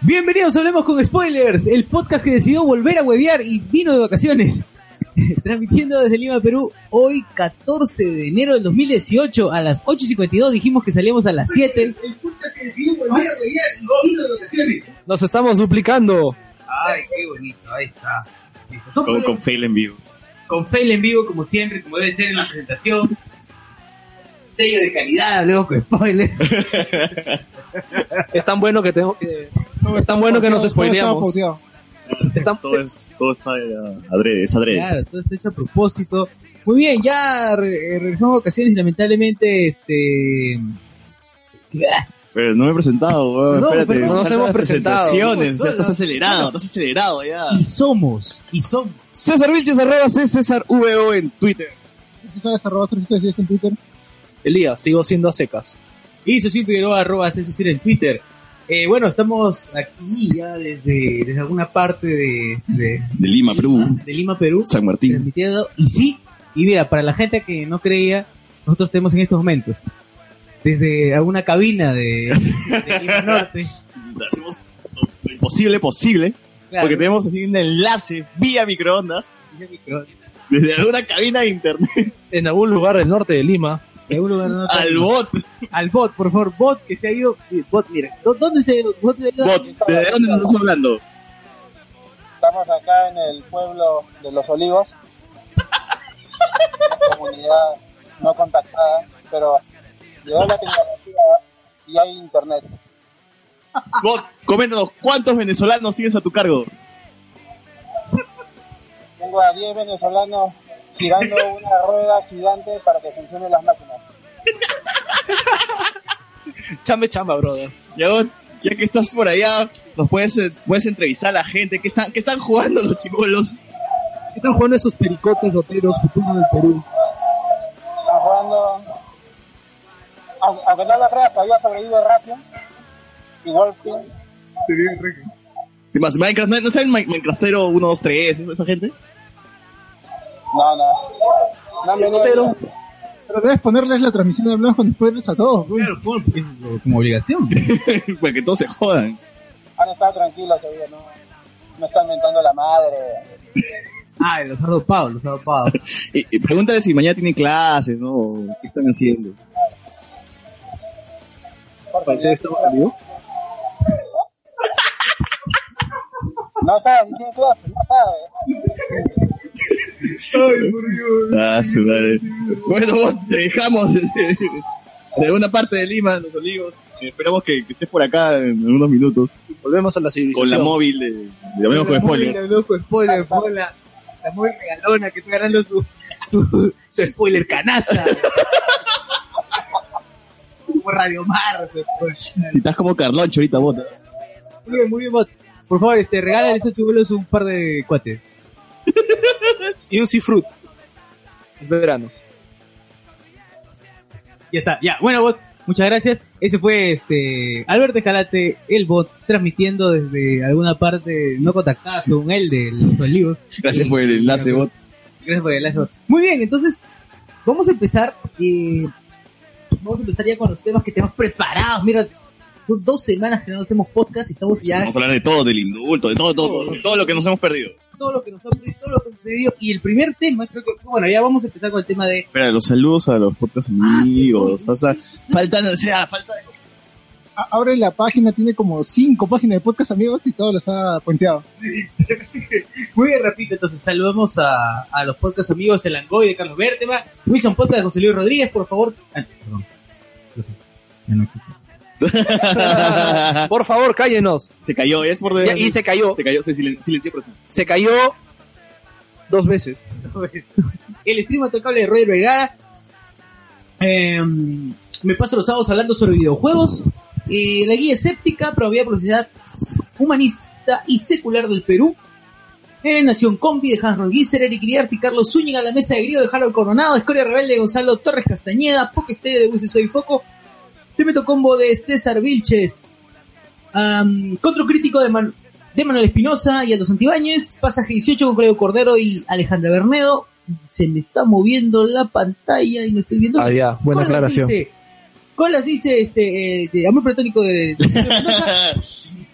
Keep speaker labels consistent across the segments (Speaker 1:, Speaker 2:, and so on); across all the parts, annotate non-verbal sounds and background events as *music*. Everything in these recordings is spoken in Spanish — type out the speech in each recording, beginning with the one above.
Speaker 1: Bienvenidos a Hablemos con Spoilers, el podcast que decidió volver a huevear y vino de vacaciones. *laughs* Transmitiendo desde Lima, Perú, hoy 14 de enero del 2018 a las 8.52, dijimos que salíamos a las 7.
Speaker 2: El podcast que decidió volver a huevear y vino de vacaciones.
Speaker 3: Nos estamos duplicando.
Speaker 2: Ay, qué bonito, ahí está. Listo, son
Speaker 4: Con,
Speaker 2: problemas.
Speaker 4: con fail en vivo.
Speaker 2: con fail en vivo, como siempre, como debe ser en la presentación. Sello de calidad, hablemos con spoilers. *laughs*
Speaker 3: Es tan bueno que tengo que. Es tan bueno que nos spoileamos. Estamos-
Speaker 4: Todo, es, todo está eh, adrede, es adrede.
Speaker 1: Claro, todo está hecho a propósito. Muy bien, ya re- eh, regresamos a vacaciones y lamentablemente, este.
Speaker 4: Pero no me he presentado, weón.
Speaker 1: No,
Speaker 4: Espérate.
Speaker 1: pero no nos
Speaker 4: Faltan
Speaker 3: hemos
Speaker 4: las
Speaker 3: presentado.
Speaker 4: Presentaciones, ya estás
Speaker 1: Solo.
Speaker 4: acelerado, estás acelerado ya.
Speaker 1: Y somos, y somos.
Speaker 4: César Vilches, arroba C César VO en Twitter.
Speaker 1: en Twitter.
Speaker 3: Elías, sigo siendo a secas.
Speaker 1: Y Susil Figueroa, arroba hace Susil en Twitter. Eh, bueno, estamos aquí ya desde, desde alguna parte de, de-
Speaker 4: De Lima, Perú.
Speaker 1: de Lima, Perú.
Speaker 4: San Martín.
Speaker 1: Transmitiendo, y sí, y mira, para la gente que no creía, nosotros tenemos en estos momentos, desde alguna cabina de, de
Speaker 4: *laughs*
Speaker 1: Lima Norte.
Speaker 4: Hacemos lo imposible posible.
Speaker 1: Claro,
Speaker 4: Porque tenemos así un enlace vía microondas desde alguna cabina de internet
Speaker 3: En algún lugar del norte de Lima.
Speaker 1: de algún lugar no
Speaker 4: al bot.
Speaker 1: Al bot, por favor, bot que se ha ido. eh, Bot, mira, ¿dó- ¿dónde se bot, se-
Speaker 4: Bot, ¿desde dónde nos estás hablando?
Speaker 5: Estamos acá en el pueblo de
Speaker 3: *laughs*
Speaker 5: Los Olivos, una comunidad no contactada, pero llegó la tecnología y hay internet.
Speaker 4: Bot, coméntanos, ¿cuántos venezolanos tienes a tu cargo?
Speaker 5: Tengo a 10 venezolanos
Speaker 3: *laughs*
Speaker 5: girando una rueda gigante para que funcionen las máquinas.
Speaker 3: Chame, chamba, brother.
Speaker 4: Ya, vos, ya que estás por allá, nos puedes, eh, puedes entrevistar a la gente. ¿Qué están, qué están jugando los chibolos?
Speaker 3: ¿Qué tal jugando esos pericotes roteros futuro del Perú?
Speaker 5: Están jugando, aunque aunque no las creas, todavía sobrevive Ration y Wolfing.
Speaker 4: ¿Qué más? Minecraft, ¿no, no está el Mi- Minecraftero 1, 2, 3, esa gente? *laughs*
Speaker 5: No, no, no han venido.
Speaker 3: Pero-
Speaker 6: Pero debes ponerles la transmisión de hablamos con spoilers a todos. güey.
Speaker 1: Claro, por- es como *laughs* obligación.
Speaker 4: Para que todos se jodan.
Speaker 5: Han estado tranquilos hoy día, no, no están mentando la madre.
Speaker 1: Ah, el Osardo Pau, el Osardo Pau.
Speaker 4: Y, y pregúntale si mañana tienen clases, ¿no? O ¿Qué están haciendo?
Speaker 3: Parece que estamos en vivo.
Speaker 5: No sabe, no tiene clase, no sabe.
Speaker 4: Ah, su madre. Bueno, vos, te dejamos eh, de una parte de Lima, los olivos. Eh, Esperamos que, que estés por acá en unos minutos.
Speaker 3: Volvemos a la
Speaker 4: Con la
Speaker 3: civilización.
Speaker 4: móvil de, de Amigos con Spoiler.
Speaker 1: loco, spoiler, por la, la muy regalona que está ganando su, su, su spoiler canasta. como Radio Mar. su spoiler.
Speaker 4: Si estás como Carloncho ahorita, vos.
Speaker 1: Muy bien, muy bien, vos. Por favor, este, regala a esos chibolos un par de cuates.
Speaker 3: y un Seafruit. Es
Speaker 4: *laughs*
Speaker 3: verano.
Speaker 1: Ya está, ya. Bueno, bot, muchas gracias. Ese fue este Alberto Escalate, el bot, transmitiendo desde alguna parte no contactada, según él, de los olivos.
Speaker 4: Gracias por el enlace, vos.
Speaker 1: Gracias por el enlace, bot. Muy bien, entonces, vamos a empezar. eh, vamos a empezar ya con los temas que tenemos preparados. Mira, son dos semanas que no hacemos podcast y estamos ya.
Speaker 4: Vamos a hablar de todo, del indulto, de todo, todo, todo, todo lo que nos hemos perdido.
Speaker 1: Todo lo que nos ha ocurrido, todo lo que ha sucedido. Y el primer tema, creo que. Bueno, ya vamos a empezar con el tema de.
Speaker 4: Espera, los saludos a los podcast amigos. Pasa, faltan, o sea, falta.
Speaker 6: A- Abre la página, tiene como cinco páginas de podcast amigos y todos los ha puenteado.
Speaker 1: *laughs* Muy bien, repito, entonces saludamos a, a los podcast amigos El Angoy de Carlos Bertema, Wilson Podcast de José Luis Rodríguez, por favor. *laughs* Ah, perdón. Ya no existe.
Speaker 4: *laughs*
Speaker 3: Por favor, cállenos.
Speaker 4: se cayó, es por
Speaker 3: Ya, y se cayó.
Speaker 4: Se cayó, se silen- silenció. pero- *laughs*
Speaker 3: Se cayó dos veces.
Speaker 1: *laughs* El stream atacable de Roger Vergara. Eh, me paso los sábados hablando sobre videojuegos. Eh, la guía escéptica, probabilidad por la sociedad humanista y secular del Perú. eh, Nación Combi de Hans Ronguizer, Eric Liarty, Carlos Zúñiga, La Mesa de Grillo de Harold Coronado, Escoria Rebelde de Gonzalo Torres Castañeda, Poke Estéreo de Wilson Soy Foco, Temeto Combo de César Vilches, um, Control Crítico de, Man- de Manuel Espinosa y Aldo Santibáñez, Pasaje 18 con Claudio Cordero y Alejandra Bernedo. Se me está moviendo la pantalla y no estoy viendo.
Speaker 3: Ah, ya, buena
Speaker 1: Colas
Speaker 3: aclaración.
Speaker 1: Dice, Colas dice este, eh, de amor platónico de, de
Speaker 4: *laughs*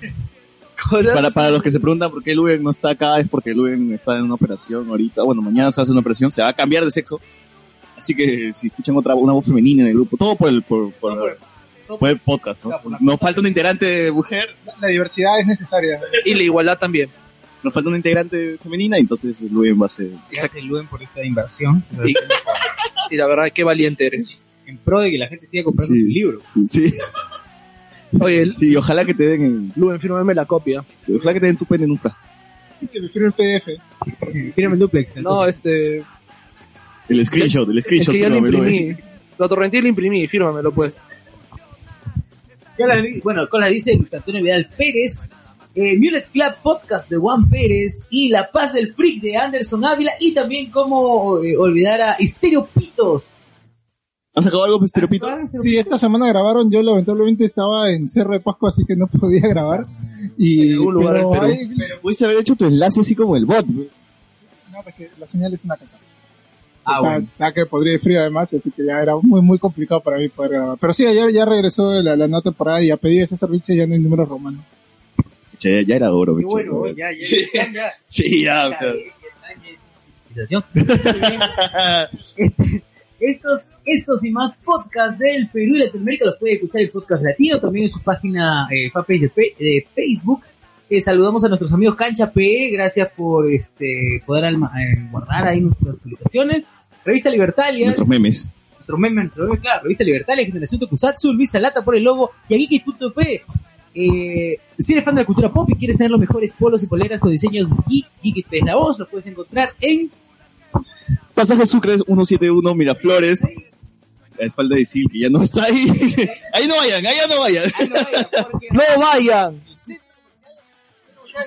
Speaker 4: Para, para los que se preguntan por qué Luen no está acá, es porque Luen está en una operación ahorita. Bueno, mañana se hace una operación, se va a cambiar de sexo. Así que si escuchan otra una voz femenina en el grupo, todo por el, por, por- por el podcast. ¿no? Nos falta un integrante de mujer,
Speaker 5: La diversidad es necesaria.
Speaker 3: Y la igualdad también.
Speaker 4: nos falta una integrante femenina, y entonces Luen va a ser.
Speaker 7: Gracias, Luen, por esta inversión.
Speaker 3: Sí. Y la verdad, qué valiente eres.
Speaker 7: En pro de que la gente siga comprando
Speaker 4: Sí.
Speaker 7: tu libro.
Speaker 4: Sí,
Speaker 3: Oye,
Speaker 4: sí, ojalá que te den,
Speaker 3: Luven, fírmame la copia.
Speaker 4: en- ojalá que te den tu pene nunca.
Speaker 5: Que prefiero el PDF.
Speaker 7: Tírame el duplex.
Speaker 3: No, este.
Speaker 4: El screenshot, el
Speaker 3: Es
Speaker 4: screenshot.
Speaker 3: que ya lo
Speaker 4: pero me lo ven.
Speaker 3: imprimí. Lo torrenté y lo imprimí, fírmamelo pues.
Speaker 1: Colas di- bueno, Colas dice Luis Antonio Vidal Pérez, eh, Mulet Club Podcast de Juan Pérez y La Paz del Freak de Anderson Ávila y también como olvidar a Estéreo Pitos.
Speaker 4: ¿Han sacado algo, pues, Teropito?
Speaker 3: Ah,
Speaker 5: Sí, esta semana grabaron. Yo lamentablemente estaba en Cerro de Pascua, así que no podía grabar. Y,
Speaker 3: En algún lugar
Speaker 5: pero
Speaker 3: del Perú.
Speaker 5: hay-
Speaker 4: Pero pudiste haber hecho tu enlace así como el bot. güey.
Speaker 5: No, pues que la señal es una caca.
Speaker 7: Ah,
Speaker 5: Está-
Speaker 7: bueno.
Speaker 5: está que podría de frío además, así que ya era muy, muy complicado para mí poder grabar. Pero sí, ayer ya regresó la, la nueva temporada y a pedido de César Vilches ya no hay números romanos.
Speaker 4: Che, ya era oro.
Speaker 7: Qué
Speaker 4: bicho,
Speaker 7: bueno,
Speaker 4: güey.
Speaker 7: ya, ya, ya, ya.
Speaker 4: Sí, ya, o sea.
Speaker 1: *laughs* Este, Estos, estos y más podcasts del Perú y Latinoamérica los puede escuchar en Podcast Latino, también en su página eh, fanpage de, fe- de Facebook. Eh, saludamos a nuestros amigos Cancha PE, gracias por este poder alma- eh, guardar ahí nuestras publicaciones. Revista Libertalia,
Speaker 4: Nuestros memes.
Speaker 1: nuestro meme, nuestro meme, claro, Revista Libertalia, Generación Tokusatsu, Luis Salata por el logo y Agiki.p. Eh, si eres fan de la cultura pop y quieres tener los mejores polos y poleras con diseños geek, geek es la voz, los puedes encontrar en
Speaker 4: Pasaje Sucre 171 Miraflores. La espalda de Sil, que ya no está ahí. *laughs* ahí no vayan, ahí ya no vayan.
Speaker 1: Ah, no, vaya,
Speaker 3: *laughs*
Speaker 1: porque-
Speaker 3: ¡No vayan!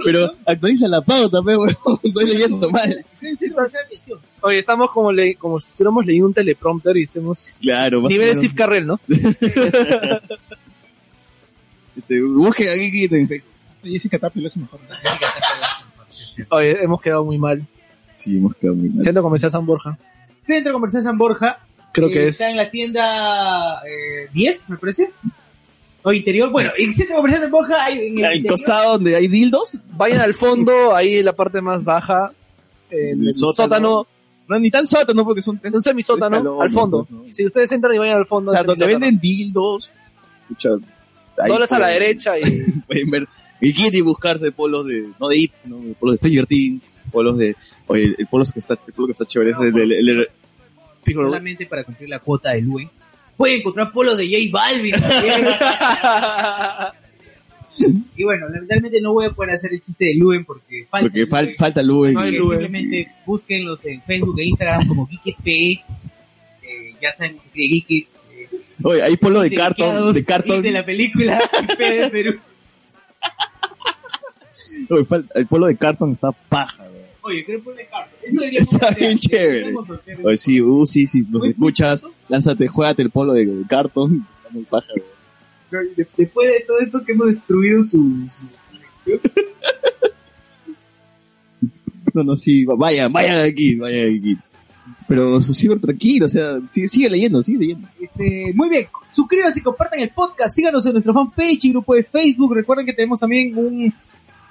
Speaker 4: Pero actualiza la pauta, pe, huevón. *laughs* Estoy leyendo mal.
Speaker 3: Oye, estamos como, le- como si estuviéramos leyendo un teleprompter y estemos.
Speaker 4: Claro, más o
Speaker 3: Nivel
Speaker 4: menos.
Speaker 3: Steve Carrell, ¿no?
Speaker 4: Este, busquen aquí, aquí, en Facebook.
Speaker 5: Jessica Tapio es mejor.
Speaker 3: Oye, hemos quedado muy mal.
Speaker 4: Sí, hemos quedado muy mal.
Speaker 3: Siento comenzar San Borja.
Speaker 1: Centro Comercial San Borja.
Speaker 3: Creo
Speaker 1: eh,
Speaker 3: que es.
Speaker 1: Está en la tienda eh, 10, me parece. O interior. Bueno, en Centro Comercial San Borja hay en el
Speaker 4: Al
Speaker 1: interior,
Speaker 4: costado donde hay dildos,
Speaker 3: Vayan al fondo, ahí en la parte más baja. En
Speaker 4: El
Speaker 3: el
Speaker 4: sótano.
Speaker 3: sótano.
Speaker 4: no ni tan sótano porque son tres.
Speaker 3: en un semisótano,
Speaker 4: Escalón,
Speaker 3: al fondo.
Speaker 4: ¿no?
Speaker 3: Si ustedes entran y vayan al fondo,
Speaker 4: O sea,
Speaker 3: del
Speaker 4: donde
Speaker 3: semisótano.
Speaker 4: venden dildos. Escucha, ahí
Speaker 3: Doblas a la
Speaker 4: pueden-
Speaker 3: derecha
Speaker 4: *laughs*
Speaker 3: y
Speaker 4: Pueden ver Bikini y buscarse polos de, no de IT, sino de polos de Stranger Things, polos de, oye, el polo que está, el polo que está chévere es el, del- el, el-
Speaker 1: Solamente para cumplir la cuota de Lue. Pueden encontrar polos de J Balvin
Speaker 3: *laughs*
Speaker 1: también. y bueno, lamentablemente no voy a poder hacer el chiste de Luen porque falta.
Speaker 4: porque
Speaker 1: Luen,
Speaker 4: fal- falta luz.
Speaker 3: No hay
Speaker 1: que
Speaker 3: Luen.
Speaker 1: Simplemente búsquenlos en Facebook e Instagram como GeekSPE. Eh, ya saben que Geek eh,
Speaker 4: Oye, hay polo de
Speaker 1: de
Speaker 4: cartón,
Speaker 1: Guiados
Speaker 4: de
Speaker 1: y
Speaker 4: cartón,
Speaker 1: de la película GeekSPE de Perú.
Speaker 4: oye, fal- el polo de cartón está paja. güey.
Speaker 1: Oye, creo que de carta. Eso deberíamos
Speaker 4: Está
Speaker 1: hacer,
Speaker 4: bien chévere.
Speaker 1: deberíamos hacer.
Speaker 4: Oye, sí, uh, sí, sí, nos
Speaker 1: Muy
Speaker 4: escuchas, lánzate, juégate el polo de, de cartón, está muy paja. güey.
Speaker 1: Pero de- Después de todo esto que hemos destruido su...
Speaker 4: No, no, sí, va- vayan, vayan aquí, vayan aquí. Pero su ciber tranquilo, o sea, sigue, sigue leyendo, sigue leyendo.
Speaker 1: Este, muy bien, suscríbanse y compartan el podcast, síganos en nuestro fanpage y grupo de Facebook. Recuerden que tenemos también un,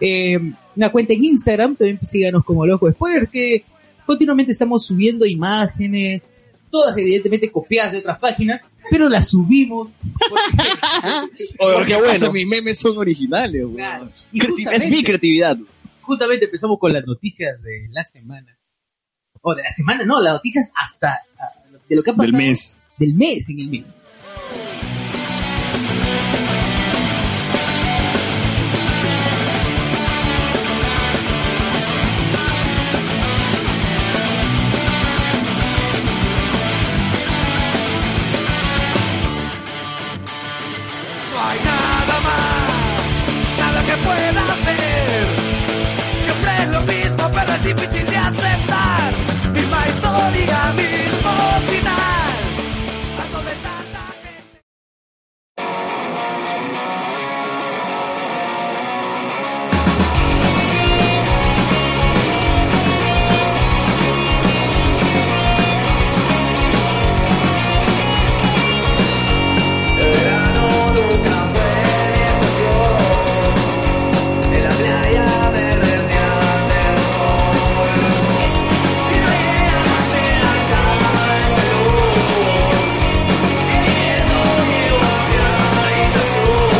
Speaker 1: eh, una cuenta en Instagram, también síganos como Loco Spoiler, que continuamente estamos subiendo imágenes, todas evidentemente copiadas de otras páginas, pero las subimos.
Speaker 4: Porque *laughs* bueno, mis memes son originales, güey.
Speaker 1: Claro. Y
Speaker 4: Es mi
Speaker 1: justamente-
Speaker 4: creatividad.
Speaker 1: justamente empezamos con las noticias de la semana. O de la semana, no, las noticias hasta ah, de lo que ha pasado.
Speaker 4: mes.
Speaker 1: Del mes en el mes.
Speaker 8: No hay nada más, nada que pueda hacer. Siempre es lo mismo, pero difícil de aceptar. Misma historia, mismo final. Harto de tanta gente. Verano nunca fue mi estación. En la playa me rendía del sol. Si no llegas a ser acá en Perú, viviendo llevo a mi habitación.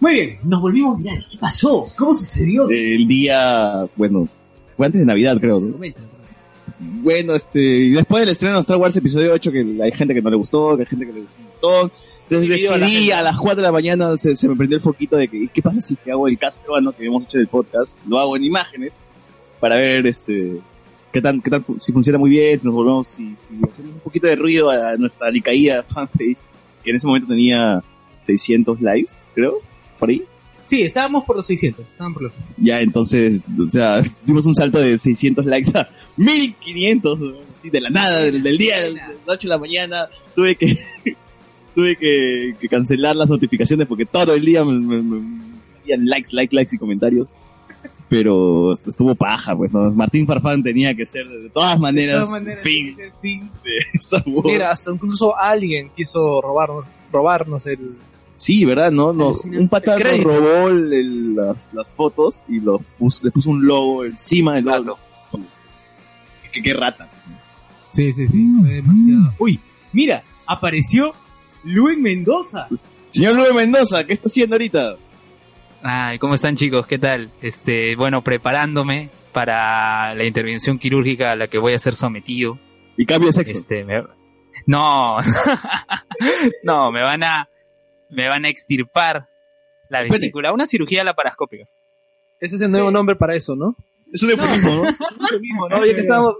Speaker 1: Muy bien, nos volvimos virales. ¿Qué pasó? ¿Cómo sucedió?
Speaker 4: El día, bueno, fue antes de Navidad, creo. ¿no?
Speaker 1: Comenta.
Speaker 4: Bueno, este, y después del estreno de Star Wars Episodio 8, que hay gente que no le gustó, que hay gente que le gustó. Entonces
Speaker 3: Dividido a la
Speaker 4: decidí
Speaker 3: gente.
Speaker 4: a, las 4 de la mañana, se, se me prendió el foquito de que, ¿y ¿qué pasa si te hago el cast peruano que hemos hecho en el podcast? Lo hago en imágenes, para ver, este, qué tan, qué tan, si funciona muy bien, si nos volvemos, si, si hacemos un poquito de ruido a nuestra alicaída fanpage, que en ese momento tenía 600 likes, creo, por ahí.
Speaker 1: Sí, estábamos por los 600. Estábamos por los...
Speaker 4: Ya, entonces, o sea, *laughs* dimos un salto de 600 likes a 1500, ¿no? Así de la nada, del, del día, de la noche a la mañana, tuve que *laughs* tuve que, que cancelar las notificaciones porque todo el día me, me- me salían likes, likes, likes y comentarios. Pero est- estuvo paja, pues, ¿no? Martín Farfán tenía que ser de todas maneras, *laughs* fin de Star Wars.
Speaker 3: Mira, hasta incluso alguien quiso robarnos, robarnos el...
Speaker 4: Sí, ¿verdad? No, no.
Speaker 3: Alucinante.
Speaker 4: Un pata
Speaker 3: El crédito.
Speaker 4: robó el- el- las, las fotos y lo puso, le puso un logo encima del logo. Qué, qué rata.
Speaker 1: Sí, sí, sí. Fue demasiado. Uy, mira, apareció Luis Mendoza.
Speaker 4: Señor Luis Mendoza, ¿qué está haciendo ahorita?
Speaker 9: Ay, ¿cómo están chicos? ¿Qué tal? Este, bueno, preparándome para la intervención quirúrgica a la que voy a ser sometido.
Speaker 4: Y cambia de sexo.
Speaker 9: Este, me- no, *laughs* no, me van a, me van a extirpar la
Speaker 4: Espere.
Speaker 9: vesícula, una cirugía laparoscópica.
Speaker 3: Ese es el nuevo nombre para eso, ¿no?
Speaker 4: Es un eufemismo, ¿no?
Speaker 3: Eufemismo, ¿no? Ya que estamos...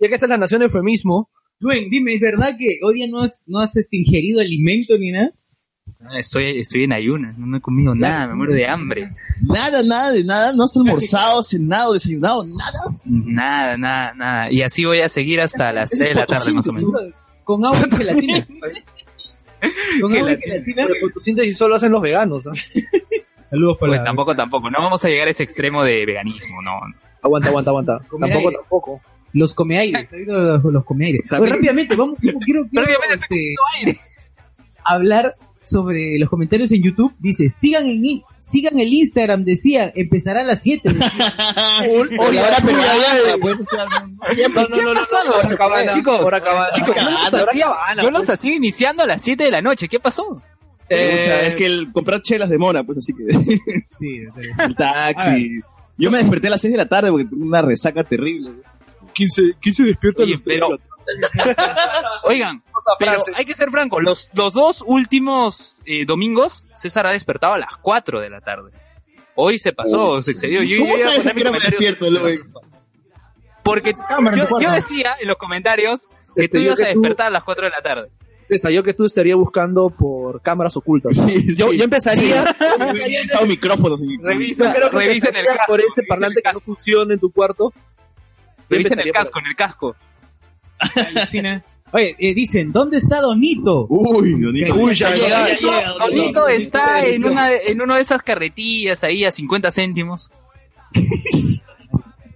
Speaker 3: Ya que esta es la nación eufemismo,
Speaker 1: Luis, dime, ¿es verdad que hoy día no has, no has este, ingerido alimento ni nada?
Speaker 9: No, Estoy, estoy en ayunas, no, no he comido nada, me muero de hambre.
Speaker 4: Nada, nada de nada. No has almorzado, *laughs* cenado, desayunado, nada.
Speaker 9: Nada, nada, nada. Y así voy a seguir hasta las 3 de la tarde más o
Speaker 4: fotosíntesis,
Speaker 9: menos.
Speaker 1: *laughs* Con agua y gelatina. Con agua y gelatina.
Speaker 3: pero fotosíntesis solo hacen los veganos. ¿ah?
Speaker 1: Saludos para
Speaker 9: Pues tampoco, tampoco. No vamos a llegar a ese extremo de veganismo, no.
Speaker 3: Aguanta, aguanta, *laughs* aguanta.
Speaker 1: Comer
Speaker 3: Tampoco,
Speaker 1: aire.
Speaker 3: tampoco.
Speaker 1: los comeaires. ahorita Los, los comeaires. Oye,
Speaker 4: También-
Speaker 1: rápidamente, vamos. Quiero,
Speaker 9: *laughs*
Speaker 1: quiero,
Speaker 9: Rápidamente,
Speaker 1: este, hablar sobre los comentarios en YouTube. Dice, sigan en i- sigan el Instagram, decía, empezará a las
Speaker 4: *laughs*
Speaker 1: 7.
Speaker 4: Oye, ahora
Speaker 3: tú,
Speaker 4: pelea
Speaker 3: ya,
Speaker 4: ya, pues.
Speaker 3: No, no, no, no, no, ahora cabana,
Speaker 9: Chicos,
Speaker 3: ahora cabana.
Speaker 9: chicos, yo los
Speaker 3: Ahora
Speaker 9: hacía-
Speaker 3: cabana,
Speaker 9: Yo
Speaker 3: pues.
Speaker 9: los hacía iniciando a las 7 de la noche. ¿Qué pasó?
Speaker 3: Eh,
Speaker 4: Pucha, es que el comprar chelas de mona, pues así que. *laughs*
Speaker 1: sí,
Speaker 4: el
Speaker 1: A
Speaker 4: taxi. Yo me desperté a las 6 de la tarde porque tuve una resaca terrible. güey.
Speaker 9: Oye, pero... *laughs* Oigan, pero
Speaker 3: frase.
Speaker 9: hay que ser francos. Los, los dos últimos eh, domingos, César ha despertado a las 4 de la tarde. Hoy se pasó, se excedió. Yo
Speaker 4: Oh, ¿Cómo
Speaker 9: iba a
Speaker 4: sabes
Speaker 9: poner
Speaker 4: a qué hora me
Speaker 9: mis comentarios
Speaker 4: despierto, Ah,
Speaker 9: a
Speaker 4: güey?
Speaker 9: César. Porque
Speaker 10: Cámara,
Speaker 9: yo,
Speaker 10: te guarda.
Speaker 9: yo decía en los comentarios que
Speaker 3: Este,
Speaker 9: tú
Speaker 3: yo
Speaker 9: ibas
Speaker 3: que
Speaker 9: a
Speaker 3: tú-
Speaker 9: despertar a las 4 de la tarde.
Speaker 3: César, yo que tú estaría buscando por cámaras ocultas.
Speaker 4: Sí,
Speaker 3: Yo,
Speaker 4: sí.
Speaker 3: yo empezaría,
Speaker 4: Me han inventado micrófonos en mi-
Speaker 9: Revisa,
Speaker 3: creo que
Speaker 9: revisen el
Speaker 3: empezaría
Speaker 9: casco.
Speaker 3: por ese
Speaker 9: revisen
Speaker 3: parlante
Speaker 9: el
Speaker 3: que no
Speaker 9: casco,
Speaker 3: funciona en tu cuarto. Yo
Speaker 9: Revisen
Speaker 3: empezaría
Speaker 9: el
Speaker 3: por
Speaker 9: casco, en el casco.
Speaker 1: Oye, eh, dicen, ¿dónde está Donito?
Speaker 4: Uy, Donito.
Speaker 1: Uy,
Speaker 4: ya
Speaker 1: llega, ya
Speaker 4: llega,
Speaker 9: Tonito está en una, de- en una de esas carretillas ahí a 50 céntimos.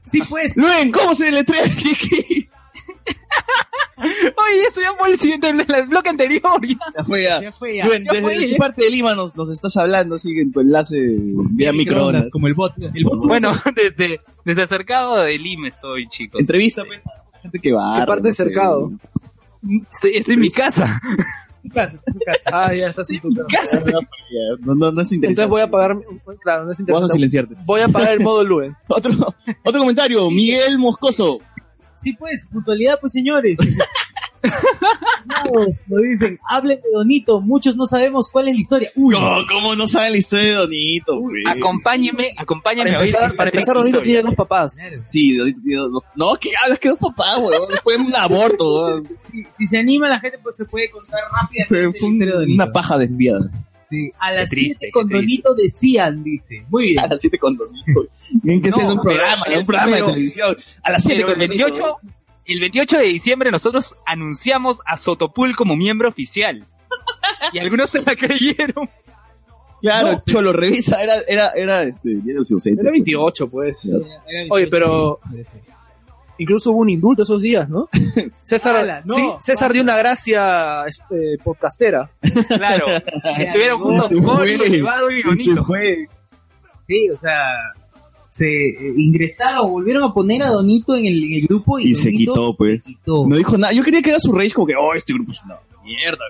Speaker 1: Sí, pues.
Speaker 4: Luen, ¿cómo se *laughs* deletrea Kiki?
Speaker 9: Oye, eso ya fue el siguiente, el, el bloque anterior. ya.
Speaker 4: Ya fue ya.
Speaker 1: Ya fue ya.
Speaker 4: Luen,
Speaker 9: Ya fue,
Speaker 4: desde
Speaker 9: ya.
Speaker 4: qué parte de Lima nos, nos estás hablando así en tu enlace vía microondas?
Speaker 1: Como el bot. El bot
Speaker 9: *laughs* Bueno, desde, desde cercado de Lima estoy, chicos.
Speaker 4: Entrevista, pues. a Gente que va.
Speaker 3: ¿Qué parte de cercado?
Speaker 9: Estoy, estoy en mi casa.
Speaker 1: tu casa, tu casa.
Speaker 3: Ah, ya estás en tu
Speaker 9: Mi
Speaker 3: casa.
Speaker 9: *laughs* casa.
Speaker 4: No, no, no es interesante.
Speaker 3: Entonces voy a pagar. Claro, no es
Speaker 4: Vamos a
Speaker 3: interesante.
Speaker 4: silenciarte.
Speaker 3: Voy a pagar el modo
Speaker 4: *laughs*
Speaker 3: Luen.
Speaker 4: Otro, otro comentario, Miguel Moscoso.
Speaker 1: Sí, pues, puntualidad, pues, señores.
Speaker 11: Todos lo dicen, hablen de Donito, muchos no sabemos cuál es la historia. Uy,
Speaker 4: No, ¿cómo no sabe la historia de Donito, güey?
Speaker 9: Acompáñeme, acompáñeme
Speaker 12: Para
Speaker 9: a oír
Speaker 12: empezar,
Speaker 9: esta
Speaker 12: para empezar
Speaker 9: triste
Speaker 12: Donito
Speaker 9: historia.
Speaker 12: tiene dos papás.
Speaker 4: Sí, Donito tiene dos- No, que hablas que dos papás, weón. Fue un aborto, *laughs* weón.
Speaker 1: Si, si se anima la gente, pues se puede contar
Speaker 4: Fue,
Speaker 1: rápidamente.
Speaker 4: fue un-
Speaker 1: la historia de Donito.
Speaker 4: una paja desviada.
Speaker 1: Sí, A las
Speaker 9: Qué triste,
Speaker 1: 7
Speaker 9: qué
Speaker 1: con
Speaker 9: triste.
Speaker 1: Donito decían, dice. Muy
Speaker 4: A
Speaker 1: bien.
Speaker 4: las 7 con Donito. Bien que
Speaker 9: No,
Speaker 4: sea un
Speaker 9: pero-
Speaker 4: programa, era un programa
Speaker 9: pero-
Speaker 4: de televisión. A las 7
Speaker 9: Pero
Speaker 4: con
Speaker 9: el
Speaker 4: Donito.
Speaker 9: 28, el 28 de diciembre nosotros anunciamos a Sotopool como miembro oficial. Y algunos se la creyeron.
Speaker 4: Claro, Cholo, revisa. Era, era, era, este, era el inocente.
Speaker 12: Era 28, pues.
Speaker 4: Claro.
Speaker 12: Oye, pero incluso hubo un indulto esos días, ¿no? César,
Speaker 1: Ala, no,
Speaker 12: sí, César dio una gracia este, podcastera.
Speaker 9: Claro. Estuvieron juntos
Speaker 4: Se
Speaker 9: Gori,
Speaker 4: fue.
Speaker 9: Elevado y
Speaker 4: Se
Speaker 9: Bonito.
Speaker 4: fue.
Speaker 11: sí, o sea, se eh, ingresaron, volvieron a poner a Donito en el, en el grupo y,
Speaker 4: Y se
Speaker 11: Donito
Speaker 4: quitó, pues.
Speaker 11: se quitó.
Speaker 4: No dijo nada. Yo quería que era su rage como que, oh, este grupo es una mierda.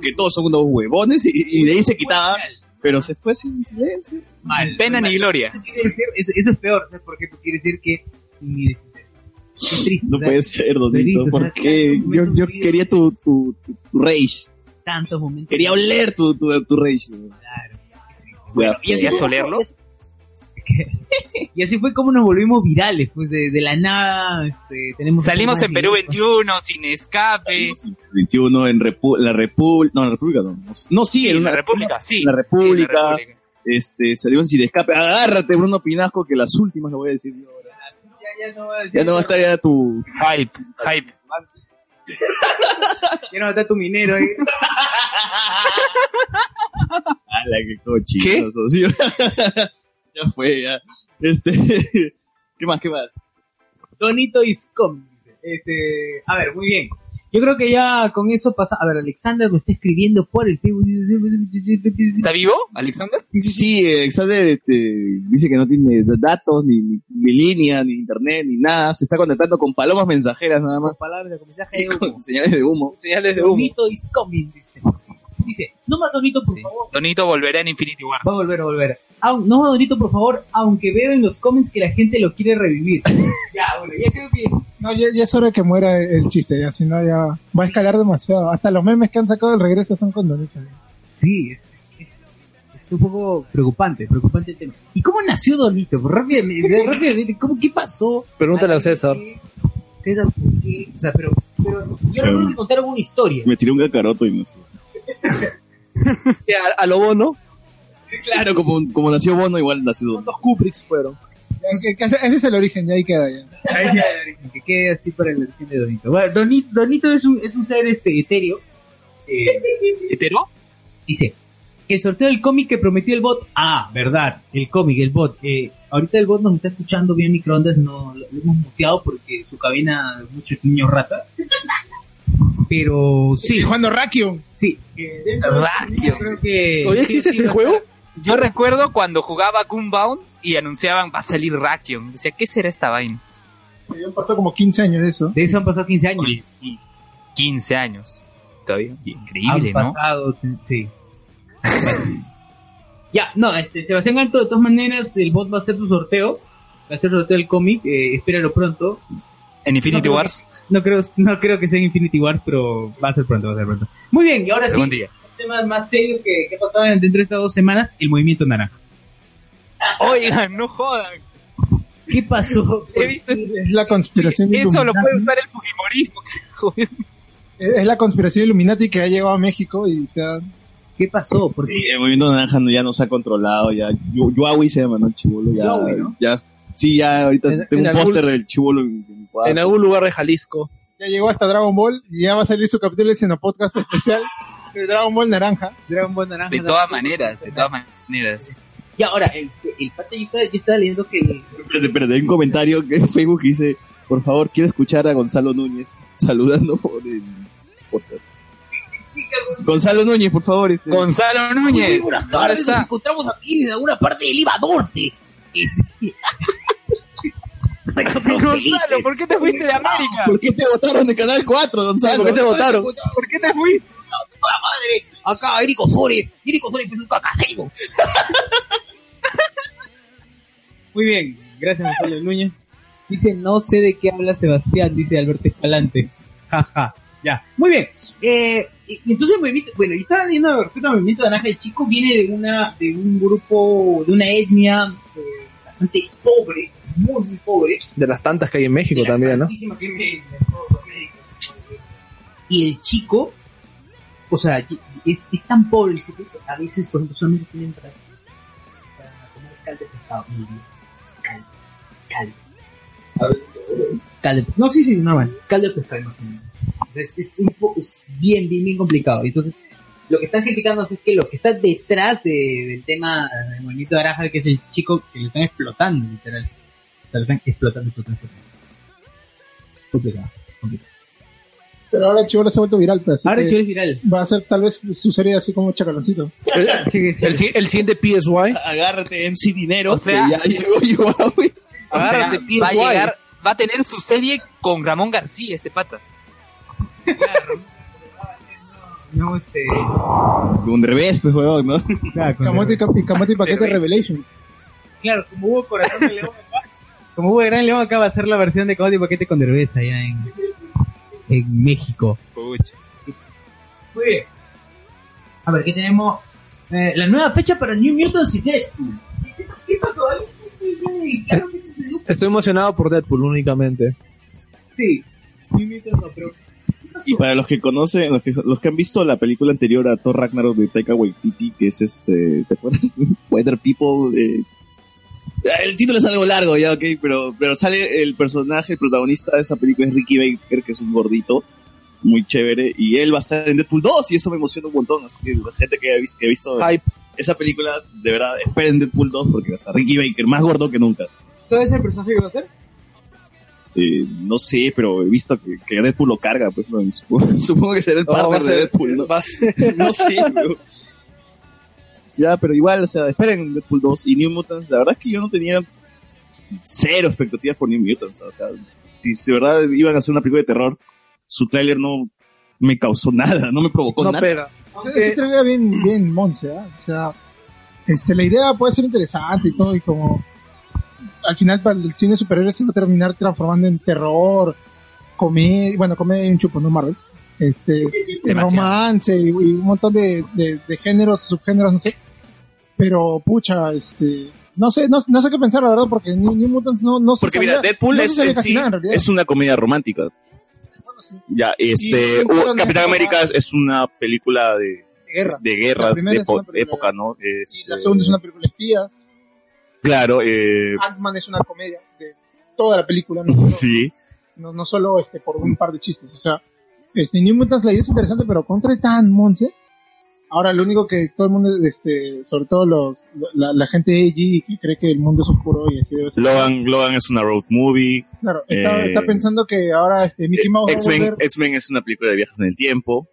Speaker 4: Que todos son unos huevones. Y, y de ahí se quitaba. Pero se fue sin silencio.
Speaker 1: Mal.
Speaker 9: Pena
Speaker 1: mal.
Speaker 9: ni gloria.
Speaker 1: Eso, quiere decir- eso- eso es peor, ¿sabes por qué? Porque quiere decir que ni les interesa. Qué triste.
Speaker 4: No
Speaker 1: o sea,
Speaker 4: puede ser,
Speaker 1: Benito,
Speaker 4: Donito.
Speaker 1: o sea,
Speaker 4: ¿Por qué?
Speaker 1: claro,
Speaker 4: Yo, yo
Speaker 1: Benito,
Speaker 4: quería tu, tu, tu, tu rage.
Speaker 1: Tantos momentos.
Speaker 4: Quería oler tu, tu, tu rage. weón. Ya, pues.
Speaker 1: y así
Speaker 9: ¿Querías
Speaker 1: fue-
Speaker 9: olerlo?
Speaker 1: *laughs* Y así fue como nos volvimos virales, pues de, de la nada. Este, tenemos
Speaker 9: Salimos en Perú
Speaker 1: Seguidores.
Speaker 9: 21, sin escape.
Speaker 4: 21 en Repu- la República. No, en la República no. No, No, sí, en
Speaker 9: en la
Speaker 4: una-
Speaker 9: República, sí.
Speaker 4: en la República.
Speaker 9: Sí, en la República.
Speaker 4: Este, salimos sin escape. Agárrate, Bruno Pinasco, que las últimas lo voy a decir yo ahora.
Speaker 1: Ya, ya no va a decir-
Speaker 4: Ya no va a estar ya tu.
Speaker 9: Hype, hype.
Speaker 1: ya no va a estar tu minero
Speaker 4: *laughs*
Speaker 1: ahí.
Speaker 4: ¡Hala, qué cochinoso! Sí. *laughs* ya fue, ya. Este. *laughs* ¿Qué más, qué más?
Speaker 1: Donito is coming. dice. Este, a ver, muy bien. Yo creo que ya con eso pasa. A ver, Alexander me está escribiendo por el Facebook.
Speaker 9: ¿Está vivo, Alexander?
Speaker 4: Sí, eh, Xander este, dice que no tiene datos, ni, ni, ni línea, ni internet, ni nada. Se está contactando con palomas mensajeras nada más.
Speaker 1: Con palabras de mensaje
Speaker 4: Y
Speaker 1: de humo.
Speaker 4: *laughs* con señales de humo.
Speaker 12: Señales de humo.
Speaker 1: Donito is coming, dice. Dice, no más Donito, por
Speaker 9: Sí.
Speaker 1: favor.
Speaker 9: Donito volverá en Infinity War.
Speaker 1: Va a volver, va a volver. Aun- no más Donito, por favor, aunque veo en los comments que la gente lo quiere
Speaker 13: *laughs*
Speaker 1: revivir. ya, bueno, ya creo que...
Speaker 13: No, ya, ya es hora de que muera el, el chiste, ya, si no, ya va a escalar demasiado. Hasta los memes que han sacado del regreso están con Donito.
Speaker 1: Sí, es, es, es- es un poco preocupante, preocupante el tema. ¿Y cómo nació Donito? Rápidamente, rápidamente ¿cómo, ¿qué pasó?
Speaker 12: Pregúntale a César.
Speaker 1: César, ¿por qué? O sea, pero, pero yo recuerdo que contaron una historia.
Speaker 4: Me tiré un cacaroto y no sé.
Speaker 12: Que A, a lo bono,
Speaker 4: Claro, como, como nació Bono, igual nació Bono.
Speaker 12: ¿cuántos Kubricks fueron?
Speaker 13: Ya, que- que Ese ese es el origen, ya ahí queda ya.
Speaker 1: que quede así para el origen de Donito. Bueno, Donito, Donito es, un, es un ser este, etéreo. Eh,
Speaker 9: ¿Hetero?
Speaker 1: Dice, que sorteó el cómic que prometió el bot. Ah, verdad, el cómic, el bot. Eh, ahorita el bot nos está escuchando bien microondas, no lo, lo hemos muteado porque su cabina muchos niños rata. Pero sí,
Speaker 13: Jugando Rakion.
Speaker 1: sí. eh, dentro de-
Speaker 9: Raquio.
Speaker 1: creo que-
Speaker 12: ¿Todavía
Speaker 1: Eh, sí,
Speaker 12: existe
Speaker 1: sí,
Speaker 12: ese
Speaker 1: no-
Speaker 12: juego?
Speaker 9: Yo recuerdo cuando jugaba Gunbound y anunciaban va a salir Rakion. Decía, ¿qué será esta vaina?
Speaker 13: Ya han pasado como 15 años de eso.
Speaker 1: De eso han pasado 15 años.
Speaker 9: Oye, y 15 años. Todavía. Increíble,
Speaker 1: Han
Speaker 9: ¿no?
Speaker 1: pasado, sí, sí. *laughs* Bueno. ya, no, este, Sebastián Ganto, de todas maneras, el bot va a hacer su sorteo. Va a hacer sorteo del cómic, eh, espéralo pronto.
Speaker 9: En Infinity
Speaker 1: No,
Speaker 9: Wars,
Speaker 1: No creo, no creo que sea en Infinity War, pero va a ser pronto, va a ser pronto. Muy bien, y ahora sí,
Speaker 9: algún
Speaker 1: el
Speaker 9: día.
Speaker 1: tema más serio que, que ha pasado dentro de estas dos semanas, el movimiento naranja.
Speaker 9: Oigan, no jodan.
Speaker 1: ¿Qué *laughs* pasó?
Speaker 9: He visto es-
Speaker 13: Es la conspiración de
Speaker 9: eso, lo
Speaker 13: Illuminati.
Speaker 9: puede usar el Fujimorismo. carajo.
Speaker 13: Es es la conspiración Illuminati que ha llegado a México y se ha...
Speaker 1: ¿Qué pasó? Porque
Speaker 4: Sí, el movimiento naranja no- ya nos ha controlado, ya. Yu- Yuawi se llama, ¿no? El chivolo, ya.
Speaker 1: Yuawi, ¿no?
Speaker 4: ya sí, ya, ahorita
Speaker 12: En- en
Speaker 4: tengo un
Speaker 12: algún-
Speaker 4: póster del chivolo en, en mi cuarto.
Speaker 12: En algún lugar de Jalisco.
Speaker 13: Ya llegó hasta Dragon Ball y ya va a salir su capítulo de Sino Podcast especial de Dragon Ball Naranja.
Speaker 1: Dragon Ball naranja.
Speaker 9: De todas maneras, de todas maneras.
Speaker 1: Y ahora, el, el pata, yo estaba, yo estaba leyendo que
Speaker 4: Espérate, espérate, hay un comentario que en Facebook que dice, por favor, quiero escuchar a Gonzalo Núñez *laughs* saludando por el podcast. Gonzalo Núñez, por favor. este.
Speaker 9: Gonzalo Núñez. Ahora está.
Speaker 1: encontramos aquí en alguna parte del IVA
Speaker 9: *laughs*
Speaker 1: *laughs* Norte.
Speaker 9: Gonzalo, ¿por qué te fuiste de América?
Speaker 4: ¿Por qué te votaron de Canal 4, Gonzalo?
Speaker 12: ¿Por qué te votaron?
Speaker 9: ¿Por qué te fuiste?
Speaker 1: madre! Acá, Érico Flores. Érico Flores, pero nunca castigo. *laughs* Muy bien. Gracias, Gonzalo Núñez. Dice, no sé de qué habla Sebastián, dice Alberto Escalante. Jaja. ya. Muy bien. Eh, y- y entonces, el movimiento- bueno, yo estaba leyendo respecto al movimiento de Naranja y Chico, viene de una de un grupo, de una etnia eh, bastante pobre, muy, muy pobre.
Speaker 14: De las tantas que hay en México
Speaker 1: de las
Speaker 14: también, ¿no?
Speaker 1: tantísimas que me- de todo América. Y el chico, o sea, es, es tan pobre el chico que a veces, por ejemplo, solamente tienen para, para comer caldo de pescado. Muy bien. Caldo, caldo. Caldo. No, sí, sí, normal. Caldo de pescado, imagínate. O sea, Es, es un poco, es bien, bien, bien complicado. Entonces, lo que están criticando es que lo que está detrás de- del tema del movimiento de naranja, que es el chico que lo están explotando, literal. O sea, lo están explotando, explotando, explotando complicado.
Speaker 5: Pero ahora el chivolo se ha vuelto viral, pues. así
Speaker 1: Ahora
Speaker 5: que
Speaker 1: el chivo es *laughs* viral.
Speaker 5: Va a ser tal vez su serie así como Chacaloncito.
Speaker 14: El, el si- el siguiente PSY.
Speaker 4: Agárrate, MC Dinero.
Speaker 9: O sea-
Speaker 4: que ya llegó Yuawi.
Speaker 9: O sea,
Speaker 14: Agárrate,
Speaker 9: va a
Speaker 14: PSY.
Speaker 9: llegar, va a tener su serie con Ramón García, este pata.
Speaker 1: No, este.
Speaker 4: Un revés, pues, huevón, ¿no?
Speaker 5: Camote y, Cam- y Camote y Paquete Revelations.
Speaker 1: Claro, como hubo corazón de león acá. Como hubo gran león acá va a ser la versión de Cabote y Paquete con Derbez allá en, en México. Muy bien. A ver, ¿qué tenemos? Eh, la nueva fecha para New Mutants y Deadpool. ¿Qué pasó? ¿Qué pasó? ¿Algo? Claro, ¿qué pasó?
Speaker 14: Estoy emocionado por Deadpool únicamente.
Speaker 1: Sí. New Mutants no, pero
Speaker 4: Y para los que conocen, los que, los que han visto la película anterior a Thor Ragnarok de Taika Waititi, que es este, ¿te acuerdas? *laughs* Weather People. eh. Ah, El título es algo largo, ya, ok, pero, pero sale el personaje, el protagonista de esa película es Ricky Baker, que es un gordito muy chévere, y él va a estar en Deadpool 2, y eso me emociona un montón, así que la gente que ha visto, que ha visto
Speaker 14: Hype.
Speaker 4: esa película, de verdad, esperen Deadpool 2, porque va a estar Ricky Baker, más gordo que nunca.
Speaker 1: ¿Todo ese personaje que va a ser?
Speaker 4: Eh, no sé, pero he visto que, que Deadpool lo carga, pues no, *laughs* supongo, supongo que será el
Speaker 14: No,
Speaker 4: partner
Speaker 14: va a
Speaker 4: de
Speaker 14: ser-
Speaker 4: Deadpool, ¿no?
Speaker 14: va a ser-
Speaker 4: no sé, *laughs* pero- Ya, pero igual, o sea, esperen Deadpool 2 y New Mutants. La verdad es que yo no tenía cero expectativas por New Mutants. O sea, si si de verdad iban a hacer una película de terror, su tráiler no me causó nada, no me provocó
Speaker 14: no
Speaker 4: nada.
Speaker 14: pega.
Speaker 5: Aunque Ese trailer era bien, bien monce, ¿ah? O sea, este, la idea puede ser interesante y todo, y como al final para el cine superior se va a terminar transformando en terror, comedia, bueno, comedia y un chupo, no Marvel, este, romance y, y un montón de, de, de géneros, subgéneros, no sé. Pero, pucha, este, no sé, no, no sé qué pensar, la verdad, porque New, New Mutants no, no se
Speaker 4: Porque
Speaker 5: sabía-
Speaker 4: mira, Deadpool
Speaker 5: no se
Speaker 4: es,
Speaker 5: sabía
Speaker 4: en
Speaker 5: casi
Speaker 4: sí-
Speaker 5: nada, en realidad.
Speaker 4: es una comedia romántica.
Speaker 5: sí.
Speaker 4: Ya,
Speaker 5: Y
Speaker 4: este,
Speaker 5: Deadpool
Speaker 4: o-
Speaker 5: también
Speaker 4: Capitán
Speaker 5: es
Speaker 4: América es- es una película de,
Speaker 5: de guerra.
Speaker 4: de guerra,
Speaker 5: La
Speaker 4: de
Speaker 5: primera es
Speaker 4: epo-
Speaker 5: una película
Speaker 4: época, ¿no?
Speaker 5: Y la
Speaker 4: Este,
Speaker 5: segunda es una película de espías.
Speaker 4: Claro, eh,
Speaker 5: Ant-Man es una comedia de toda la película, no, solo-
Speaker 4: *laughs* sí.
Speaker 5: no, no solo este, por un par de chistes. O sea, este, New Mutants la idea es interesante, pero contra tan Monse. Ahora, lo único que todo el mundo, este, sobre todo los, la, la gente de AG que cree que el mundo es oscuro y así debe ser.
Speaker 4: Logan, Logan es una road movie.
Speaker 5: Claro, está,
Speaker 4: eh,
Speaker 5: está pensando que ahora este, Mickey Mouse va a
Speaker 4: X-Men
Speaker 5: volver,
Speaker 4: X-Men es una película de viajes en el tiempo.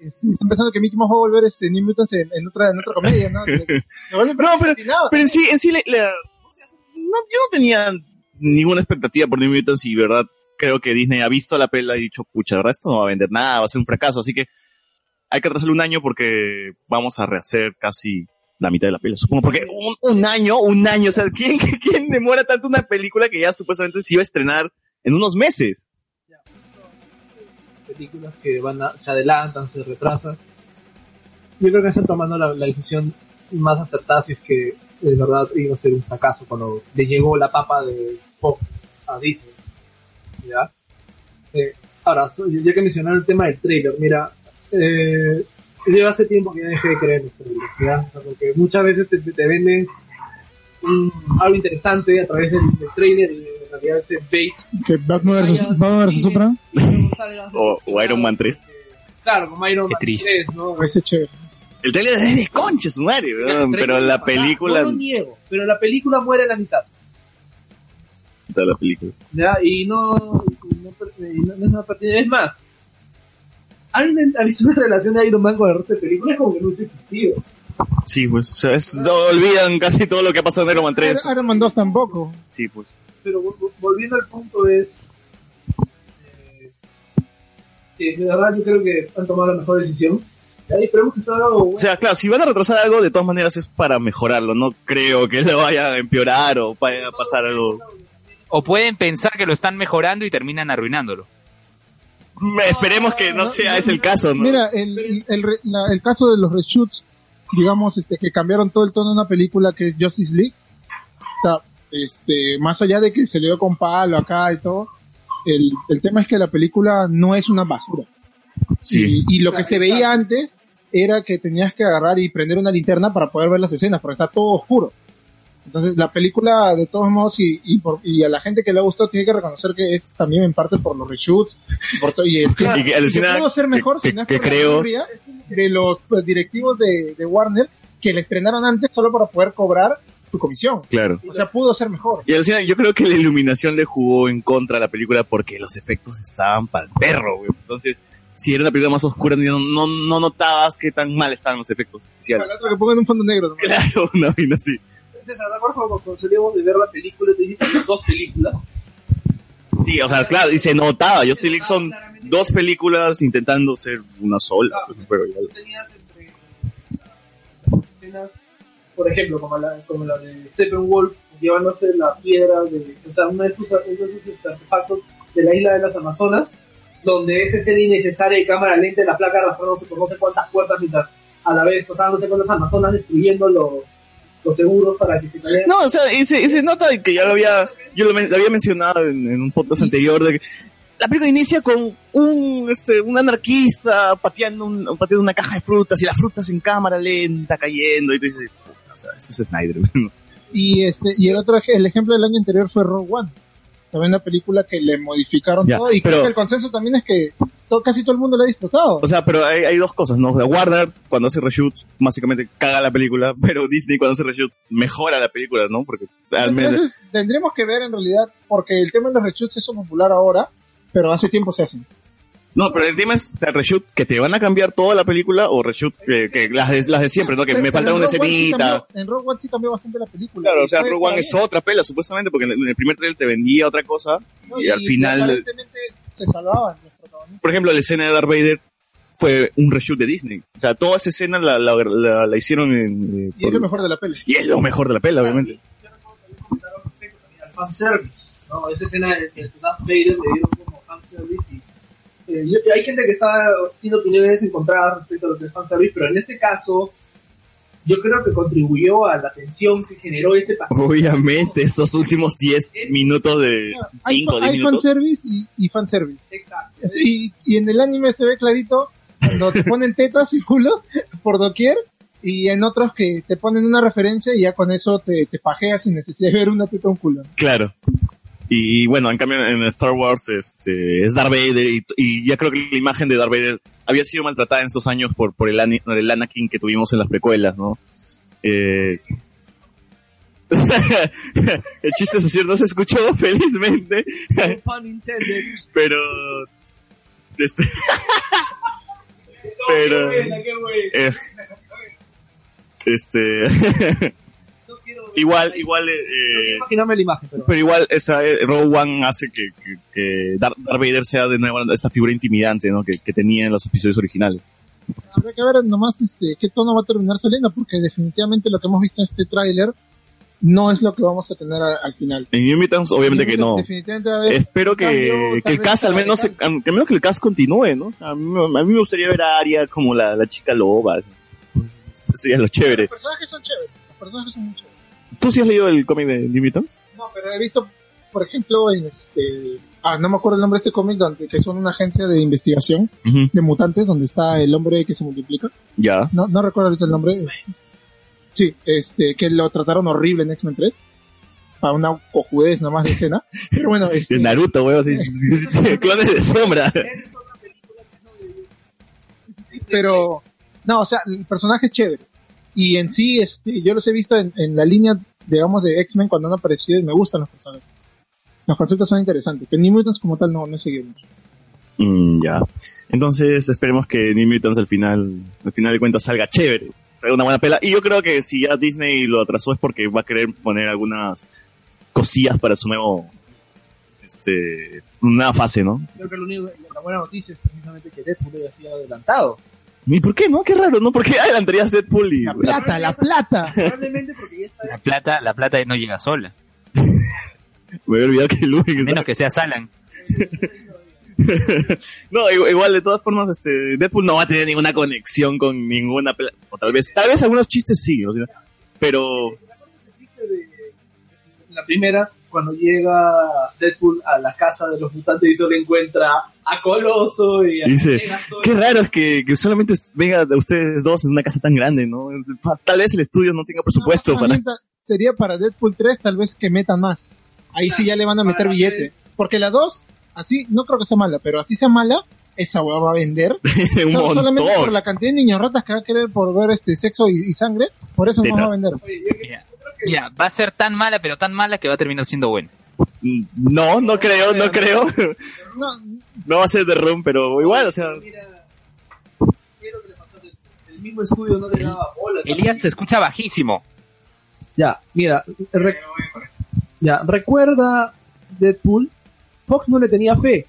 Speaker 5: este, está pensando que Mickey Mouse va a volver este, New Mutants en, en otra, en otra comedia,
Speaker 4: *laughs*
Speaker 5: ¿no? Se- se vuelve
Speaker 4: No, pero-
Speaker 5: fascinado.
Speaker 4: Pero en sí, en sí la- la- o sea, no, yo no tenía ninguna expectativa por New Mutants y verdad creo que Disney ha visto la pela y ha dicho, pucha, ¿verdad? Esto no va a vender nada, va a ser un fracaso. Así que hay que atrasarlo un año porque vamos a rehacer casi la mitad de la pela, supongo. Porque un, un año, un año, o sea, ¿quién, *laughs* ¿quién demora tanto una película que ya supuestamente se iba a estrenar en unos meses?
Speaker 3: películas que van a- se adelantan, se retrasan. Yo creo que están tomando la, la decisión más acertada si es que de verdad iba a ser un fracaso cuando le llegó la papa de Fox a Disney. ¿Ya? Eh, ahora, so- ya que mencionaron el tema del trailer, mira, eh, yo hace tiempo que ya dejé de creer en los trailers, ¿ya? Porque muchas veces te, te venden mm, algo interesante a través del, del trailer y en realidad ese bait
Speaker 5: Que Batman
Speaker 3: Vaya,
Speaker 5: versus- Batman vs.
Speaker 3: sí.
Speaker 5: Superman,
Speaker 4: O- o Iron Man 3.
Speaker 3: Claro, como Iron
Speaker 9: Qué
Speaker 3: Man
Speaker 9: triste.
Speaker 3: 3, ¿no?
Speaker 5: ese chévere.
Speaker 4: El trailer es de concha, su madre, weón, pero la película...
Speaker 3: No lo niego, pero la película muere en la mitad.
Speaker 4: La película.
Speaker 3: ¿ya? Y no, no, per- y no- no es una pertinencia. Es más, hay una, ha visto una relación de Iron Man con el resto de películas como que no hubiese existido.
Speaker 4: Sí, pues, o sea, es- no olvidan casi todo lo que ha pasado en Iron Man 3.
Speaker 5: Iron Man 2 tampoco.
Speaker 4: Sí, pues.
Speaker 3: Pero vol- vol- volviendo al punto es... eh, que de verdad yo creo que han tomado la mejor decisión. ¿ya? Y esperemos que salga algo bueno.
Speaker 4: O sea, claro, si van a retrasar algo, de todas maneras es para mejorarlo. No creo que se vaya a empeorar o vaya a pasar algo.
Speaker 9: O pueden pensar que lo están mejorando y terminan arruinándolo.
Speaker 4: Esperemos que no sea ese el caso, ¿no?
Speaker 5: Mira, el, el, re- la- el caso de los reshoots, digamos, este, que cambiaron todo el tono de una película que es Justice League, o sea,
Speaker 15: eh,
Speaker 5: este, más allá de que se le dio con palo acá y todo, el, el tema es que la película no es una basura.
Speaker 4: Sí.
Speaker 5: Y, y lo que se veía antes era que tenías que agarrar y prender una linterna para poder ver las escenas, porque está todo oscuro. Entonces, la película, de todos modos, y, y, por- y a la gente que le ha gustado, tiene que reconocer que es también en parte por los reshoots, y por todo-
Speaker 4: *laughs*
Speaker 5: y, el-
Speaker 4: Y que alucina
Speaker 5: que pudo ser mejor,
Speaker 4: que-
Speaker 5: si no es
Speaker 4: que
Speaker 5: por la
Speaker 4: creo-
Speaker 5: sabiduría de los pues, directivos de, de Warner, que le estrenaron antes solo para poder cobrar su comisión.
Speaker 4: Claro.
Speaker 5: O sea, pudo ser mejor.
Speaker 4: Y alucina, yo creo que la iluminación le jugó en contra a la película porque los efectos estaban para el perro, güey. Entonces, si era una película más oscura, no, no, no notabas qué tan mal estaban los efectos especiales.
Speaker 5: Para otro que pongan un fondo negro. nomás.
Speaker 4: Claro, *laughs* una vaina así.
Speaker 3: César, ¿te acuerdas cuando, cuando salíamos de ver la película te dije que había dos películas?
Speaker 4: Sí, o sea, claro, y se notaba. Yo sí, son dos películas intentando ser una sola. Pero ya
Speaker 3: Tú tenías entre ah, escenas, por ejemplo, como la, como la de Steppenwolf, llevándose la piedra de, o sea, uno de sus, uno de sus artefactos de la isla de las Amazonas, donde esa escena innecesaria de cámara lenta de la placa arrastrándose por no sé cuántas puertas mientras a la vez pasándose con las Amazonas destruyendo los, los seguros para que se cayeran.
Speaker 4: No, o sea, y se, y se nota que ya lo había, yo lo, men- lo había mencionado en, en un podcast anterior de que la película inicia con un, este, un anarquista pateando, un, pateando una caja de frutas y las frutas en cámara lenta cayendo y tú dices, "Puta, o sea, este es Snyder. *laughs* ¿no?
Speaker 5: Y este y el otro ej- el ejemplo del año anterior fue Rogue One. También una película que le modificaron
Speaker 4: Ya,
Speaker 5: todo y creo
Speaker 4: pero-
Speaker 5: que el consenso también es que to- casi todo el mundo lo ha disfrutado.
Speaker 4: O sea, pero hay, hay dos cosas, ¿no? O sea, Warner cuando hace reshoots básicamente caga la película, *laughs* pero Disney cuando hace reshoot mejora la película, ¿no? Porque al menos...
Speaker 5: Entonces tendremos que ver en realidad porque el tema de los reshoots es popular ahora, pero hace tiempo se hacen.
Speaker 4: No, pero el tema es, o sea, reshoot que te van a cambiar toda la película o reshoot que, que las, de, las de siempre, ¿no? Que
Speaker 5: Pero-
Speaker 4: me
Speaker 5: pero
Speaker 4: falta
Speaker 5: en
Speaker 4: una
Speaker 5: Rogue One sí
Speaker 4: escenita.
Speaker 5: cambió- En Rogue One sí cambió bastante la película.
Speaker 4: Claro,
Speaker 5: Y
Speaker 4: o sea,
Speaker 5: fue-
Speaker 4: Rogue One
Speaker 5: fue
Speaker 4: es
Speaker 5: bien,
Speaker 4: otra pela, supuestamente, porque en el en el primer trailer te vendía otra cosa.
Speaker 5: ¿no?
Speaker 4: y al final- eh,
Speaker 5: aparentemente se salvaban los protagonistas.
Speaker 4: Por ejemplo, la escena de Darth Vader fue un reshoot de Disney. O sea, toda esa escena la, la, la- la hicieron en... eh,
Speaker 5: Y es
Speaker 4: por-
Speaker 5: lo mejor de la peli.
Speaker 4: y es lo mejor de la pela, obviamente.
Speaker 3: al fanservice, ¿no? Esa escena de de Darth Vader le dieron como fanservice y eh, yo- hay gente que está tiene opiniones encontradas respecto a lo que es fanservice, pero en este caso yo creo que contribuyó a la tensión que generó ese pasaje.
Speaker 4: Obviamente, esos últimos 10 minutos de...
Speaker 5: Hay,
Speaker 4: 5
Speaker 5: fa-
Speaker 4: 10
Speaker 5: hay
Speaker 4: minutos.
Speaker 5: fanservice y, y fanservice.
Speaker 3: Exacto.
Speaker 5: Y, y en el anime se ve clarito cuando te ponen tetas y culos por doquier y en otros que te ponen una referencia y ya con eso te, te pajeas sin necesidad de ver una teta o un culo.
Speaker 4: Claro. Y bueno, en cambio en Star Wars este, es Darth Vader y, y ya creo que la imagen de Darth Vader había sido maltratada en estos años por, por el, ani- el Anakin que tuvimos en las precuelas, ¿no? Eh, *laughs* el chiste es no se escuchó *laughs* felizmente,
Speaker 3: *laughs* Pun intended.
Speaker 4: pero... este, pero... eh, es- este... *laughs* igual, igual... eh, eh,
Speaker 3: Imagíname la imagen, pero
Speaker 4: Pero igual, esa, eh, Rogue One hace que, que, que Dar- Darth Vader sea de nuevo esa figura intimidante ¿no? que, que tenía en los episodios originales.
Speaker 5: Habrá que ver nomás este, qué tono va a terminar saliendo porque definitivamente lo que hemos visto en este tráiler no es lo que vamos a tener a- al final.
Speaker 4: En Inhumans, obviamente que no.
Speaker 5: Definitivamente va a haber-
Speaker 4: Espero
Speaker 5: Cambio,
Speaker 4: que,
Speaker 5: tal
Speaker 4: que el
Speaker 5: vez
Speaker 4: cast, al
Speaker 5: para
Speaker 4: menos, se- al al menos que el cast continúe, ¿no? A mí, a mí me gustaría ver a Aria como la, la chica loba. Pues, eso sería lo chévere.
Speaker 5: Los personajes son chéveres. Los personajes son muy chéveres.
Speaker 4: ¿Tú sí has leído el cómic de Inhumans?
Speaker 5: No, pero he visto, por ejemplo, en este. Ah, no me acuerdo el nombre de este cómic, donde que son una agencia de investigación
Speaker 4: Ujú.
Speaker 5: de mutantes, donde está el hombre que se multiplica.
Speaker 4: Ya.
Speaker 5: No, no recuerdo ahorita el nombre. Sí, este, que lo trataron horrible en X-Men 3. Para una cojudez nomás de escena. Pero bueno, este.
Speaker 4: De Naruto, weón. Así, *laughs* clones de sombra.
Speaker 3: esa es otra película que no
Speaker 5: pero no, o sea, el personaje es chévere. Y en sí, este, yo los he visto en, en la línea, digamos, de X-Men cuando han aparecido y me gustan los personajes. Los conceptos son interesantes, pero ni Mutants como tal no, no he seguido mucho.
Speaker 4: Mm, ya. Entonces esperemos que New Mutants al final, al final de cuentas salga chévere, salga una buena pela. Y yo creo que si ya Disney lo atrasó es porque va a querer poner algunas cosillas para su nuevo, este, nueva fase, ¿no?
Speaker 3: Creo que lo único, la buena noticia es precisamente que Deadpool haya sido adelantado.
Speaker 4: ¿Y por qué no? Qué raro, ¿no? ¿Por qué adelantarías Deadpool y...
Speaker 5: plata, la plata.
Speaker 3: Probablemente porque ya está
Speaker 9: La plata, la plata no llega sola.
Speaker 4: Me había olvidado que Luke
Speaker 9: A menos que sea Salan.
Speaker 4: *laughs* no, i- igual de todas formas, este Deadpool no va a tener ninguna conexión con ninguna, pla- o tal vez, tal vez algunos chistes sí, o sea, pero
Speaker 3: En la primera, cuando llega Deadpool a la casa de los mutantes y solo encuentra a Coloso y a
Speaker 4: Y dice,
Speaker 3: Megazord.
Speaker 4: qué raro es que, que solamente est- venga de ustedes dos en una casa tan grande, ¿no? Pa- Tal vez el estudio no tenga presupuesto
Speaker 13: Más
Speaker 4: para
Speaker 13: bien, tal- Sería para Deadpool 3 tal vez que metan más. Ahí sí ya le van a meter
Speaker 3: Para
Speaker 13: billete. Porque la 2, así, no creo que sea mala, pero así sea mala, esa hueá va a vender.
Speaker 4: *laughs* un
Speaker 13: Sol- solamente por
Speaker 4: montón.
Speaker 13: la cantidad de niños ratas que va a querer por ver este sexo y, y sangre, por eso no va a
Speaker 4: Tetas.
Speaker 13: vender.
Speaker 9: Mira, va a ser tan mala, pero tan mala que va a terminar siendo buena.
Speaker 4: No, no creo, no creo. *laughs*
Speaker 13: No,
Speaker 4: No va a ser de Room, pero igual, o sea,
Speaker 3: Mira, mira lo que le pasó a Deadpool. El mismo estudio no le daba bola.
Speaker 9: Elías se escucha bajísimo.
Speaker 3: Ya, mira, re- ya, recuerda Deadpool, Fox no le tenía fe.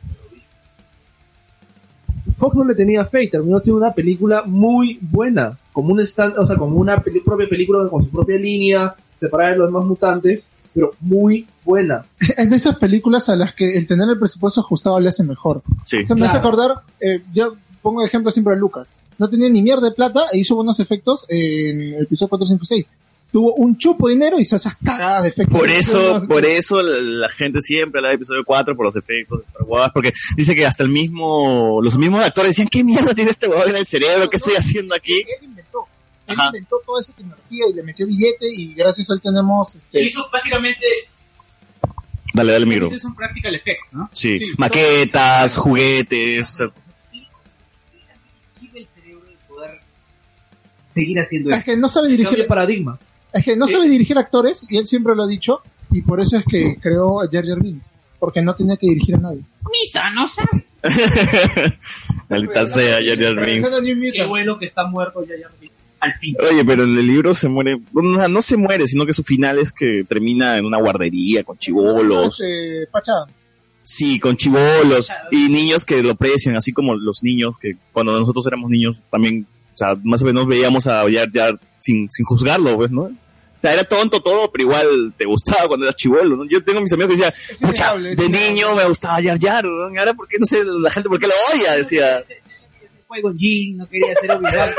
Speaker 3: Fox no le tenía fe y terminó siendo una película muy buena, como un stand, o sea, como una peli- propia película con su propia línea, separada de los demás mutantes, pero muy buena.
Speaker 13: es de esas películas a las que el tener el presupuesto ajustado le hace mejor.
Speaker 4: sí.
Speaker 13: O sea, me hace
Speaker 3: Claro.
Speaker 13: acordar, eh, yo pongo de ejemplo siempre a Lucas. No tenía ni mierda de plata e hizo buenos efectos en el episodio 456. Tuvo un chupo de dinero y hizo esas cagadas de efectos.
Speaker 4: Por
Speaker 13: No,
Speaker 4: eso,
Speaker 13: no,
Speaker 4: por eso la, la gente siempre habla de episodio 4 por los efectos, por huevadas, porque dice que hasta el mismo, los mismos actores decían, ¿qué mierda tiene este huevón en el cerebro? ¿Qué estoy haciendo aquí?
Speaker 13: Él inventó. Él
Speaker 4: Ajá.
Speaker 13: inventó toda esa tecnología y le metió billete y gracias a él tenemos este,
Speaker 1: Hizo básicamente
Speaker 4: Dale, dale micro.
Speaker 1: es un practical effects, ¿no?
Speaker 4: Sí,
Speaker 13: Sí,
Speaker 4: maquetas, juguetes, o sea,
Speaker 1: el cerebro de poder seguir haciendo
Speaker 13: Es
Speaker 9: Ah,
Speaker 1: eso.
Speaker 13: que no sabe
Speaker 3: Cambio
Speaker 13: dirigir,
Speaker 3: el paradigma.
Speaker 13: es que no sabe dirigir actores y él siempre lo ha dicho y por eso es que creó a Jar Jar Binks, porque no tenía que dirigir a nadie.
Speaker 1: Misa, no sabe.
Speaker 4: maldita sea, Jar Jar Binks.
Speaker 13: Regresando a New
Speaker 3: Qué
Speaker 13: Mutants.
Speaker 3: bueno que está muerto ya, ya.
Speaker 1: Al fin.
Speaker 4: Oye, pero en el libro se muere, no, no se muere, sino que su final es que termina en una guardería con chivolos,
Speaker 13: Este, Patch Adams.
Speaker 4: sí, con chivolos y niños que lo aprecian, así como los niños que cuando nosotros éramos niños también, o sea, más o menos veíamos a Jar Jar sin, sin juzgarlo, pues, ¿no? O sea, era tonto todo, pero igual te gustaba cuando eras chivolo, ¿no? Yo tengo mis amigos que decían,
Speaker 13: Es
Speaker 4: pucha,
Speaker 13: innegable, es
Speaker 4: de
Speaker 13: innegable.
Speaker 4: niño me gustaba Jar Jar, ¿no? Y ahora por qué, no sé, la gente por qué lo odia,
Speaker 13: *laughs*
Speaker 4: decía.
Speaker 1: Fue con Jin, no quería ser obligado.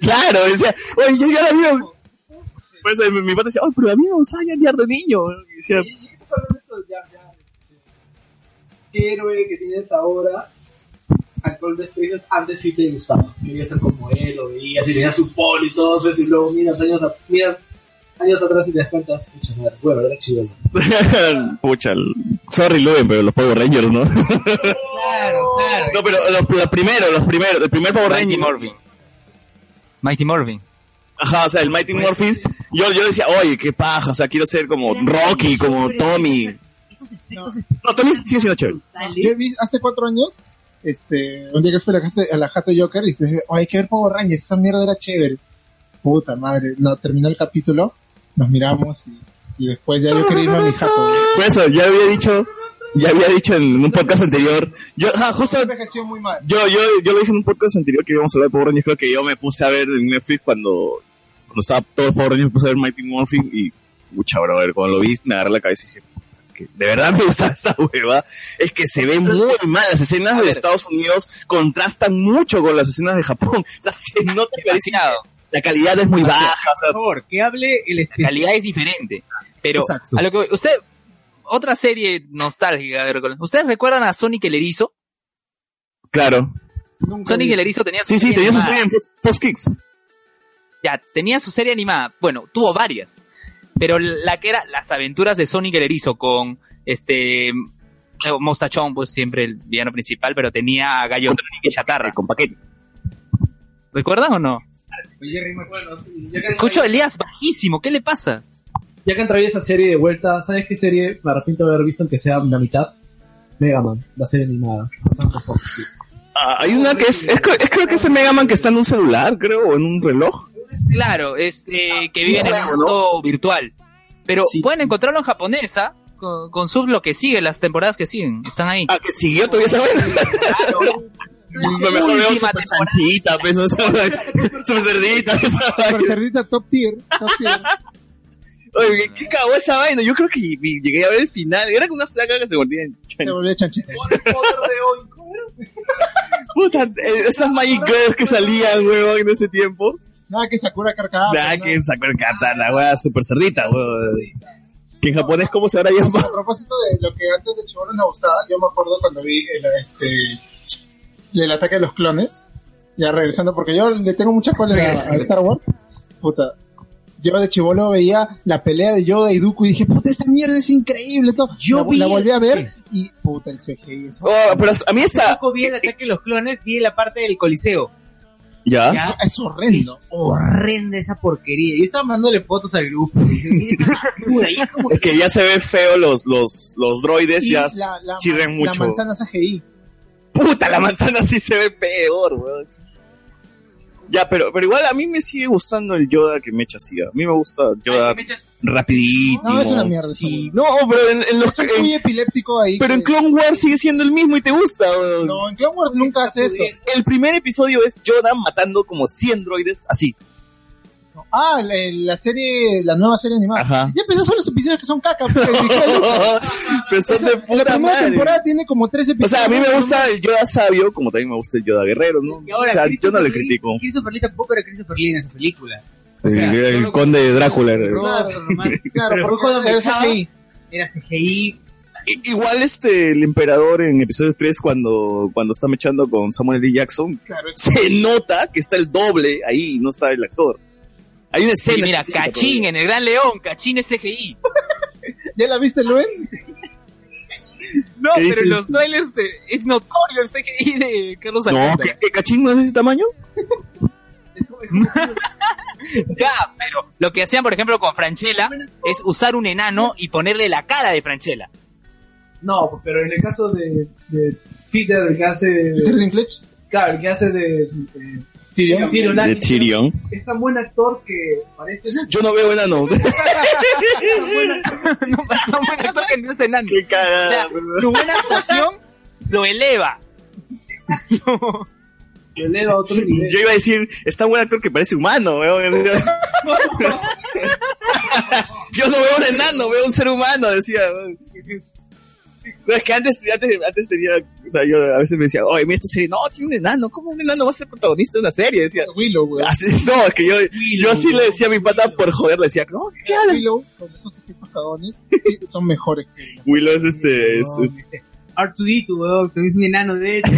Speaker 4: Claro, decía, oye, Jar Jar a mí me- Pues eh, mi, mi padre decía, oye, pero a mí me gustaba Jar Jar de niño. Y decía, *laughs*
Speaker 3: Y- y estamos hablando de esto de Jar Jar, este, ¿Qué héroe que tienes ahora? Alcohol de estrellas, antes sí te gustaba. Querías ser como él, lo veías y tenías su polo y todo eso. Y luego miras años, a- miras años atrás y te das cuenta, pucha madre, bueno, era chido.
Speaker 4: Pucha, el- sorry Luen, pero los Power Rangers, ¿no? no,
Speaker 1: Claro, claro.
Speaker 4: pero los, los primeros, los primeros, el primer Power
Speaker 9: Mighty
Speaker 4: Ranger.
Speaker 9: Morphin. Mighty Morphin.
Speaker 4: Ajá, o sea, el Mighty Morphins. Yo, yo decía, oye, qué paja, o sea, quiero ser como Rocky, como Tommy.
Speaker 1: Esos
Speaker 13: No.
Speaker 1: efectos
Speaker 4: No, Tommy sigue siendo chévere.
Speaker 13: Yo vi hace cuatro años, este, un día que fui a la, casa, a la Jato Joker y dije, oh, hay que ver Power Rangers, esa mierda era chévere. Puta madre, no, terminó el capítulo, nos miramos y, y después ya yo quería irme a mi jato.
Speaker 4: Por eso, ya había dicho, ya había dicho en un podcast anterior. Yo, ajá, justo,
Speaker 13: Se envejeció muy mal.
Speaker 4: yo, yo, yo lo dije en un podcast anterior que íbamos a hablar de Power Rangers, creo que yo me puse a ver en Netflix cuando, cuando estaba todo el Power Rangers, me puse a ver Mighty Morphin y, pucha, bro, a ver, cuando lo vi, me agarré la cabeza y dije, que de verdad me gusta *laughs* esta hueva, es que se ven muy mal, las escenas de Estados Unidos contrastan mucho con las escenas de Japón, *laughs* o sea, se nota clarísimo,
Speaker 9: Demasiado.
Speaker 4: la calidad es muy baja, o sea,
Speaker 1: Por favor, que hable el
Speaker 9: La
Speaker 1: especial.
Speaker 9: calidad es diferente. Pero
Speaker 1: Exacto.
Speaker 9: a lo que voy- usted otra serie nostálgica, a ver, con- ¿ustedes recuerdan a Sonic el erizo?
Speaker 4: claro,
Speaker 9: Sonic el erizo tenía su
Speaker 4: sí, sí,
Speaker 9: serie
Speaker 4: tenía su
Speaker 9: animada.
Speaker 4: serie en Fox- Fox Kids,
Speaker 9: Ya, tenía su serie animada. Bueno, tuvo varias. Pero la que era Las aventuras de Sonic el Erizo con este eh, Mostachón, pues siempre el villano principal, pero tenía a Gallo Tronic y Chatarra.
Speaker 4: con paquete.
Speaker 9: ¿Recuerdan o no?
Speaker 3: Bueno, ya que-
Speaker 9: Escucho a Elías bajísimo, ¿qué le pasa?
Speaker 3: Ya que han traído esa serie de vuelta, ¿sabes qué serie me arrepiento de haber visto aunque sea la mitad? Mega Man, la serie animada. Pasando por Fox, sí.
Speaker 4: Ah, hay una que es, es, es creo que es el Mega Man que está en un celular, creo, o en un reloj.
Speaker 9: Claro, es eh, que viven en un
Speaker 4: juego, ¿no?
Speaker 9: mundo virtual. Pero
Speaker 4: Sí.
Speaker 9: pueden encontrarlo en japonesa con, con sub lo que sigue, las temporadas que siguen, están ahí.
Speaker 4: Ah, que siguió todavía esa vez.
Speaker 9: Claro,
Speaker 4: Me
Speaker 9: la
Speaker 4: mejor veo
Speaker 9: última
Speaker 4: super
Speaker 9: temporada.
Speaker 4: chanchita, pues, *laughs*
Speaker 13: *laughs*
Speaker 4: no Esa vaina. super cerdita, esa vaina.
Speaker 13: Super cerdita top tier, top tier.
Speaker 4: Oye, ¿qué, qué cagó esa vaina? Yo creo que vi- llegué a ver el final. Era con una flaca que se volvía en
Speaker 13: Se
Speaker 4: chan-
Speaker 13: volvió chanchita.
Speaker 4: Puta, eh, esas Magic Girls que salían, huevón, en ese tiempo.
Speaker 13: Nada que Sakura pues, carcada.
Speaker 4: Nah, que sacó el katana, weón, super cerdita, weón. Que en japonés, ¿cómo se habrá llamado? *laughs*
Speaker 13: A propósito de lo que antes de Chibolo me gustaba, yo me acuerdo cuando vi el, este, el ataque de los clones, ya regresando, porque yo le tengo mucha cólera a, a Star Wars. Puta, yo de Chibolo veía la pelea de Yoda y Dooku y dije, puta, esta mierda es increíble. Todo.
Speaker 11: Yo
Speaker 13: la,
Speaker 11: vi
Speaker 13: la
Speaker 11: el-
Speaker 13: volví a ver y puta, el CGI. Eso.
Speaker 4: Oh, pero a mí
Speaker 1: Hace
Speaker 4: está.
Speaker 1: poco vi el ataque de los clones y la parte del coliseo.
Speaker 4: ¿Ya?
Speaker 1: Ya.
Speaker 13: Ah, Es
Speaker 1: Es
Speaker 13: horrendo.
Speaker 1: horrenda esa porquería. Yo estaba mandándole fotos al grupo. Y yo, "Mira,
Speaker 13: *laughs*
Speaker 1: ya como-
Speaker 4: Es que ya se ve feo los, los, los droides,
Speaker 13: Y
Speaker 4: ya
Speaker 13: la, la,
Speaker 4: chirren
Speaker 13: la
Speaker 4: mucho.
Speaker 13: manzana CGI.
Speaker 4: Puta, la manzana sí se ve peor, weón. Ya, pero, pero igual a mí me sigue gustando el Yoda que me echa así. A mí me gusta Yoda
Speaker 1: Ay, me echa-
Speaker 4: rapidito.
Speaker 13: No, es una mierda,
Speaker 4: Sí.
Speaker 13: es
Speaker 4: No, pero en, en los,
Speaker 13: Soy
Speaker 4: en-
Speaker 13: muy epiléptico ahí.
Speaker 4: pero en
Speaker 13: que-
Speaker 4: Clone Wars sigue siendo el mismo y te gusta, weón.
Speaker 13: no, en Clone Wars nunca hace eso.
Speaker 4: El primer episodio es Yoda matando como 100 droides, así.
Speaker 13: Ah, la, la serie, la nueva serie animada.
Speaker 4: Ajá. *laughs*
Speaker 5: pues,
Speaker 13: Ya empezó son los episodios que son caca. porque dijeron,
Speaker 4: pero son de
Speaker 13: La
Speaker 4: puta
Speaker 13: primera
Speaker 4: madre.
Speaker 13: temporada tiene como tres
Speaker 4: O
Speaker 13: episodios.
Speaker 4: sea, a mí me gusta el Yoda sabio, como también me gusta el Yoda guerrero, ¿no?
Speaker 1: Y ahora
Speaker 4: o sea, yo no
Speaker 1: Christopher
Speaker 4: le
Speaker 1: Lee-
Speaker 4: critico.
Speaker 1: Christopher Lee tampoco era Christopher Lee en esa película.
Speaker 4: El,
Speaker 1: sea,
Speaker 4: el
Speaker 1: solo-
Speaker 4: conde de Drácula. era-
Speaker 1: Robert Román.
Speaker 13: *laughs* Claro,
Speaker 1: Pero
Speaker 13: porque
Speaker 1: fue cuando
Speaker 13: era
Speaker 1: empezaba,
Speaker 13: CGI.
Speaker 1: Era CGI.
Speaker 4: I- Igual este, el emperador en episodio 3 cuando, cuando está mechando con Samuel L. Jackson,
Speaker 13: Claro, es-
Speaker 4: se nota que está el doble ahí, no está el actor. Hay una escena.
Speaker 9: Sí, mira,
Speaker 4: específica
Speaker 9: Cachín en el Gran León, Cachín es CGI.
Speaker 13: ¿Ya la viste, Luen?
Speaker 9: No,
Speaker 4: ¿Qué
Speaker 9: pero
Speaker 4: dices?
Speaker 9: en los trailers eh, es notorio el CGI de Carlos
Speaker 4: todavía. No,
Speaker 9: Alcántara.
Speaker 4: ¿qué, qué cachín no es de ese tamaño?
Speaker 9: Ya, pero lo que hacían, por ejemplo, con Franchella es usar un enano y ponerle la cara de *laughs* Franchella.
Speaker 3: No, pero en el caso de, de Peter, el que hace.
Speaker 13: ¿Peter Dinklage?
Speaker 3: Claro, el que hace de. de-
Speaker 13: Tyrion.
Speaker 3: Tyrion
Speaker 4: De
Speaker 3: Lannister.
Speaker 4: Tyrion.
Speaker 3: Es tan buen actor que parece.
Speaker 4: Yo no *laughs* veo enano.
Speaker 3: es tan buen actor.
Speaker 9: no, no, buen actor que no es enano.
Speaker 4: qué
Speaker 9: O sea,
Speaker 4: cagada.
Speaker 9: su buena actuación lo eleva.
Speaker 3: que eleva a otro nivel.
Speaker 4: Yo iba a decir, está un buen actor que parece humano, weón. *laughs* Yo no veo un enano, veo un ser humano, decía. weón. No, es que antes, antes, antes tenía, o sea, yo a veces me decía, oye, mira esta serie, no, tiene un enano, ¿cómo un enano va a ser protagonista de una serie? Decía,
Speaker 13: Willow, güey.
Speaker 4: así, no, es que yo, yo así le decía a mi pata por joder, le decía, no, ¿qué hablas?
Speaker 13: Willow, con esos equipos cagones, son mejores. que-
Speaker 4: Willow es este, es, es-
Speaker 1: R2D2, weón, que es un enano de hecho.
Speaker 4: *laughs*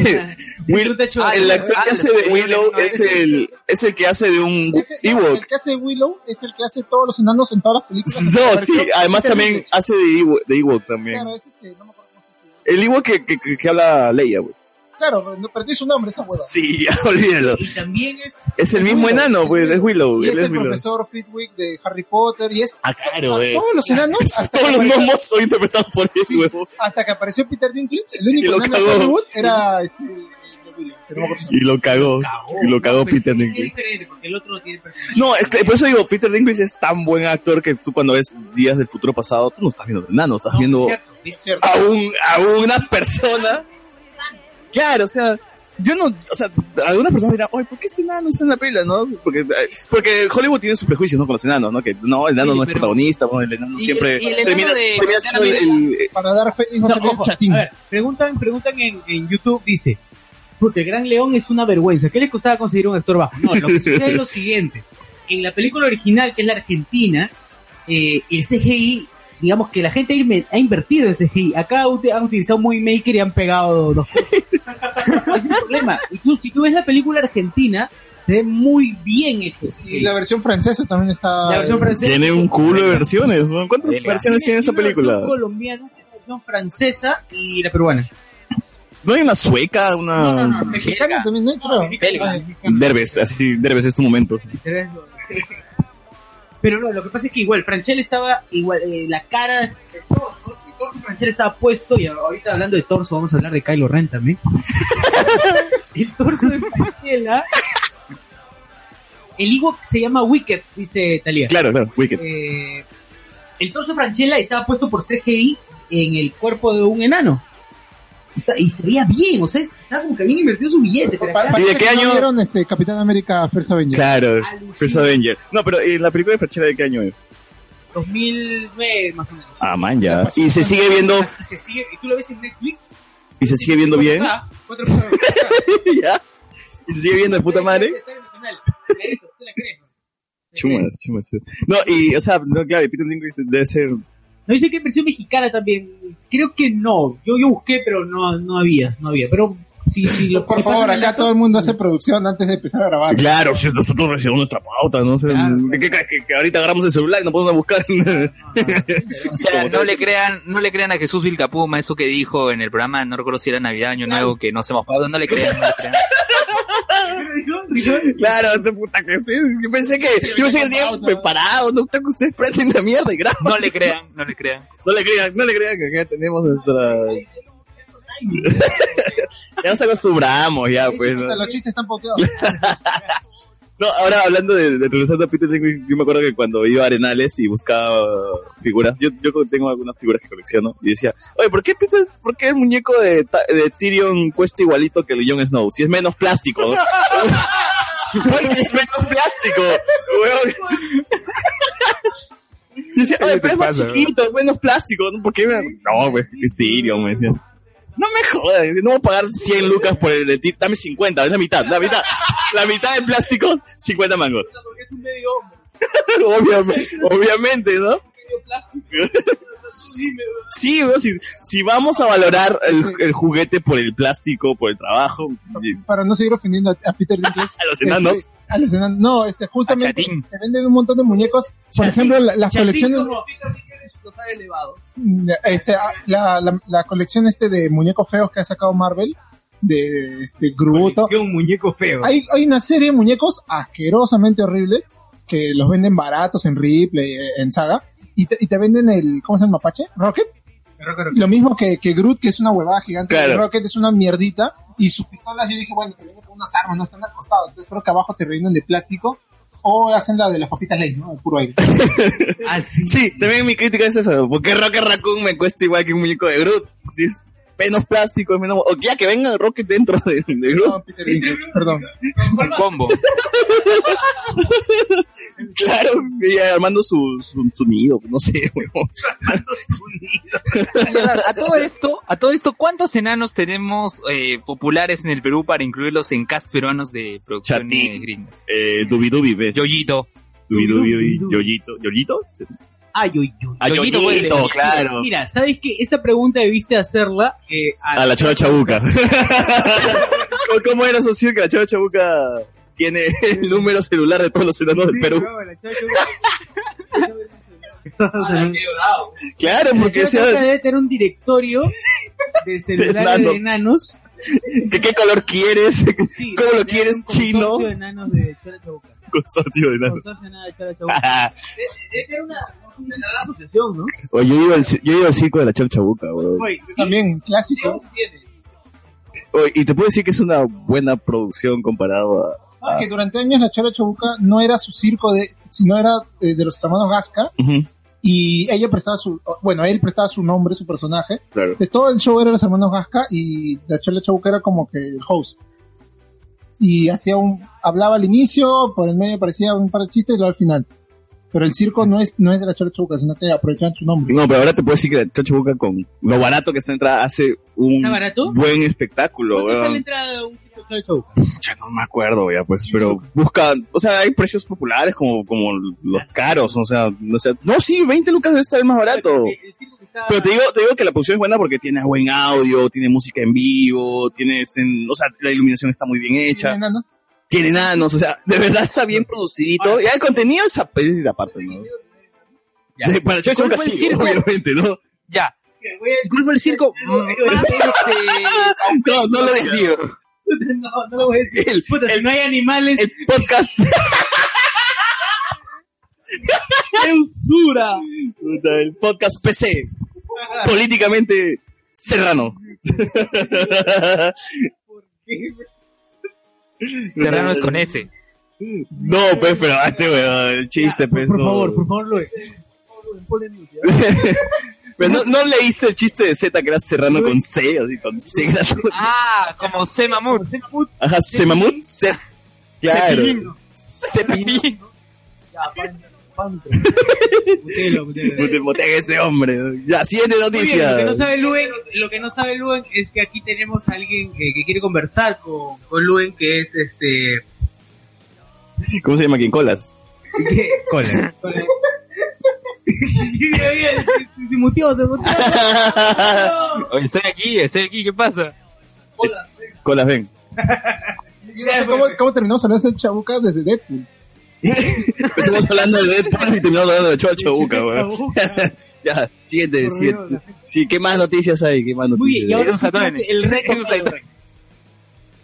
Speaker 4: Will- ah,
Speaker 1: Will, hecho
Speaker 13: Ah,
Speaker 4: el actor que hace de Willow es el, es el que hace de un
Speaker 13: Ese-
Speaker 4: Ewok.
Speaker 13: El que hace Willow es el que hace todos los enanos en todas las películas.
Speaker 4: No, sí,
Speaker 13: Pero-
Speaker 4: además
Speaker 13: Peter
Speaker 4: también
Speaker 13: Dinklage.
Speaker 4: hace de Ewok, de Ewok también.
Speaker 13: Claro, es este, no me acuerdo cómo se llama.
Speaker 4: El Ewok que, que, que- que habla Leia, güey.
Speaker 13: Claro, pero no perdí su nombre, esa hueva.
Speaker 4: Sí, *laughs* ya, olvídalo.
Speaker 1: Y también es.
Speaker 4: Es el
Speaker 13: Es
Speaker 4: mismo
Speaker 13: Willow,
Speaker 4: enano,
Speaker 13: es
Speaker 4: güey, es
Speaker 13: Willow.
Speaker 4: Willow,
Speaker 13: Y
Speaker 4: él
Speaker 13: es
Speaker 4: es
Speaker 13: el
Speaker 4: Willow.
Speaker 13: profesor Fitwick de Harry Potter y es
Speaker 4: Ah, claro, güey.
Speaker 13: todos los enanos
Speaker 4: *laughs*
Speaker 13: hasta
Speaker 4: Todos
Speaker 13: que
Speaker 4: los
Speaker 13: apareció-
Speaker 4: gnomos son interpretados por él,
Speaker 13: Sí.
Speaker 4: güey.
Speaker 13: hasta que apareció Peter Dinklage, el
Speaker 4: Y
Speaker 13: único
Speaker 4: lo
Speaker 13: enano de
Speaker 4: cagó.
Speaker 13: Hollywood era este, el de Willow, que no me acuerdo su nombre.
Speaker 4: Y lo cagó. Y lo cagó Peter
Speaker 1: Es
Speaker 4: Dinklage.
Speaker 1: diferente, porque el otro no tiene personalidad.
Speaker 4: No, es que- por eso digo, Peter Dinklage es tan buen actor que tú cuando ves Días del Futuro Pasado, tú no estás viendo un enano, estás
Speaker 1: No,
Speaker 4: viendo
Speaker 1: es cierto, es cierto.
Speaker 4: a, un, a una persona. Claro, o sea, yo no, o sea, algunas personas dirán, oye, ¿por qué este enano está en la película, no? Porque, eh, porque Hollywood tiene sus prejuicios, ¿no? Con los enanos, ¿no? Que no, el enano
Speaker 1: Sí,
Speaker 4: no es
Speaker 1: pero-
Speaker 4: protagonista, ¿no? el enano
Speaker 9: Y-
Speaker 4: siempre
Speaker 9: y el enano
Speaker 4: termina,
Speaker 9: de
Speaker 4: termina siendo el, el-
Speaker 13: Para dar fe, no,
Speaker 1: No,
Speaker 13: se ve
Speaker 1: ojo,
Speaker 13: chatín.
Speaker 1: A ver, preguntan, preguntan en, en YouTube, dice, porque el Gran León es una vergüenza. ¿Qué les costaba conseguir un actor bajo? No, lo que sucede
Speaker 13: *laughs*
Speaker 1: es lo siguiente. En la película original, que es la Argentina, eh, el CGI, digamos que la gente ha inve- ha invertido en CGI. Acá ut- han utilizado muy maker y han pegado dos
Speaker 13: *laughs*
Speaker 1: cosas. Ese es el problema. Y tú, si tú ves la película argentina, se ve muy bien hecho. el
Speaker 13: Y
Speaker 1: CGI.
Speaker 13: la versión Ah. francesa también
Speaker 5: ah,
Speaker 13: está.
Speaker 1: La versión francesa.
Speaker 4: Tiene un culo de versiones, ¿no? ¿Cuántas
Speaker 9: Venga.
Speaker 4: versiones tiene esa
Speaker 1: una
Speaker 4: película?
Speaker 1: versión colombiana, una versión francesa y la peruana.
Speaker 4: ¿No hay una sueca, una
Speaker 13: mexicana
Speaker 9: Belga.
Speaker 13: también, ¿no? Creo.
Speaker 9: Belga.
Speaker 4: Derbez? Así, Derbez es tu momento.
Speaker 1: Pero no, lo que pasa es que igual, Franchella estaba igual, eh, la cara de torso, el torso de Franchella estaba puesto, y ahorita hablando de torso, vamos a hablar de Kylo Ren
Speaker 13: *laughs*
Speaker 1: también. el torso de Franchella. El Ewok se llama Wicked, dice Talía.
Speaker 4: Claro, claro, Wicked.
Speaker 1: Eh, el torso de Franchella estaba puesto por CGI en el cuerpo de un enano. Está- y se veía bien, o sea, estaba como que habían invertido su billete. pero
Speaker 13: Pa-
Speaker 1: acá-
Speaker 13: parece
Speaker 4: ¿Y de qué
Speaker 13: que no
Speaker 4: año?
Speaker 13: vieron este, Capitán América First Avenger.
Speaker 4: Claro,
Speaker 1: Alucina.
Speaker 4: First Avenger. No, pero ¿y la película de Franchella de qué año es?
Speaker 1: 2009 más o menos.
Speaker 4: Ah, man, ya. Y se sigue viendo,
Speaker 1: Y se sigue, y tú lo ves en Netflix.
Speaker 4: y se sigue viendo bien.
Speaker 1: Ah, cuatro personas.
Speaker 4: ya. Y se sigue viendo de *laughs* puta madre.
Speaker 1: Está emocional. Clarito, tú la crees, ¿no?
Speaker 4: Chumas, chumas. No, y, o sea, no, claro, y Peter Dinklage debe ser.
Speaker 1: No dice que hay versión mexicana también. Creo que no. Yo, yo busqué, pero no, no había, no había. Pero sí, sí, lo
Speaker 5: Por
Speaker 1: si
Speaker 5: favor,
Speaker 1: pasan el
Speaker 5: acá
Speaker 1: dato-
Speaker 5: todo el mundo hace producción antes de empezar a grabar.
Speaker 4: Claro, si nosotros recibimos nuestra pauta, ¿no? sé, que, que- que- que ahorita agarramos el celular y nos podemos a buscar. *laughs*
Speaker 9: O sea,
Speaker 4: Como
Speaker 9: no
Speaker 4: tal.
Speaker 9: le crean, no le crean a Jesús Vilcapuma eso que dijo en el programa, no recuerdo si era Navidad, Año Nuevo, que no hacemos pausa, no le crean, no le crean.
Speaker 4: *laughs* Claro, este puta que ustedes, yo pensé que, yo pensé que tenían preparado, no puta que ustedes prenden la mierda y graban.
Speaker 9: No le crean, no le crean.
Speaker 4: No le crean, no le crean que acá tenemos nuestra. ya nos acostumbramos, ya, pues. ¿no?
Speaker 5: Los chistes están poteados.
Speaker 4: No, ahora hablando de, de regresando a Peter Dinklage, yo me acuerdo que cuando iba a Arenales y buscaba uh, figuras, yo, yo tengo algunas figuras que colecciono y decía, oye, ¿por qué Peter, por qué el muñeco de, Ta- de Tyrion cuesta igualito que el de Jon Snow? Si es menos plástico. ¿no? *laughs* Oye, es menos plástico. weón. Yo decía, oye, pero es más chiquito, es menos plástico. ¿no? ¿Por qué? me- No, güey, es Tyrion, me decía. No me jodas, no voy a pagar 100 lucas por el de Tyrion, dame 50, es la mitad, la mitad. La mitad de plástico, 50 mangos. *laughs*
Speaker 1: Porque es un medio hombre.
Speaker 4: Obviamente, obviamente, ¿no? *laughs* Sí, ¿no? Si, si vamos a valorar el, el juguete por el plástico, por el trabajo, y-
Speaker 5: Para no seguir ofendiendo a, a Peter Dinklage.
Speaker 4: *laughs* a los enanos,
Speaker 5: Este, a los enanos. No, este,
Speaker 9: A
Speaker 5: justamente
Speaker 9: Chatín.
Speaker 5: te venden un montón de muñecos. Por ejemplo, la- las colecciones. Este, a- la, la, la colección este de muñecos feos que ha sacado Marvel. De este Gruto.
Speaker 3: un muñeco feo.
Speaker 5: Hay, hay una serie de muñecos asquerosamente horribles que los venden baratos en Ripley, eh, en Saga. Y te, y te venden el, ¿cómo se llama? ¿Mapache? ¿Rocket? Lo mismo que, que Groot, que es una huevada gigante.
Speaker 4: Claro.
Speaker 5: y Rocket es una mierdita. Y sus pistolas, yo dije, bueno, te vienen con unas armas, no están al costado. Entonces creo que abajo te rellenan de plástico. O hacen la de las papitas ley, ¿no? El
Speaker 1: *laughs*
Speaker 5: puro aire.
Speaker 1: Ah,
Speaker 4: Sí, también mi crítica es esa. ¿Por qué Rocket Raccoon me cuesta igual que un muñeco de Groot? Si es menos plástico, es menos... O ya que venga Rocket dentro de, de Groot.
Speaker 5: No, Peter Dinklage, Perdón.
Speaker 9: Un combo.
Speaker 4: Claro, y armando su, su, su nido, no sé, *laughs* huevón.
Speaker 9: A todo esto, a todo esto, ¿cuántos enanos tenemos eh, populares en el Perú para incluirlos en cast peruanos de producciones
Speaker 4: Chatín.
Speaker 9: gringas?
Speaker 4: Eh, Dubi Dubi, ve.
Speaker 9: Yoyito.
Speaker 4: Dubi Dubi, Yoyito. ¿Yoyito?
Speaker 1: Ah, yo, yo.
Speaker 4: A
Speaker 9: Yoyito,
Speaker 4: Yoyito,
Speaker 9: pues, de Yoyito.
Speaker 4: claro.
Speaker 1: Mira, ¿sabes qué? Esta pregunta debiste hacerla eh,
Speaker 4: A la Chava Chabuca. *laughs* ¿Cómo- ¿Cómo era socio que la Chava Chabuca tiene el número celular de todos los enanos del Perú? *laughs* Claro, porque
Speaker 1: Yo creo que
Speaker 4: sea,
Speaker 1: debe tener un
Speaker 4: *laughs*
Speaker 1: directorio de celulares de
Speaker 4: enanos.
Speaker 1: enanos.
Speaker 4: ¿de qué color quieres? *laughs*
Speaker 1: Sí,
Speaker 4: ¿Cómo lo
Speaker 1: debe tener
Speaker 4: quieres,
Speaker 1: un consorcio
Speaker 4: chino?
Speaker 1: de enanos de Chora Chabuca.
Speaker 4: Consorcio de enanos.
Speaker 1: Consorcio de enanos de Chora Chabuca. Debe debe tener una, una, una asociación, ¿no?
Speaker 4: *laughs* Oye, yo iba al, ci- yo iba al circo de la Chava Chabuca, weón.
Speaker 1: Oye, sí,
Speaker 5: También, clásico.
Speaker 1: Dios tiene.
Speaker 4: Oye, Y te puedo decir que es una buena producción comparado a...
Speaker 5: Ah, Que durante años la Chora Chabuca no era su circo, de, sino era eh, de los hermanos Gasca.
Speaker 4: Ujú,
Speaker 5: y ella prestaba su, bueno, él prestaba su nombre, su personaje.
Speaker 4: Claro.
Speaker 5: De todo el show eran los hermanos Gasca y la Chola Chabuca era como que el host. Y hacía un, hablaba al inicio, por el medio parecía un par de chistes y luego al final. Pero el circo no es, no es de la Chola Chabuca, sino que aprovechaban su nombre.
Speaker 4: No, pero ahora te puedo decir que la Chava Chabuca con lo barato que está entrada hace un
Speaker 1: ¿Está barato?
Speaker 4: buen espectáculo,
Speaker 1: ¿Cuánto
Speaker 4: weón.
Speaker 1: sale la entrada de un circo Chora Chabuca?
Speaker 4: Pucha, no me acuerdo ya, pues, pero buscan, o sea, hay precios populares como, como los caros, o sea, no, sé, no, sí, 20 lucas debe estar el más barato.
Speaker 1: El- el circo que está-
Speaker 4: Pero te digo, te digo que la producción es buena porque tiene buen audio, tiene música en vivo, tiene, en- o sea, la iluminación está muy bien hecha,
Speaker 5: Eran enanos.
Speaker 4: tiene enanos, o sea, de verdad está bien producidito, y el contenido es ap- es aparte, ¿no?
Speaker 9: Ya.
Speaker 4: De- para Chocho
Speaker 9: ¿Cómo
Speaker 4: Lucas
Speaker 9: fue el
Speaker 4: sí,
Speaker 9: circo?
Speaker 4: obviamente, ¿no?
Speaker 9: Ya. Culpa el circo más este.
Speaker 4: *laughs* No, no lo digas.
Speaker 1: No, no lo voy a decir.
Speaker 4: El,
Speaker 1: Puta, si no hay animales, *laughs*
Speaker 4: el podcast.
Speaker 1: ¡qué usura!
Speaker 4: Puta, El podcast PC. Políticamente serrano.
Speaker 9: Serrano es con ese.
Speaker 4: No, pues, pero ah, este weón, el chiste, pues.
Speaker 1: Por
Speaker 4: no.
Speaker 1: favor, por favor, Lue.
Speaker 4: *laughs* Pero Pues, no, no leíste el chiste de Z que era serrano con C, así con C. grande.
Speaker 9: Ah, como C Mamut.
Speaker 4: Ajá, C mamut, C. Claro. Cepillín.
Speaker 9: Cepillín.
Speaker 15: espanto.
Speaker 1: Mutelo, mutelo.
Speaker 4: Puta, botea que este hombre. Ya, siguiente
Speaker 1: Muy bien,
Speaker 4: noticia.
Speaker 1: Lo que no sabe Luen, lo que no sabe Luen es que aquí tenemos a alguien que, que quiere conversar con, con Luen, que es este.
Speaker 4: ¿Cómo se llama quien colas?
Speaker 1: que- Cola. Cola. Ya, ya, se- se muteó, se muteó.
Speaker 9: Oye, estoy aquí, estoy aquí, ¿qué pasa?
Speaker 4: Colas, ven.
Speaker 5: Yo no sé cómo, cómo terminamos hablando de Chabuca desde Deadpool.
Speaker 4: Empezamos hablando de Deadpool y terminamos hablando de Chocha Buca, weón. *laughs* Ya, siguiente, siguiente. Sí, ¿qué más noticias hay? ¿Qué más
Speaker 1: Muy
Speaker 4: noticias
Speaker 1: bien, y
Speaker 4: hay?
Speaker 1: ahora
Speaker 9: Era un
Speaker 1: sí creo que el reto
Speaker 9: Era un
Speaker 1: que lo
Speaker 9: satán.
Speaker 1: rey.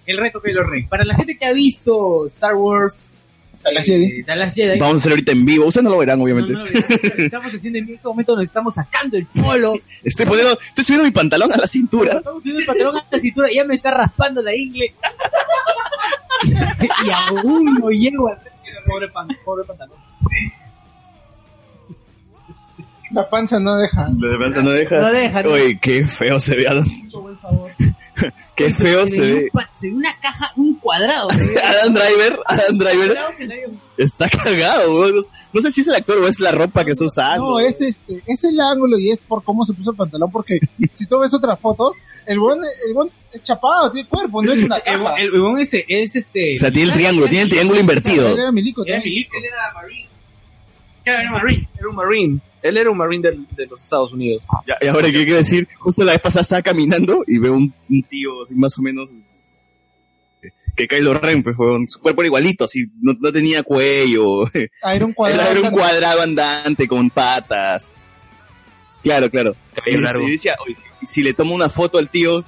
Speaker 1: El reto que lo rey. Para la gente que ha visto Star Wars,
Speaker 5: A la Jedi.
Speaker 1: eh, The Last Jedi,
Speaker 4: Vamos a hacer ahorita en vivo. Ustedes no lo verán,
Speaker 1: no,
Speaker 4: obviamente.
Speaker 1: no, no, estamos haciendo en este momento, nos estamos sacando el polo,
Speaker 4: Estoy poniendo, estoy subiendo mi pantalón a la cintura.
Speaker 1: estamos haciendo el patrón a la cintura, ya me está raspando la ingle. *laughs* y aún no llego al pobre, pan, pobre pantalón.
Speaker 5: La panza no deja.
Speaker 4: Lo de panza no deja.
Speaker 1: No deja, no.
Speaker 4: Oye, qué feo se ve. Adán. *laughs* Qué feo
Speaker 1: Se
Speaker 4: se
Speaker 1: ve
Speaker 4: ve.
Speaker 1: un pa- se ve una caja, un cuadrado. se *laughs* ve.
Speaker 4: Adam Driver, Adam Driver
Speaker 1: Claro que la hay-
Speaker 4: está cagado, weón. No sé si es el actor o es la ropa que está usando.
Speaker 5: No, es este, es el ángulo y es por cómo se puso el pantalón, porque si tú ves otras fotos, el buen, el buen es chapado, tiene cuerpo, no es una
Speaker 1: El
Speaker 5: caja.
Speaker 1: huevón- El huevón ese es este.
Speaker 4: O sea, tiene el triángulo, tiene el triángulo invertido.
Speaker 5: Él era milico
Speaker 1: Era
Speaker 5: también.
Speaker 1: milico.
Speaker 9: Era un marine. Era un marine. Él era un marine del- de los Estados Unidos.
Speaker 4: Ya, y ahora, ¿qué quiero decir? Justo la vez pasada estaba caminando y veo un, un tío, así más o menos, eh, que Kylo Ren, pues, weón. Su cuerpo era igualito, así, no, no tenía cuello. *laughs*
Speaker 5: Ah, era un
Speaker 4: Era,
Speaker 5: cuadrado.
Speaker 4: era un cuadrado andante con patas. Claro, claro. Y,
Speaker 9: Cabello largo.
Speaker 4: y decía, "Oye, si le tomo una foto al tío,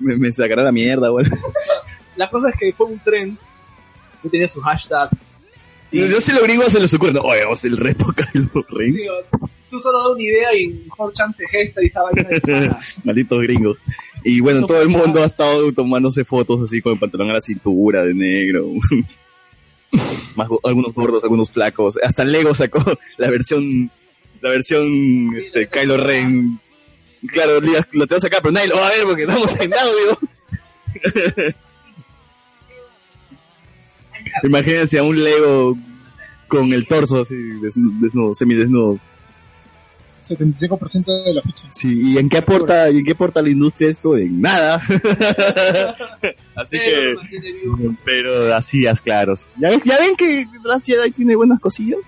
Speaker 4: me, me sacará la mierda, *laughs* weón.
Speaker 15: La cosa es que fue un tren que tenía su hashtag.
Speaker 4: Y yo si lo gringo se les ocurre, no, oye, vamos el reto *laughs* a Kylo Ren.
Speaker 15: Digo, tú solo da una idea y mejor chance gesta y esa vaina de pana.
Speaker 4: *laughs* Malditos gringos. Y bueno, todo el mundo ha estado tomándose fotos así con el pantalón a la cintura, de negro. *laughs* Más go- algunos gordos, algunos flacos. Hasta Lego sacó la versión, la versión, este, Kylo Ren. Claro, lo lo tengo sacar, pero nadie lo va a ver porque estamos en audio. *laughs* Imagínense a un Lego con el torso así, desnudo, desnudo semidesnudo.
Speaker 5: 75% de la ficha.
Speaker 4: Sí, ¿y en qué aporta, y en qué aporta la industria esto? En nada. *laughs* así que, pero así es claros. ¿Ya, ven- ya ven que Last Jedi tiene buenas cosillas.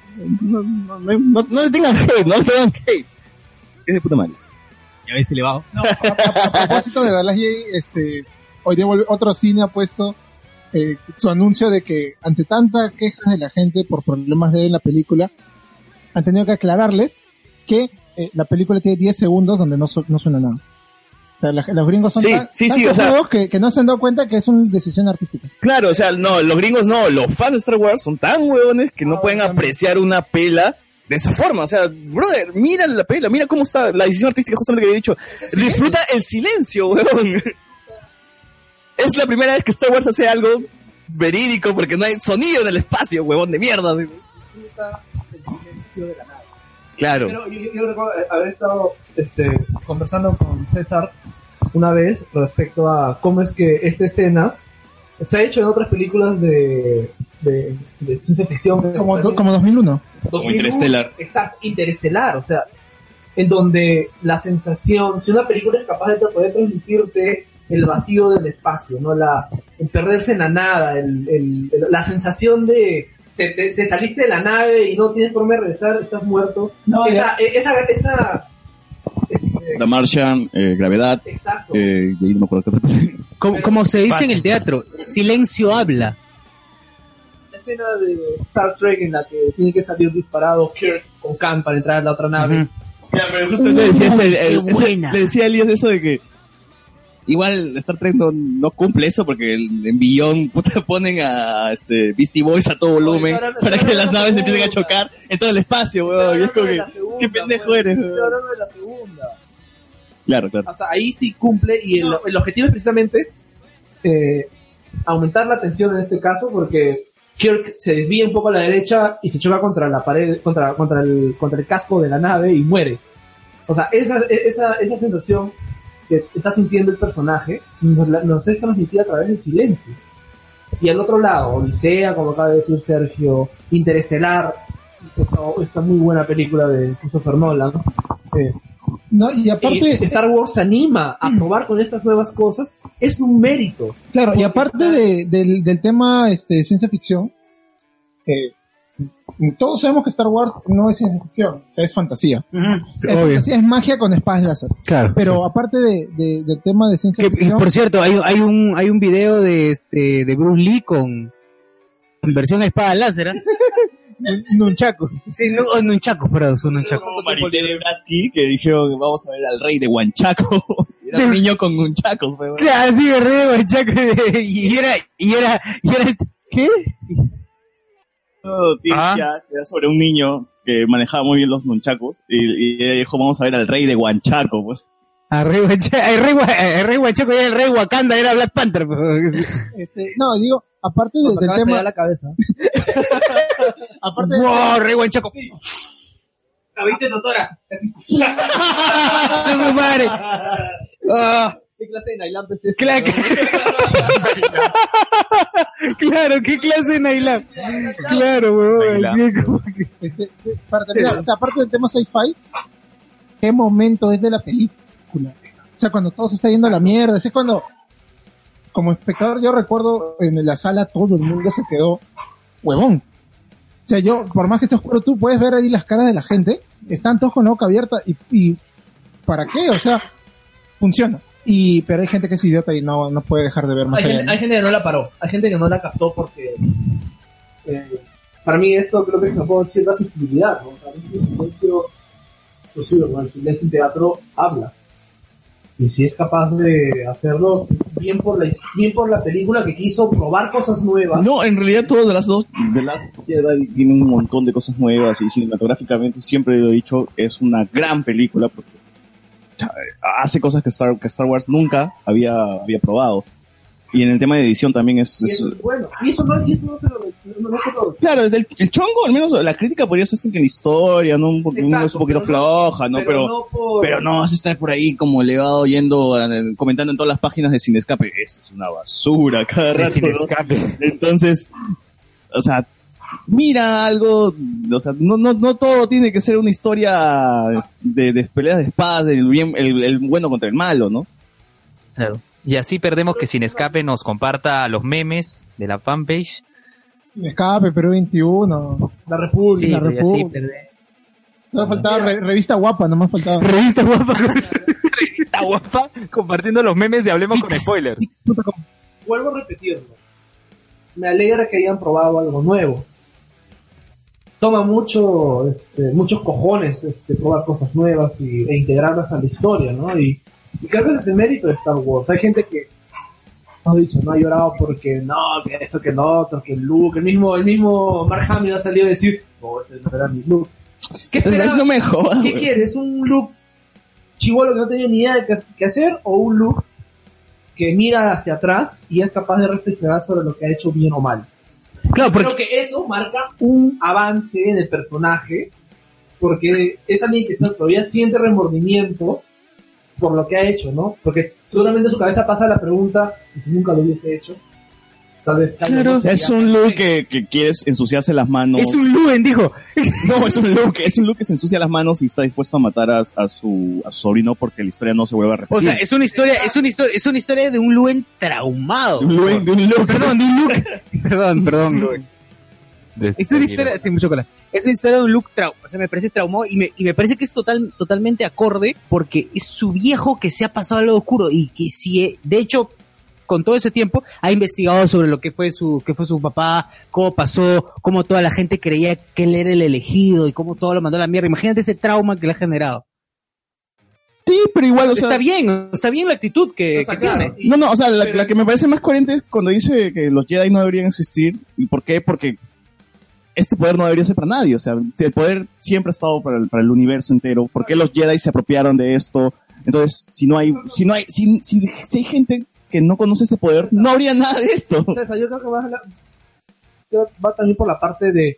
Speaker 4: No, no, no, no- no le tengan hate, no le tengan hate. Es de puta madre.
Speaker 1: Ya ves, elevado.
Speaker 5: No, a, a- a propósito de Dallas Jedi, este, hoy día vuelve- otro cine ha puesto eh, su anuncio de que ante tantas quejas de la gente por problemas de en la película, han tenido que aclararles que eh, la película tiene 10 segundos donde no, su- no suena nada. O sea, la- los gringos son
Speaker 4: Sí,
Speaker 5: tan,
Speaker 4: sí,
Speaker 5: tan
Speaker 4: sí, o sea-
Speaker 5: cojudos que, que no se han dado cuenta que es una decisión artística.
Speaker 4: Claro, o sea, no, los gringos no, los fans de Star Wars son tan huevones que no
Speaker 5: Ah,
Speaker 4: pueden
Speaker 5: también.
Speaker 4: apreciar una pela de esa forma. O sea, brother, mira la pela, mira cómo está la decisión artística, justamente lo que había dicho. Disfruta el silencio, huevón. Es la primera vez que Star Wars hace algo verídico porque no hay sonido en el espacio, huevón de mierda. Claro.
Speaker 15: Pero yo, yo- yo recuerdo haber estado este, conversando con César una vez respecto a cómo es que esta escena se ha hecho en otras películas de, de, de ciencia ficción.
Speaker 5: Como, do-
Speaker 15: También-
Speaker 5: como 2001.
Speaker 15: 2001,
Speaker 4: Interestelar.
Speaker 15: Exacto, interestelar, o sea, en donde la sensación, si una película es capaz de tra- poder transmitirte el vacío del espacio, ¿no? La, el perderse en la nada, el- el- el- la sensación de te, te- te saliste de la nave y no tienes forma de regresar, estás muerto.
Speaker 5: No,
Speaker 15: esa, e- esa, esa, este,
Speaker 4: La Martian, Gravedad, eh,
Speaker 15: exacto.
Speaker 16: Como, como se dice en el teatro, silencio habla.
Speaker 15: La escena de Star Trek en la que tiene que salir disparado Kirk con Khan para entrar a la otra nave.
Speaker 4: Ya, pero justo le decía,
Speaker 16: Uy,
Speaker 4: el- el-
Speaker 16: qué
Speaker 4: ese-
Speaker 16: buena.
Speaker 4: le decía a Elías eso de que igual Star Trek no, no cumple eso porque el- en Billón *laughs* puta, ponen a este, Beastie Boys a todo volumen
Speaker 15: ahora no-
Speaker 4: para
Speaker 15: ahora
Speaker 4: que
Speaker 15: no
Speaker 4: las
Speaker 15: se
Speaker 4: naves
Speaker 15: puede,
Speaker 4: empiecen a
Speaker 15: puta.
Speaker 4: chocar en todo el espacio,
Speaker 15: Estoy
Speaker 4: weón. Y es
Speaker 15: hablando
Speaker 4: como
Speaker 15: de
Speaker 4: que,
Speaker 15: la segunda,
Speaker 4: qué pendejo
Speaker 15: pues.
Speaker 4: eres,
Speaker 15: Estoy
Speaker 4: weón.
Speaker 15: hablando de la segunda.
Speaker 4: Claro, claro.
Speaker 15: O sea, ahí sí cumple y el, el objetivo es precisamente eh, aumentar la tensión en este caso porque Kirk se desvía un poco a la derecha y se choca contra la pared, contra, contra, el, contra el casco de la nave y muere. O sea, esa, esa, esa sensación que está sintiendo el personaje nos, la- nos es transmitida a través del silencio. Y al otro lado, Odisea, como acaba de decir Sergio, Interestelar, esta, esta muy buena película de Christopher Nolan. Eh,
Speaker 13: No, y aparte, eh, Mm.
Speaker 15: y Star Wars anima a probar con estas nuevas cosas, es un mérito.
Speaker 13: claro, y aparte de- del, del tema este, ciencia ficción, eh, todos sabemos que Star Wars no es ciencia ficción, o sea, es fantasía. Es
Speaker 1: Obvio.
Speaker 13: fantasía, es magia con espadas láser.
Speaker 1: Claro.
Speaker 13: Pero aparte de, de- del tema de ciencia
Speaker 1: Que,
Speaker 13: ficción,
Speaker 1: por cierto, hay, hay un hay un video de este de Bruce Lee con con versión a espada láser. ¿ah?
Speaker 13: nunchaku.
Speaker 1: Sí, no, oh, nunchaku, perdón, son nunchaku.
Speaker 4: Como Maritere Brasky, que dijeron, vamos a ver al rey de Huanchaco. *laughs* Era un niño con Huanchacos, weón.
Speaker 1: Claro, sí, el rey de Huanchaco, y era y era y era este, ¿qué?
Speaker 4: Todo Tim Shack, era sobre un niño que manejaba muy bien los nunchacos y, y ella dijo vamos a ver al rey de Huanchaco pues
Speaker 1: A rey Huancha- el rey Hua- el rey Huanchaco era el rey Wakanda, era Black Panther.
Speaker 13: Este, no, digo, aparte de- del tema,
Speaker 15: la cabeza.
Speaker 13: *laughs* aparte de-
Speaker 1: wow, rey Huanchaco.
Speaker 15: ¿La viste, doctora?
Speaker 1: ¡Su su madre! Ah,
Speaker 15: ¿Qué clase de Nailamp es este, esta?
Speaker 1: claro, *laughs* claro, qué clase de Nailab. Claro, weón.
Speaker 9: Nailab.
Speaker 1: así es como que-
Speaker 13: este, de- para terminar, o sea, aparte del tema sci-fi, ¿qué momento es de la película? O sea, cuando todo se está yendo a la mierda, es cuando, como espectador, yo recuerdo en la sala todo el mundo se quedó huevón. O sea, yo, por más que esté oscuro, tú puedes ver ahí las caras de la gente, están todos con la boca abierta y, y ¿para qué? O sea, funciona. Y, pero hay gente que es idiota y no, no puede dejar de ver más
Speaker 15: hay,
Speaker 13: allá.
Speaker 15: gente, hay gente que no la paró, hay gente que no la captó porque eh, para mí esto creo que es como cierta sensibilidad, ¿no? Para mí el silencio, pues sí, bueno, el silencio en teatro habla. Y si es capaz de hacerlo bien por la, his- bien por la película que quiso probar cosas nuevas.
Speaker 4: no en realidad todas las dos de las Jedi tienen un montón de cosas nuevas y cinematográficamente siempre lo he dicho es una gran película porque o sea, hace cosas que Star, que Star Wars nunca había, había probado y en el tema de edición también es,
Speaker 15: Y
Speaker 4: es-
Speaker 15: eso es bueno. Y eso no, y eso no se lo- no- no se lo-
Speaker 4: claro es el, el chongo al menos la crítica podría ser que la historia no un, po-
Speaker 15: Exacto,
Speaker 4: es un poquito
Speaker 15: pero
Speaker 4: floja no pero
Speaker 15: no por-
Speaker 4: Pero no vas a estar por ahí como elevado yendo, eh, comentando en todas las páginas de Sin Escape. Esto es una basura cada rato.
Speaker 9: Sin
Speaker 4: ¿no?
Speaker 9: escape.
Speaker 4: Entonces, o sea, mira algo. O sea, no, no, no todo tiene que ser una historia de, de peleas de espadas, del bien, el, el bueno contra el malo, ¿no?
Speaker 9: Claro. Y así perdemos que Sin Escape nos comparta los memes de la fanpage.
Speaker 13: Escape, Perú 21,
Speaker 15: La República.
Speaker 9: Sí,
Speaker 13: la
Speaker 9: y así
Speaker 13: República.
Speaker 9: perde-
Speaker 15: Ah,
Speaker 13: No faltaba re- revista guapa, nomás faltaba.
Speaker 1: Revista guapa.
Speaker 9: Está guapa compartiendo los memes de Hablemos con Spoiler.
Speaker 15: vuelvo a repetirlo. Me alegra que hayan probado algo nuevo. Toma mucho, este, muchos cojones este, probar cosas nuevas y, e integrarlas a la historia, ¿no? Y, y creo que ese es el mérito de Star Wars. Hay gente que, ha dicho, no ha llorado porque no, que esto, que lo otro, que Luke, el mismo, el mismo Mark Hamill ha salido a decir, no, ese no era mi Luke. ¿Qué esperabas?
Speaker 4: No me jodas.
Speaker 15: ¿Qué
Speaker 4: güey.
Speaker 15: quieres? ¿Un look chivolo que no tenía ni idea de qué- qué hacer? ¿O un look que mira hacia atrás y es capaz de reflexionar sobre lo que ha hecho bien o mal?
Speaker 1: Claro, porque
Speaker 15: Creo que eso marca un avance en el personaje, porque es alguien que está- todavía siente remordimiento por lo que ha hecho, ¿no? Porque seguramente en su cabeza pasa la pregunta, ¿y si nunca lo hubiese hecho? Tal vez... Kylo no sería-
Speaker 4: Es un look que, que quieres ensuciarse las manos.
Speaker 1: es un Luen, dijo.
Speaker 4: No, es un look, es un look que se ensucia las manos y está dispuesto a matar a, a su, a su sobrino porque la historia no se vuelve a repetir.
Speaker 1: O sea, es una historia, es una historia, es una historia de un Luen traumado.
Speaker 4: De un Luen, de un look.
Speaker 1: Perdón, de un Luke.
Speaker 4: *laughs*
Speaker 1: Perdón, perdón, Luen. Es una historia, sí, mucho cola. Es una historia de un Luke traumado. O sea, me parece traumado y me, y me parece que es total, totalmente acorde porque es su viejo que se ha pasado al lado oscuro y que si, eh, de hecho, con todo ese tiempo ha investigado sobre lo que fue su que fue su papá, cómo pasó, cómo toda la gente creía que él era el elegido y cómo todo lo mandó a la mierda. Imagínate ese trauma que le ha generado.
Speaker 4: Sí, pero igual, o sea,
Speaker 1: está bien, está bien la actitud que,
Speaker 15: O sea,
Speaker 1: que
Speaker 15: claro,
Speaker 1: tiene.
Speaker 15: y-
Speaker 4: No, no, o sea, la,
Speaker 15: Pero-
Speaker 4: la que me parece más coherente es cuando dice que los Jedi no deberían existir. ¿Y por qué? Porque este poder no debería ser para nadie. O sea, el poder siempre ha estado para el, para el universo entero. ¿Por qué los Jedi se apropiaron de esto? Entonces, si no hay, si no hay, si, si- si hay gente que no conoce este poder, no habría nada de esto.
Speaker 15: O sea, yo creo que va, a la- yo- va también por la parte de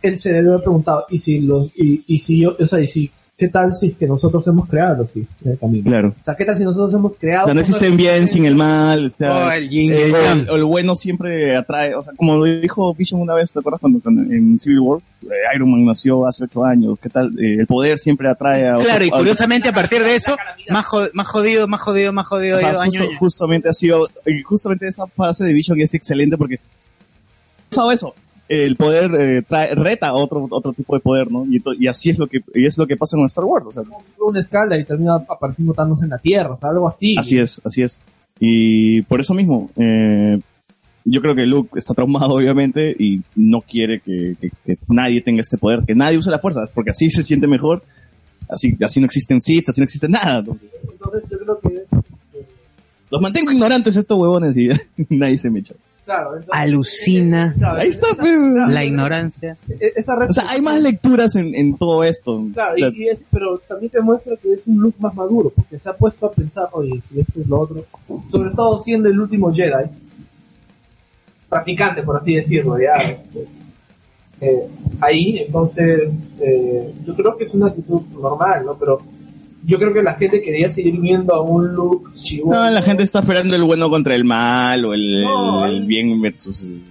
Speaker 15: él se debe haber preguntado y si los y, y si yo o sea y si
Speaker 3: ¿qué tal si es que nosotros hemos creado así en el camino?
Speaker 4: Claro.
Speaker 3: O sea, ¿qué tal si nosotros hemos
Speaker 4: O
Speaker 3: creado...
Speaker 4: sea, no existe el bien sin el mal, o sea,
Speaker 12: Oh, el yin y
Speaker 4: eh,
Speaker 12: el
Speaker 4: o
Speaker 12: yang.
Speaker 4: el- o el bueno siempre atrae, o sea, como lo dijo Vision una vez, ¿te acuerdas cuando, cuando en Civil War eh, Iron Man nació hace ocho años? ¿Qué tal? Eh, el poder siempre atrae a...
Speaker 1: Claro, y
Speaker 4: a- a-
Speaker 1: curiosamente a partir de eso, más, jo- más jodido, más jodido, más jodido,
Speaker 4: Ajá,
Speaker 1: año,
Speaker 4: justo-
Speaker 1: año.
Speaker 4: justamente ha sido, y justamente esa fase de Vision es excelente porque pasado eso, el poder eh, trae- reta a otro otro tipo de poder, ¿no? Y, ento- y así es lo que y es lo que pasa con Star Wars, o sea,
Speaker 3: Una escala y termina apareciendo Thanos en la Tierra, o sea, algo así.
Speaker 4: así es, así es. Y por eso mismo, eh, yo creo que Luke está traumado *laughs* obviamente y no quiere que, que- que nadie tenga ese poder, que nadie use las fuerzas, porque así se siente mejor. Así, así no existen Sith, así no existe nada. ¿no?
Speaker 3: Entonces yo creo que... es, eh,
Speaker 4: Los mantengo ignorantes estos huevones y *laughs* nadie se me echa.
Speaker 3: Claro, entonces-
Speaker 1: Alucina.
Speaker 3: Claro,
Speaker 4: Ahí está,
Speaker 3: esa-
Speaker 4: pe.
Speaker 1: La ignorancia.
Speaker 3: e- Esa
Speaker 4: O sea, hay más lecturas en, en todo esto.
Speaker 3: Claro,
Speaker 4: O sea,
Speaker 3: y, y es, pero también te muestra que es un look más maduro, porque se ha puesto a pensar, oye, si esto es lo otro, sobre todo siendo el último Jedi, practicante, por así decirlo, ya. este, eh, ahí, entonces, eh, yo creo que es una actitud normal, ¿no? Pero yo creo que la gente quería seguir viendo a un look chivo.
Speaker 4: no, la gente está esperando el bueno contra el mal o el,
Speaker 3: No,
Speaker 4: el- el
Speaker 3: hay-
Speaker 4: bien versus el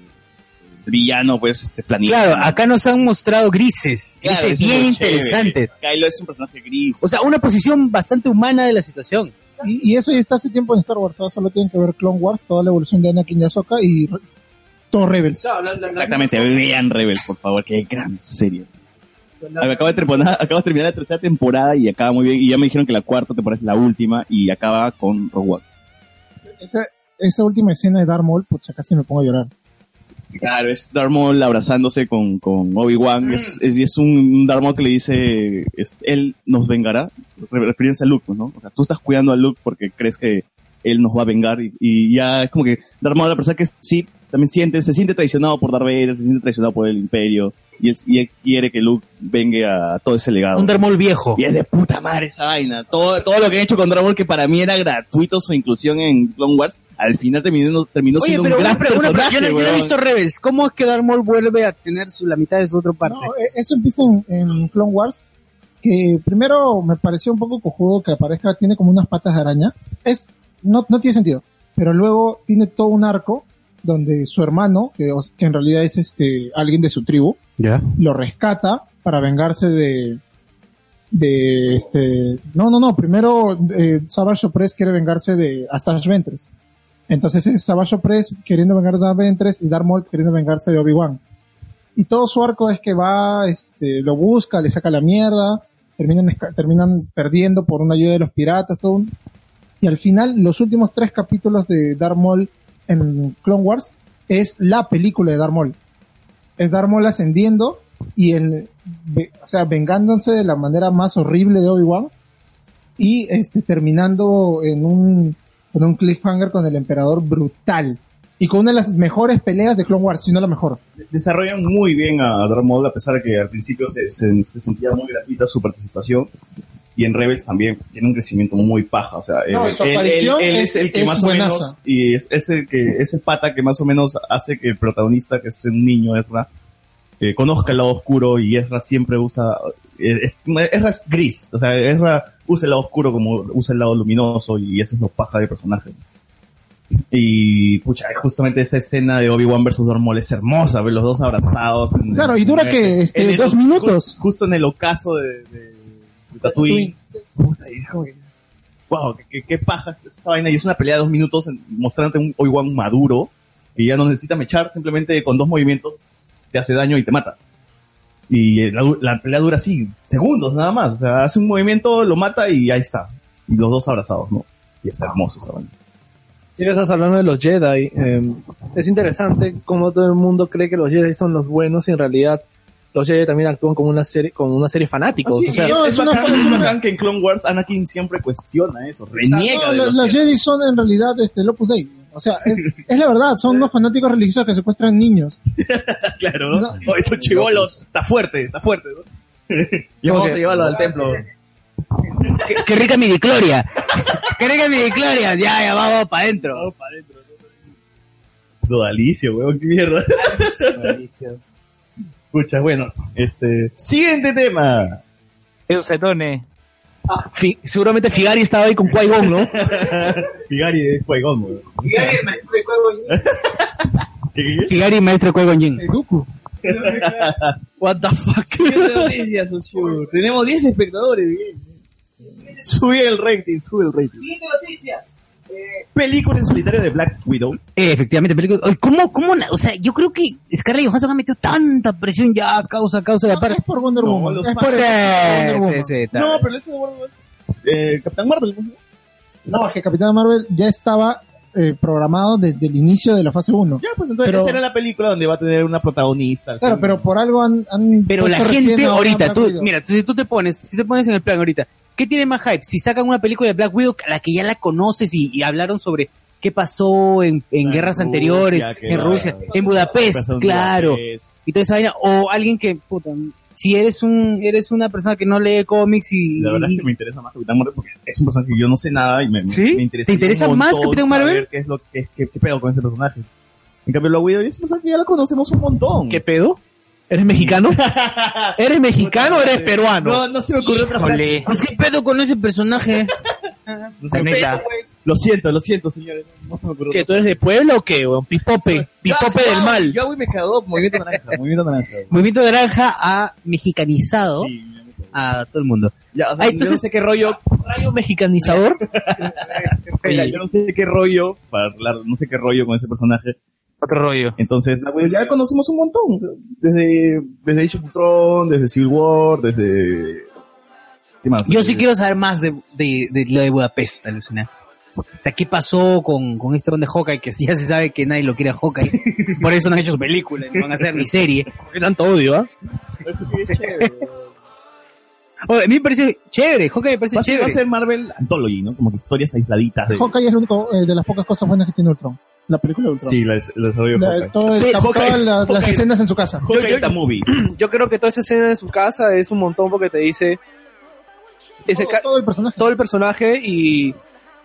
Speaker 4: el villano, pues, este planeta.
Speaker 1: Claro, acá nos han mostrado grises,
Speaker 4: Claro,
Speaker 1: grises
Speaker 4: eso es
Speaker 1: bien
Speaker 4: lo chévere.
Speaker 1: interesantes.
Speaker 4: Kylo es un personaje gris.
Speaker 1: O sea, una posición bastante humana de la situación.
Speaker 13: Y, y eso ya está hace tiempo en Star Wars, ¿sabes? solo tienen que ver Clone Wars, toda la evolución de Anakin y Ahsoka y re- todo Rebels.
Speaker 3: Claro, la- la- la-
Speaker 4: Exactamente, vean Rebel, por favor, qué gran serie.
Speaker 3: la- la-
Speaker 4: Acaba de, terminar, *laughs* acaba de terminar la tercera temporada y acaba muy bien. Y ya me dijeron que la cuarta temporada es la última y acaba con Rogue One.
Speaker 13: Esa, esa última escena de Darth Maul, pucha, casi me pongo a llorar.
Speaker 4: Claro, es Darth Maul abrazándose con, con Obi-Wan. Es, es, y es un Darth Maul que le dice, es- él nos vengará. Re- Refiriéndose a Luke, pues, ¿no? O sea, tú estás cuidando a Luke porque crees que él nos va a vengar. Y, y ya es como que Darth Maul, a pesar que sí, también siente, se siente traicionado por Darth Vader, se siente traicionado por el Imperio. Y él, y él quiere que Luke vengue a todo ese legado.
Speaker 1: Un Darmol viejo.
Speaker 4: y es de puta madre esa vaina. Todo, todo lo que han hecho con Darth Maul, que para mí era gratuito su inclusión en Clone Wars, al final terminó, terminó
Speaker 1: Oye,
Speaker 4: siendo
Speaker 1: pero
Speaker 4: un gran
Speaker 1: una pregunta,
Speaker 4: personaje,
Speaker 1: yo, no- yo no he
Speaker 4: weón.
Speaker 1: visto Rebels. ¿Cómo es que Darmol vuelve a tener su, la mitad de su otra parte?
Speaker 13: No, e- eso empieza en, en Clone Wars, que primero me pareció un poco cojudo que aparezca, tiene como unas patas de araña. Es, no, no tiene sentido. Pero luego tiene todo un arco donde su hermano, que, o- que en realidad es este alguien de su tribu,
Speaker 1: Ya.
Speaker 13: lo rescata para vengarse de de este no no no primero eh, Savage Press quiere vengarse de Assange Ventress entonces es Savage Press queriendo vengar de Ventress y Darth Maul queriendo vengarse de Obi Wan y todo su arco es que va este lo busca le saca la mierda terminan esca- terminan perdiendo por una ayuda de los piratas todo un- y al final los últimos tres capítulos de Darth Maul en Clone Wars es la película de Darth Maul es Darth Maul ascendiendo y el, ve- o sea, vengándose de la manera más horrible de Obi-Wan y este, terminando en un, en un cliffhanger con el emperador brutal y con una de las mejores peleas de Clone Wars, si no la mejor.
Speaker 4: desarrollan muy bien a Darth Maul, a pesar de que al principio se, se- se sentía muy gratuita su participación. Y en Rebels también tiene un crecimiento muy paja. O sea,
Speaker 13: No,
Speaker 4: él,
Speaker 13: su
Speaker 4: él- él-
Speaker 13: aparición
Speaker 4: él es
Speaker 13: es-
Speaker 4: el que
Speaker 13: es
Speaker 4: más
Speaker 13: buenaza.
Speaker 4: o menos. Y es, es el que, es el pata que más o menos hace que el protagonista, que es un niño, Ezra, eh, conozca el lado oscuro. Y Ezra siempre usa. eh, es- Ezra es gris. O sea, Ezra usa el lado oscuro como usa el lado luminoso. Y eso es lo paja del personaje. Y pucha, justamente esa escena de Obi-Wan versus Darth Maul es hermosa, ver los dos abrazados. en-
Speaker 13: Claro, y dura
Speaker 4: en-
Speaker 13: que
Speaker 4: Eh, en
Speaker 13: este,
Speaker 4: el-
Speaker 13: dos
Speaker 4: ju-
Speaker 13: minutos.
Speaker 4: Justo en el ocaso de, de, de Tatooine. Puta, y es como que- Wow, qué- qué qué paja es esa vaina. Y es una pelea de dos minutos en- mostrándote un Obi-Wan maduro que ya no necesita mechar, simplemente con dos movimientos te hace daño y te mata. Y eh, la, du- la pelea dura así, segundos nada más. O sea, hace un movimiento, lo mata y ahí está. Y los dos abrazados, ¿no? Y es hermoso esa vaina.
Speaker 15: Ya que estás hablando de los Jedi, eh, es interesante cómo todo el mundo cree que los Jedi son los buenos y en realidad los Jedi también actúan como una serie, como una serie de fanáticos.
Speaker 4: Ah, Sí,
Speaker 15: o sea,
Speaker 4: y es,
Speaker 13: no,
Speaker 4: es
Speaker 13: es una
Speaker 4: bacán,
Speaker 13: forma-
Speaker 4: es bacán que en Clone Wars Anakin siempre cuestiona eso, reniega
Speaker 13: No,
Speaker 4: de
Speaker 13: la-
Speaker 4: los
Speaker 13: las
Speaker 4: Jedi.
Speaker 13: Jedi son en realidad este, el Opus Dei. O sea, es, es la verdad, son unos fanáticos religiosos que secuestran niños.
Speaker 4: Claro,
Speaker 13: No.
Speaker 4: ¿no? Oh, estos chivolos, está fuerte, está fuerte, ¿no? *laughs* Ya vamos a llevarlo al templo.
Speaker 1: Qué, qué rica mi Gloria. *laughs* qué rica mi Gloria. Ya, ya, vamos para adentro.
Speaker 4: Sodalicio, weón, qué mierda. Escucha, bueno, este... Siguiente tema.
Speaker 17: Eusetone.
Speaker 3: Ah, Fi- seguramente Figari estaba ahí con qui ¿no?
Speaker 4: *laughs* Figari es Qui-Gon, weón.
Speaker 5: Figari es maestro de juego.
Speaker 1: Figari, maestro Cuego Jin.
Speaker 13: Eduku.
Speaker 3: What the fuck.
Speaker 1: audiencia, socio. Tenemos 10 espectadores, bien.
Speaker 4: Sube el rating, sube el rating.
Speaker 5: Siguiente noticia.
Speaker 4: Película en solitario de Black Widow.
Speaker 1: Eh, efectivamente, película. Ay, ¿Cómo, cómo? na- O sea, yo creo que Scarlett Johansson ha metido tanta presión ya a causa, a causa de aparte.
Speaker 13: Es por Wonder
Speaker 4: No,
Speaker 13: Woman.
Speaker 4: los
Speaker 13: es por
Speaker 4: padres-
Speaker 13: Wonder Woman.
Speaker 4: No, pero eso es eh, Capitán Marvel. ¿no?
Speaker 13: No, es que Capitán Marvel ya estaba eh, programado desde el inicio de la fase 1.
Speaker 4: Ya, pues entonces
Speaker 13: Pero-
Speaker 4: esa era la película donde va a tener una protagonista.
Speaker 13: Claro, pero pues, por algo han. han
Speaker 1: Pero la
Speaker 13: puesto recién
Speaker 1: gente
Speaker 13: ahora
Speaker 1: ahorita,
Speaker 13: Black
Speaker 1: tú,
Speaker 13: Widow.
Speaker 1: mira, tú- si tú te pones, si te pones en el plan ahorita, ¿qué tiene más hype? Si sacan una película de Black Widow, a la que ya la conoces y, y hablaron sobre qué pasó en, en
Speaker 4: En
Speaker 1: guerras
Speaker 4: Rusia,
Speaker 1: anteriores,
Speaker 4: que
Speaker 1: en
Speaker 4: la-
Speaker 1: Rusia, en
Speaker 4: Capitán
Speaker 1: Budapest,
Speaker 4: Marvel,
Speaker 1: claro,
Speaker 4: es-
Speaker 1: y toda esa vaina, o alguien que, puta, si eres un, eres una persona que no lee cómics y,
Speaker 4: La verdad
Speaker 1: y-
Speaker 4: es que me interesa más Capitán Marvel porque es un personaje que yo no sé nada y me, me-
Speaker 1: ¿Sí?
Speaker 4: me interesa.
Speaker 1: ¿Te interesa
Speaker 4: un
Speaker 1: más
Speaker 4: montón
Speaker 1: Capitán
Speaker 4: saber
Speaker 1: Marvel?
Speaker 4: ¿Qué es lo que qué, qué pedo con ese personaje? En cambio, la Widow es un personaje que ya la conocemos un montón.
Speaker 3: ¿Qué pedo? ¿Eres
Speaker 4: *laughs*
Speaker 3: mexicano? ¿Eres mexicano o eres peruano?
Speaker 4: No, no se me ocurrió otra palabra.
Speaker 17: Jole.
Speaker 1: Pues, ¿Qué pedo con ese
Speaker 4: *laughs*
Speaker 1: personaje?
Speaker 4: No se me-
Speaker 17: Neta.
Speaker 4: Lo siento, lo siento, señores. No se me ocurrió.
Speaker 3: ¿Que tú eres de Puebla o qué, weón? Pipope. Pipope del mal.
Speaker 4: Yo me cagó. Movimiento naranja. movimiento naranja.
Speaker 1: Movimiento Naranja ha mexicanizado
Speaker 4: Sí, me cagó.
Speaker 1: a todo el mundo.
Speaker 4: Ya, o sea,
Speaker 3: Ah,
Speaker 4: yo no
Speaker 3: entonces-
Speaker 4: sé qué rollo.
Speaker 3: ¿Rayo
Speaker 4: *laughs*
Speaker 3: mexicanizador?
Speaker 4: Mira, yo no sé qué rollo. Para hablar, no sé qué rollo con ese personaje.
Speaker 17: Otro rollo.
Speaker 4: Entonces, la Widow ya la conocemos un montón. Desde, desde Age of Ultron, desde Civil War, desde. ¿Qué más? Eh,
Speaker 1: Yo sí
Speaker 4: Desde-
Speaker 1: quiero saber más de, de- de lo de Budapest, alucinar. O sea, ¿qué pasó con, con este don de Hawkeye? Que si ya se sabe que nadie lo quiere a
Speaker 4: *laughs*
Speaker 1: Hawkeye. Por eso no han hecho su película, ni van a hacer ni serie.
Speaker 3: ¿Qué tanto odio, ah?
Speaker 1: Oye, a mí me parece chévere, Hawkeye me parece
Speaker 4: Va a, ser, va a
Speaker 1: chévere.
Speaker 4: ser Marvel Anthology, ¿no? Como que historias aisladitas de.
Speaker 13: Hawkeye es el único eh, de las pocas cosas buenas que tiene Ultron. La película de Ultron.
Speaker 4: Sí, la, la desarrollo de
Speaker 13: La-
Speaker 4: Hawkeye.
Speaker 13: todo el-
Speaker 4: Pero
Speaker 13: la-
Speaker 4: Hawkeye-
Speaker 13: todas las, las
Speaker 4: Hawkeye-
Speaker 13: escenas en su casa.
Speaker 4: Hawkeye the Movie.
Speaker 3: Yo creo que toda esa escena de su casa es un montón porque te dice ese
Speaker 13: Todo,
Speaker 3: ca-
Speaker 13: todo el personaje.
Speaker 3: todo el personaje y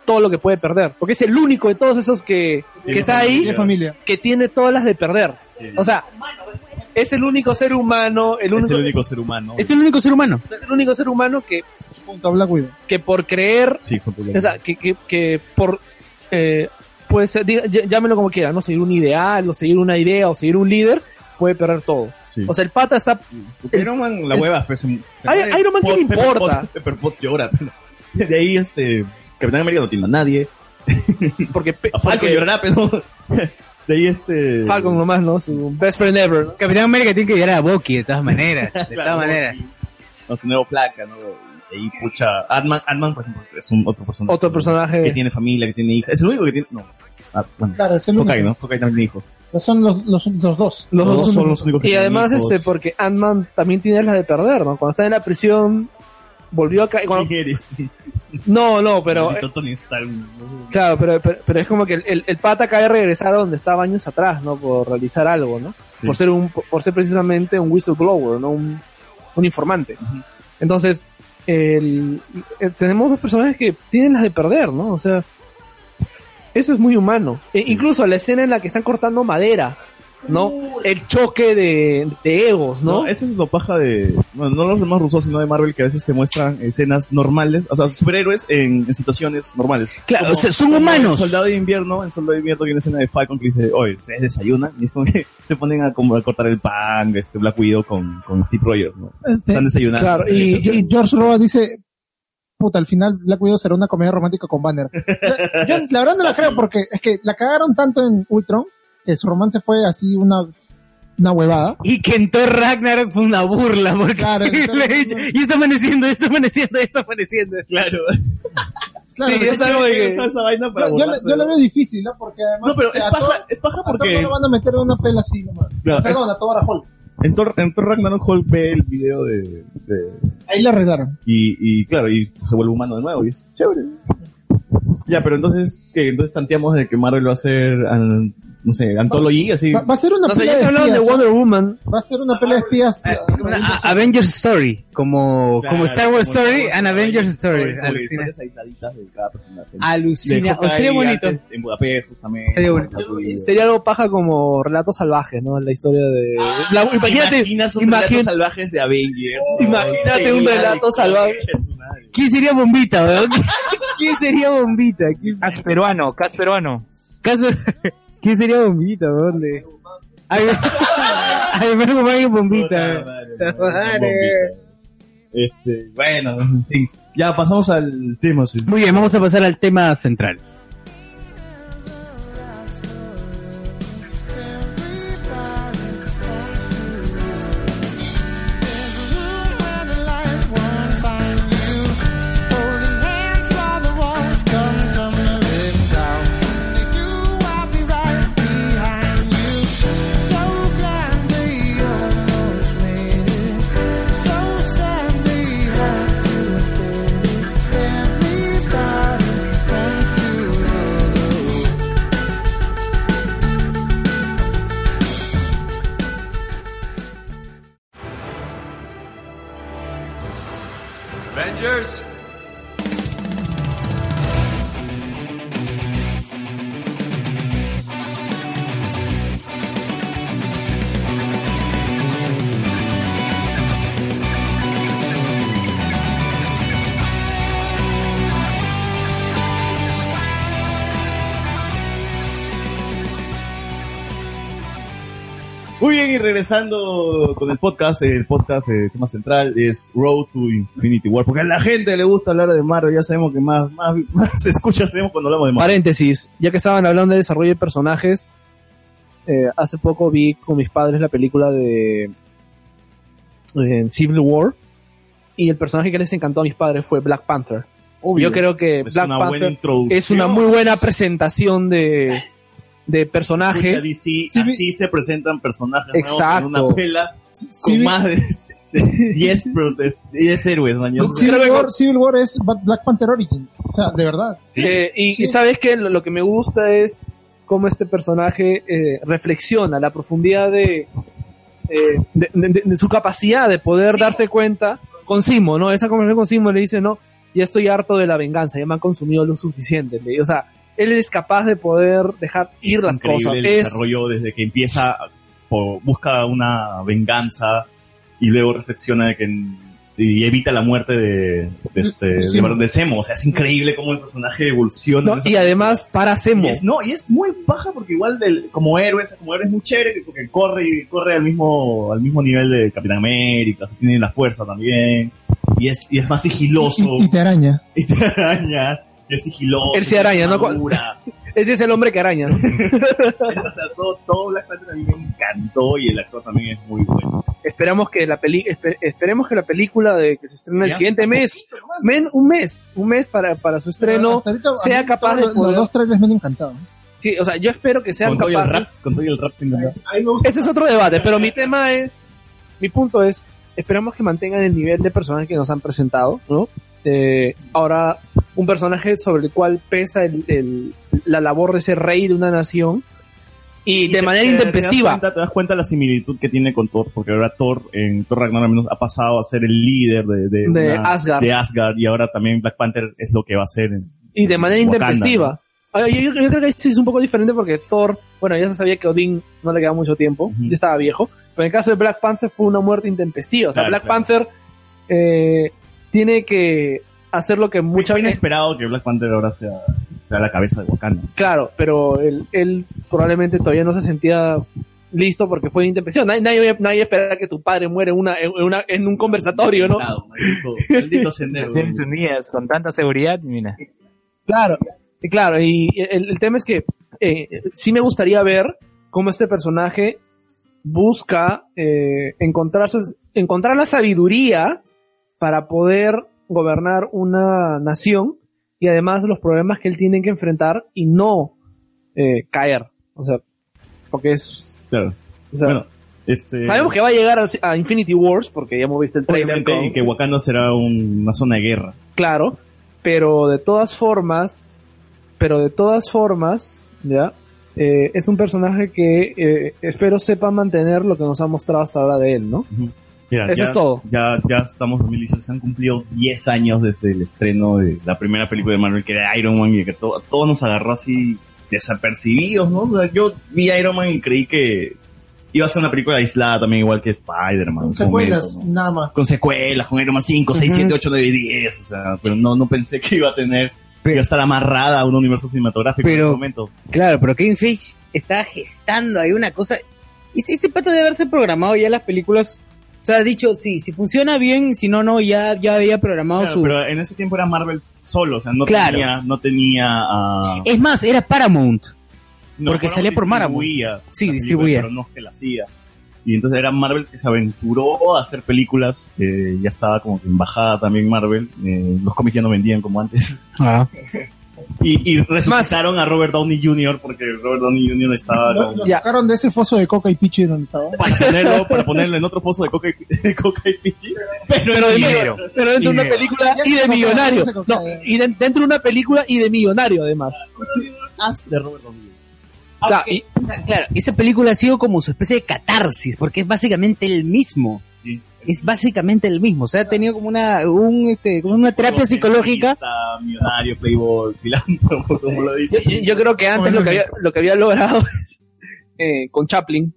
Speaker 3: todo lo que puede perder. Porque es el único de todos esos que, que
Speaker 4: Tiene
Speaker 3: está ahí
Speaker 13: Tiene familia.
Speaker 3: que tiene todas las de perder.
Speaker 4: Sí.
Speaker 3: O sea, es el único ser humano, el
Speaker 4: es
Speaker 3: único,
Speaker 4: el único ser humano.
Speaker 1: Es el único ser humano.
Speaker 3: es el único ser humano que,
Speaker 13: Junto a Black Widow.
Speaker 3: que por creer,
Speaker 4: Sí, junto con-
Speaker 3: o sea, que, que, que por, eh, pues, diga- ll- llámelo como quiera, ¿no? Seguir un ideal, o seguir una idea, o seguir un líder, puede perder todo.
Speaker 4: Sí.
Speaker 3: O sea, el pata está...
Speaker 4: Iron Man, la hueva. Pues, un-
Speaker 3: Iron- Iron Man, ¿qué le
Speaker 4: Pepper Pot-
Speaker 3: importa?
Speaker 4: Pepper Pot llora. pero- De ahí, este. Capitán América no tiene a nadie.
Speaker 3: Porque, pe-
Speaker 4: A Falcon
Speaker 3: porque
Speaker 4: llorará, pero. *laughs* De ahí, este.
Speaker 3: Falcon nomás, ¿no? Su best friend ever, ¿no?
Speaker 1: Capitán América tiene que llegar a Bucky de todas
Speaker 4: *laughs*
Speaker 1: maneras. De
Speaker 4: Claro,
Speaker 1: todas maneras.
Speaker 4: Con su nuevo placa, ¿no? Y ahí, pucha. Ant-Man, Ant-Man, por ejemplo, es un otro personaje.
Speaker 3: Otro
Speaker 4: Que
Speaker 3: personaje...
Speaker 4: tiene familia, que tiene hija. Es el único que tiene. No. Ah, bueno.
Speaker 13: Claro, es el único.
Speaker 4: Hawkeye, ¿no? Hawkeye también tiene hijos.
Speaker 13: Son los, los, los dos.
Speaker 3: Los
Speaker 4: Los
Speaker 3: dos
Speaker 4: dos
Speaker 3: son-
Speaker 4: son los únicos que
Speaker 3: Y
Speaker 4: tienen
Speaker 3: además,
Speaker 4: hijos.
Speaker 3: este, porque Ant-Man también tiene las de perder, ¿no? Cuando está en la prisión, volvió acá.
Speaker 4: ¿Quién eres? *laughs* Sí.
Speaker 3: No, no, pero. eh,
Speaker 4: Maldito Tony Stark.
Speaker 3: Claro, pero, pero, pero es como que el, el, el pata acaba de regresar a donde estaba años atrás, ¿no? Por realizar algo, ¿no?
Speaker 4: Sí.
Speaker 3: Por, ser un, por ser precisamente un whistleblower, ¿no? Un, un informante. Entonces, el- eh, tenemos dos personajes que tienen las de perder, ¿no? O sea, eso es muy humano. E- incluso la escena en la que están cortando madera, ¿no? El choque de, de egos, ¿no?
Speaker 4: ¿No? Eso es lo paja de. Bueno, no los demás rusos, sino de Marvel, que a veces se muestran escenas normales. O sea, superhéroes en, en situaciones normales.
Speaker 1: Claro,
Speaker 4: Como-
Speaker 1: o sea, son
Speaker 4: como En
Speaker 1: humanos.
Speaker 4: Soldado de Invierno, en Soldado de Invierno tiene una escena de Falcon que dice, oye, ustedes desayunan. Y es como que *laughs* se ponen a, como a cortar el pan, este Black Widow con, con Steve Rogers, ¿no?
Speaker 13: Este,
Speaker 4: Están desayunando.
Speaker 3: Claro, y-
Speaker 13: Y- y George Roa dice, puta, al final Black Widow será una comedia romántica con Banner. Yo, yo la verdad no la creo porque es que la cagaron tanto en Ultron que su romance fue así una,
Speaker 4: *laughs*
Speaker 13: una huevada.
Speaker 1: Y que en Thor Ragnarok fue una burla, porque
Speaker 13: Claro,
Speaker 1: le he dicho, y está amaneciendo, está amaneciendo, está amaneciendo.
Speaker 4: Claro.
Speaker 13: Claro,
Speaker 3: Sí,
Speaker 13: yo,
Speaker 3: es algo de que-
Speaker 4: *laughs* Esa- esa vaina pues, para
Speaker 13: yo- yo la-
Speaker 4: burlarse,
Speaker 13: yo la
Speaker 4: ¿no?
Speaker 13: veo difícil, ¿no? Porque además...
Speaker 4: No, pero
Speaker 13: o sea,
Speaker 4: es
Speaker 13: a Thor-
Speaker 4: paja, es paja
Speaker 13: a Thor no
Speaker 4: porque
Speaker 13: lo van a meter en una pela así nomás.
Speaker 4: Claro.
Speaker 13: Perdón, a Thor a Hulk.
Speaker 4: *laughs* en Thor, en Thor Ragnarok Hulk ve el video de, de-
Speaker 13: Ahí la arreglaron.
Speaker 4: y, y claro, y se vuelve humano de nuevo y es chévere. Ya, pero entonces, que entonces tanteamos de que Marvel va a hacer an- no sé, Anthology, así.
Speaker 13: Va, va a ser una
Speaker 3: No sé,
Speaker 13: pelea
Speaker 3: ya que
Speaker 13: de
Speaker 3: hablaron de
Speaker 13: espías, ¿ah?
Speaker 3: Wonder Woman.
Speaker 13: Va a ser una pelea de espías. ah,
Speaker 1: Una A- Avengers Story, como, como Star Wars Story, and Avengers Story. Alucina.
Speaker 4: Historias aisladitas de cada personaje.
Speaker 1: Alucina.
Speaker 4: De
Speaker 1: O Ah, sería
Speaker 4: Hawkeye
Speaker 1: bonito.
Speaker 4: antes, En Budapest, justamente.
Speaker 1: Sería bonito.
Speaker 4: Tatooine.
Speaker 3: Sería algo paja como Relatos Salvajes, ¿no? La historia de... la-
Speaker 4: ¿Te
Speaker 3: imagínate,
Speaker 4: imaginas un
Speaker 3: imagín-
Speaker 4: relato salvajes de Avengers.
Speaker 3: Imagínate un relato salvaje.
Speaker 1: ¿Quién sería Bombita, *laughs* weón? ¿Quién sería Bombita? ¿Quién,
Speaker 9: Cas peruano, Cas peruano.
Speaker 1: caso- *laughs* ¿Quién sería Bombita, weón? De- Ay, *laughs* Además, como hay Bombita. weón.
Speaker 4: Bombita. Este, bueno, en fin. Ya pasamos al tema. sí.
Speaker 1: Muy bien, vamos a pasar al tema central.
Speaker 8: Avengers!
Speaker 4: Muy bien, y regresando con el podcast, el podcast, el tema central es Road to Infinity War. Porque a la gente le gusta hablar de Marvel, ya sabemos que más, más, *laughs* más escuchas tenemos cuando hablamos de Marvel.
Speaker 3: Paréntesis, ya que estaban hablando de desarrollo de personajes, eh, hace poco vi con mis padres la película de eh, Civil War y el personaje que les encantó a mis padres fue Black Panther. Yo creo que
Speaker 4: es
Speaker 3: Black
Speaker 4: una buena
Speaker 3: Panther
Speaker 4: introducción.
Speaker 3: es una muy buena presentación de, de
Speaker 4: Escucha,
Speaker 3: personajes.
Speaker 4: DC,
Speaker 13: vi-
Speaker 4: así se presentan personajes nuevos
Speaker 3: Exacto.
Speaker 4: en una pela con
Speaker 13: sí vi-
Speaker 4: más de
Speaker 3: *laughs*
Speaker 4: de 10 pro- de 10 héroes, mañana.
Speaker 13: Civil War, Civil War es Ba- Black Panther Origins. O sea, de verdad.
Speaker 3: Eh, y,
Speaker 13: Sí.
Speaker 3: y sabes que lo, lo que me gusta es cómo este personaje eh, reflexiona la profundidad de, eh, de, de- de su capacidad de poder darse cuenta con Simo, ¿no? Esa conversación con Simo le dice, no, ya estoy harto de la venganza, ya me han consumido lo suficiente. Le- O sea, él es capaz de poder dejar ir
Speaker 4: Es
Speaker 3: las
Speaker 4: increíble
Speaker 3: cosas.
Speaker 4: El
Speaker 3: Es,
Speaker 4: desarrollo desde que empieza, por- busca una venganza y luego reflexiona de que y evita la muerte de, de este
Speaker 13: Sí.
Speaker 4: de, de Zemo. O sea, es increíble cómo el personaje evoluciona.
Speaker 3: ¿no?
Speaker 4: en esa
Speaker 3: Y además, para Semo.
Speaker 4: Y es- no, y es muy baja porque igual del- como héroe, es- como héroe es muy chévere porque corre y corre al mismo, al mismo nivel de Capitán América, se tiene la fuerza también. Y es, y es
Speaker 3: *laughs*
Speaker 4: más sigiloso,
Speaker 13: Y, y te araña.
Speaker 4: y te araña, y es sigiloso.
Speaker 3: Él se araña, ¿no?
Speaker 4: armadura.
Speaker 3: Ese es el hombre que araña. ¿no?
Speaker 4: o sea, todo, todo Black Panther a mí me encantó y el actor también es muy bueno.
Speaker 3: esperamos que la peli espe- esperemos que la película de que se estrena el
Speaker 4: Ya.
Speaker 3: siguiente mes Men- un mes un mes para, para su estreno
Speaker 13: Hasta ahorita, a
Speaker 3: sea
Speaker 13: mí
Speaker 3: capaz
Speaker 13: todos
Speaker 3: de
Speaker 13: los-
Speaker 3: poder-
Speaker 13: Los dos trailers me han encantado.
Speaker 3: sí o sea yo espero que sean
Speaker 4: Con todo, y el rap,
Speaker 3: capaces
Speaker 4: con todo y el rap, tengo rap.
Speaker 18: A mí me gusta
Speaker 3: ese es otro debate pero mi tema es mi punto es esperamos que mantengan el nivel de personaje que nos han presentado no Eh, ahora un personaje sobre el cual pesa el- el- la labor de ser rey de una nación y de
Speaker 4: te-
Speaker 3: manera
Speaker 4: te- Te
Speaker 3: intempestiva
Speaker 4: das, cuenta, te das cuenta la similitud que tiene con Thor, porque ahora Thor en Thor Ragnarok al menos ha pasado a ser el líder de, de,
Speaker 3: de
Speaker 4: una-
Speaker 3: Asgard
Speaker 4: de Asgard y ahora también Black Panther es lo que va a ser. en-
Speaker 3: y de manera
Speaker 4: Wakanda,
Speaker 3: intempestiva. Ah, Yo, yo- yo creo que este es un poco diferente porque Thor, bueno, ya se sabía que Odín no le quedaba mucho tiempo,
Speaker 4: Ujú.
Speaker 3: ya estaba viejo, pero en el caso de Black Panther fue una muerte intempestiva. O sea,
Speaker 4: Claro,
Speaker 3: Black
Speaker 4: claro.
Speaker 3: Panther eh, tiene que hacer lo que mucha
Speaker 4: Mucho
Speaker 3: gente... *laughs*
Speaker 4: inesperado que Black Panther ahora sea, sea la cabeza de Wakanda.
Speaker 3: Claro, pero él, él probablemente todavía no se sentía listo porque fue intempestivo. Nadie, nadie, nadie esperaba que tu padre muere en, una, en, una- en un conversatorio, ¿no?
Speaker 4: Claro, maldito, maldito sendero.
Speaker 9: Naciones Unidas, con tanta seguridad, mira.
Speaker 3: Claro, y claro, y el, el tema es que eh, sí me gustaría ver cómo este personaje busca eh, encontrar, sus- encontrar la sabiduría para poder gobernar una nación y además los problemas que él tiene que enfrentar y no eh, caer. O sea, porque es...
Speaker 4: Claro.
Speaker 3: o sea,
Speaker 4: Bueno, este,
Speaker 3: sabemos que va a llegar a, a Infinity Wars porque ya hemos visto el trailer.
Speaker 4: obviamente, y que Wakanda será un- una zona de guerra.
Speaker 3: Claro, pero de todas formas, pero de todas formas, ¿ya? eh, es un personaje que eh, espero sepa mantener lo que nos ha mostrado hasta ahora de él, ¿no?
Speaker 4: Mira,
Speaker 3: Eso
Speaker 4: ya,
Speaker 3: es todo.
Speaker 4: Ya, ya estamos en 2018, se han cumplido 10 años desde el estreno de la primera película de Marvel, que era Iron Man, y que todo, a todos nos agarró así desapercibidos, ¿no? O sea, yo vi Iron Man y creí que iba a ser una película aislada también, igual que Spider-Man. en su
Speaker 13: Secuelas,
Speaker 4: momento, ¿no?
Speaker 13: nada más.
Speaker 4: Con secuelas, con Iron Man 5, 6,
Speaker 13: Ujú.
Speaker 4: 7, 8, 9 y 10, o sea, pero no, no pensé que iba a tener, que iba a estar amarrada a un universo cinematográfico en
Speaker 1: Pero-
Speaker 4: ese momento.
Speaker 1: Claro, pero Kevin Fish estaba gestando ahí una cosa. Este, este pato de haberse programado ya las películas. O sea, ha dicho, sí, si funciona bien, si no, no, ya, ya había programado
Speaker 4: Claro,
Speaker 1: su.
Speaker 4: pero en ese tiempo era Marvel solo, o sea, no
Speaker 1: Claro.
Speaker 4: tenía, no tenía, ah,
Speaker 1: Es más, era Paramount.
Speaker 4: No,
Speaker 1: porque salía por Paramount.
Speaker 4: distribuía
Speaker 1: Sí,
Speaker 4: la película,
Speaker 1: distribuía.
Speaker 4: Pero no que la hacía. Y entonces era Marvel que se aventuró a hacer películas. eh, ya estaba como que embajada también Marvel. eh, los cómics ya no vendían como antes. *laughs* Y, y resucitaron a Robert Downey Jr. porque Robert Downey Jr. estaba
Speaker 13: Lo,
Speaker 4: como
Speaker 13: lo sacaron de ese foso de coca y pichi donde estaba.
Speaker 4: para ponerlo, para ponerlo en otro pozo de coca y, de coca y pichi. Pero,
Speaker 19: Pero,
Speaker 4: en
Speaker 19: dentro, pero dentro de una
Speaker 4: Dinero.
Speaker 19: película
Speaker 13: Ya
Speaker 19: y
Speaker 13: se
Speaker 19: de
Speaker 13: compró,
Speaker 19: millonario.
Speaker 13: ya se compró.
Speaker 19: No, y de- dentro de una película y de millonario, además.
Speaker 4: Haz de Robert Downey Jr.
Speaker 13: Ah,
Speaker 19: Claro, y-
Speaker 1: O sea, claro, esa película ha sido como su especie de catarsis, porque es básicamente el mismo.
Speaker 4: Sí.
Speaker 1: Es básicamente el mismo. O sea, ha tenido como una, un, este, como una terapia psicológica.
Speaker 4: Está millonario, playboy, filántropo, como lo
Speaker 19: yo,
Speaker 4: dice.
Speaker 19: yo creo que antes lo que había, lo que había logrado es, eh, con Chaplin.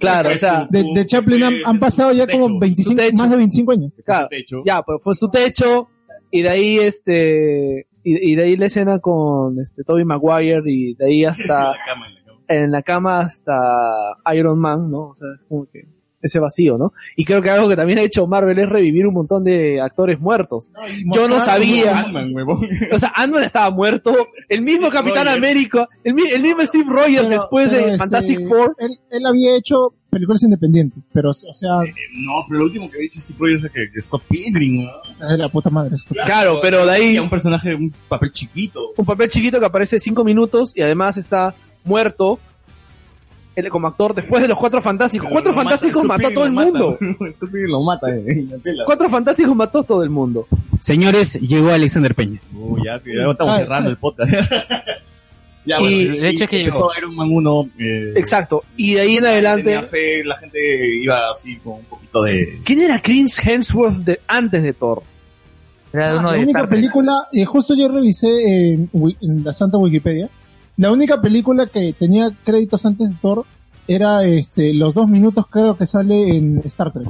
Speaker 19: Claro, o sea,
Speaker 13: De, de Chaplin han, han pasado ya como 25,
Speaker 19: techo.
Speaker 13: más de 25 años.
Speaker 3: Claro,
Speaker 4: Techo.
Speaker 3: ya, pero fue su techo. Y de ahí, este. Y, y de ahí la escena con este Toby Maguire. Y de ahí hasta.
Speaker 4: La cama, la cama.
Speaker 3: en la cama hasta Iron Man, ¿no? O sea, es como que ese vacío, ¿no? Y creo que algo que también ha hecho Marvel es revivir un montón de actores muertos. Yo no sabía.
Speaker 4: Ant-Man, huevón.
Speaker 3: *laughs* O sea, Ant-Man estaba muerto, el mismo Capitán
Speaker 4: Rogers.
Speaker 3: América, el, mi- el mismo Steve Rogers
Speaker 13: Pero-
Speaker 3: después
Speaker 13: pero,
Speaker 3: de
Speaker 13: este,
Speaker 3: Fantastic Four.
Speaker 13: Él, él había hecho películas independientes, pero, o sea,
Speaker 4: No, pero lo último que he dicho Steve Rogers es que, que Scott Pilgrim, ¿no?
Speaker 13: es la puta madre. es cosa.
Speaker 3: Claro, pero de ahí
Speaker 4: Era un personaje, un papel chiquito.
Speaker 3: un papel chiquito que aparece cinco minutos y además está muerto él como actor después de los cuatro fantásticos.
Speaker 4: Pero
Speaker 3: Cuatro
Speaker 4: lo mata-
Speaker 3: fantásticos
Speaker 4: Scott
Speaker 3: mató a
Speaker 4: Pilgrim
Speaker 3: todo el
Speaker 4: lo mata,
Speaker 3: mundo.
Speaker 4: *laughs* huevón. Scott Pilgrim lo mata eh, en la tela.
Speaker 3: Cuatro fantásticos mató a todo el mundo.
Speaker 1: Señores, llegó Alexander Peña.
Speaker 4: Uy, ya, que ya estamos
Speaker 13: Ah,
Speaker 4: cerrando el podcast. *laughs* ya,
Speaker 3: Y
Speaker 4: el
Speaker 20: el hecho es que
Speaker 4: empezó Iron Man 1. eh,
Speaker 3: Exacto. Y de ahí en
Speaker 4: tenía
Speaker 3: adelante,
Speaker 4: fe, la gente iba así con un poquito de...
Speaker 3: ¿quién era Chris Hemsworth de, antes de Thor?
Speaker 20: Era uno
Speaker 13: la
Speaker 20: de
Speaker 13: única
Speaker 20: Star Trek.
Speaker 13: película, eh, justo yo revisé en, Wi- en la santa Wikipedia, la única película que tenía créditos antes de Thor era este los dos minutos creo que sale en Star Trek.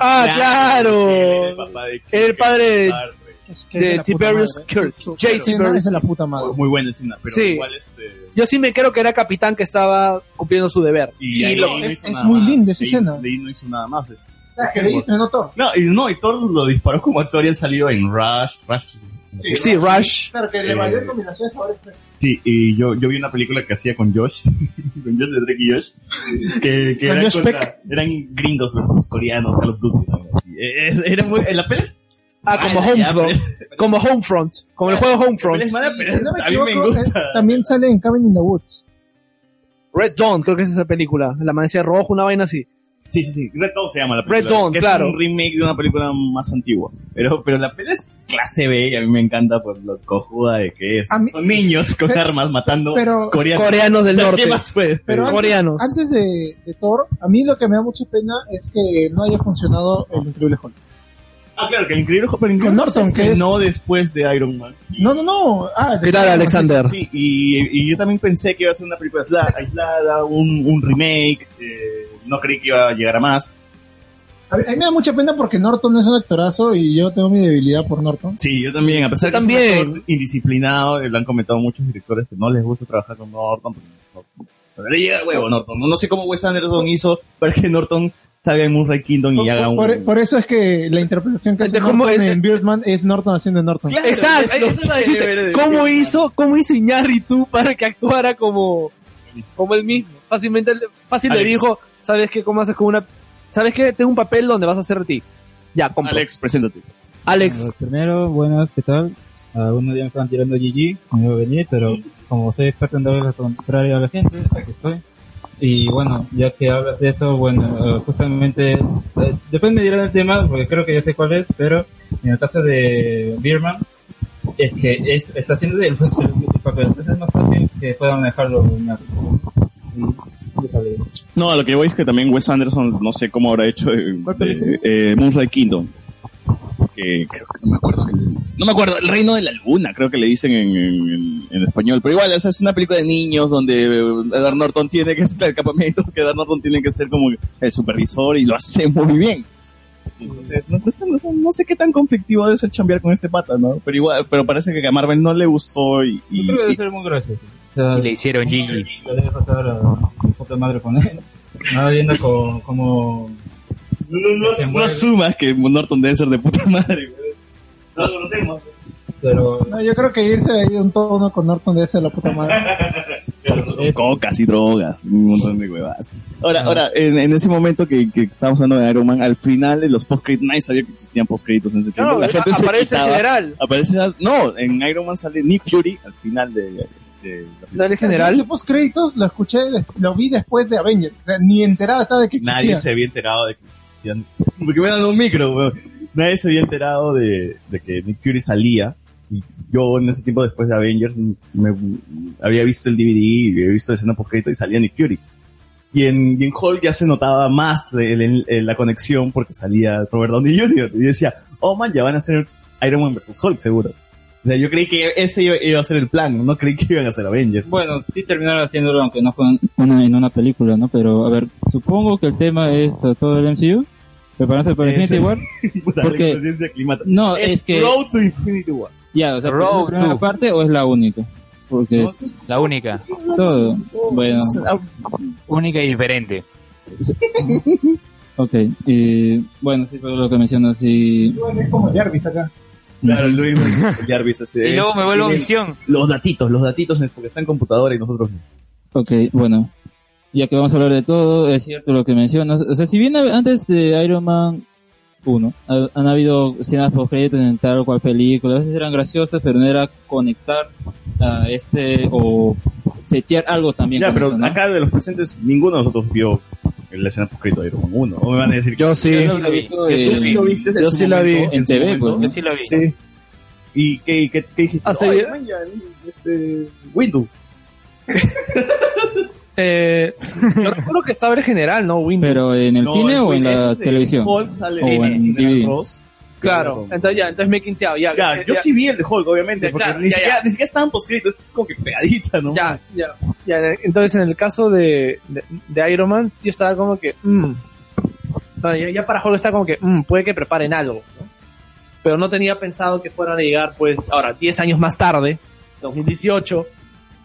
Speaker 3: Ah,
Speaker 4: Era
Speaker 3: claro.
Speaker 4: papá de-
Speaker 3: Era el padre de-
Speaker 4: Star Trek.
Speaker 13: Es que es
Speaker 3: De
Speaker 13: la puta
Speaker 3: Tiberius
Speaker 13: madre.
Speaker 3: Kirk.
Speaker 13: Su-
Speaker 3: J.
Speaker 13: su escena
Speaker 3: Tiberius
Speaker 13: es de la puta madre.
Speaker 4: Muy buena escena, pero
Speaker 3: Sí.
Speaker 4: igual este...
Speaker 3: Yo sí me creo que era capitán que estaba cumpliendo su deber.
Speaker 4: Y, ahí
Speaker 13: lo-
Speaker 4: no
Speaker 13: es-
Speaker 4: hizo
Speaker 13: es
Speaker 4: nada
Speaker 13: muy
Speaker 4: más.
Speaker 13: linda esa
Speaker 4: De ahí-
Speaker 13: escena.
Speaker 4: De ahí no hizo nada más. eh.
Speaker 13: Ah, que le estrenó
Speaker 4: *laughs*
Speaker 13: Thor.
Speaker 4: No, y no, y Thor lo disparó como actor y han salido en Rush, Rush.
Speaker 3: Sí, Rush.
Speaker 13: Claro, que
Speaker 4: Eh,
Speaker 13: le valió el combinación de sabores.
Speaker 4: Sí, y yo, yo vi una película que hacía con Josh, *laughs* con Josh de Drake y Josh, que, que
Speaker 13: Con
Speaker 4: eran,
Speaker 13: Josh
Speaker 4: contra- eran gringos versus coreanos, Call of Duty. algo así. Eh, Es- era muy, en la peli es-
Speaker 3: Ah, como
Speaker 4: mala, ya,
Speaker 3: Homefront.
Speaker 4: pero- *laughs*
Speaker 3: Como Homefront. Como el juego
Speaker 4: la peli
Speaker 3: Homefront.
Speaker 4: es mala, pero
Speaker 13: Si no me
Speaker 4: a mí me
Speaker 13: equivoco,
Speaker 4: gusta.
Speaker 13: él También sale en Cabin in the Woods.
Speaker 3: Red Dawn, creo que es esa película. El amanecer rojo, una vaina así.
Speaker 4: Sí, sí, sí, Red Dawn se llama la película.
Speaker 3: Red Dawn,
Speaker 4: que
Speaker 3: claro.
Speaker 4: Es un remake de una película más antigua. Pero, pero la peli es clase B y a mí me encanta por lo cojuda de que es.
Speaker 13: A mí-
Speaker 4: Son niños con
Speaker 13: Pe-
Speaker 4: armas matando
Speaker 13: pero-
Speaker 4: coreanos.
Speaker 3: Coreanos del
Speaker 4: O sea,
Speaker 3: norte.
Speaker 4: *laughs* ¿Qué más puede?
Speaker 13: Pero antes-
Speaker 3: Coreanos.
Speaker 13: Antes de, de Thor, a mí lo que me da mucha pena es que no haya funcionado el Increíble Hulk.
Speaker 4: Ah, claro, que el increíble Hulk, pero el
Speaker 13: Con
Speaker 4: increíble Hulk
Speaker 13: Norton,
Speaker 4: se
Speaker 13: que es-
Speaker 4: estrenó después de Iron Man.
Speaker 13: No, no, no. Ah, de-
Speaker 3: ¿Qué tal, Alexander?
Speaker 4: Sí, y, y yo también pensé que iba a ser una película aisla- aislada, un, un remake, eh, no creí que iba a llegar a más.
Speaker 13: A mí a mí me da mucha pena porque Norton es un actorazo y yo tengo mi debilidad por Norton.
Speaker 4: Sí, yo también, a pesar
Speaker 3: Yo
Speaker 4: de que es un
Speaker 3: también.
Speaker 4: actor indisciplinado, eh, lo han comentado muchos directores que no les gusta trabajar con Norton. porque no- pero le llega el huevo a Norton. No, no sé cómo Wes Anderson hizo para que Norton salga en Moonrise Kingdom y haga un...
Speaker 13: Por, por eso es que la interpretación que hace
Speaker 3: Entonces, ¿cómo
Speaker 13: Norton
Speaker 3: es?
Speaker 13: en Birdman es Norton haciendo Norton.
Speaker 4: Claro,
Speaker 3: Exacto,
Speaker 4: es lo
Speaker 3: eso iba a
Speaker 4: chévere
Speaker 3: decirte.
Speaker 4: de
Speaker 3: ¿Cómo
Speaker 4: Birdman.
Speaker 3: hizo, cómo hizo Iñárritu para que actuara como, como él mismo? Fácilmente, le- fácil le
Speaker 4: Alex.
Speaker 3: dijo, ¿sabes qué? ¿Cómo haces con una, sabes qué? Tengo un papel donde vas a ser ti. Ya, compro. Alex.
Speaker 4: Alex, preséntate.
Speaker 3: Alex.
Speaker 5: Bueno, primero, buenas, ¿qué tal? Algunos ya me estaban tirando GG, no iba a venir, pero como soy experto en darle la contraria a la gente, aquí estoy. Y bueno, ya que hablas de eso, bueno, eh, justamente, eh, después me dirán el tema, porque creo que ya sé cuál es, pero en el caso de Birman, es que es, está haciendo el, disculpa, pero entonces es más fácil que puedan dejarlo en Y yo sabía.
Speaker 3: No, a lo que voy es que también Wes Anderson, no sé cómo habrá hecho eh, de- eh, Moonlight Kingdom. Que creo que no me acuerdo. que le- no me acuerdo, El Reino de la Luna, creo que le dicen en, en- en- en español. Pero igual, o sea, es una película de niños donde eh, Edward Norton tiene que estar el campamento, que Edward Norton tiene que ser como el supervisor y lo hace muy bien. Entonces, no, no es tan- o sea, no sé qué tan conflictivo debe ser chambear con este pata, ¿no? Pero igual, pero parece que a Marvel no le gustó y, y-
Speaker 5: Creo que debe
Speaker 3: y-
Speaker 5: ser muy gracioso.
Speaker 9: Y le hicieron Gigi.
Speaker 5: Yo le voy a pasar a foto de madre con él. Nada viendo co- como.
Speaker 3: no, no asumas que Norton debe ser de puta madre. güey. No lo conocemos.
Speaker 5: Pero
Speaker 13: No, yo creo que irse ahí un tono con Norton debe ser la
Speaker 4: *laughs*
Speaker 13: puta madre.
Speaker 3: *laughs* Cocas y drogas, un montón de huevas. Ahora, ahora en, en ese momento que, que estábamos hablando de Iron Man, al final de los post-credits, nadie sabía que existían post-créditos en ese tiempo.
Speaker 21: Claro,
Speaker 3: La gente
Speaker 21: a-
Speaker 3: se
Speaker 21: aparece el
Speaker 3: quitaba-
Speaker 21: general.
Speaker 3: Aparece, no, en Iron Man sale Nick Fury al final de... de la película.
Speaker 13: Ese post créditos lo escuché, des- lo vi después de Avengers. O sea, ni enterada estaba de que existía.
Speaker 4: Nadie se había enterado de que existían. Porque me han dado un micro, weón. Nadie se había enterado de, de que Nick Fury salía. Y yo en ese tiempo después de Avengers me, había visto el DVD, y había visto escena poquito y salía Nick Fury. Y en, y en Hulk ya se notaba más de- el- el- la conexión porque salía Robert Downey Jr. Y yo decía, oh man, ya van a hacer Iron Man vs. Hulk seguro. O sea, yo creí que ese iba, iba a ser el plan, no creí que iban a hacer Avengers. *laughs*
Speaker 5: Bueno, sí terminaron haciéndolo, aunque no fue en una, en una película, ¿no? Pero, a ver, supongo que el tema es eh, todo el MCU. Preparándose para el
Speaker 4: Ese-
Speaker 5: Infinity War.
Speaker 4: Puta, la
Speaker 5: Porque- Eh,
Speaker 4: conciencia climata.
Speaker 5: No, es que-
Speaker 4: Road to Infinity War.
Speaker 5: Ya, o sea, ¿pero
Speaker 9: Road
Speaker 5: ¿es la primera
Speaker 9: to-
Speaker 5: parte o es la única? Porque es
Speaker 9: La única.
Speaker 5: todo. Bueno,
Speaker 9: Única y diferente.
Speaker 5: ok. Y, bueno, sí, pero lo que mencionas, sí.
Speaker 13: Es como Jarvis acá.
Speaker 4: Claro,
Speaker 15: *laughs*
Speaker 4: Luis Jarvis hace
Speaker 5: Y luego
Speaker 4: eso.
Speaker 5: me vuelvo
Speaker 4: Tiene
Speaker 5: visión.
Speaker 4: Los datitos, los datitos porque está en computadora y nosotros no.
Speaker 5: Ok, bueno. Ya que vamos a hablar de todo, es cierto lo que mencionas. O sea, si bien a- antes de Iron Man 1 ha- han habido escenas post en tal o cual película, a veces eran graciosas, pero no era conectar a ese o setear algo también.
Speaker 4: Ya,
Speaker 5: con
Speaker 4: pero
Speaker 5: eso, ¿no?
Speaker 4: acá de los presentes, ninguno de nosotros vio la escena poscrito de Iron Man 1. ¿O me van a decir
Speaker 15: Yo sí.
Speaker 4: Yo
Speaker 15: Yo sí lo vi. Yo sí la vi. En TV, pues, ¿no? Yo sí la vi. Sí. Ah,
Speaker 4: ¿Y qué, qué, qué dijiste?
Speaker 15: Hace
Speaker 4: Ay,
Speaker 15: bien.
Speaker 4: man, ya, este, Windows.
Speaker 3: *laughs*
Speaker 15: Eh, yo recuerdo que estaba el general, ¿no? Windows.
Speaker 5: Pero en el
Speaker 15: No,
Speaker 5: cine o
Speaker 15: el-
Speaker 5: en la
Speaker 15: ese sí.
Speaker 5: televisión.
Speaker 15: Hulk sale
Speaker 5: o
Speaker 15: en el
Speaker 5: en DVD.
Speaker 15: Claro, entonces ya, entonces me he quinceado, ya.
Speaker 4: Ya, yo sí vi el de Hulk, obviamente,
Speaker 15: Ya,
Speaker 4: porque
Speaker 15: claro,
Speaker 4: ni,
Speaker 15: ya,
Speaker 4: siquiera,
Speaker 15: ya.
Speaker 4: ni siquiera estaban poscritos, es como que pegadita, ¿no?
Speaker 15: Ya, ya, ya. en el- Entonces, en el caso de, de, de Iron Man, yo estaba como que, mm. No, ya, ya para Hulk estaba como que, mm, puede que preparen algo, ¿no? Pero no tenía pensado que fueran a llegar, pues, ahora, 10 años más tarde, 2018,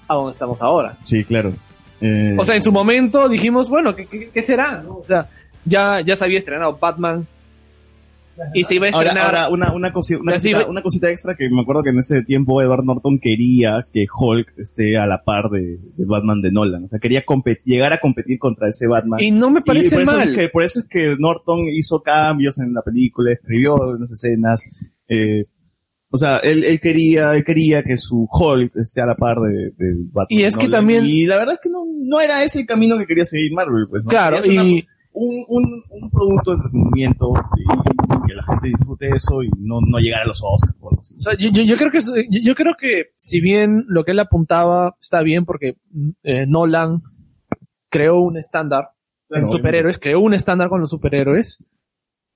Speaker 15: a donde estamos ahora.
Speaker 4: Sí, claro. Eh,
Speaker 15: O sea, en su momento dijimos, bueno, ¿qué, qué- qué será? no? O sea, ya, ya se había estrenado Batman. Y se iba a
Speaker 4: Ahora-
Speaker 15: estrenar.
Speaker 4: ahora una, una, cosi- una
Speaker 15: Ya se
Speaker 4: cosita,
Speaker 15: iba-
Speaker 4: una cosita extra que me acuerdo que en ese tiempo Edward Norton quería que Hulk esté a la par de, de Batman de Nolan. O sea, quería compet- llegar a competir contra ese Batman.
Speaker 15: Y no me parece
Speaker 4: por pues eso es
Speaker 15: mal.
Speaker 4: que- por eso es que Norton hizo cambios en la película, escribió las escenas. eh, o sea, él, él quería, él quería que su Hulk esté a la par de, de Batman.
Speaker 15: Y es
Speaker 4: de
Speaker 15: que
Speaker 4: Nolan.
Speaker 15: también-
Speaker 4: Y la verdad es que no, no era ese el camino que quería seguir Marvel. Pues, ¿no?
Speaker 15: Claro,
Speaker 4: Quería hacer
Speaker 15: y-
Speaker 4: una- un, un, un producto de entretenimiento y que la gente disfrute eso y no, no llegar a los Oscars. o algo así.
Speaker 15: O sea, yo, yo- yo creo que eso- yo, yo creo que si bien lo que él apuntaba está bien porque mm, eh, Nolan creó un estándar
Speaker 4: Claro,
Speaker 15: en superhéroes, creó un estándar con los superhéroes.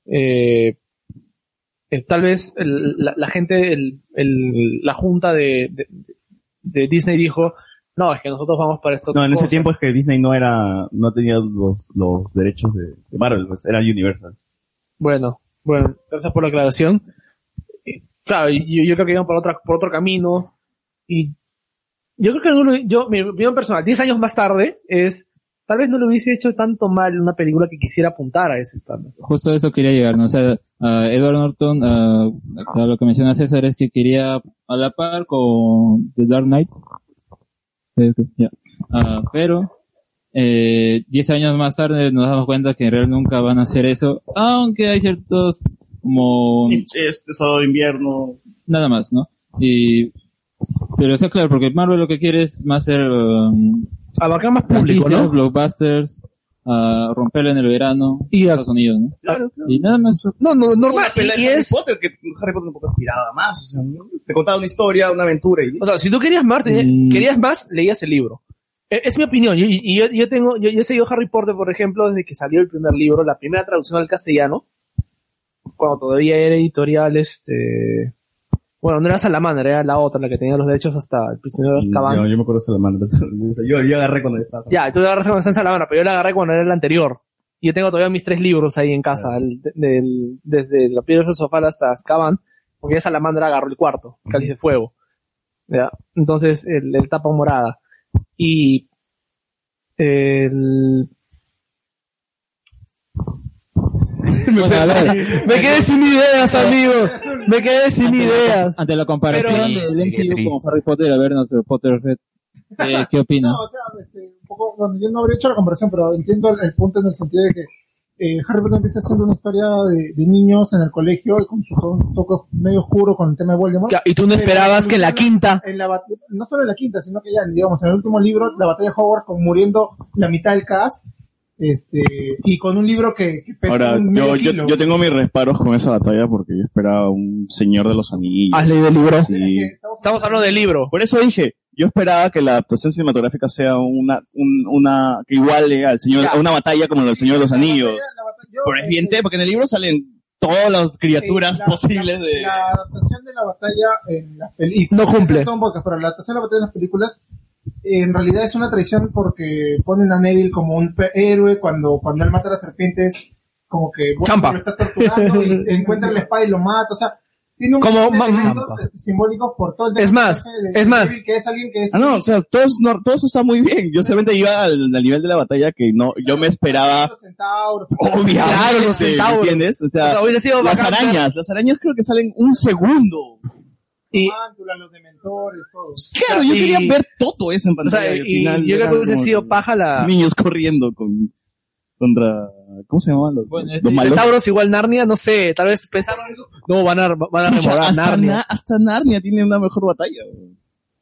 Speaker 15: eh, eh, tal vez el- la, la gente, el- el- la junta de, de- de Disney dijo, no, es que nosotros vamos para esto.
Speaker 4: No, en ese tiempo es que Disney no era, no tenía los, los derechos de, de Marvel, pues, era Universal.
Speaker 15: Bueno, bueno, gracias por la aclaración. Eh, Claro, yo, yo creo que iban por, otra, por otro camino. Y yo creo que no lo, yo, mi opinión personal, 10 años más tarde, es tal vez no le hubiese hecho tanto mal una película que quisiera apuntar a ese estándar.
Speaker 5: justo a eso quería llegar, ¿no? O sea, a Edward Norton, a, a lo que menciona César es que quería a la par con The Dark Knight. Eh, ya. Ah, pero, eh, 10 años más tarde nos damos cuenta que en realidad nunca van a hacer eso, aunque hay ciertos, como,
Speaker 4: Este solo de invierno.
Speaker 5: nada más, ¿no? Y, pero eso claro, porque Marvel lo que quiere es más ser, um,
Speaker 15: Abarcar más público,
Speaker 5: franquicias,
Speaker 15: ¿no?
Speaker 5: blockbusters, ah, a romperla en el verano
Speaker 3: y
Speaker 5: Estados Unidos, ¿no?
Speaker 15: Claro,
Speaker 5: Y nada más.
Speaker 3: No, no, normal.
Speaker 15: Una pelea de Harry Potter, que Harry Potter un poco aspiraba más. o sea, ¿no? te contaba una historia, una aventura. Y...
Speaker 3: O sea, si tú querías más, te-
Speaker 4: Mm.
Speaker 3: querías más, leías el libro. E- Es mi opinión. Y, y- y yo, yo tengo, yo, yo he seguido Harry Potter, por ejemplo, desde que salió el primer libro, la primera traducción al castellano, cuando todavía era editorial, este, bueno, no era Salamandra, era la otra, la que tenía los derechos hasta el prisionero
Speaker 4: Mm,
Speaker 3: de Azkaban.
Speaker 15: Yo, yo me acuerdo
Speaker 4: *laughs*
Speaker 15: de Salamandra. Yo, yo agarré cuando estaba.
Speaker 3: Ya, tú la agarras cuando está en Salamandra, pero yo la agarré cuando era el anterior. Yo tengo todavía mis tres libros ahí en casa, el- del- desde La piedra del sofá hasta Azkaban, porque ya Salamandra agarró el cuarto, Cáliz de Fuego. Ya, entonces, el, el tapa morada. Y el... me, me quedé sin ideas, amigo. Me quedé sin
Speaker 5: Ante la-
Speaker 3: ideas.
Speaker 5: ante la comparación
Speaker 3: Pero-
Speaker 5: del MCU con Harry Potter, a ver, nuestro Potterhead,
Speaker 3: *laughs*
Speaker 5: eh, ¿qué opina?
Speaker 13: No, o sea, este, un poco, bueno, yo no habría hecho la comparación, pero entiendo el, el punto en el sentido de que eh, Harry Potter empieza haciendo una historia de, de niños en el colegio y con su to- un toque medio oscuro con el tema de Voldemort.
Speaker 3: Ya, y tú no
Speaker 13: Pero
Speaker 3: esperabas que en la quinta-
Speaker 13: en la bat- no solo en la quinta, sino que ya, digamos, en el último libro, la batalla de Hogwarts, con muriendo la mitad del cast, este, y con un libro que, que pesa
Speaker 4: Ahora,
Speaker 13: un
Speaker 4: yo,
Speaker 13: medio
Speaker 4: yo,
Speaker 13: kilo.
Speaker 4: yo tengo mis reparos con esa batalla porque yo esperaba un señor de los anillos.
Speaker 3: ¿Has leído el libro?
Speaker 4: Sí.
Speaker 3: Estamos hablando del libro.
Speaker 4: Por eso dije, yo esperaba que la adaptación cinematográfica sea una, un- una, que iguale al señor,
Speaker 13: Ya.
Speaker 4: a una batalla como la del señor de los anillos.
Speaker 13: Yo, este,
Speaker 4: Pero es bien te- porque en el libro salen todas las criaturas
Speaker 13: Sí, la-
Speaker 4: posibles de...
Speaker 13: La adaptación de la batalla en las películas.
Speaker 3: No cumple.
Speaker 13: Excepto en Bocas, pero la adaptación de la batalla en las películas eh, en realidad es una traición porque ponen a Neville como un pe- héroe cuando, cuando él mata a las serpientes, como que bueno,
Speaker 3: Champa.
Speaker 13: lo está
Speaker 3: *laughs*
Speaker 13: torturando y encuentra la espada y lo mata. O sea, tiene un
Speaker 3: Como
Speaker 13: montón de
Speaker 3: ma-
Speaker 13: elementos, este, simbólicos por todo el
Speaker 3: Es
Speaker 13: tema
Speaker 3: más,
Speaker 13: de- de
Speaker 3: es más.
Speaker 13: Neville, que es alguien que es
Speaker 4: Ah, no, o sea, todo, es nor- todo eso está muy bien. Yo solamente iba al, al nivel de la batalla que no, yo me esperaba,
Speaker 13: centauro.
Speaker 4: obviamente,
Speaker 3: Claro, los
Speaker 4: ¿me
Speaker 3: centauros.
Speaker 4: ¿entiendes? O sea,
Speaker 3: O sea, hubiese sido
Speaker 4: las
Speaker 3: bacán,
Speaker 4: arañas,
Speaker 3: claro.
Speaker 4: las arañas creo que salen un segundo.
Speaker 3: Y,
Speaker 13: Mántula, los dementores, todo.
Speaker 4: Claro, yo
Speaker 3: Y-
Speaker 4: quería ver todo eso en
Speaker 3: o sea,
Speaker 4: pantalla. y al
Speaker 3: y
Speaker 4: final
Speaker 3: yo creo
Speaker 4: era
Speaker 3: que hubiese
Speaker 4: como
Speaker 3: sido paja la...
Speaker 4: Niños corriendo con, contra, ¿cómo se llamaban los, los
Speaker 3: Los
Speaker 4: malos?
Speaker 3: centauros igual Narnia, no sé, tal vez pensaron algo. No, van a, van a
Speaker 4: Pucha,
Speaker 3: remodelar
Speaker 4: hasta,
Speaker 3: Narnia.
Speaker 4: Na- hasta Narnia tiene una mejor batalla. güey.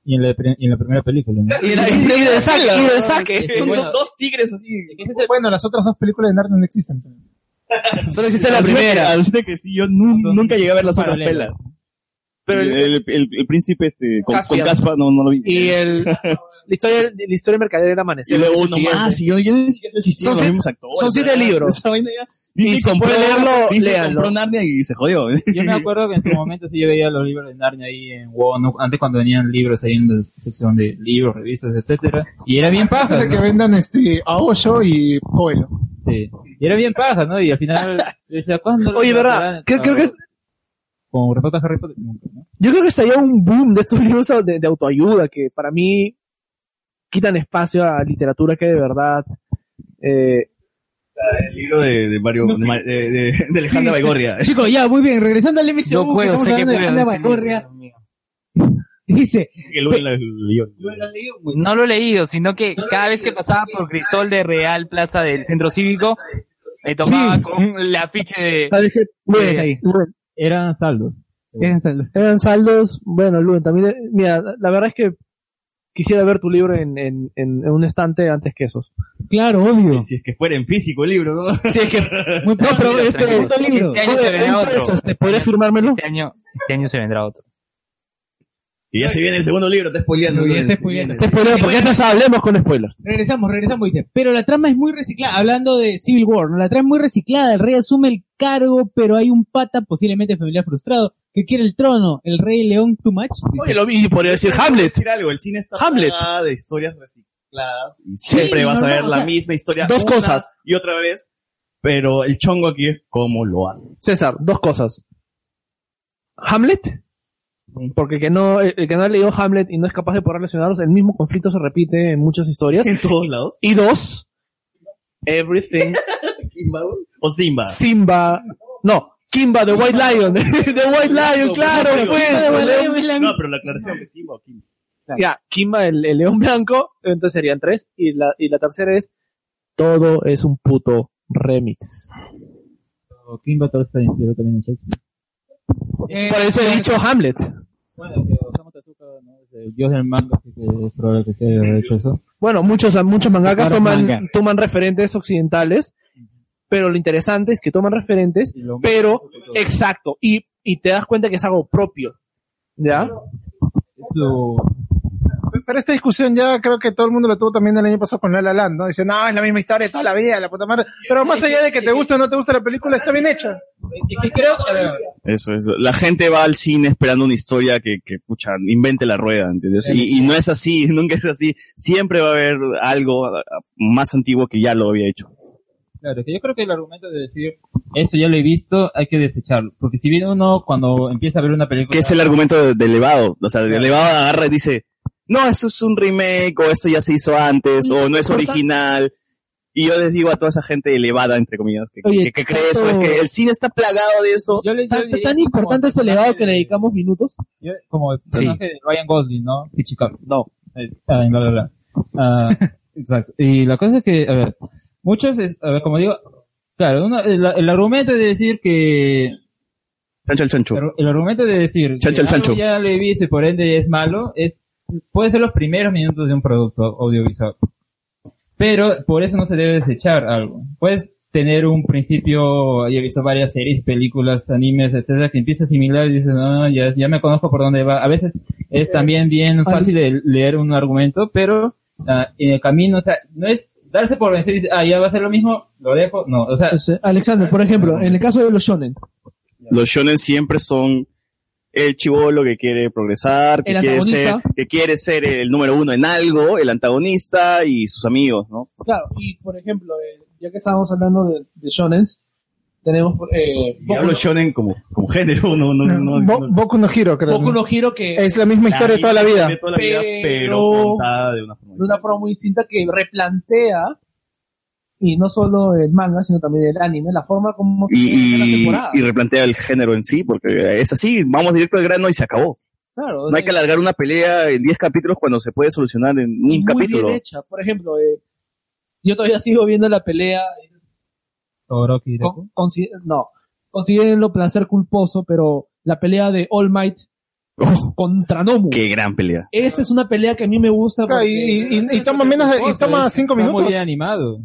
Speaker 5: Y en la, pri- y en la primera película, ¿no?
Speaker 3: Y de- y de saque, y de saque.
Speaker 4: *laughs* Son
Speaker 5: Bueno.
Speaker 4: dos, dos tigres así.
Speaker 13: Bueno, las otras dos películas de Narnia no existen.
Speaker 3: Solo existe la
Speaker 4: Alucina que-
Speaker 3: primera.
Speaker 4: alucina que sí, yo nu- nunca llegué a ver las otras
Speaker 5: Paralelas.
Speaker 4: pelas.
Speaker 3: Pero
Speaker 4: el,
Speaker 3: el-
Speaker 4: el, el príncipe este, con, con
Speaker 3: Caspian.
Speaker 4: caspa no, no lo vi.
Speaker 3: Y el, la historia, la historia mercadería del amanecer.
Speaker 4: Y luego
Speaker 3: es
Speaker 4: uno
Speaker 3: siguiente.
Speaker 4: más, y yo, yo ni siquiera sé si
Speaker 3: Son
Speaker 4: son los
Speaker 3: siete-
Speaker 4: mismos actores.
Speaker 3: son siete
Speaker 4: ¿verdad?
Speaker 3: libros.
Speaker 4: Esa vaina ya-
Speaker 5: Y
Speaker 4: Disney
Speaker 5: si pueden leerlo,
Speaker 4: Disney
Speaker 5: léanlo.
Speaker 4: compró Narnia y se jodió.
Speaker 5: Yo me acuerdo que en su momento sí yo veía los libros de Narnia ahí en WoW, ¿no? antes cuando venían libros ahí en la sección de libros, revistas, etcétera, y era bien paja,
Speaker 13: Antes de que
Speaker 5: ¿no?
Speaker 13: vendan este Aoyo y Coelho.
Speaker 5: Sí. Y era bien paja, ¿no? Y al final decía, ¿cuándo? lo
Speaker 3: Oye,
Speaker 5: sacarán?
Speaker 3: ¿verdad? Creo, creo que es-
Speaker 5: Como respecto a Harry Potter, nunca, ¿no?
Speaker 3: yo creo que estaría un boom de estos libros de, de autoayuda que para mí quitan espacio a literatura que de verdad eh,
Speaker 15: El libro de, de Mario, de, Ma- de, de, de Alejandra Baigorria. *laughs*
Speaker 1: Chicos, Oh, ya, muy bien, regresando al MCU.
Speaker 9: Yo puedo,
Speaker 1: estamos
Speaker 9: sé que
Speaker 1: hablando de
Speaker 9: puedo,
Speaker 1: Ana
Speaker 9: sí,
Speaker 1: Baigorria. Dice,
Speaker 15: Que luego la- leyó.
Speaker 9: No lo he leído, sino que cada vez que pasaba por Crisol de Real Plaza del Centro Cívico, me tomaba
Speaker 1: Sí.
Speaker 9: con el afiche de...
Speaker 3: ¿sabes qué?
Speaker 9: Luen
Speaker 1: ahí.
Speaker 3: Luen,
Speaker 5: Eran saldos.
Speaker 1: piénsalo.
Speaker 3: eran saldos bueno Luen también eh, mira la- la verdad es que quisiera ver tu libro en, en, en- en un estante antes que esos
Speaker 1: Claro, obvio.
Speaker 15: Si, si es que fuera en físico el libro, ¿no?
Speaker 3: si
Speaker 15: *laughs*
Speaker 3: es que
Speaker 1: Muy
Speaker 9: No,
Speaker 1: pronto,
Speaker 9: pero este-
Speaker 1: pronto libro.
Speaker 9: este año se vendrá
Speaker 15: pues,
Speaker 9: otro.
Speaker 3: ¿Te podrías firmármelo?
Speaker 9: Este año, este año se vendrá otro.
Speaker 15: Y ya se viene el segundo libro, está spoileando.
Speaker 1: Ya está
Speaker 15: Se
Speaker 1: spoileando.
Speaker 15: viene.
Speaker 3: Este spoiler, porque esto es hablemos con spoilers.
Speaker 1: Regresamos, regresamos, dice. Pero la trama es muy reciclada. Hablando de Civil War, ¿no? la trama es muy reciclada. El rey asume el cargo, pero hay un pata, posiblemente familiar frustrado, que quiere el trono. El rey León Too Much. dice.
Speaker 3: Oye, lo vi y podría decir
Speaker 15: Quiero
Speaker 3: Hamlet.
Speaker 15: decir algo, el cine está
Speaker 3: Hamlet.
Speaker 15: plagado de historias recicladas y
Speaker 3: Sí,
Speaker 15: siempre vas
Speaker 1: normal,
Speaker 15: a ver
Speaker 1: o
Speaker 15: la
Speaker 1: sea,
Speaker 15: misma historia
Speaker 3: dos
Speaker 15: una
Speaker 3: cosas.
Speaker 15: y otra vez, pero el chongo aquí es cómo lo hace.
Speaker 3: César, dos cosas. Hamlet, porque el que no, el el que no ha leído Hamlet y no es capaz de poder relacionarlos, el mismo conflicto se repite en muchas historias.
Speaker 15: En todos lados.
Speaker 3: Y dos, Everything,
Speaker 15: *laughs* Kimba, O Simba.
Speaker 3: Simba, no, Kimba, The White Lion, *laughs* The White Lion, claro,
Speaker 15: No,
Speaker 3: pues,
Speaker 15: pero-
Speaker 3: el león-
Speaker 15: No, pero la aclaración es Simba o Kimba.
Speaker 3: Ya, Kimba, el, el león blanco, entonces serían tres, y la, y la tercera es, todo es un puto remix.
Speaker 5: O Kimba Thorpe se inspiró también en Shakespeare.
Speaker 3: Por eso he dicho Hamlet.
Speaker 5: este Bueno, que Osamu Tezuka, ¿no? Es el dios del manga, así que es probable que se haya hecho eso.
Speaker 15: Bueno, muchos, muchos mangakas
Speaker 1: Ahora
Speaker 15: toman,
Speaker 1: manga.
Speaker 15: toman referentes occidentales, pero lo interesante es que toman referentes, pero, exacto, y, y te das cuenta que es algo propio. ¿Ya?
Speaker 13: Pero esta discusión ya creo que todo el mundo la tuvo también el año pasado con La La Land, ¿no? Dice, no, es la misma historia de toda la vida, la puta madre. Pero más allá de que te guste o no te guste la película, está bien hecha.
Speaker 5: creo que, a ver,
Speaker 8: Eso es. La gente va al cine esperando una historia que, que pucha, invente la rueda, ¿entiendes? Y, y no es así, *laughs* nunca es así. Siempre va a haber algo a- a- más antiguo que ya lo había hecho.
Speaker 5: claro, que yo creo que el argumento de decir, esto ya lo he visto, hay que desecharlo. Porque si bien uno cuando empieza a ver una película...
Speaker 8: Que es el argumento de, de elevado. O sea, de elevado agarra y dice, no, eso es un remake, o eso ya se hizo antes, o no es original. Y yo les digo a toda esa gente elevada, entre comillas, que,
Speaker 1: Oye,
Speaker 8: que- que cree eso, es que el cine está plagado de eso.
Speaker 5: Tan,
Speaker 15: tan importante es elevado que le dedicamos minutos.
Speaker 5: Yo- como el personaje de Ryan Gosling, ¿no? Hitchcock. No. Ah, en La La Land.
Speaker 15: *laughs*
Speaker 5: Ah, exacto. Y la cosa es que, a ver, muchos, es- a ver, como digo, claro, uno- el, el argumento de decir que... El, el argumento de decir que
Speaker 8: Chancho, el chancho.
Speaker 5: algo ya lo he visto y por ende es malo, es puede ser los primeros minutos de un producto audiovisual. Pero por eso no se debe desechar algo. Puedes tener un principio, yo he visto varias series, películas, animes, etcétera, que empieza similar y dices, no, ya, ya me conozco por dónde va. A veces es también bien fácil de leer un argumento, pero ah, en el camino, o sea, no es darse por vencido y dices, ah, ya va a ser lo mismo, lo dejo, no, o sea,
Speaker 15: O sea, Alexander, por ejemplo, en el caso de los shonen,
Speaker 8: Los shonen siempre son el chivolo que quiere progresar, que
Speaker 15: El
Speaker 8: quiere, ser,
Speaker 15: antagonista.
Speaker 8: que quiere ser el número uno en algo, el antagonista y sus amigos, ¿no?
Speaker 15: Claro, y por ejemplo, eh, ya que estábamos hablando de, de shonens, tenemos eh,
Speaker 8: Y hablo shonen como, como género, no, no, no.
Speaker 13: Bo- Boku no Hiro, creo.
Speaker 15: Boku no Hiro que
Speaker 13: Es la misma historia de toda la vida.
Speaker 8: De toda la vida, pero contada de una forma.
Speaker 15: de una forma muy distinta que replantea y no solo el manga, sino también el anime, la forma como
Speaker 8: Y,
Speaker 15: la
Speaker 8: y,
Speaker 15: temporada.
Speaker 8: y replantea el género en sí, porque es así, vamos directo al grano y se acabó.
Speaker 15: Claro,
Speaker 8: No hay que alargar una pelea en 10 capítulos cuando se puede solucionar en un
Speaker 15: muy
Speaker 8: capítulo.
Speaker 15: bien hecha. Por ejemplo, eh, yo todavía sigo viendo la pelea eh,
Speaker 5: Todoroki,
Speaker 15: con- consi- no, considérenlo placer culposo, pero la pelea de All Might
Speaker 13: Oh.
Speaker 15: contra Nomu.
Speaker 8: Qué gran pelea.
Speaker 15: Esa es una pelea que a mí me gusta.
Speaker 13: Claro, y- y- y- y toma menos de- y toma cinco
Speaker 15: Está
Speaker 13: minutos.
Speaker 15: muy bien animado.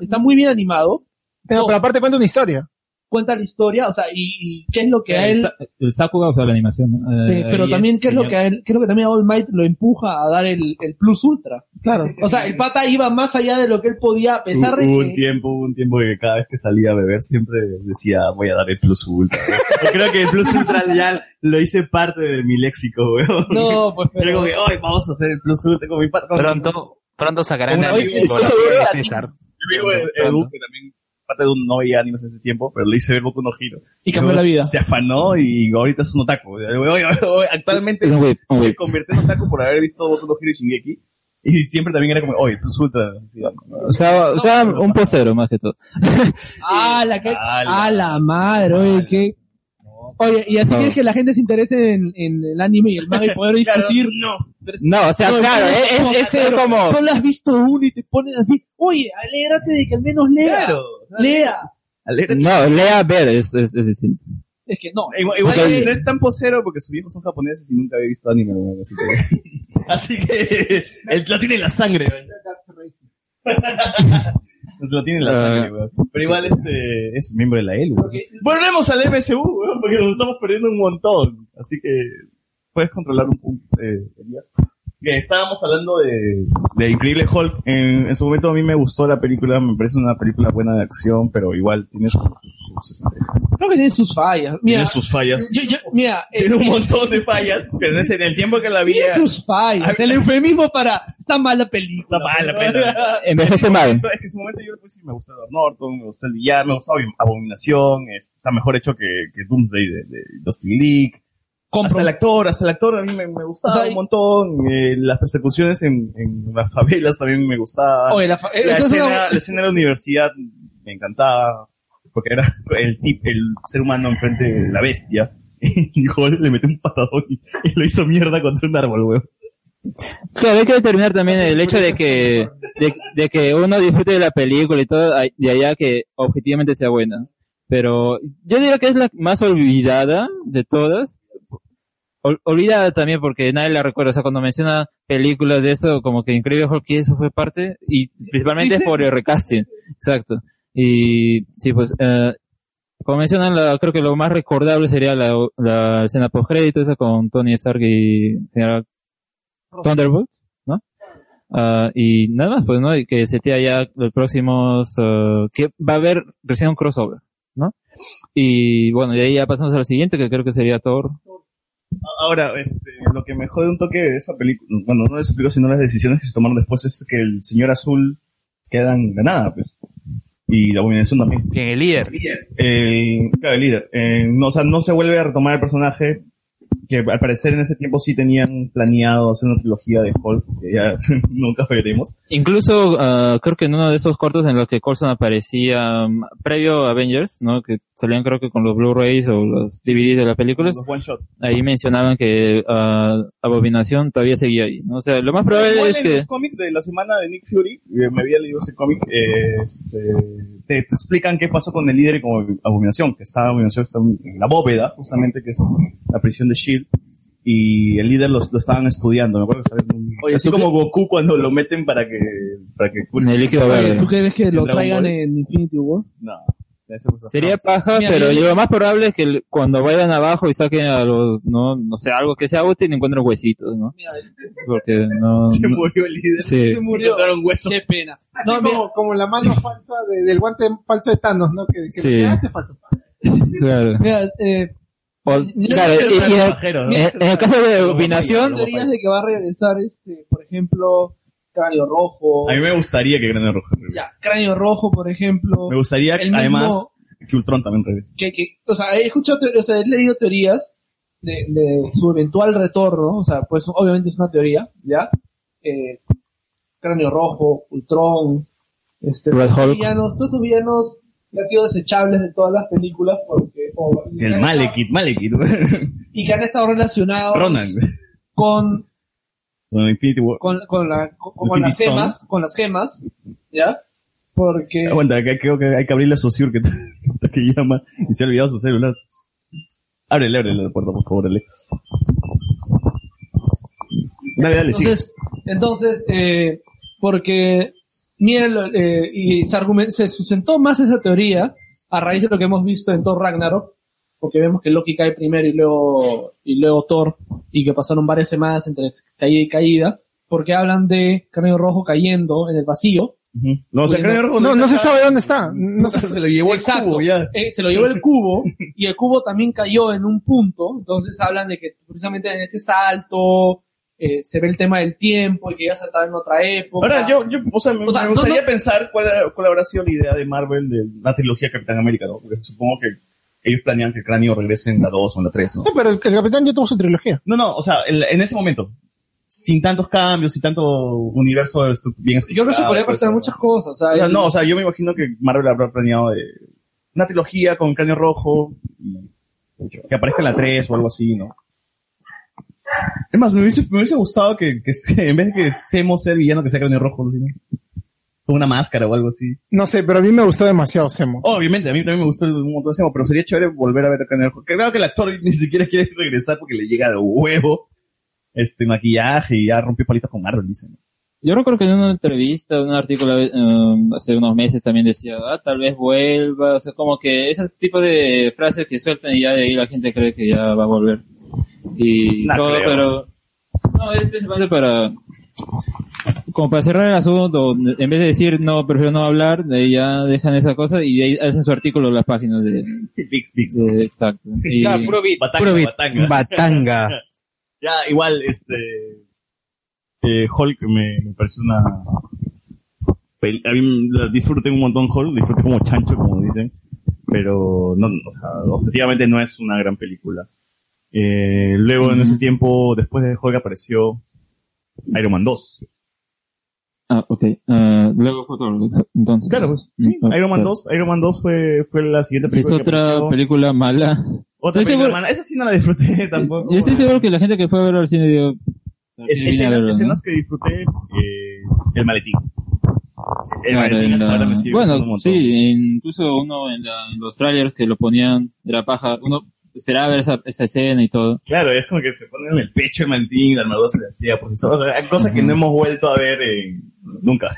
Speaker 15: Está muy bien animado.
Speaker 13: Pero, pero aparte cuenta una historia.
Speaker 15: Cuenta la historia, o sea, y, y qué es lo que a
Speaker 5: el,
Speaker 15: él.
Speaker 5: sa- el Sakuga, o sea, la animación. ¿no? Eh,
Speaker 15: eh, pero
Speaker 5: ahí
Speaker 15: también
Speaker 5: es
Speaker 15: qué es lo
Speaker 5: genial.
Speaker 15: que a él, creo que también a All Might lo empuja a dar el, el plus ultra.
Speaker 13: Claro.
Speaker 15: O sea, el pata iba más allá de lo que él podía, a pesar de
Speaker 4: Hubo un
Speaker 15: que.
Speaker 4: tiempo, hubo un tiempo que cada vez que salía a beber siempre decía, voy a dar el plus ultra. Yo creo que el plus ultra ya lo hice parte de mi léxico, weón.
Speaker 15: No, pues
Speaker 4: Era como que, hoy vamos a hacer el plus ultra con mi pata.
Speaker 9: Pronto, pronto sacarán
Speaker 4: Una
Speaker 9: la
Speaker 4: vez-
Speaker 9: lección.
Speaker 4: ¿Estás seguro?
Speaker 9: César.
Speaker 4: Mi amigo Edu, que también parte de un no veía animes en ese tiempo, pero le hice ver Boku no Hiro.
Speaker 15: Y cambió la vida.
Speaker 4: Se afanó y ahorita es un otaku. Oye, oye, Actualmente se convirtió en otaku por haber visto Boku no Hiro y Shingeki. Y siempre también era como, oye, plus ultra. Sí,
Speaker 5: O sea, o sea, un posero más que todo.
Speaker 15: ¡Ah, la, que,
Speaker 4: ¡Ala!
Speaker 15: ¡Ah, la madre! Oye, qué. Oye, y así
Speaker 5: No.
Speaker 15: quieres que la gente se interese en, en el anime y el manga y poder discutir.
Speaker 5: No, o sea, claro, eh, es, es- es
Speaker 15: claro,
Speaker 5: como...
Speaker 15: Solo has visto uno y te ponen así. Oye, alégrate de que al menos lea.
Speaker 4: Claro.
Speaker 15: Lea.
Speaker 5: No, lea ver, es, es, es distinto.
Speaker 15: Es que no.
Speaker 4: Igual, igual no es tan posero porque sus viejos son japoneses y nunca había visto anime. weón, así que, *laughs* así que el, lo tiene en la sangre. weón. Lo tiene en la
Speaker 8: Ah.
Speaker 4: sangre, weón. Pero igual este es miembro de la ELU. weón. Volvemos al MSU, weón, porque nos estamos perdiendo un montón. Así que puedes controlar un punto, eh, Elías. Bien, estábamos hablando de, de Increíble Hulk. En, en su momento a mí me gustó la película, me parece una película buena de acción, pero igual tiene sus, sus, este,
Speaker 15: Creo que tiene sus fallas. Mira,
Speaker 4: tiene sus fallas.
Speaker 15: yo- yo- mira, eh,
Speaker 4: Tiene un montón de fallas, pero en, ese, en el tiempo que la vi.
Speaker 15: tiene sus fallas. El eufemismo para. Está mala película.
Speaker 4: Está mala película.
Speaker 5: Envejece mal.
Speaker 4: Es que en su momento yo pues, sí me gustó Edward Norton, me gustó el villano, me gustó Abomin- Abominación, es- está mejor hecho que, que Doomsday de, de Justin League. Hasta el actor, hasta el actor a mí me, me gustaba
Speaker 15: O sea,
Speaker 4: un montón. eh, las persecuciones en, en las favelas también me gustaban.
Speaker 15: Oye, la fa- eh,
Speaker 4: la,
Speaker 15: eso es
Speaker 4: escena,
Speaker 15: una-
Speaker 4: la escena de la universidad me encantaba. Porque era el tip, el ser humano enfrente de la bestia. *laughs* Y Hulk le metió un patadón y, y lo hizo mierda contra un árbol, weón.
Speaker 5: Claro, hay que determinar también el hecho de que, de, de que uno disfrute de la película y todo, ay- de allá que objetivamente sea buena. Pero yo diría que es la más olvidada de todas, ol- olvidada también porque nadie la recuerda. O sea, cuando menciona películas de eso, como que Increíble Hulk y eso fue parte, y principalmente es por el recasting. Exacto. Y sí, pues, eh, como mencionan, la- creo que lo más recordable sería la, la escena post-crédito, esa con Tony Stark y General Thunderbolt, ¿no? Ah, y nada más, pues, ¿no? Y que se te ya los próximos, ah, que va a haber recién un crossover, ¿no? Y bueno, y ahí ya pasamos al siguiente, que creo que sería Thor.
Speaker 4: Ahora, este, lo que me jode un toque de esa película, bueno, no de esa película, sino las decisiones que se tomaron después es que el señor azul queda en la nada, pues. Y la abominación también.
Speaker 3: el líder.
Speaker 4: El, claro, el líder. Eh, no, o sea, no se vuelve a retomar el personaje que al parecer en ese tiempo sí tenían planeado hacer una trilogía de Hulk, que ya *laughs* nunca veremos.
Speaker 5: Incluso ah, creo que en uno de esos cortos en los que Colson aparecía mm, previo a Avengers, ¿no? Que salían creo que con los Blu-rays o los DVDs de las películas.
Speaker 4: Los one shot.
Speaker 5: Ahí mencionaban que ah, Abominación todavía seguía ahí. ¿no? O sea, lo más probable
Speaker 4: Igual
Speaker 5: es
Speaker 4: en
Speaker 5: que
Speaker 4: los cómics de la semana de Nick Fury, eh, me había leído ese cómic, eh, este, te, te explican qué pasó con el líder y con Abominación, que está Abominación está en la bóveda, justamente, que es la prisión de S.H.I.E.L.D., y el líder los, lo estaban estudiando, me acuerdo que estaba en un-
Speaker 15: Oye,
Speaker 4: así
Speaker 15: ¿tú
Speaker 4: como Goku cuando lo meten para que, para que
Speaker 5: el líquido verde.
Speaker 15: ¿Tú crees que
Speaker 4: ¿En
Speaker 15: lo
Speaker 4: Dragon
Speaker 15: traigan
Speaker 4: Ball?
Speaker 15: en Infinity War?
Speaker 4: No. *laughs*
Speaker 5: Sería paja,
Speaker 15: Mira,
Speaker 5: pero
Speaker 15: yo-
Speaker 5: lo más probable es que el- cuando vayan abajo y saquen a los, no, no sé, algo que sea útil, encuentren huesitos, ¿no?
Speaker 15: eh.
Speaker 5: Porque no...
Speaker 4: Se
Speaker 5: no-
Speaker 4: murió el líder.
Speaker 5: Sí.
Speaker 13: Se murió.
Speaker 4: huesos.
Speaker 13: Qué pena. No, como, como la mano falsa de- del guante falso de Thanos, ¿no? Que, que
Speaker 5: Sí.
Speaker 13: ah, este es falso.
Speaker 5: Claro.
Speaker 15: Mira, eh,
Speaker 5: O-
Speaker 15: yo
Speaker 5: claro,
Speaker 15: no
Speaker 5: y-
Speaker 15: sé
Speaker 5: y
Speaker 15: el-
Speaker 5: en, en el caso de Abominación,
Speaker 15: teorías de que va a regresar, este, por ejemplo, Cráneo Rojo.
Speaker 4: A mí me gustaría que Grande Rojo.
Speaker 15: Ya, Cráneo Rojo, por ejemplo.
Speaker 4: Me gustaría,
Speaker 15: El mismo-
Speaker 4: además, que Ultron también regrese.
Speaker 15: que, que- o sea, he escuchado, teor- o sea, he leído teorías de, de su eventual retorno, o sea, pues obviamente es una teoría, ¿ya? Eh, Cráneo Rojo, Ultron, este,
Speaker 5: Red
Speaker 15: todos estos
Speaker 5: Hulk.
Speaker 15: villanos, todos estos villanos que han sido desechables de todas las películas porque, o- y, que
Speaker 4: El
Speaker 15: han estado-
Speaker 4: Malekith, Malekith.
Speaker 15: *laughs* y que han estado relacionados
Speaker 4: Ronan.
Speaker 15: con,
Speaker 4: Bueno, Infinity War.
Speaker 15: con, con, la- con- con
Speaker 4: Infinity
Speaker 15: las
Speaker 4: Stone.
Speaker 15: gemas, con las gemas, ¿ya? Porque...
Speaker 4: Aguanta, que creo que hay que abrirle a Sosur que, *laughs* que llama y se ha olvidado su celular. Ábrele, ábrele la puerta, por favor, Alex. Dale, dale, sigue.
Speaker 15: Entonces, entonces eh, porque miren, lo- eh, y se, argumen- se sustentó más esa teoría a raíz de lo que hemos visto en Thor Ragnarok, porque vemos que Loki cae primero y luego, y luego Thor, y que pasaron varias semanas entre caída y caída, porque hablan de Cráneo Rojo cayendo en el vacío.
Speaker 4: No, o sea, Cráneo Rojo
Speaker 13: No, no se sabe dónde está.
Speaker 4: No sé, se lo llevó el cubo ya.
Speaker 15: Eh, se lo llevó el cubo y el cubo también cayó en un punto. Entonces hablan de que precisamente en este salto eh, se ve el tema del tiempo y que ya saltaba en otra época.
Speaker 4: Ahora, yo, yo, o sea, me,
Speaker 15: O sea,
Speaker 4: me
Speaker 15: no,
Speaker 4: gustaría
Speaker 15: no-
Speaker 4: pensar cuál, cuál habrá sido la idea de Marvel de la trilogía Capitán América, ¿no? Porque supongo que ellos planean que el cráneo regrese en la 2 o en la 3, ¿no?
Speaker 13: No, pero el, el Capitán ya tuvo su trilogía.
Speaker 4: No, no, o sea, el- en ese momento, sin tantos cambios, sin tanto universo estru- bien
Speaker 15: Yo creo que se
Speaker 4: estructurado,
Speaker 15: podría
Speaker 4: pues,
Speaker 15: pasar muchas cosas. O sea,
Speaker 4: O sea,
Speaker 15: y-
Speaker 4: no, o sea, yo me imagino que Marvel habrá planeado eh, una trilogía con Cráneo Rojo y que aparezca en la 3 o algo así, ¿no? Es más, me hubiese, me hubiese gustado que, que se- *laughs* en vez de que Semo sea el villano, que sea Cráneo Rojo, ¿sí? Con una máscara o algo así.
Speaker 13: No sé, pero a mí me gustó demasiado Semo.
Speaker 4: Obviamente, a mí también me gustó un montón de Semo, pero sería chévere volver a ver a Cráneo Rojo. Creo que el actor *laughs* ni siquiera quiere regresar porque le llega de huevo este maquillaje y ya rompió palitos con Marvel, dicen.
Speaker 5: yo recuerdo que en una entrevista, en un artículo eh, hace unos meses también decía, ah, tal vez vuelva, o sea, como que esos tipos de frases que sueltan y ya de ahí la gente cree que ya va a volver. Y
Speaker 4: No
Speaker 5: todo,
Speaker 4: creo.
Speaker 5: pero... No, es principalmente para... Como para cerrar el asunto, en vez de decir, no, prefiero no hablar, de ahí ya dejan esa cosa y de ahí hacen su artículo en las páginas de...
Speaker 4: Vix, Vix. *laughs*
Speaker 5: de- exacto. Y-
Speaker 3: Claro, puro beat.
Speaker 4: Batanga,
Speaker 5: Puro beat.
Speaker 4: batanga. *laughs*
Speaker 22: Batanga.
Speaker 4: Ya, igual, este. eh, Hulk me, me parece una. pel- A mí la disfruté un montón Hulk, disfruté como chancho, como dicen. Pero, no, o sea, objetivamente no es una gran película. Eh, luego, en ese tiempo, después de Hulk apareció Iron Man 2.
Speaker 5: Ah, ok. Ah, luego fue todo, entonces.
Speaker 4: Claro, pues,
Speaker 5: sí,
Speaker 4: Iron Man 2, Iron Man 2 fue, fue la siguiente
Speaker 5: Es
Speaker 4: película. que
Speaker 5: otra
Speaker 4: apareció.
Speaker 5: película mala.
Speaker 4: Otra película,
Speaker 5: Estoy seguro-
Speaker 4: hermana. Esa sí no la disfruté *laughs* tampoco.
Speaker 5: Yo estoy seguro que la gente que fue a ver al cine dio...
Speaker 4: Es, escenas, escenas que disfruté, eh, el maletín. El maletín hasta ahora me sigue gustando un
Speaker 5: Bueno,
Speaker 4: montón.
Speaker 5: sí, incluso uno en, la- en los trailers que lo ponían de la paja, uno esperaba ver esa, esa escena y todo.
Speaker 4: Claro, es como que se pone en el pecho el mantín, la armadura celestia, profesor. O sea, cosas que no hemos vuelto a ver eh, nunca.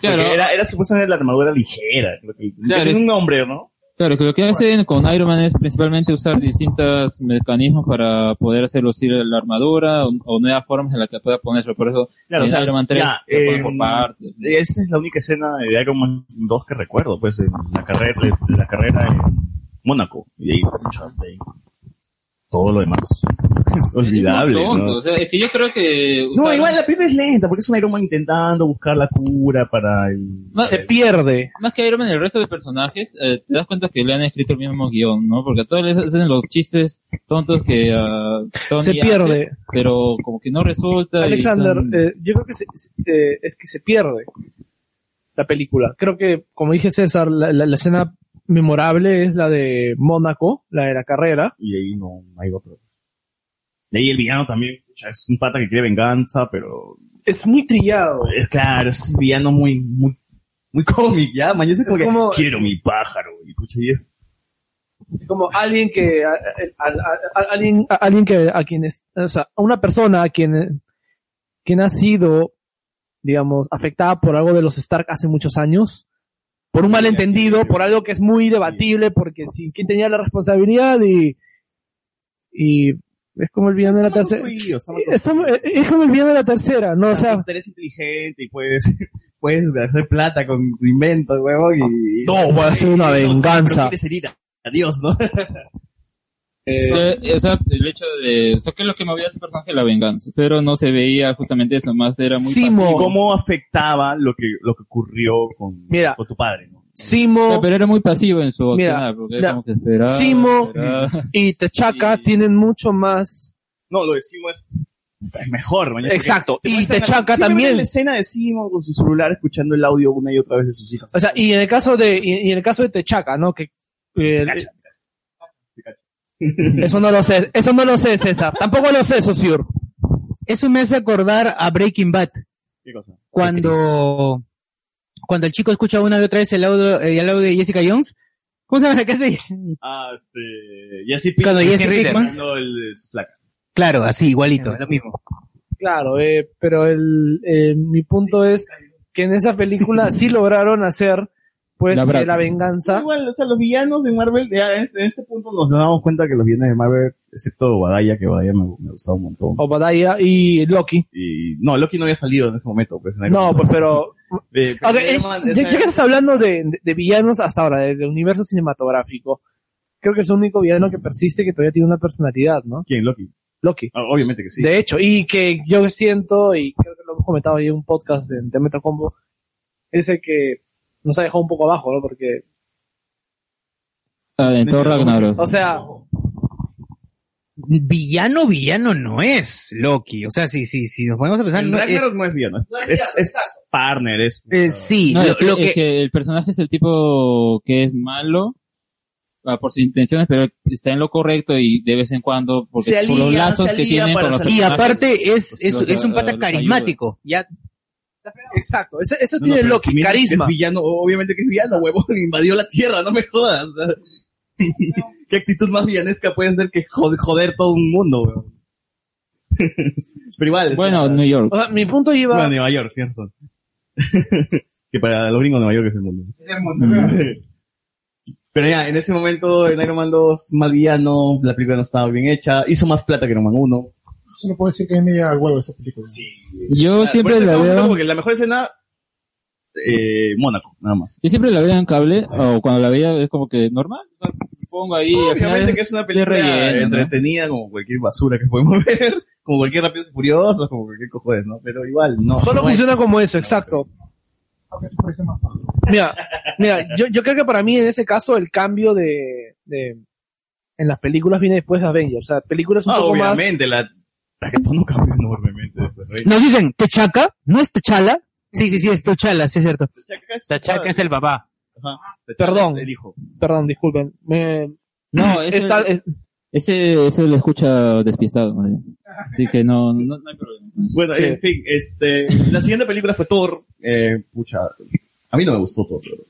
Speaker 5: Claro.
Speaker 4: Porque era, era supuestamente la armadura ligera. Creo que, que
Speaker 5: Claro.
Speaker 4: tiene un nombre, ¿no?
Speaker 5: Claro, que lo que hacen con Iron Man es principalmente usar distintos mecanismos para poder hacer lucir la armadura o, o nuevas formas en las que pueda ponerlo. Por eso
Speaker 4: Claro,
Speaker 5: en
Speaker 4: o sea,
Speaker 5: Iron Man 3
Speaker 4: ya,
Speaker 5: se pone
Speaker 4: eh,
Speaker 5: por partes.
Speaker 4: Esa es la única escena de Iron Man 2 que recuerdo, pues, de la carrera, de la carrera en Mónaco. Y de ahí, pucha, de ahí, todo lo demás. *laughs* Es olvidable,
Speaker 5: Tonto,
Speaker 4: ¿no?
Speaker 5: o sea, es que yo creo que...
Speaker 4: No,
Speaker 5: usaron-
Speaker 4: igual la primera es lenta, porque es un Iron Man intentando buscar la cura para el...
Speaker 5: No, eh,
Speaker 15: pierde.
Speaker 5: Más que Iron Man, el resto de personajes, eh, te das cuenta que le han escrito el mismo guión, ¿no? Porque a todos les hacen los chistes tontos que ah, Tony
Speaker 15: Se
Speaker 5: hace,
Speaker 15: pierde.
Speaker 5: pero como que no resulta. y
Speaker 15: Alexander,
Speaker 5: están-
Speaker 15: eh, yo creo que se- se- eh, es que se pierde la película. Creo que, como dije César, la, la- la escena memorable es la de Mónaco, la de la carrera.
Speaker 4: y ahí no hay otro. De ahí el villano también, pucha, es un pata que quiere venganza, pero...
Speaker 15: Es muy trillado.
Speaker 4: Es claro, es un villano muy, muy, muy cómic, ya, mañana es como que
Speaker 15: como-
Speaker 4: quiero mi pájaro, y pucha, y es...
Speaker 15: Como alguien que, a, a- a- a- alguien, a- alguien que, a quien es, o sea, a una persona a quien, quien ha sido, digamos, afectada por algo de los Stark hace muchos años, por un malentendido, por algo que es muy debatible, porque si, ¿quién tenía la responsabilidad? Y, y es como el villano de la tercera. Eh, Es como- es como el villano de la tercera, ¿no? O sea,
Speaker 4: Eres inteligente y puedes, puedes hacer plata con tu invento, huevón, y...
Speaker 15: No, voy a hacer una venganza.
Speaker 4: Pero quieres herir a- Adiós, ¿no?
Speaker 5: Eh, *laughs* eh, o sea, el hecho de... O sea, que lo que movía a ese personaje la venganza, pero no se veía justamente eso, más era muy pasivo.
Speaker 4: ¿Cómo afectaba lo que, lo que ocurrió con,
Speaker 15: Mira.
Speaker 4: con tu padre? ¿no?
Speaker 15: Simo.
Speaker 5: O sea, pero era muy pasivo en su
Speaker 15: Mira,
Speaker 5: accionar, porque era
Speaker 15: mira,
Speaker 5: como que esperaba,
Speaker 15: Simo
Speaker 5: esperaba.
Speaker 15: y Techaca tienen mucho más.
Speaker 4: No, lo decimos es mejor, mañana.
Speaker 15: Exacto,
Speaker 4: Te
Speaker 15: y
Speaker 4: muestran-
Speaker 15: Techaca
Speaker 4: siempre
Speaker 15: también.
Speaker 4: La escena de Simon con su celular escuchando el audio una y otra vez de sus hijas.
Speaker 15: O sea, y en el caso de, y, y en el caso de Techaca, ¿no? Que, eh,
Speaker 4: Cacha,
Speaker 15: eso no lo sé, eso no lo sé, César. Tampoco lo sé, Sosur.
Speaker 1: Eso me hace acordar a Breaking Bad.
Speaker 4: ¿Qué cosa?
Speaker 1: Cuando, cuando el chico escucha una y otra vez el audio, eh, el audio de Jessica Jones. ¿Cómo se llama la
Speaker 4: *laughs*
Speaker 1: que hace?
Speaker 4: Ah, este. Jesse Pinkman.
Speaker 1: Cuando Jesse Pinkman-
Speaker 4: Cuando el- su placa.
Speaker 1: Claro, así, igualito, lo mismo.
Speaker 15: *laughs* Claro, eh, pero el, eh, mi punto es que en esa película sí lograron hacer, pues,
Speaker 4: La
Speaker 15: de la,
Speaker 4: Bratz.
Speaker 15: venganza.
Speaker 4: Igual, o sea, los villanos de Marvel, ya en este, en este punto nos damos cuenta que los villanos de Marvel, excepto Badaya, que Badaya me, me gustaba un montón.
Speaker 15: Obadiah y Loki.
Speaker 4: Y, no, Loki no había salido en ese momento. Pues, en
Speaker 15: No, pues, pero.
Speaker 4: *laughs* Eh,
Speaker 15: Ok, eh, ya, ya que estás hablando de, de- de villanos hasta ahora, del universo cinematográfico, creo que es el único villano que persiste que todavía tiene una personalidad, ¿no?
Speaker 4: ¿Quién? Loki.
Speaker 15: Loki.
Speaker 4: Ah, Obviamente que sí.
Speaker 15: De hecho, y que yo siento, y creo que lo hemos comentado ahí en un podcast en The Meta Combo, es el que nos ha dejado un poco abajo, ¿no? Porque,
Speaker 5: Ah, en Thor Ragnarok.
Speaker 15: o sea,
Speaker 1: Villano, villano no es Loki. O sea, si, si, si nos ponemos a pensar.
Speaker 4: En
Speaker 1: no, eh,
Speaker 4: Ragnarok no es villano, es- es, es partner, es.
Speaker 1: eh, sí,
Speaker 5: No,
Speaker 1: lo,
Speaker 5: es que-
Speaker 1: lo
Speaker 5: es
Speaker 1: que,
Speaker 5: que el personaje es el tipo que es malo ah, por sus intenciones, pero está en lo correcto y de vez en cuando, porque
Speaker 1: Se
Speaker 5: por los
Speaker 1: alía,
Speaker 5: lazos
Speaker 1: se
Speaker 5: que
Speaker 1: alía
Speaker 5: tiene
Speaker 1: para
Speaker 5: con los
Speaker 1: salir. Y
Speaker 5: personajes,
Speaker 1: aparte es-
Speaker 5: pues,
Speaker 1: es-
Speaker 5: los-
Speaker 1: es un
Speaker 5: ah,
Speaker 1: pata
Speaker 5: los ayuda.
Speaker 1: carismático. ya.
Speaker 15: Exacto, eso, eso
Speaker 4: No, no,
Speaker 15: tiene
Speaker 4: pero si
Speaker 15: Loki,
Speaker 4: miras que
Speaker 15: carisma.
Speaker 4: Es villano, obviamente que es villano, huevón, *laughs* invadió la tierra, no me jodas. *laughs* ¿Qué actitud más villanesca puede ser que jod- joder todo un mundo, huevón? *laughs* Pero igual.
Speaker 5: Bueno, New York.
Speaker 15: O
Speaker 1: Ah.
Speaker 15: sea, mi punto iba...
Speaker 4: Bueno, Nueva York, cierto. *laughs* que para los gringos Nueva York es el mundo. *laughs* Pero ya, en ese momento en Iron Man 2, mal villano, la película no estaba bien hecha, hizo más plata que Iron Man 1.
Speaker 13: Solo puedo decir que a mí me llega al huevo esa película.
Speaker 5: Yo
Speaker 4: Ah,
Speaker 5: siempre la veo-
Speaker 4: Porque la mejor escena, eh, Mónaco, nada más.
Speaker 5: Yo siempre la veía en cable, o cuando la veía es como que normal. o sea, Pongo ahí. al
Speaker 4: Obviamente
Speaker 5: final
Speaker 4: que es una
Speaker 5: de
Speaker 4: película
Speaker 5: relleno, ¿no?
Speaker 4: entretenida como cualquier basura que podemos *laughs* ver, como cualquier Rápidos y Furiosos, como cualquier cojones, ¿no? Pero igual, no.
Speaker 15: Solo
Speaker 4: no es.
Speaker 15: funciona como eso, exacto. Mira, mira, yo, yo creo que para mí en ese caso el cambio de, de- en las películas viene después de Avengers. O sea, películas un
Speaker 4: Ah,
Speaker 15: poco más.
Speaker 4: obviamente, la, la que todo no cambió enormemente después, ¿no?
Speaker 1: nos dicen, Techaca, ¿no es Techala? Sí, sí, sí, es Techala, sí es cierto.
Speaker 23: Tachaca es el papá.
Speaker 4: Ajá.
Speaker 15: Perdón.
Speaker 4: El hijo.
Speaker 15: Perdón, disculpen. Me-
Speaker 5: No, ese-
Speaker 15: Esta- es-
Speaker 5: Ese, ese lo escucha despistado. más bien. Así que no, no, no hay problema.
Speaker 4: Bueno,
Speaker 15: Sí.
Speaker 4: en fin, este, la siguiente película fue Thor. Eh, pucha, a mí no me gustó Thor. pero-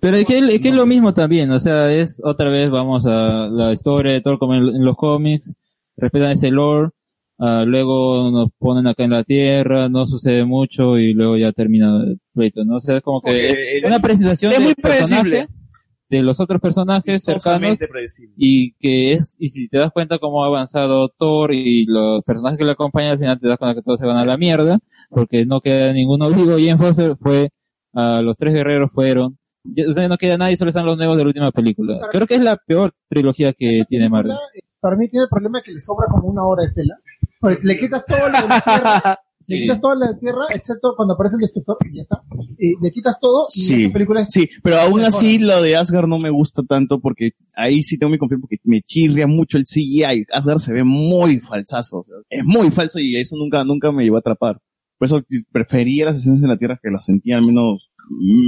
Speaker 5: Pero es que, es que es lo mismo también, o sea, es otra vez vamos a la historia de Thor como en, en los cómics, respetan ese lore, ah, luego nos ponen acá en la Tierra, no sucede mucho y luego ya termina el pleito, ¿no? O sea, es como que
Speaker 24: Porque
Speaker 5: es
Speaker 24: es-
Speaker 5: una
Speaker 24: eh,
Speaker 5: presentación
Speaker 24: es
Speaker 5: del
Speaker 24: muy predecible.
Speaker 5: personaje, de los otros personajes cercanos
Speaker 4: Sosamente predecible.
Speaker 5: y que es y si te das cuenta cómo ha avanzado Thor y los personajes que lo acompañan al final te das cuenta que todos se van a la mierda porque no queda ninguno *laughs* vivo y en Foster fue ah, los tres guerreros fueron ya- o sea, no queda nadie solo están los nuevos de la última película creo que es la peor trilogía que tiene Marvel
Speaker 13: Para mí tiene el problema que le sobra como una hora de tela. Porque Le quitas todo lo de la
Speaker 25: *laughs*
Speaker 13: tierra, le
Speaker 25: Sí.
Speaker 13: quitas toda la tierra, excepto cuando aparece el destructor y ya está. Y le quitas todo y
Speaker 25: Sí,
Speaker 13: esa película es
Speaker 25: sí, pero aún así lo de Asgard no me gusta tanto porque ahí sí tengo mi conflicto porque me chirria mucho el CGI. Asgard se ve muy falsazo, o sea, es muy falso y eso nunca, nunca me llevó a atrapar. Por eso prefería las escenas de la Tierra que las sentía al menos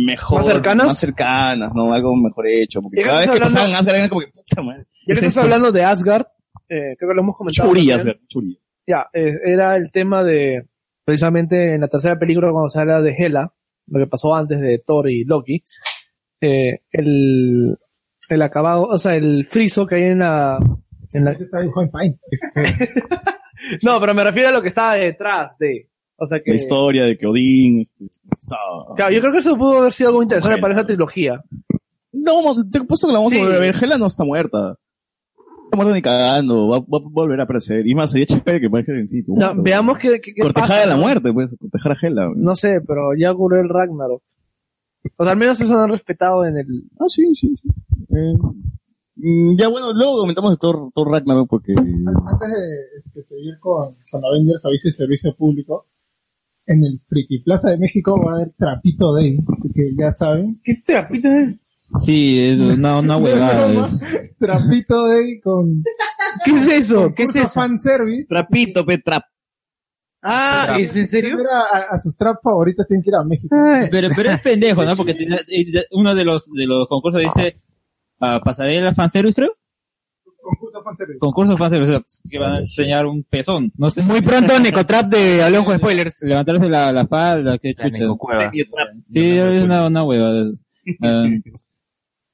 Speaker 25: mejor.
Speaker 15: ¿Más cercanas?
Speaker 25: Más cercanas, ¿no? Algo mejor hecho. Porque
Speaker 15: Ya que
Speaker 25: cada vez
Speaker 15: estás
Speaker 25: que
Speaker 15: hablando-
Speaker 25: pasaban Asgard era como que, puta madre.
Speaker 15: Ya que
Speaker 25: ¿es
Speaker 15: estás
Speaker 25: esto?
Speaker 15: hablando de Asgard, eh, creo que lo hemos comentado.
Speaker 25: Churi,
Speaker 15: también.
Speaker 25: Asgard, churi.
Speaker 15: Ya, eh, era el tema de, precisamente en la tercera película cuando se habla de Hela, lo que pasó antes de Thor y Loki, eh, el, el acabado, o sea, el friso que hay en la... En la está en Pine. no, pero me refiero a lo que estaba detrás de... O sea que...
Speaker 25: La historia de que Odín, este, está-
Speaker 15: Claro, yo creo que eso pudo haber sido algo interesante
Speaker 25: Bueno.
Speaker 15: para esa trilogía.
Speaker 25: No, te he puesto que la vamos
Speaker 15: Sí.
Speaker 25: a volver a ver. Hela no está muerta. No está muerta ni cagando. Va, va a volver a aparecer. Y más, sería chévere que aparezca en sitio.
Speaker 15: No, veamos qué, qué, qué
Speaker 25: Cortejada
Speaker 15: pasa,
Speaker 25: de la
Speaker 15: ¿no?
Speaker 25: muerte, pues. Cortejar a Hela.
Speaker 15: No sé, pero ya ocurrió el Ragnarok. O sea, al menos eso lo han respetado en el...
Speaker 25: Ah, sí, sí, sí. Eh, mm, ya bueno, luego comentamos de Thor, Thor Ragnarok porque...
Speaker 13: antes de este, seguir con, con Avengers, avise servicio público. En el Friki Plaza de México va a haber Trapito Day, así que ya saben.
Speaker 15: ¿Qué trapito es?
Speaker 5: sí es una, una huevada es-
Speaker 13: Trapito Day con.
Speaker 15: ¿Qué es eso?
Speaker 13: ¿Qué es eso? Fanservice.
Speaker 25: Trapito, pe, trap.
Speaker 13: Ah,
Speaker 5: ¿es en serio?
Speaker 13: A, a sus trap favoritas tienen que ir a México.
Speaker 5: pero pero es pendejo no porque tenía- y de- uno de los de los concursos dice ah, pasarela fanservice creo concurso fácil, o sea, que van a enseñar un pezón, no sé. Muy
Speaker 1: pronto, Necotrap de Hablemos
Speaker 5: *laughs*
Speaker 1: con Spoilers.
Speaker 5: Levantarse la, la espalda, que chucha.
Speaker 1: Necocueva.
Speaker 5: Sí, es una, una hueva.
Speaker 1: *laughs*
Speaker 5: Um,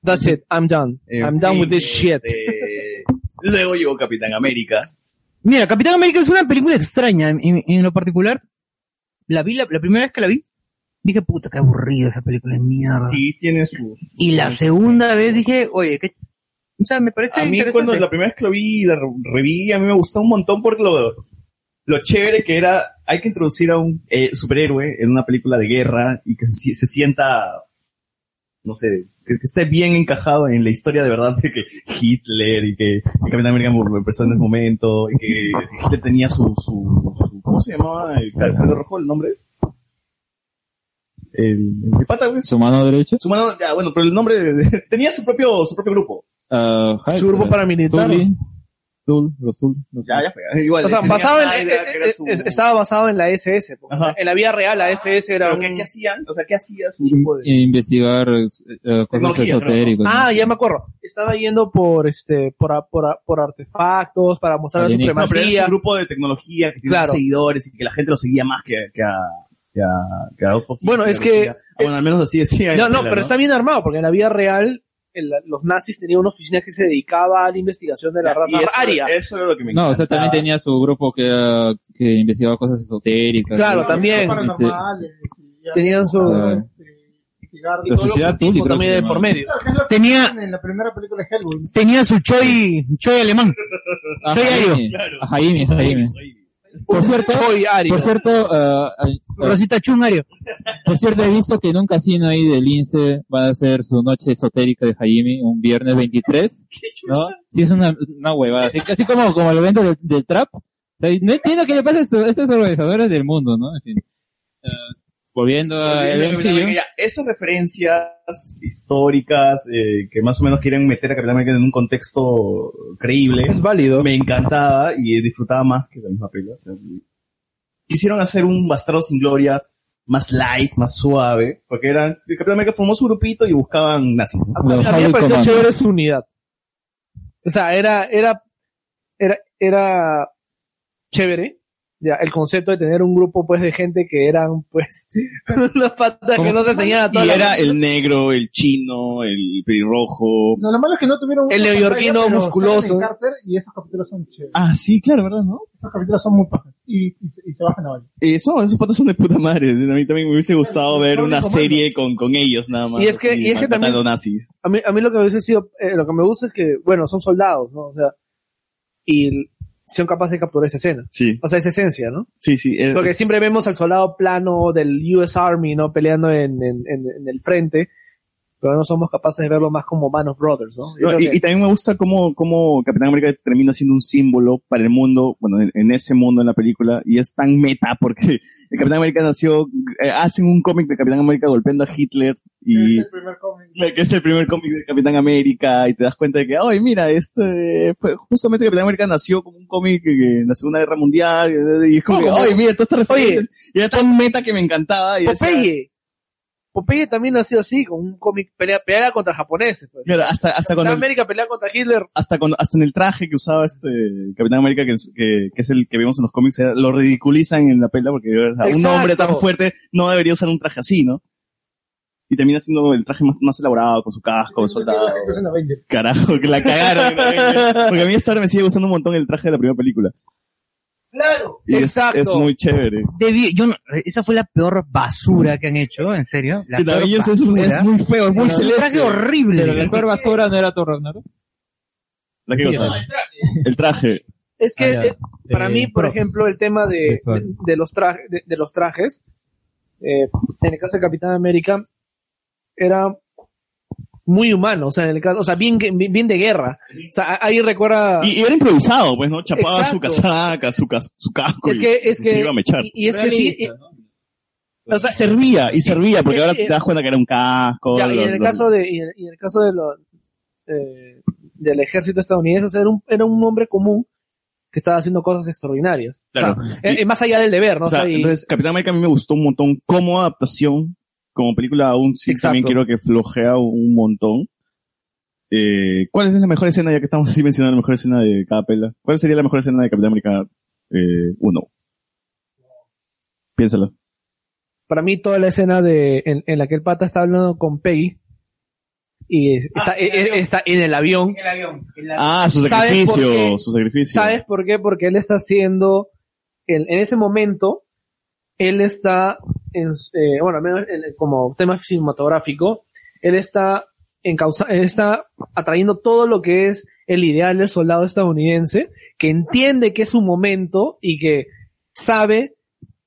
Speaker 15: That's it, I'm done.
Speaker 25: Eh,
Speaker 15: I'm done with this shit.
Speaker 4: Luego llegó Capitán América.
Speaker 1: Mira, Capitán América es una película extraña en, en- en lo particular. La vi, la, la primera vez que la vi, dije, puta, qué aburrido esa película de mierda.
Speaker 4: Sí, tiene sus...
Speaker 1: Y la segunda vez dije, oye, qué... O sea, me parece
Speaker 4: a mí
Speaker 1: interesante.
Speaker 4: cuando la primera vez que lo vi y la re- reví, a mí me gustó un montón por lo, lo chévere que era, hay que introducir a un eh, superhéroe en una película de guerra y que se, se sienta, no sé, que, que esté bien encajado en la historia de verdad de que Hitler y que el Capitán América mur- empezó en ese momento y que Hitler tenía su, su, su- ¿cómo se llamaba? El cabello rojo, el nombre. El, el pata, güey.
Speaker 5: ¿Su mano derecha?
Speaker 4: Su mano, ya, bueno, pero el nombre, de- de- tenía su propio, su propio grupo.
Speaker 5: Uh,
Speaker 4: Su grupo paramilitar.
Speaker 5: Tul, los Tul. los
Speaker 4: Ya,
Speaker 5: Tul.
Speaker 4: ya fue. Igual,
Speaker 15: O
Speaker 4: *laughs*
Speaker 15: sea,
Speaker 4: tenía
Speaker 15: basado en,
Speaker 4: Snyder,
Speaker 15: eh,
Speaker 4: que era
Speaker 15: eh,
Speaker 4: su-
Speaker 15: eh, estaba basado en la SS. porque En la vida real, la SS era.
Speaker 4: Pero
Speaker 15: un-
Speaker 4: ¿qué, qué hacían? O sea, ¿qué hacía su grupo de...
Speaker 5: Investigar eh, eh, cosas
Speaker 4: Tecnología,
Speaker 5: esotéricas.
Speaker 15: Ah, ya me acuerdo. Estaba yendo por este, por, a- por, a- por artefactos para mostrar la
Speaker 4: No, pero era
Speaker 15: supremacía.
Speaker 4: su grupo de tecnología que tiene
Speaker 15: Claro.
Speaker 4: seguidores y que la gente lo seguía más que, que a... Que a, que a Adolfo Hitler,
Speaker 15: Bueno, es
Speaker 4: lo
Speaker 15: que-
Speaker 4: seguía. Ah, bueno, al menos así decía.
Speaker 15: No,
Speaker 4: él,
Speaker 15: no, pero está bien armado porque en la vida real el- los nazis tenían una oficina que se dedicaba a la investigación de
Speaker 4: Y
Speaker 15: la
Speaker 4: eh,
Speaker 15: raza
Speaker 4: eso,
Speaker 15: aria.
Speaker 4: Eso era lo que me
Speaker 5: No, o sea, también
Speaker 4: encantaba.
Speaker 5: tenía su grupo que, ah, que investigaba cosas esotéricas.
Speaker 15: Claro,
Speaker 5: ¿no? Este, eh,
Speaker 15: también.
Speaker 5: Ese-
Speaker 13: Paranormales. y ya-
Speaker 15: Tenían su-
Speaker 5: Ah.
Speaker 13: investigar
Speaker 5: La sociedad Tuli, creo que se
Speaker 15: también de
Speaker 5: llamaba.
Speaker 15: por medio.
Speaker 13: Claro, que es lo que
Speaker 1: Tenía-
Speaker 13: hacen En la primera película de Hellboy.
Speaker 1: Tenía su Choi, Choi alemán.
Speaker 5: Ah,
Speaker 1: Choi
Speaker 5: Jaime,
Speaker 1: Ario.
Speaker 5: a Jaime, a Jaime. Por cierto,
Speaker 15: Soy ario.
Speaker 5: por
Speaker 3: Pues,
Speaker 5: cierto, ah, ah, ah,
Speaker 1: Rosita Chun Ario.
Speaker 5: Por cierto, he visto que en un casino ahí del INSE va a hacer su noche esotérica de Jaime un viernes 23, ¿no? Sí, es una, una huevada. Así, así como, como el evento del, del trap. O sea, no entiendo qué le pasa a estos, a estos organizadores del mundo, ¿no? En fin. Eh, volviendo a
Speaker 4: Porque
Speaker 5: el
Speaker 4: dice Capitán
Speaker 5: MCU,
Speaker 4: América, ya, Esas referencias históricas eh, que más o menos quieren meter a Capitán América en un contexto creíble.
Speaker 15: Es válido.
Speaker 4: me encantaba y disfrutaba más que la misma película. O sea, Quisieron hacer un Bastardo sin Gloria más light, más suave, porque eran, el Capitán América formó su grupito y buscaban nazis. ¿no?
Speaker 15: A mí, a mí
Speaker 5: Los
Speaker 15: me
Speaker 5: Holy
Speaker 15: pareció
Speaker 5: Command.
Speaker 15: chévere su unidad. O sea, era, era, era, era chévere
Speaker 3: ya, el concepto de tener un grupo pues de gente que eran pues *laughs* unos patas que
Speaker 4: ¿Cómo?
Speaker 3: no se enseñan a todos.
Speaker 4: Y era el negro, el chino, el pelirrojo.
Speaker 13: No, lo malo es que no tuvieron
Speaker 4: El
Speaker 13: mucha
Speaker 4: neoyorquino
Speaker 13: pantalla, pero
Speaker 4: musculoso.
Speaker 13: salen en Carter y esos capítulos son chéveres.
Speaker 4: Ah, sí, claro, ¿verdad? ¿No?
Speaker 13: Esos capítulos son muy pajas. Y, y, se- y se bajan a bailar.
Speaker 4: Eso, esos patas son de puta madre. A mí también me hubiese gustado ver una serie con, con ellos nada más.
Speaker 3: Y es que-
Speaker 4: así,
Speaker 3: y es que
Speaker 4: matando
Speaker 3: también-
Speaker 4: nazis.
Speaker 3: A mí, a mí lo que me hubiese sido, eh, lo que me gusta es que, bueno, son soldados, ¿no? O sea, y l- son capaces de capturar esa escena.
Speaker 4: Sí.
Speaker 3: O sea, esa esencia, ¿no?
Speaker 4: Sí, sí. es-
Speaker 3: Porque
Speaker 4: es-
Speaker 3: siempre vemos al soldado plano del US Army, ¿no? Peleando en, en, en, en el frente, pero no somos capaces de verlo más como Man of Brothers, ¿no? Yo
Speaker 4: No,
Speaker 3: creo
Speaker 4: y,
Speaker 3: que-
Speaker 4: y también me gusta cómo, cómo Capitán América termina siendo un símbolo para el mundo, bueno, en, en ese mundo en la película, y es tan meta porque *laughs* el Capitán América nació, eh, hacen un cómic de Capitán América golpeando a Hitler y... Claro, que es el primer cómic de Capitán América y te das cuenta de que, ay, mira, este, fue- justamente Capitán América nació como un cómic eh, en la Segunda Guerra Mundial y es como,
Speaker 3: No,
Speaker 4: que,
Speaker 3: como-
Speaker 4: ay, mira, todas estas referencias. y era tan meta que me encantaba. Y decía-
Speaker 3: Popeye. Popeye también ha sido así, con un cómic pelea, pelea contra japoneses. Pues.
Speaker 4: Claro, hasta, hasta
Speaker 3: Capitán
Speaker 4: cuando,
Speaker 3: América pelea contra Hitler.
Speaker 4: hasta cuando, hasta en el traje que usaba este Capitán América, que, es- que, que es el que vemos en los cómics, era- lo ridiculizan en la pela porque o sea, un
Speaker 3: Exacto.
Speaker 4: hombre tan fuerte no debería usar un traje así, ¿no? Y termina siendo el traje más, más elaborado, con su casco, el soldado.
Speaker 13: Son Avengers.
Speaker 4: Carajo, que la cagaron.
Speaker 3: *laughs*
Speaker 4: ¿no? Porque a mí esta hora me sigue gustando un montón el traje de la primera película.
Speaker 3: Claro,
Speaker 4: Y es- Es, muy chévere.
Speaker 1: Debí- yo no- esa fue la peor basura que han hecho, en serio. La
Speaker 4: Que
Speaker 1: peor
Speaker 4: también es- es-
Speaker 1: basura.
Speaker 4: es muy feo, es muy
Speaker 1: Un
Speaker 4: celeste.
Speaker 1: traje horrible.
Speaker 4: Pero la peor
Speaker 1: basura no era Torres,
Speaker 4: ¿La qué cosa? El traje.
Speaker 3: Es que
Speaker 4: Ah, ya.
Speaker 3: eh, para
Speaker 4: Eh,
Speaker 3: mí, por
Speaker 4: props.
Speaker 3: ejemplo, el tema de,
Speaker 4: Visual.
Speaker 3: de, de los trajes, de, de los trajes eh, en el caso de Capitán América, era muy humano, o sea, en el caso, o sea, bien, bien, bien de guerra. O sea, ahí recuerda...
Speaker 4: Y, y era improvisado, pues, ¿no? Chapaba su
Speaker 3: Exacto.
Speaker 4: casaca, su, cas- su casco.
Speaker 3: Es
Speaker 4: y-
Speaker 3: que, es
Speaker 4: y
Speaker 3: que,
Speaker 4: se iba a mechar.
Speaker 3: Y, y es que sí, y- o sea,
Speaker 4: servía, y servía, porque
Speaker 3: eh,
Speaker 4: ahora
Speaker 3: eh,
Speaker 4: te das cuenta que era un casco.
Speaker 3: Ya, y
Speaker 4: los-
Speaker 3: en el
Speaker 4: los-
Speaker 3: caso de, y en, y en el caso de los, eh, del ejército estadounidense, o sea, era un, era un hombre común que estaba haciendo cosas extraordinarias.
Speaker 4: Claro.
Speaker 3: O sea, eh, eh, más allá del deber, ¿no?
Speaker 4: O sea,
Speaker 3: O sea, y-
Speaker 4: entonces, Capitán América a mí me gustó un montón como adaptación, como película aún sí
Speaker 3: Exacto.
Speaker 4: también creo que flojea un montón. Eh, ¿Cuál es la mejor escena, ya que estamos así mencionando la mejor escena de cada pela? ¿Cuál sería la mejor escena de Capitán América eh, 1? Piénsalo.
Speaker 3: para mí toda la escena de en, en la que el pata está hablando con Peggy y es- está, e- e- está en el avión.
Speaker 1: El avión.
Speaker 4: Ah, su
Speaker 3: ¿Sabes por
Speaker 4: sacrificio,
Speaker 3: qué?
Speaker 4: su sacrificio.
Speaker 3: ¿Sabes por qué? Porque él está haciendo, en, en ese momento, él está, en, eh, bueno, al menos en- como tema cinematográfico, él está, encausa- él está atrayendo todo lo que es el ideal del soldado estadounidense, que entiende que es un momento y que sabe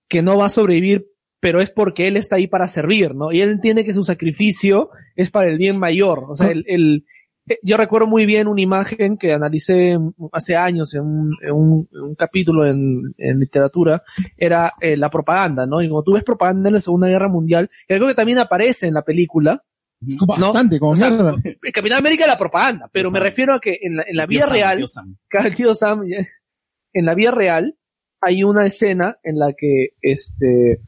Speaker 3: que no va a sobrevivir, pero es porque él está ahí para servir, ¿no? Y él entiende que su sacrificio es para el bien mayor. O sea, el, el- eh, yo recuerdo muy bien una imagen que analicé en- hace años en un, en un- en un capítulo en, en literatura, era eh, la propaganda, ¿no? Y como tú ves propaganda en la Segunda Guerra Mundial, que algo que también aparece en la película,
Speaker 13: Bastante, como mierda.
Speaker 3: el Capitán América la propaganda, pero me refiero a que en la, en la vida
Speaker 13: Tío Sam,
Speaker 3: real,
Speaker 13: tío
Speaker 3: claro, *laughs* el tío Sam, ya. en la vida real hay una escena en la que este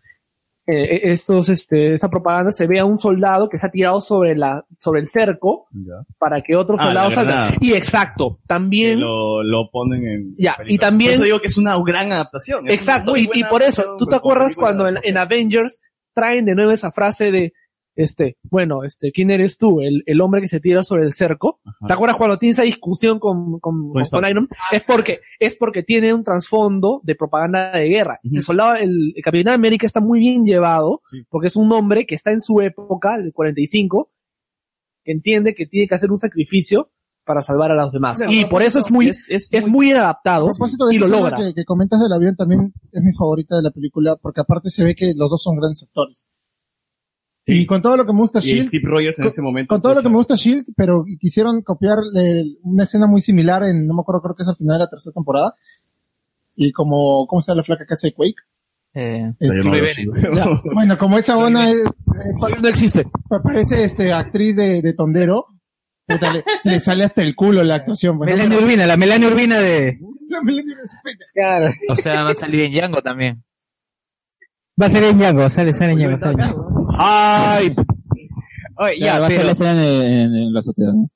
Speaker 3: eh, estos este esa propaganda se ve a un soldado que se ha tirado sobre la sobre el cerco para que otro
Speaker 4: Ah,
Speaker 3: soldado
Speaker 4: la
Speaker 3: salga.
Speaker 4: granada.
Speaker 3: Y exacto, también
Speaker 4: Lo, lo ponen en.
Speaker 3: ya,
Speaker 4: película.
Speaker 3: y también
Speaker 4: Por eso digo que es una gran adaptación. es
Speaker 3: Exacto,
Speaker 4: una
Speaker 3: y,
Speaker 4: buena
Speaker 3: y por eso, ¿tú te acuerdas cuando en, en Avengers traen de nuevo esa frase de, este, bueno, este, ¿quién eres tú? El, el hombre que se tira sobre el cerco. ¿Te acuerdas cuando tiene esa discusión con, con,
Speaker 1: Pues
Speaker 3: con
Speaker 1: sí.
Speaker 3: Iron Man? Es porque, es porque tiene un trasfondo de propaganda de guerra. El soldado, el, el Capitán América está muy bien llevado, porque es un hombre que está en su época, el 45, que entiende que tiene que hacer un sacrificio para salvar a los demás.
Speaker 13: Claro,
Speaker 3: Y
Speaker 13: claro,
Speaker 3: por eso es
Speaker 13: claro.
Speaker 3: muy, es, muy bien adaptado
Speaker 13: A propósito de
Speaker 3: y
Speaker 13: esa
Speaker 3: lo
Speaker 13: escena
Speaker 3: logra.
Speaker 13: Que, que comentas del avión también es mi favorita de la película porque aparte se ve que los dos son grandes actores. Y con todo lo que me gusta
Speaker 26: Y
Speaker 13: Shield,
Speaker 26: Steve Rogers en
Speaker 13: con-
Speaker 26: ese momento.
Speaker 13: con todo lo que me gusta Shield, pero quisieron copiar eh, una escena muy similar en, no me acuerdo, creo que es al final de la tercera temporada. Y como, ¿cómo se llama la flaca que
Speaker 26: *laughs*
Speaker 13: hace Quake?
Speaker 9: Es-
Speaker 13: Silvia Ya, bueno, como esa buena eh,
Speaker 3: no existe.
Speaker 13: Parece este actriz de, de Tondero. Puta, le, le sale hasta el culo la actuación. pues. bueno,
Speaker 1: Melania
Speaker 13: pero-
Speaker 1: Urbina, la Melania Urbina de...
Speaker 13: La Melania Urbina.
Speaker 3: Claro.
Speaker 27: O sea, va a salir en Django también.
Speaker 1: Va a ser en Yango, sale, sale en Yango, sale en Yango.
Speaker 4: ¡Ay!
Speaker 1: Oye,
Speaker 5: Claro, va a ser la escena en, en- en la azotea, ¿no?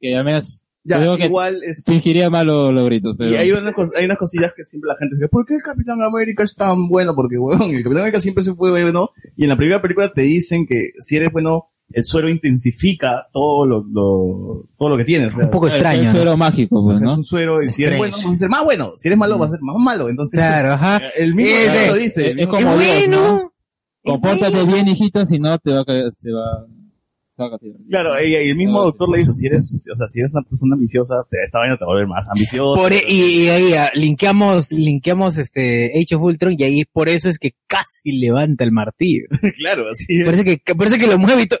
Speaker 5: Que al menos
Speaker 4: Ya,
Speaker 5: Yo digo que
Speaker 4: igual, este,
Speaker 5: Fingiría mal los, los gritos, pero.
Speaker 4: Y hay unas, cos- hay unas cosillas que siempre la gente dice, ¿por qué el Capitán América es tan bueno? Porque, huevón, el Capitán América siempre se fue bueno. Y en la primera película te dicen que si eres bueno, el suero intensifica todo lo, lo- todo lo que tienes.
Speaker 5: Un poco extraño, Es un ¿no? suero mágico, pues, ¿no?
Speaker 4: Es un suero, y si eres
Speaker 5: Extraño.
Speaker 4: bueno, vas a ser más bueno. Si eres malo, vas a ser más malo. Entonces,
Speaker 5: Claro, ajá.
Speaker 4: *laughs* el mismo
Speaker 5: Ese
Speaker 4: actor lo
Speaker 5: es,
Speaker 4: dice.
Speaker 5: es-
Speaker 4: el
Speaker 5: es
Speaker 4: mismo-
Speaker 5: como
Speaker 4: ¡Qué
Speaker 5: Dios, ¿no? Compórtate bien, hijito, si no te va a caer, te va, te va a castigar.
Speaker 4: Claro, y, y el mismo doctor le dice, si eres, o sea, si eres una persona ambiciosa, te, esta vaina te va a volver más ambiciosa.
Speaker 5: e,
Speaker 1: Por, e, y, y ahí ah, linkeamos, linkeamos este Age of Ultron y ahí por eso es que casi levanta el martillo.
Speaker 4: *laughs* claro, así es.
Speaker 1: Parece que, que- parece que lo mueve y to-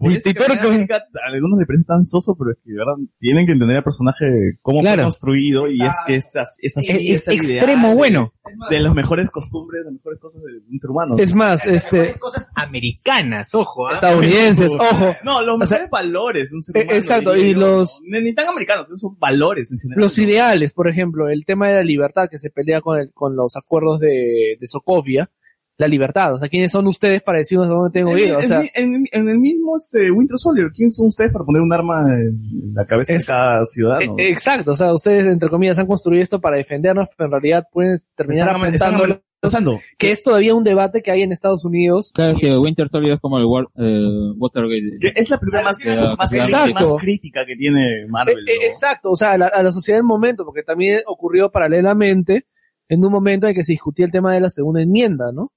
Speaker 4: Y A algunos le parece tan soso, pero es que de verdad tienen que entender al personaje cómo fue construido y es que es, as- es así.
Speaker 1: Es-
Speaker 4: el
Speaker 1: es
Speaker 4: ideal ¿eh?
Speaker 1: extremo
Speaker 4: de-
Speaker 1: bueno.
Speaker 4: De las mejores costumbres, de las mejores cosas de un ser humano.
Speaker 1: Es más, este-
Speaker 4: cosas
Speaker 1: americanas, ojo.
Speaker 4: ¿ah?
Speaker 1: Estadounidenses, ojo.
Speaker 4: No, los
Speaker 1: O sea,
Speaker 4: mejores valores de un ser
Speaker 3: eh,
Speaker 4: humano.
Speaker 3: exacto,
Speaker 4: diría
Speaker 3: y
Speaker 4: yo,
Speaker 3: los-
Speaker 4: ¿no? Ni, ni tan americanos, son valores en general.
Speaker 3: Los ideales, por ejemplo, el tema de la libertad que se pelea con, el- con los acuerdos de, de Sokovia, la libertad, o sea, ¿quiénes son ustedes para decirnos a dónde tengo que ir? O
Speaker 4: En-
Speaker 3: sea,
Speaker 4: en, en- en el mismo este, Winter Soldier, ¿quién son ustedes para poner un arma en la
Speaker 13: Eh,
Speaker 4: cabeza de cada ciudadano?
Speaker 3: eh, exacto, o sea, ustedes, entre comillas, han construido esto para defendernos, pero en realidad pueden terminar
Speaker 4: Están amen- están
Speaker 3: apuntando
Speaker 4: amenazando.
Speaker 3: que es todavía un debate que hay en Estados Unidos.
Speaker 5: Claro que Winter Soldier es como el War- eh, Watergate.
Speaker 4: Es la primera más,
Speaker 5: Eh,
Speaker 4: más,
Speaker 5: exacto.
Speaker 4: más crítica que tiene Marvel.
Speaker 3: Eh, eh, exacto, o sea, a la, a la sociedad del momento, porque también ocurrió paralelamente en un momento en que se discutía el tema de la segunda enmienda, ¿no?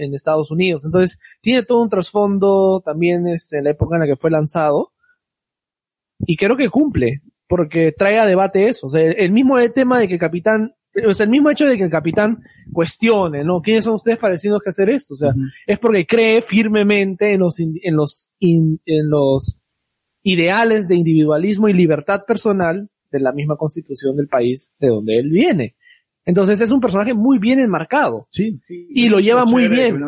Speaker 3: En Estados Unidos. Entonces, tiene todo un trasfondo también es en la época en la que fue lanzado. Y creo que cumple, porque trae a debate eso. O sea, el, el mismo tema de que el capitán, o sea, el mismo hecho de que el capitán cuestione, ¿no? ¿Quiénes son ustedes para decirnos que hacer esto? O sea, es porque cree firmemente en los, in- en los, in- en los ideales de individualismo y libertad personal de la misma constitución del país de donde él viene. Entonces es un personaje muy bien enmarcado.
Speaker 4: Sí.
Speaker 3: y lo lleva muy bien.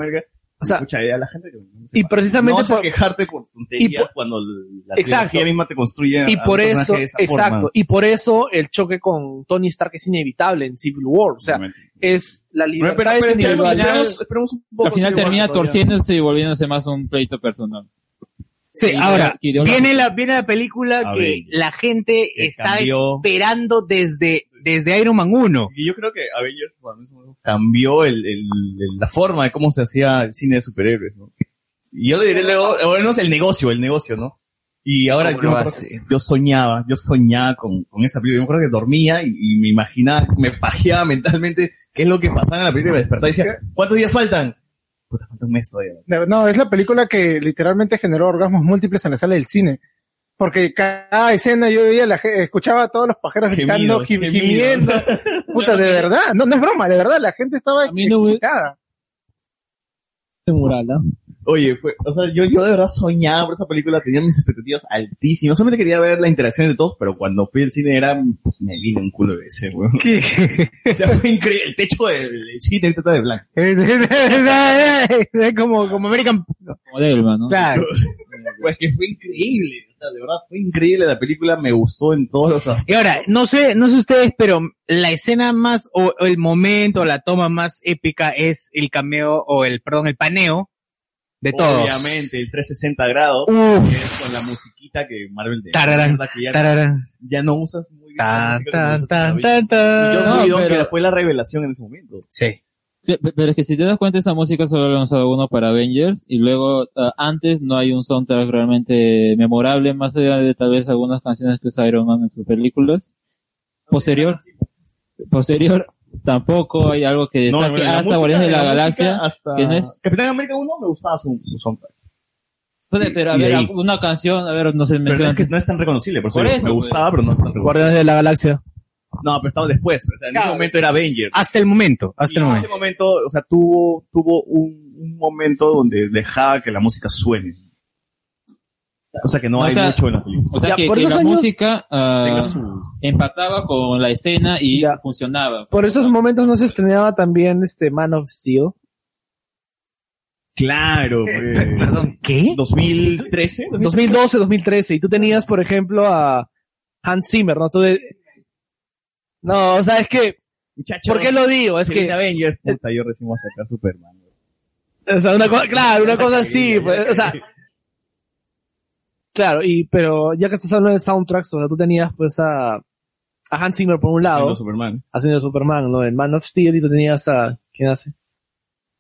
Speaker 4: O sea, escucha, eh, a la gente que
Speaker 3: Y precisamente
Speaker 4: no vas a
Speaker 3: por-
Speaker 4: quejarte por
Speaker 3: y
Speaker 4: tonterías
Speaker 3: por-
Speaker 4: cuando l- la
Speaker 3: Exacto.
Speaker 4: tecnología misma te construye
Speaker 3: y
Speaker 4: a un
Speaker 3: por
Speaker 4: personaje
Speaker 3: eso,
Speaker 4: de esa
Speaker 3: exacto,
Speaker 4: forma.
Speaker 3: y por eso el choque con Tony Stark es inevitable en Civil War, o sea, es la libertad
Speaker 5: pero-
Speaker 3: es
Speaker 5: pero esperemos-
Speaker 3: individual.
Speaker 5: esperemos-
Speaker 4: esperemos un
Speaker 5: Al final termina torciéndose y volviéndose más un pleito personal.
Speaker 1: Sí,
Speaker 5: Y-
Speaker 1: ahora,
Speaker 5: y de-
Speaker 1: viene la, viene la película que
Speaker 5: Abril.
Speaker 1: la gente
Speaker 5: Que
Speaker 1: está
Speaker 4: cambió.
Speaker 1: esperando desde, desde Iron Man 1.
Speaker 4: Y yo creo que Avengers para mí, cambió el, el- el- la forma de cómo se hacía el cine de superhéroes, ¿no? Y yo le diré luego, ahora no es el negocio, el negocio, ¿no? Y ahora yo,
Speaker 1: ¿Cómo
Speaker 4: me
Speaker 1: lo
Speaker 4: acuerdo
Speaker 1: hace?
Speaker 4: que yo soñaba, yo soñaba con, con esa película. Yo me acuerdo que dormía y, y me imaginaba, me pajeaba mentalmente qué es lo que pasaba en la película y me despertaba y decía, ¿cuántos días faltan? Puta, falta un mes todavía.
Speaker 13: No, eh, No, es la película que literalmente generó orgasmos múltiples en la sala del cine. Porque cada escena yo veía, la, ge- escuchaba a todos los pajeros gritando,
Speaker 4: Gemidos,
Speaker 13: gim-
Speaker 4: gemidos.
Speaker 5: *laughs*
Speaker 13: gimiendo. Puta, de verdad, no, no es broma, de verdad, la gente estaba excitada.
Speaker 5: mural, ¿no?
Speaker 4: Oye, fue- o sea, yo, yo de verdad soñaba por esa película, tenía mis expectativas altísimas. Solamente quería ver la interacción de todos, pero cuando fui al cine era, pues, me vino un culo de ese, weón. *laughs* O sea, fue increíble. El techo del del cine trata de blanco.
Speaker 1: es *laughs* como, como American.
Speaker 5: Como Delma, ¿no?
Speaker 1: Claro.
Speaker 4: Pues que fue increíble. O sea, de verdad fue increíble la película, me gustó en todos los aspectos.
Speaker 1: Y ahora, no sé, no sé ustedes, pero la escena más, o, o el momento, o la toma más épica es el cameo, o el, perdón, el paneo de todos.
Speaker 4: Obviamente, el 360 grados.
Speaker 1: Uf.
Speaker 4: que es con la musiquita que Marvel de
Speaker 1: Tararán,
Speaker 4: mierda que ya,
Speaker 1: tararán.
Speaker 4: ya no usas muy bien. la música que
Speaker 1: tan,
Speaker 4: usas en
Speaker 1: tan, tan,
Speaker 4: Avengers. Y John
Speaker 1: tan.
Speaker 4: Whedon,
Speaker 1: No,
Speaker 4: que
Speaker 1: pero-
Speaker 4: fue la revelación en ese momento.
Speaker 1: Sí.
Speaker 5: Sí, pe- Pero es que si te das cuenta, esa música solo la han usado uno para Avengers y luego ah, antes no hay un soundtrack realmente memorable, más allá de tal vez algunas canciones que usa Iron Man en sus películas. Posterior, posterior tampoco hay algo que
Speaker 4: No,
Speaker 5: destaque
Speaker 4: en la
Speaker 5: hasta
Speaker 4: música,
Speaker 5: Guardianes
Speaker 4: en
Speaker 5: de la,
Speaker 4: música,
Speaker 5: Galaxia,
Speaker 4: hasta
Speaker 5: que no es...
Speaker 4: Capitán América 1 me gustaba su, su soundtrack.
Speaker 5: Entonces, pero a
Speaker 4: y de
Speaker 5: ver,
Speaker 4: ahí-
Speaker 5: una canción, a ver, no se
Speaker 4: Pero
Speaker 5: menciona.
Speaker 4: es que no es tan reconocible, por eso,
Speaker 5: Por
Speaker 4: digo,
Speaker 5: eso,
Speaker 4: me
Speaker 5: pues.
Speaker 4: gustaba, pero no es tan reconocible.
Speaker 1: Guardianes de la Galaxia.
Speaker 4: No, pero estaba después. O sea, en ese momento era Avengers.
Speaker 1: Hasta el momento, hasta el
Speaker 4: en
Speaker 1: momento.
Speaker 4: ese momento, o sea, tuvo, tuvo un, un momento donde dejaba que la música suene. Cosa que no
Speaker 5: O
Speaker 4: hay
Speaker 5: sea,
Speaker 4: mucho en la película.
Speaker 5: O sea,
Speaker 4: Ya,
Speaker 5: que,
Speaker 4: por
Speaker 5: que
Speaker 4: esos
Speaker 5: la
Speaker 4: años-
Speaker 5: música ah,
Speaker 4: tenga su-
Speaker 5: empataba con la escena y funcionaba.
Speaker 3: Por esos momentos no se estrenaba también este Man of Steel.
Speaker 4: Claro, pues.
Speaker 1: Perdón, ¿qué?
Speaker 4: 2013.
Speaker 3: 2012, 2013. Y tú tenías, por ejemplo, a Hans Zimmer, ¿no? Tú de- No, o sea, es que... ¿Por qué lo digo? Es que...
Speaker 4: Avengers, puta, yo recién voy a sacar Superman.
Speaker 3: O sea, una cosa, claro, una cosa así. pues, o sea, Claro, y pero ya que estás hablando del soundtrack, o sea, tú tenías pues a, a Hans Zimmer por un lado,
Speaker 4: Haciendo Superman.
Speaker 3: haciendo Superman, ¿no? En Man of Steel, y tú tenías a. ¿Quién hace?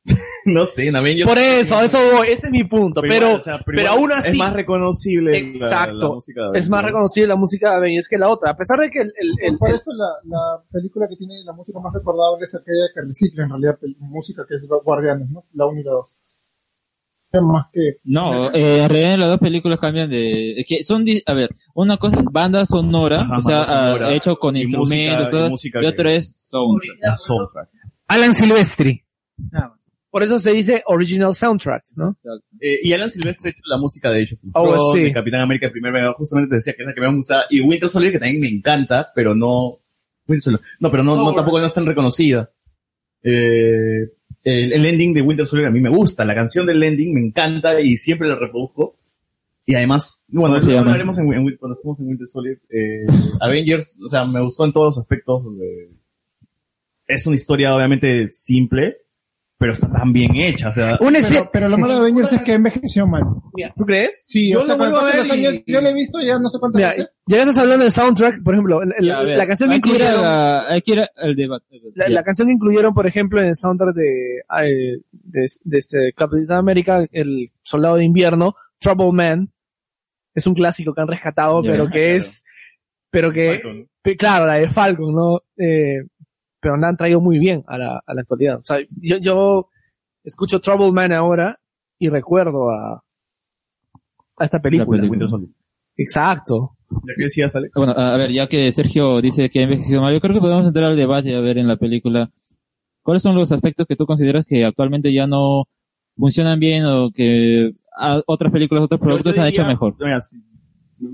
Speaker 4: *laughs* No sé, también yo.
Speaker 3: Por eso, a eso voy, ese es mi punto. Pero, pero,
Speaker 4: igual, o sea, pero igual
Speaker 3: aún
Speaker 4: es
Speaker 3: así.
Speaker 4: más reconocible la-
Speaker 3: Exacto.
Speaker 4: la música de
Speaker 3: es más
Speaker 4: Avengers.
Speaker 3: reconocible la música de Avengers que la otra. A pesar de que el. el- el-
Speaker 13: Por
Speaker 3: el-
Speaker 13: eso la, la película que tiene la música más recordable es aquella de Carniciclo, en realidad, pel- música que es Guardianes, ¿no? La 1 y la 2. Más que.
Speaker 5: No, eh, en realidad las dos películas cambian de... es que son, di- a ver, una cosa es banda sonora,
Speaker 4: Ajá,
Speaker 5: o sea,
Speaker 4: banda sonora.
Speaker 5: ah, hecho con
Speaker 4: Y
Speaker 5: instrumentos,
Speaker 4: música-
Speaker 5: todo,
Speaker 4: y música
Speaker 5: y otra
Speaker 4: que-
Speaker 5: es soundtrack.
Speaker 1: Alan Silvestri.
Speaker 3: Ah, por eso se dice original soundtrack, ¿no?
Speaker 4: Eh, y Alan Silvestre ha hecho la música de hecho.
Speaker 3: Oh, sí.
Speaker 4: de Capitán América el primer vengador, justamente te decía que es la que me gusta. Y Winter Soldier, que también me encanta, pero no. Winter Soldier- No, pero no, no, tampoco no es tan reconocida. Eh, el, el ending de Winter Soldier a mí me gusta. La canción del ending me encanta y siempre la reproduzco. Y además, bueno,
Speaker 5: ¿Cómo
Speaker 4: eso
Speaker 5: se
Speaker 4: lo
Speaker 5: llama?
Speaker 4: hablaremos en, en- cuando estemos en Winter Soldier. Eh, Avengers, o sea, me gustó en todos los aspectos. eh, es una historia obviamente simple, pero está tan bien hecha. O sea,
Speaker 13: pero, pero lo malo de Avengers es que envejeció mal.
Speaker 3: ¿Tú crees?
Speaker 13: Sí,
Speaker 3: Yo
Speaker 13: o sea,
Speaker 3: lo
Speaker 13: con el
Speaker 3: vuelvo a
Speaker 13: paso de
Speaker 3: ver
Speaker 13: los años,
Speaker 3: y-
Speaker 13: yo lo he visto ya no sé cuántas
Speaker 3: Mira,
Speaker 13: veces.
Speaker 3: ya que estás hablando del soundtrack, por ejemplo, el- el-
Speaker 5: Ya, a ver,
Speaker 3: la canción que
Speaker 5: hay que ir a
Speaker 3: incluyeron.
Speaker 5: la- ah, hay que ir a- al debate.
Speaker 3: La,
Speaker 5: Ya.
Speaker 3: la canción que incluyeron, por ejemplo, en el soundtrack de, eh, de, de este Capitán América, El Soldado de Invierno, Trouble Man, es un clásico que han rescatado,
Speaker 1: Ya,
Speaker 3: pero que
Speaker 1: claro.
Speaker 3: es, pero que,
Speaker 1: Falcon.
Speaker 3: pe- claro, la de Falcon, ¿no? Eh, pero la han traído muy bien a la, a la actualidad. O sea, yo, yo escucho Trouble Man ahora y recuerdo a, a esta película. Exacto.
Speaker 5: Bueno, ah, a a ver, ya que Sergio dice que ha envejecido mal, yo creo que podemos entrar al debate, a ver, en la película. ¿Cuáles son los aspectos que tú consideras que actualmente ya no funcionan bien o que ah, otras películas, otros productos
Speaker 4: Yo
Speaker 5: han
Speaker 4: diría-
Speaker 5: hecho mejor?
Speaker 4: Mira, si-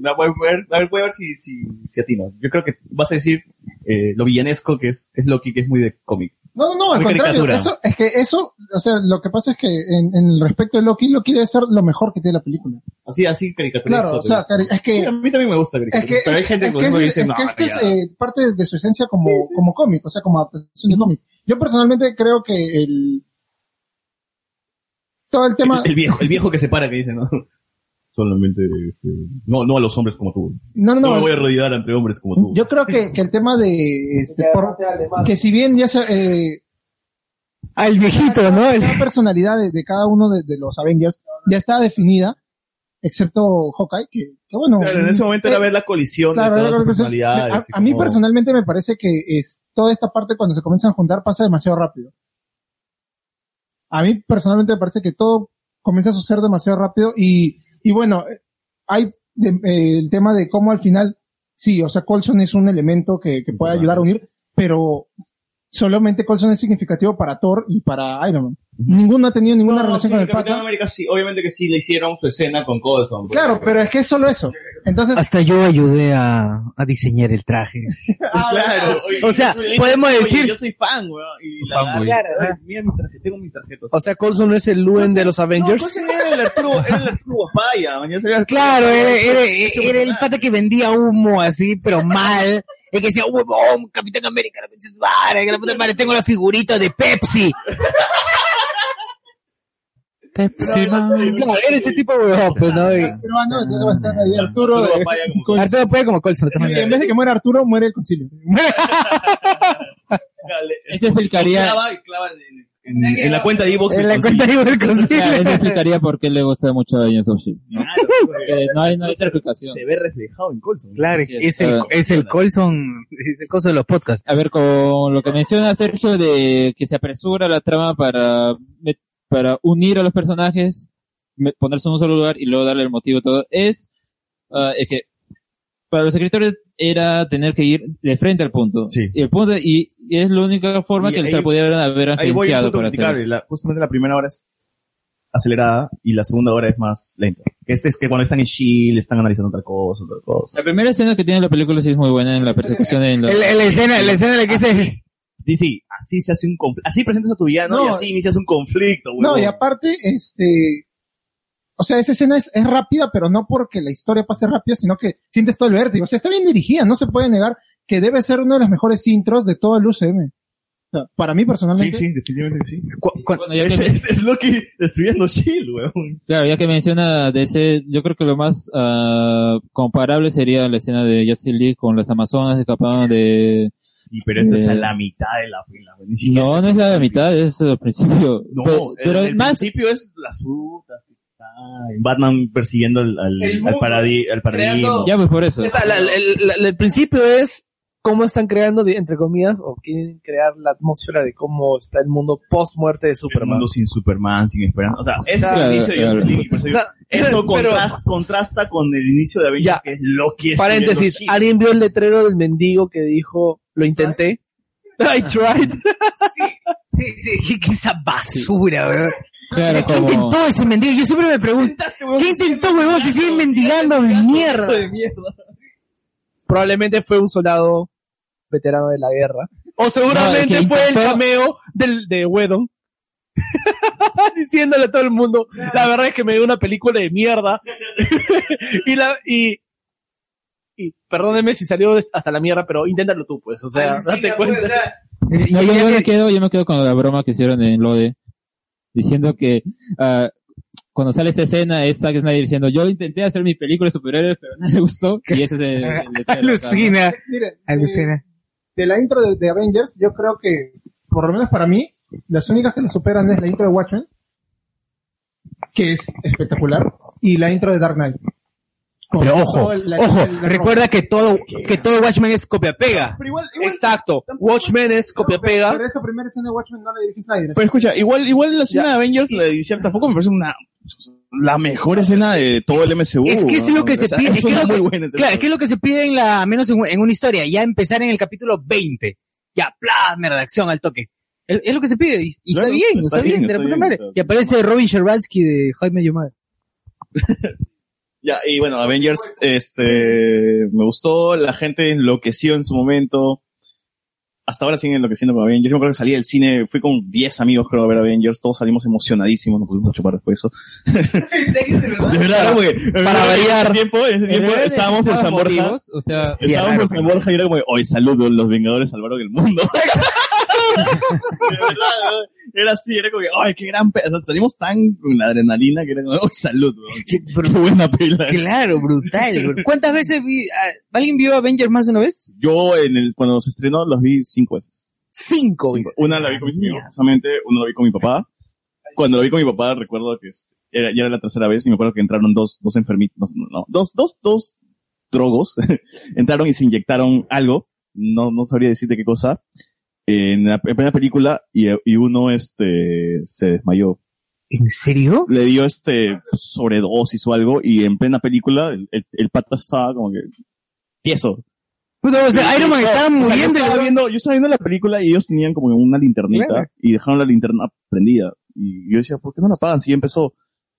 Speaker 4: la voy a ver, a ver, voy a ver si, si, si atino. Yo creo que vas a decir eh, lo villanesco que es, es Loki, que es muy de cómic.
Speaker 13: No, no, no, al
Speaker 4: Muy
Speaker 13: contrario.
Speaker 4: caricatura.
Speaker 13: Eso, es que eso, o sea, lo que pasa es que en, en el respecto de Loki, Loki debe ser lo mejor que tiene la película.
Speaker 4: Así, así caricatura.
Speaker 13: Claro, o sea, cari- es que.
Speaker 4: a mí también me gusta
Speaker 13: Es
Speaker 4: caricatura.
Speaker 13: que,
Speaker 4: pero hay
Speaker 13: es-
Speaker 4: gente
Speaker 13: es
Speaker 4: por
Speaker 13: que
Speaker 4: ejemplo, que
Speaker 13: es-
Speaker 4: dice,
Speaker 13: es
Speaker 4: no,
Speaker 13: que esto es
Speaker 4: ya".
Speaker 13: eh, parte de su esencia como, como cómic, o sea, como adaptación de cómic. Yo personalmente creo que el. Todo
Speaker 4: *laughs*
Speaker 13: el tema.
Speaker 4: el, viejo, el viejo que se para que dice, no. Solamente, este, no, no a los hombres como tú.
Speaker 13: No, no, no.
Speaker 4: me voy a rodear ante hombres como tú.
Speaker 13: Yo creo que, que el tema de. este,
Speaker 28: Que
Speaker 13: por-
Speaker 28: además sea alemán.
Speaker 13: que si bien ya se. Eh,
Speaker 3: Al viejito,
Speaker 13: ¿no? La personalidad de, de cada uno de, de los Avengers ya está definida, excepto Hawkeye, que, que bueno. eh,
Speaker 4: Claro, en ese momento era ver la colisión
Speaker 13: Claro,
Speaker 4: de todas
Speaker 13: era
Speaker 4: las
Speaker 13: ver-
Speaker 4: personalidades.
Speaker 13: a,
Speaker 4: así
Speaker 13: a mí
Speaker 4: como-
Speaker 13: personalmente me parece que es, toda esta parte cuando se comienzan a juntar pasa demasiado rápido. A mí personalmente me parece que todo comienza a suceder demasiado rápido y, y bueno, eh, hay de- eh, el tema de cómo al final, sí, o sea, Colson es un elemento que, que puede ayudar a unir, pero solamente Colson es significativo para Thor y para Iron Man. Ninguno ha tenido ninguna
Speaker 4: No, sí,
Speaker 13: relación con el
Speaker 4: Capitán
Speaker 13: pata.
Speaker 4: América sí, obviamente que sí le hicieron su escena con Coulson.
Speaker 13: Claro, pero es que es solo eso. Entonces,
Speaker 1: Hasta yo ayudé a, a diseñar el traje.
Speaker 13: *laughs*
Speaker 4: Claro.
Speaker 1: O sea, podemos
Speaker 4: oye,
Speaker 1: decir-
Speaker 4: Yo soy fan, weón. Y la
Speaker 1: Fanboy.
Speaker 4: Claro, ay,
Speaker 3: ¿eh?
Speaker 4: mira mis tarjetas, tengo mis tarjetas.
Speaker 3: O sea, Coulson no es el Luen de los Avengers.
Speaker 4: No, era el Arturo, era el Arturo Guapaya, man, yo soy el Arturo
Speaker 1: Claro,
Speaker 4: Guapaya,
Speaker 1: era,
Speaker 4: soy
Speaker 1: era-
Speaker 4: hecho
Speaker 1: era el pata que vendía humo así, pero mal. Y que decía, huevón, Capitán América, la pinche madre, que la puta madre, tengo la figurita de Pepsi. Pepsi, Claro, era ese tipo de huevón, pues, ¿no? Y-
Speaker 13: peruano, entonces va a estar ahí Arturo. de-
Speaker 1: Arturo puede como Colson.
Speaker 13: Y en vez de que muera Arturo, muere el concilio.
Speaker 4: Dale,
Speaker 5: Eso explicaría-
Speaker 4: Clava y clava en, en- en la cuenta de Evox.
Speaker 5: Ya, Eso explicaría por qué le gusta mucho a Agents of S.H.I.E.L.D.
Speaker 15: *laughs*
Speaker 5: Porque Eh, no hay, no hay otra explicación.
Speaker 4: Se ve reflejado en Coulson.
Speaker 1: Claro,
Speaker 5: Así
Speaker 1: es el- es el
Speaker 5: Colson, es el Colson de los podcasts. A ver, con lo que menciona Sergio de que se apresura la trama para, met- para unir a los personajes, me- ponerse en un solo lugar y luego darle el motivo a todo, es, ah, es que para los escritores era tener que ir de frente al punto. Y, el punto y, y es la única forma
Speaker 4: Y
Speaker 5: que
Speaker 4: ahí-
Speaker 5: se pudieran haber
Speaker 4: Ahí voy a
Speaker 5: agenciado para hacer.
Speaker 4: criticar. La, justamente la primera hora es acelerada y la segunda hora es más lenta. Que Es, es que cuando están en Chile están analizando otra cosa, otra cosa.
Speaker 5: La primera escena que tiene la película sí es muy buena
Speaker 4: *laughs*
Speaker 5: en la persecución en la...
Speaker 4: El- la escena- la escena
Speaker 1: en la que
Speaker 5: se...
Speaker 4: DC, así se hace un confl- así presentas a tu villano
Speaker 13: No.
Speaker 4: y así inicias un conflicto, huevón.
Speaker 13: No, y aparte, este. O sea, esa escena es, es rápida, pero no porque la historia pase rápido, sino que sientes todo el vértigo. O sea, está bien dirigida, no se puede negar que debe ser uno de los mejores intros de todo el UCM. Para mí personalmente.
Speaker 4: Sí, sí, definitivamente sí.
Speaker 5: cuando ya
Speaker 4: es,
Speaker 5: que-
Speaker 4: es, es Loki destruyendo Shield, weón.
Speaker 5: Claro, ya que menciona DC, yo creo que lo más ah, comparable sería la escena de Justice League con las Amazonas escapadas de...
Speaker 4: Sí, pero eso es a
Speaker 5: de-
Speaker 4: la mitad de la fila. weón. Ni siquiera-
Speaker 5: No, no es la mitad, es al principio.
Speaker 4: No,
Speaker 5: pero
Speaker 4: el-
Speaker 5: pero
Speaker 4: el,
Speaker 5: más...
Speaker 4: principio es las frutas. que están, Batman persiguiendo al, al,
Speaker 15: El
Speaker 4: al
Speaker 15: mundo,
Speaker 4: paradi- al paradigma.
Speaker 15: creando- Ya,
Speaker 5: pues por eso.
Speaker 15: O sea, la- la- la- la- el principio es cómo están creando, de- entre comillas, o quieren crear la atmósfera de cómo está el mundo post-muerte de
Speaker 4: El
Speaker 15: Superman.
Speaker 4: mundo sin Superman, sin esperanza. O sea, ese
Speaker 15: Claro,
Speaker 4: es el inicio de
Speaker 15: claro.
Speaker 4: Justice League, por eso
Speaker 15: O sea,
Speaker 4: digo, eso
Speaker 15: pero-
Speaker 4: contrasta, contrasta con el inicio de Avengers, que es Loki. destruyendo
Speaker 15: Paréntesis,
Speaker 4: Shield.
Speaker 15: ¿alguien vio el letrero del mendigo que dijo, lo intenté? *laughs* I tried.
Speaker 1: Sí, sí, qué, qué esa basura, weón.
Speaker 5: Claro,
Speaker 1: ¿Qué intentó ese mendigo? Yo siempre me pregunto, ¿qué intentó, weón? Si siguen mendigando, mierda.
Speaker 15: Probablemente fue un soldado veterano de la guerra. O seguramente
Speaker 1: No, el que
Speaker 15: fue el
Speaker 1: intentó-
Speaker 15: cameo del, de Wedon. *laughs* Diciéndole a todo el mundo, la verdad es que me dio una película de mierda. *laughs* y la, y, y perdónenme si salió des- hasta la mierda, pero inténtalo tú, pues. O sea,
Speaker 1: Alucina,
Speaker 15: date
Speaker 1: pues, o
Speaker 15: cuenta.
Speaker 1: sea,
Speaker 15: Eh,
Speaker 5: No, yo, yo me quedo, yo me quedo con la broma que hicieron en Lode, diciendo que ah, cuando sale esta escena es Zack Snyder diciendo, yo intenté hacer mi película de superhéroes, pero no le gustó, y ese es
Speaker 15: *laughs*
Speaker 5: el, el detalle.
Speaker 13: Alucina. Alucina. eh, De la intro de, de Avengers, yo creo que, por lo menos para mí, las únicas que lo superan es la intro de Watchmen, que es espectacular, y la intro de Dark Knight. Con
Speaker 1: Pero
Speaker 13: todo
Speaker 1: ojo,
Speaker 13: el- la-
Speaker 1: ojo,
Speaker 13: el- la-
Speaker 1: recuerda que todo, que todo Watchmen es copia-pega.
Speaker 15: Exacto. Watchmen es copia-pega.
Speaker 13: Pero esa primera escena de Watchmen no la dirige Snyder.
Speaker 4: Pero escucha, igual, igual la escena de Avengers, la de Diciar, tampoco me parece una, la mejor escena de todo el MCU.
Speaker 1: Es que es lo que
Speaker 4: O
Speaker 1: se
Speaker 4: sea,
Speaker 1: pide,
Speaker 4: es
Speaker 1: es que
Speaker 4: una
Speaker 1: es lo
Speaker 4: muy
Speaker 1: que-
Speaker 4: buena escena.
Speaker 1: claro, es que es lo que se pide en la, al menos en, en una historia, ya empezar en el capítulo 20, ya, plas, mi redacción al toque. Es, es lo que se pide, y, y
Speaker 4: Claro,
Speaker 1: está bien,
Speaker 4: está
Speaker 1: está,
Speaker 4: bien,
Speaker 1: bien, de la
Speaker 4: está
Speaker 1: puta
Speaker 4: bien,
Speaker 1: madre.
Speaker 4: está bien.
Speaker 1: Y aparece Robin Sherbansky de Jaime
Speaker 4: *laughs*
Speaker 1: Yomar.
Speaker 4: Ya, y bueno, Avengers, este, me gustó, la gente enloqueció en su momento. Hasta ahora siguen enloqueciendo con Avengers. Yo me acuerdo que salí del cine, fui con 10 amigos, creo, a ver Avengers. Todos salimos emocionadísimos, no pudimos chupar después de eso. De verdad, güey. Para variar. tiempo, en ese tiempo estábamos por San Borja.
Speaker 5: O sea,
Speaker 4: Estábamos por San Borja y era como, hoy saludo, los Vengadores salvaron el mundo. *laughs* De verdad, ¿no? era así, era como que, ay, qué gran pe... O sea, salimos tan con la adrenalina que era como, ay, salud, weón. Qué buena pela.
Speaker 1: Claro, brutal. bro. ¿Cuántas veces vi, ah, alguien vio Avengers más de una vez?
Speaker 4: Yo, en el, cuando se estrenó, los vi cinco veces.
Speaker 1: Cinco,
Speaker 4: veces. Una la vi con mis amigos, justamente, una la vi con mi papá. Cuando la vi con mi papá, recuerdo que este, era, ya era la tercera vez y me acuerdo que entraron dos, dos enfermitos, no, no, dos, dos, dos drogos. *laughs* entraron y se inyectaron algo. No, no sabría decirte qué cosa. En la en primera película y, y uno, este, se desmayó.
Speaker 1: ¿En serio?
Speaker 4: Le dio este sobredosis o algo y en plena película el, el, el pata estaba como que tieso.
Speaker 1: Puta, o sea, Iron Man
Speaker 4: No,
Speaker 1: estaba
Speaker 4: o sea, yo
Speaker 1: muriendo.
Speaker 4: estaba
Speaker 1: weón.
Speaker 4: viendo- yo estaba viendo la película y ellos tenían como una linternita
Speaker 1: Claro.
Speaker 4: y dejaron la linterna prendida. Y yo decía, ¿por qué no la apagan? Si ya empezó.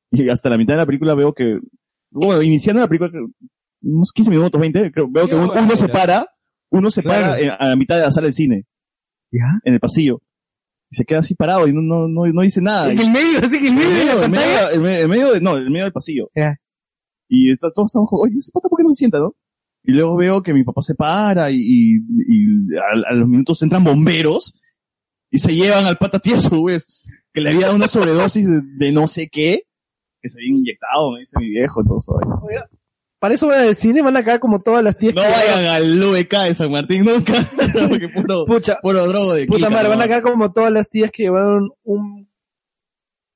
Speaker 4: Y hasta la mitad de la película veo que, bueno, iniciando la película, creo, unos 15 minutos, 20, creo, veo que un- uno se para, uno se para en- a la mitad de la sala del cine.
Speaker 1: ¿Ya?
Speaker 4: En el pasillo. Y se queda así parado y no, no, no, no dice nada.
Speaker 1: En el medio, así que en el medio de la
Speaker 4: en
Speaker 1: pantalla.
Speaker 4: medio- en medio- en medio de- no, en el medio del pasillo.
Speaker 1: Ya.
Speaker 4: Y está- todos estamos como, oye, ¿ese pata por qué no se sienta, no? Y luego veo que mi papá se para y, y, y a, a los minutos entran bomberos y se llevan al pata tieso, güey, que le había dado una sobredosis de, de no sé qué, que se había inyectado, me dice mi viejo, todo eso.
Speaker 15: Para eso van al cine, van a caer como todas las tías
Speaker 4: No
Speaker 15: que-
Speaker 4: vayan al VK de San Martín nunca, *laughs* porque puro, puro drogo de
Speaker 15: Puta
Speaker 4: Kika,
Speaker 15: madre,
Speaker 4: ¿no?
Speaker 15: van a caer como todas las tías que llevaron un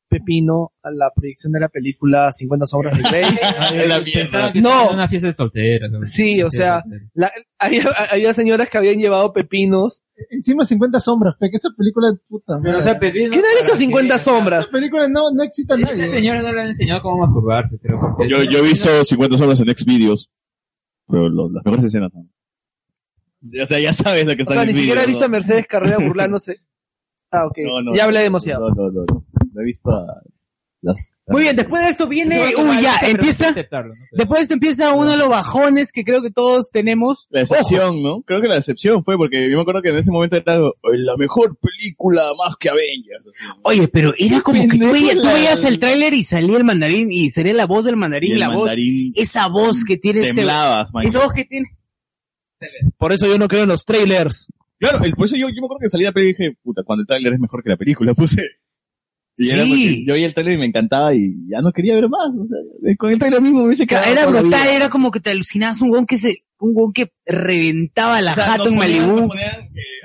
Speaker 15: pepino a la proyección de la película 50 sombras de
Speaker 29: *laughs*
Speaker 15: Grey. Eh,
Speaker 5: Pensaban que
Speaker 15: no,
Speaker 5: era una fiesta de solteros. ¿no?
Speaker 15: sí, o
Speaker 5: Fiesta de
Speaker 15: sea, la- había, había señoras que habían llevado pepinos.
Speaker 13: Encima 50 sombras, pe, que esa película de puta madre.
Speaker 15: o sea, pepinos ¿Quién ha visto para 50 que- sombras?
Speaker 13: Esa película no,
Speaker 5: *laughs*
Speaker 13: no excita a nadie.
Speaker 5: señora no le han enseñado cómo masturbarse, creo.
Speaker 4: Yo, yo he visto 50 sombras en Xvideos, pero lo- las mejores escenas. ¿no? O sea, ya sabes lo que
Speaker 15: O
Speaker 4: está
Speaker 15: sea,
Speaker 4: en
Speaker 15: ni
Speaker 4: Xvideos,
Speaker 15: siquiera he visto
Speaker 4: ¿no?
Speaker 15: a Mercedes Carrera burlándose. Ah, ok. ya hablé demasiado.
Speaker 4: No, no, no, no. No he visto a las...
Speaker 1: Muy bien, después de esto viene, uy, ya, empieza, después de esto empieza uno de los bajones que creo que todos tenemos.
Speaker 4: La excepción, ¿no? Creo que la excepción fue porque yo me acuerdo que en ese momento era la mejor película más que Avengers.
Speaker 1: Oye, pero era como que tú,
Speaker 4: Pendejo
Speaker 1: veías- tú
Speaker 4: la-
Speaker 1: veías el tráiler y salía el mandarín y sería la voz del mandarín,
Speaker 4: Y el
Speaker 1: la
Speaker 4: mandarín
Speaker 1: voz, esa voz que tiene este,
Speaker 4: temblabas, man.
Speaker 1: esa voz que tiene,
Speaker 15: Por eso yo no creo en los trailers.
Speaker 29: Claro, el- por eso yo, yo me acuerdo que salí de la película y dije, puta, cuando el tráiler es mejor que la película, *laughs* puse. Y era
Speaker 1: Sí.
Speaker 29: porque yo vi el tráiler y me encantaba y ya no quería ver más. O sea, con el tráiler mismo me hubiese quedado
Speaker 1: Era
Speaker 29: toda la
Speaker 1: brutal,
Speaker 29: vida.
Speaker 1: era como que te alucinabas un gon que se, un gon que reventaba la
Speaker 29: O sea,
Speaker 1: jato
Speaker 29: nos
Speaker 1: en
Speaker 29: ponían- eh,
Speaker 1: Malibú.
Speaker 29: nos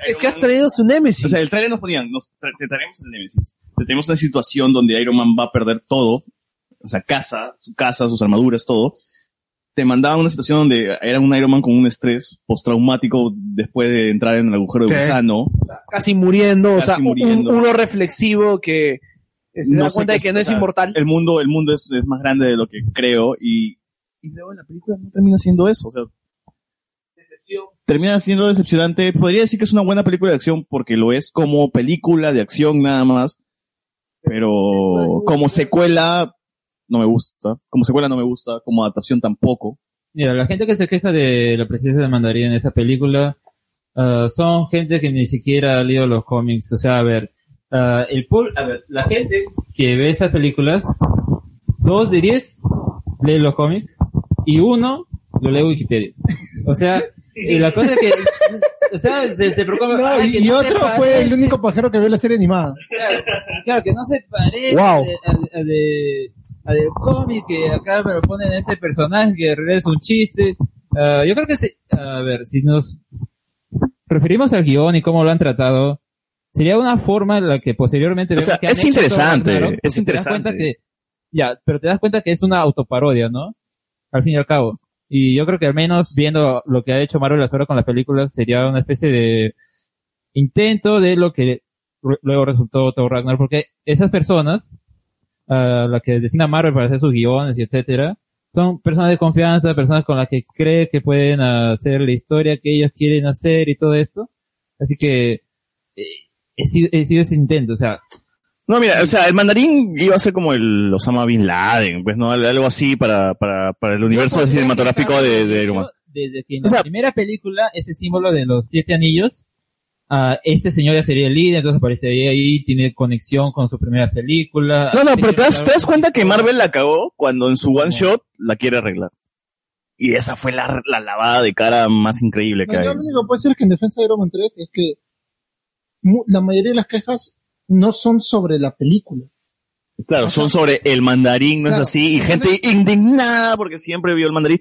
Speaker 29: Es que has
Speaker 15: traído su Nemesis.
Speaker 29: O sea, el tráiler nos ponían, nos tra- te traemos el Nemesis. Te tenemos una situación donde Iron Man va a perder todo. O sea, casa, su casa, sus armaduras, todo. Te mandaban a una situación donde era un Iron Man con un estrés postraumático después de entrar en el agujero de
Speaker 15: Sí.
Speaker 29: gusano.
Speaker 15: Casi muriendo, o
Speaker 29: Casi
Speaker 15: sea, un-
Speaker 29: muriendo.
Speaker 15: uno reflexivo que eh, se da
Speaker 29: sé
Speaker 15: cuenta de
Speaker 29: qué
Speaker 15: que no
Speaker 29: o
Speaker 15: es
Speaker 29: sea,
Speaker 15: inmortal.
Speaker 29: El mundo, el mundo es, es más grande de lo que creo y, y luego la película no termina siendo eso. O sea, termina siendo decepcionante. Podría decir que es una buena película de acción porque lo es como película de acción nada más. Pero como secuela no me gusta. Como secuela no me gusta. Como adaptación tampoco.
Speaker 5: Mira, la gente que se queja de la presencia de Mandarín en esa película ah, son gente que ni siquiera ha leído los cómics. O sea, a ver, ah, el pul- a ver, la gente que ve esas películas, dos de diez lee los cómics y uno lo lee Wikipedia. O
Speaker 13: *laughs*
Speaker 5: sea, y la cosa es que, o sea, se, se preocupa.
Speaker 13: No,
Speaker 5: "Ay, ah,
Speaker 13: y,
Speaker 5: que
Speaker 13: y
Speaker 5: no se
Speaker 13: otro fue el
Speaker 5: parece".
Speaker 13: único pajero que vio la serie animada.
Speaker 5: Claro, claro, que no se parece
Speaker 13: Wow.
Speaker 5: a- a- a de- a del cómic que acá me lo ponen a este personaje que en realidad es un chiste. Ah, yo creo que sí. A ver, si nos referimos al guión y cómo lo han tratado, sería una forma en la que posteriormente...
Speaker 4: O
Speaker 5: vemos
Speaker 4: sea,
Speaker 5: que han
Speaker 4: es
Speaker 5: hecho todo
Speaker 4: interesante,
Speaker 5: Ragnarok,
Speaker 4: es
Speaker 5: porque te das cuenta
Speaker 4: interesante.
Speaker 5: que- ya, pero te das cuenta que es una autoparodia, ¿no? Al fin y al cabo. Y yo creo que al menos viendo lo que ha hecho Marvel hasta ahora con las películas sería una especie de intento de lo que re- luego resultó Thor Ragnar, porque esas personas, a las que designa Marvel para hacer sus guiones y etcétera, son personas de confianza, personas con las que cree que pueden hacer la historia que ellos quieren hacer y todo esto. Así que eh, he sido, he sido ese intento, o sea,
Speaker 4: No, mira, o sea, el mandarín iba a ser como el Osama Bin Laden, pues, ¿no? Al- Algo así para, para, para el universo
Speaker 5: podría
Speaker 4: cinematográfico de, de Iron Man.
Speaker 5: desde que en la primera película ese símbolo de los siete anillos, ah, este señor ya sería el líder, entonces aparecería ahí, tiene conexión con su primera película.
Speaker 4: No, no,
Speaker 5: Así
Speaker 4: pero
Speaker 5: que
Speaker 4: te das,
Speaker 5: claro,
Speaker 4: te das cuenta que Marvel la cagó cuando en su one shot la quiere arreglar. Y esa fue la, la lavada de cara más increíble que
Speaker 13: No,
Speaker 4: hay.
Speaker 13: yo lo único que puedo decir que en defensa de Iron Man 3 es que mu- la mayoría de las quejas no son sobre la película.
Speaker 4: Claro, son sobre el mandarín, ¿no
Speaker 13: Claro.
Speaker 4: es así? Y gente indignada porque siempre vio el mandarín.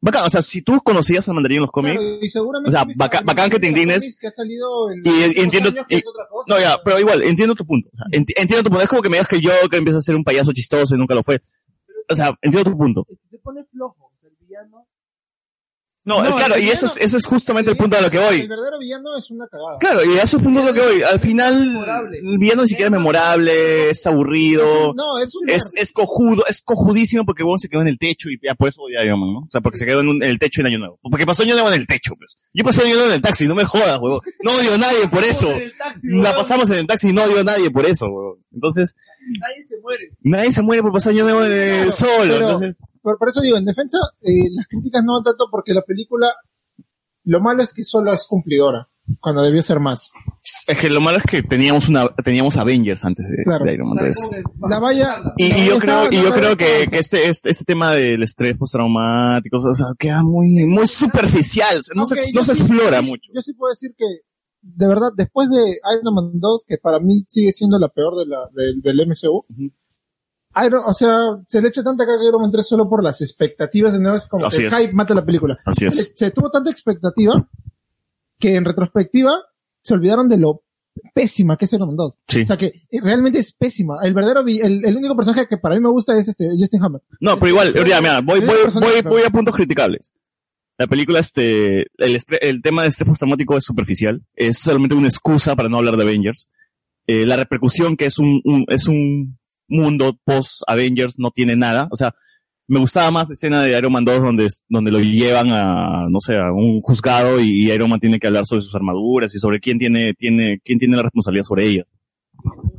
Speaker 4: Bacán, o sea, si tú conocías al mandarín en los cómics,
Speaker 13: Y seguramente
Speaker 4: o sea,
Speaker 13: viste
Speaker 4: bacán,
Speaker 13: la
Speaker 4: bacán que te
Speaker 13: mayoría de los
Speaker 4: indignes,
Speaker 13: cómics que ha salido en
Speaker 4: Y
Speaker 13: los
Speaker 4: en-
Speaker 13: últimos
Speaker 4: entiendo.
Speaker 13: años, que
Speaker 4: y-
Speaker 13: es otra cosa.
Speaker 4: no, ya, pero igual, entiendo tu punto. O sea, enti- entiendo tu punto. Es como que me digas que yo que empieza a ser un payaso chistoso y nunca lo fue. O sea, entiendo tu punto.
Speaker 13: Se pone flojo, o sea, el villano.
Speaker 4: No,
Speaker 13: No,
Speaker 4: claro,
Speaker 13: el
Speaker 4: y eso es,
Speaker 13: villano-
Speaker 4: eso es justamente el
Speaker 13: villano-
Speaker 4: punto a lo que
Speaker 13: El
Speaker 4: voy.
Speaker 13: verdadero villano es una cagada.
Speaker 4: Claro, y a eso es punto a lo que voy. Al final, el villano ni siquiera es memorable, es aburrido.
Speaker 13: No, es un
Speaker 4: Es, es cojudo, es cojudísimo porque bueno, se quedó en el techo y ya por eso ya digamos, ¿no? O sea, porque se quedó en, un- en el techo en Año Nuevo. Porque pasó Año Nuevo en el techo, pues. Yo pasé Año Nuevo en el taxi, no me jodas, huevón. No odio a nadie por eso. La pasamos en el taxi y no odio a nadie por eso, huevón. Entonces,
Speaker 13: Nadie se muere.
Speaker 4: Nadie se muere por pasar año nuevo de solo.
Speaker 13: Pero,
Speaker 4: entonces,
Speaker 13: por, por eso digo, en defensa, eh, las críticas no van tanto porque la película, lo malo es que solo es cumplidora, cuando debió ser más.
Speaker 4: es que lo malo es que teníamos una teníamos Avengers antes de,
Speaker 13: Claro.
Speaker 4: de Iron Man 3.
Speaker 13: La valla.
Speaker 4: Y, y
Speaker 13: la *laughs* valla
Speaker 4: yo
Speaker 13: estaba-
Speaker 4: creo, y
Speaker 13: la
Speaker 4: yo
Speaker 13: valla
Speaker 4: creo que, que este, este, este tema del estrés postraumático, o sea, queda muy, muy superficial, o sea, no,
Speaker 13: Aunque
Speaker 4: se, no
Speaker 13: yo
Speaker 4: se
Speaker 13: sí-
Speaker 4: explora
Speaker 13: yo sí-
Speaker 4: mucho.
Speaker 13: Yo sí puedo decir que, de verdad, después de Iron Man 2, que para mí sigue siendo la peor de la, del- del MCU, Iron, o sea, se le echa tanta carga a Iron Man 3 solo por las expectativas de nuevo, es como
Speaker 4: Así
Speaker 13: que el
Speaker 4: es.
Speaker 13: hype mata la película.
Speaker 4: Así es.
Speaker 13: Se, se tuvo tanta expectativa que en retrospectiva se olvidaron de lo pésima que es Iron Man 2.
Speaker 4: Sí.
Speaker 13: O sea que eh, realmente es pésima. El verdadero, vi- el, el único personaje que para mí me gusta es este Justin Hammer.
Speaker 4: No, pero igual, ya, mira, voy,
Speaker 13: Es
Speaker 4: voy,
Speaker 13: una persona-
Speaker 4: voy, voy a puntos criticables. La película, este, el, estre- el tema de estrés postraumático es superficial. Es solamente una excusa para no hablar de Avengers. Eh, la repercusión que es un, un- es un mundo post Avengers no tiene nada. O sea, me gustaba más la escena de Iron Man 2 donde, es- donde lo llevan a, no sé, a un juzgado y, Iron Man tiene que hablar sobre sus armaduras y sobre quién tiene, tiene, quién tiene la responsabilidad sobre ellas.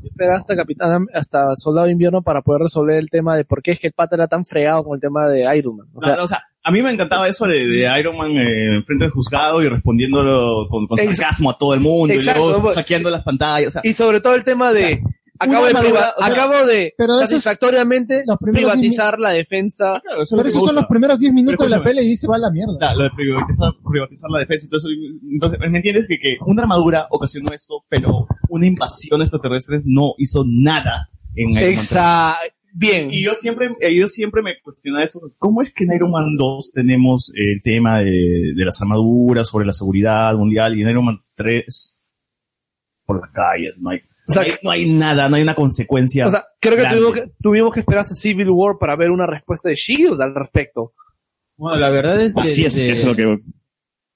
Speaker 15: esperar hasta Capitán, hasta Soldado de Invierno para poder resolver el tema de por qué es que el pata era tan fregado con el tema de Iron Man. O sea,
Speaker 4: No, no, o sea, a mí me encantaba eso de, de Iron Man eh, frente al juzgado y respondiéndolo con, con
Speaker 15: Ex-
Speaker 4: sarcasmo a todo el mundo
Speaker 15: Exacto,
Speaker 4: y luego
Speaker 15: pues.
Speaker 4: saqueando las pantallas. O sea,
Speaker 15: y sobre todo el tema de acabo
Speaker 13: una
Speaker 15: de, priva-
Speaker 13: madura- o sea,
Speaker 15: acabo de
Speaker 13: pero eso es-
Speaker 15: satisfactoriamente
Speaker 13: primeros diez
Speaker 15: privatizar la defensa.
Speaker 13: Pero esos son los primeros 10 minutos de la pelea y se va a la mierda.
Speaker 30: lo de privatizar, privatizar la defensa y todo eso. Entonces, ¿me entiendes? Que, que una armadura ocasionó esto, pero una invasión extraterrestre no hizo nada en Iron Man 3.
Speaker 15: Exa- Bien.
Speaker 30: Y yo siempre, eh, yo siempre me cuestionaba eso. ¿Cómo es que en Iron Man 2 tenemos eh, el tema de, de las armaduras, sobre la seguridad mundial, y en Iron Man 3 por las calles? No hay, no hay, no hay nada, no hay una consecuencia.
Speaker 15: O sea, creo que
Speaker 30: grande.
Speaker 15: tuvimos, que tuvimos que esperar hasta Civil War para ver una respuesta de Shield E al respecto.
Speaker 5: Bueno, la verdad es que.
Speaker 15: Así es,
Speaker 5: de-
Speaker 15: eso es lo que-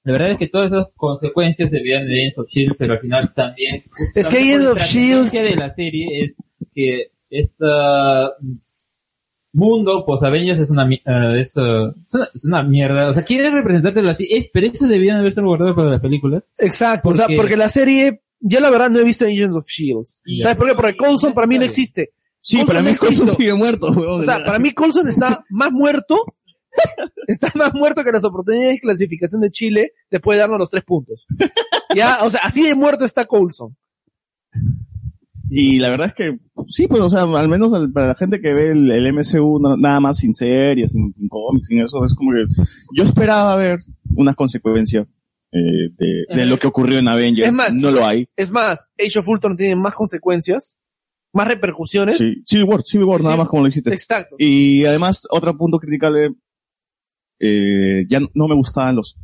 Speaker 5: La verdad es que todas esas consecuencias se veían en Agents of Shield, pero al final también.
Speaker 15: Es que
Speaker 5: también
Speaker 15: Agents
Speaker 5: por
Speaker 15: of
Speaker 5: la
Speaker 15: Shield-
Speaker 5: estrategia de la serie es que este mundo post Avengers es una, mi- eh, es, eh, es una, es una mierda. O sea, quieren representártelo así. Es, pero eso debían haberse guardado para las películas.
Speaker 15: Exacto, o sea, porque la serie, yo la verdad no he visto Agents of Shields.
Speaker 5: Ya.
Speaker 15: E ¿Sabes por qué? Porque Coulson para mí no existe.
Speaker 4: Sí,
Speaker 15: Coulson
Speaker 4: para
Speaker 15: no
Speaker 4: mí Coulson
Speaker 15: existe.
Speaker 4: sigue muerto, weón.
Speaker 15: O sea, para mí
Speaker 4: *laughs*
Speaker 15: Coulson está más muerto, *laughs* está más muerto que las oportunidades de clasificación de Chile después de darnos los tres puntos. Ya, o sea, así de muerto está Coulson.
Speaker 4: Y la verdad es que sí, pues, o sea, al menos al- para la gente que ve el, el MCU no- nada más sin series, sin, sin cómics, sin eso, es como que yo esperaba ver unas consecuencias eh, de, de lo que ocurrió en Avengers.
Speaker 15: Es más,
Speaker 4: no lo hay.
Speaker 15: Es más, Age of Ultron tiene más consecuencias, más repercusiones.
Speaker 4: Sí, Civil War, Civil War, nada
Speaker 15: Sí,
Speaker 4: más como lo dijiste.
Speaker 15: exacto.
Speaker 4: Y además, otro punto criticable, eh, ya no me gustaban los,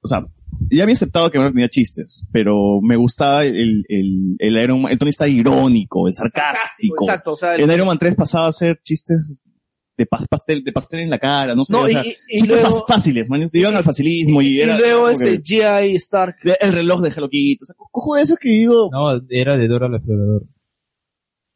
Speaker 4: o sea, ya había aceptado que no tenía chistes, pero me gustaba el, el, el Iron Man, el Tony está irónico, el sarcástico.
Speaker 15: Exacto, o sea, el-
Speaker 4: en Iron Man 3 pasaba a ser chistes de pas- pastel, de pastel en la cara, no sé,
Speaker 15: No,
Speaker 4: o
Speaker 15: y-
Speaker 4: sea,
Speaker 15: y- y
Speaker 4: chistes
Speaker 15: luego-
Speaker 4: más fáciles, man, se iban al facilismo y,
Speaker 15: Y
Speaker 4: era-
Speaker 15: luego
Speaker 4: era como
Speaker 15: este
Speaker 4: que-
Speaker 15: G.I. Stark.
Speaker 4: de- el reloj de Hello Kitty, o sea, *laughs* co- cojo de esos que digo,
Speaker 5: No, era de Dora la exploradora.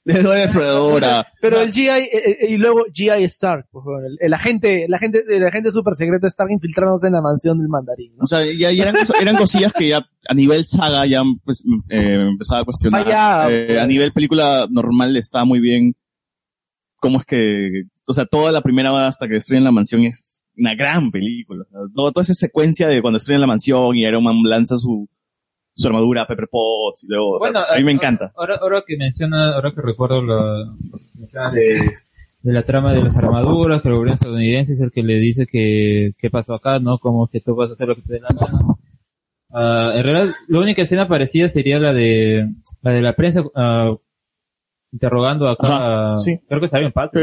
Speaker 4: de Dora la Exploradora.
Speaker 15: Pero el GI, eh, eh, y luego GI Stark, por favor, el, el agente, el agente, el agente super secreto Stark infiltrándose en la mansión del mandarín.
Speaker 4: O sea, ya, ya eran, cosas- eran cosillas que ya a nivel saga ya pues, eh, empezaba a cuestionar.
Speaker 15: Ah, ya.
Speaker 4: Eh, a nivel película normal está muy bien. ¿Cómo es que.? O sea, toda la primera hora hasta que destruyen la mansión es una gran película. O sea, todo- toda esa secuencia de cuando destruyen la mansión y Iron Man lanza su, su armadura a Pepper Potts y luego. o sea, a mí me
Speaker 5: ah,
Speaker 4: encanta.
Speaker 5: Ahora, ahora que menciona, ahora que recuerdo la, mencionas de, de la trama de las armaduras, que el gobierno estadounidense es el que le dice que, qué pasó acá, ¿no? Como que tú vas a hacer lo que te dé la gana. Ah, en realidad, la única escena parecida sería la de, la de la prensa, ah, interrogando acá, a- creo que sabía un pato,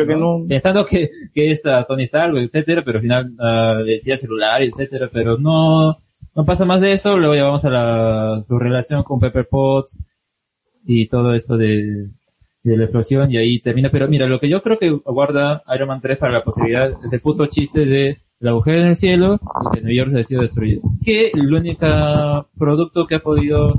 Speaker 5: pensando que, que es a Tony Stark, etcétera, pero al final ah, le tira el celular, etcétera, pero no, no pasa más de eso, luego llevamos a la, su relación con Pepper Potts, y todo eso de, de la explosión y ahí termina. Pero mira, lo que yo creo que guarda Iron Man 3 para la posibilidad es el puto chiste de la agujero en el cielo y que New York se ha sido destruido. Que el único producto que ha podido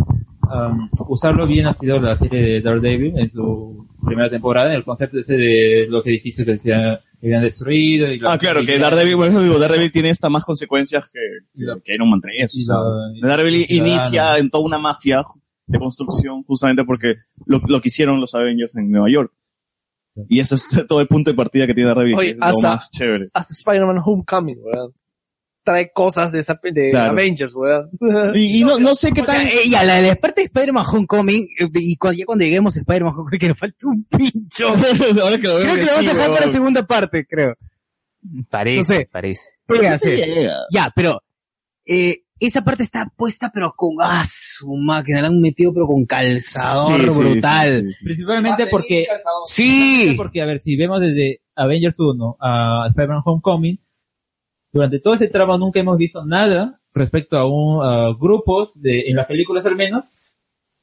Speaker 5: am, usarlo bien ha sido la serie de Daredevil en su primera temporada, en el concepto ese de los edificios que se han- que habían destruido. Y la-
Speaker 4: Ah, claro, que
Speaker 5: y-
Speaker 4: Daredevil, bueno, digo, Daredevil tiene estas más consecuencias que, que, que Iron Man 3. o sea, Daredevil
Speaker 5: y la-
Speaker 4: inicia en toda una mafia de construcción justamente porque lo, lo que hicieron los Avengers en Nueva York. Y eso es todo el punto de partida que tiene Daredevil,
Speaker 15: Oye,
Speaker 4: que es
Speaker 15: hasta-
Speaker 4: lo más chévere.
Speaker 15: Hasta Spider-Man Homecoming, weón. Trae cosas de, esa, de
Speaker 4: Claro.
Speaker 15: Avengers, weón.
Speaker 4: Y, no, sé qué
Speaker 15: tal.
Speaker 1: ella, eh, la, la parte de Spider-Man Homecoming, eh, y cuando, ya cuando lleguemos a Spider-Man Homecoming, *laughs* que nos falta un pincho.
Speaker 4: Ahora que lo veo
Speaker 1: creo que,
Speaker 4: que
Speaker 1: lo vamos
Speaker 4: sí,
Speaker 1: a dejar para
Speaker 4: huevón.
Speaker 1: segunda parte, creo.
Speaker 9: Parece,
Speaker 1: No sé.
Speaker 9: parece.
Speaker 1: Pero
Speaker 9: Pero
Speaker 1: ya,
Speaker 9: sí
Speaker 1: sí.
Speaker 9: llega.
Speaker 1: Ya, pero eh, esa parte está puesta, pero con ah, su máquina, la han metido, pero con calzador
Speaker 5: Sí, sí,
Speaker 1: brutal.
Speaker 5: Principalmente porque...
Speaker 1: Sí.
Speaker 5: Porque, a ver, si vemos desde Avengers 1 a Spider-Man Homecoming, durante todo ese tramo nunca hemos visto nada respecto a, un, a grupos, de, en las películas al menos,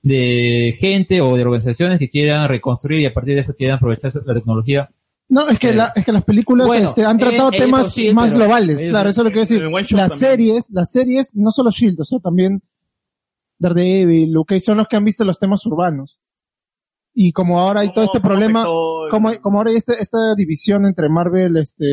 Speaker 5: de gente o de organizaciones que quieran reconstruir y a partir de eso quieran aprovechar la tecnología.
Speaker 13: No, es que, la- es que las películas
Speaker 5: Bueno,
Speaker 13: este, han tratado
Speaker 5: eh, eso
Speaker 13: temas
Speaker 5: sí,
Speaker 13: más
Speaker 5: pero-
Speaker 13: globales.
Speaker 5: eh,
Speaker 13: claro, eso es lo que quiero decir.
Speaker 5: en One
Speaker 13: Las
Speaker 5: Shot también.
Speaker 13: series, las series, no solo Shield, o sea, también Daredevil, que son los que han visto los temas urbanos. Y como ahora hay todo este problema, como, como ahora hay este- esta división entre Marvel, este,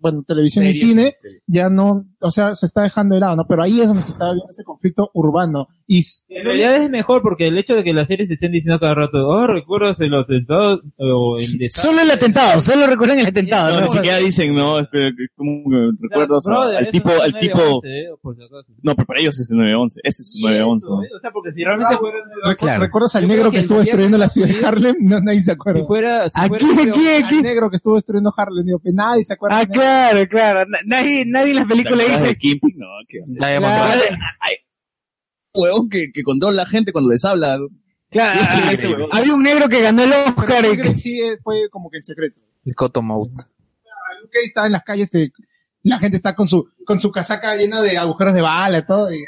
Speaker 13: bueno, televisión y
Speaker 15: Series,
Speaker 13: cine, ya no, o sea, se está dejando de lado, ¿no? Pero ahí es donde se está viendo ese conflicto urbano. Y s-
Speaker 5: En realidad es mejor porque el hecho de que las series estén diciendo cada rato, oh, recuerdas el atentado o el desastre.
Speaker 1: Solo el atentado, solo recuerdan el atentado.
Speaker 4: No,
Speaker 1: ¿no?
Speaker 4: ni siquiera dicen, no, es que, que- como que recuerdas a-
Speaker 5: brother,
Speaker 4: al
Speaker 5: eso
Speaker 4: tipo,
Speaker 5: no es
Speaker 4: al
Speaker 5: 911,
Speaker 4: tipo.
Speaker 5: eh, por si acaso.
Speaker 4: No, pero para ellos es el 911, ese es su 911.
Speaker 5: O sea, porque si realmente fuera
Speaker 13: Recu- ¿Recuerdas al negro que, estuvo destruyendo la ciudad de Harlem? *laughs* No, nadie se acuerda.
Speaker 5: ¿A
Speaker 13: quién, Al negro que estuvo destruyendo Harlem. Digo, que nadie se acuerda.
Speaker 1: Ah, claro, claro. Na- Nadie, nadie en las películas
Speaker 4: ¿Te acuerdas
Speaker 1: dice.
Speaker 4: de Kingpin? No, ¿qué va a ser? Hay un huevón que, que controla a la gente cuando les habla. *laughs*
Speaker 1: Claro,
Speaker 4: ese huevón.
Speaker 1: había un negro que ganó el Oscar. y-
Speaker 13: Sí, eh, fue como que en secreto. Ah,
Speaker 9: El Cotomout.
Speaker 13: Luke Cage está en las calles, de, la gente está con su, con su casaca llena de agujeros de bala y todo. y-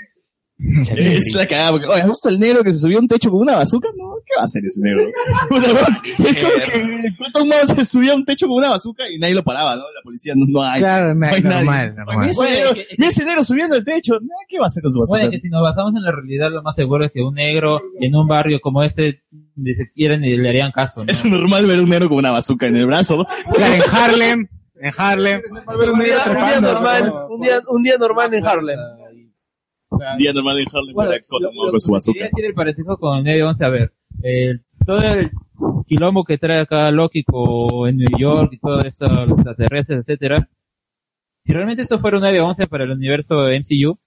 Speaker 4: *laughs* Es la cagada, porque, oye, justo el negro que se subió a un techo con una bazooka, no, ¿qué va a hacer ese
Speaker 5: *laughs*
Speaker 4: negro? Puta, huevón, *laughs* es como que el Cotton Mouth se subió a un techo con una bazooka y nadie lo paraba, ¿no? La policía no, no hay.
Speaker 1: Claro,
Speaker 4: no hay nadie.
Speaker 5: normal, normal.
Speaker 4: Mira ese
Speaker 5: Oye,
Speaker 4: negro-
Speaker 5: que-
Speaker 4: mira ese negro subiendo el techo, nah, ¿qué va a hacer con su bazooka?
Speaker 5: Bueno, que si nos basamos en la realidad, lo más seguro es que un negro en un barrio como este ni siquiera ni le harían caso. ¿no?
Speaker 4: Es normal ver un negro con una bazooka en el brazo, ¿no?
Speaker 1: Claro, en Harlem, en Harlem.
Speaker 4: un negro trepando,
Speaker 5: normal,
Speaker 15: un día, un día normal en Harlem.
Speaker 4: Día normal en Harlem
Speaker 5: Bueno,
Speaker 4: para Cotton
Speaker 5: lo-
Speaker 4: Mouth
Speaker 5: lo
Speaker 4: con su
Speaker 5: que
Speaker 4: bazooka.
Speaker 5: Quería decir el parentesco con 911, a ver, eh, todo el quilombo que trae acá Loki co- en New York y todo esto, los extraterrestres, etcétera. Si realmente eso fuera un 911 para el universo MCU,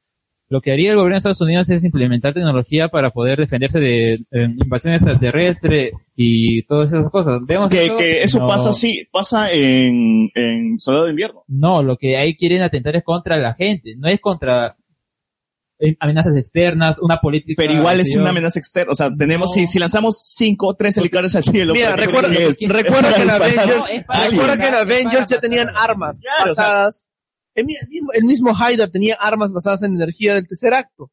Speaker 5: lo que haría el gobierno de Estados Unidos es implementar tecnología para poder defenderse de eh, invasión extraterrestre y todas esas cosas. ¿Vemos
Speaker 4: Que, que eso
Speaker 5: No.
Speaker 4: pasa, sí, pasa en, en Soldado de Invierno.
Speaker 5: No, lo que ahí quieren atentar es contra la gente, no es contra eh, amenazas externas, una política.
Speaker 4: Pero igual es
Speaker 5: anterior.
Speaker 4: una amenaza externa. O sea, tenemos, si, si lanzamos 5 tres helicópteros al cielo.
Speaker 5: Mira,
Speaker 4: para que
Speaker 5: recuerda-
Speaker 4: llegues.
Speaker 5: recuerda
Speaker 4: Es *laughs* para
Speaker 5: que la
Speaker 4: disparar
Speaker 5: Avengers-
Speaker 4: a alguien.
Speaker 15: Recuerda que en Avengers ya tenían armas
Speaker 4: Claro, o sea-
Speaker 15: basadas. El mi- el mismo, el mismo Hydra tenía armas basadas en energía del tercer acto.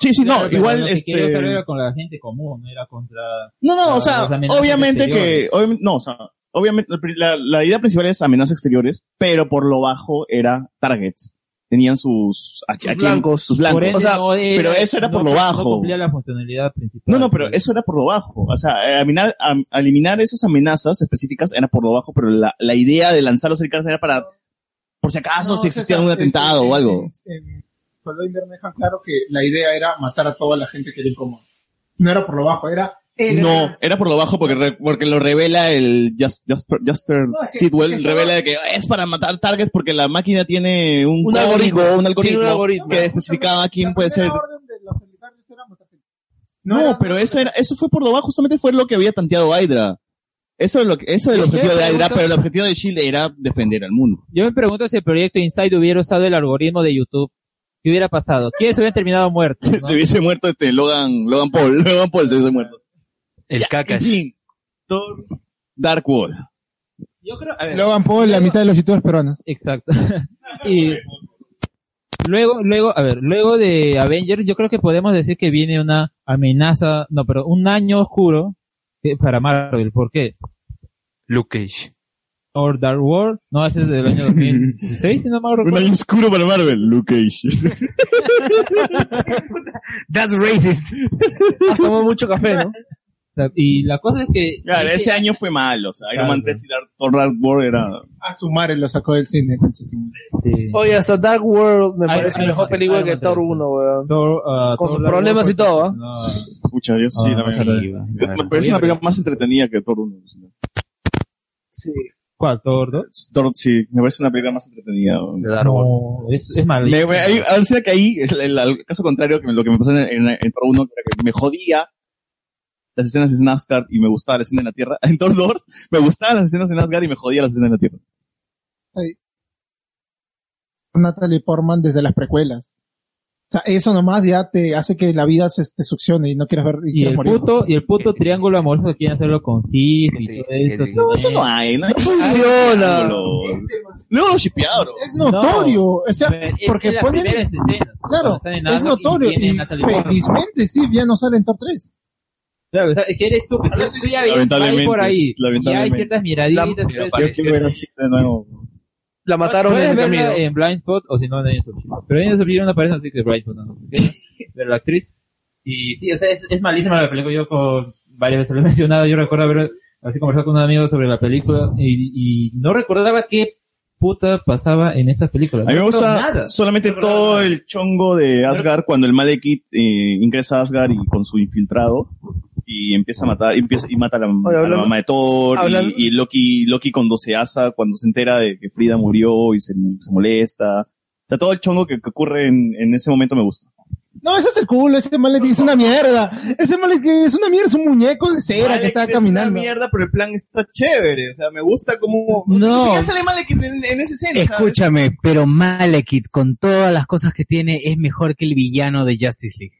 Speaker 4: Sí, este, sí,
Speaker 5: Claro, pero lo que quería usar era con la gente común, no era contra.
Speaker 4: No, no, o
Speaker 5: las
Speaker 4: sea,
Speaker 5: amenazas
Speaker 4: obviamente que,
Speaker 5: exteriores.
Speaker 4: obviamente, no, o sea, obviamente, la, la idea principal es amenazas exteriores, pero por lo bajo era targets. Tenían sus, a- a quién-
Speaker 15: blancos.
Speaker 4: sus blancos.
Speaker 5: Por ende,
Speaker 4: o sea,
Speaker 5: no era-
Speaker 4: pero eso era por
Speaker 5: no-
Speaker 4: lo
Speaker 5: No
Speaker 4: bajo.
Speaker 5: cumplía la funcionalidad principal. pues.
Speaker 4: No, no, pero eso era por lo bajo. O sea, eh, eliminar, am- eliminar esas amenazas específicas era por lo bajo, pero la, la idea de lanzar los helicópteros era para, por si acaso,
Speaker 13: No,
Speaker 4: si existía
Speaker 13: César,
Speaker 4: un
Speaker 13: este,
Speaker 4: atentado
Speaker 13: en-
Speaker 4: o algo.
Speaker 13: En, en Soldado de Invierno dejan claro que la idea era matar a toda la gente que le incomoda. No era por lo bajo, era... era-
Speaker 4: No, era por lo bajo porque, re- porque lo revela el Jas- Jasper, Jasper
Speaker 13: es que-
Speaker 4: Sidwell,
Speaker 13: es que-
Speaker 4: revela que es para matar targets porque la máquina tiene un,
Speaker 15: Un
Speaker 4: código,
Speaker 15: algoritmo.
Speaker 4: un algoritmo,
Speaker 15: Tiene un algoritmo.
Speaker 4: que especificaba quién puede ser. No, pero eso era, eso fue por lo bajo, justamente fue lo que había tanteado Hydra. Eso es lo que, eso es el
Speaker 5: Yo- yo
Speaker 4: objetivo de Hydra,
Speaker 5: pregunto-
Speaker 4: pero el objetivo de Shield era defender al mundo.
Speaker 5: Yo me pregunto si el proyecto Inside hubiera usado el algoritmo de YouTube. ¿Qué hubiera pasado? ¿Quiénes hubieran
Speaker 4: *laughs*
Speaker 5: terminado muertos? no?
Speaker 4: se hubiese muerto este Logan, Logan Paul, *laughs* Logan Paul se hubiese muerto.
Speaker 9: El
Speaker 4: cacas. Dark World.
Speaker 5: Yo creo, a ver,
Speaker 13: Logan Paul, la mitad de los youtubers peruanos.
Speaker 5: Exacto. *laughs* y luego, luego, a ver, luego de Avengers, yo creo que podemos decir que viene una amenaza, no, pero un año oscuro eh, para Marvel. ¿Por qué?
Speaker 9: Luke Cage.
Speaker 5: Or Dark World, no, ese es del año 2016, si no me
Speaker 4: Un
Speaker 5: recuerdo.
Speaker 4: año oscuro para Marvel, Luke Cage. *laughs*
Speaker 1: That's racist.
Speaker 15: Tomó mucho café, ¿no?
Speaker 5: Y la cosa es que. eh,
Speaker 4: Claro, ese año fue malo, o sea, Iron Man 3 y Dark, Thor Dark World era...
Speaker 13: A su madre lo sacó del cine, concha su madre.
Speaker 5: Sí.
Speaker 15: Oye, hasta Dark World me
Speaker 5: Iron-
Speaker 15: parece
Speaker 5: Iron
Speaker 15: mejor
Speaker 5: Man-
Speaker 15: película
Speaker 5: Iron
Speaker 15: que
Speaker 5: Man
Speaker 15: Thor
Speaker 5: tres.
Speaker 15: 1, weón.
Speaker 5: Thor, ah,
Speaker 15: Con
Speaker 5: Thor
Speaker 15: sus
Speaker 5: Dark
Speaker 15: problemas
Speaker 5: World,
Speaker 15: y todo, ¿ah?
Speaker 5: no.
Speaker 4: Pucha, yo sí,
Speaker 5: Ah,
Speaker 4: la
Speaker 5: sí,
Speaker 4: verdad.
Speaker 5: va,
Speaker 4: Es-
Speaker 5: claro.
Speaker 4: Me parece una película más entretenida que Thor 1.
Speaker 15: Sí.
Speaker 5: ¿Cuál? ¿Thor 2?
Speaker 4: Thor, sí, me parece una película más entretenida.
Speaker 5: Es, es malísimo.
Speaker 4: Me, me, ahí- alucina que ahí, el, el- el caso contrario, que me- lo que me pasó en, en, en Thor 1, que era que me jodía las escenas en Asgard y me gustaba la escena en la Tierra. *laughs* En Thor 2, me gustaban las escenas en Asgard y me jodía las escenas en la Tierra.
Speaker 13: Natalie Portman desde las precuelas. O sea, eso nomás ya te hace que la vida se te succione y no quieras ver y,
Speaker 5: Y
Speaker 13: quieras
Speaker 5: el
Speaker 13: morir.
Speaker 5: puto, y el puto triángulo amoroso que quieren hacerlo con Sif y todo esto.
Speaker 4: No, eso no hay, no, hay-
Speaker 15: funciona.
Speaker 4: Luego lo shipeaba, bro.
Speaker 13: Es notorio, o sea, porque ponen... Claro, es notorio. Y felizmente sí, ya no sale en Thor 3.
Speaker 5: Claro, o sea, es que eres tú, pero tú ya ves, va ahí
Speaker 4: Lamentablemente,
Speaker 5: por ahí. Y hay
Speaker 4: lamentablemente.
Speaker 5: ciertas miraditas.
Speaker 15: La-
Speaker 5: pero
Speaker 4: Yo quiero ver así de nuevo.
Speaker 15: La mataron en
Speaker 5: Puedes
Speaker 15: el
Speaker 5: verla
Speaker 15: camino.
Speaker 5: en Blind Spot o si no en Agents of S.H.I.E.L.D. Pero en Agents of S.H.I.E.L.D. no aparece así que Blind Spot, no sé
Speaker 15: *laughs*
Speaker 5: qué, pero la actriz. Y sí, o sea, es, es malísima la película. Yo con, varias veces lo he mencionado. Yo recuerdo haber así conversado con un amigo sobre la película y, y no recordaba qué
Speaker 31: puta pasaba en esas películas?
Speaker 4: A mí me
Speaker 31: No creo
Speaker 4: gusta
Speaker 31: nada.
Speaker 4: solamente todo el chongo de Asgard cuando el Malekith eh, ingresa a Asgard y con su infiltrado y empieza a matar, empieza y mata a la, a la
Speaker 15: hablando-
Speaker 4: mamá de Thor y-
Speaker 15: hablando-
Speaker 4: y, Loki, Loki cuando se asa, cuando se entera de que Frida murió y se, se molesta. O sea, todo el chongo que, que ocurre en, en ese momento me gusta.
Speaker 13: No, ese es el culo, ese Malekith es una mierda. Ese Malekith es una mierda, es un muñeco de cera que está caminando.
Speaker 4: mierda, pero el plan está chévere. O sea, me gusta como...
Speaker 1: No.
Speaker 4: Ni siquiera sale Malekith en, en ese escena. ¿sabes?
Speaker 1: Escúchame, pero Malekith, con todas las cosas que tiene, es mejor que el villano de Justice League.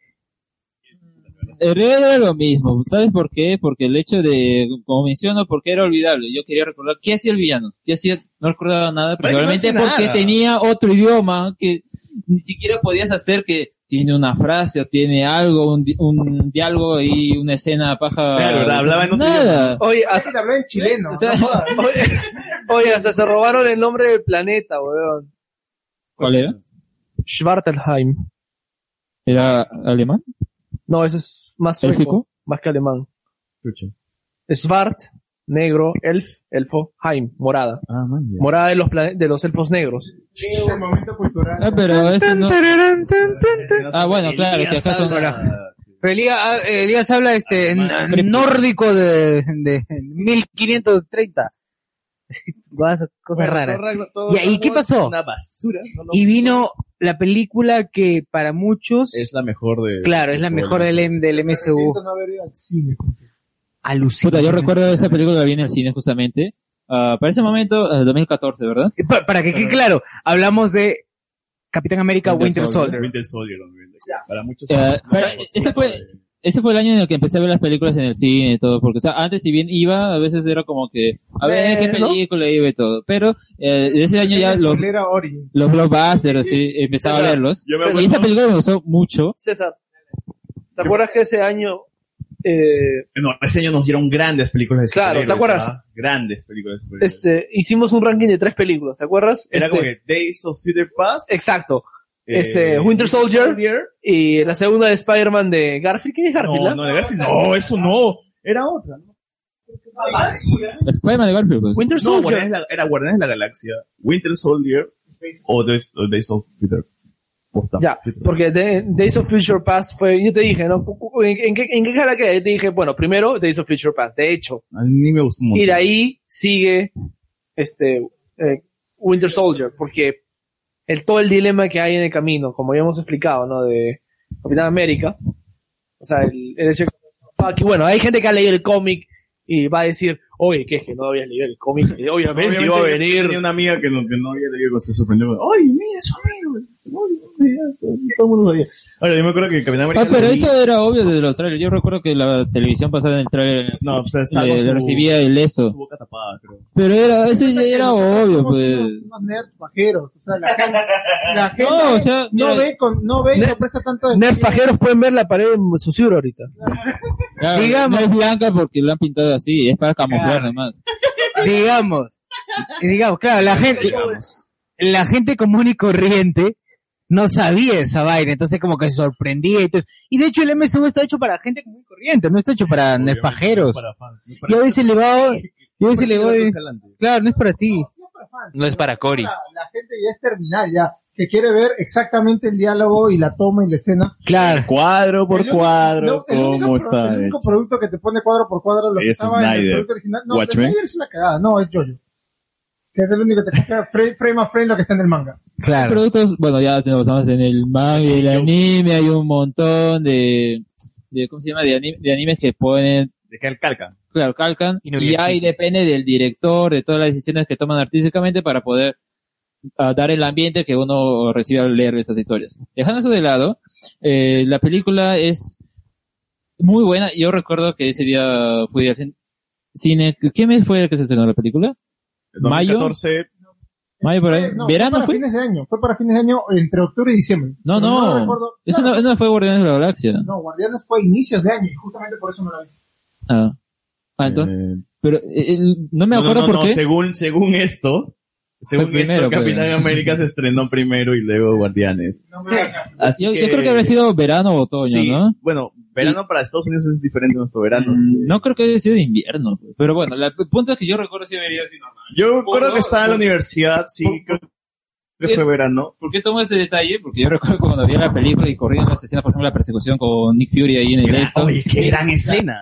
Speaker 5: En realidad era lo mismo. ¿Sabes por qué? Porque el hecho de, como menciono, porque era olvidable. Yo quería recordar qué hacía el villano. ¿Qué hacía? No recordaba nada,
Speaker 1: Pero es que no
Speaker 5: probablemente
Speaker 1: hace
Speaker 5: porque
Speaker 1: nada.
Speaker 5: tenía otro idioma que ni siquiera podías hacer que tiene una frase o tiene algo, un, di- un diálogo y una escena paja.
Speaker 4: Claro, ¿verdad? Hablaba en otro
Speaker 5: Nada.
Speaker 15: Oye, hasta
Speaker 13: habló en chileno.
Speaker 15: *laughs* oye, oye, hasta se robaron el nombre del planeta, weón.
Speaker 5: ¿Cuál era?
Speaker 15: Schwartelheim.
Speaker 5: ¿Era alemán?
Speaker 15: No, ese es más sueco,
Speaker 5: ¿Élfico?
Speaker 15: más que alemán. Svart, negro, elf, elfo, Heim, morada.
Speaker 4: Ah,
Speaker 15: Morada de los, plane- de los elfos negros.
Speaker 5: Ah, pero eso no. Ah, bueno, claro, que
Speaker 1: Elías
Speaker 5: acá son.
Speaker 1: Pero Elías, ah, Elías habla este n- nórdico de, de *laughs* 1530. Guas- Cosas
Speaker 32: Bueno,
Speaker 1: raras.
Speaker 32: todo raro, todo
Speaker 1: ¿Y ahí qué
Speaker 32: raro,
Speaker 1: pasó?
Speaker 32: una basura. No, no,
Speaker 1: y vino la película que para muchos
Speaker 4: es la mejor de
Speaker 1: claro es la mejor del, M- del MSU alucina
Speaker 5: Puta, yo recuerdo esa película que vi en el cine justamente. Ah, para ese momento, eh, 2014, ¿verdad?
Speaker 1: para, que quede claro hablamos de Capitán América Winter, Soldier,
Speaker 4: Winter Soldier, obviamente. Para muchos.
Speaker 5: Eh, pero ese fue, ese fue el año en el que empecé a ver las películas en el cine y todo, porque o sea, antes si bien iba, a veces era como que, a ver qué
Speaker 15: Bueno.
Speaker 5: película iba y todo, pero eh, ese año ya los, los blockbusters, así, empezaba a
Speaker 15: César,
Speaker 5: verlos.
Speaker 15: yo me acuerdo-
Speaker 5: Y esa película me gustó mucho.
Speaker 15: César, ¿te acuerdas que ese año... Eh,
Speaker 4: No, ese año nos dieron grandes películas de
Speaker 15: Claro, ¿te
Speaker 4: superhéroes,
Speaker 15: acuerdas?
Speaker 4: ¿ah? Grandes películas de superhéroes.
Speaker 15: este, hicimos un ranking de tres películas, ¿te acuerdas?
Speaker 4: Era
Speaker 15: Este,
Speaker 4: como que Days of Future Past.
Speaker 15: Exacto.
Speaker 4: Eh,
Speaker 15: este, Winter Soldier, y la segunda de Spider-Man de Garfield. ¿Quién es Garfield? ah?
Speaker 4: No, no, de Garfield. No, Oh, eso no. Era otra. ¿no?
Speaker 5: Spider-Man de Garfield. pues.
Speaker 4: No, eh. Guardianes de la- era Guardianes de la Galaxia, Winter Soldier o Days, o Days of Future. Posta.
Speaker 15: Ya, porque de- Days of Future Past fue, yo te dije, ¿no? Cu- cu- ¿En, en qué, en qué cara quedé? Te dije, bueno, primero Days of Future Past, de hecho.
Speaker 4: A mí me gustó mucho.
Speaker 15: Y de ahí sigue, este, eh, Winter Soldier, porque el, todo el dilema que hay en el camino, como ya hemos explicado, ¿no? De Capitán América. O sea, el, el hecho de que- ah, que, bueno, hay gente que ha leído el cómic y va a decir, oye, que es que no habías leído el cómic,
Speaker 4: *laughs*
Speaker 15: y obviamente, iba a
Speaker 4: yo
Speaker 15: venir.
Speaker 4: Tenía una amiga que no, que no había leído se sorprendió. ¡Ay, mira, eso amigo! Todo el mundo sabía. Ahora, yo me acuerdo que Capitán América.
Speaker 5: Ah, pero
Speaker 4: lo vi-
Speaker 5: eso era obvio desde los trailers. Yo recuerdo que la televisión pasada en el trailer
Speaker 4: No, pues, estaba con
Speaker 5: le-
Speaker 4: su-
Speaker 5: le recibía el esto.
Speaker 4: Su boca tapada, creo.
Speaker 5: Pero era, ese ya era obvio, pues.
Speaker 13: Unos nerds pajeros, o sea, la gente, la gente
Speaker 5: No, o sea,
Speaker 13: no
Speaker 5: mira-
Speaker 13: ve, con, no ve y no presta tanto de
Speaker 15: Nerds pajeros pueden ver la pared en Susuro ahorita.
Speaker 5: Claro,
Speaker 1: Digamos.
Speaker 5: No es blanca porque lo han pintado así, es para camuflar
Speaker 1: Claro.
Speaker 5: nada más.
Speaker 1: digamos digamos claro la gente la gente común y corriente no sabía esa vaina entonces como que se sorprendía y todo eso. y de hecho el MSU está hecho para gente común y corriente no está hecho para nespajeros y a veces le va y a veces le va claro no es para ti
Speaker 33: No es para Cory.
Speaker 13: La gente ya es terminal, ya, que quiere ver exactamente el diálogo y la toma y la escena.
Speaker 1: Claro.
Speaker 4: Cuadro por cuadro,
Speaker 13: el único
Speaker 4: ¿cómo
Speaker 13: pro-
Speaker 4: está? hecho?
Speaker 13: El único producto que te pone cuadro por cuadro lo que
Speaker 4: Es
Speaker 13: estaba en el
Speaker 4: Snyder.
Speaker 13: producto original. No,
Speaker 4: Watchmen.
Speaker 13: Snyder es una cagada, no, es Jojo. Que es el único que te
Speaker 4: *laughs*
Speaker 13: copia frame, frame a frame lo que está en el manga.
Speaker 1: Claro.
Speaker 5: Productos, bueno, ya tenemos más en el manga y el anime, hay un montón de, de ¿cómo se llama? De, ani- de animes que ponen,
Speaker 4: De que calca.
Speaker 5: claro, calcan, y
Speaker 4: Inuyasha.
Speaker 5: ahí depende del director, de todas las decisiones que toman artísticamente para poder ah, dar el ambiente que uno recibe al leer esas historias. Dejando eso de lado, eh, la película es muy buena. Yo recuerdo que ese día fui al cin- cine. ¿Qué mes fue el que se estrenó la película? ¿Mayo?
Speaker 4: 2014.
Speaker 5: ¿Mayo por ahí?
Speaker 13: Eh, no,
Speaker 5: ¿Verano
Speaker 13: fue para
Speaker 5: fue?
Speaker 13: fines de año, fue para fines de año entre octubre y diciembre.
Speaker 5: No,
Speaker 13: Pero
Speaker 5: no.
Speaker 13: recuerdo-
Speaker 5: eso no, no fue Guardianes de la Galaxia.
Speaker 13: No, Guardianes fue a inicios de año y justamente por eso no la vi.
Speaker 5: Ah. Ah, entonces. Pero eh, el- no me
Speaker 4: No,
Speaker 5: acuerdo
Speaker 4: no, no,
Speaker 5: por
Speaker 4: no,
Speaker 5: qué.
Speaker 4: Según, según esto, Según
Speaker 5: Fue primero,
Speaker 4: esto, Capitán
Speaker 5: pues.
Speaker 4: América se estrenó primero y luego Guardianes. Así
Speaker 5: yo, yo creo que habrá sido verano o otoño,
Speaker 4: Sí,
Speaker 5: ¿no? Mm.
Speaker 4: Bueno, verano para Estados Unidos es diferente a nuestro verano.
Speaker 5: No creo que haya sido de invierno, pues. pero bueno, la- el punto es que yo recuerdo si debería sido normal.
Speaker 4: Yo recuerdo
Speaker 5: no,
Speaker 4: que estaba en la
Speaker 5: por-
Speaker 4: universidad, sí, creo que
Speaker 5: Sí.
Speaker 4: fue verano.
Speaker 5: ¿Por qué tomo ese detalle? Porque yo recuerdo cuando vi la película y corrían las escenas, por ejemplo, la persecución con Nick Fury ahí en el esto.
Speaker 4: Oye, qué gran escena.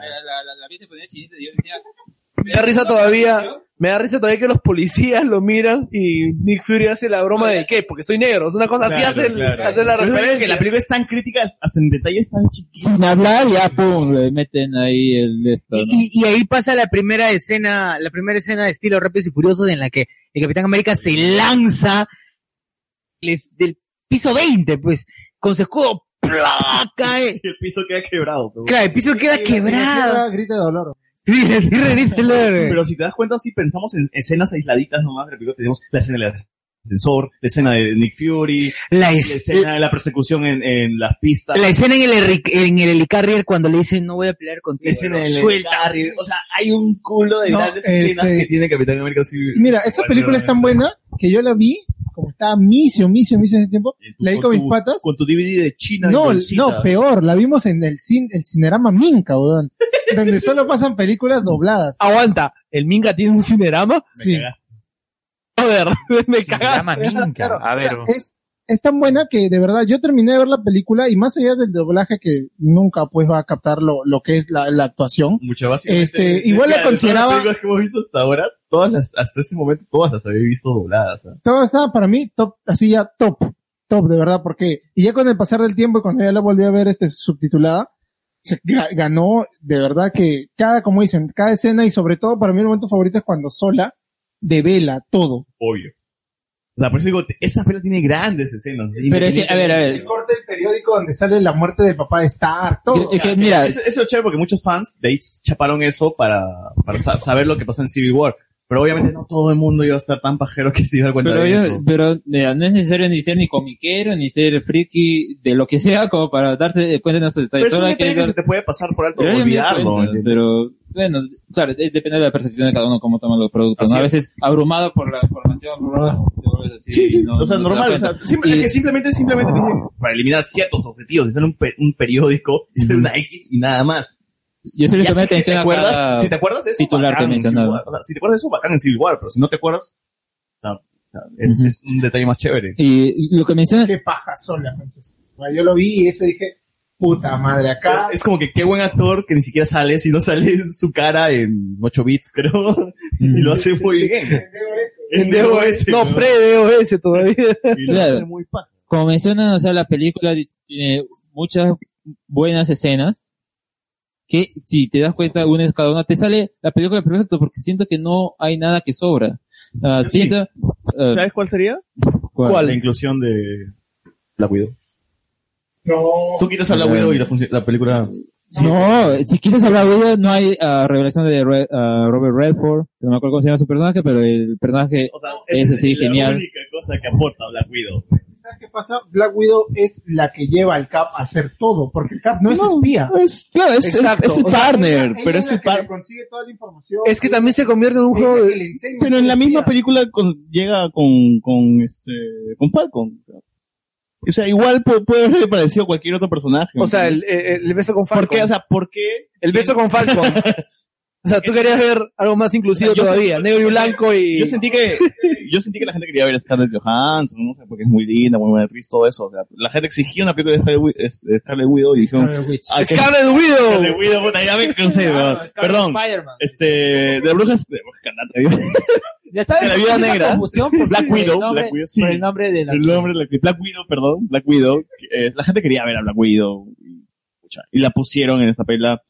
Speaker 15: Me da risa todavía. Me da risa todavía que los policías lo miran y Nick Fury hace la broma de qué, porque soy negro. Es una cosa así,
Speaker 4: Claro,
Speaker 15: hace, el-
Speaker 4: claro.
Speaker 15: hace la
Speaker 4: Yo creo
Speaker 15: referencia.
Speaker 4: que la película es tan crítica, hasta en detalles tan chiquitos.
Speaker 5: Sin hablar, ya pum, le meten ahí el esto,
Speaker 4: *laughs*
Speaker 5: ¿no?
Speaker 1: Y, y ahí pasa la primera escena, la primera escena de estilo Rápidos y Furiosos en la que el Capitán América se lanza le- del piso 20, pues, con su escudo, ¡plá! cae.
Speaker 4: *laughs* El piso queda quebrado. pero-
Speaker 1: Claro, el piso queda quebrado.
Speaker 4: Grita de dolor.
Speaker 1: Sí, la tierra grita de dolor.
Speaker 4: Pero si te das cuenta, si pensamos en escenas aisladitas nomás de la película, tenemos la escena del ascensor, la escena de Nick Fury,
Speaker 1: La es-
Speaker 4: escena de la persecución en, en las pistas.
Speaker 1: La escena en el, herri- en el helicarrier cuando le dicen no voy a pelear contigo.
Speaker 4: escena
Speaker 1: lo
Speaker 4: del
Speaker 1: suelta.
Speaker 4: carril. O sea, hay un culo de
Speaker 13: No,
Speaker 4: grandes escenas
Speaker 13: este-
Speaker 4: que tiene Capitán América. Sí,
Speaker 13: Mira, esa película es tan buena que yo la vi, como estaba misio, misio, misio en ese tiempo, la vi con mis patas.
Speaker 4: Con tu DVD de China. y
Speaker 13: No,
Speaker 4: bolsita.
Speaker 13: no, peor, la vimos en el, cin- el Cinerama Minca,
Speaker 4: *laughs*
Speaker 13: weón, donde solo pasan películas dobladas.
Speaker 4: Ah.
Speaker 15: Aguanta, ¿el Minca tiene un Cinerama?
Speaker 13: Sí.
Speaker 15: Joder,
Speaker 1: *laughs*
Speaker 15: me
Speaker 34: Cinerama
Speaker 15: cagaste.
Speaker 34: Minca, a ver.
Speaker 13: Es, es tan buena que de verdad yo terminé de ver la película y más allá del doblaje que nunca pues va a captar lo, lo que es la, la actuación.
Speaker 4: Mucho más. *laughs*
Speaker 13: Este, igual la
Speaker 4: Mira, de todas
Speaker 13: consideraba-
Speaker 4: Las películas que hemos visto hasta ahora, todas las, hasta ese momento, todas las había visto dobladas. ¿ah?
Speaker 13: Todo estaba para mí top, así ya top, top de verdad, porque, y ya con el pasar del tiempo y cuando ya la volví a ver este subtitulada, se ga- ganó de verdad que cada, como dicen, cada escena y sobre todo para mí el momento favorito es cuando sola devela todo.
Speaker 4: Obvio. O sea, por eso digo, te- esa película tiene grandes escenas.
Speaker 13: El corte del periódico donde sale la muerte del papá de Stark, todo.
Speaker 4: eso, eso Ah, es chévere porque muchos fans de ahí chaparon eso para, para sa- saber lo que pasa en Civil War. Pero obviamente no todo el mundo iba a ser tan pajero que se iba a dar cuenta
Speaker 5: Pero,
Speaker 4: de
Speaker 5: yo-
Speaker 4: eso.
Speaker 5: pero, mira, no es necesario ni ser ni comiquero, ni ser friki, de lo que *laughs* sea, como para darte cuenta de esos
Speaker 4: Pero
Speaker 5: detalles.
Speaker 4: es un
Speaker 5: Solo hay
Speaker 4: detalle que se te puede pasar por alto,
Speaker 5: Pero yo me doy
Speaker 4: olvidarlo.
Speaker 5: cuenta,
Speaker 4: ¿entiendes?
Speaker 5: pero, bueno, claro, de- depende de la percepción de cada uno cómo toman los productos.
Speaker 4: Así
Speaker 5: ¿no? A
Speaker 4: es.
Speaker 5: veces abrumado por la información, te vuelves así. no-
Speaker 4: o sea,
Speaker 5: no te das
Speaker 4: normal, o sea,
Speaker 5: cuenta.
Speaker 4: simple-
Speaker 5: Y-
Speaker 4: que simplemente, simplemente dicen, para eliminar ciertos objetivos, hicieron un, pe- un periódico, hicieron una X y nada más.
Speaker 5: Yo solo
Speaker 4: Y
Speaker 5: le tomé
Speaker 4: así que
Speaker 5: atención
Speaker 4: si te
Speaker 5: a
Speaker 4: acuerdas,
Speaker 5: cada
Speaker 4: Si te acuerdas de eso,
Speaker 5: titular que
Speaker 4: bacán en Civil
Speaker 5: mencionaba.
Speaker 4: War. O sea, si te acuerdas de eso, bacán en Civil War, pero si no te acuerdas, no, no, es, es un detalle más chévere.
Speaker 5: Y lo que menciona.
Speaker 13: Qué paja sola, conchas. Yo lo vi y ese dije, puta madre, acá.
Speaker 4: Es, es como que qué buen actor que ni siquiera sale, si no sale *laughs* su cara en 8 bits, creo. *laughs* Y lo hace muy bien. En DOS.
Speaker 15: No, pre-DOS todavía.
Speaker 5: Claro. Como mencionan, o sea, la película tiene muchas buenas escenas que si te das cuenta una es cada una te sale la película perfecta porque siento que no hay nada que sobra. Ah,
Speaker 4: Sí.
Speaker 5: siento- ah,
Speaker 4: ¿Sabes cuál sería?
Speaker 5: ¿Cuál?
Speaker 4: La inclusión de Black Widow. Tú quitas a Black
Speaker 5: Claro.
Speaker 4: Widow y la, funci- la película...
Speaker 5: No, si quieres hablar de ella, no hay ah, revelación de Re- ah, Robert Redford, no me acuerdo cómo se llama su personaje, pero el
Speaker 35: Eh,
Speaker 5: personaje es así
Speaker 4: la
Speaker 5: genial.
Speaker 4: única cosa que aporta Black Widow.
Speaker 13: ¿Sabes qué pasa? Black Widow es la que lleva al Cap a hacer todo, porque el Cap no es espía.
Speaker 35: Es, claro,
Speaker 13: es- es su partner, pero es su par-
Speaker 35: Consigue
Speaker 13: toda la información.
Speaker 15: Es que también se convierte en un juego de...
Speaker 35: Pero en la misma película con- llega con, con este, con Falcon. O sea, igual pu- puede haberle parecido a cualquier otro personaje.
Speaker 15: O sea, el, eh, el- el beso con Falcon.
Speaker 35: ¿Por qué? O sea, ¿por qué?
Speaker 15: El beso con Falcon. O sea, tú querías ver algo más inclusivo
Speaker 35: O sea, yo
Speaker 15: todavía,
Speaker 35: sentí-
Speaker 15: negro y blanco y...
Speaker 35: Yo sentí que, yo sentí que la gente quería ver a Scarlett Johansson, no sé, porque es muy linda, muy buena actriz, todo eso. O sea, la gente exigía una película de Scarlett, Wi- es- de Scarlett Widow y dijeron...
Speaker 5: Scarlett Witch.
Speaker 35: ah, que-
Speaker 15: Scarlett Widow. Ah,
Speaker 35: Scarlett Widow, puta, ya me cansé, weón. Perdón. Este, de brujas, de brujas canata,
Speaker 5: Ya sabes,
Speaker 35: de la
Speaker 5: es
Speaker 35: vida
Speaker 5: una
Speaker 35: negra.
Speaker 5: confusión por
Speaker 35: Black
Speaker 5: el
Speaker 35: Widow,
Speaker 5: nombre-
Speaker 35: Black Widow, sí.
Speaker 5: por el nombre de la-
Speaker 35: El nombre de la actriz. Black Widow, perdón, Black Widow. que, eh, la gente quería ver a Black Widow. Y, pucha, y la pusieron en esa película.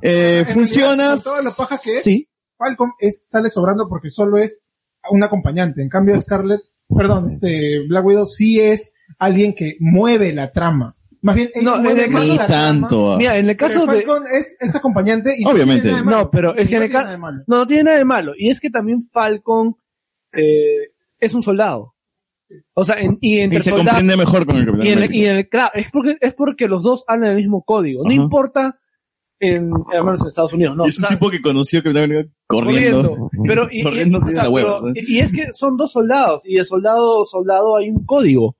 Speaker 35: Eh,
Speaker 13: En realidad,
Speaker 35: funciona.
Speaker 13: Con toda la paja que es,
Speaker 35: Sí.
Speaker 13: Falcon es, sale sobrando porque solo es un acompañante. En cambio, Scarlett, perdón, este, Black Widow sí es alguien que mueve la trama. Más bien, ella
Speaker 15: No, en
Speaker 13: mueve
Speaker 15: el
Speaker 13: más
Speaker 15: caso-
Speaker 13: la
Speaker 35: tanto,
Speaker 13: trama.
Speaker 35: ah.
Speaker 15: Mira, en el caso
Speaker 13: Pero
Speaker 15: de-
Speaker 13: Falcon es, es acompañante y no
Speaker 35: Obviamente.
Speaker 13: tiene nada de malo.
Speaker 15: No, pero es que en el caso... No, no tiene nada de malo. Y es que también Falcon eh, es un soldado. O sea, en- y entre
Speaker 35: Y se
Speaker 15: soldados...
Speaker 35: comprende mejor con el Capitán
Speaker 15: Y en el,
Speaker 35: América.
Speaker 15: y en el- claro, es porque, es porque los dos hablan el mismo código. No importa en, al menos en Estados Unidos, ¿no?
Speaker 4: es un
Speaker 15: Sa-
Speaker 4: tipo que conoció que venía corriendo. *laughs*
Speaker 15: Pero, y, y-
Speaker 4: corriendo sin
Speaker 15: o sea,
Speaker 4: la hueva.
Speaker 15: pero- y- y es que son dos soldados, y de soldado soldado hay un código.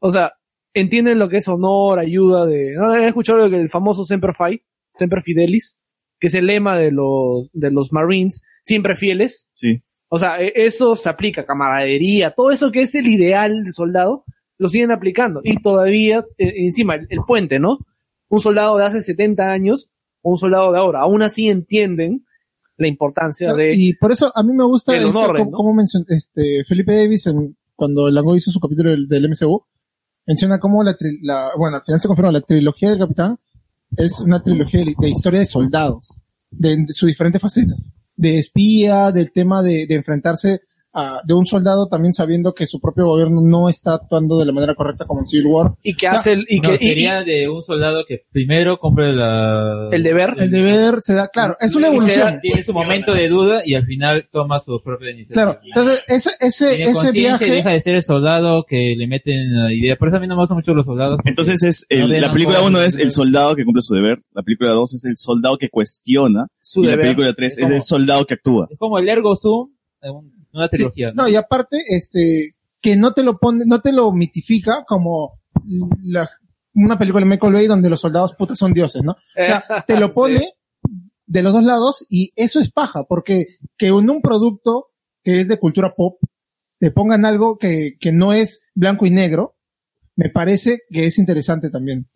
Speaker 15: O sea, entienden lo que es honor, ayuda de. ¿No han escuchado lo que el famoso Semper Fi, Semper Fidelis, que es el lema de los, de los Marines, siempre fieles?
Speaker 4: Sí.
Speaker 15: O sea, e- eso se aplica, camaradería, todo eso que es el ideal del soldado, lo siguen aplicando. Y todavía, eh, encima, el, el puente, ¿no? Un soldado de hace 70 años, o un soldado de ahora, aún así entienden la importancia de...
Speaker 13: Y por eso a mí me gusta
Speaker 15: del
Speaker 13: esto,
Speaker 15: honor,
Speaker 13: como,
Speaker 15: ¿no?
Speaker 13: como mencion- este, Felipe Davis, en- cuando Lango hizo su capítulo del, del MCU, menciona cómo la, tri- la- bueno, al final se confirma, la trilogía del Capitán es una trilogía de, de historia de soldados, de, de sus diferentes facetas, de espía, del tema de, de enfrentarse a, de un soldado también sabiendo que su propio gobierno no está actuando de la manera correcta como en Civil War.
Speaker 15: Y
Speaker 13: O sea,
Speaker 5: No, sería de un soldado que primero compre la...
Speaker 13: El deber se da, claro, es una
Speaker 5: y se
Speaker 13: evolución.
Speaker 5: da- tiene su momento de duda y al final toma su propia iniciativa.
Speaker 13: Claro, entonces ese, ese,
Speaker 5: Tiene
Speaker 13: ese
Speaker 5: conciencia
Speaker 13: viaje...
Speaker 5: y deja de ser el soldado que le meten la idea. Por eso a mí no me gustan mucho los soldados.
Speaker 4: Entonces es el- la película 1 es el soldado que cumple su deber, la película 2 es el soldado que cuestiona
Speaker 5: Su
Speaker 4: y la
Speaker 5: deber.
Speaker 4: película 3 es
Speaker 5: ¿Cómo?
Speaker 4: el soldado que actúa.
Speaker 5: Es como el Ergo Zoom, eh, un- una trilogía. ¿no?
Speaker 13: No, y aparte, este, que no te lo pone, no te lo mitifica como la- una película de Michael Bay donde los soldados putas son dioses, ¿no? O
Speaker 4: *laughs*
Speaker 13: sea, te lo pone de los dos lados y eso es paja, porque que en un producto que es de cultura pop le pongan algo que, que no es blanco y negro, me parece que es interesante también.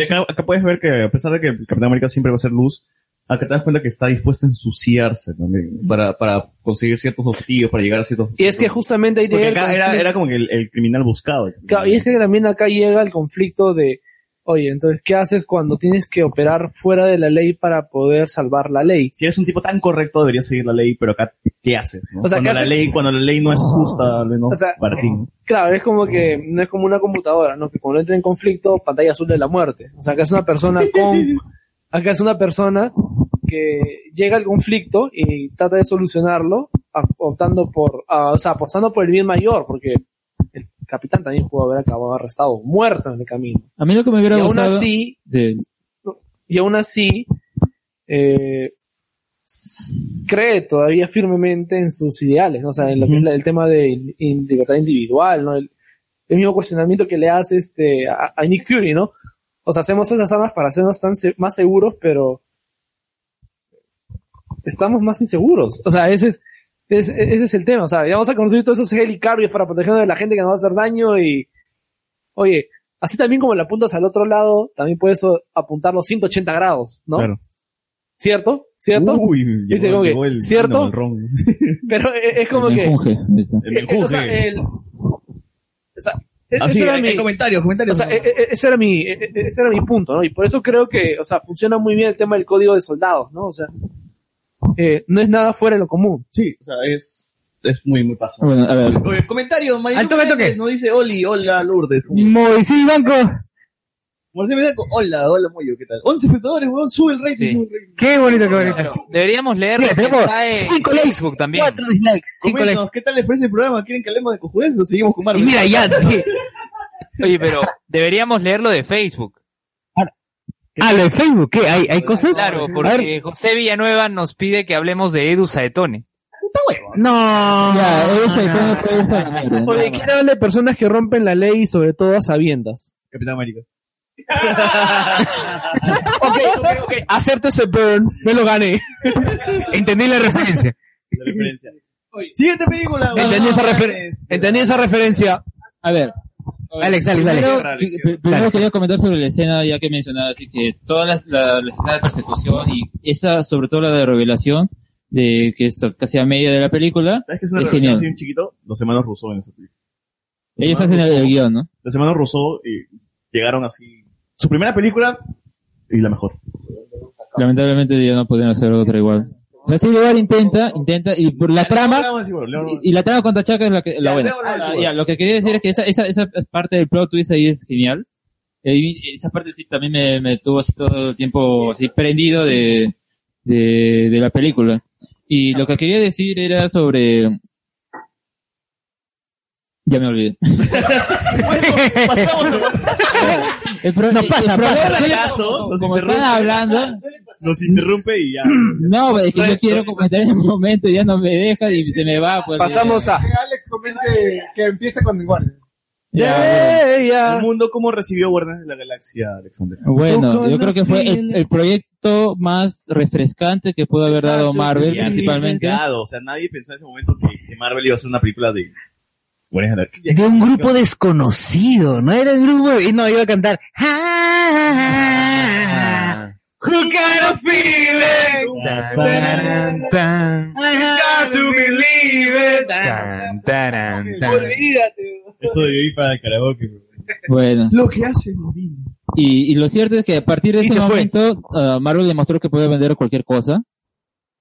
Speaker 36: Y acá, acá puedes ver que, a pesar de que el Capitán América siempre va a ser luz, acá te das cuenta que está dispuesto a ensuciarse también, para, para conseguir ciertos objetivos, para llegar a ciertos...
Speaker 15: Y es que justamente ahí
Speaker 36: Porque
Speaker 15: llega el
Speaker 36: acá era,
Speaker 15: conflicto-
Speaker 36: era como que el, el criminal buscado.
Speaker 15: Claro, y es que también acá llega el conflicto de, oye, entonces, ¿qué haces cuando tienes que operar fuera de la ley para poder salvar la ley?
Speaker 36: Si eres un tipo tan correcto, deberías seguir la ley, pero acá, ¿qué haces? no?
Speaker 15: O sea,
Speaker 36: cuando,
Speaker 15: ¿qué
Speaker 36: la
Speaker 15: haces?
Speaker 36: ley, cuando la ley no es justa, al menos
Speaker 15: O sea,
Speaker 36: para ti. ¿no?
Speaker 15: Claro, es como que no es como una computadora, ¿no? Que cuando entra en conflicto, pantalla azul de la muerte. O sea, acá es una persona con... Acá es una persona que llega al conflicto y trata de solucionarlo a- optando por... a- o sea, apostando por el bien mayor, porque el capitán también pudo haber acabado arrestado, muerto en el camino.
Speaker 5: A mí lo que me hubiera
Speaker 15: Y aún
Speaker 5: gustado...
Speaker 15: así,
Speaker 5: de-
Speaker 15: y aún así eh, s- cree todavía firmemente en sus ideales, ¿no? o sea, en lo que es la- el tema de in- in- libertad individual, ¿no? El, el mismo cuestionamiento que le hace este a, a Nick Fury, ¿no? O sea, hacemos esas armas para hacernos tan se- más seguros, pero estamos más inseguros. O sea, ese es, es- ese es el tema. O sea, ya vamos a construir todos esos helicarrios para protegernos de la gente que nos va a hacer daño y, oye, así también como le apuntas al otro lado, también puedes o- apuntarlo 180 grados, ¿no?
Speaker 36: Claro.
Speaker 15: ¿Cierto? ¿Cierto?
Speaker 4: Uh,
Speaker 36: Uy,
Speaker 15: Dice como que,
Speaker 36: llegó el-
Speaker 15: ¿cierto?
Speaker 36: no, el ron.
Speaker 15: Pero e- es como
Speaker 5: el
Speaker 15: que...
Speaker 5: menjunje, ahí está.
Speaker 15: Eh, *laughs* eh, o sea, el- o sea, e-
Speaker 36: Así,
Speaker 15: ese era
Speaker 36: hay-
Speaker 15: mi-
Speaker 36: hay comentarios, comentarios.
Speaker 15: o sea, e- e- ese era mi, e- e- ese era mi punto, ¿no? Y por eso creo que, o sea, funciona muy bien el tema del código de soldados, ¿no? O sea, eh, no es nada fuera de lo común.
Speaker 36: Sí, o sea, es, es muy, muy paso.
Speaker 5: Ah, Bueno, a ver.
Speaker 36: Oye, comentario, María.
Speaker 15: Al toque, al toque.
Speaker 36: No dice Oli, hola Lourdes.
Speaker 37: Moisés Banco.
Speaker 36: Marcelo Blanco, hola, hola Moyo, ¿qué tal? 11 espectadores, weón, sube el rating. sube el rating.
Speaker 37: Qué bonito, qué bonito.
Speaker 9: Deberíamos leer lo
Speaker 37: Mira,
Speaker 9: que
Speaker 37: tenemos
Speaker 9: está en
Speaker 37: cinco likes,
Speaker 9: Facebook también.
Speaker 37: Cuatro dislikes, cinco
Speaker 36: Coméntanos,
Speaker 37: likes.
Speaker 36: ¿qué tal les parece el programa? ¿Quieren que hablemos de cojudeces o seguimos con Marvel?
Speaker 37: Y mira, ya, sí.
Speaker 9: Oye, pero deberíamos leer lo de Facebook.
Speaker 37: Ah, lo de Facebook, ¿qué? ¿Hay, hay cosas?
Speaker 9: Claro,
Speaker 37: A ver,
Speaker 9: porque José Villanueva nos pide que hablemos de Edu Saetone.
Speaker 36: Ah,
Speaker 37: No.
Speaker 15: Ya, eso es todo,
Speaker 37: puede irse a la mierda.
Speaker 15: Oye, ¿quién habla de personas que rompen la ley y sobre todo a sabiendas?
Speaker 36: Capitán América.
Speaker 15: ok, ok, ok. Acepto ese burn, me lo gané.
Speaker 37: Entendí la referencia.
Speaker 36: La referencia. Siguiente película.
Speaker 37: Entendí esa, refer- entendí esa referencia.
Speaker 5: A ver.
Speaker 37: Alex, Alex, dale.
Speaker 5: Primero, pri- pri- primero
Speaker 37: Dale.
Speaker 5: quería comentar sobre la escena ya que mencionaba, así que todas las, la, la escena de persecución y esa, sobre todo la de revelación, de que es casi a media de la película,
Speaker 36: ¿Sabes qué es
Speaker 5: es,
Speaker 36: una relación
Speaker 5: genial.
Speaker 36: así un chiquito? Los hermanos Rousseau en esa película. Los
Speaker 5: Ellos hacen
Speaker 36: hermanos
Speaker 5: el, el
Speaker 36: Rousseau-
Speaker 5: guión, ¿no?
Speaker 36: Los hermanos Rousseau eh, llegaron así. Su primera película y la mejor.
Speaker 5: Lamentablemente ya no pueden hacer otra igual. O sea, sí, lugar intenta, intenta, y por la trama, y, y la trama con Tachaca es la, que, la
Speaker 36: Ya,
Speaker 5: buena.
Speaker 36: luego lo decimos.
Speaker 5: Ah, ya, lo que quería decir es que esa, esa, esa parte del plot twist ahí es genial. Eh, esa parte sí también me, me tuvo así todo el tiempo así prendido de, de, de la película. Y lo que quería decir era sobre... Ya me
Speaker 9: *laughs*
Speaker 5: olvidé.
Speaker 9: pasamos.
Speaker 5: El pro-
Speaker 9: No,
Speaker 5: el
Speaker 9: pasa,
Speaker 5: problema
Speaker 9: pasa,
Speaker 5: es
Speaker 9: suele-
Speaker 5: que
Speaker 9: acaso,
Speaker 5: como-
Speaker 9: nos
Speaker 5: Como están
Speaker 9: interrumpe.
Speaker 5: hablando,
Speaker 4: Nos interrumpe y ya.
Speaker 5: no, es que yo quiero comentar en el momento, ya no me deja y se me va. pues.
Speaker 13: Que Alex comente que empiece con igual.
Speaker 4: Ya, El mundo, ¿cómo recibió Guardianes de la Galaxia, Alexander?
Speaker 5: Bueno, yo creo que fue el, el proyecto más refrescante que pudo haber dado Marvel,
Speaker 4: Ya,
Speaker 5: Eh, principalmente.
Speaker 4: arriesgado, O sea, nadie pensó en ese momento que, que Marvel iba a hacer una película de Guardianes de la
Speaker 1: De un grupo desconocido, ¿no? Era el grupo. Y no, iba a cantar. "Ah, who got a feeling?"
Speaker 9: Ah, Tan, tan. Got to believe it.
Speaker 5: Tan, taran, tan.
Speaker 9: Olvídate.
Speaker 4: Esto debió ir para el karaoke. bro.
Speaker 5: Bueno.
Speaker 13: Lo que hace Movini.
Speaker 5: Y, y lo cierto es que a partir de
Speaker 4: Y
Speaker 5: ese
Speaker 4: se fue.
Speaker 5: momento, ah, Marvel demostró que puede vender cualquier cosa.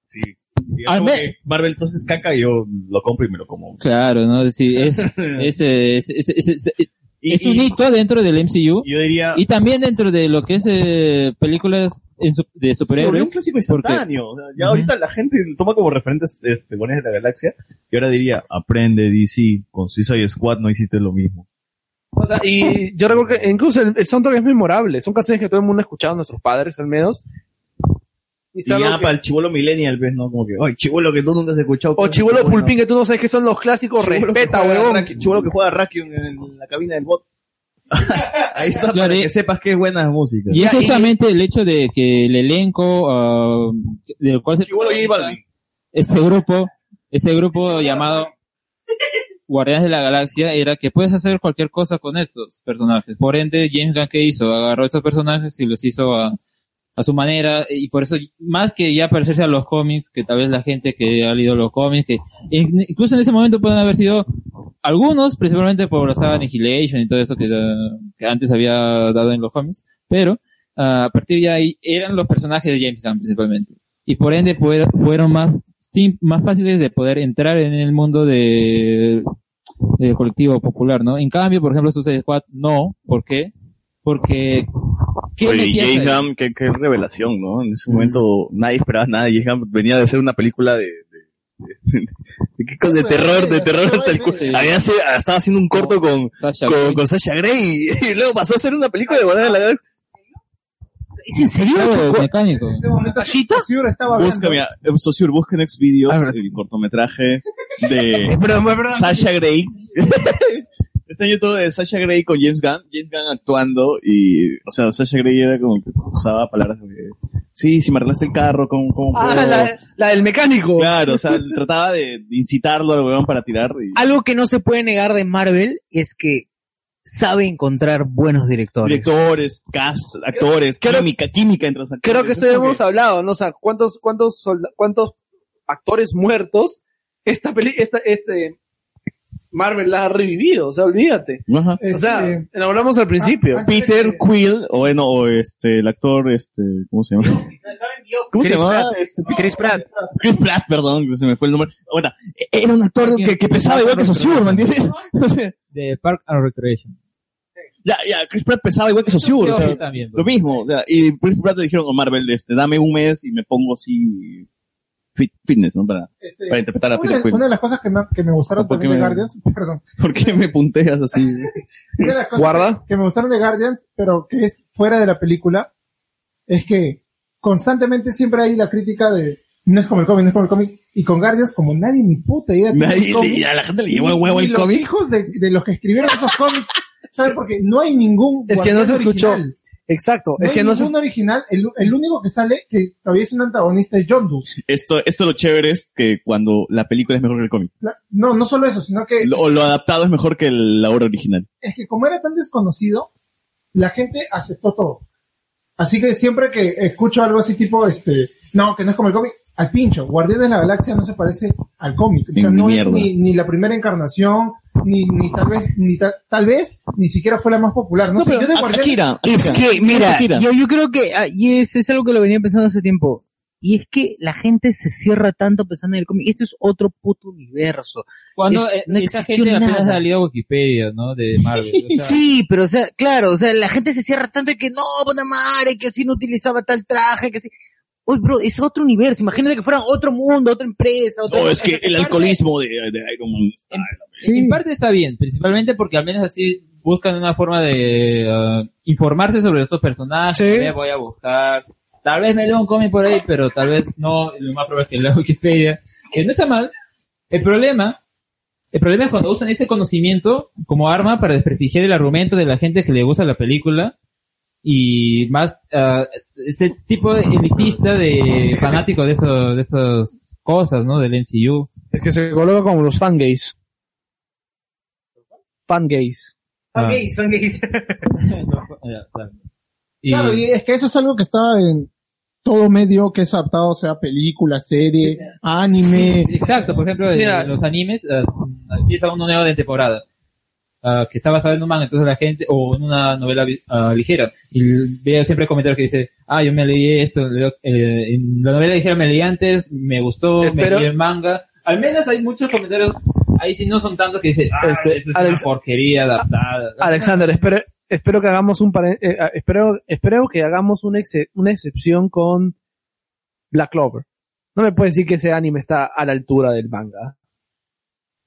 Speaker 4: Sí. sí, es como que Marvel, entonces caca, yo lo compro y me lo como.
Speaker 5: Claro, ¿no? Es decir,
Speaker 4: *laughs*
Speaker 5: es, es, eh, es, es- es- es- es
Speaker 4: y-
Speaker 5: un hito dentro del MCU.
Speaker 4: Yo diría.
Speaker 5: Y también dentro de lo que es eh, películas en su- de
Speaker 4: Se volvió
Speaker 5: superhéroes.
Speaker 4: un clásico
Speaker 5: porque-
Speaker 4: instantáneo. O sea, ya ahorita la gente toma como referentes este, Guardianes de la Galaxia y ahora diría, aprende DC, con Suicide Squad no hiciste lo mismo.
Speaker 15: O sea, y yo recuerdo que incluso el, el soundtrack es memorable. Son canciones que todo el mundo ha escuchado, nuestros padres al menos.
Speaker 4: Y,
Speaker 15: solo
Speaker 4: ya
Speaker 15: que-
Speaker 4: para el chivolo millennial, ¿ves? ¿no? Como que, ay, chivolo que tú nunca has escuchado.
Speaker 15: O Chibolo
Speaker 4: Bueno,
Speaker 15: Pulpín, que tú no sabes que son los clásicos,
Speaker 4: Chibolo que
Speaker 15: respeta,
Speaker 4: juega
Speaker 15: huevón.
Speaker 4: Rakion, Chibolo que juega Rakion en, en la cabina del
Speaker 5: *laughs*
Speaker 4: bot. Ahí está, para que sepas que es buena música.
Speaker 5: Y es justamente el hecho de que el elenco, ah, del cual se... Ese grupo, ese grupo llamado Guardianes de la Galaxia era que puedes hacer cualquier cosa con esos personajes. Por ende, James Gunn que hizo, agarró esos personajes y los hizo a, a su manera y por eso más que ya parecerse a los cómics, que tal vez la gente que ha leído los cómics, que in- incluso en ese momento pueden haber sido algunos, principalmente por la saga Annihilation y todo eso que, ah, que antes había dado en los cómics, pero ah, a partir de ahí eran los personajes de James Gunn principalmente y por ende fuer- fueron más sim- más fáciles de poder entrar en el mundo de del colectivo popular, ¿no? En cambio, por ejemplo, Suicide Squad no, ¿por qué? Porque ¿qué
Speaker 4: Oye, y
Speaker 5: metías ahí?
Speaker 4: James Gunn, qué, qué revelación, ¿no? En ese momento nadie esperaba nada. James Gunn venía de hacer una película de... De, de- de- de- de terror, de terror hasta el cu- Había se- estaba haciendo un corto con, con, con Sasha Grey y, y luego pasó a hacer una película de Guardianes de la Galaxia.
Speaker 1: ¿Es en serio?
Speaker 5: Choco? mecánico.
Speaker 1: ¿Tachita?
Speaker 4: Busca, mira, eh, Sociur, busca en Xvideos el cortometraje
Speaker 15: *laughs*
Speaker 4: de Sasha Grey. *laughs* Está en YouTube de Sasha Grey con James Gunn. James Gunn actuando y, o sea, Sasha Grey era como que usaba palabras de, sí, si me arreglaste el carro, ¿cómo, cómo
Speaker 15: Ah,
Speaker 4: puedo?"
Speaker 15: la, la del mecánico.
Speaker 4: Claro, o sea, trataba de incitarlo al weón para tirar y...
Speaker 1: Algo que no se puede negar de Marvel es que sabe encontrar buenos directores.
Speaker 4: Directores, cast, actores, química, química entre los actores.
Speaker 15: Creo que
Speaker 4: Es
Speaker 15: esto
Speaker 4: como
Speaker 15: hemos hablado, ¿no? O sea, ¿cuántos, cuántos, solda- cuántos actores muertos esta peli, esta, este, Marvel la ha revivido? O sea, olvídate.
Speaker 4: Ajá.
Speaker 15: O sea, lo hablamos al
Speaker 13: Ah,
Speaker 15: principio.
Speaker 4: Peter Quill, o bueno, o este, el actor, este, ¿cómo se *laughs* llama? ¿Cómo se
Speaker 15: Chris
Speaker 4: llama?
Speaker 15: Pratt.
Speaker 4: Chris Pratt. Chris Pratt, perdón, que se me fue el nombre. Bueno, e- era un actor que, que pesaba igual que Saussure, ¿me entiendes? *laughs* O sea,
Speaker 38: De Park and Recreation.
Speaker 4: ya, ya, Chris Pratt pesaba igual que Saussure, o sea,
Speaker 38: También,
Speaker 4: lo mismo. o sea, y Chris Pratt le dijeron a Marvel, este, dame un mes y me pongo así fit- fitness, ¿no? Para, para interpretar a
Speaker 13: Una,
Speaker 4: Peter Quill.
Speaker 13: una de las cosas que me, que me gustaron
Speaker 4: ¿Por qué
Speaker 13: también de
Speaker 4: me-
Speaker 13: Guardians, *laughs* perdón,
Speaker 4: *laughs* ¿Por qué me punteas así?
Speaker 13: *laughs* una de las cosas
Speaker 4: Guarda.
Speaker 13: que me gustaron de Guardians, pero que es fuera de la película, es que constantemente siempre hay la crítica de no es como el cómic, no es como el cómic, y con Guardians como nadie ni puta idea tiene
Speaker 4: Nadie
Speaker 13: el cómic,
Speaker 4: le- a la gente le llevó el huevo
Speaker 13: ni
Speaker 4: el
Speaker 13: los
Speaker 4: cómic.
Speaker 13: hijos de, de los que escribieron esos cómics, *laughs* ¿sabes? Porque no hay ningún
Speaker 15: Es que no
Speaker 13: Guardián
Speaker 15: se escuchó.
Speaker 13: original.
Speaker 15: Exacto.
Speaker 13: No
Speaker 15: es
Speaker 13: hay
Speaker 15: que no se
Speaker 13: ningún original, el, el único que sale que todavía es un antagonista es John Doe.
Speaker 4: Esto, esto lo chévere es que cuando la película es mejor que el cómic.
Speaker 13: La- No, no solo eso, sino que
Speaker 4: Lo- O lo adaptado es mejor que el- la obra original.
Speaker 13: es que como era tan desconocido, la gente aceptó todo. Así que siempre que escucho algo así tipo, este, no, que no es como el cómic, al pincho, Guardianes de la Galaxia no se parece al cómic. O sea,
Speaker 4: Ni
Speaker 13: no
Speaker 4: mierda.
Speaker 13: es ni, ni la primera encarnación, ni, ni tal vez, ni ta- tal vez, ni siquiera fue la más popular. No, sé, yo de Guardianes-
Speaker 1: Es que, mira, yo, yo creo que, ah, y es, es algo que lo venía pensando hace tiempo, y es que la gente se cierra tanto pensando en el cómic. Esto es otro puto universo.
Speaker 5: Cuando
Speaker 1: Es-
Speaker 5: eh,
Speaker 1: no
Speaker 5: esa
Speaker 1: existió
Speaker 5: gente apenas
Speaker 1: nada.
Speaker 5: salió a Wikipedia, ¿no? De Marvel. o sea,
Speaker 1: sí, pero o sea, claro, o sea, la gente se cierra tanto y que no, buena madre, que así no utilizaba tal traje, que así. Uy, bro, es otro universo. Imagínate que fuera otro mundo, otra empresa. Otra
Speaker 4: No, es que el alcoholismo de, de Iron Man.
Speaker 5: En parte está bien, principalmente porque al menos así buscan una forma de ah, informarse sobre esos personajes.
Speaker 15: Sí.
Speaker 5: Me voy a buscar. Tal vez me leo un cómic por ahí, pero tal vez no. Lo más probable es que lea *laughs* Wikipedia. Que no está mal. El problema, el problema es cuando usan ese conocimiento como arma para desprestigiar el argumento de la gente que le gusta la película. Y más, ah, ese tipo de elitista de fanático de, eso, de esas cosas, ¿no? Del MCU.
Speaker 15: Es que se coloca como los fangays. Fangays.
Speaker 5: Ah.
Speaker 1: Fangays,
Speaker 5: *laughs*
Speaker 1: fangays.
Speaker 5: Y-
Speaker 13: Claro, y es que eso es algo que está en todo medio que es adaptado, sea película, serie, anime.
Speaker 5: Sí, exacto, por ejemplo, eh, los animes, eh, empieza uno nuevo de temporada, ah, que está basado en un manga, entonces la gente, o en una novela vi- ah, ligera, y l- veo siempre comentarios que dice, ah, yo me leí eso, leo- eh, en la novela ligera me leí antes, me gustó,
Speaker 15: Espero-
Speaker 5: me leí el manga, al menos hay muchos comentarios, ahí sí no son tantos que dicen, ah,
Speaker 15: Ese-
Speaker 5: eso es
Speaker 15: Alex-
Speaker 5: una porquería adaptada.
Speaker 15: Alexander, espero, espero que hagamos un pare- eh, ah, espero, espero que hagamos una, exce- una excepción con Black Clover. No me puedes decir que ese anime está a la altura del manga.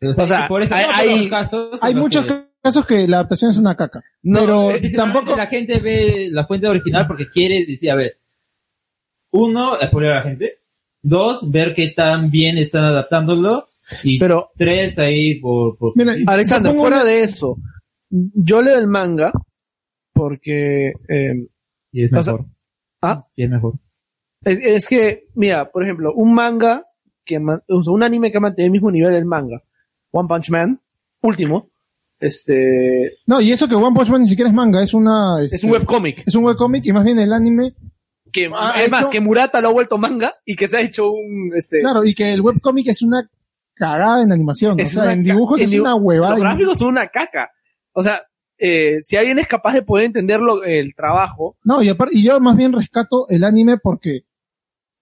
Speaker 5: O
Speaker 15: sea,
Speaker 5: por eso
Speaker 15: hay-
Speaker 5: no, pero
Speaker 15: hay-
Speaker 5: los casos en
Speaker 13: Hay
Speaker 5: los
Speaker 13: muchos
Speaker 5: que-
Speaker 13: casos que la adaptación es una caca. pero
Speaker 5: Eh, principalmente la gente ve la fuente original porque quiere decir, a ver, uno, spoiler a la gente, dos, ver qué tan bien están adaptándolo, y tres, ahí por... por-
Speaker 15: Mira,
Speaker 5: por-
Speaker 15: Alexander,
Speaker 5: Supongo
Speaker 15: fuera
Speaker 5: una-
Speaker 15: de eso, yo leo el manga porque... eh,
Speaker 5: Y es
Speaker 15: o sea,
Speaker 5: mejor,
Speaker 15: ¿ah?
Speaker 5: y es mejor.
Speaker 15: Es, es que, mira, por ejemplo, un manga, que ma- o sea, un anime que ha mantenido el mismo nivel del manga, One Punch Man, último, este...
Speaker 13: No, y eso que One Punch Man ni siquiera es manga, es una... este,
Speaker 15: Es un webcómic.
Speaker 13: Es un webcómic y más bien el anime...
Speaker 15: Que,
Speaker 13: Ah,
Speaker 15: es
Speaker 13: hecho-
Speaker 15: más, que Murata lo ha vuelto manga y que se ha hecho un... Este,
Speaker 13: Claro, y que el webcómic es una cagada en animación.
Speaker 15: es
Speaker 13: o sea,
Speaker 15: una
Speaker 13: en
Speaker 15: ca-
Speaker 13: dibujos
Speaker 15: en
Speaker 13: es
Speaker 15: dibu-
Speaker 13: una huevada.
Speaker 15: Los gráficos son una caca. O sea, eh, si alguien es capaz de poder entender lo- el trabajo,
Speaker 13: No, y aparte, y yo más bien rescato el anime porque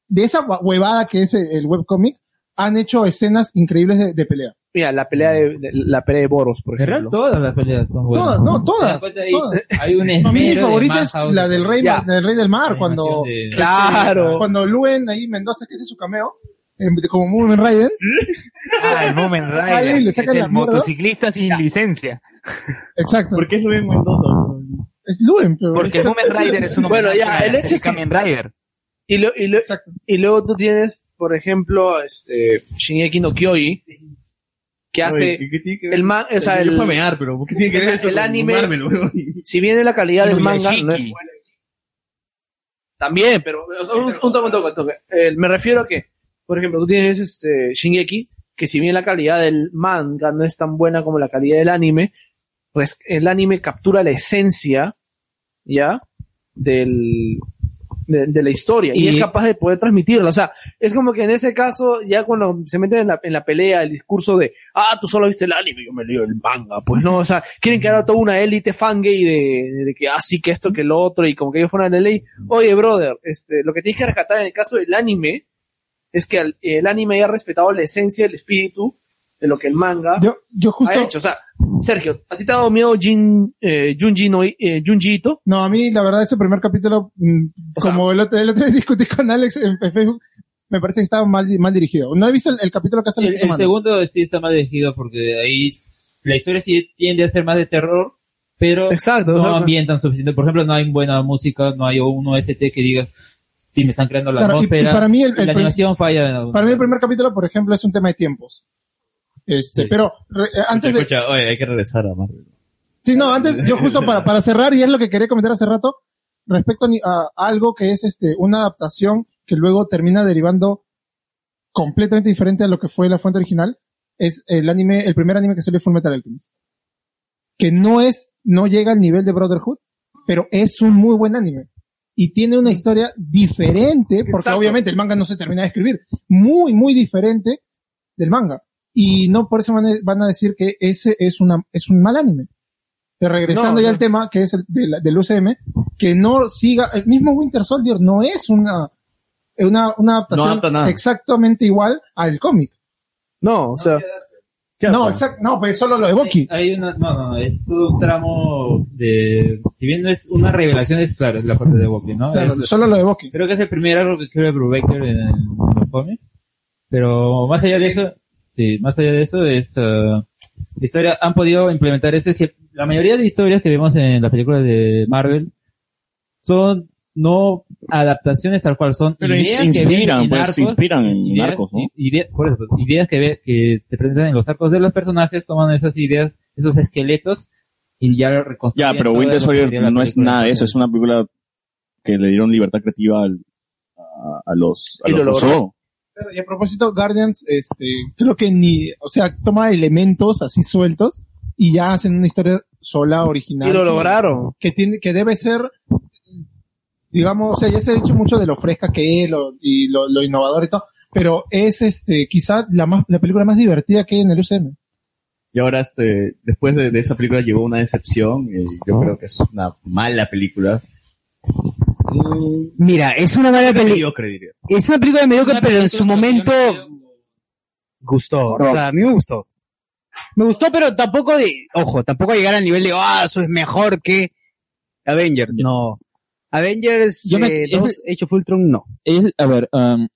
Speaker 13: de esa hua- huevada que es el, el webcómic, han hecho escenas increíbles de, de pelea.
Speaker 15: mira, la pelea de, de- la pelea de Boros, por ejemplo.
Speaker 5: Todas las peleas son
Speaker 15: buenas.
Speaker 13: Todas, no,
Speaker 15: Te
Speaker 13: todas.
Speaker 15: das cuenta
Speaker 5: *laughs*
Speaker 13: todas.
Speaker 5: Hay un
Speaker 13: A mí mi
Speaker 5: esmero de
Speaker 13: favorita es
Speaker 5: Madhouse.
Speaker 13: la del rey,
Speaker 5: Ya.
Speaker 13: del rey del mar, cuando...
Speaker 5: de-
Speaker 13: este,
Speaker 15: Claro.
Speaker 13: Cuando Luen ahí Mendoza, que hace su cameo, en- como Moomin Raiden,
Speaker 9: Ah, el Moment Rider,
Speaker 13: Ahí le
Speaker 9: es
Speaker 13: sacan la
Speaker 9: el
Speaker 13: mierda.
Speaker 9: motociclista sin licencia.
Speaker 13: Exacto.
Speaker 9: ¿Por
Speaker 13: qué es Luen Mendoza? Es Luen, pero...
Speaker 9: Porque el Moment Rider es un
Speaker 15: Bueno,
Speaker 9: homenaje
Speaker 15: ya,
Speaker 9: a la
Speaker 15: el hecho
Speaker 9: serie
Speaker 15: es que-
Speaker 9: Kamen Rider.
Speaker 15: Y, lo- y, lo- y luego tú tienes, por ejemplo, este, Shingeki no Kyoji, que hace
Speaker 39: Oye, ¿qué tiene que ver?
Speaker 15: el manga, o sea,
Speaker 39: Yo
Speaker 15: el,
Speaker 39: fui a mear, pero ¿qué tiene que ver
Speaker 15: o sea,
Speaker 39: esto
Speaker 15: el
Speaker 39: con
Speaker 15: anime,
Speaker 39: Marvel, weón?
Speaker 15: si viene la calidad del manga, no es
Speaker 39: Inuyashiki.
Speaker 15: buena. También, pero o sea, un, un toque, un toque, un toque. Eh, me refiero a que, por ejemplo, tú tienes este Shingeki, que si bien la calidad del manga no es tan buena como la calidad del anime, pues el anime captura la esencia, ¿ya? Del, de, de la historia y,
Speaker 5: Y-
Speaker 15: es capaz de poder transmitirla. O sea, es como que en ese caso, ya cuando se meten en la, en la pelea, el discurso de, ah, tú solo viste el anime, yo me leo el manga. Pues no, o sea, quieren crear a toda una élite fangay de, de que, ah, sí, que esto, que lo otro, y como que ellos fueron a la ley. Oye, brother, este, lo que tienes que rescatar en el caso del anime es que al- el anime haya respetado la esencia, el espíritu de lo que el manga ha hecho. O sea, Sergio, ¿a ti te ha dado miedo Jin, eh, Junji, no, eh, Junji Ito?
Speaker 13: No, a mí la verdad ese primer capítulo, mm, como el otro, el otro día *laughs* discutí con Alex en, en Facebook, me parece que estaba mal, mal dirigido. No he visto el, el capítulo que hace la
Speaker 5: El, el
Speaker 13: semana.
Speaker 5: segundo sí está mal dirigido porque ahí la historia sí tiende a ser más de terror, pero no
Speaker 15: exacto.
Speaker 5: ambientan suficiente. Por ejemplo, no hay buena música, no hay un OST que diga si me están creando la
Speaker 13: Claro, y- y
Speaker 5: atmósfera.
Speaker 13: para mí el- el
Speaker 5: la
Speaker 13: prim-
Speaker 5: animación falla.
Speaker 13: Para mí el primer capítulo, por ejemplo, es un tema de tiempos. Este, pero re- eh, antes de,
Speaker 39: Escucha, oye, hay que regresar a Marvel.
Speaker 13: sí, no, antes, yo justo para, para cerrar, y es lo que quería comentar hace rato, respecto a, ni- a algo que es este, una adaptación que luego termina derivando completamente diferente a lo que fue la fuente original, es el anime, el primer anime que salió fue Metal Alchemist. Que no es, no llega al nivel de Brotherhood, pero es un muy buen anime. Y tiene una historia diferente, porque
Speaker 40: Exacto.
Speaker 13: obviamente el manga no se termina de escribir, muy, muy diferente del manga. Y no por eso van a, van a decir que ese es una, es un mal anime. Pero Eh, regresando
Speaker 15: No,
Speaker 13: ya
Speaker 15: no.
Speaker 13: al tema que es el de la- del UCM, que no siga, el mismo Winter Soldier no es una, eh, una, una
Speaker 39: No
Speaker 13: adaptación
Speaker 39: adapta nada.
Speaker 13: exactamente igual al cómic.
Speaker 15: No, o sea,
Speaker 13: No, exacto, no, pues solo lo de Bucky.
Speaker 41: Hay una, no, no, es todo un tramo de, si bien no es una revelación, es claro, es la parte de Bucky, ¿no?
Speaker 13: Claro,
Speaker 41: Es-
Speaker 13: solo lo de Bucky.
Speaker 41: Creo que es el primer algo que escribe Brubaker en, los cómics. Pero más allá de eso, sí, más allá de eso es, eh, historia, han podido implementar eso. Es que la mayoría de historias que vemos en las películas de Marvel son no adaptaciones tal cual, son
Speaker 42: Pero
Speaker 41: ideas
Speaker 42: ins-
Speaker 41: que vienen
Speaker 42: inspiran,
Speaker 41: en
Speaker 42: pues,
Speaker 41: arcos,
Speaker 42: se inspiran en
Speaker 41: ideas-
Speaker 42: arcos, ¿no?
Speaker 41: i- idea- por eso, pues, ideas que, ve- que se presentan en los arcos de los personajes, toman esas ideas, esos esqueletos, y ya lo reconstruyen.
Speaker 42: Ya, pero
Speaker 41: todo
Speaker 42: Winter
Speaker 41: lo que
Speaker 42: Soldier
Speaker 41: sería la
Speaker 42: no es
Speaker 41: película.
Speaker 42: nada de eso, es una película que le dieron libertad creativa al- a, a los a
Speaker 13: Y
Speaker 42: los
Speaker 13: lo logró.
Speaker 42: Rousseau.
Speaker 13: Pero, y a propósito, Guardians, este, creo que ni, o sea, toma elementos así sueltos y ya hacen una historia sola, original.
Speaker 15: Y lo
Speaker 13: que-
Speaker 15: lograron.
Speaker 13: Que tiene, que debe ser, digamos, o sea, ya se ha dicho mucho de lo fresca que es lo, y lo, lo innovador y todo, pero es este, quizá la más, la película más divertida que hay en el UCM.
Speaker 4: Y ahora, este, después de, de esa película llegó una decepción. y yo creo que es una mala película.
Speaker 1: Mira, es una mala película.
Speaker 4: Mediocre, diría.
Speaker 1: Es una película de mediocre, pero en su momento gustó. O sea, a mí me gustó. Me gustó, pero tampoco de, ojo, tampoco llegar al nivel de, ah, eso es mejor que Avengers. No. Avengers
Speaker 5: Yo me-
Speaker 1: eh,
Speaker 5: es-
Speaker 1: dos, hecho Fultron, no.
Speaker 5: Es- a ver, um,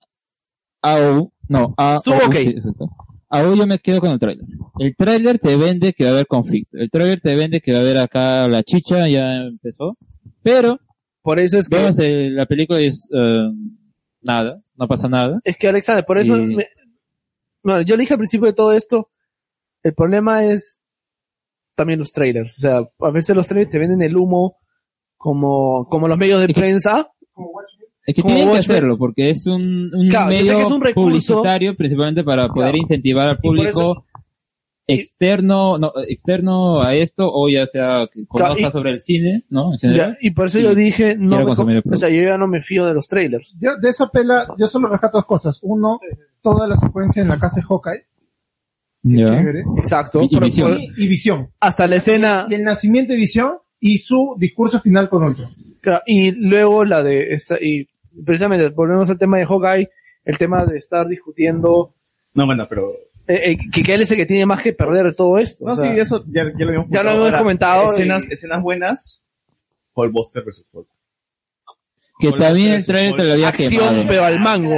Speaker 5: AO, no, AO.
Speaker 1: Estuvo ok.
Speaker 5: sí, exacto. AO yo me quedo con el tráiler. El tráiler te vende que va a haber conflicto. El tráiler te vende que va a haber acá la chicha, ya empezó. Pero,
Speaker 15: por eso es
Speaker 5: que... la película y es um, nada, no pasa nada.
Speaker 15: Es que Alexander, por eso,
Speaker 5: Y-
Speaker 15: me- bueno, yo le dije al principio de todo esto, el problema es también los trailers. O sea, a veces los trailers te venden el humo como, como los medios de prensa.
Speaker 5: Es que
Speaker 15: Como
Speaker 5: tienen que
Speaker 15: Watchmen.
Speaker 5: hacerlo, porque es un, un
Speaker 15: Claro, yo sé
Speaker 5: medio
Speaker 15: que es un recurso.
Speaker 5: publicitario principalmente para poder incentivar al
Speaker 15: por
Speaker 5: público
Speaker 15: eso-
Speaker 5: externo no, externo a esto, o ya sea que conozca
Speaker 15: y-
Speaker 5: sobre el cine, ¿no? En
Speaker 15: Ya,
Speaker 5: general.
Speaker 15: y por eso yo dije,
Speaker 5: ¿Eh?
Speaker 15: no,
Speaker 5: quiero
Speaker 15: me
Speaker 5: consumir el
Speaker 15: co- o sea, yo ya no me fío de los trailers.
Speaker 13: Yo de esa pela, yo solo rescato dos cosas. Uno, toda la secuencia en la casa de Hawkeye. Chévere.
Speaker 15: Exacto.
Speaker 13: Pero-
Speaker 15: visión.
Speaker 13: y- y visión.
Speaker 15: Hasta la escena.
Speaker 13: Y el nacimiento de visión y su discurso final con otro.
Speaker 15: Claro, y luego la de esa- y precisamente volvemos al tema de Hawkeye, el tema de estar discutiendo
Speaker 4: No, bueno, pero.
Speaker 15: eh, eh, que, que él es el que tiene más que perder de todo esto.
Speaker 4: No,
Speaker 15: o sea,
Speaker 4: sí, eso ya, ya lo habíamos
Speaker 15: Ya lo
Speaker 4: comentado.
Speaker 15: habíamos
Speaker 4: Ahora,
Speaker 15: comentado
Speaker 4: Escenas,
Speaker 15: y-
Speaker 4: escenas buenas. Paul Buster versus Paul.
Speaker 5: Que también el tráiler te lo había quemado.
Speaker 15: mango.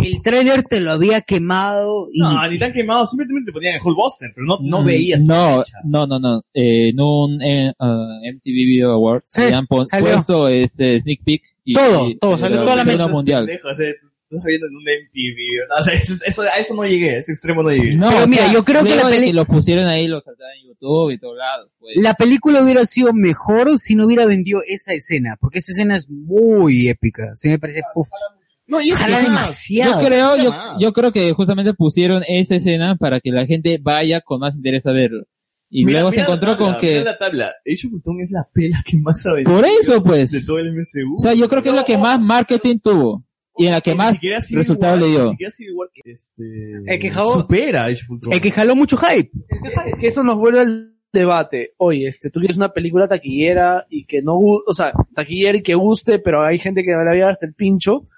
Speaker 1: El tráiler te lo había quemado y...
Speaker 4: No, ni tan quemado, simplemente te ponían el Hulk Buster, pero no, no
Speaker 5: Mm,
Speaker 4: veías.
Speaker 5: No, no, no, no. Eh, en un eh, ah, MTV Video Awards habían pon-
Speaker 4: salió.
Speaker 5: puesto este sneak peek.
Speaker 4: Todo,
Speaker 5: todo, salió
Speaker 4: Pero
Speaker 5: toda la
Speaker 4: esas
Speaker 5: mesa. mundial.
Speaker 4: pendejas, o sea, eh, Estás viendo en un MTV, ¿no? O sea, eso, eso- a eso no llegué, a ese extremo no llegué.
Speaker 5: No, o sea, luego de
Speaker 1: peli-
Speaker 5: que lo pusieron ahí, lo saltaron en YouTube y todo lado. Pues.
Speaker 1: La película hubiera sido mejor si no hubiera vendido esa escena, porque esa escena es muy épica. Se me parece... puf.
Speaker 5: No,
Speaker 1: y es Jala que- demasiado.
Speaker 5: Yo creo, yo,
Speaker 1: Jala
Speaker 5: yo creo que justamente pusieron esa escena para que la gente vaya con más interés a verlo. Y
Speaker 4: Mira-
Speaker 5: luego
Speaker 4: mira
Speaker 5: se
Speaker 4: la
Speaker 5: encontró
Speaker 4: tabla,
Speaker 5: con que...
Speaker 4: Mira la tabla. Age of Ultron es la pela que más ha vendido
Speaker 5: Por eso, pues.
Speaker 4: De todo el MCU.
Speaker 5: O sea, yo creo que es la que más marketing tuvo. Y en la que más
Speaker 4: Eh, siquiera Civil
Speaker 5: resultados
Speaker 4: War,
Speaker 5: le
Speaker 4: Ni
Speaker 5: dio.
Speaker 4: siquiera Civil War que este...
Speaker 9: Eh,
Speaker 15: Es que Jao-
Speaker 4: supera a Age of Ultron.
Speaker 15: Es que
Speaker 1: jaló mucho hype.
Speaker 15: Es que eso nos vuelve al debate. Oye, este, tú quieres una película taquillera y que no, gu- o sea, taquillera y que guste, pero hay gente que la había hasta el pincho,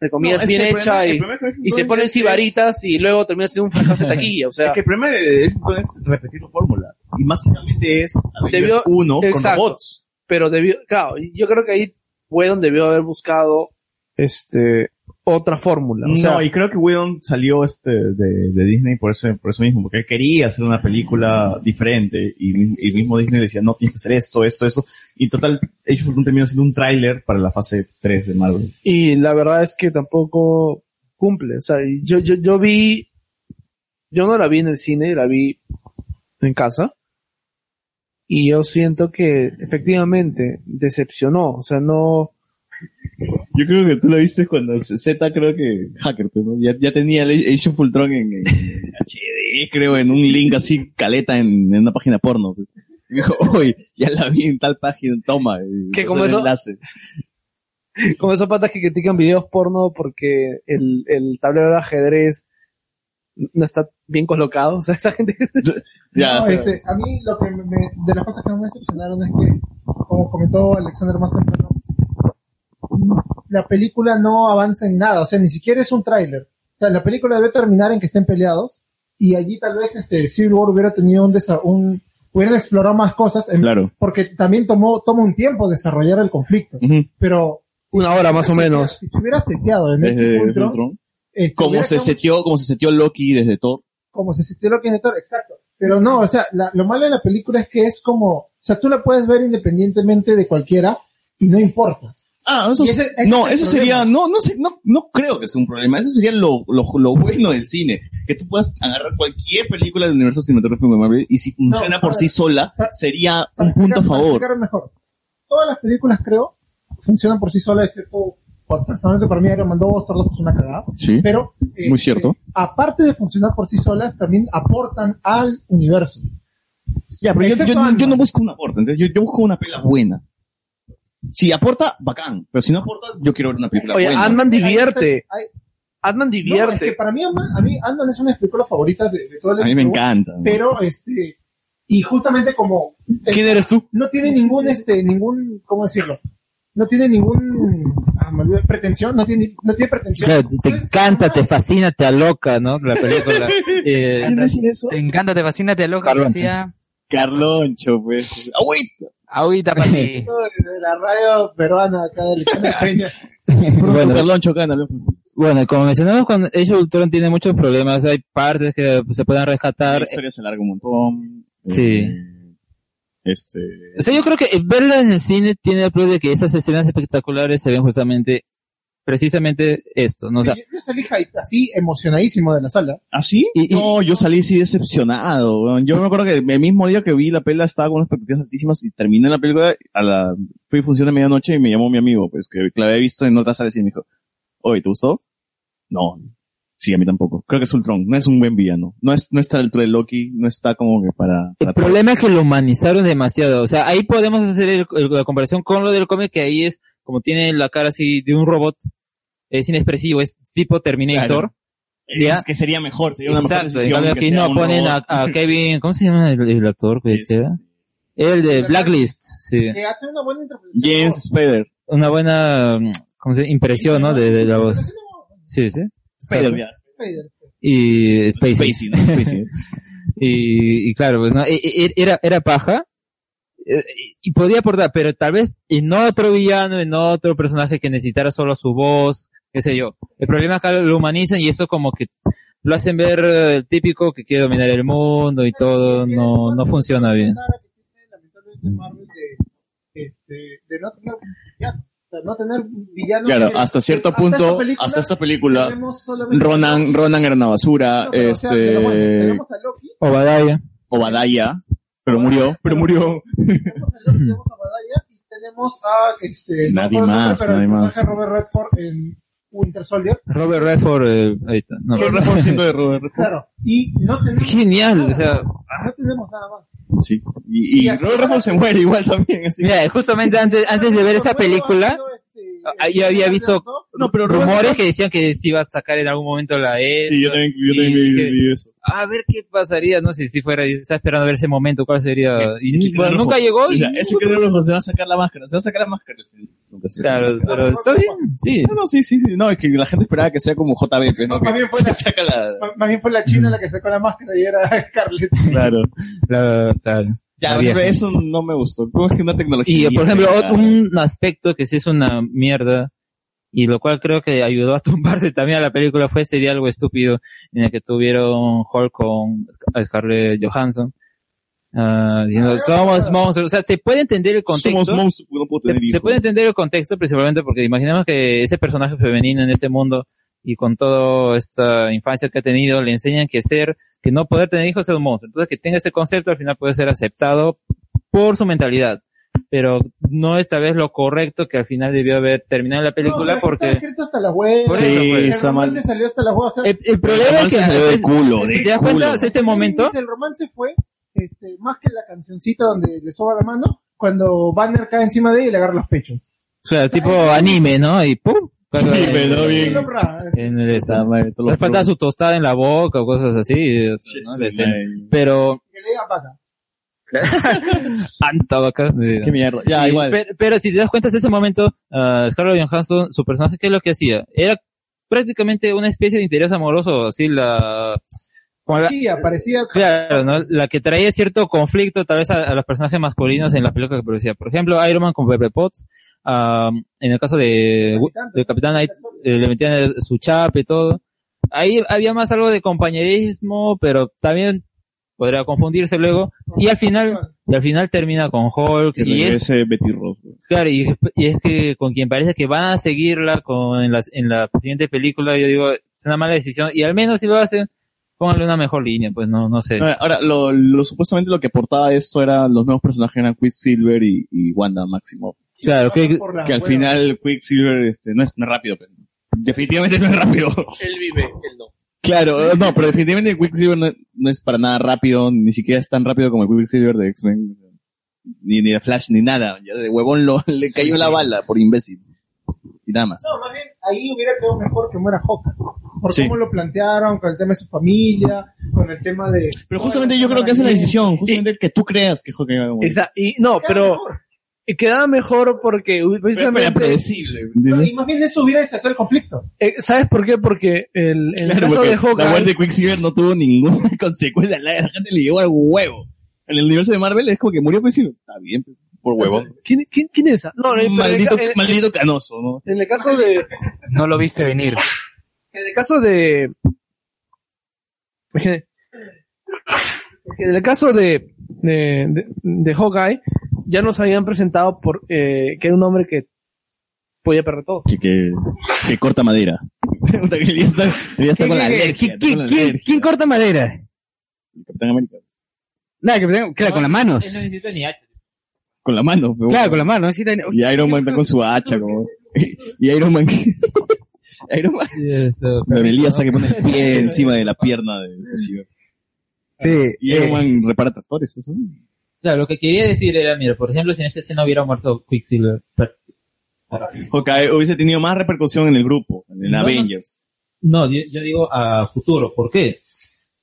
Speaker 15: de comidas
Speaker 4: No, es
Speaker 15: bien
Speaker 4: que el
Speaker 15: hecha
Speaker 4: problema- el
Speaker 15: y,
Speaker 4: problema con Age of
Speaker 15: y se
Speaker 4: Ultron
Speaker 15: ponen
Speaker 4: es-
Speaker 15: sibaritas y luego termina siendo un
Speaker 4: *laughs*
Speaker 15: fracaso de taquilla, o sea.
Speaker 4: Es que el problema de Age of Ultron es repetir la fórmula. Y básicamente es Avengers
Speaker 15: debió,
Speaker 4: 1 con
Speaker 15: exacto,
Speaker 4: robots.
Speaker 15: Pero debió, claro, yo creo que ahí Whedon debió haber buscado este otra fórmula. O sea,
Speaker 4: no, y creo que Whedon salió este de, de Disney por eso, por eso mismo, porque él quería hacer una película diferente y, mi- y mismo Disney le decía, no, tienes que hacer esto, esto, eso. Y total, Age of Ultron terminó siendo un tráiler para la fase 3 de Marvel.
Speaker 15: y la verdad es que tampoco cumple. O sea, yo, yo, yo vi, yo no la vi en el cine, la vi en casa. Y yo siento que efectivamente decepcionó. O sea, no.
Speaker 4: Yo creo que tú lo viste cuando Z, creo que hacker, pues, ¿no? ya, ya tenía el Age of Ultron en, en HD, creo, en un link así, caleta, en, en una página porno. pues. Y dijo, hoy ya la vi en tal página, toma. y
Speaker 15: Que
Speaker 4: pasó
Speaker 15: como
Speaker 4: el
Speaker 15: eso-
Speaker 4: enlace.
Speaker 15: Como esos patas que critican videos porno porque el, el tablero de ajedrez no está bien colocado. O sea, esa gente.
Speaker 13: No, este, a mí lo que me- me- de las cosas que más me decepcionaron es que, como comentó Alexander más temprano, la película no avanza en nada, o sea, ni siquiera es un tráiler. O sea, la película debe terminar en que estén peleados y allí tal vez este Civil War hubiera tenido un, desa- un hubiera explorado más cosas en-
Speaker 4: Claro.
Speaker 13: porque también tomó toma un tiempo desarrollar el conflicto pero
Speaker 3: una hora más o menos
Speaker 13: si se hubiera seteado en
Speaker 4: Desde
Speaker 13: Ultron,
Speaker 4: Ultron.
Speaker 13: este,
Speaker 4: Como
Speaker 13: hubiera
Speaker 4: se
Speaker 13: quedado-
Speaker 4: seteó, como se seteó Loki desde Thor.
Speaker 13: como se sintió lo que es de Thor, exacto. Pero no, o sea, la- lo malo de la película es que es como, o sea, tú la puedes ver independientemente de cualquiera y no importa.
Speaker 4: Ah, eso
Speaker 13: Y
Speaker 4: es-
Speaker 13: ese- ese
Speaker 4: no,
Speaker 13: es el
Speaker 4: eso
Speaker 13: problema.
Speaker 4: sería, no, no, sé, no, no creo que sea un problema. Eso sería lo, lo, lo bueno del cine. Que tú puedas agarrar cualquier película del universo cinematográfico de Marvel y si funciona por sí sola, sería un punto a favor.
Speaker 13: Explicar mejor. Todas las películas, creo, funcionan por sí solas, excepto, por, personalmente para mí Iron Man 2, Thor 2 es una cagada.
Speaker 4: Sí.
Speaker 13: Pero, eh,
Speaker 4: Muy cierto.
Speaker 13: aparte de funcionar por sí solas, también aportan al universo.
Speaker 4: Ya, pero yo,
Speaker 13: Excepto
Speaker 4: yo-
Speaker 13: Ant-Man.
Speaker 4: yo no busco un aporte, entonces yo, yo busco una película buena. Si aporta, bacán, pero si no aporta, yo quiero ver una película
Speaker 3: Oye,
Speaker 4: buena.
Speaker 3: Ant-Man divierte.
Speaker 13: Hay-
Speaker 3: Ant-Man
Speaker 13: No, es que
Speaker 3: divierte.
Speaker 13: para mí, Ant-Man- a mí Ant-Man es una de mis películas favoritas de, de toda la
Speaker 4: A mí me encanta.
Speaker 13: Pero, este, y justamente como...
Speaker 3: ¿Quién eres tú?
Speaker 13: No tiene ningún, este, ningún, ¿cómo decirlo? No tiene ningún, ah, me olvidé, pretensión, no tiene, no tiene pretensión.
Speaker 5: Claro, te
Speaker 13: Pues,
Speaker 5: encanta, te fascina, te aloca, ¿no? La película. Eh,
Speaker 9: Te encanta, te fascina, te aloca,
Speaker 5: Carloncho.
Speaker 9: decía.
Speaker 4: Carloncho, pues. ¡Agüita!
Speaker 9: Agüita, papi.
Speaker 13: De la radio peruana acá del
Speaker 5: *laughs*
Speaker 13: de Peña.
Speaker 5: *laughs* bueno,
Speaker 4: Carloncho, pues. gánalo.
Speaker 5: Bueno, como mencionamos, cuando Age of Ultron tiene muchos problemas, hay partes que se pueden
Speaker 4: La
Speaker 5: rescatar.
Speaker 4: historia se larga un montón. eh,
Speaker 5: Sí.
Speaker 4: Este.
Speaker 5: O sea, yo creo que eh, verla en el cine tiene el plus de que esas escenas espectaculares se ven justamente, precisamente esto, ¿no? O sea,
Speaker 13: Yo salí hype, así emocionadísimo de la sala.
Speaker 4: ¿Así? ¿Ah, no, yo salí así decepcionado. weón. Yo me acuerdo que el mismo día que vi la pela estaba con unas expectativas altísimas y terminé la película a la fui a función de medianoche y me llamó mi amigo, pues que la había visto en otra sala de cine y me dijo, "Oye, ¿te gustó?" No. Sí, a mí tampoco. Creo que es Ultron, no es un buen villano. No es no está a la altura de Loki, no está como que para, para
Speaker 5: el problema es que lo humanizaron demasiado. O sea, ahí podemos hacer el- el- la comparación con lo del cómic, que ahí es como tiene la cara así de un robot, es inexpresivo, es tipo Terminator.
Speaker 4: Claro. Es que sería mejor, sería una mejor
Speaker 5: Exacto, en
Speaker 4: decisión.
Speaker 5: cambio
Speaker 4: que
Speaker 5: aquí
Speaker 4: sea
Speaker 5: no
Speaker 4: un
Speaker 5: ponen a,
Speaker 4: robot. Este.
Speaker 5: a Kevin, ¿cómo se llama el, el actor? que queda? El de Blacklist, sí.
Speaker 13: Que hace una buena interpretación.
Speaker 4: James Spider.
Speaker 5: Una buena, mm, ¿cómo se dice? Impresión, ¿no? De, de la voz. Sí, sí.
Speaker 4: Spider,
Speaker 5: Exacto.
Speaker 4: ya.
Speaker 13: Spider.
Speaker 5: y Spacey.
Speaker 4: Spacey, ¿no? Spacey.
Speaker 5: y, y claro, pues, ¿no? E- e- era, era paja eh, y podía aportar, pero tal vez en otro villano, en otro personaje que necesitara solo su voz, qué sé yo. El problema es que lo humanizan y eso como que lo hacen ver eh, el típico que quiere dominar el mundo y todo, no, no funciona bien. Mm.
Speaker 13: Este, de no tener villano. O sea, no tener villano.
Speaker 4: Claro,
Speaker 13: que-
Speaker 4: hasta cierto
Speaker 13: hasta esta
Speaker 4: punto,
Speaker 13: película
Speaker 4: hasta esta película,
Speaker 13: tenemos solamente-
Speaker 4: Ronan, Ronan era una basura,
Speaker 13: No, pero, o sea,
Speaker 4: este,
Speaker 13: pero bueno, tenemos a Loki,
Speaker 5: Obadiah.
Speaker 4: Obadiah, pero murió, pero murió.
Speaker 13: tenemos a este, no
Speaker 5: Nadie
Speaker 13: me acuerdo el nombre,
Speaker 5: más,
Speaker 13: pero el
Speaker 5: nadie más.
Speaker 13: personaje Robert Redford en Winter Soldier.
Speaker 5: Robert Redford, eh, ahí está. No.
Speaker 13: Robert Redford siendo
Speaker 4: de
Speaker 13: *laughs*
Speaker 4: Robert
Speaker 13: Claro, y no tenemos
Speaker 5: Genial, o sea,
Speaker 13: no tenemos nada más.
Speaker 4: Sí. Y, y Robert Redford se muere igual también. Así.
Speaker 5: Mira, justamente antes, antes de ver esa película,
Speaker 13: este,
Speaker 5: ah, yo había visto rumores que decían que se iba a sacar en algún momento la E.
Speaker 4: Sí, yo también, yo también vi- vi eso.
Speaker 5: A ver qué pasaría, no sé si fuera, yo estaba esperando ver ese momento, cuál sería. ah, Y
Speaker 4: Ese
Speaker 5: ni- bueno,
Speaker 4: Rojo-
Speaker 5: nunca llegó. y-
Speaker 4: Mira, ese que rojo se va a sacar la máscara, se va a sacar la máscara.
Speaker 5: Claro, pero está bien, sí.
Speaker 4: No, no, sí, sí, sí. No, es que la gente esperaba que sea como JB, pues, ¿no?
Speaker 13: Más
Speaker 4: Que
Speaker 13: bien fue
Speaker 4: *laughs*
Speaker 13: la-
Speaker 4: se saca la...
Speaker 13: *laughs* Más- Más bien fue la china la que sacó la máscara y era *laughs* Scarlett.
Speaker 4: Claro.
Speaker 5: La, la-
Speaker 4: Ya,
Speaker 5: la
Speaker 4: pero
Speaker 5: vieja.
Speaker 4: eso no me gustó. ¿Cómo es que una
Speaker 5: Y
Speaker 4: tecnología?
Speaker 5: por ejemplo,
Speaker 4: cara?
Speaker 5: ot- un aspecto que sí es una mierda, y lo cual creo que ayudó a *laughs* tumbarse también a la película, fue ese diálogo estúpido en el que tuvieron Hulk con Sc- Scarlett Johansson. ah, diciendo, somos monstruos. O sea, se puede entender el contexto.
Speaker 4: Somos monstruos, no puedo tener
Speaker 5: se, se
Speaker 4: hijos.
Speaker 5: puede entender el contexto principalmente porque imaginemos que ese personaje femenino en ese mundo y con toda esta infancia que ha tenido le enseñan que ser, que no poder tener hijos es un monstruo. Entonces que tenga ese concepto al final puede ser aceptado por su mentalidad. Pero no es tal vez lo correcto que al final debió haber terminado la película
Speaker 13: No,
Speaker 5: porque...
Speaker 13: Está escrito hasta la hueva.
Speaker 5: Por eso, Sí, pues.
Speaker 13: el
Speaker 5: está
Speaker 13: romance
Speaker 5: mal.
Speaker 13: salió hasta la hueva. o sea,
Speaker 5: El, el problema es que a veces- si te das cuenta, es ese momento,
Speaker 13: El romance fue este, más que la cancioncita donde le soba la mano, cuando Banner cae encima de ella y le agarra los pechos.
Speaker 5: o sea, tipo anime, ¿no? Y pum. cuando-
Speaker 4: Sí, pero bien.
Speaker 13: No, pero,
Speaker 5: en el-
Speaker 4: lo
Speaker 5: le falta
Speaker 4: probé.
Speaker 5: su tostada en la boca o cosas así. o sea, ¿no?
Speaker 4: sí,
Speaker 5: La escena.
Speaker 4: madre.
Speaker 5: Pero
Speaker 13: Que le diga paca.
Speaker 5: Anta vaca. Qué
Speaker 4: mierda. Ya, igual.
Speaker 5: Pero, pero si te das cuenta, en ese momento, ah, Scarlett Johansson, su personaje, ¿qué es lo que hacía? Era prácticamente una especie de interés amoroso, así la... Como la-
Speaker 13: Parecía, parecía.
Speaker 5: Claro, ¿no? La que traía cierto conflicto tal vez a, a los personajes masculinos en las películas que producía. Por ejemplo, Iron Man con Pepper Potts. ah, en el caso de, de Capitán Knight, eh, le metían el- su chapa y todo. Ahí había más algo de compañerismo, pero también podría confundirse luego. Y al final, y al final termina con Hulk.
Speaker 4: Que
Speaker 5: y es,
Speaker 4: regrese Betty Ross. güey.
Speaker 5: Claro, y, y es que con quien parece que van a seguirla con, en, las, en la siguiente película, yo digo, es una mala decisión. Y al menos si lo hacen, pónganle una mejor línea, pues no, no sé.
Speaker 4: Ahora, ahora, lo, lo- supuestamente lo que portaba esto eran los nuevos personajes eran Quicksilver y, y Wanda Maximoff.
Speaker 5: Claro,
Speaker 4: que,
Speaker 5: por la
Speaker 4: que al
Speaker 5: hueva.
Speaker 4: final Quicksilver este, no, es, no es rápido. pero- Definitivamente no es rápido.
Speaker 3: Él vive, él no.
Speaker 4: Claro, no, pero definitivamente Quicksilver no, no es para nada rápido, ni siquiera es tan rápido como el Quicksilver de X-Men, ni, ni de Flash, ni nada. Ya de huevón lo, *laughs* le cayó la bala por imbécil. Y nada más.
Speaker 13: No, más bien, ahí hubiera quedado mejor que muera Hawkeye. Por
Speaker 4: Sí.
Speaker 13: cómo lo plantearon, con el tema de su familia, con el tema de.
Speaker 4: Pero justamente yo creo que esa es la decisión,
Speaker 3: eh,
Speaker 4: justamente que tú creas que Hawkeye va a morir.
Speaker 15: Exa- y no, pero y queda mejor porque u- precisamente
Speaker 4: era predecible,
Speaker 13: No, y más bien eso hubiera desatado el conflicto.
Speaker 15: Eh, ¿Sabes por qué? Porque el, en el
Speaker 4: Claro,
Speaker 15: caso
Speaker 4: porque
Speaker 15: de
Speaker 4: La muerte
Speaker 15: Hawkeye
Speaker 4: de Quicksilver no tuvo ninguna *laughs* consecuencia. La, la gente le llegó al huevo. En el universo de Marvel es como que murió Quicksilver. Está bien, por huevo.
Speaker 15: ¿Quién, quién, quién es esa? eh, No, no, pero en
Speaker 4: maldito,
Speaker 15: ca- en-
Speaker 4: maldito canoso, ¿no?
Speaker 15: en el caso de
Speaker 9: No lo viste venir.
Speaker 15: En el caso de. *laughs* En el caso de, de, de, de Hawkeye, ya nos habían presentado por, eh, que era un hombre que podía perder todo.
Speaker 4: Que, que, que corta madera. Puta, *laughs* que el día está, el día está
Speaker 37: ¿Qué-
Speaker 4: con la
Speaker 37: qué- qué-
Speaker 4: alergia.
Speaker 37: qué-
Speaker 4: está con la
Speaker 37: quién-
Speaker 4: alergia.
Speaker 37: quién corta madera?
Speaker 4: Capitán América.
Speaker 37: Nada, que tengo- claro, con las manos.
Speaker 5: No necesita ni hacha.
Speaker 4: Con la mano. pero
Speaker 37: Claro,
Speaker 4: bueno.
Speaker 37: con las manos. necesita-
Speaker 4: Y Iron Man está con su hacha, como. *laughs* Y Iron Man. *laughs* Iron Man. Me melía hasta que pone el *laughs* pie encima de la pierna de ese señor.
Speaker 37: Sí. eh,
Speaker 4: Y
Speaker 1: Eh.
Speaker 4: Iron Man repara tractores, pues, ¿no?
Speaker 5: Claro, lo que quería decir era, mira, por ejemplo, si en esta escena hubiera muerto Quicksilver, per-
Speaker 4: Hawkeye hubiese tenido más repercusión en el grupo, en el
Speaker 5: No, no.
Speaker 4: Avengers.
Speaker 5: No, yo, yo digo a futuro. ¿Por qué?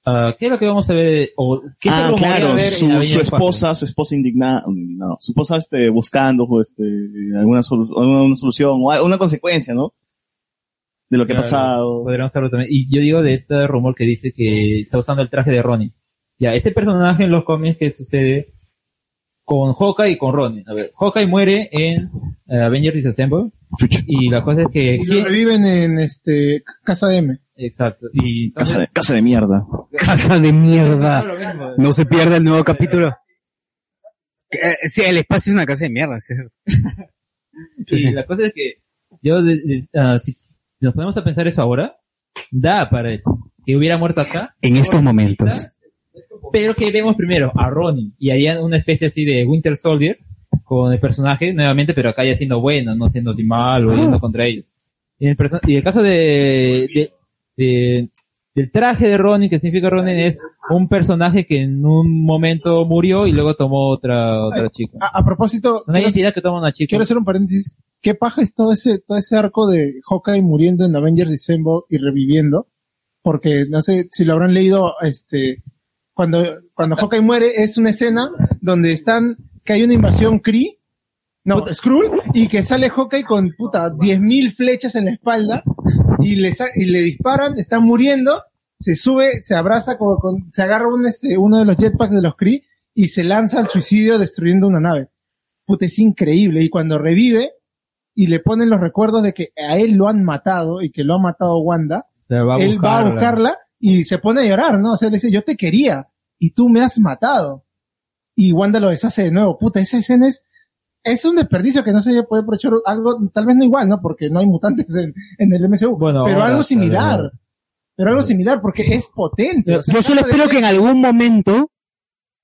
Speaker 5: Ah, ¿Qué es lo que vamos a ver? O, ¿Qué se
Speaker 4: ah,
Speaker 5: rumorea
Speaker 4: claro,
Speaker 5: ver en
Speaker 4: su,
Speaker 5: Avengers
Speaker 4: su
Speaker 5: 4?
Speaker 4: esposa, su esposa indignada, no, indignada, su esposa este, buscando pues, este, alguna, solu- alguna- una solución o alguna consecuencia, ¿no? De lo que ha
Speaker 5: Claro, Pues,
Speaker 4: pasado.
Speaker 5: Podríamos hablar también. Y yo digo de este rumor que dice que está usando el traje de Ronnie. Ya, este personaje en los cómics que sucede con Hawkeye y con Ronnie. A ver, Hawkeye muere en eh, Avengers Disassemble. Y la cosa es que...
Speaker 13: Y lo reviven en este, Casa de M.
Speaker 5: Exacto. Y
Speaker 4: Casa de, casa de mierda.
Speaker 37: Casa de
Speaker 1: Ah,
Speaker 13: Ah,
Speaker 37: mierda. No se pierda el nuevo capítulo. Que, eh, Sí, el espacio es una casa de mierda. sí.
Speaker 5: Y la cosa es que yo, de- de- ah, si nos ponemos a pensar eso ahora, da para eso. Que hubiera muerto acá,
Speaker 37: En estos momentos.
Speaker 5: pero que vemos primero a Ronin y harían una especie así de Winter Soldier con el personaje nuevamente, pero acá ya siendo bueno, no siendo así malo,
Speaker 37: Ah.
Speaker 5: yendo contra ellos. Y el, perso- y el caso de, de- de- del traje de Ronin, que significa Ronin, es un personaje que en un momento murió y luego tomó otra, otra chica.
Speaker 13: A, a
Speaker 5: Una
Speaker 13: propósito, ah, quiero-
Speaker 5: identidad que toma una chica.
Speaker 13: quiero hacer un paréntesis. ¿Qué paja es todo ese, todo ese arco de Hawkeye muriendo en Avengers December y reviviendo? Porque no sé si lo habrán leído, este, cuando, cuando Hawkeye muere es una escena donde están, que hay una invasión Kree, no, Skrull, y que sale Hawkeye con puta 10.000 flechas en la espalda y le, sa- y le disparan, está muriendo, se sube, se abraza, con, con- se agarra un, este, uno de los jetpacks de los Kree y se lanza al suicidio destruyendo una nave puta, es increíble. Y cuando revive y le ponen los recuerdos de que a él lo han matado y que lo ha matado Wanda,
Speaker 5: Pero va a
Speaker 13: él va a
Speaker 5: buscarla.
Speaker 13: buscarla y se pone a llorar, ¿no? O sea, le dice, yo te quería y tú me has matado. Y Wanda lo deshace de nuevo. Puta, esa escena es, es un desperdicio que no se puede aprovechar algo, tal vez no igual, ¿no? Porque no hay mutantes en, en el MCU. pero
Speaker 37: ahora
Speaker 13: algo
Speaker 37: está de
Speaker 13: similar.
Speaker 37: nuevo.
Speaker 13: Pero algo similar, porque es potente. o sea,
Speaker 37: Yo solo
Speaker 13: trata de
Speaker 37: espero que en algún momento,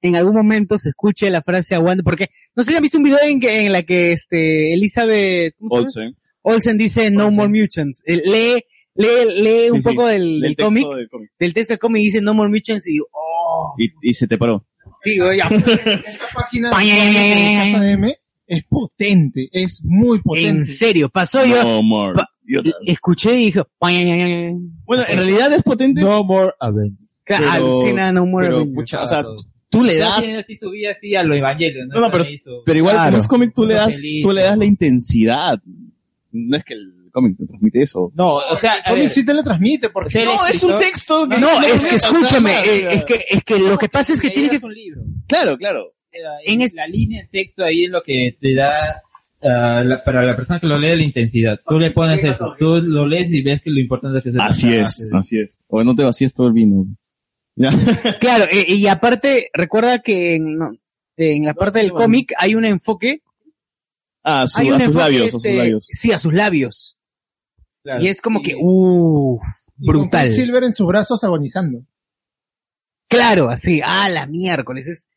Speaker 37: en algún momento se escuche la frase a Wanda, porque no sé si han visto un video en, que, en la que este Elizabeth ¿cómo se llama?
Speaker 4: Olsen.
Speaker 37: Olsen dice No More Mutants. Eh, Lee, lee, lee un
Speaker 4: Sí, sí.
Speaker 37: poco del,
Speaker 4: Lee
Speaker 37: del
Speaker 4: el texto
Speaker 37: cómic,
Speaker 4: del cómic.
Speaker 37: del texto del cómic y dice No More Mutants y digo, oh,
Speaker 4: Y, y se te paró.
Speaker 37: sí, güey, *laughs* ya.
Speaker 13: esa página de de Casa de M es potente, es muy potente.
Speaker 37: En serio, pasó yo.
Speaker 4: No more.
Speaker 37: pa- escuché y dije, bueno,
Speaker 4: en realidad es potente.
Speaker 5: No more Avengers.
Speaker 37: Claro,
Speaker 4: Pero-
Speaker 37: alucina, no more
Speaker 4: pero,
Speaker 37: Avengers.
Speaker 4: pucha, o sea, tú le das.
Speaker 5: Así subía así a lo evangelio, ¿no?
Speaker 4: No, no, pero, pero igual
Speaker 5: Claro.
Speaker 4: como es cómic tú le
Speaker 5: Una
Speaker 4: das,
Speaker 5: feliz.
Speaker 4: tú le das la intensidad. No es que el el cómic te transmite eso.
Speaker 37: No, o sea,
Speaker 13: El cómic sí te lo transmite, porque
Speaker 37: No, es un
Speaker 4: texto.
Speaker 37: No, es que escúchame, eh, es que, es que lo que pasa es que tiene que...
Speaker 5: un libro.
Speaker 4: Claro, claro.
Speaker 5: En eh, la línea de texto ahí es lo que te da ah, la- para la persona que lo lee la intensidad. Tú le pones eso, tú lo lees y ves que lo importante es que se
Speaker 4: Así es, así es. O no te vacíes todo el vino. Ya.
Speaker 37: Claro, eh, y aparte, recuerda que en, no, en la parte del cómic hay un enfoque.
Speaker 4: Ah,
Speaker 37: hay
Speaker 4: a
Speaker 37: un
Speaker 4: sus
Speaker 37: enfoque,
Speaker 4: labios, a sus
Speaker 1: este,
Speaker 4: labios.
Speaker 37: Sí, a sus labios. Y es como que, uff, brutal.
Speaker 13: Silver en sus brazos agonizando.
Speaker 37: Claro, así, a la miércoles. Es,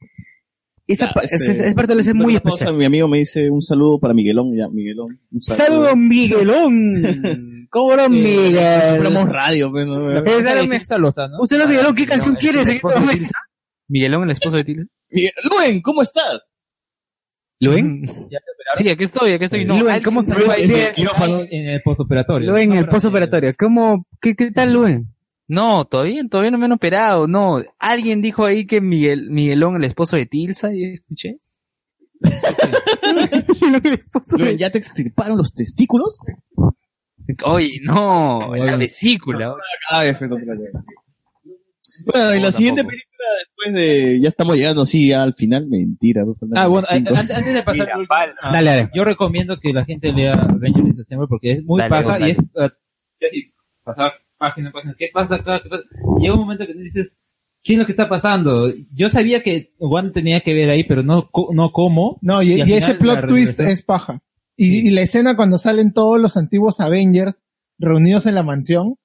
Speaker 37: esa, pa-
Speaker 4: Este,
Speaker 37: esa- esa parte lo hace muy
Speaker 4: una pausa,
Speaker 37: especial.
Speaker 4: Mi amigo me dice un saludo para Miguelón, ya, Miguelón. Un
Speaker 37: Saludos, Miguelón. ¿Cómo era Miguel?
Speaker 4: Supremos radio, pues, ¿no?
Speaker 37: Eh, dale, mi- Un saludo, Miguelón. ¿Qué canción quieres en este momento?
Speaker 9: Miguelón, el esposo de Tilsa.
Speaker 4: Miguel- Luen, ¿cómo estás?
Speaker 37: ¿Luen?
Speaker 9: Sí, aquí estoy, aquí estoy. No,
Speaker 37: Luen,
Speaker 9: alguien
Speaker 37: ¿cómo
Speaker 9: está
Speaker 37: estás?
Speaker 9: ahí.
Speaker 5: en el postoperatorio.
Speaker 37: Luen, el postoperatorio. ¿Cómo, qué, qué tal, Luen?
Speaker 9: No, todavía, todavía no me han operado, no. Alguien dijo ahí que Miguel, Miguelón, el esposo de Tilsa, y escuché.
Speaker 4: Luen, ¿ya te extirparon los testículos?
Speaker 9: Oye, no, la vesícula.
Speaker 4: Cada vez Bueno, y la siguiente película después de... Ya estamos llegando así al final. Mentira. pues, faltan
Speaker 5: Ah, bueno,
Speaker 4: cinco.
Speaker 5: an- antes, antes de pasar al último, ah,
Speaker 37: Dale, dale.
Speaker 5: yo recomiendo que la gente lea Avengers de septiembre porque es muy
Speaker 37: Dale,
Speaker 5: paja
Speaker 37: dale.
Speaker 5: y es ah, casi pasar página a página. ¿Qué pasa acá? ¿Qué pasa? Llega un momento que dices, ¿qué es lo que está pasando? Yo sabía que Juan tenía que ver ahí, pero no, co- no cómo.
Speaker 13: No, y,
Speaker 5: al
Speaker 13: y ese
Speaker 5: final
Speaker 13: plot
Speaker 5: la
Speaker 13: twist
Speaker 5: revelación-
Speaker 13: es paja. Y, y la escena cuando salen todos los antiguos Avengers reunidos en la mansión,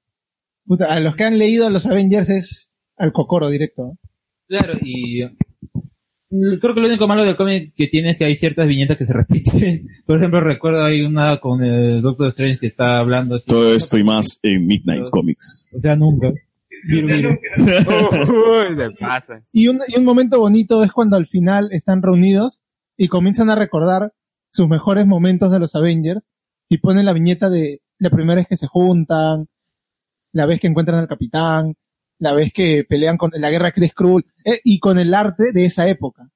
Speaker 13: puta, a los que han leído a los Avengers es al cocoro directo. ¿eh?
Speaker 5: Claro, y eh, creo que lo único malo del cómic que tiene es que hay ciertas viñetas que se *laughs* repiten. Por ejemplo, recuerdo hay una con el Doctor Strange que está hablando así.
Speaker 4: Todo esto y más en Midnight Comics.
Speaker 5: O sea, nunca.
Speaker 9: Uy, me pasa.
Speaker 13: Y un, y un momento bonito es cuando al final están reunidos y comienzan a recordar sus mejores momentos de los Avengers y ponen la viñeta de la primera vez que se juntan, la vez que encuentran al capitán, la vez que pelean con la guerra Chris Krull eh, y con el arte de esa época.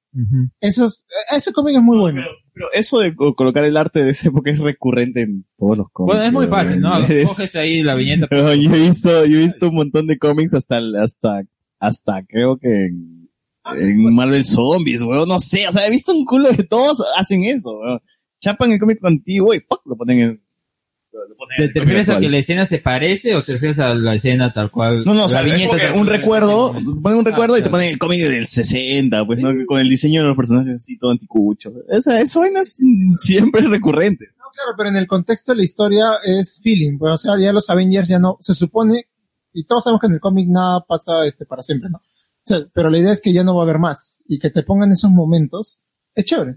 Speaker 13: Eso es, eh, ese cómic es muy bueno.
Speaker 4: Pero eso de co- colocar el arte de esa época es recurrente en todos los cómics.
Speaker 5: Bueno, es muy
Speaker 4: weón.
Speaker 5: fácil, ¿no?
Speaker 4: *laughs* Es-
Speaker 5: Coges ahí
Speaker 4: *laughs*
Speaker 5: la viñeta.
Speaker 4: Yo he visto, yo he visto un montón de cómics hasta, el- hasta, hasta creo que en, en Marvel Zombies, weón, no sé, o sea, he visto un culo de todos hacen eso, weón. Chapan el cómic antiguo y ¡pac! lo ponen en...
Speaker 5: ¿Te, te refieres a que la escena se parece o te refieres a la escena tal cual?
Speaker 4: No, no,
Speaker 5: la
Speaker 4: o sea, es como que
Speaker 5: tal
Speaker 4: un
Speaker 5: cual?
Speaker 4: recuerdo, ponen
Speaker 5: Ah,
Speaker 4: un recuerdo y te
Speaker 5: claro.
Speaker 4: ponen el cómic del 60, pues, ¿no? Con el diseño de los personajes así todo anticucho. O sea, eso es mm, siempre recurrente.
Speaker 13: No, claro, pero en el contexto de la historia es feeling, pues, o sea, ya los Avengers ya no, se supone, y todos sabemos que en el cómic nada pasa este para siempre, ¿no? O sea, pero la idea es que ya no va a haber más, y que te pongan esos momentos, es chévere.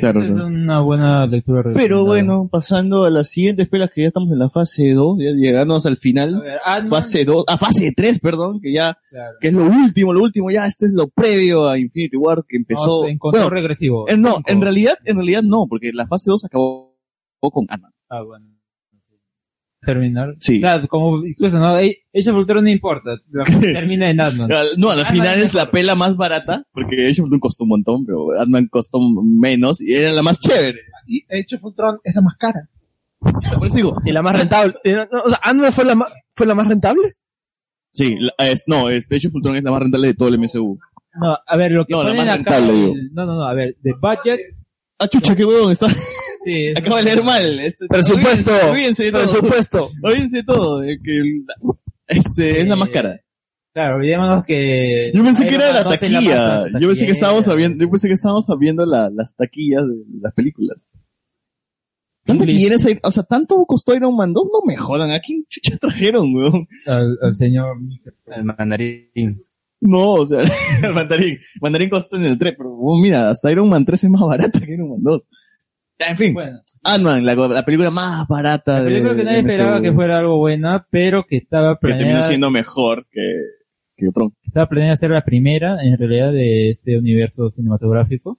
Speaker 4: Claro,
Speaker 5: Es una buena lectura.
Speaker 4: Pero bueno, pasando a las siguientes pelas que ya estamos en la fase 2, ya llegamos al final. fase 2, a fase 3, perdón, que ya, que es lo último, lo último, ya, este es lo previo a Infinity War que empezó.
Speaker 5: No, se encontró
Speaker 4: bueno,
Speaker 5: regresivo.
Speaker 4: eh, no, en realidad, en realidad no, porque la fase 2 acabó acabó con Ant-Man.
Speaker 5: Ah, bueno. Terminar.
Speaker 4: Sí.
Speaker 5: O sea, como incluso, ¿no? Ella Ultron
Speaker 4: *laughs*
Speaker 5: no importa. la- Termina en Adman.
Speaker 4: No, al final es la pela más barata, porque Age of Ultron costó un montón, pero Ant-Man costó menos y era la más chévere.
Speaker 13: Y de hecho, Fultron es la más cara.
Speaker 4: Por eso digo,
Speaker 15: Y la más rentable. Eh, no, no, o sea, Ant-Man fue la, ma- fue la más rentable.
Speaker 4: Sí, la- es- no, este, es- Age of Ultron es la más rentable de todo el MCU.
Speaker 5: No, a ver, lo que
Speaker 4: No, la
Speaker 5: ponen
Speaker 4: más
Speaker 5: acá.
Speaker 4: rentable, digo.
Speaker 5: el- No, no, no, a ver, de budget.
Speaker 4: Ah, chucha, qué huevón está.
Speaker 5: Sí, es-
Speaker 4: Acabo de leer mal. Este,
Speaker 15: Presupuesto.
Speaker 4: olvídense- Olvídense de todo.
Speaker 15: Presupuesto.
Speaker 4: Olvídense de todo. eh, que la- este, es la más cara.
Speaker 5: Claro, olvidémonos que.
Speaker 4: Yo pensé que
Speaker 5: Iron
Speaker 4: era
Speaker 5: Man
Speaker 4: la
Speaker 5: no hace
Speaker 4: taquilla.
Speaker 5: pasta, la
Speaker 4: yo pensé que
Speaker 5: taquilla.
Speaker 4: estábamos sabiendo, yo pensé que estábamos sabiendo la- las taquillas de las películas. ¿Tanta
Speaker 5: English.
Speaker 4: taquilla es Iron- O sea, ¿tanto costó Iron Man 2? No me jodan. ¿A quién chucha trajeron, weón?
Speaker 5: Al, al señor.
Speaker 9: El mandarín.
Speaker 4: No, o sea, *laughs* el mandarín. Mandarín costó en el 3, pero weón, mira, hasta Iron Man 3 es más barata que Iron Man 2. Ya, En fin, Ant-Man, la, la película más barata
Speaker 5: Pero
Speaker 4: de
Speaker 5: yo creo que nadie
Speaker 4: MCU,
Speaker 5: esperaba que fuera algo buena, pero que estaba
Speaker 4: Que terminó
Speaker 5: planeada,
Speaker 4: siendo mejor que, que Ultron.
Speaker 5: estaba planeada ser la primera, en realidad, de este universo cinematográfico.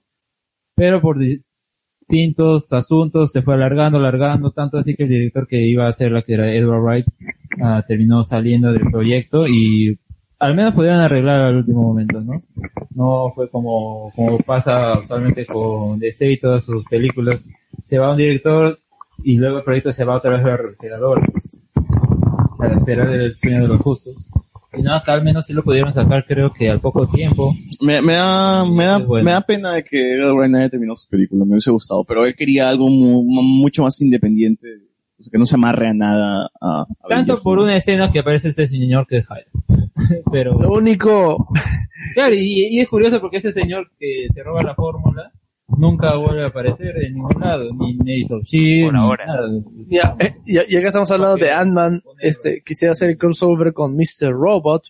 Speaker 5: Pero por distintos asuntos se fue alargando, alargando, tanto así que el director que iba a hacer la que era Edward Wright, ah, terminó saliendo del proyecto y al menos pudieron arreglar al último momento, ¿no? No fue como, como pasa actualmente con DC y todas sus películas. Se va un director,
Speaker 43: y luego el proyecto se va otra vez a la refrigeradora a la espera del sueño de los justos. Y no, acá al menos sí lo pudieron sacar creo que al poco tiempo.
Speaker 4: Me, me da, me, da, me da pena de que Edgar Wright no haya terminado su película, me hubiese gustado, pero él quería algo mu- mu- mucho más independiente, o sea, que no se amarre a nada. A, a
Speaker 43: Tanto por una escena que aparece este señor que es Hyde. *laughs* Pero...
Speaker 15: Lo único...
Speaker 43: Claro, y, y es curioso porque ese señor que se roba la fórmula nunca vuelve a aparecer en ningún lado, ni Nace of Shield, ni nada.
Speaker 15: Ya, eh, ya, ya que estamos hablando de Ant-Man, este, quisiera hacer el crossover con Mr. Robot,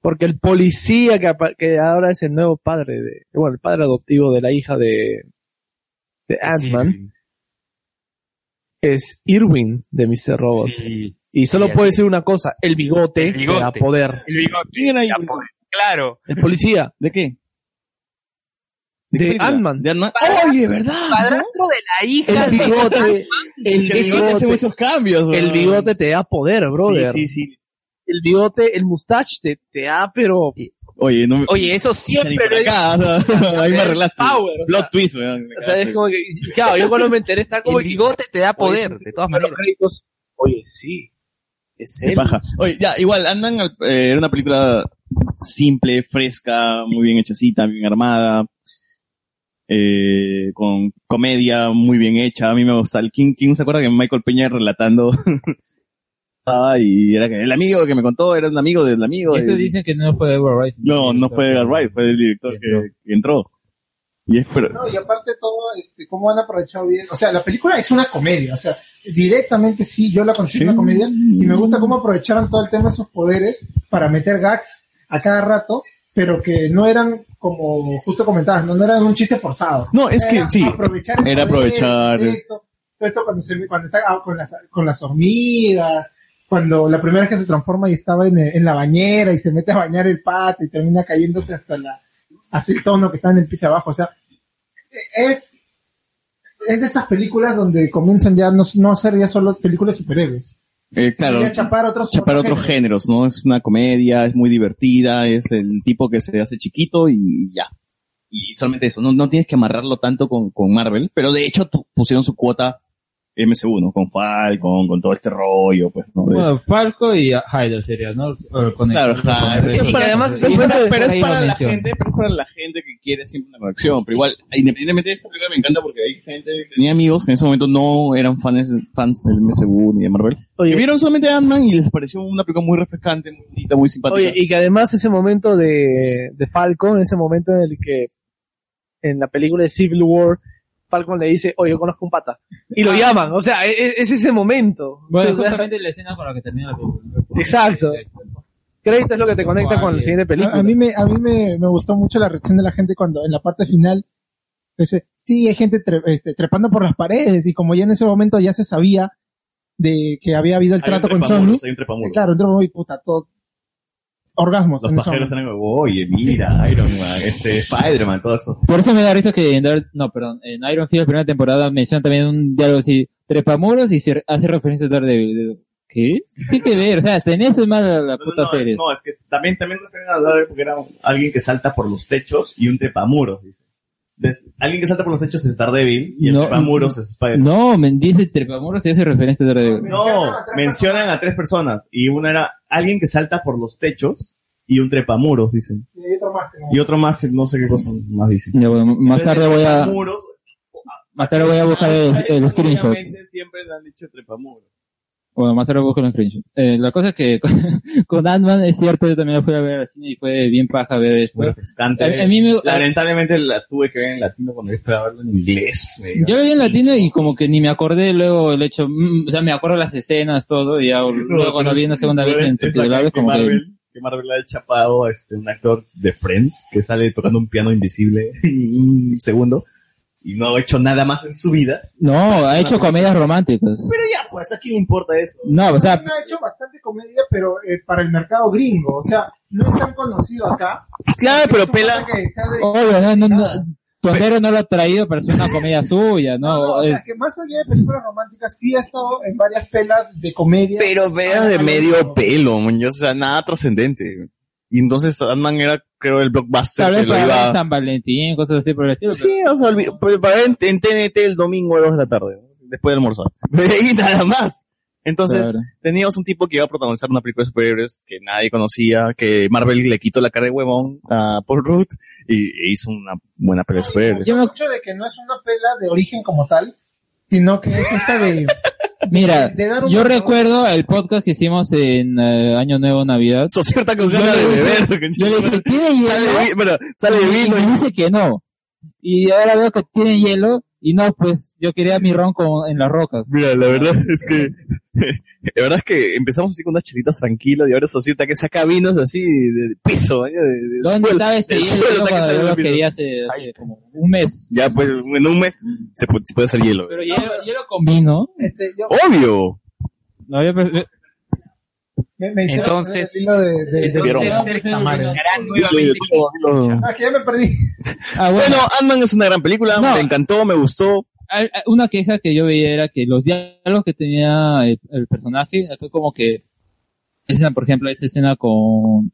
Speaker 15: porque el policía que, apa- que ahora es el nuevo padre de, bueno, el padre adoptivo de la hija de, de Ant-Man, es Irwin de Mr. Robot. Y solo
Speaker 9: Sí,
Speaker 15: puede
Speaker 9: así
Speaker 15: decir una cosa, el bigote,
Speaker 9: El bigote.
Speaker 15: le da poder.
Speaker 9: El bigote. Ya, poder. Claro.
Speaker 15: El policía.
Speaker 4: ¿De qué?
Speaker 15: De, Ant-Man.
Speaker 4: De Ant-Man.
Speaker 15: Oye, ¿verdad?
Speaker 9: Padrastro de la hija
Speaker 15: El bigote. El
Speaker 4: Que sí, hace
Speaker 15: bigote.
Speaker 4: muchos cambios,
Speaker 15: El
Speaker 4: weón.
Speaker 15: bigote te da poder, brother.
Speaker 4: Sí, sí, sí.
Speaker 15: El bigote, el mustache te, te da, pero.
Speaker 4: Oye, no me-
Speaker 15: Oye, eso
Speaker 4: Pucha, ni
Speaker 15: siempre
Speaker 4: por
Speaker 15: lo
Speaker 4: acá, *laughs*
Speaker 15: he-
Speaker 4: o sea,
Speaker 15: *laughs*
Speaker 4: Ahí me arreglaste.
Speaker 15: Power, o sea.
Speaker 4: Plot twist, weón.
Speaker 15: O *laughs* sea, es como que. Claro, yo cuando me enteré está como. El
Speaker 9: bigote te da
Speaker 15: poder, de todas maneras. Oye, sí. Es
Speaker 4: Qué
Speaker 15: él.
Speaker 4: paja. Oye, ya, igual, andan al- eh, era una película simple, fresca, muy bien hechacita, bien armada, eh, con comedia muy bien hecha. A mí me gusta. El King King se acuerda que Michael Peña relatando *laughs* estaba y era que el amigo que me contó era un amigo del amigo.
Speaker 43: Eso
Speaker 4: y-
Speaker 43: dicen que no fue Edward Rice.
Speaker 4: no, no fue Edgar Wright, fue el director que, que entró. Y es, pero,
Speaker 13: No, y aparte todo, este, cómo han aprovechado bien. O sea, la película es una comedia, o sea, directamente sí, yo la considero una comedia y me gusta cómo aprovecharon todo el tema de sus poderes para meter gags a cada rato, pero que no eran como justo comentabas, no, no eran un chiste forzado.
Speaker 4: No, es que
Speaker 13: Era
Speaker 4: sí,
Speaker 13: aprovechar el
Speaker 4: era
Speaker 13: poder,
Speaker 4: aprovechar.
Speaker 13: Esto, todo esto cuando, se, cuando está ah, con, las, con las hormigas, cuando la primera vez que se transforma y estaba en, en la bañera y se mete a bañar el pato y termina cayéndose hasta la hasta el tono que está en el piso abajo, o sea, es es de estas películas donde comienzan ya no, no a ser ya solo películas de superhéroes.
Speaker 4: Eh, claro,
Speaker 13: Sería chapar otros-
Speaker 4: chapar
Speaker 13: otros
Speaker 4: otros géneros, ¿no? Es una comedia, es muy divertida, es el tipo que se hace chiquito y ya. Y solamente eso, no, no tienes que amarrarlo tanto con, con Marvel, pero de hecho tu- pusieron su cuota MCU, ¿no? Con Falcon, con todo este rollo, pues, ¿no? De-
Speaker 43: Bueno, Falco y Hyder sería, ¿no? O con el-
Speaker 4: Claro,
Speaker 43: con el-
Speaker 4: Hyder.
Speaker 43: con el-
Speaker 4: Pero además es
Speaker 43: con el-
Speaker 4: una- pero es
Speaker 43: ahí
Speaker 4: para
Speaker 43: lo
Speaker 4: la
Speaker 43: menciono.
Speaker 4: gente, pero es para la gente que quiere siempre una conexión, pero igual, independientemente de esta película me encanta porque hay gente que tenía amigos que en ese momento no eran fans, fans del MCU ni de Marvel. que vieron solamente Ant-Man y les pareció una película muy refrescante, muy bonita, muy simpática.
Speaker 15: Oye, y que además ese momento de, de Falcon, ese momento en el que en la película de Civil War, Falcon le dice, oye, yo conozco un pata. Y
Speaker 4: Ah.
Speaker 15: lo llaman, o sea, e- e- es, ese momento.
Speaker 43: Bueno,
Speaker 15: O sea,
Speaker 43: justamente la escena con la que termina la película.
Speaker 15: Exacto. Crédito es lo que te conecta con la siguiente
Speaker 13: A,
Speaker 15: película.
Speaker 13: a mí, me, a mí me, me gustó mucho la reacción de la gente cuando en la parte final dice, sí, hay gente tre- este, trepando por las paredes y como ya en ese momento ya se sabía de que había habido el
Speaker 36: Hay un
Speaker 13: trato con Sony.
Speaker 36: trepamuros, hay un trepamuros.
Speaker 13: Claro, un trepamuros y puta, todo. Orgasmos
Speaker 36: Los
Speaker 13: en ese
Speaker 36: pajeros
Speaker 13: momento.
Speaker 36: están como, oye, mira, Iron Man, este, Spider-Man, todo eso.
Speaker 5: Por eso me da risa que en, Dark- no, perdón, en Iron Fist la primera temporada mencionan también un diálogo así, trepamuros y se hace referencia a Daredevil. ¿Qué? ¿Qué que ver? O sea, hasta en eso es mala la puta
Speaker 36: No,
Speaker 5: serie.
Speaker 36: no, es que también, también refieren a Daredevil porque era un- alguien que salta por los techos y un trepamuros, dice. Des- alguien que salta por los techos es Daredevil y el
Speaker 5: No,
Speaker 36: trepamuros es Spider-Man.
Speaker 5: No, me dice trepamuros y hace referencia a Daredevil.
Speaker 36: No, mencionan a tres personas y una era alguien que salta por los techos y un trepamuros, dicen. Y otro más que no sé qué cosa más dicen.
Speaker 5: más tarde voy a,
Speaker 36: Trepamuros,
Speaker 5: más tarde voy a buscar el, el screenshot.
Speaker 36: ah, obviamente, siempre le han dicho trepamuros.
Speaker 5: Bueno, más tarde busco los screenshot. Eh, la cosa es que con, *laughs* con Ant-Man es cierto, yo también lo fui a ver al cine y fue bien paja ver esto.
Speaker 36: Antes,
Speaker 5: A- a mí
Speaker 4: eh,
Speaker 5: me-
Speaker 36: lamentablemente la tuve que ver en latino cuando yo esperaba verlo en inglés. me diga.
Speaker 5: Yo lo vi en latino y como que ni me acordé luego el hecho, mm, o sea, me acuerdo las escenas, todo, y ya luego cuando
Speaker 36: pero
Speaker 5: vi una
Speaker 36: es-
Speaker 5: segunda
Speaker 36: pero
Speaker 5: vez
Speaker 36: "Pues, es-
Speaker 5: en
Speaker 36: es la
Speaker 5: subtitulables
Speaker 36: cara que
Speaker 5: como que...
Speaker 36: Marvel, que Marvel ha chapado a este, un actor de Friends que sale tocando un piano invisible *laughs* un segundo y no ha hecho nada más en su vida.
Speaker 5: No, ha hecho comedias románticas.
Speaker 36: Pero ya, pues, ¿a quién le importa eso?
Speaker 5: No, Ah, o sea,
Speaker 13: Marvel ha hecho bastante comedia, pero eh, para el mercado gringo. O sea, no es tan conocido acá.
Speaker 4: Claro,
Speaker 13: pero pela. Que se ha dedicado-
Speaker 5: obvio, no, no, no, Tonero no lo ha traído para hacer una comedia suya, ¿no?
Speaker 13: o sea,
Speaker 5: Es-
Speaker 13: que más allá de películas románticas, sí ha estado en varias pelas de comedia.
Speaker 4: Pero veas de medio pelo, muñoz, o sea, nada trascendente. Y entonces Ant-Man era, creo, el blockbuster
Speaker 5: tal
Speaker 4: que
Speaker 5: vez
Speaker 4: lo
Speaker 5: para ver
Speaker 4: iba...
Speaker 5: San Valentín, cosas así por el estilo.
Speaker 4: Sí, o sea, olvi- pero para ver en, en TNT el domingo a las 2 de la tarde. después de almorzar. *laughs* De ahí nada más. Entonces,
Speaker 36: Claro.
Speaker 4: teníamos un tipo que iba a protagonizar una película de superhéroes que nadie conocía, que Marvel le quitó la cara de huevón a Paul Rudd y e hizo una buena película de superhéroes.
Speaker 13: Yo me escucho de que no es una pela de origen como tal, sino que es esta de...
Speaker 5: *laughs* Mira,
Speaker 13: de dar un-
Speaker 5: yo recuerdo el podcast que hicimos en eh, Año Nuevo, Navidad.
Speaker 4: Societa con ganas de beber.
Speaker 5: Yo le dije, ¿tiene hielo?
Speaker 4: Sale, vi- bueno, sale
Speaker 5: Y-
Speaker 4: vino
Speaker 5: y me dice que no. Y ahora veo que tiene hielo. Y no, pues yo quería mi ron con- en las rocas.
Speaker 4: Mira, la verdad es que, *laughs* la verdad es que empezamos así con unas chelitas tranquilas y ahora Societa que saca vinos así del piso, ¿eh? de, del
Speaker 5: ¿Dónde
Speaker 4: suelo,
Speaker 5: estaba ese
Speaker 4: del
Speaker 5: hielo
Speaker 4: suelo saca
Speaker 5: cuando
Speaker 4: ese
Speaker 5: yo lo
Speaker 4: vino.
Speaker 5: quería hace, hace como un mes?
Speaker 4: Ya, pues, en un mes se pu- se puede hacer hielo.
Speaker 5: Pero hielo, hielo con vino.
Speaker 13: este,
Speaker 4: ¡Obvio!
Speaker 5: No, yo pre-
Speaker 13: Me, me hicieron
Speaker 5: Entonces-
Speaker 13: el hilo de... de, de-
Speaker 4: Vieron.
Speaker 13: Tamales.
Speaker 4: Ah,
Speaker 13: Ah, que ya me perdí. *laughs*
Speaker 5: Ah,
Speaker 4: Bueno, Ant-Man es una gran película, me encantó, me gustó.
Speaker 5: al- a- una queja que yo veía era que los diálogos que tenía el, el personaje, acá como que, escena, por ejemplo, esa escena con,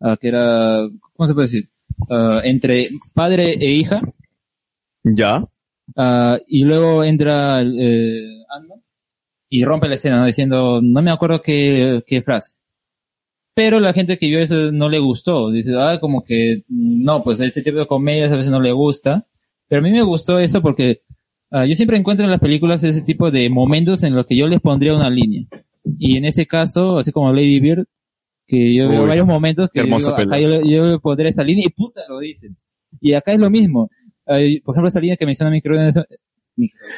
Speaker 5: ah, que era, ¿cómo se puede decir? Ah, entre padre e hija,
Speaker 4: Ya.
Speaker 5: ah, y luego entra el, eh, Ant-Man y rompe la escena, ¿no? diciendo, no me acuerdo qué, qué frase. Pero la gente que vio eso no le gustó. Dice, ah, como que, no, pues este tipo de comedias a veces no le gusta. Pero a mí me gustó eso porque ah, yo siempre encuentro en las películas ese tipo de momentos en los que yo les pondría una línea. Y en ese caso, así como Lady Bird, que yo veo
Speaker 4: Uy,
Speaker 5: varios momentos
Speaker 4: qué
Speaker 5: que
Speaker 4: hermosa
Speaker 5: yo, digo, acá yo,
Speaker 4: peli.
Speaker 5: le- yo le pondré esa línea y puta lo dicen. Y acá es lo mismo. Ay, por ejemplo, esa línea que menciona Micro en eso-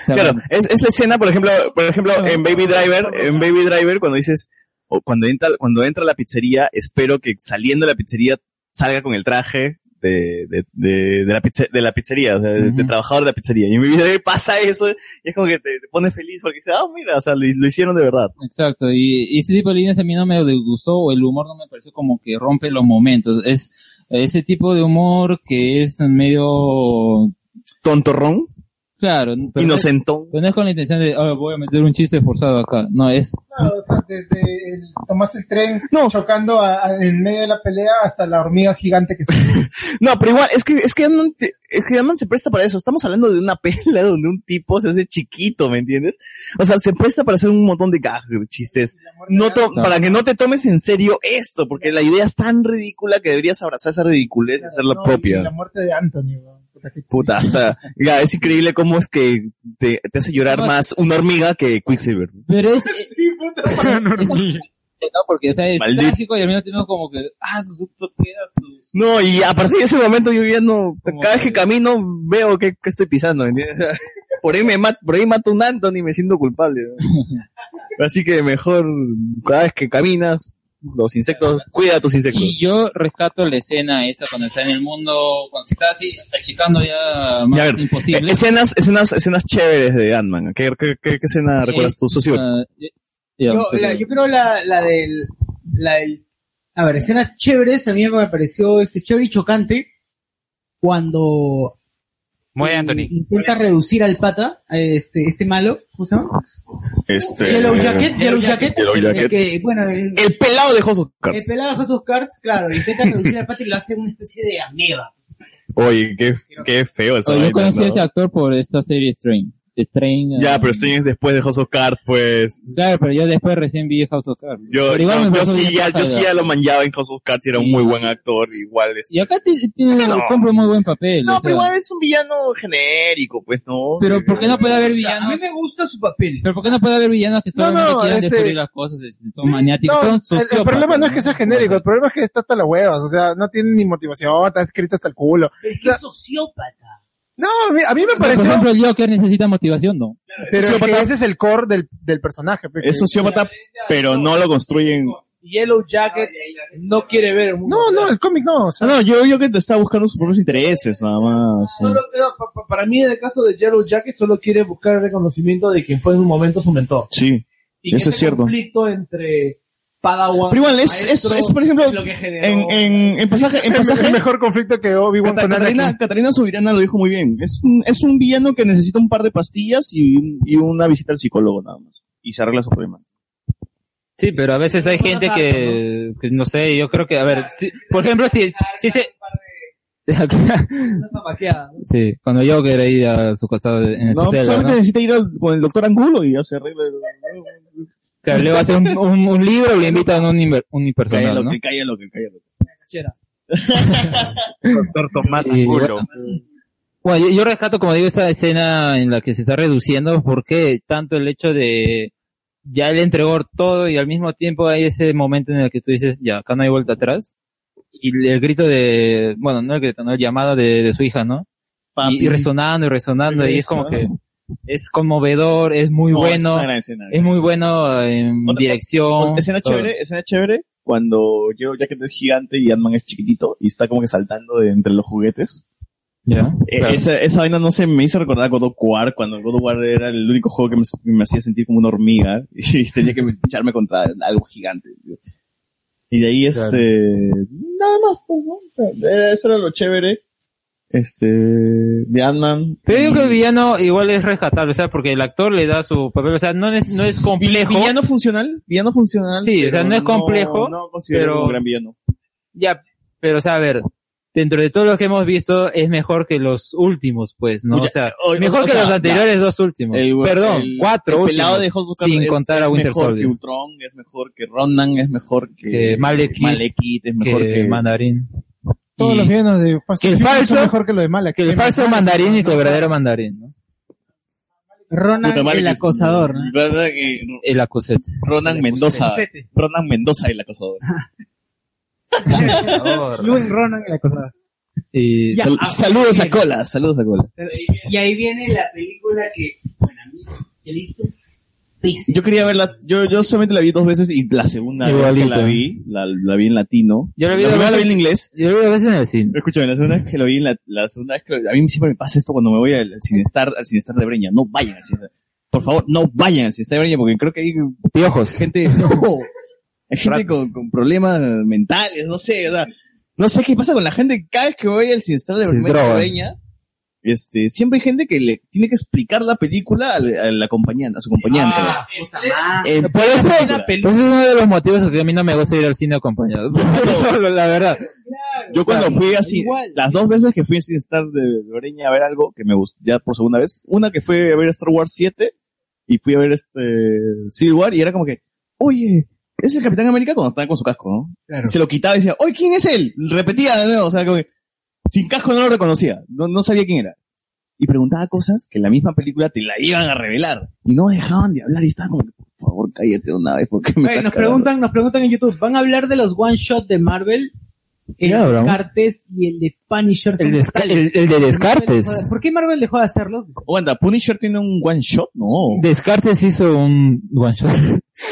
Speaker 4: Claro, es, es la escena, por ejemplo, por ejemplo, en Baby Driver, en Baby Driver cuando dices, o cuando entra, cuando entra a la pizzería, espero que saliendo de la pizzería salga con el traje de, de, de, de la, pizze- de la pizzería, o sea, de, de trabajador de la pizzería. Y en Baby Driver pasa eso y es como que te, te pones feliz porque dices, ah, mira, o sea, lo, lo hicieron de verdad.
Speaker 5: Exacto, y, y ese tipo de líneas a mí no me gustó, o el humor no me pareció como que rompe los momentos. Es ese tipo de humor que es medio...
Speaker 4: ¿Tontorrón?
Speaker 5: Claro. pero no es-
Speaker 4: Inocentón.
Speaker 5: pero No es con la intención de, "Ah, voy a meter un chiste forzado acá. No, es...
Speaker 13: Claro, o sea, desde el, tomas el tren chocando a- a- en medio de la pelea hasta la hormiga gigante
Speaker 5: *laughs*
Speaker 13: que se...
Speaker 4: No, pero igual, es que, es que Ant-Man te- es que Ant-Man se presta para eso. Estamos hablando de una *laughs* pela donde un tipo se hace chiquito, ¿me entiendes? O sea, se presta para hacer un montón de gag, chistes. No to- para que no te tomes en serio esto, porque la idea es tan ridícula que deberías abrazar esa ridiculez y hacerla
Speaker 13: No, y
Speaker 4: propia.
Speaker 13: La muerte de Anthony, weón. *laughs*
Speaker 4: Puta, hasta, ya, es increíble cómo es que te, te hace llorar más una hormiga que Quicksilver.
Speaker 5: Pero
Speaker 4: *laughs*
Speaker 5: es... eh, No, porque o sea, es
Speaker 4: Maldito.
Speaker 5: trágico y al mismo tiempo como que... Ah, justo quedas tus...
Speaker 4: No, y a partir de ese momento yo ya no, cada vez que camino veo que, que estoy pisando, ¿me entiendes? *laughs* O sea, por ahí me mat- por ahí mato un Anthony y me siento culpable.
Speaker 5: *laughs*
Speaker 4: ¿no? Así que mejor, cada vez que caminas, los insectos, cuida a tus insectos.
Speaker 5: Y yo rescato la escena esa cuando está en el mundo, cuando se está así achicando ya más
Speaker 4: Ya, a ver,
Speaker 5: imposible.
Speaker 4: eh, escenas, escenas, escenas chéveres de Ant-Man. ¿Qué, qué, qué, qué escena recuerdas tú, socio?
Speaker 5: ah,
Speaker 1: Yo, la- yo creo la, la del, la del- A ver, escenas chéveres, a mí me pareció este chévere y chocante cuando eh,
Speaker 9: Muere Anthony.
Speaker 1: intenta reducir al pata, a este, este malo, ¿cómo se llama?
Speaker 4: Este,
Speaker 1: Yellow Jacket, Yellow Jacket,
Speaker 4: Yellow
Speaker 1: el
Speaker 4: Jacket.
Speaker 1: que, bueno, el,
Speaker 4: El pelado dejó sus cartas.
Speaker 1: El pelado dejó sus cards, claro, intenta reducir al pata y lo hace una especie de ameba.
Speaker 4: Oye, qué, qué feo eso.
Speaker 5: Oh, yo conocí a ese actor por esa serie Strain. Strain.
Speaker 4: Ya,
Speaker 5: ah,
Speaker 4: pero sí, después dejó sus cartas, pues.
Speaker 5: Claro, pero yo después recién vi House of Cards.
Speaker 4: Yo,
Speaker 5: Pero igual
Speaker 4: yo-
Speaker 5: me
Speaker 4: yo
Speaker 5: pasó
Speaker 4: sí,
Speaker 5: bien
Speaker 4: ya, yo
Speaker 5: pasada.
Speaker 4: sí ya lo manjaba en House of Cards, era un muy buen actor, igual es...
Speaker 5: Y acá ti- tiene,
Speaker 4: No.
Speaker 5: cumple muy buen papel.
Speaker 4: No,
Speaker 5: o sea.
Speaker 4: pero igual es un villano genérico, pues no.
Speaker 5: Pero ¿por qué no puede haber
Speaker 4: O sea,
Speaker 5: villanos?
Speaker 4: a mí
Speaker 5: me
Speaker 1: gusta su papel.
Speaker 5: Pero ¿por qué no puede haber villanos que solamente
Speaker 13: no,
Speaker 5: quieren
Speaker 13: este-
Speaker 5: destruir las cosas? es- Son maniáticos,
Speaker 13: No,
Speaker 5: son
Speaker 13: el- el,
Speaker 5: sociópatas,
Speaker 13: problema no es que sea genérico, el problema es que está hasta las huevas, o sea, no tiene ni motivación, está escrito hasta el culo.
Speaker 1: Es que es sociópata.
Speaker 13: No, a mí, a mí me
Speaker 5: Por
Speaker 13: pareció,
Speaker 5: ejemplo, el Joker necesita motivación, ¿no?
Speaker 13: pero que ese es el core del, del personaje. pe,
Speaker 4: Es
Speaker 13: que-
Speaker 4: sociópata, pero no lo construyen.
Speaker 3: Yellow
Speaker 1: Ah,
Speaker 3: Jacket no quiere ver el mundo.
Speaker 13: No, no, el cómic no. O sea,
Speaker 4: no, yo, yo que te estaba buscando sus propios intereses, nada más. eh.
Speaker 3: Solo- no, pa- pa- para mí, en el caso de Yellow Jacket, solo quiere buscar el reconocimiento de quien fue en un momento su mentor.
Speaker 4: Sí,
Speaker 3: Y
Speaker 4: eso es cierto.
Speaker 3: conflicto entre Padawan
Speaker 4: Pero igual, es, es,
Speaker 3: maestro,
Speaker 4: es, por ejemplo,
Speaker 3: lo que generó.
Speaker 4: en, en, en
Speaker 13: *laughs*
Speaker 4: pasaje, en
Speaker 13: el-
Speaker 4: pasaje,
Speaker 13: el mejor conflicto que Obi-Wan
Speaker 4: Cata-
Speaker 13: con
Speaker 4: Catalina,
Speaker 13: Anakin.
Speaker 4: Catalina Subirana lo dijo muy bien. Es un, es un villano que necesita un par de pastillas y, un- y una visita al psicólogo, nada más. Y se arregla su problema.
Speaker 44: Sí, pero a veces hay gente que, que, no sé, yo creo que, a ver, si- por ejemplo, si, si, se,
Speaker 9: Una zapateada. ¿no?
Speaker 5: *laughs* sí, cuando Joker ahí a su costado en
Speaker 4: No,
Speaker 5: su celda,
Speaker 4: solamente
Speaker 5: ¿no?
Speaker 4: necesita ir al- con el doctor Angulo y ya se arregla.
Speaker 5: Claro, luego hace un, un, un libro y le invitan a un univer- unipersonal,
Speaker 4: Cállalo,
Speaker 5: ¿no?
Speaker 4: que cállalo, que cállalo.
Speaker 9: Cachera.
Speaker 5: Doctor Tomás
Speaker 9: Angulo.
Speaker 5: Bueno, yo, yo rescato, como digo, esa escena en la que se está reduciendo, porque tanto el hecho de ya él entregó todo y al mismo tiempo hay ese momento en el que tú dices, ya, acá no hay vuelta atrás. Y el, el grito de, bueno, no el grito, no el llamado de, de su hija, ¿no?
Speaker 4: Papi.
Speaker 5: Y, y resonando y resonando, y es como que
Speaker 4: Regresa.
Speaker 5: es conmovedor, es muy
Speaker 4: No, es
Speaker 5: bueno,
Speaker 4: una gran escena.
Speaker 5: es muy bueno en dirección.
Speaker 4: Pues, Escena
Speaker 5: todo.
Speaker 4: chévere, escena chévere. Cuando yo, ya que es gigante y Ant-Man es chiquitito y está como que saltando de entre los juguetes.
Speaker 5: Ya.
Speaker 4: Eh, esa, esa vaina no se me hizo recordar a God of War, cuando God of War era el único juego que me, me hacía sentir como una hormiga *laughs* y tenía que lucharme contra algo gigante. Y de ahí es...
Speaker 45: Claro.
Speaker 4: eh, Nada más, pues, ¿no? Era- Eso era lo chévere. Este... De Ant-Man.
Speaker 5: Pero digo que el villano igual es rescatable, o sea, porque el actor le da su papel, o sea, no es, no es complejo.
Speaker 4: ¿Villano funcional? ¿Villano funcional?
Speaker 5: Sí, o sea,
Speaker 4: pero
Speaker 5: no es complejo,
Speaker 4: No, considero
Speaker 5: pero,
Speaker 4: como un gran villano.
Speaker 5: ya, pero o sea, a ver, dentro de todo lo que hemos visto, es mejor que los últimos, pues, ¿no?
Speaker 4: Puta,
Speaker 5: O sea,
Speaker 4: o- o-
Speaker 5: mejor
Speaker 4: o
Speaker 5: que
Speaker 4: sea,
Speaker 5: los anteriores
Speaker 4: ya.
Speaker 5: dos últimos.
Speaker 4: El-
Speaker 5: Perdón,
Speaker 4: el-
Speaker 5: cuatro
Speaker 4: el pelado
Speaker 5: últimos,
Speaker 4: de Hulk Hogan
Speaker 5: sin
Speaker 4: es-
Speaker 5: contar a
Speaker 4: es
Speaker 5: Winter
Speaker 4: mejor
Speaker 5: Soldier.
Speaker 4: Que Ultron es mejor que Ronan, es mejor que,
Speaker 5: Que Malekith,
Speaker 4: Malekith, es mejor que,
Speaker 5: que Mandarín.
Speaker 13: Todos
Speaker 5: Y-
Speaker 13: los villanos de Fast
Speaker 5: que el
Speaker 13: and Furious son
Speaker 5: falso-
Speaker 13: mejor que lo de Mala.
Speaker 5: Que el falso mandarín y que el verdadero mandarín, ¿no?
Speaker 46: Ronan,
Speaker 4: Puta, Malekith.
Speaker 46: el acosador. ¿no?
Speaker 4: ¿Verdad que
Speaker 5: El acusete.
Speaker 4: Ronan Mendoza.
Speaker 13: Acusete.
Speaker 4: Ronan Mendoza el acosador.
Speaker 1: Luis Ronan y la cosa.
Speaker 5: Y
Speaker 1: Ya,
Speaker 4: sal-
Speaker 1: ah,
Speaker 4: saludos a
Speaker 1: bien.
Speaker 4: Cola, saludos a Cola.
Speaker 1: Y ahí viene la película que, bueno, a mí, que listo es
Speaker 4: Yo quería verla, yo, yo solamente la vi dos veces y la segunda vez
Speaker 5: Igualito. ¿eh?
Speaker 4: que la vi, la, la vi en latino.
Speaker 5: Yo lo vi
Speaker 4: la
Speaker 5: dos
Speaker 4: primera la vi en
Speaker 5: veces-
Speaker 4: inglés.
Speaker 5: Yo lo vi a veces en el cine.
Speaker 4: Escúchame, la segunda vez que lo vi, en la, la segunda vez que lo- a mí siempre me pasa esto cuando me voy al, al Cinestar, al Cinestar de Breña. No vayan al Cinestar. Por favor, no vayan al Cinestar de Breña porque creo que hay
Speaker 5: piojos.
Speaker 4: Gente, *laughs* no. Hay gente con, con problemas mentales, no sé, o sea, no sé qué pasa con la gente cada vez que me voy al Cinestar de
Speaker 5: Se
Speaker 4: Breña.
Speaker 5: drogan.
Speaker 4: Breña, Este, siempre hay gente que le tiene que explicar la película al, al acompañante, a su acompañante. Eh,
Speaker 5: por eso,
Speaker 4: película.
Speaker 5: por eso es uno de los motivos que a mí no me gusta ir al cine acompañado. *laughs* Por eso, la verdad.
Speaker 4: Yo
Speaker 5: O sea,
Speaker 4: cuando fui así, las dos veces que fui sin estar de Loreña a ver algo que me gustó ya por segunda vez, una que fue a ver Star Wars 7 y fui a ver este Civil War y era como que, oye, ese es el Capitán América cuando estaba con su casco, ¿no?
Speaker 1: Claro.
Speaker 4: Se lo quitaba y decía, oye, ¿quién es él? Repetía de nuevo, o sea, como que sin casco no lo reconocía, no, no sabía quién era. Y preguntaba cosas que en la misma película te la iban a revelar. Y no dejaban de hablar y estaba como, que, por favor, cállate de una vez porque me
Speaker 1: Oye,
Speaker 4: estás
Speaker 1: nos
Speaker 4: cagando".
Speaker 1: preguntan, nos preguntan en YouTube, ¿van a hablar de los one shot de Marvel? El
Speaker 4: Ya
Speaker 1: de
Speaker 4: hablamos.
Speaker 1: Descartes y el de Punisher. son
Speaker 4: El Desca-
Speaker 1: fatales.
Speaker 4: el- el de
Speaker 1: Marvel
Speaker 4: Descartes.
Speaker 1: dejó de- ¿Por qué Marvel dejó de hacerlo?
Speaker 4: Aguanta, ¿Punisher tiene un one shot? No.
Speaker 5: Descartes hizo un one shot.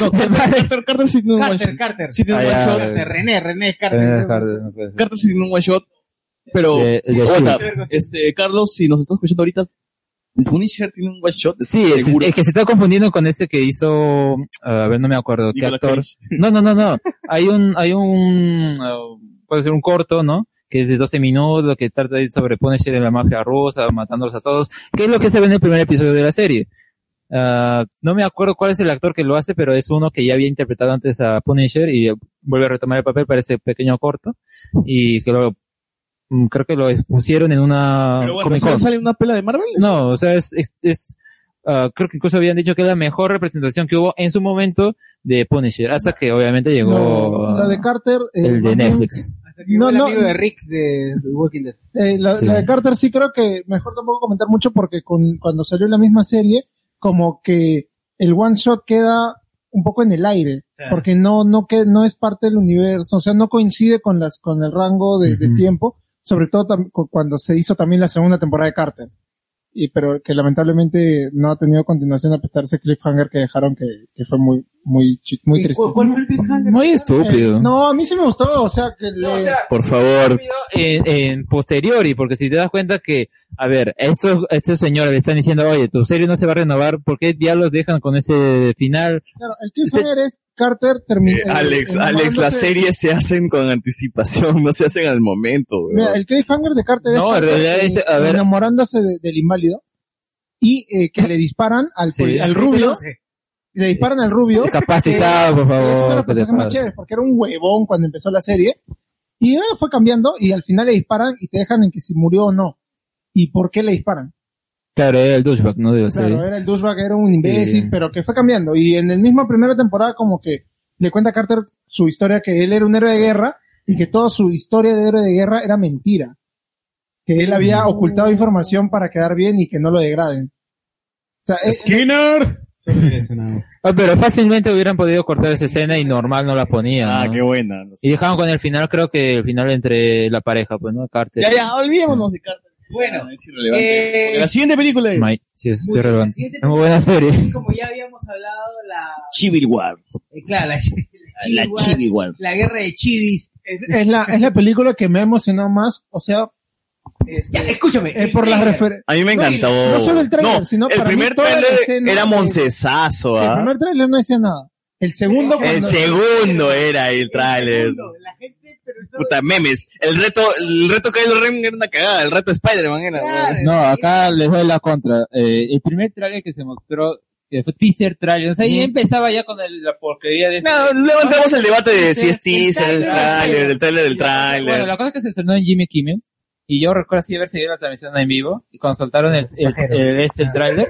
Speaker 4: No,
Speaker 1: *laughs*
Speaker 4: Carter, Carter sí tiene un one
Speaker 1: Carter,
Speaker 4: shot.
Speaker 1: Carter.
Speaker 4: Sí tiene un
Speaker 5: Ah,
Speaker 4: one
Speaker 5: ya,
Speaker 4: shot.
Speaker 1: Carter, René, René
Speaker 5: Eh,
Speaker 1: Carter.
Speaker 5: Carter, no puede ser.
Speaker 4: Carter sí tiene un one shot. Pero,
Speaker 5: De- Eh, de
Speaker 4: aguanta,
Speaker 5: Shield.
Speaker 4: este, Carlos, si nos estás escuchando ahorita, Punisher tiene un one shot.
Speaker 5: Sí, es,
Speaker 4: seguro.
Speaker 5: es que se está confundiendo con ese que hizo, eh, a ver, no me acuerdo, qué
Speaker 4: Nicolas
Speaker 5: actor. No, no, no, no. Hay un, hay un, uh, puede ser un corto, ¿no? Que es de 12 minutos, que trata de sobreponerse en la mafia rusa, matándolos a todos, que es lo que se ve en el primer episodio de la serie. Ah, no me acuerdo cuál es el actor que lo hace, pero es uno que ya había interpretado antes a Punisher y vuelve a retomar el papel para ese pequeño corto y que lo, mm, creo que lo expusieron en una
Speaker 4: Pero bueno,
Speaker 5: Comic Con.
Speaker 4: ¿sale- ¿sale una pela de Marvel?
Speaker 5: No, o sea, es, es, es, ah, creo que incluso habían dicho que es la mejor representación que hubo en su momento de Punisher, hasta que obviamente llegó
Speaker 13: No, la de Carter. eh,
Speaker 5: el de
Speaker 13: más bien-
Speaker 5: Netflix.
Speaker 13: No,
Speaker 1: el
Speaker 13: no.
Speaker 1: amigo de Rick de de Walking Dead.
Speaker 13: Eh, la,
Speaker 5: Sí.
Speaker 13: la de Carter sí creo que mejor tampoco comentar mucho porque con, cuando salió la misma serie, como que el one shot queda un poco en el aire, porque no, no, que, no es parte del universo, o sea, no coincide con las, con el rango de, de tiempo, sobre todo tam- cu- cuando se hizo también la segunda temporada de Carter. Y, pero que lamentablemente no ha tenido continuación a pesar de ese cliffhanger que dejaron que, que fue muy, muy, chi- muy triste.
Speaker 5: Muy estúpido.
Speaker 13: Eh, no, a mí sí me gustó, o sea, que le-
Speaker 5: Por favor. En, en posteriori, porque si te das cuenta que, a ver, estos, estos señores le están diciendo, oye, tu serie no se va a renovar, ¿por qué ya los dejan con ese final?
Speaker 13: Claro, el cliffhanger es Carter terminó.
Speaker 4: Eh, Alex, Alex, las series se hacen con anticipación, no se hacen al momento, weón.
Speaker 13: Mira, el cliffhanger de Carter
Speaker 4: No,
Speaker 13: es
Speaker 4: en
Speaker 13: Carter,
Speaker 4: realidad
Speaker 13: eh,
Speaker 4: es- a ver.
Speaker 13: enamorándose de- del inválido y eh, que le disparan al,
Speaker 5: Sí.
Speaker 13: poli- al rubio. Le disparan al rubio.
Speaker 5: Discapacitado,
Speaker 13: que-
Speaker 5: por favor,
Speaker 4: pues,
Speaker 13: que Es uno de los
Speaker 5: que te
Speaker 13: personajes más
Speaker 5: pasa.
Speaker 13: chéveres porque era un huevón cuando empezó la serie. Y eh, fue cambiando y al final le disparan y te dejan en que si murió o no. ¿Y por qué le disparan?
Speaker 44: Claro, era el douchebag, ¿no? Debe ser.
Speaker 13: Claro, eh. era el douchebag, era un imbécil,
Speaker 44: Sí.
Speaker 13: pero que fue cambiando. Y en la misma primera temporada como que le cuenta a Carter su historia que él era un héroe de guerra y que toda su historia de héroe de guerra era mentira. Que él había ocultado información para quedar bien y que no lo degraden.
Speaker 44: ¡Skinner! Ah, pero fácilmente hubieran podido cortar esa escena y normal no la ponían. Ah, qué
Speaker 36: buena.
Speaker 44: Y dejaban con el final, creo que el final entre la pareja, pues, ¿no? Carter.
Speaker 13: Ya, ya, olvidémonos de Carter.
Speaker 1: Bueno,
Speaker 4: Ah,
Speaker 44: irrelevante.
Speaker 1: eh,
Speaker 44: La
Speaker 36: siguiente película
Speaker 44: Mike, sí, es
Speaker 1: Muy
Speaker 44: relevante.
Speaker 1: bien,
Speaker 44: Es muy buena
Speaker 1: *laughs*
Speaker 44: serie.
Speaker 1: como ya habíamos hablado, la,
Speaker 36: Civil War.
Speaker 1: eh, claro, la, *laughs*
Speaker 36: La
Speaker 1: Civil War,
Speaker 36: Civil War.
Speaker 1: la guerra de chivis. *laughs* Este,
Speaker 13: Es, es la, es la película que me ha emocionado más, o sea...
Speaker 1: Ya, escúchame.
Speaker 13: eh, por las referencias.
Speaker 47: A mí me encantó.
Speaker 13: No, solo el trailer,
Speaker 47: No,
Speaker 13: sino
Speaker 47: el
Speaker 13: para mí
Speaker 47: primer
Speaker 13: toda la
Speaker 47: trailer
Speaker 13: escena
Speaker 47: era
Speaker 13: de-
Speaker 47: moncesazo.
Speaker 13: El
Speaker 47: ¿ah?
Speaker 13: primer trailer no decía nada. El segundo...
Speaker 47: El
Speaker 13: cuando-
Speaker 47: segundo era el tráiler. Puta memes. El reto, el reto Kylo Ren era una cagada. El reto Spider-Man era.
Speaker 5: No, acá les doy la contra. Eh, el primer trailer que se mostró, que fue teaser trailer, o sea, ahí
Speaker 47: Ujú.
Speaker 5: empezaba ya con el- la porquería de... este
Speaker 47: No, luego entramos el debate de si es teaser, el tráiler, el tráiler del
Speaker 5: Bueno, la
Speaker 47: tráiler.
Speaker 5: cosa es que se estrenó en Jimmy Kimmel, y yo recuerdo así haber seguido la transmisión en vivo, y cuando soltaron el, el, el- este, el trailer,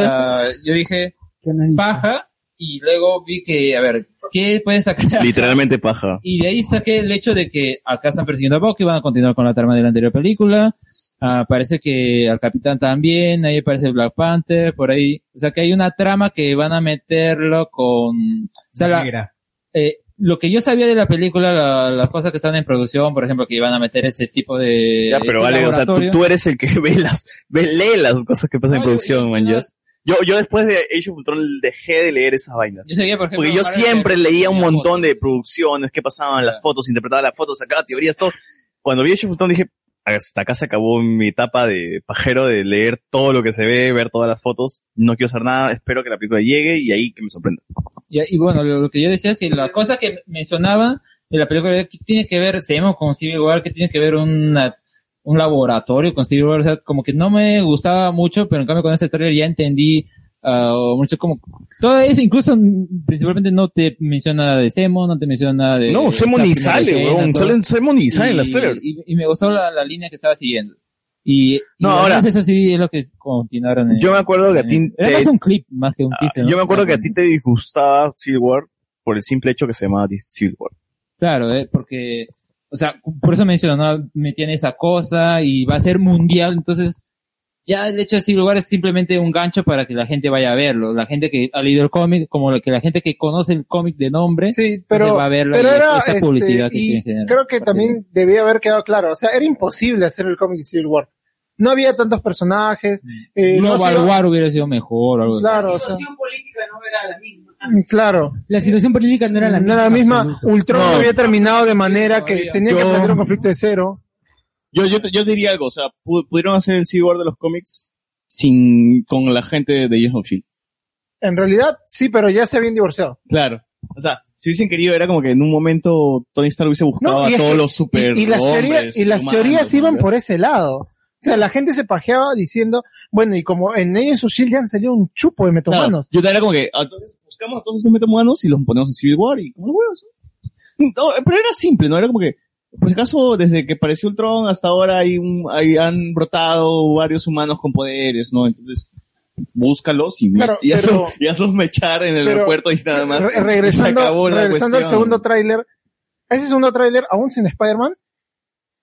Speaker 5: ah, yo dije, paja, y luego vi que, a ver, ¿qué pueden sacar?
Speaker 47: Literalmente paja.
Speaker 5: Y de ahí saqué el hecho de que acá están persiguiendo a Bucky, van a continuar con la trama de la anterior película. Ah, parece que al Capitán también, ahí aparece Black Panther, por ahí. O sea que hay una trama que van a meterlo con... O sea, la- eh, lo que yo sabía de la película, la- las cosas que están en producción, por ejemplo, que iban a meter ese tipo de...
Speaker 47: Ya, pero
Speaker 5: este
Speaker 47: vale, o sea, tú,
Speaker 5: laboratorio.
Speaker 47: tú eres el que *laughs* ve las, ve, lee las cosas que pasan en producción, man. ya. Yo, yo después de Age of Ultron dejé de leer esas vainas.
Speaker 5: Yo seguía, por ejemplo,
Speaker 47: Porque yo
Speaker 5: Marvel,
Speaker 47: siempre
Speaker 5: pero-
Speaker 47: leía un montón de producciones que pasaban, las fotos, interpretaba las fotos, sacaba teorías, todo. Cuando vi Age of Ultron dije, hasta acá se acabó mi etapa de pajero de leer todo lo que se ve, ver todas las fotos, no quiero hacer nada, espero que la película llegue y ahí que me sorprenda.
Speaker 5: Y, y bueno, lo, lo que yo decía es que la cosa que mencionaba de la película era que tiene que ver, sabemos con Civil War, que tiene que ver una- un laboratorio con Civil War, o sea, como que no me gustaba mucho, pero en cambio con ese trailer ya entendí ah, mucho como todo eso, incluso mm, principalmente no te menciona nada de Semo, no te menciona nada de...
Speaker 47: No, Zemo
Speaker 5: esta
Speaker 47: ni
Speaker 5: primera
Speaker 47: sale,
Speaker 5: escena,
Speaker 47: huevón,
Speaker 5: todo.
Speaker 47: sale- Zemo ni sale en
Speaker 5: Y-
Speaker 47: las trailers.
Speaker 5: Y, y me gustó la, la línea que estaba siguiendo. Y, y
Speaker 47: No,
Speaker 5: la
Speaker 47: ahora-
Speaker 5: verdad es que eso sí es lo que continuaron. en-
Speaker 47: Yo me acuerdo que a ti
Speaker 5: Era
Speaker 47: te- Ah,
Speaker 5: más un clip más que un teaser, ¿no?
Speaker 47: Yo me acuerdo que a ti te disgustaba Civil War por el simple hecho que se llamaba Dis- Civil War.
Speaker 5: Claro, eh, porque, o sea, por eso mencionó, ¿no? metían esa cosa y va a ser mundial, entonces ya el hecho de Civil War es simplemente un gancho para que la gente vaya a verlo, la gente que ha leído el cómic, como la que la gente que conoce el cómic de nombre,
Speaker 13: pero,
Speaker 5: va a verlo
Speaker 13: pero
Speaker 5: y
Speaker 13: era,
Speaker 5: esa
Speaker 13: este,
Speaker 5: publicidad que
Speaker 13: y
Speaker 5: quieren generar.
Speaker 13: creo que también debía haber quedado claro. O sea, era imposible hacer el cómic de Civil War. No había tantos personajes. eh, no se
Speaker 5: Global
Speaker 13: iba-
Speaker 5: War hubiera sido mejor o algo así.
Speaker 13: Claro, o sea, mm, claro.
Speaker 11: La situación política no era la misma.
Speaker 13: No era la misma. Ultron no. había terminado de manera que tenía que
Speaker 47: Yo-
Speaker 13: plantear un conflicto de cero.
Speaker 4: Yo, yo, yo diría algo, o sea, pu- pudieron hacer el Civil War de los cómics sin, con la gente de Agents of Shield.
Speaker 13: En realidad, sí, pero ya se habían divorciado.
Speaker 4: Claro. O sea, si hubiesen querido, era como que en un momento Tony Stark hubiese buscado
Speaker 13: No,
Speaker 4: a
Speaker 13: y es
Speaker 4: todos
Speaker 13: que-
Speaker 4: los super.
Speaker 13: y, y las teorías, y las teorías iban por ese lado. O sea, la gente se pajeaba diciendo, bueno, y como en ellos of Shield ya han salido un chupo de metomanos.
Speaker 4: Yo también era como que, ah, entonces, buscamos a todos esos metahumanos y los ponemos en Civil War y como los huevos. ¿no? No, pero era simple, ¿no? Era como que, por si acaso, desde que apareció Ultron hasta ahora hay un, hay, han brotado varios humanos con poderes, ¿no? Entonces, búscalos y,
Speaker 13: Claro,
Speaker 4: y, hazlos-
Speaker 13: pero-
Speaker 4: y hazlos mechar en el
Speaker 13: pero-
Speaker 4: aeropuerto *laughs* y nada más.
Speaker 13: Re-
Speaker 4: Y se acabó
Speaker 13: regresando
Speaker 4: la
Speaker 13: regresando al
Speaker 4: cuestión.
Speaker 13: segundo tráiler, ese segundo tráiler, aún sin Spider-Man,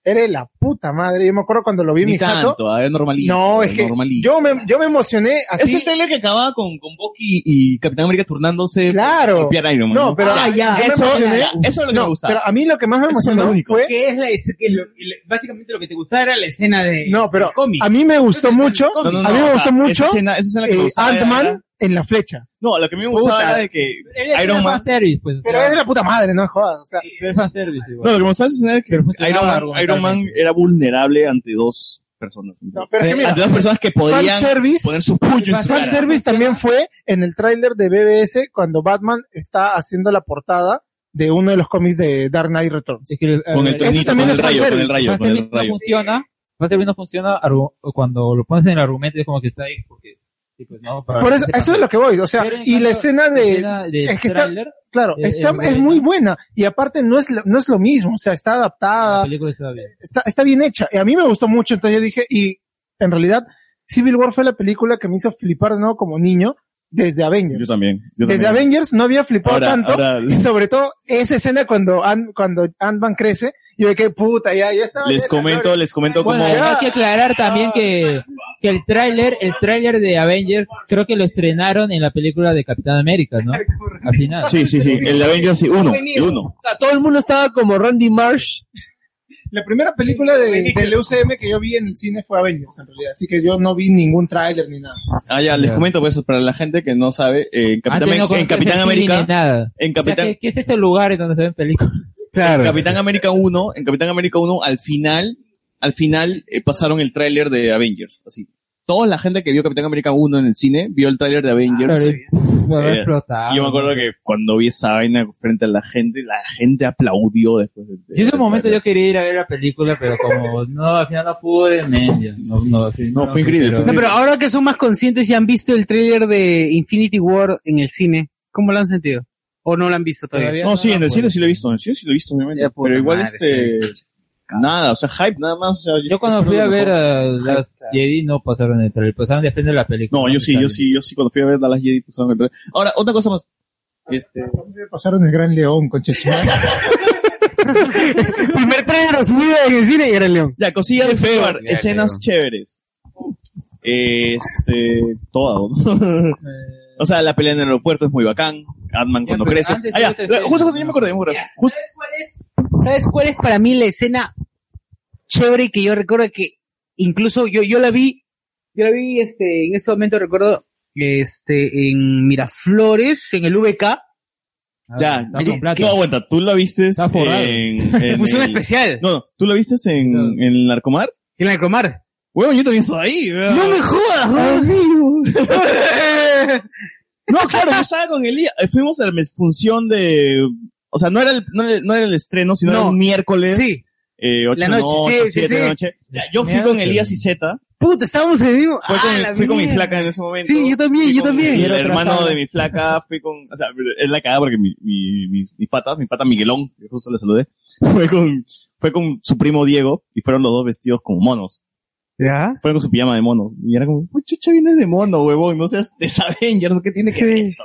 Speaker 13: era de la puta madre. Yo me acuerdo cuando lo vi en
Speaker 4: Ni
Speaker 13: mi jato.
Speaker 4: tanto, ah, era normalito.
Speaker 13: No, es
Speaker 4: era
Speaker 13: que
Speaker 4: normalito.
Speaker 13: yo me, yo me emocioné así.
Speaker 4: Ese trailer que acababa con, con Bucky y Capitán América turnándose
Speaker 13: Claro.
Speaker 4: por golpear a Iron Man.
Speaker 13: No, pero
Speaker 4: Ah, ya,
Speaker 13: yo me
Speaker 4: eso,
Speaker 13: emocioné.
Speaker 4: ya, eso es lo que
Speaker 13: No,
Speaker 4: me gusta.
Speaker 13: Pero a mí lo que más me
Speaker 4: Eso es lo
Speaker 13: emocionó
Speaker 4: único.
Speaker 13: fue
Speaker 1: Que es la, es que lo- el- básicamente lo que te gustaba era la escena de.
Speaker 13: No, pero
Speaker 1: del cómic.
Speaker 13: a mí me gustó mucho.
Speaker 1: cómic.
Speaker 13: a mí
Speaker 1: No, no,
Speaker 13: me
Speaker 1: no,
Speaker 13: gustó
Speaker 1: o sea,
Speaker 13: mucho
Speaker 1: esa escena- esa escena que me
Speaker 13: eh,
Speaker 1: gustaba era-
Speaker 13: Ant-Man en la flecha.
Speaker 4: No, lo que a mí me gustaba
Speaker 13: Puta.
Speaker 4: era de que
Speaker 13: Era
Speaker 4: Iron Man.
Speaker 5: Fanservice, pues, o
Speaker 13: Pero
Speaker 5: sea,
Speaker 13: es de la puta madre, no jodas. O sea,
Speaker 5: pero es fanservice igual.
Speaker 4: No, lo que me gustaba es que Iron
Speaker 13: funcionaba
Speaker 4: Man, Iron Man era vulnerable ante dos personas.
Speaker 13: pero es que mira,
Speaker 4: ante dos personas que podían
Speaker 13: fanservice-
Speaker 4: poner su puño en su cara.
Speaker 13: fanservice también fue en el tráiler de BBS cuando Batman está haciendo la portada de uno de los cómics de Dark Knight Returns.
Speaker 4: Con el
Speaker 13: Ese
Speaker 4: tonito,
Speaker 13: también
Speaker 4: con
Speaker 13: es
Speaker 4: el rayo, con el
Speaker 13: fanservice.
Speaker 4: rayo, con el
Speaker 5: no funciona, Fanservice no funciona argu- cuando lo pones en el argumento es como que está ahí porque
Speaker 48: Y pues no, para
Speaker 13: Por eso,
Speaker 48: que sepa.
Speaker 13: eso es lo que voy, o sea,
Speaker 48: Pero en
Speaker 13: y la
Speaker 48: cambio,
Speaker 13: escena de...
Speaker 48: escena del
Speaker 13: es que está,
Speaker 48: tráiler
Speaker 13: claro,
Speaker 48: es-
Speaker 13: está-
Speaker 48: es
Speaker 13: es, muy buena y aparte no es, lo- no es lo mismo, o sea, está adaptada, está, está bien hecha y a mí me gustó mucho, entonces yo dije, y en realidad Civil War fue la película que me hizo flipar de nuevo como niño desde Avengers.
Speaker 4: Yo también. yo
Speaker 13: Desde
Speaker 4: también.
Speaker 13: Avengers no había flipado
Speaker 4: Ahora-
Speaker 13: tanto. *laughs*
Speaker 4: ahora-
Speaker 13: Y sobre todo esa escena cuando Ant, cuando Ant-Man crece. Yo de qué puta, ya, ya estaba.
Speaker 4: Les
Speaker 13: ya la
Speaker 4: comento,
Speaker 13: gloria.
Speaker 4: les comento
Speaker 5: Bueno,
Speaker 4: cómo...
Speaker 5: hay que aclarar también que, que el tráiler, el tráiler de Avengers, creo que lo estrenaron en la película de Capitán América, ¿no? Al final.
Speaker 4: Sí, sí, sí, el de Avengers, sí, uno, el uno.
Speaker 1: O sea, todo el mundo estaba como Randy Marsh.
Speaker 13: La primera película de, del UCM que yo vi en el cine fue Avengers, en realidad. Así que yo no vi ningún tráiler ni nada.
Speaker 4: Ah, ya, les comento, pues, para la gente que no sabe, eh, en Capitán,
Speaker 5: Antes no
Speaker 4: en
Speaker 5: conocías
Speaker 4: Capitán
Speaker 5: el cine
Speaker 4: América...
Speaker 5: ni nada.
Speaker 4: En
Speaker 5: O sea,
Speaker 4: Capitán...
Speaker 5: ¿qué, qué es ese lugar en donde se ven películas?
Speaker 4: En Capitán América 1, en Capitán América 1, al final, al final eh, pasaron el tráiler de Avengers, así. Toda la gente que vio Capitán América 1 en el cine vio el tráiler de Avengers.
Speaker 5: Claro, y-
Speaker 4: Eh,
Speaker 5: explotado.
Speaker 4: yo me acuerdo que cuando vi esa vaina frente a la gente, la gente aplaudió después del
Speaker 5: Yo en ese momento yo quería ir a ver la película, pero como no, al final no pude, men, ya. no, no, sí, no,
Speaker 4: fue increíble,
Speaker 5: pero-
Speaker 1: No, pero ahora que son más conscientes y han visto el tráiler de Infinity War en el cine, ¿cómo lo han sentido? ¿O no lo han visto todavía?
Speaker 4: No, sí,
Speaker 5: Pues,
Speaker 4: en el cine sí lo he visto, en el cine sí lo he visto, obviamente.
Speaker 1: Ya, puta
Speaker 4: pero igual
Speaker 1: madre,
Speaker 4: este, nada, o sea, hype nada más.
Speaker 5: Yo cuando fui a ver a las Jedi no pasaron el trailer, pasaron después de la película.
Speaker 4: No, yo sí, yo sí, yo sí, cuando fui a ver Dallas Jedi pues, pasaron el tráiler. Ahora, otra cosa más. Este,
Speaker 13: Me pasaron el Gran León, con
Speaker 4: *laughs*
Speaker 1: Primer tren resumido en el cine y Gran León.
Speaker 4: Ya, cosillas de
Speaker 1: Feo,
Speaker 4: Febar,
Speaker 1: ya,
Speaker 4: escenas chéveres. Este, todo. *laughs* ¿no? o sea, la pelea en el aeropuerto es muy bacán. Ant-Man cuando
Speaker 1: pero
Speaker 4: crece.
Speaker 1: antes
Speaker 4: Ah, ya,
Speaker 1: había otra
Speaker 4: la-
Speaker 1: escena.
Speaker 4: justo cuando yo me acordé, me acordé. Justo-
Speaker 1: ¿Sabes cuál es para mí la escena chévere que yo recuerdo que incluso yo, yo la vi, yo la vi este, en ese momento recuerdo este, en Miraflores, en el VK.
Speaker 5: Ah,
Speaker 4: Ya,
Speaker 1: Ah, está
Speaker 4: tú,
Speaker 1: con plata.
Speaker 4: tú aguanta, tú la viste
Speaker 1: forrado. *laughs*
Speaker 4: en, en
Speaker 1: Fusión
Speaker 4: el-
Speaker 1: especial.
Speaker 4: No, no, tú la viste en, en Narcomar.
Speaker 1: En Narcomar.
Speaker 4: Huevón, yo también estaba ahí. weón.
Speaker 1: ¡No me jodas!
Speaker 4: amigo. *laughs* no, claro, yo estaba con Elías. Eh, Fuimos a la función de. O sea, no era el, no era, no era el estreno, sino
Speaker 1: No.
Speaker 4: era un *laughs* miércoles.
Speaker 1: Sí.
Speaker 4: Eh, ocho
Speaker 1: La
Speaker 4: de
Speaker 1: noche,
Speaker 4: noche,
Speaker 1: sí, sí,
Speaker 4: siete de
Speaker 1: sí.
Speaker 4: noche. Ya, yo fui con
Speaker 1: Miércoles.
Speaker 4: Elías y Z.
Speaker 1: Puta, estábamos en el mismo.
Speaker 4: Fue
Speaker 1: Ah,
Speaker 4: con,
Speaker 1: la
Speaker 4: fui con mi
Speaker 1: mierda.
Speaker 4: flaca en ese momento.
Speaker 1: Sí, yo también,
Speaker 4: Fui
Speaker 1: yo
Speaker 4: con
Speaker 1: también.
Speaker 4: El
Speaker 1: Era otra
Speaker 4: hermano
Speaker 1: sala.
Speaker 4: de mi flaca, fui con, o sea, es la cagada porque mi, mi, mis, mis patas, mi pata Miguelón, que justo le saludé, *laughs* fue con, fue con su primo Diego y fueron los dos vestidos como monos.
Speaker 1: ¿Ya?
Speaker 4: Fueron con su pijama de monos. Y era como, "Uy, chucha vienes de mono, huevón, no seas de Avengers, ¿qué tiene que ver esto?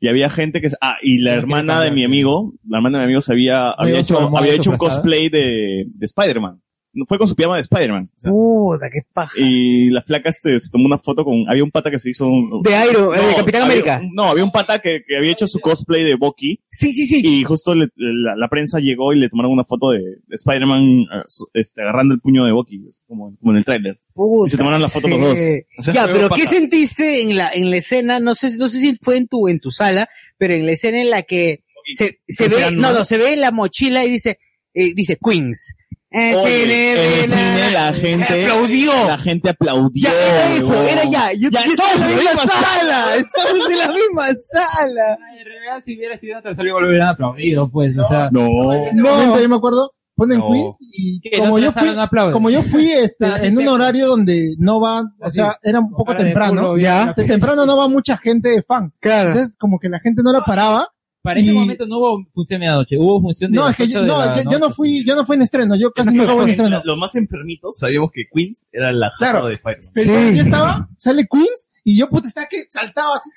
Speaker 4: Y había gente que, ah, y la hermana de mi amigo, la hermana de mi amigo se había, había
Speaker 1: Luego su
Speaker 4: hecho,
Speaker 1: hermana
Speaker 4: había hecho un
Speaker 1: disfrazada.
Speaker 4: cosplay de, de Spider-Man. Fue con su pijama de Spider-Man.
Speaker 1: Puta, qué paja.
Speaker 4: Y la flaca este, se tomó una foto con. Había un pata que se hizo un.
Speaker 1: De Iron- eh, de Capitán
Speaker 4: había-
Speaker 1: América.
Speaker 4: No, había un pata que, que había hecho su cosplay de Bucky.
Speaker 1: Sí, sí, sí.
Speaker 4: Y justo le- la, la prensa llegó y le tomaron una foto de Spider-Man eh, su- este, agarrando el puño de Bucky, es como, como en el tráiler.
Speaker 1: Puta,
Speaker 4: Y se tomaron la foto los dos.
Speaker 1: sí.
Speaker 4: O sea,
Speaker 1: ya,
Speaker 4: fue
Speaker 1: pero
Speaker 4: paja.
Speaker 1: ¿qué sentiste en la, en la escena? No sé, si- no sé si fue en tu, en tu sala, pero en la escena en la que se, se
Speaker 4: Ese
Speaker 1: ve,
Speaker 4: Ant-Man.
Speaker 1: no, no, se ve la mochila y dice, eh, dice Queens. Eh,
Speaker 4: Oye,
Speaker 1: sí, de-
Speaker 4: en
Speaker 1: de-
Speaker 4: el cine la gente
Speaker 1: aplaudió.
Speaker 4: La gente aplaudió.
Speaker 1: Ya, era eso,
Speaker 4: huevón.
Speaker 1: era ya. Yo
Speaker 4: Ya
Speaker 1: yo estaba en la
Speaker 4: estamos en
Speaker 1: misma
Speaker 4: la misma
Speaker 1: sala.
Speaker 4: sala.
Speaker 1: Estamos en la misma sala.
Speaker 5: En realidad, si hubiera sido otra salida, lo hubieran aplaudido, pues, o sea.
Speaker 4: No.
Speaker 13: En ese momento, yo me acuerdo, ponen
Speaker 5: No.
Speaker 13: Queens y
Speaker 5: ¿Qué?
Speaker 13: como
Speaker 5: ¿No te
Speaker 13: yo, fui,
Speaker 5: lanzaron un aplauso?
Speaker 13: como yo fui este,
Speaker 5: Ah, *laughs* sí,
Speaker 13: en un
Speaker 5: sí.
Speaker 13: horario donde no va, o
Speaker 5: Así.
Speaker 13: sea, era un poco
Speaker 5: cara de
Speaker 13: temprano,
Speaker 5: culo, bien,
Speaker 13: ya, de temprano no va mucha gente de fan. Entonces, como que la gente no la paraba.
Speaker 5: Para ese
Speaker 13: y-
Speaker 5: momento no hubo función de noche, hubo función de
Speaker 13: no,
Speaker 5: las
Speaker 13: es que
Speaker 5: ocho
Speaker 13: yo
Speaker 5: de
Speaker 13: no,
Speaker 5: la
Speaker 13: yo, yo
Speaker 5: noche. pues.
Speaker 13: no fui, yo no fui en estreno, yo casi no fui en estreno.
Speaker 4: Los más enfermitos sabíamos que Queens era la jato de Spider-Man.
Speaker 13: Pero cuando yo estaba, sale Queens y yo puta estaba que saltaba así.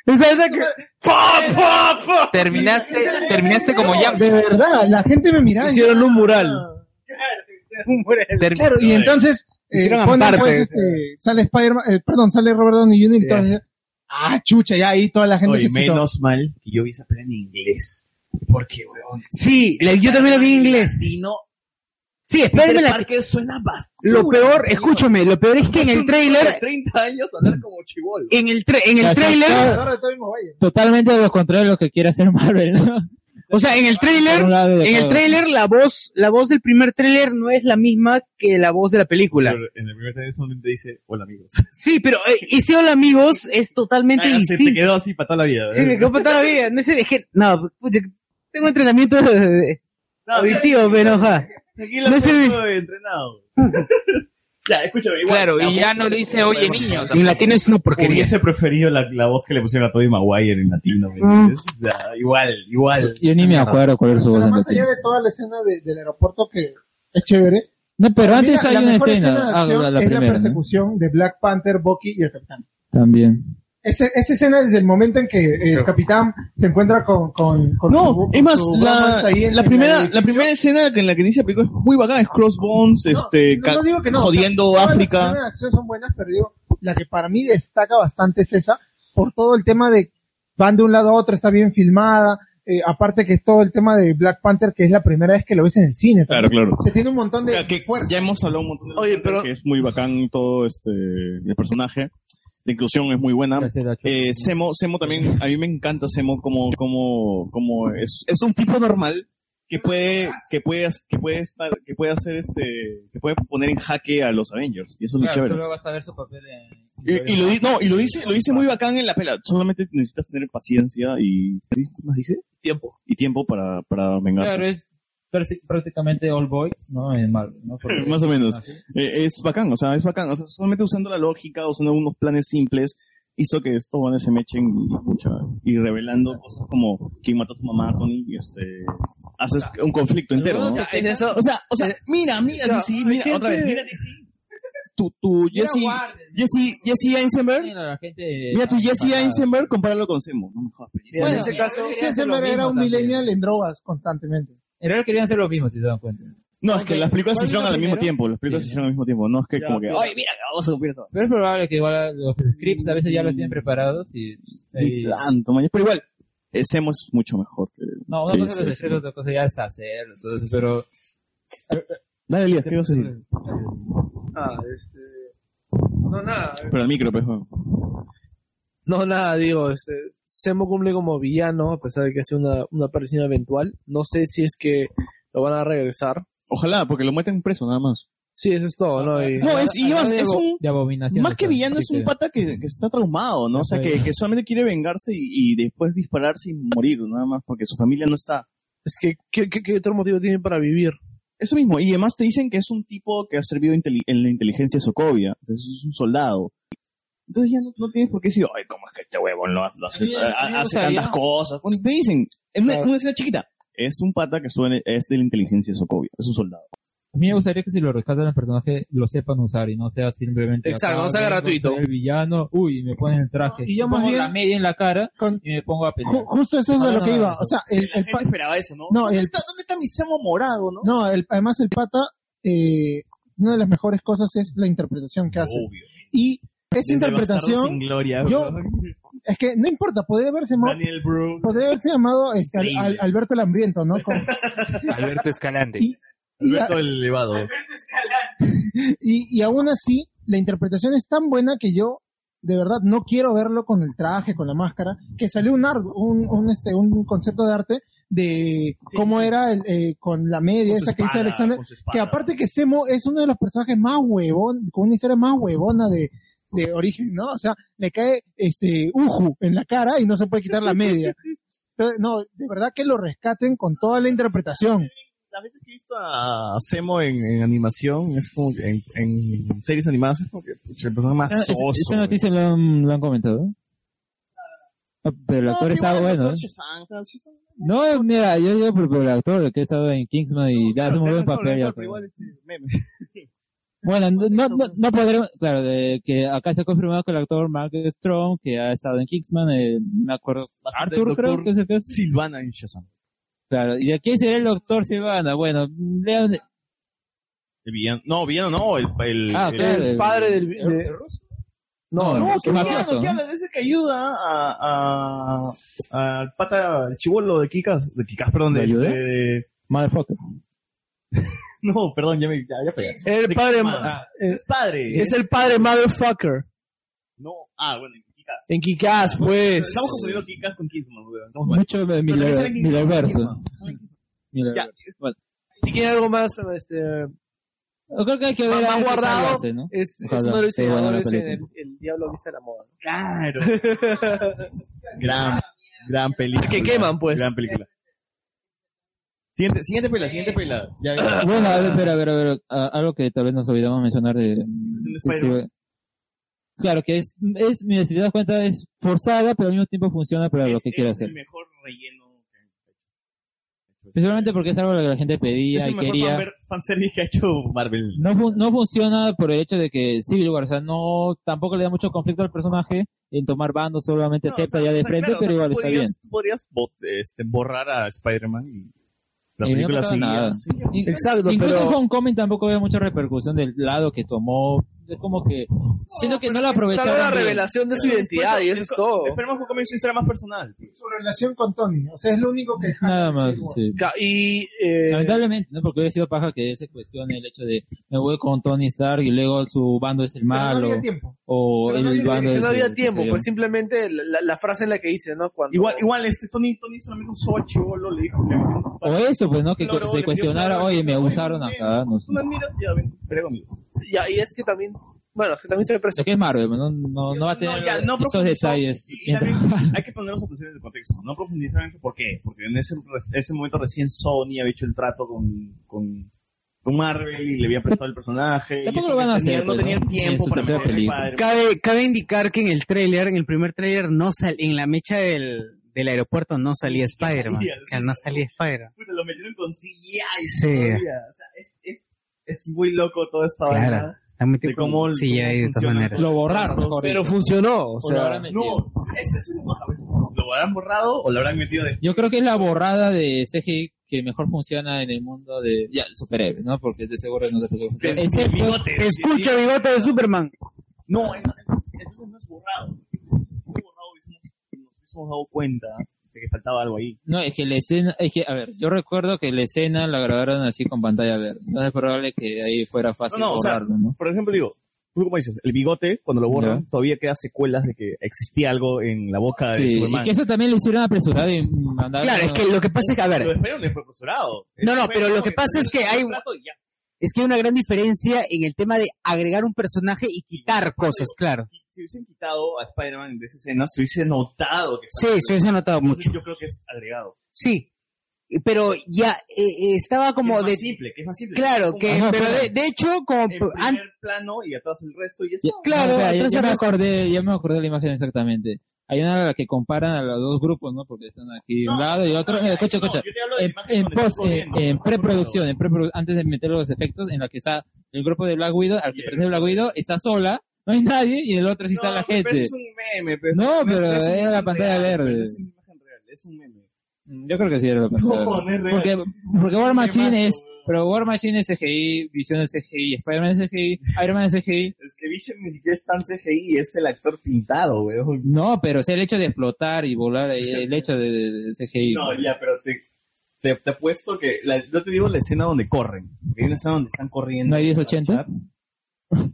Speaker 9: Terminaste, terminaste como ya.
Speaker 13: De verdad, la gente me miraba. Hicieron un mural. Claro, y entonces eh,
Speaker 1: Hicieron
Speaker 13: ponen,
Speaker 1: aparte.
Speaker 13: pues, este, sale Spider-Man, eh, perdón, sale Robert Downey Jr. y
Speaker 4: Ya.
Speaker 13: todos, ah, chucha, ya ahí toda la gente se
Speaker 4: Oye,
Speaker 13: excitó.
Speaker 4: menos mal que yo vi esa pelea en inglés. Porque, weón.
Speaker 1: Sí, la- yo también la vi en inglés. Sí, espérenme la,
Speaker 4: Parker suena basura.
Speaker 1: Lo peor, escúchame, lo peor es que en el
Speaker 4: De
Speaker 1: trailer,
Speaker 4: 30 años hablar como chivolo.
Speaker 1: en el, tra- en el
Speaker 5: Ya, ya,
Speaker 1: trailer,
Speaker 5: ya.
Speaker 13: Pero
Speaker 5: Totalmente a lo contrario de lo que quiere hacer Marvel,
Speaker 13: *laughs*
Speaker 5: ¿no?
Speaker 1: o sea, en el
Speaker 5: Por
Speaker 1: trailer,
Speaker 5: un lado y de
Speaker 1: en el
Speaker 5: todo.
Speaker 1: trailer la voz, la voz del primer trailer no es la misma que la voz de la película.
Speaker 4: En el primer trailer solamente dice, hola amigos.
Speaker 1: Sí, pero eh, ese hola amigos es totalmente
Speaker 4: Ah, se te eh.
Speaker 1: distinto.
Speaker 4: quedó así para toda la vida.
Speaker 1: Sí, me quedó para toda la vida. No sé, es que, no, pucha, tengo entrenamiento
Speaker 4: Ah,
Speaker 1: eh, auditivo, pero ja.
Speaker 4: Aquí lo
Speaker 1: No sé.
Speaker 4: *laughs* tengo entrenado.
Speaker 47: Ya, escúchame, igual.
Speaker 9: Claro, y ya no le dice, oye, niño.
Speaker 47: En
Speaker 37: latino es una porquería.
Speaker 36: Hubiese preferido la, la voz que le pusieron a Tobey Maguire en latino. ¿me entiendes?
Speaker 1: Mm.
Speaker 36: O sea, igual, igual.
Speaker 44: Yo ni me acuerdo cuál es su voz en
Speaker 13: Más allá
Speaker 44: latino.
Speaker 13: de toda la escena de- del aeropuerto que es chévere.
Speaker 44: No, pero
Speaker 13: para mí
Speaker 44: antes
Speaker 13: la-
Speaker 44: hay
Speaker 13: la
Speaker 44: una
Speaker 13: mejor
Speaker 44: escena.
Speaker 13: de
Speaker 44: Ah,
Speaker 13: acción
Speaker 44: la- la
Speaker 13: es
Speaker 44: primera,
Speaker 13: la
Speaker 44: ¿no?
Speaker 13: persecución de Black Panther, Bucky y el Capitán.
Speaker 44: También.
Speaker 13: Ese- esa escena desde el momento en que el capitán se encuentra con, con, con
Speaker 4: No,
Speaker 13: su-
Speaker 4: es más,
Speaker 13: su
Speaker 4: la,
Speaker 13: bromance ahí en-
Speaker 4: la,
Speaker 13: en
Speaker 4: primera,
Speaker 13: el-
Speaker 4: la primera escena en la que inicia la película es muy bacana, es Crossbones, este,
Speaker 13: no, no digo que no,
Speaker 4: jodiendo
Speaker 13: o sea, todas Las
Speaker 4: África.
Speaker 13: escenas de acción son buenas, pero digo, la que para mí destaca bastante es esa, por todo el tema de van de un lado a otro, está bien filmada, eh, aparte que es todo el tema de Black Panther, que es la primera vez que lo ves en el cine.
Speaker 4: Claro, claro.
Speaker 13: Se tiene un montón de fuerza.
Speaker 4: Ya hemos hablado un montón de Oye, pero... que es muy bacán todo este el personaje. La inclusión es muy buena. Eh, Semo, Semo también, a mí me encanta Semo como, como, como es, es un tipo normal que puede, que puede, que puede estar, que puede hacer este, que puede poner en jaque a los Avengers. Y eso es lo chévere.
Speaker 43: Solo vas a ver su papel en...
Speaker 4: Y, y lo, di- no, y lo dice, lo dice muy bacán en la pela. Solamente necesitas tener paciencia y, ¿qué más dije? Tiempo. Y tiempo para, para vengarte.
Speaker 43: Claro, es persi- prácticamente All Boy, ¿no? En Marvel, ¿no? Porque-
Speaker 4: más o menos. Eh, es bacán, o sea, es bacán. O sea, solamente usando la lógica, usando unos planes simples, hizo que estos manes se mechen y, pucha, y revelando cosas como quién mató a tu mamá, Tony, y este, haces un conflicto entero, ¿no?
Speaker 8: O sea, en eso-
Speaker 4: o sea, o sea, mira,
Speaker 8: o
Speaker 4: mira,
Speaker 8: sea,
Speaker 4: DC,
Speaker 8: hay
Speaker 4: mira,
Speaker 8: gente-
Speaker 4: otra vez, mira, DC. Tu, tu
Speaker 8: Mira,
Speaker 4: Jesse,
Speaker 8: Warner.
Speaker 4: Jesse, Jesse Eisenberg. Mira,
Speaker 43: ah,
Speaker 4: tu Jesse Eisenberg, compáralo con Semo. No me jodas, pero Jesse
Speaker 13: Bueno,
Speaker 4: Eisenberg-
Speaker 13: ese Summer era un millennial en drogas constantemente.
Speaker 43: En realidad querían hacer lo mismo, si se dan cuenta.
Speaker 4: No, es que
Speaker 43: Ok,
Speaker 4: las películas se
Speaker 43: ¿cuál
Speaker 4: hicieron
Speaker 43: vino
Speaker 4: al mismo
Speaker 43: primero?
Speaker 4: tiempo, las películas se hicieron al mismo tiempo. No es que
Speaker 43: Ya,
Speaker 4: como que,
Speaker 43: pero-
Speaker 4: ay, mira, vamos a copiar todo.
Speaker 43: Pero es probable que igual los scripts a veces ya los tienen preparados y...
Speaker 4: Ni tanto, maña. Pero igual, eh, Semo es mucho mejor. que-
Speaker 43: No,
Speaker 4: que
Speaker 43: una cosa es
Speaker 4: ese-
Speaker 43: los scripts, otra cosa ya es hacerlo, entonces, pero...
Speaker 4: Dale, Elías, ¿qué ibas a decir?
Speaker 3: Ah, este. No, nada.
Speaker 4: Pero el micro, pues.
Speaker 15: No, nada, digo, este, Semo cumple como villano, a pesar de que hace una, una aparición eventual. No sé si es que lo van a regresar.
Speaker 4: Ojalá, porque lo meten preso nada más.
Speaker 15: Sí, eso es todo, ¿no? Y-
Speaker 4: No, es- y más, es un-
Speaker 43: De abominación.
Speaker 4: Más que
Speaker 43: o sea,
Speaker 4: villano,
Speaker 43: sí
Speaker 4: es un pata que, que está traumado, ¿no? O sea,
Speaker 43: Ya, pues.
Speaker 4: que, que solamente quiere vengarse y, y después dispararse y morir, nada más, porque su familia no está.
Speaker 15: Es que, ¿qué, qué, qué otro motivo tiene para vivir?
Speaker 4: Eso mismo, y además te dicen que es un tipo que ha servido inteli- en la inteligencia de Sokovia, entonces es un soldado. Entonces ya no, no tienes por qué decir, ay, ¿cómo es que este huevón lo hace, lo hace-
Speaker 47: A mí- a mí
Speaker 4: ha-
Speaker 47: me
Speaker 4: hace
Speaker 47: gustaría-
Speaker 4: tantas cosas? Cuando te dicen, en una, una escena chiquita, es un pata que suene, es de la inteligencia de Sokovia, es un soldado.
Speaker 43: A mí me gustaría que si lo rescatan al personaje lo sepan usar y no sea simplemente.
Speaker 15: Exacto,
Speaker 43: acá,
Speaker 15: no sea
Speaker 43: vengo,
Speaker 15: gratuito.
Speaker 43: soy El villano, uy, me ponen el traje.
Speaker 13: Y yo
Speaker 43: me
Speaker 13: más
Speaker 43: pongo
Speaker 13: bien-
Speaker 43: la media en la cara y me pongo a pelear.
Speaker 13: Ju- justo eso es de
Speaker 43: Ahora
Speaker 13: lo que
Speaker 43: no,
Speaker 13: iba.
Speaker 43: no,
Speaker 13: O sea, el, el pa-
Speaker 4: esperaba eso, ¿no?
Speaker 13: No, el-
Speaker 4: ¿Dónde está mi Samo morado, no?
Speaker 13: No, el- además el pata, eh, una de las mejores cosas es la interpretación que hace. Y esa
Speaker 36: Desde Bastardos
Speaker 13: interpretación,
Speaker 36: sin gloria,
Speaker 13: yo,
Speaker 36: weón.
Speaker 13: es que no importa, podría haberse llamado, podría haberse llamado este, al- al- Alberto el Hambriento, ¿no? Con-
Speaker 9: Alberto Escalante.
Speaker 13: y, a-
Speaker 36: Alberto el elevado.
Speaker 13: *laughs* y- y aún así, la interpretación es tan buena que yo, de verdad, no quiero verlo con el traje, con la máscara, que salió un, ar- un, un, este, un concepto de arte de cómo era el, eh, con la media
Speaker 1: Con su
Speaker 13: esa que hizo
Speaker 1: espada,
Speaker 13: Alexander,
Speaker 1: con su espada.
Speaker 13: que aparte que Semo es uno de los personajes más huevón, con una historia más huevona de, de origen, ¿no? O sea, le cae este Uju en la cara y no se puede quitar la media. Entonces, no, de verdad que lo rescaten con toda la interpretación.
Speaker 36: a Semo en, en animación, es como que en, en series animadas, es como que pucha, el personaje más
Speaker 44: Ah, es-
Speaker 36: soso.
Speaker 44: esa noticia lo han, lo han comentado. Ah, Pero el actor está bueno. ¿eh? No, mira, yo digo por, por el actor que estaba en Kingsman y le hace un buen papel. ya, pero-
Speaker 36: este
Speaker 44: *laughs* Bueno, no, no, no- no podremos, claro, de que acá se ha confirmado que el actor Mark Strong, que ha estado en Kingsman, eh, me acuerdo, Arthur creo que es el que es.
Speaker 36: Silvana en Shazam.
Speaker 44: Claro, y aquí será el doctor Silvana, bueno, lean,
Speaker 36: El villano, no, villano no, el, el,
Speaker 44: Ah, claro, el padre
Speaker 15: del-
Speaker 36: de...
Speaker 44: No,
Speaker 36: no,
Speaker 44: el
Speaker 36: que
Speaker 44: mafioso,
Speaker 36: villano, que
Speaker 44: ¿no?
Speaker 36: habla de ese que ayuda Ah, a, a, al pata, al chivolo de Kikas, de Kikas, perdón, de,
Speaker 44: ayuda?
Speaker 36: de- de-
Speaker 44: motherfucker.
Speaker 36: no, perdón, ya me, ya, ya pegué.
Speaker 15: El
Speaker 36: De
Speaker 15: padre,
Speaker 36: Kickman.
Speaker 15: ah,
Speaker 36: es
Speaker 4: Este,
Speaker 36: padre.
Speaker 15: Es el padre, motherfucker.
Speaker 36: No, ah, bueno, en Kikas.
Speaker 15: En Kikaz, pues.
Speaker 36: Estamos confundiendo Kikas con Kingsman, weón. Estamos mal.
Speaker 44: mucho de
Speaker 36: Pero también
Speaker 44: Miller,
Speaker 36: sale Kingsman.
Speaker 44: Millerverso.
Speaker 36: Ya.
Speaker 15: Si quieren algo más, este.
Speaker 44: Yo creo que hay que ver a
Speaker 15: más
Speaker 44: ver qué tal
Speaker 15: guardado.
Speaker 44: lo hace, ¿no?
Speaker 15: Es, es
Speaker 44: Ojalá,
Speaker 15: uno de los
Speaker 44: qué buena la
Speaker 15: diseñadores en el,
Speaker 44: película.
Speaker 15: el Diablo Vista la Moda.
Speaker 36: Claro.
Speaker 15: Gran.
Speaker 36: *laughs* Gran película.
Speaker 15: Que queman, pues.
Speaker 36: Gran película.
Speaker 49: Siguiente, siguiente pela, siguiente
Speaker 4: Este
Speaker 49: pela. Ya, ya.
Speaker 5: Bueno, a ver, espera, a ver, a ver, a- algo que tal vez nos olvidamos mencionar de... mm, sí, sí,
Speaker 49: Spider-Man.
Speaker 5: claro, que es, es, mira, si te das cuenta, es forzada, pero al mismo tiempo funciona para lo que quiere hacer.
Speaker 4: mejor relleno.
Speaker 5: Principalmente porque es algo que la gente
Speaker 4: Es
Speaker 5: pedía
Speaker 4: el
Speaker 5: y
Speaker 4: mejor
Speaker 5: quería.
Speaker 4: fanver- fanservice que ha hecho Marvel.
Speaker 5: No, fu- no funciona por el hecho de que Civil War, o sea, no, tampoco le da mucho conflicto al personaje en tomar bando, solamente acepta ya de
Speaker 4: sea,
Speaker 5: frente,
Speaker 4: claro,
Speaker 5: pero
Speaker 4: o sea,
Speaker 5: igual está
Speaker 4: podrías-
Speaker 5: bien.
Speaker 4: Podrías bo- este, borrar a Spider-Man y la
Speaker 5: Y Eh, no
Speaker 4: película
Speaker 5: pasaba
Speaker 4: seguía,
Speaker 5: nada.
Speaker 4: seguía.
Speaker 5: In-
Speaker 4: Exacto,
Speaker 5: Incluso
Speaker 4: pero-
Speaker 5: en Homecoming tampoco había mucha repercusión del lado que tomó. Es como que, siento que no la aprovecharon.
Speaker 15: solo la
Speaker 5: bien.
Speaker 15: revelación
Speaker 13: de su identidad y eso es todo.
Speaker 4: Esperemos que comience una historia más personal.
Speaker 13: Su relación con Tony, o sea, es lo único que...
Speaker 5: Nada más, sí.
Speaker 15: Y, eh,
Speaker 5: Lamentablemente, ¿no? Porque hubiera sido paja que se cuestione el hecho de me voy con Tony Stark y luego su bando es el malo.
Speaker 15: había tiempo.
Speaker 5: O el bando
Speaker 15: que
Speaker 5: es
Speaker 15: no había
Speaker 5: el-
Speaker 15: tiempo,
Speaker 5: qué sé yo.
Speaker 15: pues simplemente la, la- la frase en la que dice, ¿no? Cuando,
Speaker 4: Igual, igual este Tony, Tony solamente usó a Chivolo, le dijo que
Speaker 5: O eso, pues, ¿no? Que
Speaker 4: Claro,
Speaker 5: se
Speaker 4: le
Speaker 5: cuestionara,
Speaker 4: dio
Speaker 5: oye, me
Speaker 4: claro,
Speaker 5: abusaron
Speaker 4: oye,
Speaker 5: acá, no sé.
Speaker 4: tú me miras, ya ven, pelea conmigo.
Speaker 15: Ya, y es que también, bueno, es que también se me
Speaker 5: Lo
Speaker 15: presenta.
Speaker 5: que es Marvel, no, no, no va a tener
Speaker 4: No, ya, no
Speaker 5: esos
Speaker 4: profundizó.
Speaker 5: detalles.
Speaker 4: Y también hay que poner las opciones de contexto. No profundizar en eso. ¿Por qué? Porque en ese, ese momento recién Sony había hecho el trato con, con, con Marvel y le había prestado el personaje. y
Speaker 5: Tampoco
Speaker 4: eso
Speaker 5: lo van a
Speaker 4: que
Speaker 5: hacer.
Speaker 4: tenían- No
Speaker 5: pues,
Speaker 4: tenían tiempo
Speaker 5: En su
Speaker 4: para
Speaker 5: tercera
Speaker 4: meter
Speaker 5: película.
Speaker 4: Spider-Man.
Speaker 1: Cabe, cabe indicar que en el tráiler, en el primer tráiler, no sal, en la mecha del, del aeropuerto no salía Spider-Man.
Speaker 4: salía,
Speaker 1: Claro, No salía Spider-Man.
Speaker 4: Puta, lo metieron con CGI.
Speaker 1: Sí.
Speaker 4: todavía. O sea, es, es, es muy loco toda esta
Speaker 1: Claro.
Speaker 4: vaina.
Speaker 1: La metí
Speaker 4: De cómo- pues.
Speaker 1: sí, ya, de todas maneras.
Speaker 4: Pero
Speaker 15: funcionó,
Speaker 4: o sea. No, ese es el ¿Lo habrán borrado o lo habrán metido de
Speaker 5: Yo creo que es la borrada de CGI que mejor funciona en el mundo de ya, superhéroes, ¿no? Porque de seguro no se puede funcionar. Excepto-
Speaker 1: Escucha, bigote de Superman.
Speaker 4: No, entonces, entonces no es borrado. No es borrado, hubiésemos- nos hubiésemos dado cuenta de que faltaba algo ahí.
Speaker 5: No, es que la escena, es que, a ver, yo recuerdo que la escena la grabaron así con pantalla verde. No es probable que ahí fuera fácil
Speaker 4: no, no, o sea,
Speaker 5: borrarlo, ¿no?
Speaker 4: por ejemplo, digo, tú como dices, el bigote, cuando lo borran, todavía queda secuelas de que existía algo en la boca de
Speaker 5: Sí, y
Speaker 4: Superman.
Speaker 5: que eso también lo hicieron apresurado y mandaron.
Speaker 1: Claro, es que lo que pasa es que, a ver.
Speaker 4: Lo esperaron después profesorado.
Speaker 1: No, no, pero lo que pasa es que hay, es que hay una gran diferencia en el tema de agregar un personaje y quitar cosas, claro.
Speaker 4: Si hubiesen quitado a Spider-Man de esa escena, se hubiese notado que
Speaker 1: Sí, se hubiese notado
Speaker 4: Entonces,
Speaker 1: mucho.
Speaker 4: Yo creo que es agregado.
Speaker 1: Sí. Y- Pero ya eh, eh, estaba como
Speaker 4: es más
Speaker 1: de.
Speaker 4: simple, que es más simple. Es
Speaker 1: Claro,
Speaker 4: como-
Speaker 1: que, pero de, de hecho, como.
Speaker 4: en
Speaker 1: an-
Speaker 4: primer plano y atrás el resto y eso.
Speaker 5: O sea, ya,
Speaker 4: atrás
Speaker 5: ya
Speaker 4: el
Speaker 5: me
Speaker 4: resto.
Speaker 5: acordé, ya me acordé de la imagen exactamente. Hay una en la que comparan a los dos grupos, ¿no? Porque están aquí un lado y otro. eh, escucha, escucha. En, en post, en, en preproducción, en preprodu- antes de meter los efectos, en la que está el grupo de Black Widow, al que pertenece Black Widow, está sola, no hay nadie, y en el otro sí está la
Speaker 4: pero eso
Speaker 5: gente.
Speaker 4: es un meme, pero
Speaker 5: no,
Speaker 4: no es-
Speaker 5: pero
Speaker 4: no es una
Speaker 5: era la
Speaker 4: imagen
Speaker 5: pantalla
Speaker 4: real, pero
Speaker 5: verde.
Speaker 4: es una imagen real, Es un meme.
Speaker 5: Yo creo que sí era la pantalla
Speaker 4: No,
Speaker 5: verde.
Speaker 4: no es real.
Speaker 5: porque, porque War Machine es, pero War Machine es CGI, Visión es CGI, Spider-Man es CGI, Iron Man es CGI.
Speaker 4: Es que Vision ni siquiera es tan CGI, es el actor pintado, weón.
Speaker 5: No, pero o sea, el hecho de explotar y volar, eh, el hecho de, de- de CGI.
Speaker 4: No,
Speaker 5: güey.
Speaker 4: ya, pero te, te, te apuesto que. la- yo te digo la escena donde corren. Hay una escena donde están corriendo.
Speaker 5: ¿No hay 1080?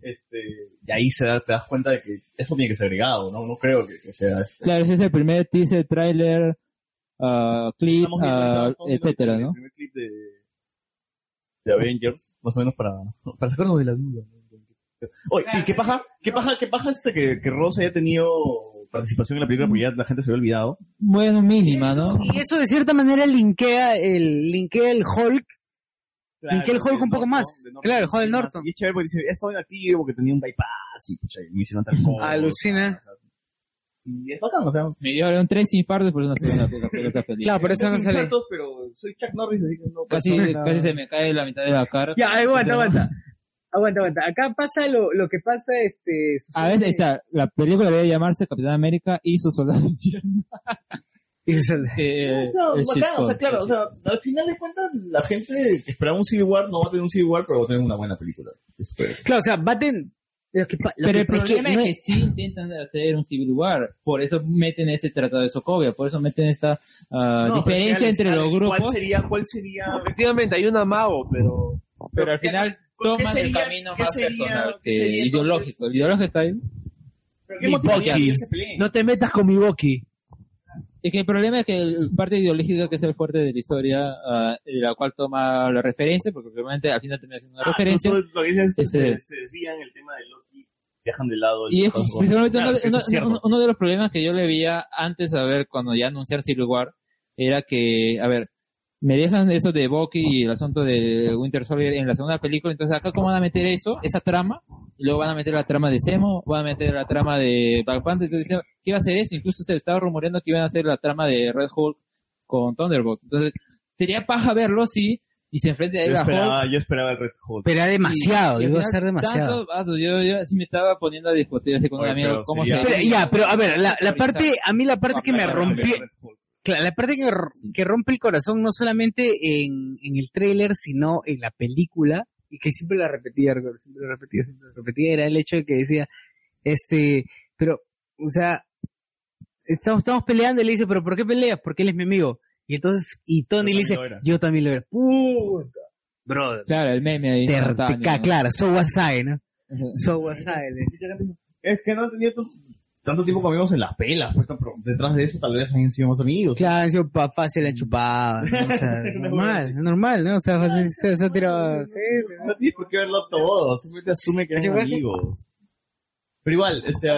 Speaker 4: Este, y ahí se da, te das cuenta de que eso tiene que ser agregado, ¿no? No creo que, que sea. este,
Speaker 5: Claro, ese es el primer teaser, trailer, ah, clip,
Speaker 4: Estamos viendo,
Speaker 5: ah,
Speaker 4: estamos viendo
Speaker 5: etcétera, ¿no?
Speaker 4: El primer clip de, de Avengers, más o menos para, *laughs* para sacarnos de la duda. ¿no? Oye, ¿y qué paja, qué paja, qué paja este que, que Rosa haya tenido participación en la película porque ya la gente se había olvidado?
Speaker 5: Bueno, mínima, ¿no?
Speaker 1: Y eso de cierta manera linkea el, linkea el Hulk. linkea el Hulk un poco más. claro, el Hulk del Norton.
Speaker 4: Y es chévere porque dice, he estado inactivo porque tenía un bypass y pucha, y me hicieron tal cosa.
Speaker 1: Alucina.
Speaker 4: Y es bacán, o sea.
Speaker 5: Me llevaron tres infartos por una segunda pelota, pelota feliz.
Speaker 1: Claro, por
Speaker 5: *laughs*
Speaker 1: eso no
Speaker 4: Sin
Speaker 1: sale.
Speaker 4: infartos, pero soy Chuck Norris, así que no
Speaker 5: Casi,
Speaker 4: pasó nada.
Speaker 5: casi se me cae la mitad de la cara.
Speaker 1: Ya, aguanta, aguanta. Aguanta, aguanta. Acá pasa lo, lo que pasa, este.
Speaker 5: A veces, o sea, la película debe llamarse Capitán América y su soldado.
Speaker 1: y
Speaker 5: Eh,
Speaker 4: O sea,
Speaker 5: es
Speaker 4: bacán, o sea,
Speaker 5: shitpost,
Speaker 4: claro,
Speaker 5: es
Speaker 4: o sea, al final de cuentas, la gente que esperaba un Civil War no va a tener un Civil War, pero va a tener una buena película. Este, Espero.
Speaker 1: Claro, o sea, baten. Lo que, pa- lo
Speaker 5: Pero
Speaker 1: que
Speaker 5: el
Speaker 1: pasa es que
Speaker 5: problema es
Speaker 1: no
Speaker 5: que,
Speaker 1: es-
Speaker 5: sí intentan hacer un Civil War, por eso meten ese tratado de Sokovia, por eso meten esta ah,
Speaker 4: No, pero
Speaker 5: diferencia
Speaker 4: Alex,
Speaker 5: entre
Speaker 4: Alex,
Speaker 5: los
Speaker 4: ¿Cuál
Speaker 5: grupos.
Speaker 4: sería, cuál sería?
Speaker 15: Efectivamente, hay un amago, pero.
Speaker 5: Pero al final toman el camino más personal que ideológico. El ideológico está ahí.
Speaker 4: qué motivaría
Speaker 5: Miboki.
Speaker 4: que se peleen?
Speaker 5: No te metas con mi Boki. Es que el problema es que el parte ideológica que es el fuerte de la historia, ah, de la cual toma la referencia, porque obviamente al final termina siendo una referencia.
Speaker 4: Entonces, Ah, lo que dicen es que se,
Speaker 5: Este-
Speaker 4: se desvían el tema de Loki, dejan de lado el
Speaker 5: Y es principalmente
Speaker 4: Claro,
Speaker 5: uno,
Speaker 4: que eso es
Speaker 5: uno-
Speaker 4: cierto.
Speaker 5: uno- uno de los problemas que yo le veía antes, a ver, cuando ya anunciar Civil War, era que, a ver, me dejan eso de Bucky y el asunto de Winter Soldier en la segunda película, entonces acá cómo van a meter eso, esa trama, y luego van a meter la trama de Zemo, van a meter la trama de Black Panther, entonces dicen, ¿qué iba a hacer eso? Incluso se estaba rumoreando que iban a hacer la trama de Red Hulk con Thunderbolt, entonces sería paja verlo, sí, y se enfrenta a él
Speaker 4: Yo
Speaker 5: a
Speaker 4: esperaba,
Speaker 5: Hulk,
Speaker 4: yo esperaba el Red Hulk.
Speaker 5: Pero era
Speaker 1: demasiado,
Speaker 5: y al
Speaker 1: iba a
Speaker 5: final,
Speaker 1: ser demasiado.
Speaker 5: tanto, vaso, yo, yo así me estaba poniendo a discutir así con
Speaker 1: Oye,
Speaker 5: un amigo,
Speaker 1: pero
Speaker 5: ¿cómo
Speaker 1: sería-
Speaker 5: se
Speaker 1: Pero, ya, pero a ver, la, la parte, a mí la
Speaker 4: Ah,
Speaker 1: parte que me
Speaker 5: claro,
Speaker 1: rompió,
Speaker 5: claro,
Speaker 1: claro, la parte que, r- que rompe el corazón no solamente en, en el tráiler, sino en la película, y que siempre la repetía, Argol, siempre la repetía, siempre la repetía, era el hecho de que decía, este, pero, o sea, estamos, estamos peleando y le dice, pero ¿por qué peleas? Porque él es mi amigo. Y entonces, y Tony le dice, yo también lo era. Puta. Brother.
Speaker 5: Claro, el meme ahí.
Speaker 1: Te-
Speaker 5: instantáneo,
Speaker 1: te ca-
Speaker 5: ¿no?
Speaker 1: claro, so was I, ¿no? So was I.
Speaker 4: Es que no tenía tu- tanto tiempo comimos en las pelas, pues, pero detrás de eso tal vez han sido más amigos.
Speaker 1: Claro, su papá se la chupaba. *laughs* ¿no? O sea, normal, normal, ¿no? O sea, se, se, se tiró- sí, sí.
Speaker 4: No tienes por qué verlo todo, simplemente asume que eran
Speaker 1: Chupate.
Speaker 4: amigos. Pero igual, o sea,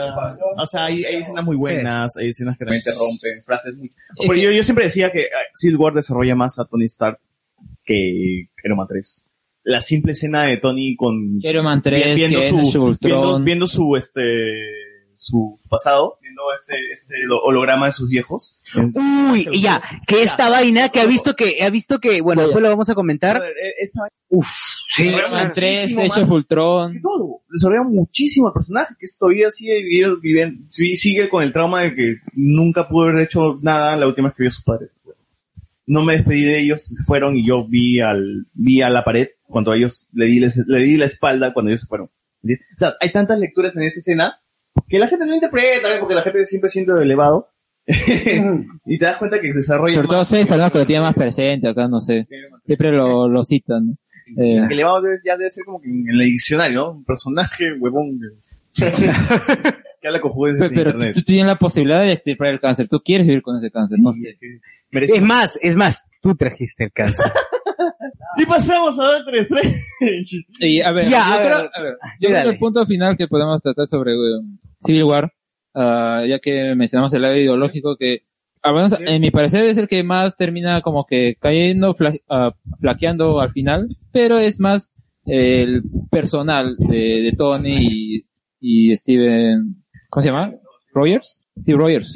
Speaker 4: o sea hay, hay escenas muy buenas, hay escenas que realmente rompen, frases muy... Pero yo, yo siempre decía que eh, Civil War desarrolla más a Tony Stark que Iron Man 3. La simple escena de Tony con...
Speaker 5: Iron Man 3,
Speaker 4: viendo
Speaker 5: que es
Speaker 4: su,
Speaker 5: Ultron.
Speaker 4: viendo, viendo su, este, su pasado, viendo este, este lo- holograma de sus viejos.
Speaker 1: Uy, y ya, que esta vaina que ha visto que, ha visto que, bueno, después lo vamos a comentar.
Speaker 4: e-,
Speaker 1: Uf, sí.
Speaker 4: Iron Man 3,
Speaker 1: Muchísimo
Speaker 4: Age
Speaker 1: más.
Speaker 4: of todo. Desarrolla muchísimo al personaje, que eso todavía sigue viviendo- viven- sí, sigue con el trauma de que nunca pudo haber hecho nada la última vez que vio a sus padres. No me despedí de ellos, se fueron y yo vi al, vi a la pared cuando ellos, le di, les- le di la espalda cuando ellos se fueron. ¿Entiendes? O sea, hay tantas lecturas en esa escena que la gente no interpreta, ¿ves? porque la gente siempre siente lo elevado. *laughs* y te das cuenta que se desarrolla
Speaker 5: Sobre todo
Speaker 4: más.
Speaker 5: César, ¿no? Que lo tiene más presente acá, no sé. Siempre lo, lo citan. ¿no? Eh,
Speaker 4: Que elevado debe- ya debe ser como que en el diccionario, ¿no? Un personaje huevón.
Speaker 5: *laughs*
Speaker 4: que- que habla con juguetes
Speaker 5: pero
Speaker 4: en
Speaker 5: pero
Speaker 4: internet.
Speaker 5: tú, tú tienes la posibilidad de extirpar el cáncer. Tú quieres vivir con ese cáncer, *laughs* no sé.
Speaker 1: Es más, es más, tú trajiste el *laughs* cáncer.
Speaker 4: Y pasamos a Doctor Strange.
Speaker 5: Y a ver,
Speaker 4: Ya,
Speaker 5: yo,
Speaker 4: a ver,
Speaker 5: creo,
Speaker 4: a
Speaker 5: a
Speaker 4: ver.
Speaker 5: ver, yo creo que
Speaker 4: Dale.
Speaker 5: el punto final que podemos tratar sobre eh, Civil War, ah, ya que mencionamos el lado ideológico que, al menos en mi parecer es el que más termina como que cayendo, fla- ah, flaqueando al final, pero es más eh, el personal de, de Tony y, y Steven, ¿cómo se llama? Rogers? Steve Rogers.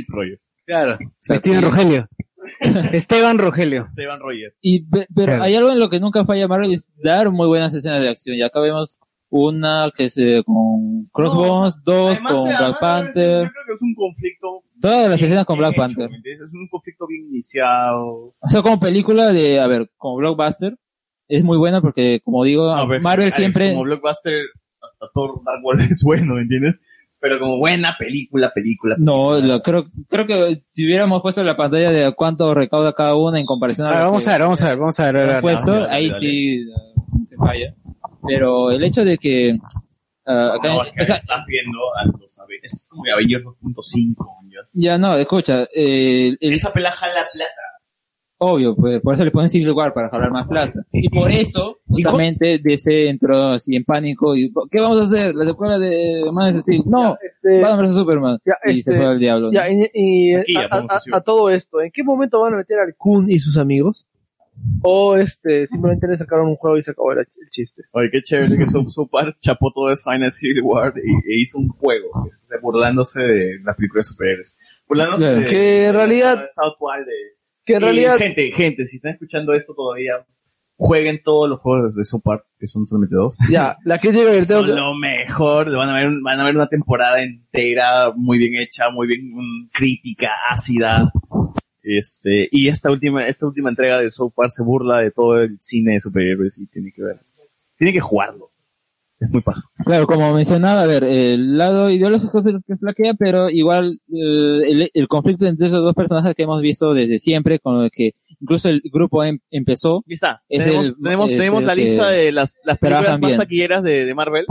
Speaker 1: Claro.
Speaker 5: Steven
Speaker 1: Rogelio. *laughs* Esteban Rogelio.
Speaker 4: Esteban Roger.
Speaker 5: Y, ve- pero
Speaker 1: Claro.
Speaker 5: hay algo en lo que nunca falla Marvel y es dar muy buenas escenas de acción. Y acá vemos una que es eh, con Crossbones, dos
Speaker 4: Además,
Speaker 5: con
Speaker 4: además,
Speaker 5: Black
Speaker 4: Yo
Speaker 5: Panther.
Speaker 4: creo que es un conflicto.
Speaker 5: Todas las
Speaker 4: bien
Speaker 5: escenas con Black
Speaker 4: hecho,
Speaker 5: Panther.
Speaker 4: ¿me entiendes? Es un conflicto bien iniciado.
Speaker 5: O sea, como película de, a ver, como blockbuster, es muy buena porque, como digo, Ah, Marvel
Speaker 4: Alex,
Speaker 5: siempre...
Speaker 4: Como blockbuster, hasta Thor Dark World es bueno, ¿me entiendes? Pero como buena película, película.
Speaker 5: No, lo- creo, creo que si hubiéramos puesto la pantalla de cuánto recauda cada una en comparación a...
Speaker 1: A ver,
Speaker 5: lo
Speaker 1: vamos
Speaker 5: que-
Speaker 1: a ver, vamos a ver, vamos a ver. a ver, a ver.
Speaker 5: puesto, ahí sí eh, se falla. Pero el hecho de que... ah, acá-
Speaker 4: No, es que
Speaker 5: o sea,
Speaker 4: estás viendo a los Ave- Es como que Avengers 2.5. ¿no?
Speaker 5: ya no, escucha, eh, el-
Speaker 4: Esa pela jala plata.
Speaker 5: Obvio, pues, por eso le ponen Civil War para jalar más plata. Y por eso, justamente, DC entró así en pánico y, ¿qué vamos a hacer? La secuela de Man of Steel. No, Batman vs Superman. y
Speaker 15: eh, este,
Speaker 5: se fue al diablo.
Speaker 15: ya, y, y,
Speaker 5: Aquí ya
Speaker 15: a,
Speaker 5: podemos
Speaker 15: a-
Speaker 5: decir.
Speaker 15: a todo esto, ¿en qué momento van a meter al Kun y sus amigos? ¿O este simplemente le sacaron un juego y se acabó el, el chiste?
Speaker 4: Oye, qué chévere que South South Park chapó todo eso en el Civil War y, e hizo un juego este, burlándose de las películas de superhéroes. Burlándose
Speaker 15: Claro.
Speaker 4: de...
Speaker 15: Que en realidad-
Speaker 4: de South Park, de-
Speaker 15: que en
Speaker 4: Y
Speaker 15: realidad-
Speaker 4: Gente, gente, si están escuchando esto todavía, jueguen todos los juegos de South Park, que son solamente dos.
Speaker 15: Ya, la crítica que le tengo
Speaker 4: Son
Speaker 15: que...
Speaker 4: lo mejor, van a, ver, un- van a ver una temporada entera muy bien hecha, muy bien mm, crítica, ácida. Este, y esta última, esta última entrega de South Park se burla de todo el cine de superhéroes y tiene que ver. Tiene que jugarlo. Es muy paja.
Speaker 5: Claro, como mencionaba, a ver, el lado ideológico es el que flaquea, pero igual eh, el, el conflicto entre esos dos personajes que hemos visto desde siempre, con el que incluso el grupo em- empezó.
Speaker 4: Lista.
Speaker 5: es
Speaker 4: tenemos
Speaker 5: el-
Speaker 4: tenemos,
Speaker 5: es
Speaker 4: tenemos
Speaker 5: el
Speaker 4: la
Speaker 5: que-
Speaker 4: lista de las, las
Speaker 5: Pero
Speaker 4: películas
Speaker 5: bajan
Speaker 4: más
Speaker 5: bien.
Speaker 4: taquilleras de, de Marvel.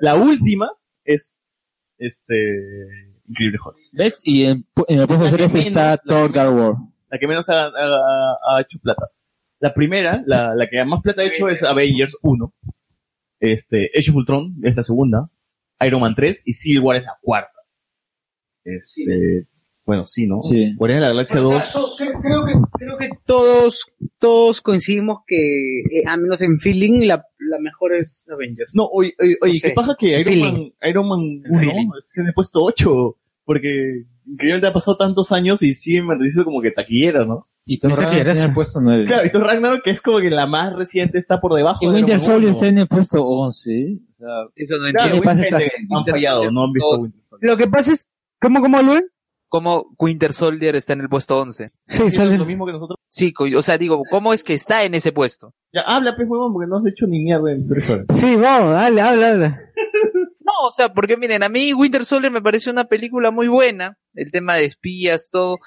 Speaker 4: La última es este Increíble Hulk.
Speaker 5: ¿Ves? Y en, en el puesto
Speaker 4: La que
Speaker 5: 3 está Thor Dark War.
Speaker 4: La que menos ha, ha- ha hecho plata. La primera, la, la que más plata ha hecho es Avengers 1. Este, Age of Ultron es la segunda. Iron Man 3 y Civil War es la cuarta. Este, Bueno, sí, ¿no?
Speaker 50: Sí.
Speaker 4: Guardianes de la Galaxia
Speaker 51: O sea,
Speaker 4: 2.
Speaker 51: to- creo, creo que, creo que
Speaker 52: Todos, todos coincidimos que, eh, a menos en feeling, la, la mejor es Avengers.
Speaker 4: No, oye, oye, oye,
Speaker 52: No sé.
Speaker 4: ¿qué pasa que Iron
Speaker 52: Feeling.
Speaker 4: Man, Iron Man 1 es que le he puesto 8? Porque increíble, ha pasado tantos años y sigue manteniendo como que taquillera, ¿no?
Speaker 50: Y
Speaker 4: tú
Speaker 50: Thor Ragnarok está en el puesto 9.
Speaker 4: Claro, y Thor Ragnarok, que es como que la más reciente, está por debajo
Speaker 50: Y
Speaker 4: de
Speaker 50: Winter
Speaker 4: Iron Man
Speaker 50: Soldier
Speaker 4: 1.
Speaker 50: está en el puesto 11.
Speaker 9: Eso no
Speaker 4: Claro,
Speaker 9: entiendo.
Speaker 4: güey, gente, han fallado, no han visto Winter
Speaker 1: Lo que pasa es, ¿cómo, cómo, Luen?
Speaker 9: ¿Cómo Winter Soldier está en el puesto 11?
Speaker 1: Sí, sale.
Speaker 4: Lo mismo que nosotros.
Speaker 9: Sí, co- o sea, digo, ¿cómo es que está en ese puesto?
Speaker 4: Ya, habla, pues, huevón, porque no has hecho ni mierda en tres horas.
Speaker 1: Sí, vamos, dale, habla, habla.
Speaker 9: No, o sea, porque miren, a mí Winter Soldier me parece una película muy buena, el tema de espías, todo.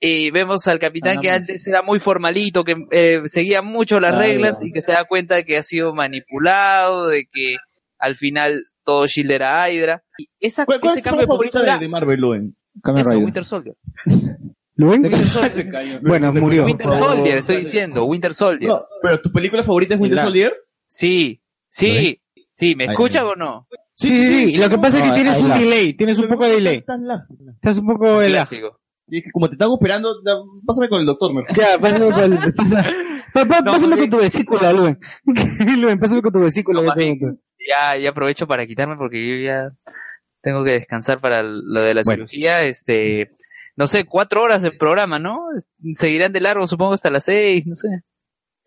Speaker 9: Eh, vemos al capitán que antes era muy formalito, que eh, seguía mucho las
Speaker 50: Ah,
Speaker 9: reglas
Speaker 50: ya.
Speaker 9: y que se da cuenta de que ha sido manipulado, de que al final todo Shield era Hydra. Y esa,
Speaker 4: ¿Cuál, cuál
Speaker 9: ese
Speaker 4: es tu
Speaker 9: cambio de
Speaker 4: favorita
Speaker 9: postura,
Speaker 4: de, de Marvel, *laughs* Luen?
Speaker 9: eso, Winter Soldier. Winter Soldier.
Speaker 4: Bueno, murió.
Speaker 9: Winter Soldier, estoy diciendo, Winter Soldier.
Speaker 4: No, pero tu película favorita es Winter
Speaker 9: La-
Speaker 4: Soldier?
Speaker 9: Sí, sí, sí, ¿me escuchas o no?
Speaker 1: Sí, sí, sí, Lo que pasa es que
Speaker 4: No,
Speaker 1: tienes
Speaker 4: ahí
Speaker 1: un
Speaker 4: la-
Speaker 1: delay, tienes un poco de delay. Estás un poco de la.
Speaker 4: Y es que como te estaba esperando, ya, pásame con el doctor, mejor.
Speaker 1: *laughs* Ya, pásame con, el- pasa- pa- pa- pásame con tu vesícula, Luen. *laughs* Luen, pásame con tu vesícula. que tengo acá.
Speaker 9: Ya, ya aprovecho para quitarme porque yo ya tengo que descansar para el- lo de la cirugía, este, no sé, cuatro horas de programa, ¿no? Es- Seguirán de largo, supongo, hasta las seis, no sé.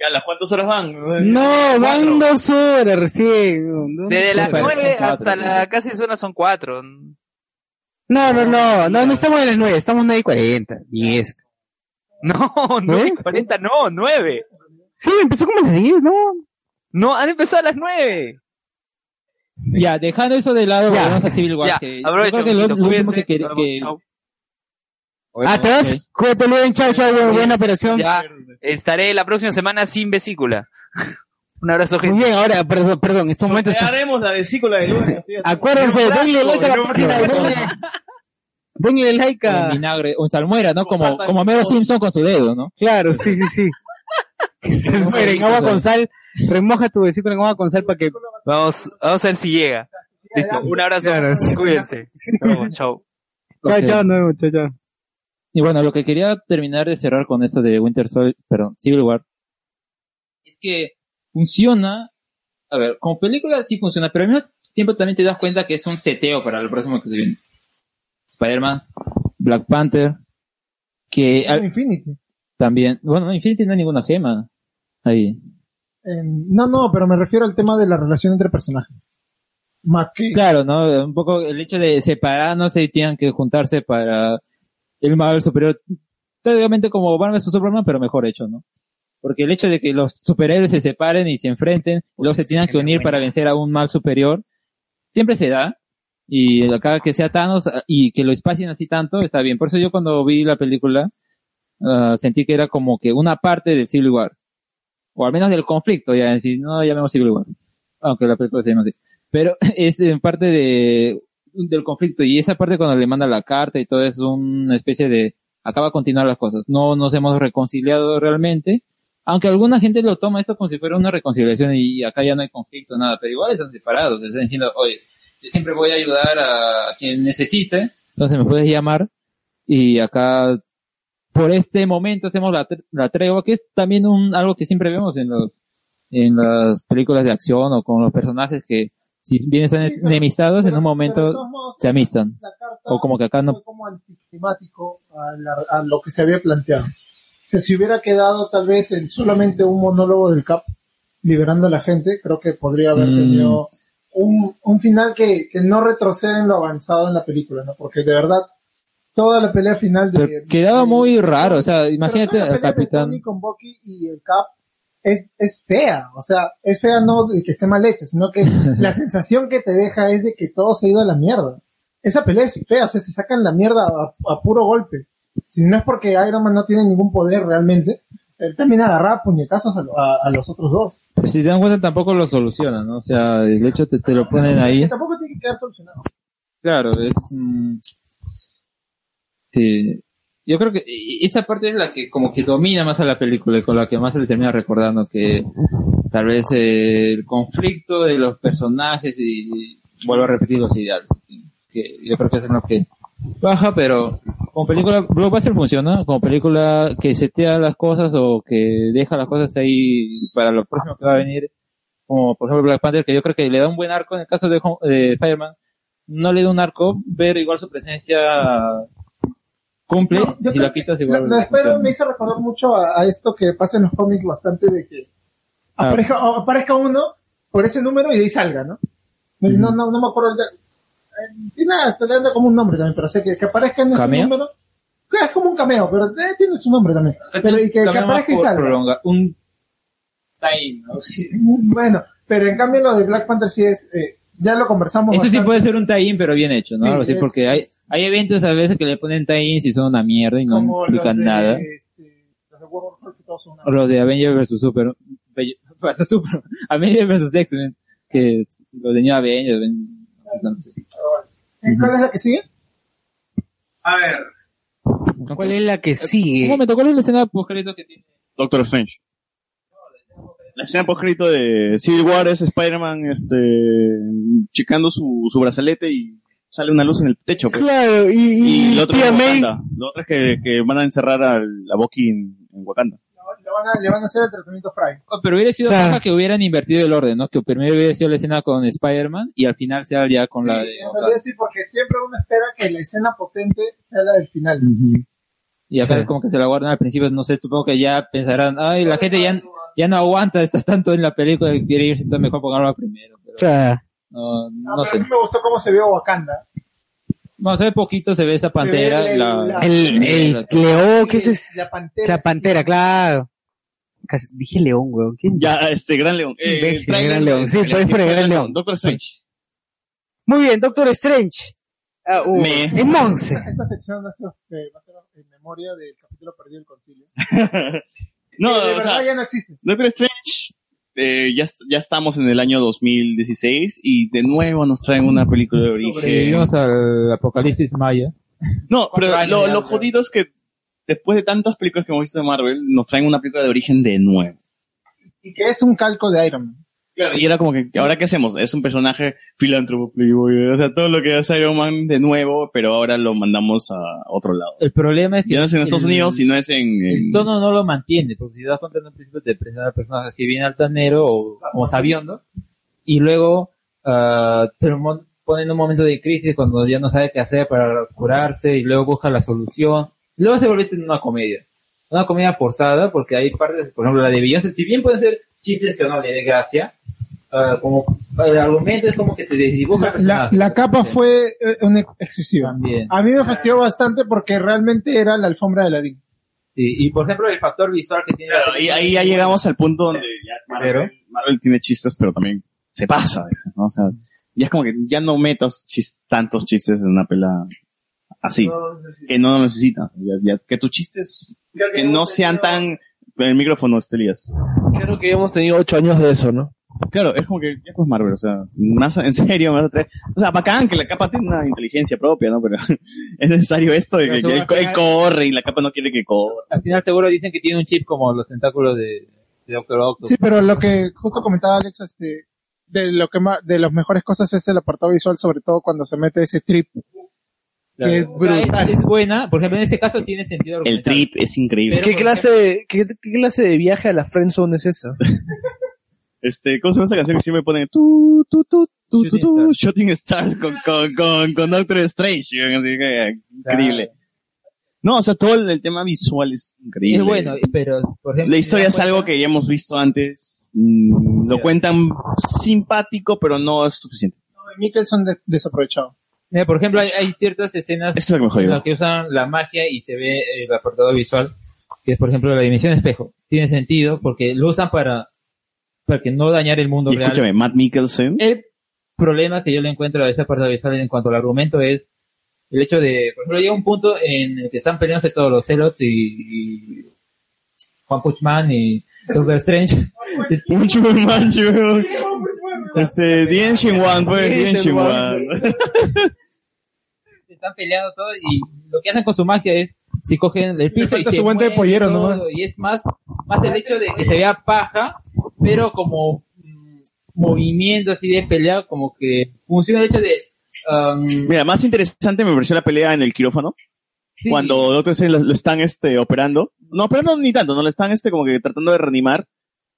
Speaker 4: ¿A las cuántas horas van?
Speaker 1: No, van dos horas recién. No,
Speaker 9: Desde las
Speaker 1: Disculpa.
Speaker 9: nueve hasta la casi suena son cuatro. *laughs*
Speaker 1: No, no, no, no, no estamos en las nueve, estamos en las 40, 10.
Speaker 9: No, no, cuarenta no, nueve.
Speaker 1: Sí, empezó como a las 10, ¿no?
Speaker 9: No, han empezado a las nueve.
Speaker 5: Ya, dejando eso de lado,
Speaker 1: Ya.
Speaker 5: volvemos a Civil War.
Speaker 1: Ya,
Speaker 5: que yo
Speaker 1: aprovecho,
Speaker 5: creo que lo,
Speaker 1: mijito,
Speaker 5: lo último
Speaker 1: cuídense,
Speaker 5: que, que-
Speaker 1: nos vemos,
Speaker 5: que-
Speaker 1: Ah, te vas, cuídate, Luen, chao, chao, Luen, buena operación.
Speaker 9: Ya, estaré la próxima semana sin vesícula. *laughs* Un abrazo, gente.
Speaker 1: Muy bien, ahora, perdón, perdón, en estos momentos. está-
Speaker 4: haremos la vesícula de Luen.
Speaker 1: Acuérdense, denle like a la página de Luen. Denle like
Speaker 5: Un
Speaker 1: a. *laughs*
Speaker 5: vinagre, un salmuera, ¿no? Como, como Mero Simpson con su dedo, ¿no?
Speaker 1: Claro, sí, sí,
Speaker 5: *laughs*
Speaker 1: sí. Que se muere en agua con sal. Remoja tu vesícula en agua con sal para que.
Speaker 9: Vamos, vamos a ver si llega. Listo, un abrazo. Cuídense. Chao, chao.
Speaker 1: Chao,
Speaker 5: Ok.
Speaker 1: chao, nos vemos, chao, chao.
Speaker 5: Y bueno, lo que quería terminar de cerrar con esto de Winter Soldier, perdón, Civil War, es que funciona, a ver, como película sí funciona, pero al mismo tiempo también te das cuenta que es un seteo para lo próximo que se viene. Spider-Man, Black Panther, que al-
Speaker 13: Infinity.
Speaker 5: también, bueno, Infinity no hay ninguna gema ahí.
Speaker 13: Eh, no, no, pero me refiero al tema de la relación entre personajes. Más que...
Speaker 5: Claro, ¿no? Un poco el hecho de separarnos y tienen que juntarse para el Marvel superior. Técnicamente como Batman su Superman, pero mejor hecho, ¿no? Porque el hecho de que los superhéroes se separen y se enfrenten, y luego se tienen que unir para vencer a un mal superior, siempre se da. Y acá que sea Thanos ah, y que lo espacien así tanto, está bien. Por eso yo cuando vi la película, ah, sentí que era como que una parte del Civil War. O al menos del conflicto, ya en sí, no llamemos Civil War. Aunque la película se llama así pero *laughs* es en parte de del conflicto y esa parte cuando le manda la carta y todo es una especie de acaba a continuar las cosas no nos hemos reconciliado realmente aunque alguna gente lo toma esto como si fuera una reconciliación y acá ya no hay conflicto nada pero igual están separados están diciendo oye yo siempre voy a ayudar a quien necesite entonces me puedes llamar y acá por este momento hacemos la, tre- la tregua que es también un algo que siempre vemos en los en las películas de acción o con los personajes que si bien están enemistados en un momento se amistan o como que acá no
Speaker 13: como anticlimático a, la- a lo que se había planteado. O sea, si hubiera quedado tal vez en solamente un monólogo del Cap liberando a la gente, creo que podría haber
Speaker 5: Mm.
Speaker 13: tenido un, un final que, que no retrocede en lo avanzado en la película, ¿no? Porque de verdad, toda la pelea final de...
Speaker 5: quedaba muy raro o sea imagínate
Speaker 13: Pero toda la
Speaker 5: al
Speaker 13: pelea de
Speaker 5: capitán
Speaker 13: Tony con Bucky y el Cap es, es fea, o sea, es fea no de que esté mal hecha, sino
Speaker 5: *laughs*
Speaker 13: que la sensación que te deja es de que todo se ha ido a la mierda. Esa pelea es fea, o sea, se sacan la mierda a, a puro golpe. Si no es porque Iron Man no tiene ningún poder realmente, eh, él también agarraba puñetazos a, lo- a- a los otros dos.
Speaker 5: pero Pues, si te dan cuenta tampoco lo solucionan ¿no? o sea el hecho te, te lo ponen ahí
Speaker 13: Que tampoco tiene que quedar solucionado.
Speaker 5: Claro, es. mm, sí. Yo creo que e- esa parte es la que como que domina más a la película y con la que más se le termina recordando que tal vez eh, el conflicto de los personajes y, y vuelvo a repetir los ideales. Que yo creo que eso es lo que baja, pero como película, Blockbuster funciona, como película que setea las cosas o que deja las cosas ahí para lo próximo que va a venir, como por ejemplo Black Panther, que yo creo que le da un buen arco en el caso de, Hom- de Spider-Man, no le da un arco, pero igual su presencia cumple,
Speaker 13: No, yo
Speaker 5: si
Speaker 13: creo
Speaker 5: la quitas
Speaker 13: La,
Speaker 5: igual.
Speaker 13: la espera me hizo recordar mucho a, a esto que pasa en los cómics bastante de que
Speaker 5: Ah.
Speaker 13: aparezca, o aparezca uno por ese número y de ahí salga, ¿no? No, no, no, no me acuerdo. ya- eh, Tiene hasta le anda como un nombre también, pero sé que, que aparezca en ese
Speaker 5: ¿Cameo?
Speaker 13: número. que Es como un cameo, pero eh, tiene su nombre también. Pero y que, que
Speaker 5: También Eh, más
Speaker 13: aparezca y
Speaker 5: por-
Speaker 13: salga.
Speaker 5: prolonga- un
Speaker 13: Bueno, pero en cambio lo de Black Panther sí es, eh, ya lo conversamos.
Speaker 5: Eso sí
Speaker 13: bastante.
Speaker 5: puede ser un tie-in, pero bien hecho, ¿no?
Speaker 13: Sí,
Speaker 5: Algo así,
Speaker 13: es-
Speaker 5: porque hay, hay eventos a veces que le ponen tie-ins y son una mierda y no
Speaker 13: Como los
Speaker 5: implican
Speaker 13: de,
Speaker 5: nada.
Speaker 13: este, los de World War que todos son una-
Speaker 5: O los de Avengers vs. Super, Be- versus Super, *laughs* Avengers vs. X-Men, que lo tenía Avengers. ven- no sé.
Speaker 13: ¿Eh? ¿Cuál es la que sigue?
Speaker 3: A ver.
Speaker 37: ¿Cuál es la que sigue?
Speaker 5: Un momento, ¿cuál es la escena postcrédito que tiene?
Speaker 4: Doctor Strange. La escena postcrédito de Civil War es Spider-Man este, checando su, su brazalete y sale una luz en el techo. pues.
Speaker 37: Claro, y,
Speaker 4: Y la otra
Speaker 37: tía
Speaker 4: es
Speaker 37: May.
Speaker 4: Wakanda. La otra es que, que van a encerrar al- a Bucky en, en Wakanda.
Speaker 13: Le van a, le van a hacer el tratamiento Fry.
Speaker 5: Oh, Pero hubiera sido paja que hubieran invertido el orden, ¿no? Que primero hubiera sido la escena con Spider-Man y al final sea ya con la de...
Speaker 13: En realidad sí, porque siempre uno espera que la escena potente sea la del final.
Speaker 5: Y acá es como que se la guardan al principio, no sé, supongo que ya pensarán, ay, la gente ya, ya no aguanta, estás tanto en la película que quiere irse, entonces mejor ponganlo primero. Pero, no,
Speaker 13: Ah,
Speaker 5: no
Speaker 13: pero
Speaker 5: sé.
Speaker 13: a mí me gustó cómo se vio Wakanda.
Speaker 5: No, se ve poquito, se ve esa pantera.
Speaker 13: ve el-
Speaker 5: la,
Speaker 37: El, el Cleo, Oh, ¿qué es eso?
Speaker 13: La pantera.
Speaker 37: La pantera, claro. Casi- dije león, weón. ¿Quién
Speaker 4: Ya, este, Gran León.
Speaker 37: Imbécil,
Speaker 4: trailer
Speaker 37: Gran León.
Speaker 4: de-
Speaker 37: Sí,
Speaker 4: de-
Speaker 37: fue-
Speaker 4: de-
Speaker 37: fue
Speaker 4: de-
Speaker 37: Gran
Speaker 4: de-
Speaker 37: León.
Speaker 4: Doctor Strange.
Speaker 37: Muy bien, Doctor Strange. Ah, uh,
Speaker 4: Me.
Speaker 37: es Monse.
Speaker 13: Esta sección va a ser, eh, va a ser en memoria del capítulo Perdido del Concilio.
Speaker 4: No,
Speaker 13: Que de
Speaker 4: o
Speaker 13: verdad
Speaker 4: sea,
Speaker 13: ya no existe.
Speaker 4: Doctor Strange, eh, ya, ya estamos en el año 2016 y de nuevo nos traen una película de origen.
Speaker 5: Sobrevivimos al apocalipsis maya.
Speaker 4: No, pero
Speaker 5: años
Speaker 4: lo,
Speaker 5: ya,
Speaker 4: lo
Speaker 5: ya.
Speaker 4: jodido es que después de tantas películas que hemos visto de Marvel, nos traen una película de origen de nuevo.
Speaker 13: Y que es un calco de Iron Man.
Speaker 4: Claro, y era como que, ¿ahora qué hacemos? Es un personaje filántropo, playboy, o sea, todo lo que hace Iron Man de nuevo, pero ahora lo mandamos a otro lado.
Speaker 5: El problema es que...
Speaker 4: Ya no es en Estados
Speaker 5: el-
Speaker 4: Unidos, sino es en...
Speaker 5: El
Speaker 4: en-
Speaker 5: tono no lo mantiene, porque si te das cuenta en un principio te presentan al personaje así bien altanero o, o sabiondo, y luego ah, te lo mon- pone en un momento de crisis cuando ya no sabe qué hacer para curarse y luego busca la solución. Luego se vuelve en una comedia. Una comedia forzada porque hay partes, por ejemplo, la de Beyoncé, si bien pueden ser chistes que no le den gracia, ah, como el argumento es como que te desdibuja el
Speaker 13: La,
Speaker 5: personaje.
Speaker 13: la capa fue eh, una excesiva. A mí me fastidió bastante porque realmente era la alfombra de Ladín.
Speaker 5: Sí, y por ejemplo el factor visual que tiene... la
Speaker 4: Claro, ahí,
Speaker 5: película-
Speaker 4: ahí ya llegamos al punto donde ya Marvel, Marvel tiene chistes, pero también se pasa a veces, ¿no? O sea, ya es como que ya no metas chis- tantos chistes en una pelada así, que no lo necesitas. Ya, ya- que tus chistes, que no sean tan... El micrófono, Estelías.
Speaker 15: Creo que hemos tenido ocho años de eso, ¿no?
Speaker 4: Claro, es como que ya pues Marvel, o sea, más en serio, más atrás. O sea, bacán que la capa tiene una inteligencia propia, ¿no? Pero *laughs* es necesario esto de que,
Speaker 5: Pero
Speaker 4: que
Speaker 5: eso
Speaker 4: él, co- él corre y la capa no quiere que corra.
Speaker 5: Al final seguro dicen que tiene un chip como los tentáculos de, de Doctor Octopus.
Speaker 13: Sí, pero lo que justo comentaba Alex, este, de lo que más, de las mejores cosas es el apartado visual, sobre todo cuando se mete ese trip.
Speaker 5: Claro.
Speaker 13: que es
Speaker 5: O sea, es,
Speaker 13: brutal.
Speaker 5: es buena, por ejemplo, en ese caso tiene sentido.
Speaker 4: El trip es increíble.
Speaker 15: ¿Qué clase, qué, qué clase de viaje a la friendzone es esa?
Speaker 4: Este, ¿cómo se llama esa canción que siempre pone tu, tu, tu, tu, tu, tu, Shooting Stars con, con, con, con Doctor Strange? ¿no? Así que, Increíble. No, o sea, todo el, el tema visual es increíble.
Speaker 5: Es bueno, pero por ejemplo.
Speaker 4: La historia es algo que ya hemos visto antes. Mm, Lo
Speaker 5: Ya.
Speaker 4: cuentan simpático, pero no es suficiente.
Speaker 13: Mikkelson de- desaprovechado.
Speaker 5: Mira, por ejemplo, hay, hay ciertas escenas
Speaker 4: Esto es lo que me jodió.
Speaker 5: en las que usan la magia y se ve el apartado visual, que es por ejemplo la dimensión espejo. Tiene sentido porque lo usan para, para que no dañar el mundo
Speaker 4: Y
Speaker 5: real.
Speaker 4: escúchame, Matt Mikkelsen.
Speaker 5: El problema que yo le encuentro a esa parte de Bizarre en cuanto al argumento es el hecho de, por ejemplo, llega un punto en el que están peleándose todos los celos y, y Juan Puchman y Doctor Strange.
Speaker 4: Mucho man, weón. Este, The Ancient One, pues, The Ancient One.
Speaker 5: Se están peleando todo y lo que hacen con su magia es si cogen el piso y
Speaker 15: falta
Speaker 5: se
Speaker 15: su guante de
Speaker 5: mueven
Speaker 15: pollero
Speaker 5: todo,
Speaker 15: nomás.
Speaker 5: y es más más el hecho de que se vea paja pero como mm, movimiento así de pelea como que funciona el hecho de
Speaker 4: Mira, más interesante me pareció la pelea en el quirófano. Cuando Doctor Strange lo, lo están este, operando. No, operando ni tanto, no lo están este, como que tratando de reanimar.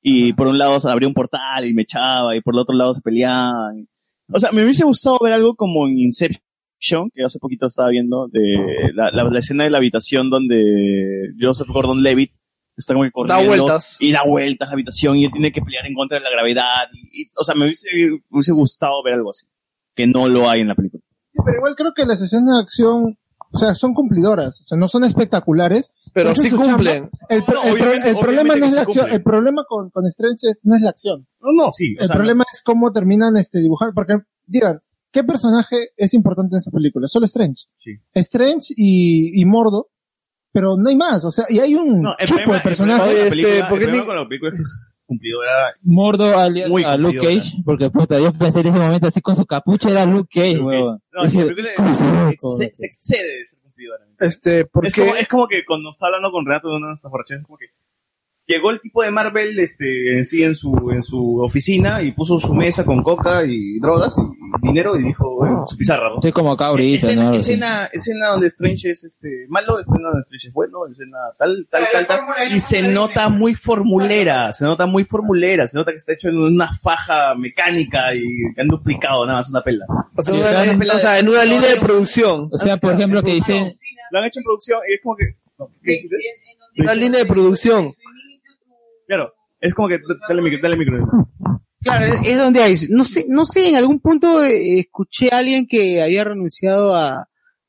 Speaker 4: Y por un lado se abría un portal y me echaba, y por el otro lado se peleaban. O sea, me hubiese gustado ver algo como en Inception, que hace poquito estaba viendo, de la, la- la escena de la habitación donde Joseph Gordon Levitt está como que corriendo.
Speaker 53: vueltas.
Speaker 4: Y da vueltas la habitación y él tiene que pelear en contra de la gravedad. Y, y- o sea, me hubiese, me hubiese gustado ver algo así. Que no lo hay en la película.
Speaker 13: Sí, pero igual creo que las escenas de acción, o sea, son cumplidoras, o sea, no son espectaculares.
Speaker 3: Pero
Speaker 13: hacen
Speaker 3: sí
Speaker 13: su chamba.
Speaker 3: cumplen.
Speaker 13: El, pro-
Speaker 3: No,
Speaker 13: el pro-
Speaker 3: obviamente-
Speaker 13: el problema
Speaker 3: obviamente
Speaker 13: no
Speaker 3: que
Speaker 13: es
Speaker 3: sí
Speaker 13: la acción,
Speaker 3: cumplen.
Speaker 13: el problema con, con Strange es- no es la acción.
Speaker 4: No, no, sí.
Speaker 13: el problema es cómo terminan este dibujar, porque digan, ¿qué personaje es importante en esa película? Solo Strange. Strange y, y Mordo, pero no hay más, o sea, y hay un chupo de personajes.
Speaker 4: Oye, este, ¿por qué ni- con la película es que es cumplidora.
Speaker 5: Mordo alias
Speaker 4: Muy
Speaker 5: a Luke
Speaker 4: cumplidora.
Speaker 5: Cage, porque puta, yo pensé en ese momento así con su capucha era Luke Cage, huevón.
Speaker 4: No,
Speaker 5: Dije,
Speaker 4: yo creo que le-
Speaker 5: ¿cómo se llama el codo?
Speaker 4: se, se excede de ser cumplidora.
Speaker 3: Este, porque
Speaker 4: Es como, es como que cuando está hablando con Renato de una de estas borracheras, es como que llegó el tipo de Marvel este, en sí en su, en su oficina y puso su mesa con coca y drogas y dinero y dijo, bueno, su pizarra. ¿no?
Speaker 5: Estoy como acá ahorita,
Speaker 4: escena,
Speaker 5: ¿no?
Speaker 4: escena, escena donde Strange es este, malo, escena donde Strange es bueno, escena tal, tal, tal, tal. Y se nota muy formulera, se nota muy formulera, se nota que está hecho en una faja mecánica y que han duplicado nada más una pela.
Speaker 3: O sea,
Speaker 4: Sí,
Speaker 3: una-
Speaker 4: o sea,
Speaker 3: eh,
Speaker 4: pela
Speaker 3: o sea, en una línea de producción.
Speaker 5: O sea, por ejemplo, que dicen,
Speaker 4: Lo han hecho en producción y es como que...
Speaker 3: una línea de producción.
Speaker 4: Claro, es como que... Dale micro, dale micro.
Speaker 1: Claro, es, es donde hay. No sé, no sé, en algún punto eh, escuché a alguien que había renunciado a,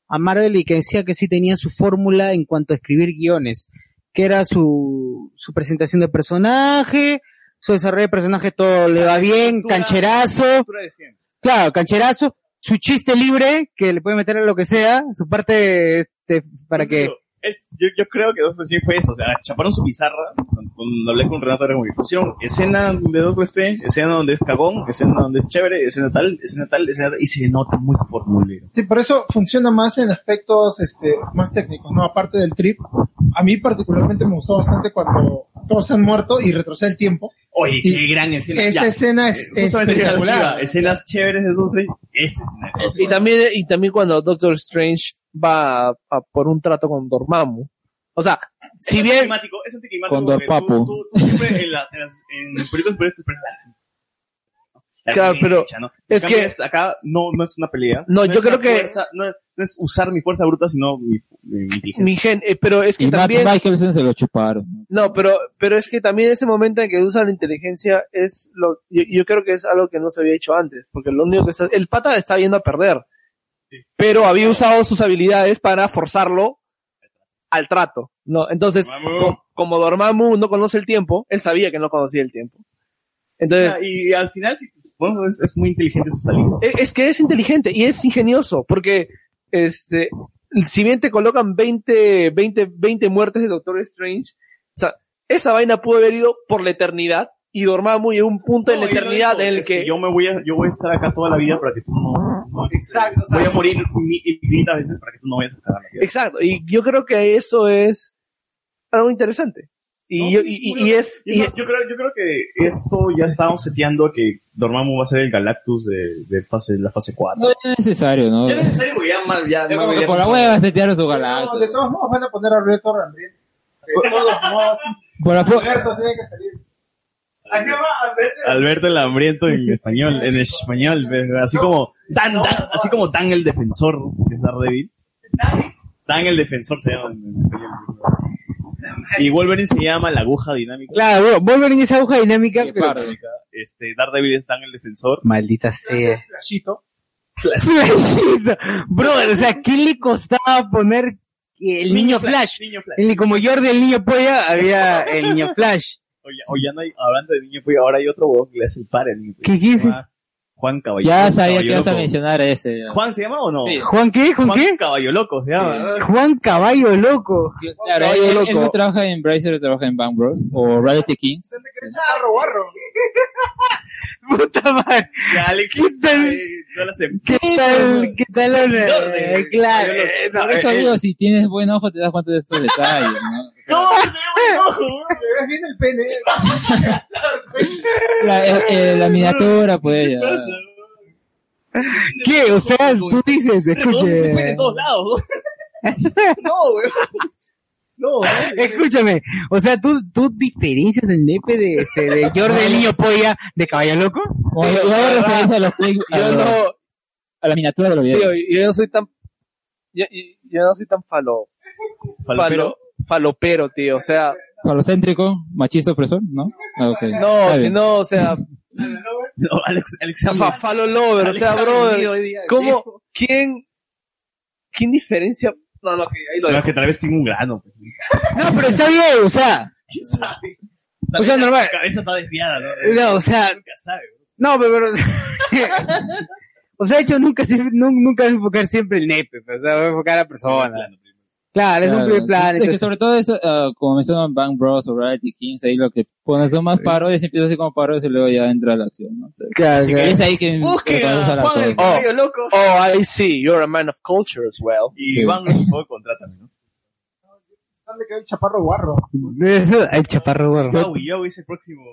Speaker 1: a Marvel y que decía que sí tenía su fórmula en cuanto a escribir guiones, que era su, su presentación de personaje, su desarrollo de personaje, todo le va bien, cancherazo. Claro, cancherazo, su chiste libre, que le puede meter a lo que sea, su parte este, para que...
Speaker 4: Es, yo, yo creo que Doctor Strange fue eso. O sea, chaparon su pizarra. Cuando, cuando hablé con Renato, era como que pusieron escena de Doctor Strange, escena donde es cagón, escena donde es chévere, escena tal, escena tal, escena tal. Y se nota muy formulero.
Speaker 13: Sí, por eso funciona más en aspectos este, más técnicos, ¿no? Aparte del trip. A mí particularmente me gustó bastante cuando todos han muerto y retrocede el tiempo.
Speaker 4: Oye,
Speaker 13: Y
Speaker 4: qué gran escena.
Speaker 13: Esa
Speaker 4: Ya.
Speaker 13: escena es
Speaker 4: Eh, justamente
Speaker 13: espectacular.
Speaker 4: iba, Escenas chéveres de Doctor Strange. Esa escena.
Speaker 3: Y también, y también cuando Doctor Strange va a, a por un trato con Dormammu. O sea, si
Speaker 4: es
Speaker 3: bien
Speaker 4: anticlimático, es anticlimático
Speaker 3: con
Speaker 4: porque tú-
Speaker 3: Dorpapo.
Speaker 4: tú- tú siempre en, la, en, las- en los películas superiores tú esperas la- la
Speaker 3: Claro, pero
Speaker 4: derecha, ¿no? En
Speaker 3: es
Speaker 4: cambio,
Speaker 3: que-
Speaker 4: acá no, no es una pelea.
Speaker 3: No, yo
Speaker 4: es una
Speaker 3: creo que-
Speaker 4: fuerza, no, es, no es usar mi fuerza bruta, sino mi, mi, mi inteligencia.
Speaker 3: mi gen, eh, pero es que
Speaker 5: y Matt
Speaker 3: también
Speaker 5: Michelson se lo chuparon.
Speaker 3: No, pero, pero es que también ese momento en que usa la inteligencia es lo, yo, yo creo que es algo que no se había hecho antes, porque lo único que está, el pata está yendo a perder, pero había usado sus habilidades para forzarlo al trato, ¿no? Entonces, co- como Dormammu no conoce el tiempo, él sabía que no conocía el tiempo. Entonces,
Speaker 4: Ah, y al final sí, bueno, es, es muy inteligente su salida.
Speaker 3: e, es, es que es inteligente y es ingenioso, porque este, si bien te colocan 20, 20, 20 muertes de Doctor Strange, o sea, esa vaina pudo haber ido por la eternidad y Dormammu y un punto en la
Speaker 4: No, y él lo
Speaker 3: eternidad
Speaker 4: dijo,
Speaker 3: en el
Speaker 4: es que
Speaker 3: que...
Speaker 4: yo me voy a, yo voy a estar acá toda la vida para que tú no, no- voy a morir mi- infinitas veces para que tú no vayas a estar la vida.
Speaker 3: Exacto, y yo creo que eso es algo interesante. Y, yo- y- y- y es...
Speaker 4: Y es más, yo, creo, yo creo que esto ya estábamos seteando que Dormammu va a ser el Galactus de, de fase, la fase 4.
Speaker 5: No es necesario, ¿no?
Speaker 4: Ya no es necesario, porque ya Marvel- ya
Speaker 5: Yo como
Speaker 4: Marvel
Speaker 5: que
Speaker 4: ya-
Speaker 5: por la hueva setearon su
Speaker 13: No,
Speaker 5: galacto.
Speaker 13: de todos modos van a poner a Alberto Ramírez. De todos
Speaker 4: *laughs*
Speaker 13: modos,
Speaker 5: Por la po-
Speaker 13: Alberto tiene que salir. Así va, Alberto.
Speaker 4: Alberto el hambriento en español, en español, pero así como tan, tan- así como tan el defensor que es Daredevil. Tan el defensor se llama en español. Y Wolverine se llama la aguja dinámica.
Speaker 1: Claro, bro, Wolverine es aguja dinámica, pero...
Speaker 4: Este, Daredevil es tan el defensor.
Speaker 1: Maldita sea.
Speaker 4: Flashito.
Speaker 1: Flashito. Brother, o sea, ¿qué le costaba poner el niño,
Speaker 4: Niño Flash,
Speaker 1: Flash?
Speaker 4: niño Flash.
Speaker 1: El- como Jordi el niño polla, había el niño Flash.
Speaker 4: Oye, oye, no hay, hablando de niño, pues ahora hay otro huevón que le hace el par al niño.
Speaker 1: ¿Qué dice?
Speaker 4: Juan Caballero.
Speaker 5: Ya sabía que
Speaker 4: Caballero
Speaker 5: ibas a
Speaker 4: Loco.
Speaker 5: mencionar ese. ya.
Speaker 4: ¿Juan se llama o no?
Speaker 5: Sí.
Speaker 1: ¿Juan qué? ¿Juan qué?
Speaker 4: Caballo Loco se llama.
Speaker 1: Juan Caballo Loco. *laughs*
Speaker 5: Claro, él, él no trabaja en Bracer, trabaja en Bang Bros. o Reality King.
Speaker 1: Eh,
Speaker 13: Barro, barro.
Speaker 1: Puta madre.
Speaker 4: Ya, Alex, sabe todas las
Speaker 1: ¿Qué
Speaker 4: épocas.
Speaker 1: tal? ¿Qué tal? eh, claro. eh, no,
Speaker 5: Por eso
Speaker 1: eh,
Speaker 5: digo, si tienes buen ojo te das cuenta de estos detalles, ¿no?
Speaker 13: No, se ve un ojo, bro, se ve bien el pene.
Speaker 5: La, eh, eh, la miniatura, pues. ya.
Speaker 1: ¿Qué? O sea, tú dices,
Speaker 54: Entonces se fue
Speaker 1: escuche.
Speaker 54: de todos lados. No, weón. No,
Speaker 1: Escúchame, o sea, ¿tú, tú diferencias el nepe de, este, de Jordi el niño polla de caballo loco?
Speaker 5: Yo, yo
Speaker 1: Ah.
Speaker 5: hago referencia a los clics, a,
Speaker 1: Yo
Speaker 5: los-
Speaker 1: no-
Speaker 5: a la miniatura de los videos.
Speaker 3: Yo, yo no soy tan. Yo, yo- yo no soy tan falo.
Speaker 5: Falopero.
Speaker 3: Falo, falopero, tío. O sea,
Speaker 5: Falocéntrico, machista opresor, ¿no? Ah, ok.
Speaker 3: no,
Speaker 5: Está
Speaker 3: si
Speaker 5: bien.
Speaker 3: no, o sea.
Speaker 4: No, Alex, Alex
Speaker 3: fa- falo lover, o
Speaker 4: Alex
Speaker 3: sea,
Speaker 4: ha venido hoy
Speaker 3: brother.
Speaker 4: día,
Speaker 3: ¿Cómo? ¿Quién? ¿Quién diferencia? No, no, que ahí lo
Speaker 4: No, es
Speaker 3: dejo.
Speaker 4: que tal vez tiene un grano. pues. *laughs*
Speaker 1: No, pero está bien, o sea.
Speaker 4: ¿Quién sabe?
Speaker 1: O sea, normal.
Speaker 4: La cabeza está desviada, ¿no?
Speaker 1: No, o sea-
Speaker 4: Nunca sabe.
Speaker 1: No, pero. pero- o sea, de hecho, nunca, se- nu- nunca va a enfocar siempre el nepe, pero, o sea, va a enfocar a la persona. Claro, es un primer plan.
Speaker 5: Es que
Speaker 1: entonces-
Speaker 5: sobre todo eso, ah, como mencionan Bang Bros, Variety Kings, ahí lo que pones son más parodias, empieza así como parodias y luego ya entra la acción, ¿no? Entonces,
Speaker 1: Claro,
Speaker 5: si
Speaker 1: claro.
Speaker 5: querés ahí que
Speaker 3: Busquen
Speaker 5: reconoces a la
Speaker 3: Juan el
Speaker 5: torre.
Speaker 3: Caballo
Speaker 4: loco.
Speaker 3: Oh, I see. You're a man of culture as well.
Speaker 4: Y Iván un poco contrátame, ¿no?
Speaker 13: ¿Dónde cae el chaparro guarro?
Speaker 1: Ay, chaparro, gordo.
Speaker 4: Yowie, Yowie es el próximo.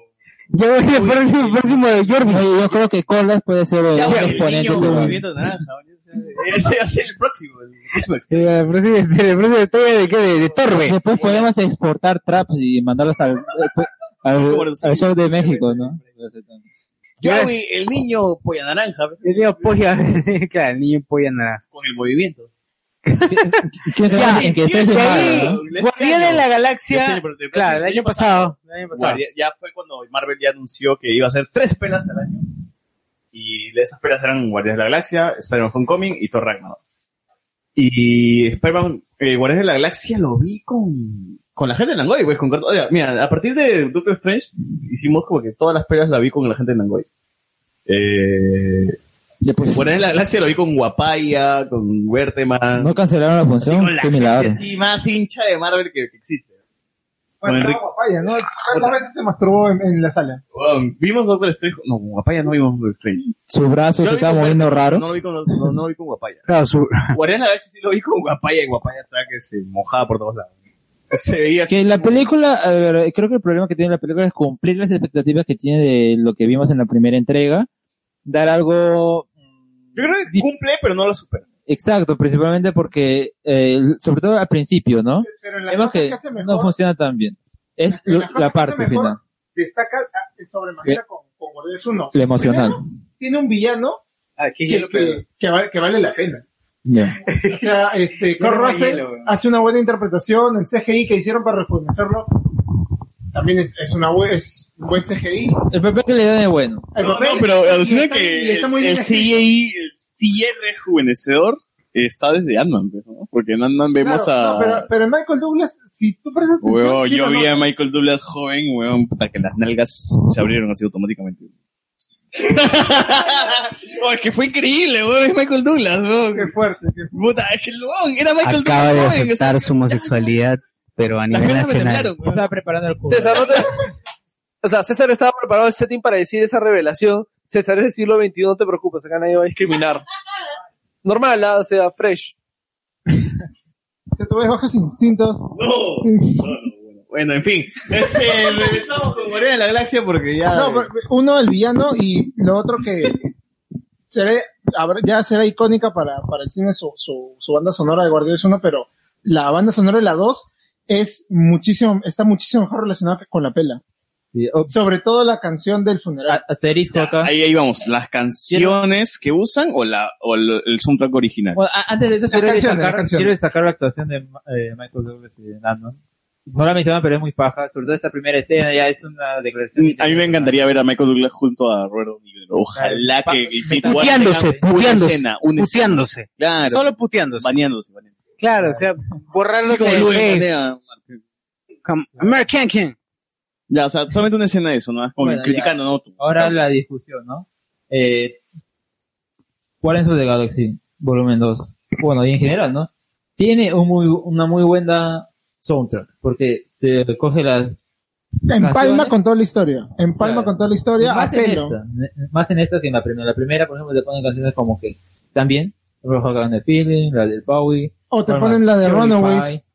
Speaker 1: Yo voy a próximo, el próximo de Jordi.
Speaker 5: Oye, yo creo que Colas puede ser eh,
Speaker 1: Ya,
Speaker 5: un
Speaker 1: el
Speaker 5: exponente.
Speaker 4: niño
Speaker 5: de-
Speaker 4: movimiento naranja. ¿no?
Speaker 1: *laughs*
Speaker 4: Ese va a ser el próximo. el próximo.
Speaker 1: Eh, La próxima la próxima estrella de, qué? de, de Torbe.
Speaker 5: Después podemos exportar traps y mandarlos al, al, al show de México, ¿no?
Speaker 4: Yowie, el niño polla naranja. ¿ves?
Speaker 1: El niño polla, *laughs* claro, el niño polla naranja.
Speaker 4: Con el movimiento.
Speaker 1: Ya, que
Speaker 5: en que estés en
Speaker 1: ahí,
Speaker 4: Marvel, ¿no?
Speaker 1: Guardián de la
Speaker 4: Ya
Speaker 1: Galaxia,
Speaker 4: sé, pero te-
Speaker 1: claro, el año pasado. el año pasado.
Speaker 4: Bueno, ya, ya fue cuando Marvel ya anunció que iba a hacer tres pelas al año. Y de esas pelas eran Guardianes de la Galaxia, Spider-Man Homecoming y Thor Ragnarok. Y Spider-Man, eh, Guardianes de la Galaxia lo vi con, con la gente de Nangoy, pues, con, oiga, mira, a partir de Doctor Strange hicimos como que todas las pelas la vi con la gente de Nangoy. Eh,
Speaker 5: pues,
Speaker 4: Guardianes de la Galaxia lo vi con Guapaya, con Werteman.
Speaker 5: No cancelaron la función,
Speaker 4: con la
Speaker 5: qué milagro.
Speaker 4: gente así más hincha de Marvel que, que existe. Con
Speaker 13: Bueno,
Speaker 4: Enrique-
Speaker 13: estaba papaya, ¿no? ¿Cuántas veces se masturbó en, en la sala?
Speaker 4: Weón, vimos Doctor Strange. No, con Guapaya no vimos Doctor Strange.
Speaker 5: Su brazo
Speaker 4: No
Speaker 5: se
Speaker 4: lo vi
Speaker 5: está
Speaker 4: con
Speaker 5: moviendo
Speaker 4: Guapaya,
Speaker 5: raro.
Speaker 4: No lo vi con, no, no lo vi con
Speaker 5: *laughs*
Speaker 4: Guapaya.
Speaker 1: Claro, su...
Speaker 4: Guardián de la Galaxia sí lo vi con Guapaya y Guapaya está que se mojaba por todos lados. Se veía
Speaker 5: Que la película, a ver, creo que el problema que tiene la película es cumplir las expectativas que tiene de lo que vimos en la primera entrega, dar algo mm,
Speaker 4: Yo creo que cumple, pero no lo supera.
Speaker 5: exacto, principalmente porque, eh, sobre todo al principio, ¿no?
Speaker 13: Pero en la
Speaker 5: Vemos que no funciona tan bien. Es lo-
Speaker 13: las cosas
Speaker 5: la
Speaker 13: que hace
Speaker 5: parte
Speaker 13: mejor,
Speaker 5: final,
Speaker 13: Destaca ah, sobremanera con, con Guardianes 1.
Speaker 5: lo emocional.
Speaker 13: Tiene un villano
Speaker 4: ya
Speaker 13: que,
Speaker 4: lo
Speaker 13: que, que vale, que vale la pena.
Speaker 5: Ya.
Speaker 13: O
Speaker 4: *laughs*
Speaker 13: sea, este, Kurt
Speaker 4: No le da
Speaker 13: Russell
Speaker 4: hielo, weón.
Speaker 13: hace una buena interpretación. El CGI que hicieron para reconocerlo también es, es, una bu- es un buen CGI.
Speaker 5: El papel que le dan es bueno.
Speaker 13: El
Speaker 4: No,
Speaker 13: papel-
Speaker 4: no, pero
Speaker 13: y
Speaker 4: alucina
Speaker 13: está-
Speaker 4: que
Speaker 13: y está muy
Speaker 4: el,
Speaker 13: bien
Speaker 4: el
Speaker 13: escrito.
Speaker 4: CGI, el CGI rejuvenecedor está desde Ant-Man, pues, ¿no? Porque en Ant-Man vemos
Speaker 13: Claro,
Speaker 4: a...
Speaker 13: no, pero, pero en Michael Douglas, si tú prestas atención,
Speaker 4: Weón,
Speaker 13: sí
Speaker 4: yo
Speaker 13: lo
Speaker 4: vi a
Speaker 13: notas.
Speaker 4: Michael Douglas joven, weón, puta, que las nalgas se abrieron así automáticamente. oh, es que fue increíble, weón, es Michael Douglas, weón.
Speaker 13: Qué fuerte. qué fuerte.
Speaker 4: Puta, es que weón, era Michael
Speaker 1: Acaba de
Speaker 4: Douglas joven. o sea,
Speaker 1: aceptar su homosexual. Pero a nivel
Speaker 4: pelas me
Speaker 1: nacional.
Speaker 4: temblaron, weón.
Speaker 5: Estaba preparando el cubo.
Speaker 3: César, no te- O sea, César estaba preparado el setting para decir esa revelación. César es del siglo XXI, no te preocupes, acá nadie va a discriminar. Normal, ¿ah? o sea, fresh.
Speaker 13: O sea, tú ves bajos instintos.
Speaker 4: No, no, no, bueno. Bueno, en fin. Este, regresamos con Guardián de la Galaxia porque ya.
Speaker 13: No, pero uno el villano y lo otro que será- habrá- ya será icónica para, para el cine su, su, su banda sonora de Guardianes 1, pero la banda sonora de la 2 es muchísimo, está muchísimo mejor relacionada que con la pela. Sobre todo la canción del
Speaker 5: Ah,
Speaker 13: funeral.
Speaker 5: Asterisco acá.
Speaker 4: Ahí, ahí vamos. ¿Las canciones que usan o, la, o el, el soundtrack original?
Speaker 5: Bueno, a- antes de eso,
Speaker 13: Las
Speaker 5: quiero
Speaker 13: canciones, las
Speaker 5: destacar,
Speaker 13: canciones.
Speaker 5: quiero destacar la actuación de eh, Michael Douglas y de Nando. No la mencionan, pero es muy paja. Sobre todo esta primera escena, ya es una declaración.
Speaker 4: Mm, A mí me encantaría ver a Michael Douglas junto a Robert Downey Jr. Ojalá
Speaker 5: Claro.
Speaker 4: que que Guardián
Speaker 1: Puteándose,
Speaker 4: tenga una
Speaker 1: puteándose.
Speaker 4: escena, una escena.
Speaker 1: Puteándose.
Speaker 4: Claro.
Speaker 1: Solo puteándose.
Speaker 4: Baneándose, baneándose.
Speaker 1: Claro, o sea, borrar
Speaker 4: Así
Speaker 1: los
Speaker 4: como Luen banea
Speaker 1: de
Speaker 4: a Martín.
Speaker 1: American King.
Speaker 4: Ya, o sea, solamente una escena de eso, ¿no? Es Como
Speaker 5: Bueno,
Speaker 4: criticando, ¿no? Tú.
Speaker 5: Ahora la discusión, ¿no? Eh, Guardians of the Galaxy, volumen 2. Bueno, y en general, ¿no? Tiene un muy, una muy buena soundtrack, porque te coge las...
Speaker 13: En palma
Speaker 5: canciones.
Speaker 13: con toda la historia. En palma
Speaker 5: Claro.
Speaker 13: con toda la
Speaker 5: y
Speaker 13: historia.
Speaker 5: Más en,
Speaker 13: apelo.
Speaker 5: esta, eh, más en esta que en la primera. La primera, por ejemplo, te ponen canciones como que también, Rojo Gun de Feeling, la del Bowie.
Speaker 13: O te
Speaker 5: Bueno,
Speaker 13: ponen la de
Speaker 5: Purify.
Speaker 13: Runaways,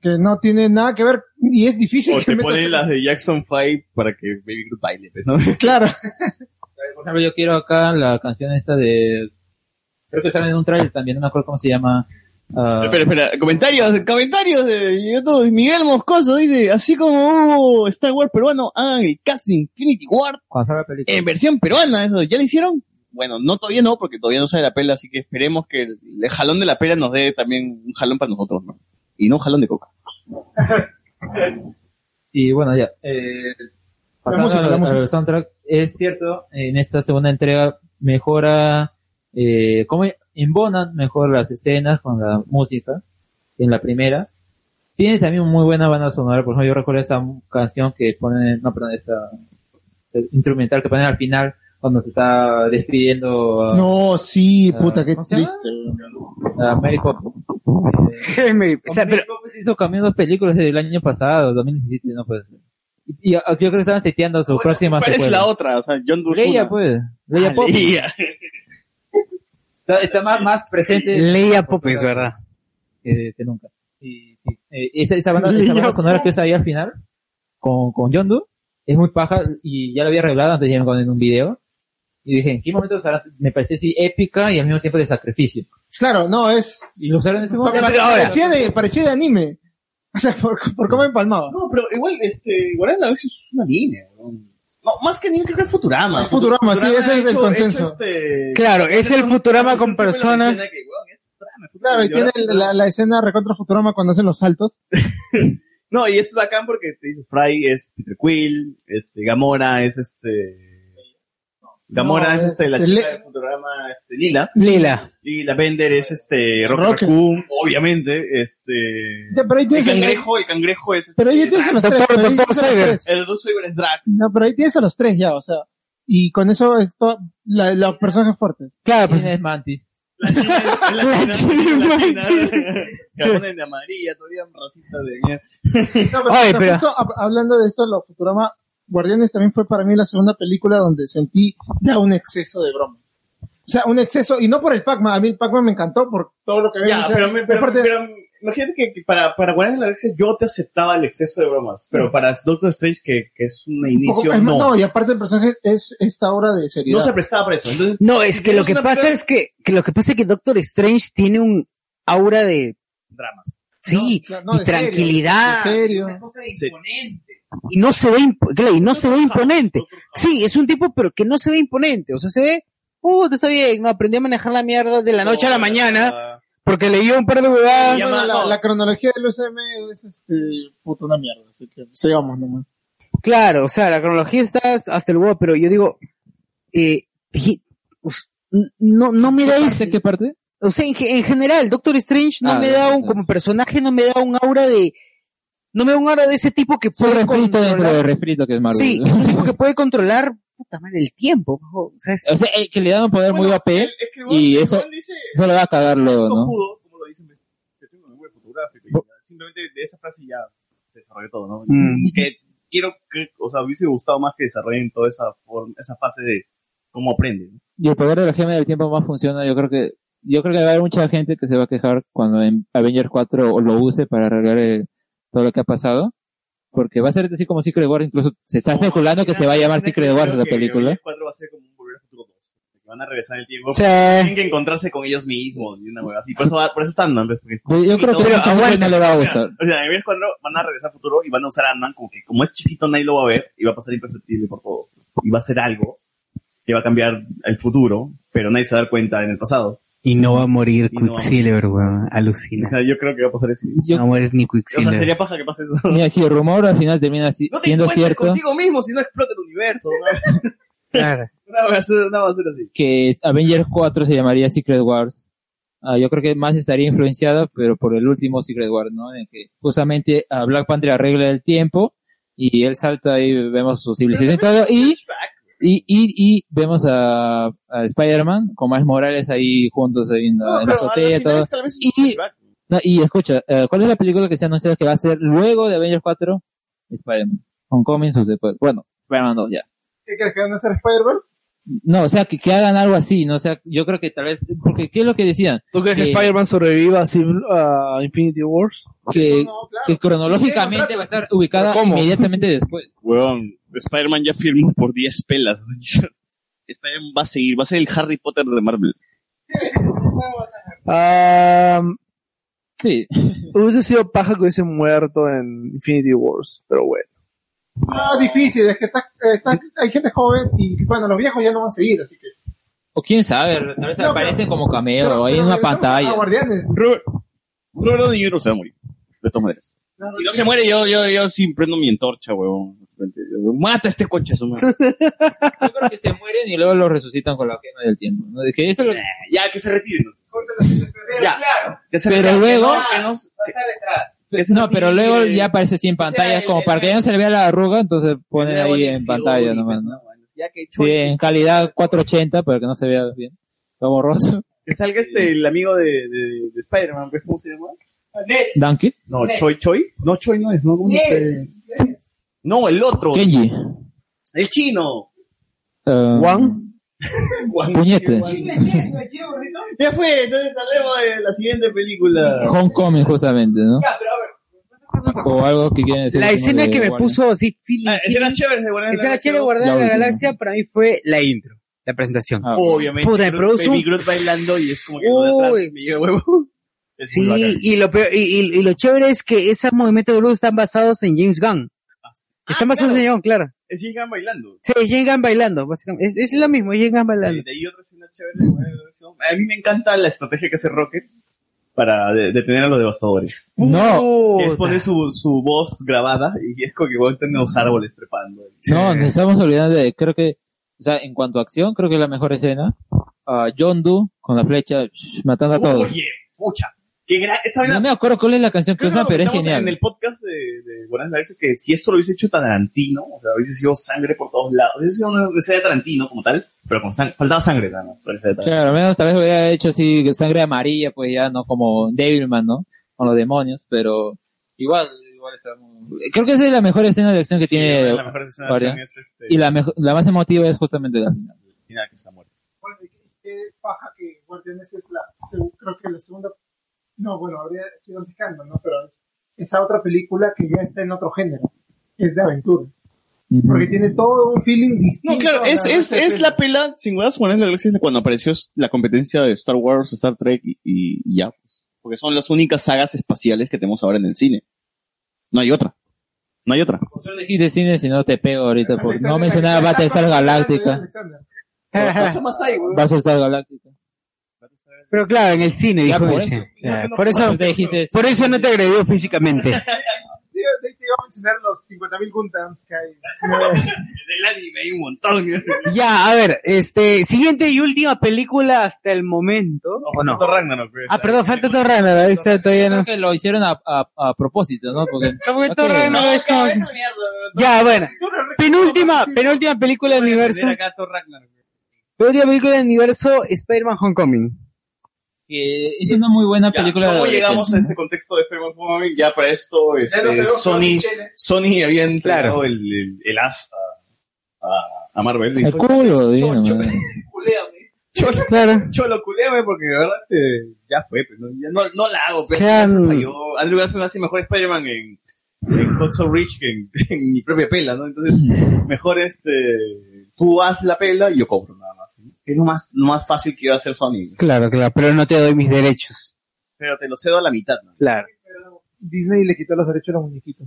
Speaker 13: que no tiene nada que ver y es difícil.
Speaker 4: O
Speaker 13: que
Speaker 4: te
Speaker 13: metas-
Speaker 4: ponen las de Jackson 5 para que Baby Groot baile, pues, ¿no?
Speaker 13: *laughs* Claro.
Speaker 5: Por ejemplo, yo quiero acá la canción esta de Creo que sale en un trailer también, no me acuerdo cómo se llama. ah,
Speaker 4: Espera, espera, comentarios, comentarios de YouTube. Miguel Moscoso dice, así como hubo Star Wars peruano, hagan el casting Infinity War
Speaker 5: cuando salga la película.
Speaker 4: en versión peruana, eso, ¿ya lo hicieron? Bueno, no todavía no, porque todavía no sale la pela, así que esperemos que el, el jalón de la pela nos dé también un jalón para nosotros, ¿no? Y no un jalón de coca.
Speaker 5: Y bueno, ya. Eh, pasando
Speaker 43: música,
Speaker 5: al-
Speaker 43: la música.
Speaker 5: al soundtrack, es cierto, en esta segunda entrega mejora, eh, como embonan mejor las escenas con la música que en la primera. Tiene también muy buena banda sonora, por ejemplo, yo recuerdo esa canción que ponen, no, perdón, esa eh, instrumental que ponen al final cuando se está despidiendo a,
Speaker 13: No, sí,
Speaker 5: Ah,
Speaker 13: puta, qué triste. Ah,
Speaker 5: a Mary *laughs* Poppins. O sea, pero hizo cambió dos películas del año pasado, 2017, no puede ser. Y y yo creo que estaban seteando su próxima
Speaker 4: ¿Cuál es
Speaker 5: secuela.
Speaker 4: la otra? O sea, John Dulce.
Speaker 5: Leia, pues. Leia
Speaker 4: Ah,
Speaker 5: Poppins.
Speaker 4: Leia.
Speaker 5: Está, está más, más presente.
Speaker 37: Leia Poppins, ¿verdad?
Speaker 5: Que, que nunca. Y sí, eh, esa, esa banda, esa
Speaker 37: Leia
Speaker 5: banda sonora que
Speaker 37: Poppins.
Speaker 5: usa ahí al final, con, con John Doe, es muy paja, y ya lo había revelado antes de irme con- en un video. Y dije, ¿en qué momento usará? Me pareció así épica y al mismo tiempo de sacrificio.
Speaker 13: Claro, no, es...
Speaker 5: Y lo usaron en ese momento.
Speaker 13: Parecía de, parecía de anime. O sea, por, por cómo empalmaba.
Speaker 4: No, pero igual, este, Guardián de la Galaxia es una línea, No, más que anime, creo que es Futurama.
Speaker 13: Futurama, sí, ese es el
Speaker 4: hecho-
Speaker 13: consenso.
Speaker 4: hecho, este-
Speaker 37: Claro, es el Futurama con
Speaker 4: Esa es la
Speaker 37: personas.
Speaker 4: escena que, weón, es Futurama, es
Speaker 13: Claro, y tiene
Speaker 4: Futurama.
Speaker 13: la, la escena recontra Futurama cuando hacen los saltos.
Speaker 4: No, y es bacán porque te dice Fry es Peter Quill, este, Gamora es este... Gamora
Speaker 13: No,
Speaker 4: es este, la
Speaker 13: este,
Speaker 4: chica
Speaker 13: Le-
Speaker 4: del Futurama, este, Lila.
Speaker 37: Lila.
Speaker 4: Lila Bender es este, Rocket,
Speaker 13: Rocket.
Speaker 4: Raccoon, obviamente, este...
Speaker 13: Ya, pero ahí
Speaker 4: el
Speaker 13: tienes el-
Speaker 4: cangrejo, el cangrejo es...
Speaker 13: Pero ahí
Speaker 4: este,
Speaker 13: tienes a los
Speaker 4: Drax.
Speaker 13: tres, pero ahí tienes a los tres.
Speaker 4: El Doctor Saber es
Speaker 13: *laughs*
Speaker 4: Drax.
Speaker 13: No, pero ahí tienes a los tres ya, o sea. Y con eso es to- la- los personajes fuertes.
Speaker 37: Claro,
Speaker 5: ¿Quién es Mantis?
Speaker 4: La
Speaker 13: china.
Speaker 4: Que la ponen de amarilla, todavía racista de mierda.
Speaker 13: No, pero,
Speaker 4: Oye,
Speaker 13: pero
Speaker 4: pero-
Speaker 13: justo hab- hablando de esto, los Futurama Guardianes también fue para mí la segunda película donde sentí ya un exceso de bromas. O sea, un exceso, y no por el Pac-Man, a mí el Pac-Man me encantó por todo lo que había
Speaker 4: Ya,
Speaker 13: hecho.
Speaker 4: pero, me- pero,
Speaker 13: Aparte-
Speaker 4: pero imagínate que, que para, para Guardianes de la Galaxia yo te aceptaba el exceso de bromas, pero para Doctor Strange, que, que es un
Speaker 13: Ojo,
Speaker 4: inicio,
Speaker 13: es
Speaker 4: no.
Speaker 13: más, no, y aparte el personaje es esta obra de seriedad.
Speaker 4: No se prestaba para eso. Entonces,
Speaker 37: No, es que
Speaker 4: si
Speaker 37: lo que
Speaker 4: una
Speaker 37: pasa
Speaker 4: película-
Speaker 37: es que, que lo que pasa es que Doctor Strange tiene un aura de
Speaker 4: Drama.
Speaker 37: Sí,
Speaker 13: No, no,
Speaker 37: y
Speaker 13: de serio,
Speaker 37: tranquilidad.
Speaker 13: de serio.
Speaker 37: Y no se ve, imp- claro, y no se ve imponente. Sí, es un tipo, pero que no se ve imponente. O sea, se ve, uh, está bien, no aprendí a manejar la mierda de la noche a la mañana, porque leí un par de huevadas.
Speaker 13: Bueno, la, la cronología del UCM es este, puta una mierda, así que sigamos nomás.
Speaker 37: Claro, o sea, la cronología está hasta el huevo, pero yo digo, eh, dije, uf, n- no, no me da ese. ¿Qué
Speaker 5: parte?
Speaker 37: O sea, en, ge- en general, Doctor Strange no
Speaker 5: Ah,
Speaker 37: me
Speaker 5: no,
Speaker 37: da
Speaker 5: no,
Speaker 37: un,
Speaker 5: no.
Speaker 37: como personaje, no me da un aura de, no me da un aura de ese tipo que puede
Speaker 5: refrito dentro del
Speaker 37: controlar.
Speaker 5: refrito que es Marvel.
Speaker 37: Sí, es un tipo que puede controlar, puta madre, el tiempo. O sea, es-
Speaker 5: *laughs* O sea, eh, que le dan un poder muy
Speaker 37: eh,
Speaker 5: OP y eso, eso le va a cagar luego, ¿no?
Speaker 4: Pudo, como lo dicen, que tengo un web fotográfico. y ya, simplemente de esa frase ya se desarrolló todo, ¿no?
Speaker 37: Mm.
Speaker 4: Que quiero que, o sea, hubiese gustado más que desarrollen toda esa forma, esa fase de cómo aprenden.
Speaker 5: y el poder de la gema del tiempo más funciona, yo creo que yo creo que va a haber mucha gente que se va a quejar cuando en Avengers 4 o lo use para arreglar eh, todo lo que ha pasado, porque va a ser así como Secret War, incluso se está especulando que se va a llamar Secret War esa
Speaker 4: Creo que
Speaker 5: película.
Speaker 4: Avengers 4 va a ser como un volver al futuro 2. Que van a regresar el tiempo.
Speaker 5: Sí.
Speaker 4: Tienen que encontrarse con ellos mismos y una hueá así. Por eso, va- por eso están, ¿no? Porque-
Speaker 5: Yo- yo creo que
Speaker 4: Pero
Speaker 5: mucha gente
Speaker 4: aguanta.
Speaker 5: no le va a
Speaker 4: O sea,
Speaker 5: gustar.
Speaker 4: O sea, Avengers 4 van a regresar al futuro y van a usar a Ant-Man como que como es chiquito nadie lo va a ver y va a pasar imperceptible por todo. Y va a ser algo que va a cambiar el futuro, pero nadie se va a dar cuenta en el pasado.
Speaker 37: Y no va a morir
Speaker 4: Y no va a
Speaker 37: Quicksilver, weón.
Speaker 4: O
Speaker 37: Alucina.
Speaker 4: sea, yo creo que va a pasar eso.
Speaker 37: No va a morir ni
Speaker 4: O sea,
Speaker 37: Quicksilver.
Speaker 4: sería paja que pase eso.
Speaker 5: Mira, si el rumor al final termina si-
Speaker 4: No te
Speaker 5: siendo
Speaker 4: encuentres
Speaker 5: cierto
Speaker 4: contigo mismo si no explota el universo. ¿no? *laughs* Una va a ser una va a ser así.
Speaker 5: que Avengers 4 se llamaría Secret Wars. Ah, yo creo que más estaría influenciada, pero por el último Secret Wars, ¿no? En el que justamente a Black Panther arregla el tiempo y él salta y vemos su civilización y todo y y, y, y vemos a, a Spider-Man con Miles Morales ahí juntos ahí en la, en
Speaker 4: pero al
Speaker 5: la azotea y
Speaker 4: final
Speaker 5: todo.
Speaker 4: es tal vez un
Speaker 5: Y, no, y escucha, eh, ¿cuál es la película que se ha anunciado que va a ser luego de Avengers 4? Spider-Man. Homecoming, sus después. Bueno, Spider-Man 2 ya.
Speaker 13: ¿Qué crees que van a hacer Spider-Verse?
Speaker 5: No, o sea, que, que hagan algo así, ¿no? O sea, yo creo que tal vez, porque ¿qué es lo que decían?
Speaker 15: ¿Tú crees que
Speaker 5: Que-
Speaker 15: Spider-Man sobreviva a Civil- a Infinity Wars?
Speaker 5: que, que cronológicamente va a estar ubicada
Speaker 15: ¿Pero cómo?
Speaker 5: inmediatamente después.
Speaker 4: Weón, Spider-Man *laughs* ya firmó por 10 pelas. Spider-Man va a seguir, va a ser el Harry Potter de Marvel.
Speaker 3: Am, sí. Hubiese sido paja que hubiese muerto en Infinity Wars, pero bueno.
Speaker 13: No, Ah, difícil, es que está, está- hay gente joven y bueno, los viejos ya no van a seguir, así que.
Speaker 5: O quién sabe, tal vez aparecen como cameo
Speaker 13: pero-
Speaker 5: ahí
Speaker 13: pero
Speaker 5: en una
Speaker 13: regresamos
Speaker 5: pantalla.
Speaker 13: a Guardianes.
Speaker 55: Robert, Robert Downey Jr. se va a morir. De todas maneras. Si no se muere, yo, yo, yo sí prendo mi antorcha, huevón. Mata a este coche, su madre.
Speaker 5: creo que se mueren y luego los resucitan con la gema del tiempo. ¿no? Es que eso es lo que-
Speaker 4: Eh, Ya, que se retiren.
Speaker 5: Ya.
Speaker 4: Que se
Speaker 5: Pero
Speaker 4: retiren,
Speaker 5: luego...
Speaker 4: que no- que
Speaker 5: No, pero luego ya aparece así en pantallas, como para que ya no se le vea la arruga, entonces ponen ahí en pantalla nomás, ¿no?
Speaker 4: Ya que
Speaker 5: Sí, en calidad 480, para que no se vea bien. Está borroso.
Speaker 4: Que salga este, el amigo de, de, de Spider-Man, pues, ¿cómo se llama?
Speaker 5: Donkey.
Speaker 4: No, Choi Choi. No, Choi no es, ¿no? ¿Cómo se- No, el otro.
Speaker 5: Kenji. eh,
Speaker 4: El chino.
Speaker 5: Juan. Puñete.
Speaker 4: Ya fue, entonces hablemos de la siguiente película.
Speaker 5: Homecoming, justamente, ¿no? O algo que quieren decir.
Speaker 1: La
Speaker 5: como
Speaker 1: escena
Speaker 5: de
Speaker 1: que me
Speaker 5: Guardian.
Speaker 1: puso así, Philly.
Speaker 4: escenas chéveres de Guardianes de Ah, la
Speaker 1: Escena
Speaker 4: Galaxia
Speaker 1: chévere de
Speaker 4: dos.
Speaker 1: Guardianes de la
Speaker 4: La última. Ah,
Speaker 1: Galaxia para mí fue la intro, la presentación.
Speaker 4: Obviamente.
Speaker 1: Puta, me
Speaker 4: Groot-
Speaker 1: produce
Speaker 4: Baby
Speaker 1: un-
Speaker 4: Groot bailando y es como que lo de atrás me llega el huevo.
Speaker 1: Sí, y lo, peor, y, y- y lo chévere es que esos movimientos de Groot están basados en James Gunn. Están basados en James Gunn, claro.
Speaker 4: Es Jingan bailando.
Speaker 1: Sí, es James Gunn bailando, básicamente. Es, es lo mismo, es James Gunn bailando.
Speaker 4: De ahí otra escena chévere de Guardianes de la Galaxia dos. A mí me encanta la estrategia que hace Rocket para de- detener a los devastadores.
Speaker 5: No.
Speaker 4: Es poner su, su voz grabada y es como que vuelven los árboles trepando.
Speaker 5: No, nos estamos olvidando de, creo que, o sea, en cuanto a acción, creo que es la mejor escena. Ah, John Doe con la flecha shh, matando a todos.
Speaker 4: Oye, pucha. Qué gra- esa vaina-
Speaker 5: No me acuerdo cuál es la canción que
Speaker 4: Creo que
Speaker 5: usan,
Speaker 4: lo
Speaker 5: pero es
Speaker 4: comentamos
Speaker 5: genial.
Speaker 4: En el podcast de, de Guardianes de la Galaxia que si esto lo hubiese hecho Tarantino, o sea, hubiese sido sangre por todos lados. Hubiese sido una receta de Tarantino como tal, pero con sang- faltaba sangre, nada más, para esa de Tarantino.
Speaker 5: Claro, al menos tal vez hubiera hecho así sangre amarilla, pues ya no como Devilman, ¿no? Con los demonios, pero igual, igual está muy- Creo que esa es la mejor escena de acción que tiene.
Speaker 4: la mejor escena de
Speaker 5: Guardian.
Speaker 4: acción es, este-
Speaker 5: Y la, mejo- la más emotiva es justamente la final.
Speaker 4: Mira que está muerto.
Speaker 13: Bueno, y qué- qué paja que Guardianes es la, seg- creo que la segunda, no, bueno, habría sido antes que Ant-Man, ¿no? Pero es esa otra película que ya está en otro género, es de aventuras. Porque tiene todo un feeling distinto.
Speaker 55: No, claro,
Speaker 13: a
Speaker 55: es,
Speaker 13: la
Speaker 55: es,
Speaker 13: otra
Speaker 55: es
Speaker 13: película.
Speaker 55: la pela, sin dudas, Guardianes de la Galaxia es de cuando apareció la competencia de Star Wars, Star Trek y, y- y ya. Porque son las únicas sagas espaciales que tenemos ahora en el cine. No hay otra. No hay otra.
Speaker 5: No dijiste cine si no te pego ahorita, porque no mencionaba Battlestar Galáctica. Battlestar Galáctica.
Speaker 1: Pero claro, en el cine,
Speaker 5: Ya,
Speaker 1: dijo
Speaker 5: por
Speaker 1: ese.
Speaker 5: eso.
Speaker 1: Claro,
Speaker 5: No, no,
Speaker 1: Eh, por, eso
Speaker 5: por eso dijiste eso.
Speaker 1: por eso no te agredió físicamente.
Speaker 13: Te iba- te te iba a mencionar los 50.000 Gundams que hay.
Speaker 4: Del anime hay un montón.
Speaker 1: ya, a ver, este, siguiente y última película hasta el momento. ¿O no?
Speaker 4: Ragnarok,
Speaker 1: Ah, perdón, falta Thor Ragnarok, ahí está, todavía no.
Speaker 5: Creo que lo hicieron a, a, a propósito, ¿no?
Speaker 1: *laughs*
Speaker 5: Porque,
Speaker 1: Porque
Speaker 5: no
Speaker 1: Thor
Speaker 5: creo.
Speaker 1: Ragnarok es como- Ya, bueno. Penúltima, penúltima película del universo. Penúltima película del universo, Spider-Man Homecoming.
Speaker 5: que es una muy buena película
Speaker 4: ¿Cómo
Speaker 5: de
Speaker 4: llegamos a ese contexto de Spider-Man Homecoming? Ya para esto, este, Sony, Sony había entregado el, el, el as a, a, a Marvel.
Speaker 5: El culo, digo, ¿no?
Speaker 4: Cholo,
Speaker 1: claro.
Speaker 4: cholo culeame porque de verdad eh, ya fue, pues, no, ya no, no la hago. Pues,
Speaker 1: Claro.
Speaker 4: Falló. Andrew Garfield hace mejor Spider-Man en, en Hot So Rich que en, *laughs* en mi propia pela, ¿no? Entonces, mejor este, tú haz la pela y yo cobro nada más. Es lo más, lo más fácil que iba a hacer Sony.
Speaker 1: Claro, claro, pero no te doy mis derechos.
Speaker 4: Pero te lo cedo a la mitad, ¿no?
Speaker 1: Claro.
Speaker 13: Disney le quitó los derechos a los muñequitos.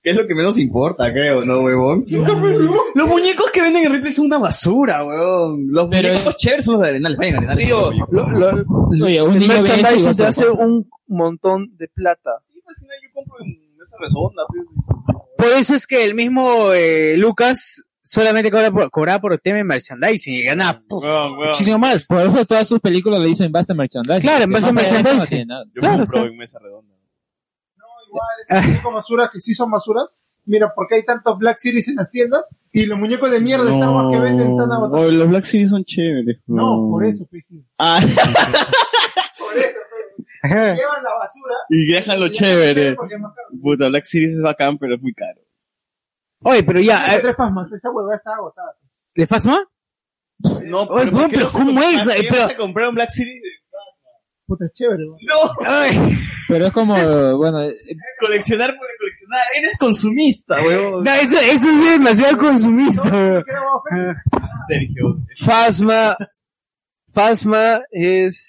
Speaker 4: Que es lo que menos importa, creo, ¿no, huevón? los muñecos que venden en Ripley son una basura, huevón. Los muñecos chéveres son los de Arenales. Vayan, Arenales.
Speaker 3: Tío,
Speaker 4: huevón.
Speaker 3: lo- lo-
Speaker 5: Oye, un
Speaker 3: el
Speaker 5: niño ve eso y
Speaker 3: merchandising
Speaker 5: va
Speaker 3: te
Speaker 5: a
Speaker 3: hace
Speaker 5: ser papá.
Speaker 3: un montón de plata.
Speaker 4: esa resonda, pues.
Speaker 1: Por eso es que el mismo eh, Lucas solamente cobra por, cobraba por el tema de merchandising y
Speaker 4: Ah,
Speaker 1: gana
Speaker 4: oh,
Speaker 1: muchísimo más.
Speaker 5: Por eso todas sus películas le hizo en base a merchandising.
Speaker 1: Claro, en
Speaker 5: porque
Speaker 1: base a
Speaker 5: más allá de eso no tiene
Speaker 1: merchandising.
Speaker 5: nada.
Speaker 1: Claro, o sea.
Speaker 4: mesa redonda.
Speaker 13: Esas muñecos basura que sí son basura. Mira, porque hay tantos Black Series en las tiendas y los muñecos de mierda Star Wars que venden están
Speaker 4: Oh,
Speaker 13: agotados.
Speaker 55: los Black Series son chéveres.
Speaker 13: No, por eso, pues, Fiji. *laughs*
Speaker 55: Ah,
Speaker 13: pues. Llevan la basura.
Speaker 55: y déjalo
Speaker 13: Y
Speaker 55: chévere.
Speaker 13: porque es más caro.
Speaker 55: Puta, Black Series es bacán, pero es muy caro.
Speaker 1: Oye, pero ya,
Speaker 13: Tiene
Speaker 1: eh,
Speaker 13: Tres pasmas, esa huevada está agotada. pues.
Speaker 1: ¿le Fasma?
Speaker 4: No,
Speaker 1: Oye,
Speaker 4: ¿por
Speaker 1: bueno,
Speaker 4: qué
Speaker 1: pero
Speaker 4: no se
Speaker 1: ¿cómo
Speaker 4: compra-
Speaker 1: es?
Speaker 4: ¿por qué
Speaker 1: Eh, pero-
Speaker 4: se compró un Black Series?
Speaker 13: Puta, es chévere. weón.
Speaker 5: Pero es como, bueno, eh,
Speaker 4: Coleccionar por coleccionar. Eres consumista, huevón.
Speaker 1: No, eso, eso es demasiado consumista.
Speaker 4: Ah.
Speaker 13: ¿Qué era, weón?
Speaker 4: Sergio.
Speaker 1: Fasma
Speaker 3: Phasma es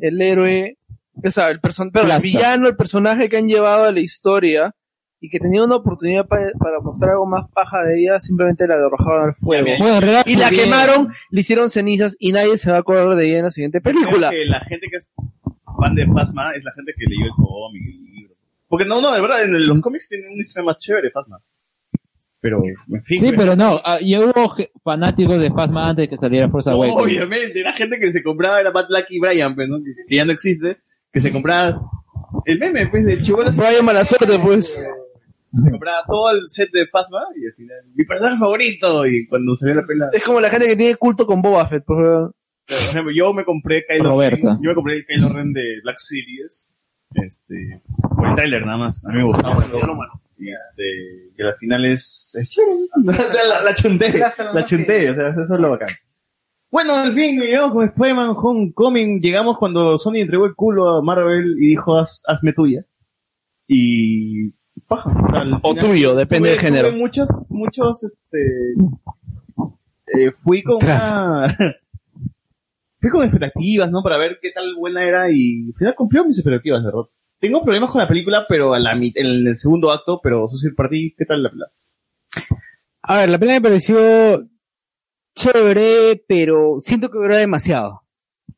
Speaker 3: el héroe, o sea, el, person pero el
Speaker 56: Plasta.
Speaker 3: villano, el personaje que han llevado a la historia y que tenía una oportunidad pa- para mostrar algo más paja de ella, simplemente la arrojaron al fuego.
Speaker 4: Ya, bien. Bueno, relato,
Speaker 3: y la
Speaker 4: bien.
Speaker 3: quemaron, le hicieron cenizas y nadie se va a acordar de ella en la siguiente película.
Speaker 4: Creo que la gente que es fan de Phasma es la gente que leyó el cómic, el libro. Porque no, no, de verdad, en los cómics tiene una historia más chévere Phasma. Pero, en fin.
Speaker 5: Sí,
Speaker 4: pues.
Speaker 5: pero no, ah, ya hubo ge- fanáticos de Phasma antes de que saliera Forza
Speaker 4: No,
Speaker 5: Awakens.
Speaker 4: obviamente, era gente que se compraba, era Pat Lucky y Brian, pero ¿no? que, que ya no existe, que se compraba el meme, pues, del chivolo.
Speaker 3: Brian mala suerte,
Speaker 4: Eh,
Speaker 3: pues.
Speaker 4: Se compraba todo el set de Phasma y al final, mi personaje favorito, y cuando salió la pela...
Speaker 3: Es como la gente que tiene culto con Boba Fett,
Speaker 15: pues,
Speaker 3: por favor.
Speaker 4: Por ejemplo, yo me compré Kylo
Speaker 3: Roberta.
Speaker 4: Ren, yo me compré el Kylo Ren de Black Series, este, por el tráiler nada más, a mí me gustaba. Y este, que al final es, es chévere, ¿no? *laughs* o sea, la, la chunté, la chunté, o sea, eso es lo bacán. Bueno, al fin llegamos con Spider-Man Homecoming. Llegamos cuando Sony entregó el culo a Marvel y dijo, "Haz- hazme tuya. Y paja. O, sea, al
Speaker 3: O
Speaker 4: final
Speaker 3: tuyo, depende
Speaker 4: tuve-
Speaker 3: del género.
Speaker 4: tuve Muchos, muchos, este... eh, fui con una... *laughs* fui con expectativas, ¿no? Para ver qué tal buena era y al final cumplió mis expectativas, ¿verdad? Tengo problemas con la película, pero a la mit- en el segundo acto, pero Susi, para ti, ¿qué tal la película?
Speaker 1: A ver, la pelea me pareció chévere, pero siento que duró demasiado.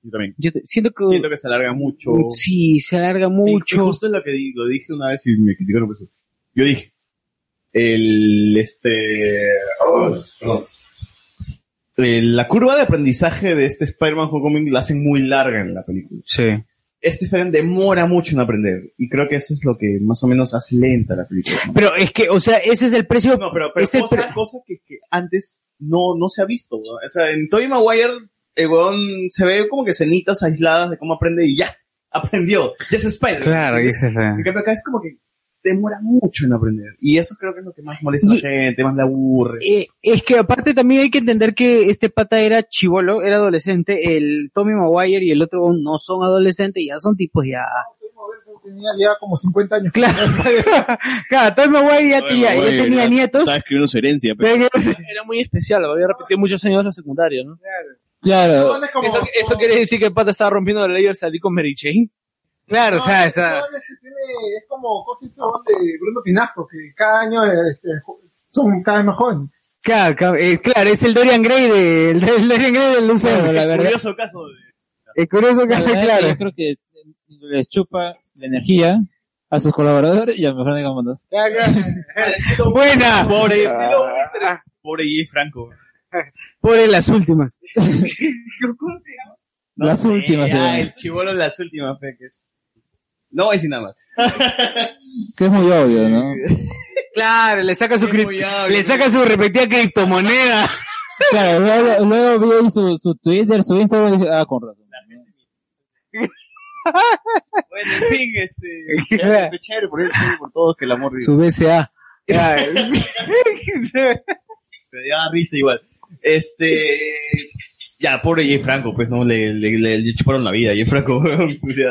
Speaker 4: Yo también.
Speaker 1: Yo te- siento que... uh,
Speaker 4: Siento que se alarga mucho.
Speaker 1: Sí, se alarga
Speaker 4: Y- y
Speaker 1: mucho.
Speaker 4: justo es lo que di- lo dije una vez y me criticaron por eso. Yo dije, el, este, oh, perdón. Eh, la curva de aprendizaje de este Spider-Man Homecoming la hacen muy larga en la película.
Speaker 57: Sí.
Speaker 4: Este Spider-Man demora mucho en aprender y creo que eso es lo que más o menos hace lenta la película.
Speaker 1: Pero es que, o sea, ese es el precio.
Speaker 4: No, pero, pero
Speaker 1: es el
Speaker 4: cosa,
Speaker 1: pre-
Speaker 4: cosa que, que antes no, no se ha visto. ¿no? O sea, en Tobey Maguire, el weón se ve como que cenitas aisladas de cómo aprende y ya, *laughs* aprendió. Ya es Spider-Man.
Speaker 1: Claro, y ese es-
Speaker 3: eh.
Speaker 4: En cambio acá es como que demora mucho en aprender. Y eso creo que es lo que más molesta a la gente, más le aburre.
Speaker 1: Eh, es que aparte también hay que entender que este pata era chivolo, era adolescente, el Tommy Maguire y el otro aún no son adolescentes, ya son tipos ya...
Speaker 13: Tenía ya como 50 años. *laughs*
Speaker 1: Claro, claro Tommy Maguire ya,
Speaker 3: Maguire
Speaker 1: tenía, ya
Speaker 3: era-
Speaker 1: tenía nietos.
Speaker 58: Estaba escribiendo su herencia, pero...
Speaker 3: Era muy especial, había repetido muchos años la secundaria, ¿no?
Speaker 58: Claro.
Speaker 3: ¿Eso, eso quiere decir que el Pata estaba rompiendo la ley del salir con Mary Jane?
Speaker 1: Claro,
Speaker 3: o
Speaker 5: Ah,
Speaker 3: sea, está...
Speaker 13: Todavía se tiene- Es como cosas de Bruno Pinasco, que cada año este, jo- son cada vez más jóvenes.
Speaker 1: Claro, claro, eh, claro, es el Dorian Gray del el Dorian Gray del Lucero.
Speaker 5: Claro, la verdad- Curioso
Speaker 4: caso
Speaker 1: El curioso
Speaker 5: La
Speaker 1: caso,
Speaker 5: verdad es que
Speaker 1: claro.
Speaker 5: Yo creo que les chupa la energía a sus colaboradores y a lo mejor digámonos.
Speaker 1: Buena.
Speaker 4: Pobre,
Speaker 5: Ah.
Speaker 4: pobre Jay Franco.
Speaker 1: Pobre las últimas.
Speaker 4: No
Speaker 1: Las
Speaker 4: sé,
Speaker 1: últimas,
Speaker 4: Ah,
Speaker 1: eh.
Speaker 4: el chivolo en las últimas, peques. No voy a decir nada más.
Speaker 5: Que es muy
Speaker 4: *laughs*
Speaker 5: obvio, ¿no?
Speaker 1: Claro, le saca su cri- le saca su respectiva criptomoneda.
Speaker 5: Claro, luego, luego vi ahí su, su Twitter, su Instagram y dije, ah, con razón.
Speaker 4: Bueno, en fin, este. chévere, chévere por él, chévere por todos, que el amor.
Speaker 1: Su BCA. Ya,
Speaker 4: Me daba risa igual. Este. Ya, pobre Jay Franco, pues no, le, le, le, le chuparon la vida a Jay Franco, *laughs* weón. O sea,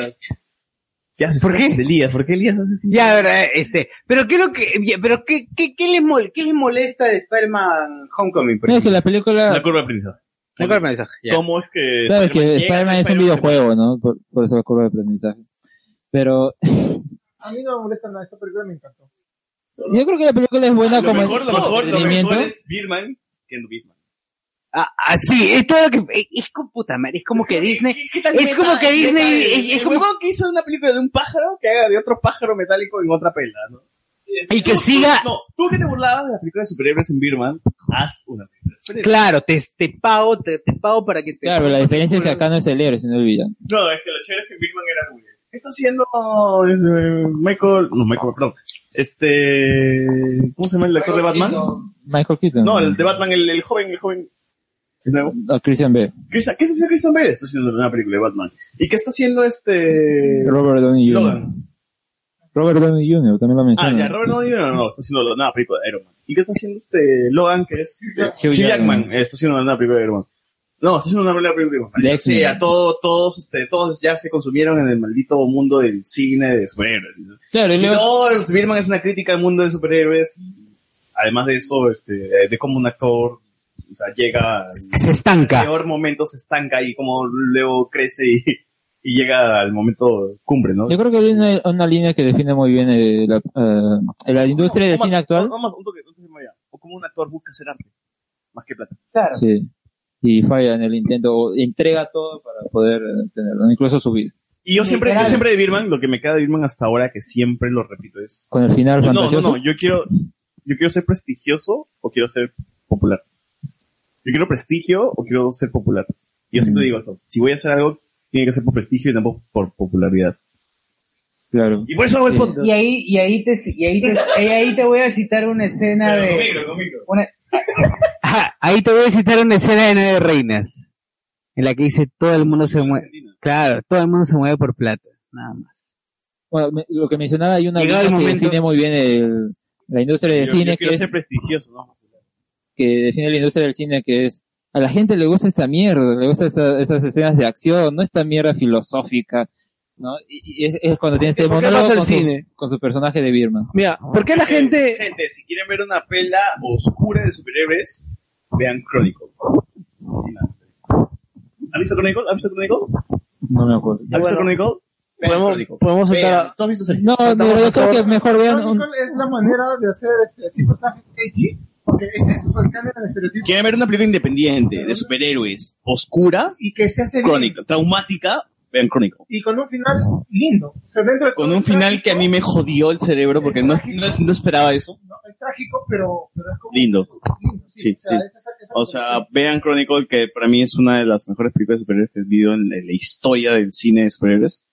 Speaker 4: ¿Qué haces? ¿Por qué? Elías? ¿Por qué Elías hace
Speaker 1: Ya, verdad, este, pero qué es lo que, ya, pero qué, qué, qué le mol, qué le molesta de Spider-Man Homecoming, por
Speaker 5: No, es que la película...
Speaker 4: La curva de aprendizaje.
Speaker 1: Ah. La curva de aprendizaje, ya.
Speaker 4: ¿Cómo es que
Speaker 5: Claro,
Speaker 4: Spider-Man
Speaker 5: es que
Speaker 4: llega a
Speaker 5: Spider-Man
Speaker 4: ser
Speaker 5: es un
Speaker 4: Spider-Man?
Speaker 5: videojuego, ¿no? Por, por eso la curva de aprendizaje. Pero *laughs*
Speaker 13: A mí no me molesta nada, esta película me encantó.
Speaker 5: yo creo que la película es buena
Speaker 4: Ah, Lo
Speaker 5: como
Speaker 4: mejor, lo mejor, lo
Speaker 5: entretenimiento.
Speaker 4: mejor es Birman siendo Birman.
Speaker 1: Ah, ah, sí, es todo lo que, eh, es como puta madre, es
Speaker 59: *laughs*
Speaker 1: como que Disney, es como que Disney, es, es como,
Speaker 4: que hizo una película de un pájaro que haga de otro pájaro metálico en otra pela, ¿no?
Speaker 1: Y que
Speaker 4: Tú- tú-
Speaker 1: siga-
Speaker 4: No, tú que te burlabas de las películas de superhéroes en Birman, haz una película de superhéroes.
Speaker 1: claro, te, te pago, te, te pago para que te...
Speaker 5: Claro, pero la diferencia es que acá no es el héroe, sino el villano.
Speaker 4: No, es que lo chévere es que Birman era muy ¿Qué está haciendo eh, Michael? No, Michael, perdón. Este. ¿Cómo se llama el actor de Batman?
Speaker 5: Michael Keaton.
Speaker 4: No, el de Batman, el, el joven, el joven. ¿El nuevo?
Speaker 5: A Christian B.
Speaker 4: Chris- ¿Qué está haciendo Christian Bale? Está haciendo una película de Batman. ¿Y qué está haciendo este.
Speaker 5: Robert Downey Jr.
Speaker 4: Logan.
Speaker 5: Robert Downey Jr. también lo
Speaker 4: Ah,
Speaker 5: mencioné.
Speaker 4: ya, Robert Downey Jr. no, no, está haciendo una película de Iron Man. ¿Y qué está haciendo este Logan, que es Hugh, Jackman? Eh, Está haciendo una película de Iron Man. No, está haciendo una película de Iron Man.
Speaker 5: De
Speaker 4: Sí,
Speaker 5: X-Men.
Speaker 4: a todo- todos, este, todos ya se consumieron en el maldito mundo del cine de superhéroes. ¿no?
Speaker 5: Claro, y
Speaker 4: Y
Speaker 5: luego-
Speaker 4: no, Birman es una crítica al mundo de superhéroes. Además de eso, este, eh, de cómo un actor
Speaker 60: O sea, llega.
Speaker 61: Se estanca.
Speaker 60: El peor momento se estanca y como luego crece y, y llega al momento cumbre, ¿no?
Speaker 62: Yo creo que hay una, una línea que define muy bien eh, la, eh, la industria del
Speaker 60: Vamos,
Speaker 62: cine actual.
Speaker 60: vamos, un toque, un toque más allá. O como un actor busca hacer arte, más que plata.
Speaker 62: Sí. Y falla en el intento, o entrega todo para poder eh, tenerlo, incluso su vida.
Speaker 60: Y yo siempre, yo siempre de Birman, lo que me queda de Birman hasta ahora, que siempre lo repito, es.
Speaker 62: Con el
Speaker 60: No,
Speaker 62: final
Speaker 60: no, no,
Speaker 62: fantasioso.
Speaker 60: yo quiero, yo quiero ser prestigioso o quiero ser popular. Yo quiero prestigio o quiero ser popular. Y Yo
Speaker 62: Mm.
Speaker 60: siempre digo esto, si voy a hacer algo, tiene que ser por prestigio y tampoco por popularidad.
Speaker 62: Claro.
Speaker 60: Y por eso hago el podcast.
Speaker 59: Y ahí, y ahí te, y ahí te, y ahí te voy a citar una escena
Speaker 60: Pero
Speaker 59: de.
Speaker 60: conmigo, conmigo.
Speaker 59: una-
Speaker 1: Ah, ahí te voy a citar una escena de Nueve Reinas, en la que dice todo el mundo se mueve. Claro, todo el mundo se mueve por plata, nada más.
Speaker 62: Bueno, me- lo que mencionaba, hay una
Speaker 1: Llegado
Speaker 62: línea que
Speaker 1: el momento-
Speaker 62: define muy bien el- la industria del
Speaker 60: Yo-
Speaker 62: cine,
Speaker 60: yo quiero
Speaker 62: que,
Speaker 60: ser
Speaker 62: es-
Speaker 60: prestigioso, ¿no?
Speaker 62: que define la industria del cine, que es a la gente le gusta esa mierda, le gusta esa- esas escenas de acción, no esta mierda filosófica, ¿no? Y, y es, es cuando tienes el
Speaker 15: ¿Por qué
Speaker 62: monólogo
Speaker 15: vas al
Speaker 62: con, su-
Speaker 15: cine?
Speaker 62: con su personaje de Birman.
Speaker 15: Mira, ¿por qué la
Speaker 60: Porque,
Speaker 15: gente...
Speaker 60: Gente, si quieren ver una pela oscura de superhéroes, vean Chronicle. Sin nada. ¿Has visto Chronicle? ¿Has visto Chronicle?
Speaker 62: No me acuerdo.
Speaker 60: ¿Has visto Chronicle? Vean Chronicle.
Speaker 15: podemos
Speaker 60: Vean.
Speaker 15: saltar a-
Speaker 60: ¿Tú has visto Sergio?
Speaker 62: No,
Speaker 60: Saltamos
Speaker 62: no,
Speaker 60: a
Speaker 62: yo creo
Speaker 60: favor.
Speaker 62: que mejor vean un-
Speaker 13: Chronicle es la manera de hacer este ciberpunk edgy, porque es eso, se cambia el estereotipo.
Speaker 4: Quieren ver una película independiente de superhéroes, oscura
Speaker 13: y que se hace
Speaker 4: crónica, traumática, vean Crónico.
Speaker 13: Y con un final lindo. O sea, dentro de
Speaker 4: Con un final que a mí me jodió el cerebro porque no, no- no esperaba eso.
Speaker 13: es trágico, pero, pero es como
Speaker 4: Lindo. Sí, sí. O sea, vean Chronicle, que para mí es una de las mejores películas de superhéroes que he vivido en la en la historia del cine de superhéroes.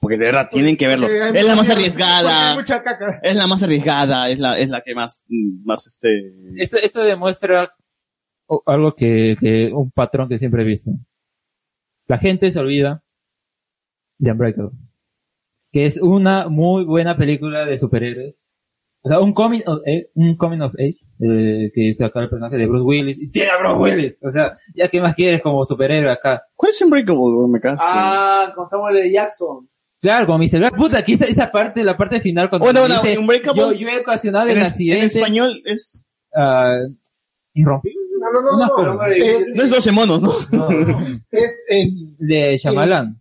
Speaker 4: Porque de verdad tienen que verlo.
Speaker 13: Porque Eh, hay
Speaker 4: Es la
Speaker 13: mucha
Speaker 4: más
Speaker 13: mierda, porque
Speaker 4: arriesgada.
Speaker 13: hay mucha caca.
Speaker 4: Es la más arriesgada, es la, es la que más, mm, más este.
Speaker 62: Eso, eso demuestra
Speaker 5: o- algo que, que un patrón que siempre he visto. La gente se olvida de Unbreakable, que es una muy buena película de superhéroes. O sea, un coming of age, un coming of age eh, que saca el personaje de Bruce Willis y tiene a Bruce Willis. O sea, ya qué más quieres como superhéroe acá.
Speaker 4: ¿Cuál es Unbreakable? Me caso.
Speaker 3: Ah, con Samuel L. Jackson.
Speaker 5: Claro, como dice, puta, aquí esa, esa parte, la parte final cuando
Speaker 3: Bueno,
Speaker 5: le
Speaker 3: bueno,
Speaker 5: dice,
Speaker 3: y Unbreakable-
Speaker 5: yo, yo he ocasionado
Speaker 3: en
Speaker 5: el
Speaker 3: es-
Speaker 5: accidente. En
Speaker 4: español es Ah,
Speaker 5: irrompible.
Speaker 13: No, no, no,
Speaker 5: Unas
Speaker 13: no,
Speaker 5: cosas.
Speaker 13: no, es-
Speaker 4: No es 12 monos, ¿no?
Speaker 13: es el...
Speaker 5: De Shyamalan.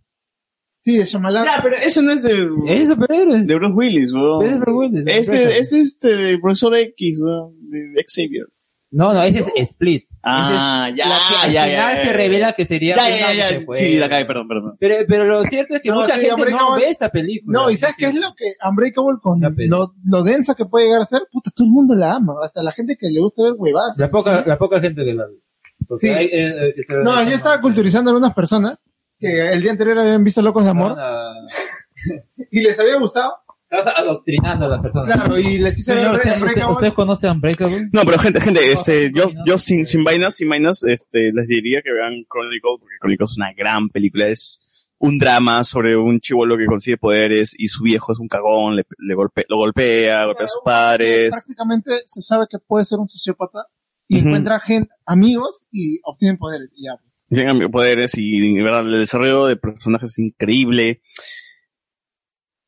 Speaker 13: Sí, de Shyamalan.
Speaker 4: Ya, pero eso no es de...
Speaker 5: Es superhéroe.
Speaker 4: De Bruce Willis, weón.
Speaker 5: Es de Bruce Willis, de
Speaker 4: Este,
Speaker 5: Unbreakable.
Speaker 4: es este, Profesor X, weón, de Xavier.
Speaker 5: No, no, ese es Split.
Speaker 4: Ah,
Speaker 5: Ese es
Speaker 4: ya,
Speaker 5: la que al
Speaker 4: ya,
Speaker 5: final
Speaker 4: ya,
Speaker 5: se
Speaker 4: ya,
Speaker 5: revela que sería...
Speaker 4: Ya,
Speaker 5: una
Speaker 4: ya, ya,
Speaker 5: mujer,
Speaker 4: Sí,
Speaker 5: pues.
Speaker 4: la cae, perdón, perdón.
Speaker 5: Pero, pero lo cierto es que
Speaker 13: No,
Speaker 5: mucha
Speaker 13: sí,
Speaker 5: gente no
Speaker 13: Unbreakable-
Speaker 5: ve esa película.
Speaker 13: No, y ¿sabes qué es lo que Unbreakable con lo, lo densa que puede llegar a ser? Puta, todo el mundo la ama, hasta la gente que le gusta ver huevadas.
Speaker 5: La poca, la poca gente que la ve. Porque
Speaker 13: Sí.
Speaker 5: hay, eh, eh, que se
Speaker 13: No, yo estaba culturizando a algunas personas que el día anterior habían visto Locos de Amor
Speaker 5: Ah,
Speaker 13: *laughs* y les había gustado.
Speaker 5: Estás adoctrinando a las personas.
Speaker 13: Claro, y les hice
Speaker 5: Señor,
Speaker 13: ver
Speaker 5: ¿usted, usted,
Speaker 13: Unbreakable.
Speaker 5: ¿Usted conoce Unbreakable?
Speaker 4: No, pero gente, gente, este, yo, yo sin, sin vainas, sin vainas, este, les diría que vean Chronicle, porque Chronicle es una gran película, es un drama sobre un chivolo que consigue poderes y su viejo es un cagón, le, le golpe- lo golpea, golpea a sus padres.
Speaker 13: Prácticamente se sabe que puede ser un sociópata y encuentra gente, amigos y obtienen poderes. Y ya, pues.
Speaker 4: Llegan mis poderes y de verdad, el desarrollo de personajes es increíble.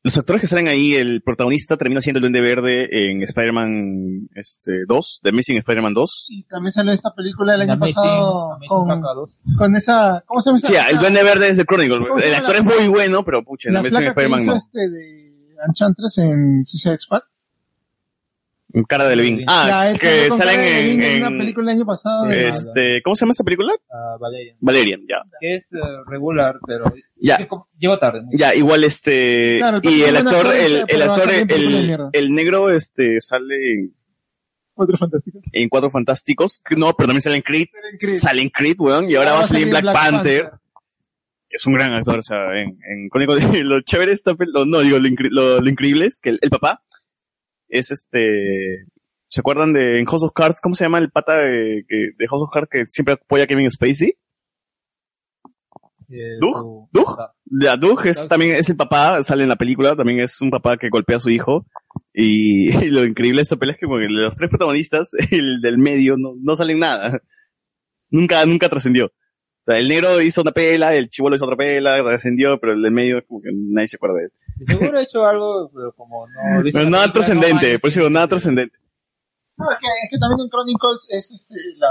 Speaker 4: Los actores que salen ahí, el protagonista termina siendo el Duende Verde en Spider-Man este, 2, The Amazing Spider-Man 2.
Speaker 13: Y también salió esta película del
Speaker 5: En
Speaker 13: año
Speaker 5: Amazing-
Speaker 13: pasado
Speaker 5: Amazing Paca
Speaker 13: con,
Speaker 5: 2.
Speaker 13: con esa... ¿Cómo se llama esa?
Speaker 4: Sí, ah, el Duende Verde es de Chronicle.
Speaker 13: ¿Cómo se
Speaker 4: El
Speaker 13: llama
Speaker 4: actor
Speaker 13: la-
Speaker 4: es muy bueno, pero pucha, en
Speaker 13: la
Speaker 4: Amazing
Speaker 13: placa que
Speaker 4: Spider-Man
Speaker 13: hizo
Speaker 4: no.
Speaker 13: este de Enchantress en Suicide Squad.
Speaker 4: Cara de Levin.
Speaker 13: La-
Speaker 4: Ah,
Speaker 13: él salió
Speaker 4: que
Speaker 13: con
Speaker 4: salen
Speaker 13: Cara
Speaker 4: en,
Speaker 13: Delevingne una
Speaker 4: en-
Speaker 13: película el año pasado. eh, de-
Speaker 4: este, ¿cómo se llama esta película?
Speaker 5: Ah, Valerian.
Speaker 4: Valerian, ya.
Speaker 5: Que es eh, regular, pero...
Speaker 4: Ya.
Speaker 5: Llego tarde.
Speaker 4: Ya, igual este.
Speaker 5: Claro, el
Speaker 4: y el
Speaker 5: papel de
Speaker 4: actor,
Speaker 5: un actor,
Speaker 4: el, el
Speaker 5: pero
Speaker 4: actor,
Speaker 5: bastante película de
Speaker 4: el,
Speaker 5: mierda.
Speaker 4: el negro, este, sale en.
Speaker 13: Cuatro Fantásticos.
Speaker 4: En Cuatro Fantásticos. No, pero también sale en Creed. Sale en Creed, weón. Y ahora va a salir en Black, Panther. Es un gran actor, o sea, en, en Crónico de- *laughs* Lo chévere de esta pel- lo- No, digo, lo, incre- lo- lo increíble es que el, el papá es este. ¿Se acuerdan de en House of Cards? ¿Cómo se llama el pata de, que- de House of Cards que siempre apoya a Kevin Spacey?
Speaker 5: Eh, ¿Dug?
Speaker 4: ¿Doug? Ya, Doug es, también es el papá, sale en la película, también es un papá que golpea a su hijo. Y, *laughs* y lo increíble de esta pelea es que como que los tres protagonistas, *laughs* el del medio, no, no salen nada. Nunca, nunca trascendió. O sea, el negro hizo una pela, el chivolo hizo otra pela, trascendió, pero el del medio es como que nadie se acuerda de él.
Speaker 5: Seguro he hecho algo, pero como no... lo hice
Speaker 4: Pero
Speaker 5: en la
Speaker 4: nada
Speaker 5: película, no
Speaker 4: trascendente,
Speaker 5: hay-
Speaker 4: por eso digo, nada trascendente.
Speaker 13: No, es que, es que también en Chronicles es este, la,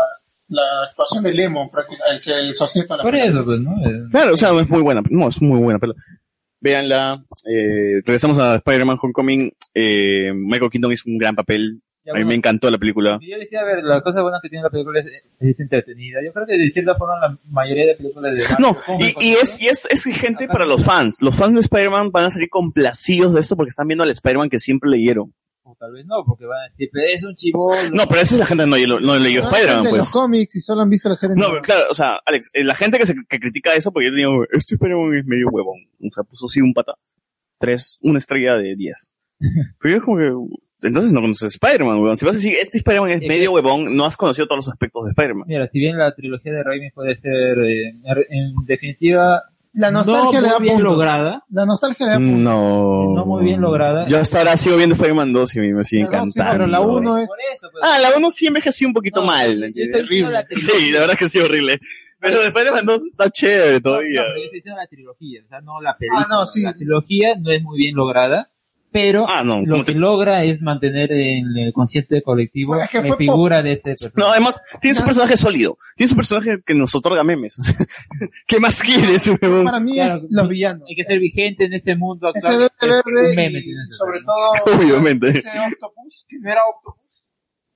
Speaker 13: la actuación de Lemon, práctica- el que hizo así para
Speaker 4: Por eso,
Speaker 13: pues,
Speaker 4: ¿no? Claro, o sea, es muy buena. No, es muy buena. Pero... Veanla. Eh, regresamos a Spider-Man Homecoming. Eh, Michael Keaton hizo un gran papel.
Speaker 5: Ya,
Speaker 4: a mí
Speaker 5: bueno.
Speaker 4: me encantó la película.
Speaker 5: Yo decía, a ver, la cosa buena que tiene la película es, es entretenida. Yo creo que de cierta forma la mayoría de películas de
Speaker 4: No,
Speaker 5: Marvel-
Speaker 4: y, y es, y es, es gente para los fans. Los fans de Spider-Man van a salir complacidos de esto porque están viendo al Spider-Man que siempre leyeron.
Speaker 5: o tal vez no, porque van a decir, "Pero es un chivón.
Speaker 4: No, pero esa es la gente que no, leyó- no leyó
Speaker 13: No,
Speaker 4: Spider-Man,
Speaker 13: de
Speaker 4: pues.
Speaker 13: los cómics y solo han visto la serie.
Speaker 4: No,
Speaker 13: animada.
Speaker 4: pero claro, o sea, Alex, eh, la gente que, se, que critica eso, porque yo digo, este Spider-Man es medio huevón. O sea, puso así un pata. Tres, una estrella de diez. Pero yo es como que, entonces no conoces a Spider-Man, huevón. Si vas a decir, este Spider-Man es medio huevón, no has conocido todos los aspectos de Spider-Man.
Speaker 5: Mira, si bien la trilogía de Raimi puede ser, eh, en definitiva,
Speaker 13: La nostalgia
Speaker 5: no
Speaker 13: le da
Speaker 5: muy bien
Speaker 13: puntos.
Speaker 5: lograda.
Speaker 13: La nostalgia
Speaker 4: Mm,
Speaker 13: le da puntos.
Speaker 4: No. No muy bien lograda. Yo hasta ahora sigo viendo Spider-Man 2 y me, me sigue
Speaker 13: No, sí,
Speaker 4: encantando.
Speaker 13: pero la 1 es.
Speaker 59: pues.
Speaker 4: Ah, la 1 sí envejeció un poquito mal.
Speaker 5: la
Speaker 4: horrible.
Speaker 5: trilogía.
Speaker 4: Sí, la verdad es que sí, horrible. Pero de Spider-Man 2 está chévere todavía.
Speaker 5: pero yo estoy diciendo la trilogía, o sea, no la película.
Speaker 13: Ah, no, sí.
Speaker 5: La trilogía no es muy bien lograda, pero
Speaker 4: Ah,
Speaker 5: lo que logra es mantener en el concierto colectivo
Speaker 4: que
Speaker 5: la
Speaker 4: fue
Speaker 5: figura de ese personaje.
Speaker 4: No, además, tienes un personaje sólido. Tienes un personaje que nos otorga memes. *laughs* ¿Qué más quieres, huevón?
Speaker 5: Claro, Hay que ser vigente en este mundo
Speaker 13: Ese
Speaker 5: actual.
Speaker 13: duende
Speaker 5: Es
Speaker 13: verde
Speaker 5: un meme,
Speaker 13: y
Speaker 5: tienes que
Speaker 13: sobre
Speaker 5: ser, ¿no?
Speaker 13: todo.
Speaker 4: *laughs* Obviamente.
Speaker 13: Ese Octopus, que no era Octopus.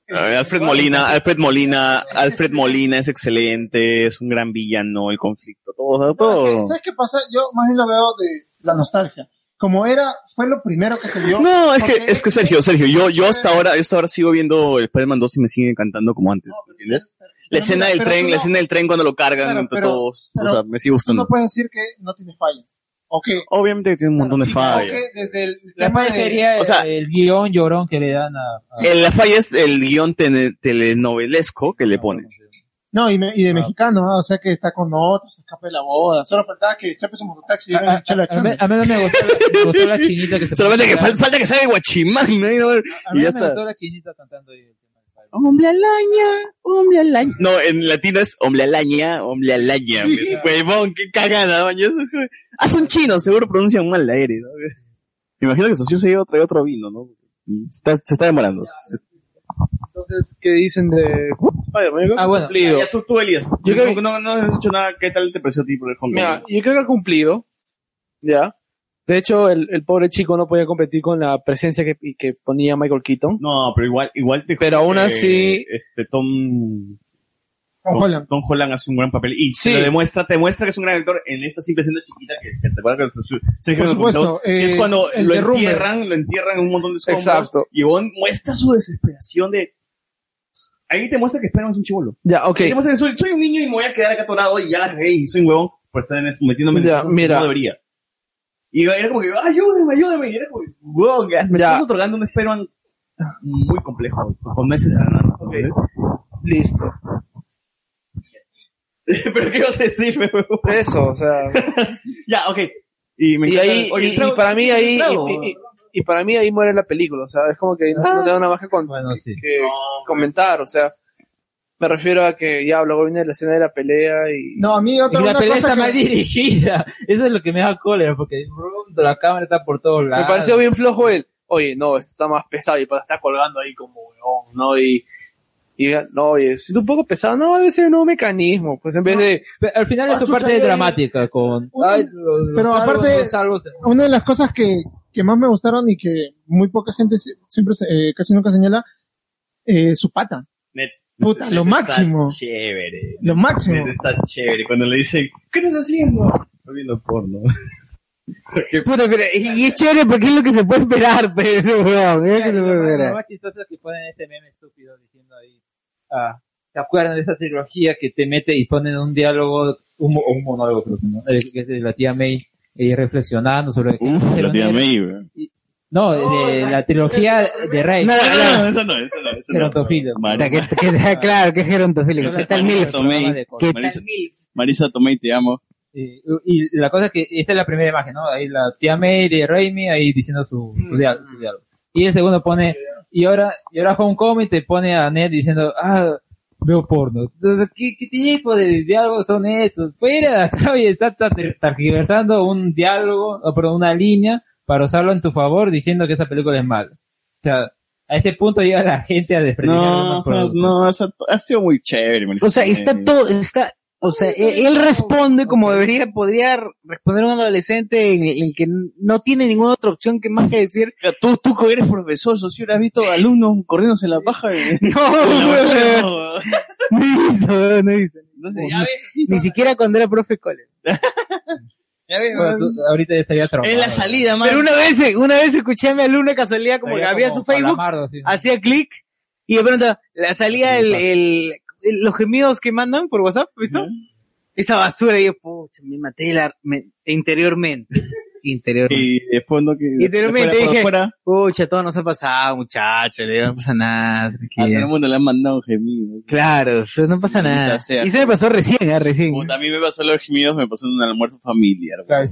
Speaker 4: A ver, Alfred Molina, Alfred Molina, Alfred Molina es excelente, es un gran villano, el conflicto, todo, todo.
Speaker 13: ¿Sabes qué pasa? Yo más bien lo veo de la nostalgia. Como era, fue lo primero que se dio.
Speaker 4: No, es
Speaker 13: porque- Ah.
Speaker 4: que, es que Sergio, Sergio, yo, yo hasta ahora, yo hasta ahora sigo viendo Spider-Man 2 y me sigue encantando como antes. ¿entiendes? La
Speaker 13: pero
Speaker 4: escena
Speaker 13: mira,
Speaker 4: del
Speaker 13: pero
Speaker 4: tren,
Speaker 13: tú
Speaker 4: la
Speaker 13: no-
Speaker 4: escena del tren cuando lo cargan
Speaker 13: Claro,
Speaker 4: entre
Speaker 13: pero-
Speaker 4: todos, o
Speaker 13: pero
Speaker 4: sea, me sigue
Speaker 13: Tú no
Speaker 4: gustando.
Speaker 13: puedes decir que no tiene fallas. O que,
Speaker 4: Obviamente que tiene un montón de
Speaker 13: o
Speaker 4: fallas.
Speaker 13: que desde el
Speaker 5: La
Speaker 13: tema
Speaker 5: falla
Speaker 13: de-
Speaker 5: sería
Speaker 4: o sea-
Speaker 5: el guión llorón que le dan a... a-
Speaker 4: Eh, La falla es el guión tene- telenovelesco que le ponen.
Speaker 13: No, y, me-
Speaker 4: Ah.
Speaker 13: y de mexicano, ¿no? o sea que está con otros, se escapa de la boda. Solo faltaba que chape su mototaxi y
Speaker 15: Ah,
Speaker 13: venga el Chelo
Speaker 5: A mí,
Speaker 13: Alexander.
Speaker 5: a mí no me gustó la, me gustó la chinita
Speaker 4: *laughs*
Speaker 5: que se
Speaker 4: Solamente
Speaker 5: puso
Speaker 4: que
Speaker 5: a
Speaker 4: fal-
Speaker 5: hablar.
Speaker 4: falta que salga el guachimán, ¿no? Y no-
Speaker 5: A mí
Speaker 4: y ya
Speaker 5: no me
Speaker 4: está.
Speaker 5: gustó la chinita cantando ahí.
Speaker 4: Hombre alaña, hombre alaña. No, en latino es hombre alaña, hombre alaña.
Speaker 5: Sí.
Speaker 4: pues, Huevón, qué cagada, baño. Ah, son chinos, seguro pronuncian mal la R, ¿no? Me imagino que Socio se iba a traer otro vino, ¿no? Está- se está demorando. Se-
Speaker 15: Entonces, ¿qué dicen de Spider-Man? Yo creo que
Speaker 4: Ah, bueno.
Speaker 15: ha cumplido.
Speaker 4: Ya, ya, tú- tú, Elías.
Speaker 15: Yo creo que-
Speaker 4: no, no has dicho nada. ¿Qué tal te pareció a ti por el Homecoming?
Speaker 15: Mira, yo creo que ha cumplido. Ya. De hecho, el, el pobre chico no podía competir con la presencia que, y que ponía Michael Keaton.
Speaker 4: No, pero igual, igual te
Speaker 15: Pero aún así.
Speaker 4: Este Tom.
Speaker 15: Tom
Speaker 4: Holland. Tom Holland hace un gran papel y
Speaker 15: Sí.
Speaker 4: te lo demuestra, te muestra que es un gran actor en esta simple escena chiquita que, que te acuerdas que lo- Sergio
Speaker 15: Por
Speaker 4: lo
Speaker 15: supuesto,
Speaker 4: comentó, que
Speaker 15: eh,
Speaker 4: es cuando
Speaker 15: el
Speaker 4: lo
Speaker 15: derrumbe.
Speaker 4: entierran, lo entierran en un montón de escombros
Speaker 15: Exacto.
Speaker 4: y Bon muestra su desesperación de ahí te muestra que Spider-Man es un chivolo.
Speaker 15: Ya, ok.
Speaker 4: Ahí te muestra que soy, soy un niño y me voy a quedar acá atorado y ya la regué y soy un huevón por estar en eso, metiéndome en
Speaker 15: Ya,
Speaker 4: cosas que
Speaker 15: mira.
Speaker 4: no debería. Y era como que, "Ah, ayúdeme, ayúdeme. Y era como, wow, me estás otorgando un Spider-Man muy complejo, con meses andando. *laughs*
Speaker 15: Listo.
Speaker 4: ¿Pero qué vas a decir, huevón?
Speaker 15: Eso, o sea.
Speaker 4: ya, ok. Y, me
Speaker 15: *laughs* y
Speaker 4: encanta-
Speaker 15: ahí,
Speaker 4: Oye,
Speaker 15: y,
Speaker 4: trago-
Speaker 15: y para mí ahí.
Speaker 4: trago.
Speaker 15: Y, y- y- y Ah. para mí ahí muere la película, o sea, es como que no, no tengo nada más que, con- que comentar, o sea. Me refiero a que ya luego viene la escena de la pelea y.
Speaker 13: No, a mí otra
Speaker 15: Y la
Speaker 13: una
Speaker 15: pelea
Speaker 13: cosa
Speaker 15: está
Speaker 13: que-
Speaker 15: mal dirigida.
Speaker 5: Mira, eso es lo que me da cólera, porque bro, la cámara está por todos lados.
Speaker 15: Me pareció bien flojo él. Oye, no, esto está más pesado y para estar colgando ahí como huevón, ¿no? Y, y no, oye, es un poco pesado, no, debe ser un nuevo mecanismo. Pues en vez de. Ah,
Speaker 5: Al final
Speaker 15: es
Speaker 5: es su parte dramática con... Ay, lo- lo
Speaker 13: Pero
Speaker 5: salvo,
Speaker 13: aparte,
Speaker 5: lo salvo, se-
Speaker 13: una de las cosas que, que más me gustaron y que muy poca gente se- siempre, se- eh, casi nunca señala, eh, su pata.
Speaker 4: Nets.
Speaker 13: Puta,
Speaker 4: Nets
Speaker 13: lo
Speaker 4: está
Speaker 13: máximo.
Speaker 4: chévere.
Speaker 13: Lo máximo.
Speaker 4: Nets Está chévere. Cuando le dicen, ¿qué estás haciendo? Estoy viendo porno.
Speaker 1: Puta, pero, y, y es chévere porque es lo que se puede esperar, pero ese huevón, es lo que se puede
Speaker 5: Lo
Speaker 1: esperar.
Speaker 5: más chistoso es que ponen ese meme estúpido diciendo ahí, ah, ¿te acuerdan de esa trilogía que te mete y ponen un diálogo, un, mo- un monólogo, creo que no, eh, que es de la tía May, eh, reflexionando sobre...
Speaker 4: Uf, la tía May, weón.
Speaker 5: No, de la trilogía de Rey.
Speaker 4: No, no, no, eso no, eso no. Eso
Speaker 5: Gerontofilo.
Speaker 1: Puta, que- que- claro, que es gerontofílico. ¿Qué tal Mills? ¿Qué
Speaker 4: Marisa,
Speaker 1: tal
Speaker 4: Marisa Tomei, te amo.
Speaker 5: Eh, y la cosa es que esa es la primera imagen, ¿no? Ahí la tía May de Raimi ahí diciendo su, su
Speaker 4: Mm.
Speaker 5: diálogo, su diálogo. Y el segundo pone, y ahora, y ahora Homecoming te pone a Ned diciendo, ah, veo porno. Entonces, ¿qué, qué tipo de diálogos son estos? Fuera *laughs* de acá y está tar- targiversando un diálogo, o perdón, una línea para usarlo en tu favor diciendo que esa película es mala. O sea, a ese punto llega la gente a desprestigiar
Speaker 4: No,
Speaker 5: una
Speaker 4: o sea,
Speaker 5: producción.
Speaker 4: no, o sea, ha sido muy chévere.
Speaker 1: O sea, está todo, está, o sea, él, él responde como debería, podría responder un adolescente en el, en el que no tiene ninguna otra opción que más que decir,
Speaker 4: tú, tú que eres profesor, socio, has visto alumnos corriéndose en la paja.
Speaker 1: no, no he visto, no he visto.
Speaker 4: ya ves,
Speaker 1: Ni siquiera cuando era profe Cole.
Speaker 5: Bueno, tú- ahorita ya estaría traumado.
Speaker 1: Es
Speaker 5: man.
Speaker 1: Pero una vez, una vez escuché a mi alumna de casualidad como que
Speaker 5: Estaría
Speaker 1: abría
Speaker 5: como
Speaker 1: su Facebook,
Speaker 5: Calamardo, sí.
Speaker 1: hacía clic y de pronto le salía el, el- el- los gemidos que mandan por WhatsApp, ¿viste? Esa basura y yo, pucha, me maté la- me-
Speaker 4: *laughs*
Speaker 1: interiormente. Interiormente.
Speaker 4: Y después no que.
Speaker 1: Interiormente
Speaker 4: después
Speaker 1: dije,
Speaker 4: afuera,
Speaker 1: pucha, todo nos ha pasado, muchachos, le digo, no pasa nada.
Speaker 4: A todo el
Speaker 1: tranquila".
Speaker 4: mundo le han mandado gemidos.
Speaker 1: Claro, pero no pasa nada.
Speaker 4: ya sea.
Speaker 1: Y se me pasó recién, ah, recién.
Speaker 4: Puta, a mí me pasó los gemidos, me pasó en un almuerzo familiar. güey. ha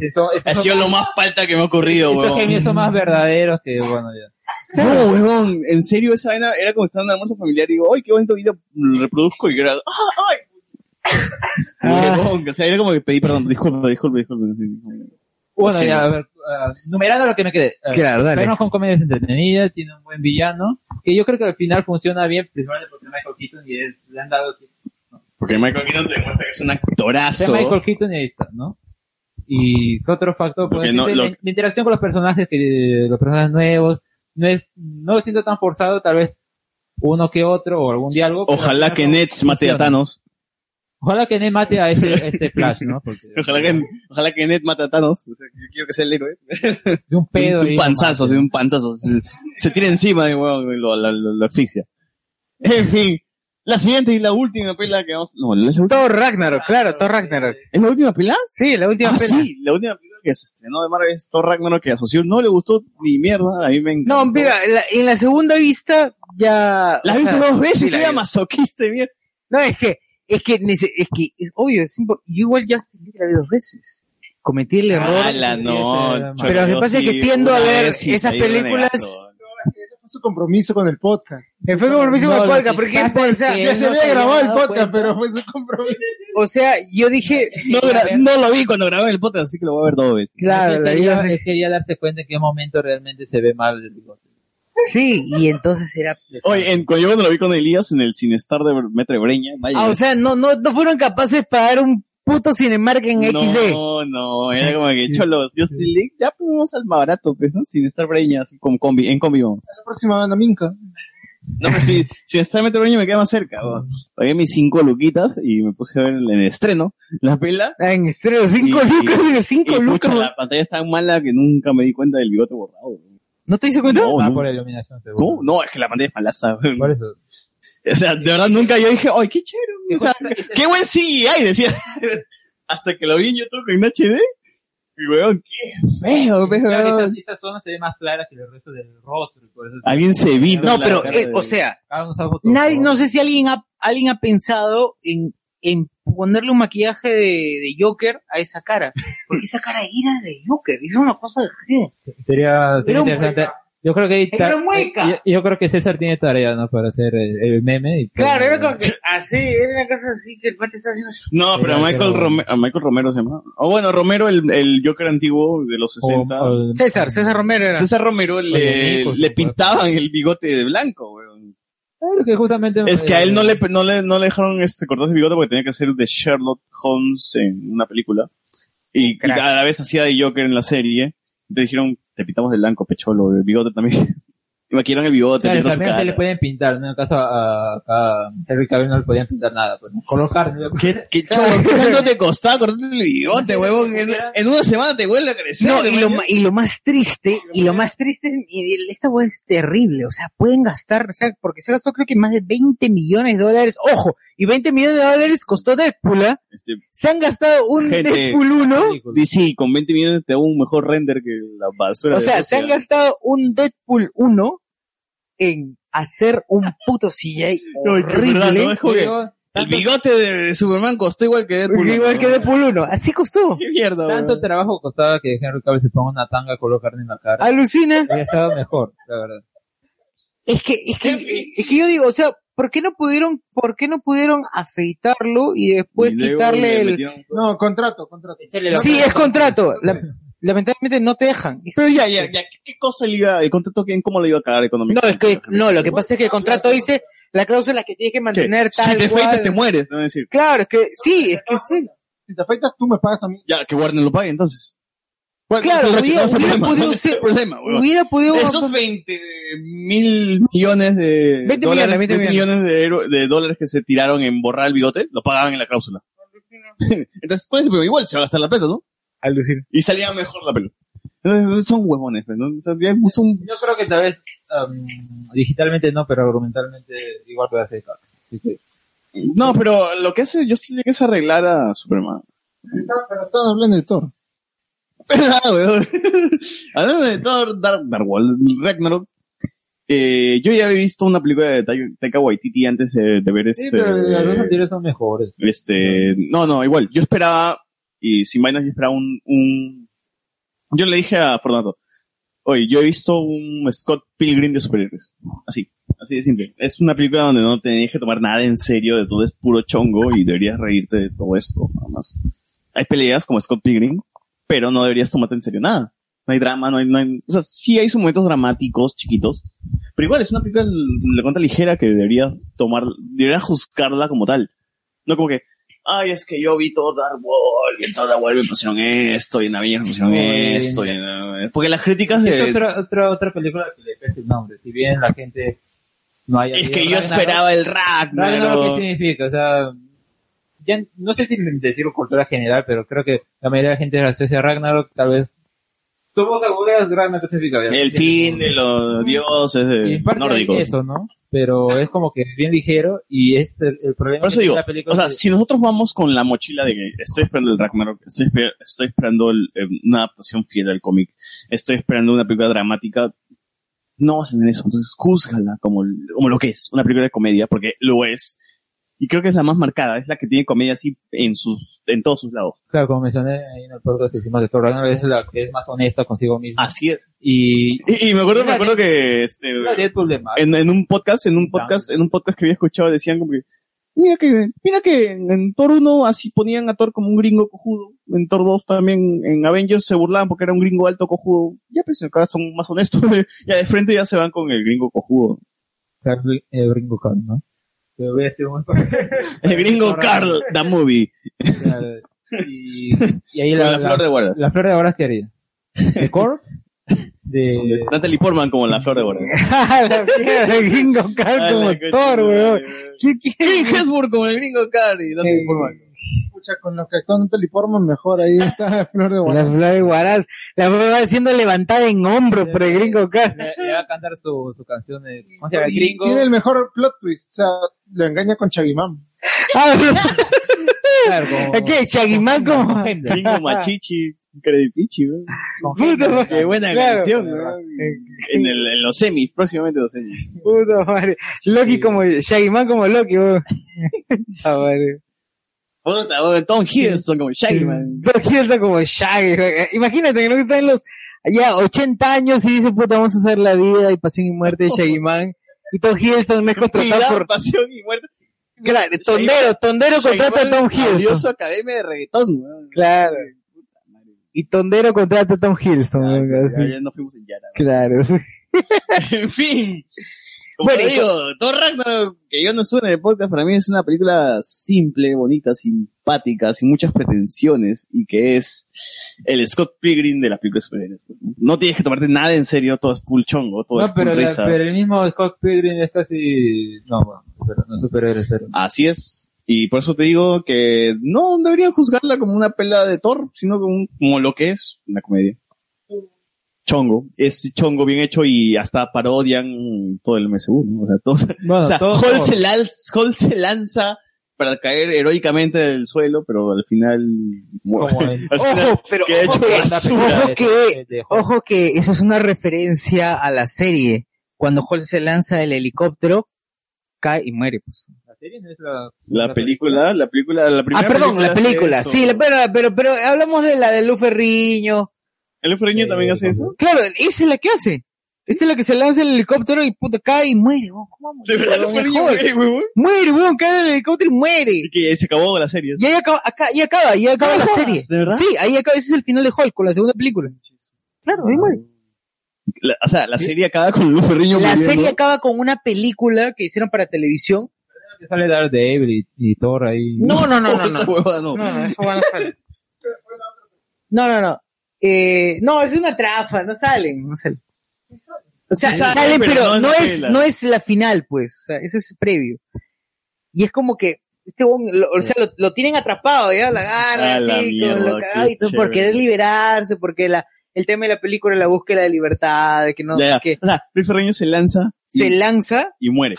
Speaker 1: son-
Speaker 4: sido lo más falta que me ha ocurrido,
Speaker 1: Esos
Speaker 4: weón.
Speaker 1: gemidos son
Speaker 5: más verdaderos que, bueno, ya.
Speaker 4: No, weón, en serio, esa vaina era como estar en un almuerzo familiar y digo, ¡ay, qué bonito video! Lo reproduzco y era, ¡ah, ay!
Speaker 5: Ah.
Speaker 4: Weón, o sea, era como que pedí perdón, disculpa, disculpa, disculpa. sí, disculpa.
Speaker 5: Bueno,
Speaker 4: O sea,
Speaker 5: ya, a ver, ah, numerando lo que me quedé. A ver,
Speaker 4: Claro, dale.
Speaker 5: Spider-Man Homecoming es entretenida, tiene un buen villano, que yo creo que al final funciona bien, principalmente porque Michael Keaton y él le han dado así.
Speaker 4: Porque Michael Keaton te demuestra que es un
Speaker 5: de
Speaker 4: actorazo.
Speaker 5: Michael Keaton y ahí está, ¿no? Y ¿qué otro factor,
Speaker 4: Lo
Speaker 5: pues,
Speaker 4: que no-
Speaker 5: la-
Speaker 4: lo-
Speaker 5: la, interacción con los personajes, que los personajes nuevos, no es, no lo siento tan forzado, tal vez uno que otro o algún diálogo. pero al
Speaker 4: Ojalá
Speaker 5: final
Speaker 4: que
Speaker 5: no-
Speaker 4: Nets mate a
Speaker 5: funciona.
Speaker 4: Thanos.
Speaker 5: Ojalá que Ned mate a ese, ese Flash, ¿no? Porque
Speaker 4: *laughs* Ojalá que, ojalá que Nets mate a Thanos. O sea, yo quiero que sea el héroe.
Speaker 5: De un
Speaker 4: pedo. De un
Speaker 5: ahí nomás.
Speaker 4: panzazo, de un panzazo. Se, se tira encima de weón y lo, lo, lo- lo asfixia. En fin. La siguiente y la última pela que vamos. No, la
Speaker 1: Thor Ragnarok, claro, Thor Ragnarok.
Speaker 4: ¿Es la última pela?
Speaker 1: Sí, la última
Speaker 4: Ah,
Speaker 1: pela.
Speaker 4: sí, la última película que se estrenó de Marvel es Thor Ragnarok que a Socio no le gustó ni mierda. A mí me encantó.
Speaker 1: No, mira, en la, en la segunda vista ya.
Speaker 4: La
Speaker 1: o
Speaker 4: has
Speaker 1: *laughs*
Speaker 4: visto
Speaker 1: sea,
Speaker 4: dos veces,
Speaker 1: sí,
Speaker 4: tú
Speaker 1: la
Speaker 4: eres
Speaker 1: vi.
Speaker 4: masoquista, mira.
Speaker 1: No, es que, es que, nece- es que, es obvio, es impor- yo igual ya sí la vi dos veces. Cometí el
Speaker 13: Ah,
Speaker 1: error.
Speaker 4: Ala, no,
Speaker 1: Pero lo que
Speaker 4: yo
Speaker 1: pasa es que
Speaker 4: sí,
Speaker 1: tiendo a
Speaker 4: una
Speaker 1: ver
Speaker 4: vez sí,
Speaker 1: esas
Speaker 4: ahí renegarlo.
Speaker 1: películas.
Speaker 13: Fue su compromiso con el podcast.
Speaker 1: Fue compromiso con el
Speaker 13: lo
Speaker 1: podcast,
Speaker 13: que
Speaker 1: porque
Speaker 13: pasa
Speaker 1: fue, o
Speaker 13: es
Speaker 1: sea,
Speaker 13: que ya se había grabado el podcast, pero fue su compromiso.
Speaker 1: O sea, yo dije.
Speaker 4: No, gra- no lo vi cuando grabé el podcast, así que lo voy a ver dos veces.
Speaker 5: Claro, es que ya- es que ya darse cuenta en qué momento realmente se ve mal el bigote.
Speaker 1: Sí, y entonces era.
Speaker 4: Oye, en, cuando yo cuando lo vi con Elías en el Cinestar de Metre Breña. vaya.
Speaker 1: Ah, o sea, no, no, no fueron capaces para dar un puto Cinemark en XD.
Speaker 4: No, no, era como que cholos, yo estoy link, ya pues vamos al más barato, pues, ¿no? Sin estar breña, así como combi, en combi vamos.
Speaker 13: La próxima banda Minca.
Speaker 4: No,
Speaker 1: *laughs*
Speaker 4: pero si, si estar metro breña me queda más cerca, weón. Pagué mis cinco luquitas y me puse a ver en estreno la pela.
Speaker 1: Ah, En estreno, cinco lucas, cinco lucas, weón.
Speaker 4: La pantalla es tan mala que nunca me di cuenta del bigote borrado. weón.
Speaker 1: ¿No te hice cuenta?
Speaker 4: No,
Speaker 5: Va
Speaker 4: no.
Speaker 5: por la iluminación, seguro.
Speaker 4: No, no, es que la pantalla es malaza. weón.
Speaker 5: Por eso.
Speaker 4: O sea, de verdad nunca yo dije, ¡ay, qué chévere! weón". O sea, ¡Qué buen CGI! Decía. *laughs* Hasta que lo vi en YouTube en HD. Y weón, qué feo, pe,
Speaker 5: Claro,
Speaker 4: weón.
Speaker 5: esas, esas zonas se ven más claras que el resto del rostro. y por eso-
Speaker 4: Alguien se evita.
Speaker 1: No,
Speaker 4: la
Speaker 1: pero,
Speaker 4: cara
Speaker 1: eh,
Speaker 4: de-
Speaker 1: o sea,
Speaker 5: Cada uno sabe otro
Speaker 1: nadie,
Speaker 5: color.
Speaker 1: no sé si alguien ha, alguien ha pensado en, en ponerle un maquillaje de, de Joker a esa cara. Porque esa cara era de Joker, es una cosa de
Speaker 5: Sería, sería
Speaker 1: Era un
Speaker 5: interesante.
Speaker 1: mueca.
Speaker 5: Yo creo que ahí
Speaker 1: Era
Speaker 5: ta-
Speaker 1: un mueca.
Speaker 5: eh, Yo, yo creo que César tiene tarea, ¿no? Para hacer el, el meme. y- pues,
Speaker 1: Claro, era *laughs* como que así, era una cosa así que el pate está haciendo así.
Speaker 4: No, pero a Michael, Rome- a Michael Romero se llama. O bueno, Romero, el, el Joker antiguo de los 60.
Speaker 1: César, César Romero era.
Speaker 4: César Romero
Speaker 1: Oye,
Speaker 4: le,
Speaker 1: Nico,
Speaker 4: le pintaban el bigote de blanco, weón.
Speaker 5: Claro que justamente.
Speaker 4: Es que
Speaker 5: eh,
Speaker 4: a él no le, no le, no le dejaron este, cortarse el bigote porque tenía que hacer de Sherlock Holmes en una película. Y, y a la vez hacía de Joker en la serie. Y te dijeron, te pintamos de blanco, pecholo, el bigote también. *laughs* Y maquillaron el bigote,
Speaker 5: Claro,
Speaker 4: pintaron su
Speaker 5: también se
Speaker 4: cara.
Speaker 5: le pueden pintar, ¿no? En el caso a, a Henry Cavill no le podían pintar nada, pues. ¿no? Color carne. ¿no?
Speaker 4: ¿Qué chavo? *laughs* ¿Cuánto te costaba cortarte el bigote, huevón? En, en una semana te vuelve a crecer.
Speaker 1: No, y lo,
Speaker 4: weón.
Speaker 1: ma- y lo más triste, y lo más triste, es- y el- esta web es terrible, o sea, pueden gastar, o sea, porque se gastó creo que más de 20 millones de dólares, ojo, y 20 millones de dólares costó Deadpool, ¿ah?
Speaker 4: Este,
Speaker 1: se han gastado un
Speaker 4: Gente,
Speaker 1: Deadpool 1,
Speaker 4: DC, con 20 millones te hago un mejor render que la basura.
Speaker 1: o
Speaker 4: de
Speaker 1: sea, se
Speaker 4: Rusia.
Speaker 1: han gastado un Deadpool 1 en hacer un puto CGI
Speaker 4: Oye, qué verdad, ¿no?
Speaker 1: horrible,
Speaker 4: Es como que El bigote de, de Superman costó igual que Deadpool.
Speaker 1: igual que Deadpool 1, así costó.
Speaker 4: Qué mierda,
Speaker 5: Tanto
Speaker 4: weón.
Speaker 5: trabajo costaba que Henry Cavill se ponga una tanga color carne en la cara.
Speaker 1: Alucina.
Speaker 5: Habría estado mejor, la verdad.
Speaker 1: Es que, es que, es que yo digo, o sea, ¿por qué no pudieron, por qué no pudieron afeitarlo y después
Speaker 13: Y luego
Speaker 1: quitarle
Speaker 13: le
Speaker 1: el...
Speaker 13: metieron- No, contrato, contrato.
Speaker 1: Sí, es contrato. La, lamentablemente no te dejan.
Speaker 4: Pero ya, ya, ya. ¿Qué, qué cosa le iba, el contrato, quién- cómo le iba a cagar
Speaker 1: No,
Speaker 4: económicamente?
Speaker 1: es que, no, lo que pasa es que el contrato dice la cláusula que tienes que mantener
Speaker 4: Si
Speaker 1: tal
Speaker 4: te
Speaker 1: cual.
Speaker 4: afeitas, te mueres. ¿no? Es decir,
Speaker 1: Claro, es que sí, es que sí.
Speaker 13: Ah, Si te afectas, tú me pagas a mí.
Speaker 4: ya, que Warner lo pague entonces.
Speaker 1: Claro, hubiera, hubiera podido
Speaker 4: ser
Speaker 1: ser,
Speaker 4: problema, huevón?
Speaker 1: hubiera podido
Speaker 4: *laughs* Esos 20 mil millones de
Speaker 1: 20
Speaker 4: dólares,
Speaker 1: millones, 20
Speaker 4: millones de, euro- de dólares que se tiraron en borrar el bigote, lo pagaban en la cláusula. *laughs* Entonces, pues, pero igual se va a gastar la plata, ¿no?
Speaker 63: Al decir.
Speaker 4: Y salía mejor la pelota. Entonces, son huevones, pues, ¿no? O sea, ya son-
Speaker 5: Yo creo que tal vez am, digitalmente no, pero argumentalmente igual puede hacer. Así que-
Speaker 4: No, pero lo que hace, yo sí que es arreglar a Superman.
Speaker 13: Pero estaban hablando de Thor.
Speaker 4: ¿Verdad, weón? *laughs* Hablando de Thor, Dark, Dark World, Ragnarok, eh, yo ya había visto una película de Tai- Taika Waititi antes de, de ver este...
Speaker 5: Sí, pero algunos anteriores son mejores.
Speaker 4: Este, no, no, igual. Yo esperaba, y sin vainas, yo esperaba un, un- Yo le dije a Fernando, oye, yo he visto un Scott Pilgrim de superhéroes. Así, así de simple. Es una película donde no te tienes que tomar nada en serio, de todo es puro chongo y deberías reírte de todo esto, nada más. Hay peleas como Scott Pilgrim, pero no deberías tomarte en serio nada. No hay drama, no hay, no hay- o sea, sí hay sus momentos dramáticos, chiquitos, pero igual es una película le cuenta ligera que deberías tomar, deberías juzgarla como tal. No como que, ay, es que yo vi todo Dark World, y en todo Dark World me pusieron esto, y en Avengers me pusieron
Speaker 5: Oye,
Speaker 4: esto, y en, eh, porque las críticas
Speaker 5: Es
Speaker 4: de...
Speaker 5: otra, otra, otra película que le pese el nombre. Si bien la gente no haya.
Speaker 4: Es
Speaker 5: leído
Speaker 4: que yo
Speaker 5: Ragnarok,
Speaker 4: esperaba el Ragnarok.
Speaker 5: Ragnarok, ¿qué significa? O sea, ya no sé si decir cultura general, pero creo que la mayoría de la gente asocia a Ragnarok, tal vez. Somos agudas, Ragnarok, ¿qué significa? Ya,
Speaker 4: El
Speaker 5: sí,
Speaker 4: fin de los dioses de
Speaker 5: en parte
Speaker 4: nórdicos.
Speaker 5: hay Eso, ¿no? Pero es como que bien ligero y es el, el problema
Speaker 4: Por eso
Speaker 5: que
Speaker 4: digo,
Speaker 5: tiene la película.
Speaker 4: o sea, si nosotros vamos con la mochila de que estoy esperando el Ragnarok, estoy, esper- estoy esperando el- eh, una adaptación fiel al cómic, estoy esperando una película dramática, no vas a tener eso, entonces júzgala como, como lo que es, una película de comedia, porque lo es, y creo que es la más marcada, es la que tiene comedia así en sus, en todos sus lados.
Speaker 5: Claro, como mencioné ahí en el podcast que hicimos de Thor Ragnarok, es la que es más honesta consigo misma.
Speaker 4: Así es.
Speaker 5: Y,
Speaker 4: Y, y me acuerdo, me acuerdo que, este, en, en un podcast, en un podcast, en un podcast que había escuchado decían como que, Mira que, mira que en, en Thor 1 así ponían a Thor como un gringo cojudo. En Thor 2 también, en Avengers se burlaban porque era un gringo alto cojudo. Ya pues acá son más honestos. *laughs* ya de frente ya se van con el gringo cojudo.
Speaker 5: Carl, eh, Gringo Carl, ¿no? Te voy a decir un
Speaker 4: *laughs* El gringo Carl, the movie.
Speaker 5: y, y ahí la,
Speaker 4: Con la flor de guardas.
Speaker 5: La flor de guardas que haría.
Speaker 4: *laughs*
Speaker 5: ¿De Corp? De...
Speaker 4: Natalie Portman como la flor de guardia.
Speaker 5: *laughs*
Speaker 1: la mierda, el gringo
Speaker 4: A
Speaker 1: Carl
Speaker 4: la
Speaker 1: como
Speaker 4: coche,
Speaker 1: Thor, weón. ¿Qué, qué?
Speaker 4: Hesburg como el gringo Carl y Natalie Portman.
Speaker 13: Escucha, Eh, con lo que actúa Natalie Portman, mejor ahí está *laughs* la flor de
Speaker 1: La
Speaker 13: Guadalajara.
Speaker 1: flor de Guaraz, la flor va siendo levantada en hombros por el gringo
Speaker 3: *laughs*
Speaker 1: Carl.
Speaker 5: Le, le va a cantar su, su canción de... ¿Cómo se llama?
Speaker 13: Y
Speaker 5: Gringo.
Speaker 13: Tiene el mejor plot twist, o sea, lo engaña con Chagimam.
Speaker 1: Ah,
Speaker 5: Claro,
Speaker 1: *laughs*
Speaker 5: como-
Speaker 1: bro. ¿Qué? Chaguimán como. *laughs*
Speaker 4: *laughs* Gringo machichi, crepichi, weón.
Speaker 1: Puta,
Speaker 4: Qué buena
Speaker 1: claro.
Speaker 4: canción, weón. En, el, en los semis, próximamente los semis.
Speaker 1: Puta madre. Loki como. Shagiman como Loki, weón. Ah, madre.
Speaker 4: Puta, weón, Tom Hiddleston como Shaggy, man.
Speaker 1: Pero aquí está como Shaggy. weón. Imagínate que no está en los. Ya, 80 años y dice, puta, vamos a hacer la vida y pasión y muerte de *laughs* Shaggy Man. Y Tom Hiddleston es contratado
Speaker 4: Vida,
Speaker 1: por.
Speaker 4: pasión y muerte.
Speaker 1: Claro, Tondero, Tondero
Speaker 4: Shaggy
Speaker 1: contrata a
Speaker 4: Man
Speaker 1: Tom
Speaker 4: abrió su
Speaker 1: Hiddleston.
Speaker 4: academia de reggaetón, weón.
Speaker 1: Claro. Y Tondero contrata a Tom Hiddleston. weón, así.
Speaker 4: Ya, ya nos fuimos en Yara.
Speaker 1: Claro.
Speaker 4: *laughs* en fin. Como
Speaker 1: Bueno,
Speaker 4: te
Speaker 1: y-
Speaker 4: digo, Thor Ragnarok, que yo no suene de podcast, para mí es una película simple, bonita, simpática, sin muchas pretensiones, y que es el Scott Pilgrim de las películas superhéroes. No tienes que tomarte nada en serio, todo es pulchongo, todo es
Speaker 5: No, pero,
Speaker 4: full
Speaker 5: la-
Speaker 4: risa.
Speaker 5: pero el mismo Scott Pilgrim es casi... No, bueno, pero no superhéroes, pero...
Speaker 4: Así es. Y por eso te digo que no deberían juzgarla como una pelea de Thor, sino como, un- como lo que es una comedia. Chongo. Es chongo bien hecho y hasta parodian todo el MSU, ¿no? O sea, todos-
Speaker 5: Bueno,
Speaker 4: *laughs* o sea,
Speaker 5: todo-
Speaker 4: Hulk,
Speaker 5: todo. *laughs*
Speaker 4: Se lanza, Hulk se lanza para caer heroicamente del suelo, pero al final... *laughs*
Speaker 5: el-
Speaker 4: al final
Speaker 1: Ojo, pero
Speaker 4: queda
Speaker 1: ojo
Speaker 4: hecho
Speaker 1: que,
Speaker 4: basura.
Speaker 1: ojo que, ojo que eso es una referencia a la serie. Cuando Hulk se lanza del helicóptero, cae y muere. Pues.
Speaker 5: La serie no es la...
Speaker 4: La película, la película, la
Speaker 1: Ah,
Speaker 4: primera
Speaker 1: perdón, la
Speaker 4: hace
Speaker 1: película.
Speaker 4: eso.
Speaker 1: Sí, la- pero, pero, pero hablamos de la de Lu Ferriño. Eh,
Speaker 4: ¿El Ferriño también hace eso?
Speaker 1: Claro, esa es la que hace. Esa es la que se lanza el helicóptero y puta cae y muere, weón. ¿Cómo va a morir,
Speaker 4: De verdad,
Speaker 1: weón?
Speaker 4: fue
Speaker 1: Es
Speaker 4: niño,
Speaker 1: Hulk.
Speaker 4: güey, weón.
Speaker 1: Muere, weón, cae del helicóptero y muere.
Speaker 4: Y que se acabó la serie.
Speaker 1: Y ahí acaba, acá, ahí acaba, ahí acaba
Speaker 4: No
Speaker 1: la
Speaker 4: jodas,
Speaker 1: serie.
Speaker 4: ¿de verdad?
Speaker 1: Sí, ahí acaba, ese es el final de Hulk, con la segunda película. Claro, ahí muere.
Speaker 4: La- o sea, la serie acaba con Luz Ferriño
Speaker 1: La
Speaker 4: muriendo.
Speaker 1: serie acaba con una película que hicieron para televisión.
Speaker 5: Sale Daredevil y, y Thor ahí.
Speaker 1: No, no, *laughs* no, no.
Speaker 5: Esa
Speaker 1: No,
Speaker 5: huevada
Speaker 1: no, no, eso va a salir. *laughs* No, no, no. Eh, no, es una trafa, no salen, no salen. O sea,
Speaker 64: Sí
Speaker 1: salen,
Speaker 64: salen,
Speaker 1: pero,
Speaker 64: pero no en
Speaker 1: no,
Speaker 64: la
Speaker 1: es,
Speaker 64: tela.
Speaker 1: no es la final, pues. O sea, eso es previo. Y es como que, este huevón, lo- o sea, lo, lo tienen atrapado, ya, la agarra,
Speaker 64: A la
Speaker 1: así,
Speaker 64: mierda,
Speaker 1: con lo
Speaker 64: qué
Speaker 1: cagado y todo, por
Speaker 64: chévere.
Speaker 1: querer liberarse, porque la, el tema de la película es la búsqueda de libertad, de que no,
Speaker 4: Ya, ya.
Speaker 1: que
Speaker 4: O sea, Luis Ferreño se lanza.
Speaker 1: se lanza
Speaker 4: Y muere.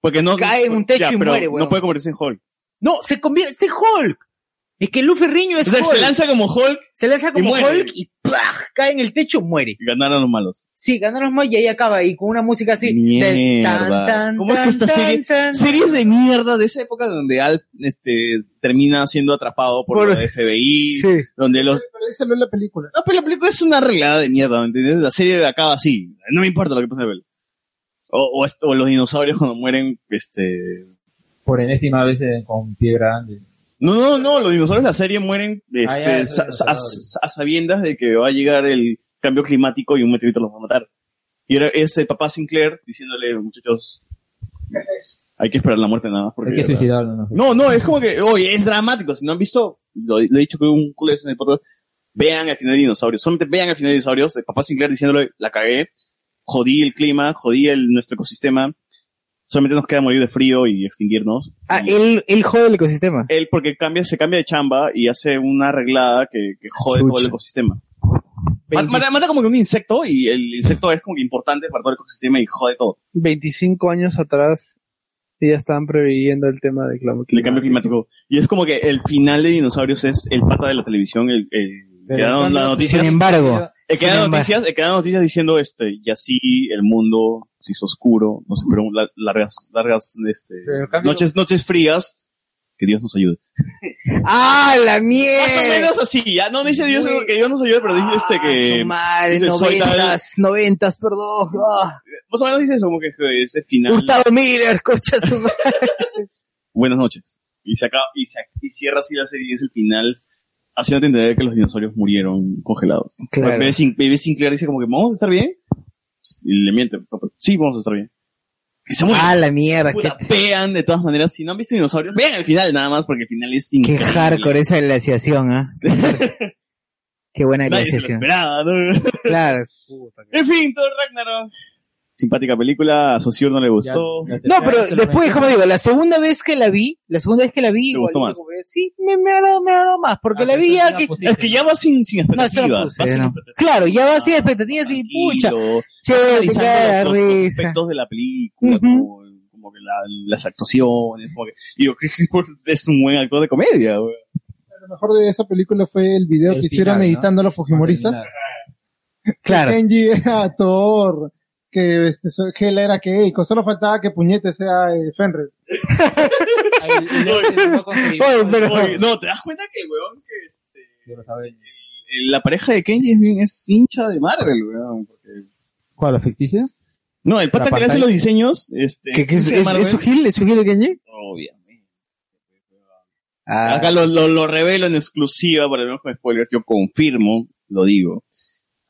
Speaker 4: Porque no.
Speaker 1: Cae en un techo
Speaker 4: Ya,
Speaker 1: y
Speaker 4: pero
Speaker 1: muere, weón.
Speaker 4: No puede convertirse en Hulk.
Speaker 1: No, se convierte, es Hulk. Es que Luffy Riño es
Speaker 4: O sea,
Speaker 1: Hulk.
Speaker 4: se lanza como Hulk.
Speaker 1: Se lanza como
Speaker 4: muere.
Speaker 1: Hulk y ¡plaj! cae en el techo, muere.
Speaker 4: Y ganaron los malos.
Speaker 1: Sí, ganan los más y ahí acaba, y con una música así. del tan, tan,
Speaker 4: ¿Cómo es que
Speaker 1: tan,
Speaker 4: esta
Speaker 1: tan,
Speaker 4: serie?
Speaker 1: tan.
Speaker 4: Series de mierda de esa época donde Alf este, termina siendo atrapado por,
Speaker 13: Por-
Speaker 4: la FBI. Donde los.
Speaker 13: Pero esa no es la película.
Speaker 4: No, pero la película es una arreglada de mierda, ¿me entiendes? La serie acaba así. No me importa lo que pase en la película. O, o, esto- o los dinosaurios cuando mueren, este.
Speaker 5: Por enésima vez eh, con pie grande.
Speaker 4: No, no, no, los dinosaurios de la serie mueren este,
Speaker 5: Ah, ya, esos
Speaker 4: sa- sa- a, a sabiendas de que va a llegar el cambio climático y un meteorito los va a matar. Y era ese papá Sinclair diciéndole, muchachos, hay que esperar la muerte nada más porque...
Speaker 5: Hay que suicidarlo, ¿no?
Speaker 4: No, no, es como que, oye, es dramático. Si no han visto, lo, lo he dicho que un culo de veces en el podcast, vean al final de dinosaurios. Solamente vean al final de dinosaurios. El papá Sinclair diciéndole, la cagué, jodí el clima, jodí el, nuestro ecosistema. Solamente nos queda morir de frío y extinguirnos.
Speaker 1: Ah, él, él jode el ecosistema.
Speaker 4: Él porque cambia, se cambia de chamba y hace una arreglada que, que jode todo el ecosistema. Ma- Mata, mata como que un insecto y el insecto es como que importante para todo el ecosistema y jode todo.
Speaker 15: 25 años atrás ya estaban previendo el tema de cambio
Speaker 4: El cambio climático. Y es como que el final de Dinosaurios es el pata de la televisión, el, el que da las noticias.
Speaker 1: Sin embargo,
Speaker 4: El que
Speaker 1: sin
Speaker 4: da
Speaker 1: embargo.
Speaker 4: noticias, el que da noticias diciendo este, y así el mundo se hizo oscuro, no sé, pero la- largas, largas, este,
Speaker 15: Pero el cambio-
Speaker 4: noches, noches frías, que Dios nos ayude.
Speaker 1: ¡Ah, la mierda!
Speaker 4: Más o
Speaker 15: Eh.
Speaker 4: menos así, ya no dice Dios que Dios nos ayude, pero dice este que.
Speaker 1: ¡Ah,
Speaker 15: Ah,
Speaker 1: Su madre,
Speaker 4: dice, soy tal-
Speaker 1: noventas, noventas, perdón. Ah.
Speaker 4: Más o menos dice eso, como que que ese final.
Speaker 1: Hurtado Miller, concha su
Speaker 4: *laughs*
Speaker 1: madre.
Speaker 4: Buenas noches. Y se acaba, y, se, y cierra así la serie y es el final. Haciéndote entender que los dinosaurios murieron congelados.
Speaker 1: Claro.
Speaker 4: Bebé, Sin- Bebé Sinclair dice como que vamos a estar bien. Y le miente. "No, pero Sí, vamos a estar bien. Y se mueren.
Speaker 1: Ah, la mierda,
Speaker 4: Puta, vean de todas maneras. Si no han visto dinosaurios, vean el final nada más porque el final es
Speaker 1: Qué
Speaker 4: increíble.
Speaker 1: hardcore esa glaciación, ¿ah? *laughs* Qué buena
Speaker 4: Nadie se lo
Speaker 1: glaciación. *laughs*
Speaker 4: esperaba, ¿no?
Speaker 1: Claro.
Speaker 4: En fin, todo Ragnarok. Simpática película, a Saussure no le gustó.
Speaker 1: No, pero después, como digo, la segunda vez que la vi, la segunda vez que la vi,
Speaker 4: ¿Te gustó
Speaker 1: igual,
Speaker 4: más?
Speaker 1: como que, sí, me, me agradó, me agradó más, porque la vi ya que...
Speaker 4: Es que ya va sin, sin
Speaker 1: No, eso
Speaker 4: expectativas.
Speaker 1: no
Speaker 4: va
Speaker 1: puse,
Speaker 4: sin
Speaker 1: no. Claro, ya va sin expectativas y pucha.
Speaker 4: Ah, tranquilo,
Speaker 1: Chévere,
Speaker 4: analizando
Speaker 1: te cae
Speaker 4: los-
Speaker 1: la
Speaker 4: los
Speaker 1: risa.
Speaker 4: aspectos de la película, como, como que la- las actuaciones, como que, *laughs* digo, Chris Hemsworth es un buen actor de comedia, güey.
Speaker 13: Lo mejor de esa película fue el video
Speaker 4: El
Speaker 13: que hicieron
Speaker 4: final, ¿no?
Speaker 13: editando a los Fujimoristas.
Speaker 1: Claro.
Speaker 13: Kenji era Thor, que este, so- Hela era Keiko. Solo faltaba que Puñete sea eh, Fenrir.
Speaker 4: Oye, pero- Oye, no, te das cuenta que el weón que este, la pareja de Kenji es bien, es hincha de Marvel, weón. porque-
Speaker 5: ¿Cuál, la ficticia?
Speaker 4: No, el pata
Speaker 5: La
Speaker 4: que le hace
Speaker 5: pantalla.
Speaker 4: los diseños, este.
Speaker 5: ¿Qué- qué es-
Speaker 4: hincha de
Speaker 5: es- es
Speaker 4: Marvel.
Speaker 5: su
Speaker 1: Gil? ¿Es su Gil de Kenji? Ah,
Speaker 4: Obviamente. Acá lo, lo, lo revelo en exclusiva para el mejor spoiler. Yo confirmo, lo digo.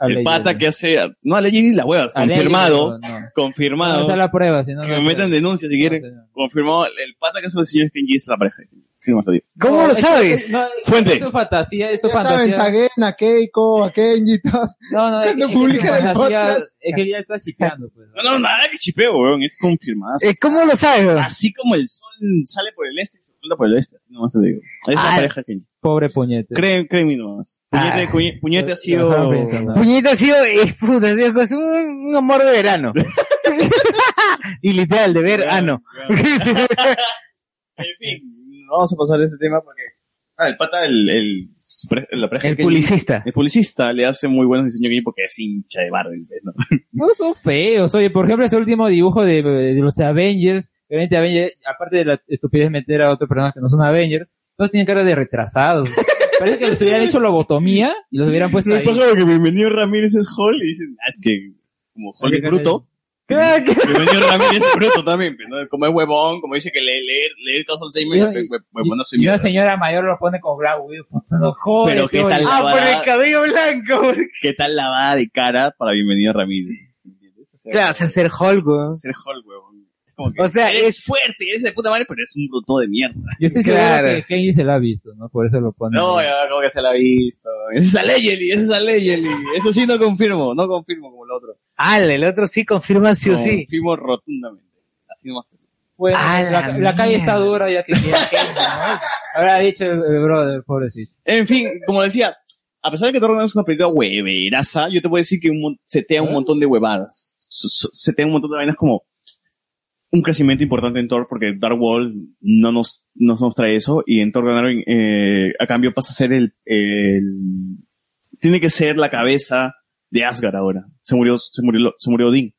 Speaker 4: el
Speaker 5: Lady
Speaker 4: pata
Speaker 5: Di.
Speaker 4: que hace. No, a Lady Di las huevas.
Speaker 5: A Lady Di,
Speaker 4: Confirmado.
Speaker 5: no, no.
Speaker 4: Confirmado.
Speaker 5: No, esa es la prueba, si no,
Speaker 4: que
Speaker 5: no
Speaker 4: me
Speaker 5: es
Speaker 4: metan denuncia si quieren. Confirmado. El pata que hace los señores Kenji es la pareja. de Kenji. Sí, más lo digo.
Speaker 1: ¿Cómo lo sabes?
Speaker 4: Fuente.
Speaker 5: Eso es fantasía, eso es
Speaker 13: Ya saben,
Speaker 5: fantasía.
Speaker 13: taguen a Keiko, a Kenji, todo.
Speaker 5: No, no, es,
Speaker 13: Cuando
Speaker 5: es que- es que
Speaker 13: publican el
Speaker 5: fantasía-
Speaker 13: podcast.
Speaker 5: es que ya está chipeando, pues.
Speaker 4: No, no, nada que chipeo, weón. Es confirmado.
Speaker 1: ¿Cómo lo sabes,
Speaker 4: Así como el sol sale por el este y se oculta por el este. Así Nomás te digo. Es la
Speaker 1: Ah.
Speaker 4: pareja de Kenji.
Speaker 5: Pobre puñete.
Speaker 4: Creen, créeme nomás. Puñete, cuñe- puñete ha sido.
Speaker 5: Ajá, Ah. pensando.
Speaker 1: Puñeta ha sido, *laughs* eh, puta, ha sido cosa- un, un amor de verano. *laughs* y literal, de ah,
Speaker 5: Ah,
Speaker 1: verano.
Speaker 4: *laughs* En fin, vamos a pasar a este tema porque. Ah, el pata, el. El, pre- la pareja
Speaker 1: El
Speaker 4: que-
Speaker 1: publicista.
Speaker 4: El publicista le hace muy buenos diseños aquí porque es hincha de Marvel. ¿no?
Speaker 5: No son feos. Oye, por ejemplo, ese último dibujo de, de los Avengers. Obviamente, Avengers, aparte de la estupidez de meter a otros personajes que no son Avengers, todos tienen cara de retrasados. Parece que les hubieran hecho lobotomía y los hubieran puesto
Speaker 4: Me
Speaker 5: ahí.
Speaker 4: pasa lo que bienvenido Ramírez es Hall y dicen, ah, es que. como Holly Bruto. Que Junior Ramírez es bruto también, pues, ¿no? como es huevón, como dice que leer, leer, leer Carl Alzheimer,
Speaker 5: Yo-
Speaker 4: hue- pues, hue- huevón hace
Speaker 5: Y una
Speaker 4: mierda.
Speaker 5: señora mayor lo pone como bravo. y- pues, No joder,
Speaker 4: Pero qué tal
Speaker 5: Ah, por el
Speaker 4: cabello blanco. Qué tal lavada de cara para Bienvenido Ramírez.
Speaker 1: Claro, o sea, ser Hulk, weón.
Speaker 4: Ser Hulk, weón. o sea, es fuerte, eres de puta madre, pero es un bruto de mierda.
Speaker 5: Yo estoy
Speaker 4: Claro.
Speaker 5: seguro que Kenji se la ha visto, ¿no? Por eso lo pone.
Speaker 4: No, eh. ya, ¿cómo que se la ha visto? *laughs* Esa es Aleyeli, esa es Aleyeli. Eso sí no confirmo, no confirmo como el otro.
Speaker 1: Ah, el otro sí confirma sí o sí.
Speaker 4: Confirmo rotundamente. Así nomás.
Speaker 5: Bueno,
Speaker 1: Ah,
Speaker 5: la,
Speaker 1: la
Speaker 5: la calle está
Speaker 1: mierda.
Speaker 5: dura ya que tiene Kenji, ¿no? Habrá dicho el, el brother, pobrecito.
Speaker 4: En fin, como decía, a pesar de que Thor Ragnarok es una película hueveraza, yo te puedo decir que un, mon- setea
Speaker 1: ¿Eh?
Speaker 4: un montón de huevadas. Su- su- Setea un montón de vainas como un crecimiento importante en Thor porque Dark World no nos, no nos trae eso y en Thor Ragnarok eh, a cambio pasa a ser el, el- tiene que ser la cabeza de Asgard ahora. Se murió, se murió, se murió Odín.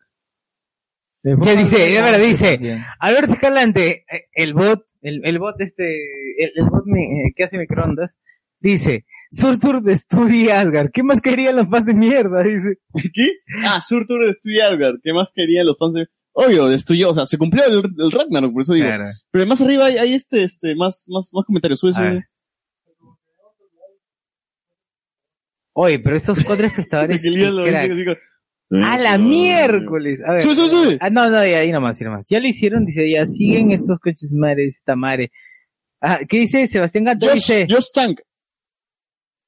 Speaker 1: ¿Qué dice? A ver, dice. Alberto Escalante, eh, el bot, el, el bot este, el, el bot mi- eh, que hace microondas, dice, Surtur destruye Asgard. ¿Qué más querían los fans de mierda? Dice.
Speaker 4: ¿Qué? Ah, Surtur destruye Asgard. ¿Qué más querían los fans de... Obvio, destruyó, o sea, se cumplió el, el Ragnarok, por eso digo.
Speaker 1: Claro.
Speaker 4: Pero más arriba hay, hay este, este, más, más, más comentarios. Sube,
Speaker 1: A ver.
Speaker 4: sube.
Speaker 1: Oye, pero estos cuatro espectadores.
Speaker 4: Que Elías *laughs* lo
Speaker 1: crack.
Speaker 4: dice, digo,
Speaker 1: ¡A la miércoles! A ver.
Speaker 4: Sube, sube, sube. *laughs*
Speaker 1: Ah, no, no, ya, ahí nomás, ahí nomás. Ya lo hicieron, dice, ya siguen estos coches mares, tamare. Ah, ¿qué dice Sebastián Gato?
Speaker 4: Josh-
Speaker 1: dice.
Speaker 4: Josh Trank.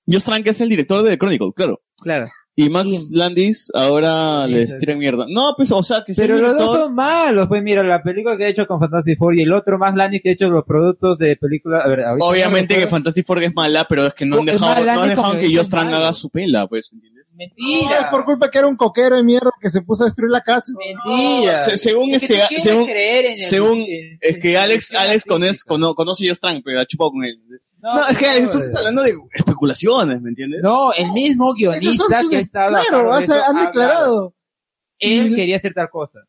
Speaker 4: Josh Trank es el director de The Chronicle, claro.
Speaker 1: Claro.
Speaker 4: Y Max Landis ahora les tira mierda. No, pues, o sea, que sea
Speaker 5: Pero los dos
Speaker 4: director-
Speaker 5: son malos. Pues mira, la película que ha hecho con Fantastic Four y el otro más Lani que ha hecho los productos de película. A ver, ahorita
Speaker 4: Obviamente
Speaker 5: no
Speaker 4: que
Speaker 5: recuerdo.
Speaker 4: Fantastic Four es mala, pero es que no han
Speaker 5: Es
Speaker 4: dejado,
Speaker 5: mala,
Speaker 4: no han
Speaker 5: ni
Speaker 4: dejado
Speaker 5: como
Speaker 4: que
Speaker 5: que
Speaker 4: Josh
Speaker 5: es
Speaker 4: Trank
Speaker 5: malo.
Speaker 4: haga su pela, pues.
Speaker 13: No, es por culpa que era un coquero de mierda que se puso a destruir la casa.
Speaker 5: Mentira.
Speaker 4: Se- según
Speaker 13: Es que
Speaker 4: este,
Speaker 13: tú quieres
Speaker 4: según,
Speaker 13: creer en el-
Speaker 4: según,
Speaker 13: en-
Speaker 4: es que Alex, Alex conoce, cono- conoce a Josh Trank, pero ha chupado con él. No, es que Alex, tú estás hablando de especulaciones, ¿me entiendes?
Speaker 5: No, el mismo
Speaker 13: Esos son
Speaker 5: guionista
Speaker 13: sus
Speaker 5: que ha estado.
Speaker 13: declaros,
Speaker 5: a cargo de
Speaker 13: o sea,
Speaker 5: eso
Speaker 13: han
Speaker 4: Ah,
Speaker 5: ha
Speaker 13: declarado.
Speaker 5: Él quería hacer tal cosa.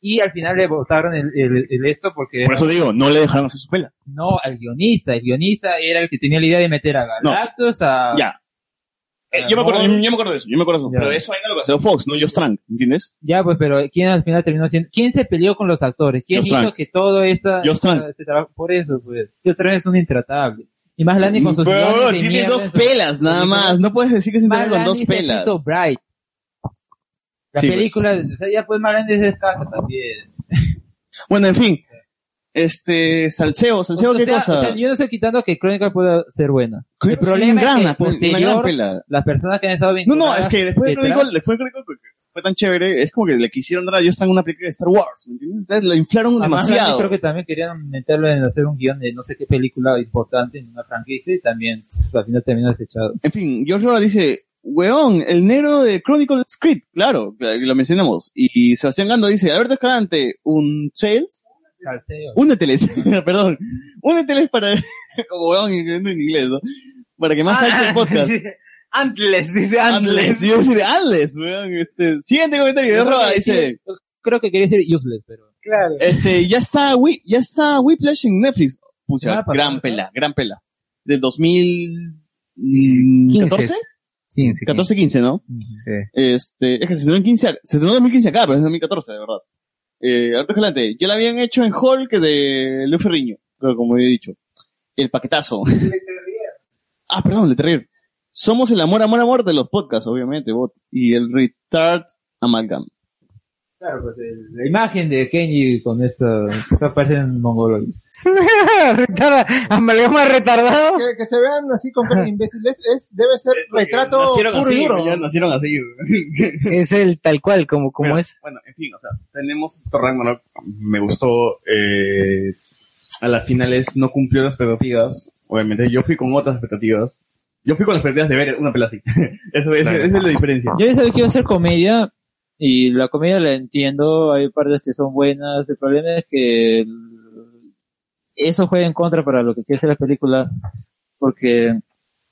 Speaker 5: Y al final le votaron el, el- el esto porque.
Speaker 4: Por eso digo, no le dejaron hacer su pela.
Speaker 5: No, al guionista. El guionista era el que tenía la idea de meter a
Speaker 4: No.
Speaker 5: Galactus, a.
Speaker 4: Ah. Ya. Eh, yo, me acuerdo, yo, yo me acuerdo de eso, yo me acuerdo de eso.
Speaker 5: Ya.
Speaker 4: Pero eso era lo que hacía Fox, no Josh Trank, ¿entiendes?
Speaker 5: Ya, pues, pero ¿quién al final terminó siendo? ¿Quién se peleó con los actores? ¿Quién
Speaker 4: Josh
Speaker 5: hizo
Speaker 4: Trank.
Speaker 5: que todo esta,
Speaker 4: Josh Trank.
Speaker 5: esta- este trabajo? Por eso, pues. Yo otra vez es un intratable. Y más Lani con sus
Speaker 4: Pero,
Speaker 5: guiones de
Speaker 4: tiene
Speaker 5: mierda
Speaker 4: dos
Speaker 5: en sus-
Speaker 4: pelas, nada más. No puedes decir que es un
Speaker 5: Más
Speaker 4: tema con dos
Speaker 5: Lani se
Speaker 4: pelas.
Speaker 5: hizo Bright. La
Speaker 4: Sí, pues.
Speaker 5: película, o sea, ya pues más Lani se descansa también.
Speaker 4: Bueno, en fin. Este, Salseo, Salseo,
Speaker 5: o
Speaker 4: ¿qué
Speaker 5: sea,
Speaker 4: cosa?
Speaker 5: o sea, yo no estoy quitando que Chronicle pueda ser buena. El
Speaker 4: es
Speaker 5: problema
Speaker 4: una gran,
Speaker 5: es que
Speaker 4: pues, una gran
Speaker 5: posterior,
Speaker 4: pela.
Speaker 5: las personas que han estado
Speaker 4: no,
Speaker 5: vinculadas...
Speaker 4: no, es que después de
Speaker 5: detrás-
Speaker 4: Chronicle, después de Chronicle, porque fue tan chévere, es como que le quisieron dar a Josh Trank una película de Star Wars, ¿me entiendes? Entonces lo inflaron
Speaker 5: Además,
Speaker 4: demasiado.
Speaker 5: Creo que también querían meterlo en hacer un guión de no sé qué película importante en una franquicia y también pff, al final terminó desechado.
Speaker 4: En fin, George Roa dice, weón, el negro de Chronicle Script, claro, claro, y lo mencionamos. Y Sebastián Gando dice, Alberto Escalante, un sales,
Speaker 5: Salseo.
Speaker 4: úneteles, *laughs* perdón, úneteles para, *laughs* como weón en en inglés, ¿no? Para que más
Speaker 1: Ah, *laughs*
Speaker 4: salga el podcast.
Speaker 1: Antless, dice Antless.
Speaker 4: Antless, yo decir Antless, weón, este, siguiente comentario, George Roa dice,
Speaker 5: Creo que quería decir useless, pero...
Speaker 13: Claro.
Speaker 4: este, ya está, Whi- ya está Whiplash en Netflix. Pucha,
Speaker 5: Ah, para-
Speaker 4: gran pela, gran pela. Del 2014.
Speaker 1: 15,
Speaker 4: 14, 15, ¿no? Este, es que se estrenó en 15, ac- se estrenó en 2015 acá, pero es en 2014, de verdad. Eh, Alberto Escalante, ya la habían hecho en Hulk de Leo Ferriño, creo, como he dicho. El paquetazo. ah, perdón, le Terrier. Somos el amor, amor, amor de los podcasts, obviamente, bot. Y el retard amalgam.
Speaker 5: Claro, pues el- la imagen de Kenji con esto aparece en mongolo.
Speaker 1: Retardado, Amalgama retardado.
Speaker 13: Que, que se vean así con
Speaker 5: *laughs*
Speaker 13: cara de imbéciles es, debe ser retrato puro y duro.
Speaker 4: ya nacieron así.
Speaker 1: Es el tal cual, como, como
Speaker 4: Mira,
Speaker 1: es.
Speaker 4: Bueno, en fin, o sea, tenemos Thor Ragnarok. Me gustó. eh, a las finales no cumplió las expectativas. Obviamente, yo fui con otras expectativas. Yo fui con las expectativas de ver una pela así. *laughs* Eso, eso- Esa es la diferencia.
Speaker 5: Yo
Speaker 65: ya sabía que iba a ser comedia y la comedia la entiendo, hay partes que son buenas, el problema es que el- eso juega en contra para lo que quiere ser la película, porque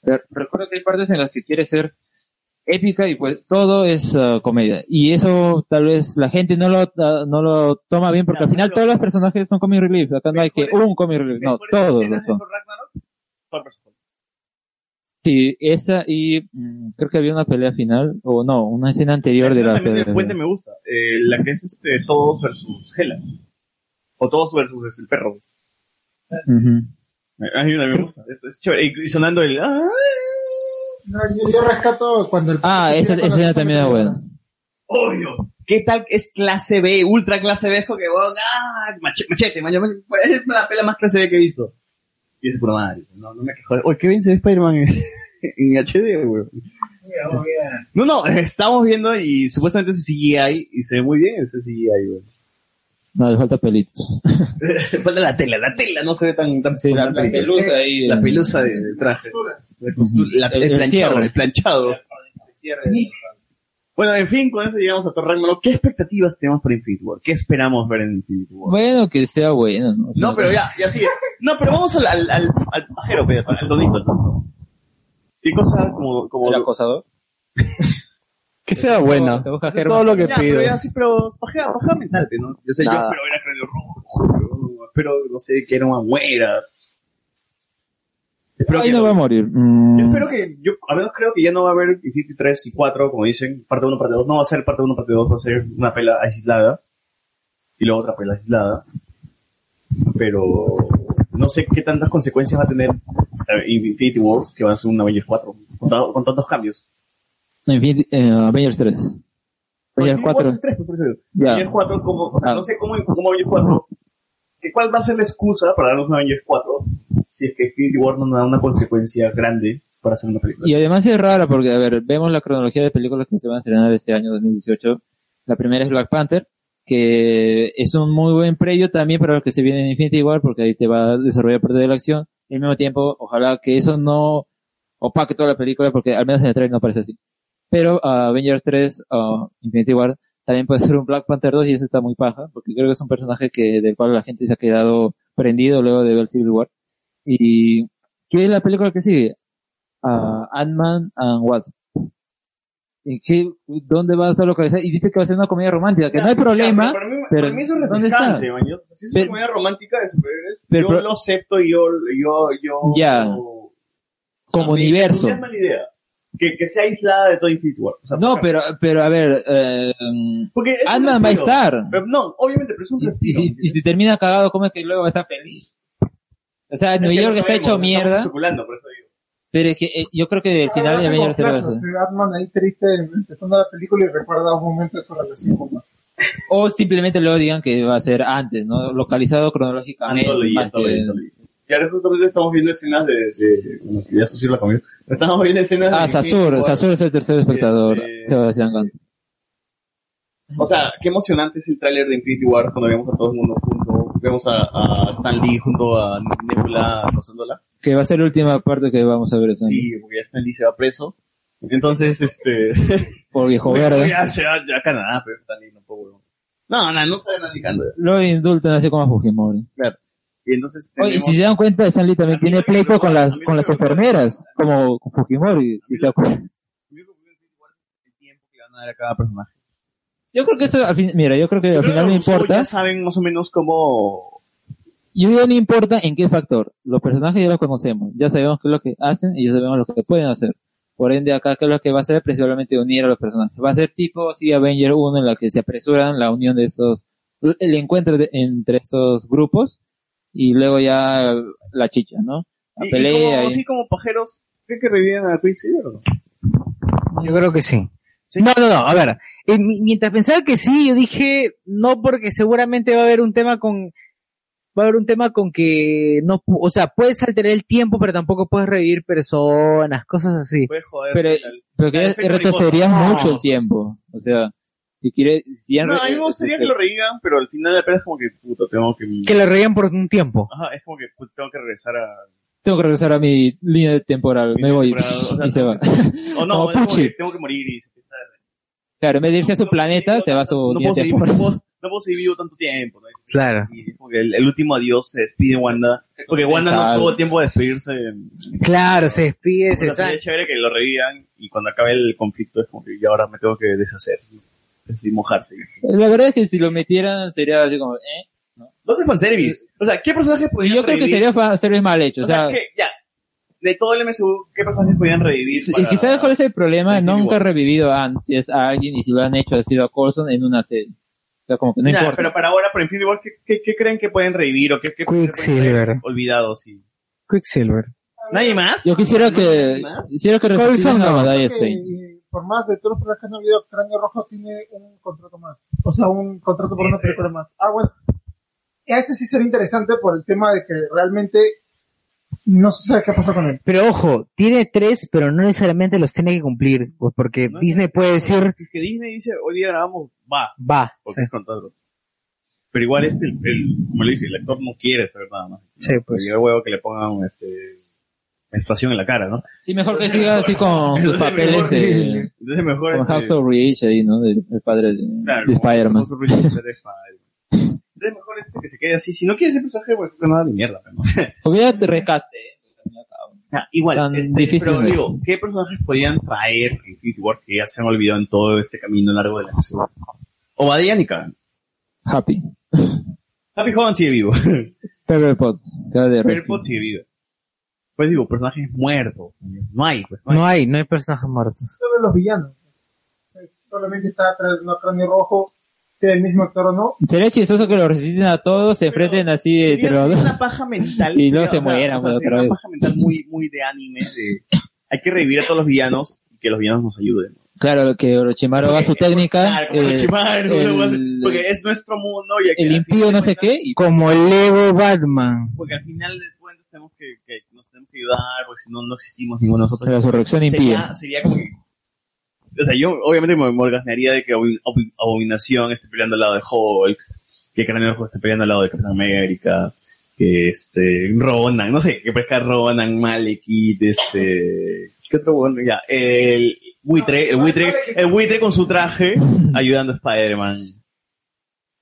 Speaker 65: re- recuerdo que hay partes en las que quiere ser épica y pues todo es ah, comedia y eso tal vez la gente no lo ah, no lo toma bien porque al final todos los personajes son comic relief acá no hay que un comic relief no todos lo son
Speaker 4: Thor versus Hulk.
Speaker 5: Sí, esa y mm, creo que había una pelea final, o no, una escena anterior de la
Speaker 66: También
Speaker 5: pelea.
Speaker 66: el puente me gusta. eh, la que es este, todos versus Hela. O todos versus el perro.
Speaker 5: Ujú.
Speaker 66: A mí me gusta. Es, es chévere. Y y sonando el. "Ah".
Speaker 13: No, yo, yo rescato cuando el.
Speaker 5: Ah, esa
Speaker 13: cuando
Speaker 5: esa
Speaker 13: se
Speaker 5: escena
Speaker 13: mete
Speaker 5: también era
Speaker 13: con-
Speaker 5: buena.
Speaker 4: Obvio. ¿Qué tal? Es clase B, ultra clase B. Es como que, weón, ah, machete, machete, maño, maño, es la pela más clase B que he visto. Y es por madre. No, no me quejo. Oye, qué bien se ve Spider-Man en, *laughs* en HD, weón. No, no, estamos viendo y supuestamente es CGI y se ve muy bien ese CGI, weón.
Speaker 5: No, le falta pelitos.
Speaker 4: Falta la tela, la tela no se ve tan... tan
Speaker 5: la-
Speaker 4: tan
Speaker 5: la
Speaker 4: película.
Speaker 5: pelusa ahí,
Speaker 4: La
Speaker 5: eh.
Speaker 4: pelusa de- del traje. La costura, la- el,
Speaker 5: El- el
Speaker 4: planchado,
Speaker 5: cierre.
Speaker 4: el planchado. Bueno, en fin, con eso llegamos a Thor Ragnarok. ¿Qué expectativas tenemos para Infinity War? ¿Qué esperamos ver en Infinity War?
Speaker 5: Bueno, que sea bueno. No,
Speaker 4: No, pero ya, ya sigue. No, pero vamos al, al, al, al pajero, pe, al donito, al tonto. ¿Qué cosa como, como... ¿El
Speaker 5: acosador?
Speaker 67: Que sea buena.
Speaker 4: Es
Speaker 67: Todo lo que
Speaker 4: ya,
Speaker 67: pido.
Speaker 4: Pero ya, sí, pero pajea, pajea mental, pe, ¿no? Yo sé, yo
Speaker 67: Nada.
Speaker 4: espero ver a Cráneo Rojo, pero no sé, que no muera. Espero
Speaker 5: Ahí
Speaker 4: que
Speaker 5: no
Speaker 4: no-
Speaker 5: va a morir. Mm,
Speaker 4: Yo espero que, yo al menos creo que ya no va a haber Infinity 3 y 4, como dicen, parte 1, parte 2, no va a ser parte 1, parte 2, va a ser una pela aislada y luego otra pela aislada. Pero no sé qué tantas consecuencias va a tener eh, Infinity War, que va a ser una Avengers 4, con, ta- con tantos cambios.
Speaker 5: En fin, eh, Avengers 3. Avengers
Speaker 4: Infinity War
Speaker 5: 4.
Speaker 4: es tres, por eso digo.
Speaker 5: Ya.
Speaker 4: Avengers 4, como, o sea, no sé cómo, cómo Avengers 4, que cuál va a ser la excusa para darnos una Avengers 4 si es que Infinity War no nos da una consecuencia grande para hacer una película.
Speaker 5: Y además es rara porque, a ver, vemos la cronología de películas que se van a estrenar este año 2018. La primera es Black Panther, que es un muy buen previo también para lo que se viene en Infinity War, porque ahí se va a desarrollar parte de la acción. Y al mismo tiempo, ojalá que eso no opaque toda la película, porque al menos en el trailer no parece así. Pero ah, Avengers 3, ah, Infinity War, también puede ser un Black Panther 2 y eso está muy paja, porque creo que es un personaje que del cual la gente se ha quedado prendido luego de ver Civil War. ¿Y qué es la película que sigue? a Ant-Man and Wasp. ¿En qué, ¿Dónde va a estar localizada? Y dice que va a ser una comedia romántica, que no hay problema,
Speaker 4: Para mí,
Speaker 5: pero
Speaker 4: para mí eso es
Speaker 5: ¿dónde está?
Speaker 4: refrescante, man. Yo- Si es una
Speaker 5: Pero-
Speaker 4: comedia romántica de superhéroes,
Speaker 5: pero-
Speaker 4: yo
Speaker 5: pero-
Speaker 4: lo acepto y yo, yo, yo...
Speaker 5: Ya. Como universo.
Speaker 4: No es mala idea. Que, que sea aislada de todo Infinity War. O sea,
Speaker 5: No,
Speaker 4: por ejemplo.
Speaker 5: pero, pero a ver, eh,
Speaker 4: Porque es un
Speaker 5: Ant-Man va a
Speaker 4: respiro.
Speaker 5: estar.
Speaker 4: Pero no, obviamente, pero es un
Speaker 5: Y
Speaker 4: respiro.
Speaker 5: si, y si termina cagado, ¿cómo es que luego va a estar feliz? O sea,
Speaker 4: Es
Speaker 5: New
Speaker 4: que
Speaker 5: York
Speaker 4: no
Speaker 5: está
Speaker 4: sabemos,
Speaker 5: hecho
Speaker 4: estamos
Speaker 5: mierda,
Speaker 4: especulando, por eso digo.
Speaker 5: pero es que eh, yo creo que el
Speaker 13: Ah,
Speaker 5: final de
Speaker 13: hace
Speaker 5: Avengers te lo vas a-
Speaker 13: complejos, eh, Batman ahí triste empezando la película y recuerda un momento de su relación con Batman.
Speaker 5: O simplemente luego digan que va a ser antes, ¿no? Localizado cronológicamente.
Speaker 4: Antología,
Speaker 5: más que-
Speaker 4: antología, antología. Y ahora justamente estamos viendo escenas de... de bueno, que ya Sosur la comió. Estamos viendo escenas de...
Speaker 5: Ah,
Speaker 4: Infinity
Speaker 5: Sasur,
Speaker 4: War.
Speaker 5: Sasur es el tercer espectador, Sebastián Gant.
Speaker 4: O sea, qué emocionante es el tráiler de Infinity War cuando vemos a todo el mundo junto. Vemos a, a Stan Lee junto a Nebula rozándola.
Speaker 5: Que va a ser la última parte que vamos a ver. esta
Speaker 4: Sí, porque ya Stan Lee se va preso. Entonces, este...
Speaker 5: *laughs* Por viejo
Speaker 4: Bueno, *laughs*
Speaker 5: verde.
Speaker 4: Ya se va ya a Canadá, pero Stan Lee no puedo. weón. No, no, no sabe nada ni canto.
Speaker 5: Lo indultan así como a Fujimori.
Speaker 4: Claro. Y entonces
Speaker 5: Oye, y
Speaker 4: tenemos...
Speaker 5: si se dan cuenta, Stan Lee también tiene pleito con las, con las enfermeras, como con Fujimori. si se acuerdan.
Speaker 4: van a dar a cada personaje.
Speaker 5: Yo creo que eso, al fin, mira, yo creo que al
Speaker 4: Pero
Speaker 5: final no
Speaker 4: los rusos
Speaker 5: importa.
Speaker 4: Ya saben más o menos cómo...
Speaker 5: Yo digo, no importa en qué factor. Los personajes ya los conocemos. Ya sabemos qué es lo que hacen y ya sabemos lo que pueden hacer. Por ende, acá, ¿qué es lo que va a hacer? Principalmente unir a los personajes. Va a ser tipo, sí, Avenger 1 en la que se apresuran la unión de esos, el encuentro de- entre esos grupos y luego ya la chicha, ¿no? La
Speaker 4: Y- y
Speaker 5: pelea.
Speaker 4: como,
Speaker 5: y-
Speaker 4: sí, como pajeros, ¿creen que reviven a Quicksilver o no?
Speaker 1: Yo creo que sí. No, no, no, a ver. eh, mi- mientras pensaba que sí, yo dije no porque seguramente va a haber un tema con va a haber un tema con que no, pu- o sea, puedes alterar el tiempo, pero tampoco puedes revivir personas, cosas así.
Speaker 5: pero, pero que
Speaker 1: al
Speaker 5: ya
Speaker 1: efecto
Speaker 5: retrocederías
Speaker 1: mariposa.
Speaker 5: mucho
Speaker 1: No.
Speaker 5: el tiempo. O sea, si quieres, si ya este,
Speaker 4: No,
Speaker 5: re-
Speaker 4: a mí me gustaría que lo revivan, pero al final de la pelea es como que, puta, tengo que...
Speaker 1: Que lo reían por un tiempo.
Speaker 4: Ajá, es como que puta, tengo que regresar a...
Speaker 5: tengo que regresar a mi línea temporal, me voy
Speaker 4: temporal, o sea,
Speaker 5: *laughs* y se va.
Speaker 4: O no,
Speaker 5: Como
Speaker 4: es como
Speaker 5: Pucci.
Speaker 4: que tengo que morir y...
Speaker 5: Claro, en vez de irse a su planeta, se va a su
Speaker 4: No
Speaker 5: línea
Speaker 4: puedo, seguir, no,
Speaker 5: temporal.
Speaker 4: puedo, no puedo seguir vivo tanto tiempo. ¿no?
Speaker 1: Claro.
Speaker 4: Y es como que el, el último adiós se despide Wanda, porque Wanda no
Speaker 1: Sabe.
Speaker 4: tuvo tiempo de despedirse.
Speaker 1: Claro, se despide, se
Speaker 4: Entonces,
Speaker 1: sa-
Speaker 4: sería chévere que lo revivan y cuando acabe el conflicto es como que yo ahora me tengo que deshacer, sin mojarse.
Speaker 5: La verdad es que si lo metieran sería así como, ¿eh? Pues
Speaker 4: No hace fanservice. O sea, ¿qué personaje podría
Speaker 5: Yo creo que
Speaker 4: revivir?
Speaker 5: sería fanservice mal hecho.
Speaker 4: Pues O
Speaker 5: O sea,
Speaker 4: sea, que ya. de todo el MCU, ¿qué personajes podían revivir?
Speaker 5: Y quizás cuál es el problema, nunca han revivido antes a alguien y si lo han hecho ha sido a Coulson en una serie. O sea, como que no
Speaker 4: Nah,
Speaker 5: importa.
Speaker 4: Pero para ahora, por Infinity War, ¿qué, qué, qué creen que pueden revivir o qué, qué personajes pueden
Speaker 15: Quicksilver.
Speaker 4: haber olvidado? Sí.
Speaker 15: Quicksilver.
Speaker 4: ¿Nadie más?
Speaker 5: Yo quisiera que, quisiera que resucitaran a Madai
Speaker 13: Creo que, eh, por más de todos los problemas que han habido, Cráneo Rojo tiene un contrato más. O sea, un contrato por una película más. Ah, bueno. Ese sí sería interesante por el tema de que realmente no se sabe qué pasó con él.
Speaker 1: Pero ojo, tiene tres, pero no necesariamente los tiene que cumplir, pues porque Disney puede decir,
Speaker 4: Si es que Disney dice, hoy día grabamos, va.
Speaker 1: va.
Speaker 4: Porque es contrato. Pero igual este, el, el- como le dije, el actor no quiere saber nada más.
Speaker 1: Sí,
Speaker 4: pues. Yo huevo que le pongan este, menstruación en la cara, ¿no?
Speaker 5: Sí, mejor que siga
Speaker 4: *laughs*
Speaker 5: así con sus
Speaker 4: Entonces,
Speaker 5: papeles
Speaker 4: mejor-
Speaker 5: de...
Speaker 4: entonces mejor
Speaker 5: Con
Speaker 4: este-
Speaker 5: House of Rich ahí, ¿no? Del el padre de,
Speaker 4: Claro,
Speaker 5: de Spider-Man.
Speaker 4: House of Rich, el padre de Spider-Man. Entonces mejor este que se quede así. Si no quiere ese personaje, pues que nada de mierda. pero no.
Speaker 5: Hubiera te recaste.
Speaker 4: Ah, igual,
Speaker 5: Tan
Speaker 4: este,
Speaker 5: difícil
Speaker 4: pero
Speaker 5: no es.
Speaker 4: digo, ¿qué personajes podían traer en Infinity War que ya se han olvidado en todo este camino largo de la MCU? O a ni cagan.
Speaker 5: Happy.
Speaker 4: Happy Hogan sigue
Speaker 5: *laughs*
Speaker 4: vivo.
Speaker 5: Pepper Potts. Cada de
Speaker 4: Pepper Potts sigue vivo. Pues digo, personajes muertos. No hay, pues.
Speaker 1: No hay, no hay personajes muertos.
Speaker 13: Solo los villanos. Es- Solamente está atrás de Cráneo Rojo, sea el mismo actor o no.
Speaker 5: Sería chistoso que lo resisten a todos, se enfrenten así de
Speaker 4: Sería-
Speaker 5: entre los
Speaker 4: sería
Speaker 5: dos. *laughs*
Speaker 4: una paja mental.
Speaker 5: Y
Speaker 4: Sería,
Speaker 5: luego se
Speaker 4: o sea,
Speaker 5: mueran
Speaker 4: o sea,
Speaker 5: por
Speaker 4: sería
Speaker 5: otra vez.
Speaker 4: una paja mental muy, muy de anime. De, hay que revivir a todos los villanos y que los villanos nos ayuden.
Speaker 5: Claro, que Orochimaru haga su técnica.
Speaker 4: Claro, como
Speaker 5: eh,
Speaker 4: *laughs* Orochimaru,
Speaker 5: el-
Speaker 4: luego hace- porque es nuestro mundo y hay que-
Speaker 5: el impío no sé qué. y-
Speaker 1: Como Lego Batman.
Speaker 4: porque al final de cuentas tenemos que, que nos tenemos que ayudar, porque si no, no existimos ninguno de nosotros.
Speaker 5: La resurrección
Speaker 4: sería,
Speaker 5: impía.
Speaker 4: sería como que- O sea, yo obviamente me, me orgasmearía de que Abomin- Abomin- Abominación esté peleando al lado de Hulk, que Cráneo Rojo esté peleando al lado de Capitán América, que este, Ronan, no sé, que pesca Ronan, Malekith, este... ¿Qué otro bueno? Ya, el buitre, el buitre, el buitre con su traje ayudando a Spider-Man.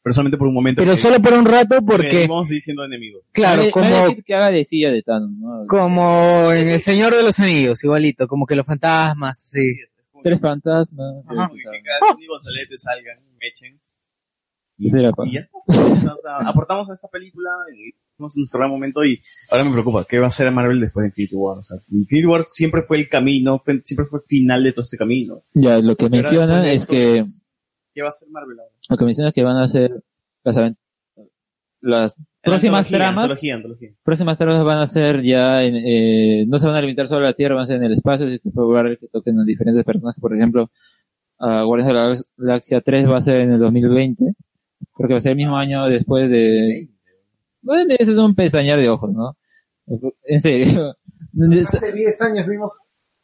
Speaker 4: Pero solamente por un momento.
Speaker 1: Pero
Speaker 4: porque-
Speaker 1: solo por un rato porque,
Speaker 4: Vamos a seguir siendo enemigos.
Speaker 1: claro,
Speaker 5: Nadie-
Speaker 1: como,
Speaker 5: nadie que haga de silla de Thanos, ¿no?
Speaker 1: como en El Señor de los Anillos, igualito, como que los fantasmas, sí.
Speaker 5: Tres fantasmas.
Speaker 4: Ajá, porque que cada Tony González te salgan, me echen.
Speaker 5: Ese era, pa.
Speaker 4: Y ya está. O sea, aportamos a esta película, y hicimos nuestro gran momento y ahora me preocupa, ¿qué va a hacer Marvel después de Infinity War? O sea, Infinity War siempre fue el camino, fue- siempre fue el final de todo este camino.
Speaker 5: Ya, lo que
Speaker 4: Pero
Speaker 5: mencionan
Speaker 4: después de pues,
Speaker 5: es
Speaker 4: esto,
Speaker 5: que...
Speaker 4: ¿Qué va a hacer Marvel ahora?
Speaker 5: Lo que mencionas que van a ser las, aven- las próximas
Speaker 4: Antología,
Speaker 5: tramas.
Speaker 4: antología, antología.
Speaker 5: Próximas tramas van a ser ya, en, eh, no se van a limitar solo a la Tierra, van a ser en el espacio, si te puede probar que toquen a diferentes personajes. Por ejemplo, a Guardianes de la Galax- Galaxia 3 va a ser en el 2020, porque va a ser el
Speaker 4: Ah,
Speaker 5: mismo año después de... Bueno, eso es un pestañear de ojos, ¿no? En serio.
Speaker 4: *laughs*
Speaker 13: Hace 10 años vimos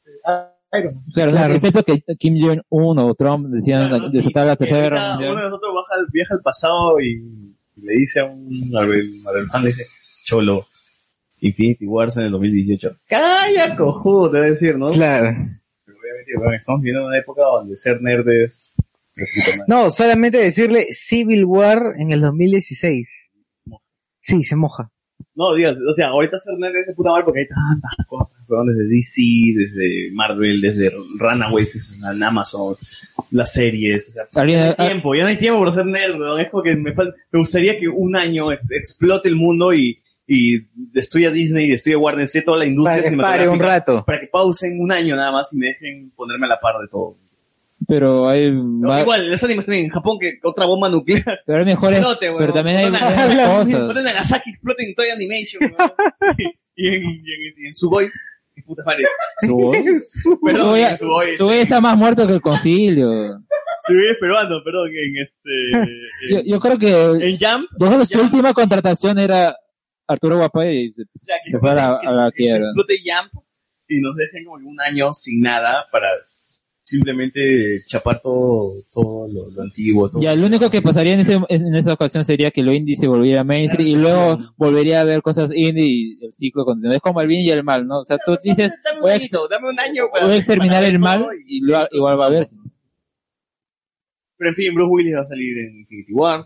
Speaker 13: eh, Iron Man.
Speaker 5: Claro, excepto que Kim Jong-un o Trump decían
Speaker 4: Ah,
Speaker 5: desatar la tercera guerra
Speaker 4: Ahorita
Speaker 5: mundial.
Speaker 4: uno de nosotros baja al- viaja al pasado y, y le dice a un Marvel, Marvel fan, le dice, Cholo, Infinity Wars en el 2018. ¡Calla, cojudo! Te voy a decir, ¿no?
Speaker 1: Claro.
Speaker 4: Pero obviamente, bueno, estamos viviendo una época donde ser nerd es... de puta madre.
Speaker 1: No, solamente decirle Civil War en el 2016. Sí, se moja.
Speaker 4: No, digas, o sea, ahorita ser nerd es de puta madre porque hay tantas cosas, weón, desde DC, desde Marvel, desde Runaway, que es en Amazon, las series, o sea,
Speaker 5: Eh,
Speaker 4: ya
Speaker 5: ah,
Speaker 4: no hay tiempo, ya no hay tiempo por ser nerd, weón, es como que me falta, me gustaría que un año ex- explote el mundo y, y destruya Disney, destruya Warner, destruya toda la industria
Speaker 1: Para que pare
Speaker 4: cinematográfica.
Speaker 1: un rato.
Speaker 4: Para que pausen un año nada más y me dejen ponerme a la par de todo.
Speaker 5: Pero hay...
Speaker 4: No,
Speaker 5: va-
Speaker 4: Igual, los animes también en Japón que otra bomba nuclear.
Speaker 5: *laughs* Pero hay mejores-
Speaker 4: Explote, weón.
Speaker 5: pero también hay
Speaker 4: Exploten
Speaker 5: mejores
Speaker 4: Nagasaki,
Speaker 5: cosas.
Speaker 4: exploten Nagasaki, exploten Toy Animation, weón. *laughs* y, en, y, en, y en Sugoi. Qué puta madre. *laughs*
Speaker 5: Sugoi.
Speaker 4: Perdón,
Speaker 5: Sugoi-
Speaker 4: en Sugoi.
Speaker 5: Sugoi está más muerto que el concilio.
Speaker 4: Sugoi es peruano, perdón, en este...
Speaker 5: *laughs* yo,
Speaker 4: en-
Speaker 5: yo creo que
Speaker 4: en Jump
Speaker 5: yo creo que su última contratación era Arturo Guapay y se, se fue a la, a la quiebra.
Speaker 4: explote Jump y nos dejen como un año sin nada para simplemente chapar todo, todo lo, lo antiguo. Todo.
Speaker 5: Ya, lo único que pasaría en, ese, en esa ocasión sería que lo indie se volviera mainstream y luego volvería a ver cosas indie y el ciclo continuaría. Es como el bien y el mal, ¿no? O sea, tú dices,
Speaker 4: Dame un,
Speaker 5: voy a,
Speaker 4: añito, dame un año para...
Speaker 5: voy a exterminar
Speaker 4: para ver
Speaker 5: el mal
Speaker 4: todo y-
Speaker 5: y lo- igual va a verse.
Speaker 4: Pero en fin, Bruce Willis va a salir en Infinity War.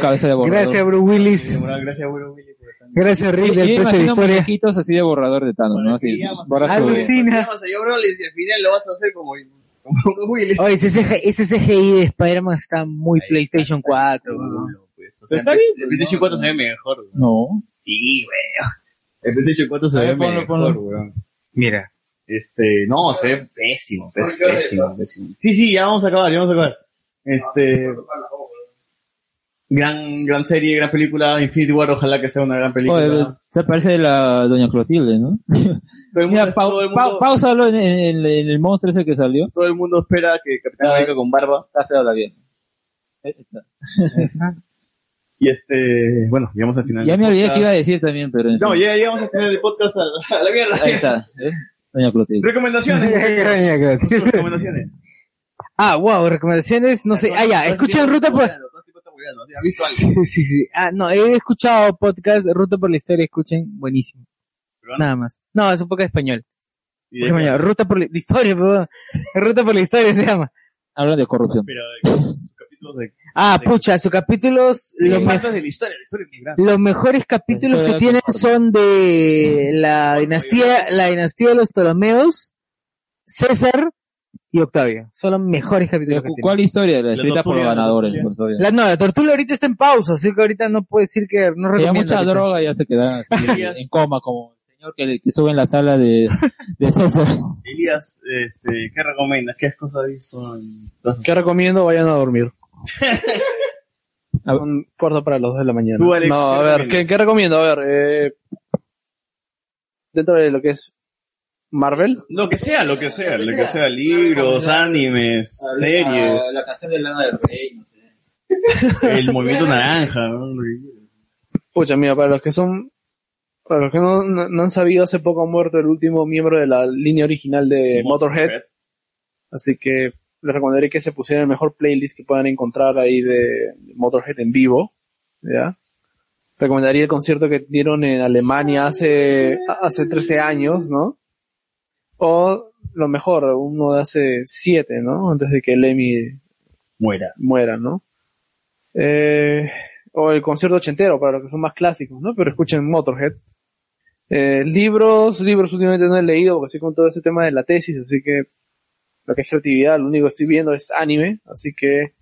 Speaker 5: Cabeza de borrador.
Speaker 1: Gracias, Bruce Willis.
Speaker 4: Bueno, gracias, Bruce Willis. por estar-
Speaker 1: Gracias, Rick,
Speaker 5: Yo-
Speaker 1: del precio
Speaker 5: yo
Speaker 1: de
Speaker 5: imagino
Speaker 1: historia.
Speaker 5: muñequitos así de borrador de Thanos, ¿no? Así, borra su-
Speaker 4: Llamas a Joe Brolin y al final lo vas a hacer como... como Bruce Willis.
Speaker 1: Oye, ese, CG ese CGI de Spider-Man está muy PlayStation 4. weón.
Speaker 5: Ah.
Speaker 4: pues,
Speaker 5: pues,
Speaker 4: Pero está bien. El PlayStation 4 se ve mejor.
Speaker 5: No.
Speaker 4: Sí, weón. El PlayStation 4 se
Speaker 68: A
Speaker 4: ve
Speaker 68: ver, ponlo,
Speaker 4: mejor,
Speaker 68: ponlo.
Speaker 4: weón. Mira, este, no, se ve pésimo, pés-
Speaker 68: ¿Por qué?
Speaker 4: pésimo, pésimo. Sí, sí, ya vamos a acabar, ya vamos a acabar. Este, gran, gran serie, gran película, Infinity War, ojalá que sea una gran película.
Speaker 5: Oye, se parece la Doña Clotilde, ¿no? Mira, pau- pau- pausalo en, en- en el monstruo ese que salió.
Speaker 4: Todo el mundo espera que Capitán América con barba.
Speaker 5: Está feo la bien.
Speaker 4: Y este, bueno, llegamos al final.
Speaker 5: Ya
Speaker 4: del
Speaker 5: me olvidé
Speaker 4: podcast.
Speaker 5: que iba a decir también, pero. en
Speaker 4: No,
Speaker 5: fin.
Speaker 4: ya llegamos al final del podcast a la, a la mierda.
Speaker 5: Ahí está. ¿eh? Doña
Speaker 4: *laughs*
Speaker 5: Clotilde.
Speaker 4: Recomendaciones.
Speaker 1: *laughs*
Speaker 4: recomendaciones.
Speaker 1: Ah, wow, recomendaciones, no sé. Ah, ya, escuchen Ruta por... Sí, sí, sí. Ah, no, he escuchado podcast Ruta por la Historia, escuchen, buenísimo. Nada más. No, es un podcast español.
Speaker 4: Y de-
Speaker 1: Español, Ruta por la de Historia, perdón. Ruta por la Historia se llama.
Speaker 5: Habla de corrupción.
Speaker 4: Pero, capítulos de...
Speaker 1: Ah, pucha, sus capítulos, los, me-
Speaker 4: de la historia, la historia es grande.
Speaker 1: los mejores capítulos que tienen son de
Speaker 5: Mm.
Speaker 1: la dinastía, la dinastía de los Ptolomeos, César y Octavio. Son los mejores capítulos que tienen.
Speaker 5: ¿Cuál historia? La escrita por
Speaker 1: tortuga, la
Speaker 5: ganadores. pues, obvio.
Speaker 1: La, no, la tortuga ahorita está en pausa, así que ahorita no puedo decir que no
Speaker 5: Que ya
Speaker 1: recomiendo.
Speaker 5: mucha
Speaker 1: ahorita.
Speaker 5: droga ya se queda así, en coma, como el señor que, que sube en la sala de, de César.
Speaker 4: Elías, este, ¿qué recomiendas? ¿Qué cosas hizo? en-
Speaker 15: ¿Qué recomiendo? Vayan a dormir. Son cuarto para las 2 de la mañana.
Speaker 4: Tú, Alex,
Speaker 15: no,
Speaker 4: ¿qué
Speaker 15: a ver,
Speaker 4: recomiendas?
Speaker 15: ¿qué, qué recomiendo? A ver, eh, dentro de lo que es Marvel.
Speaker 4: Lo que sea, lo que sea, lo que sea, libros, animes, series,
Speaker 15: La canción de Lana del Rey.
Speaker 4: *laughs* el movimiento naranja. ¿no?
Speaker 15: Pucha, mira, para los que son. Para los que no, no- no han sabido, hace poco ha muerto el último miembro de la línea original
Speaker 5: Eh,
Speaker 15: de Motorhead. Así que les recomendaría que se pusieran el mejor playlist que puedan encontrar ahí de Motorhead en vivo. ¿Ya? Recomendaría el concierto que dieron en Alemania hace, hace 13 años, ¿no? O lo mejor, uno de hace 7, ¿no? Antes de que Lemmy
Speaker 4: muera.
Speaker 15: Muera, ¿no? Eh, o el concierto ochentero, para los que son más clásicos, ¿no? Pero escuchen Motorhead. Eh, libros, libros últimamente no he leído porque estoy con todo ese tema de la tesis, así que lo que es creatividad, lo único que estoy viendo es anime, así que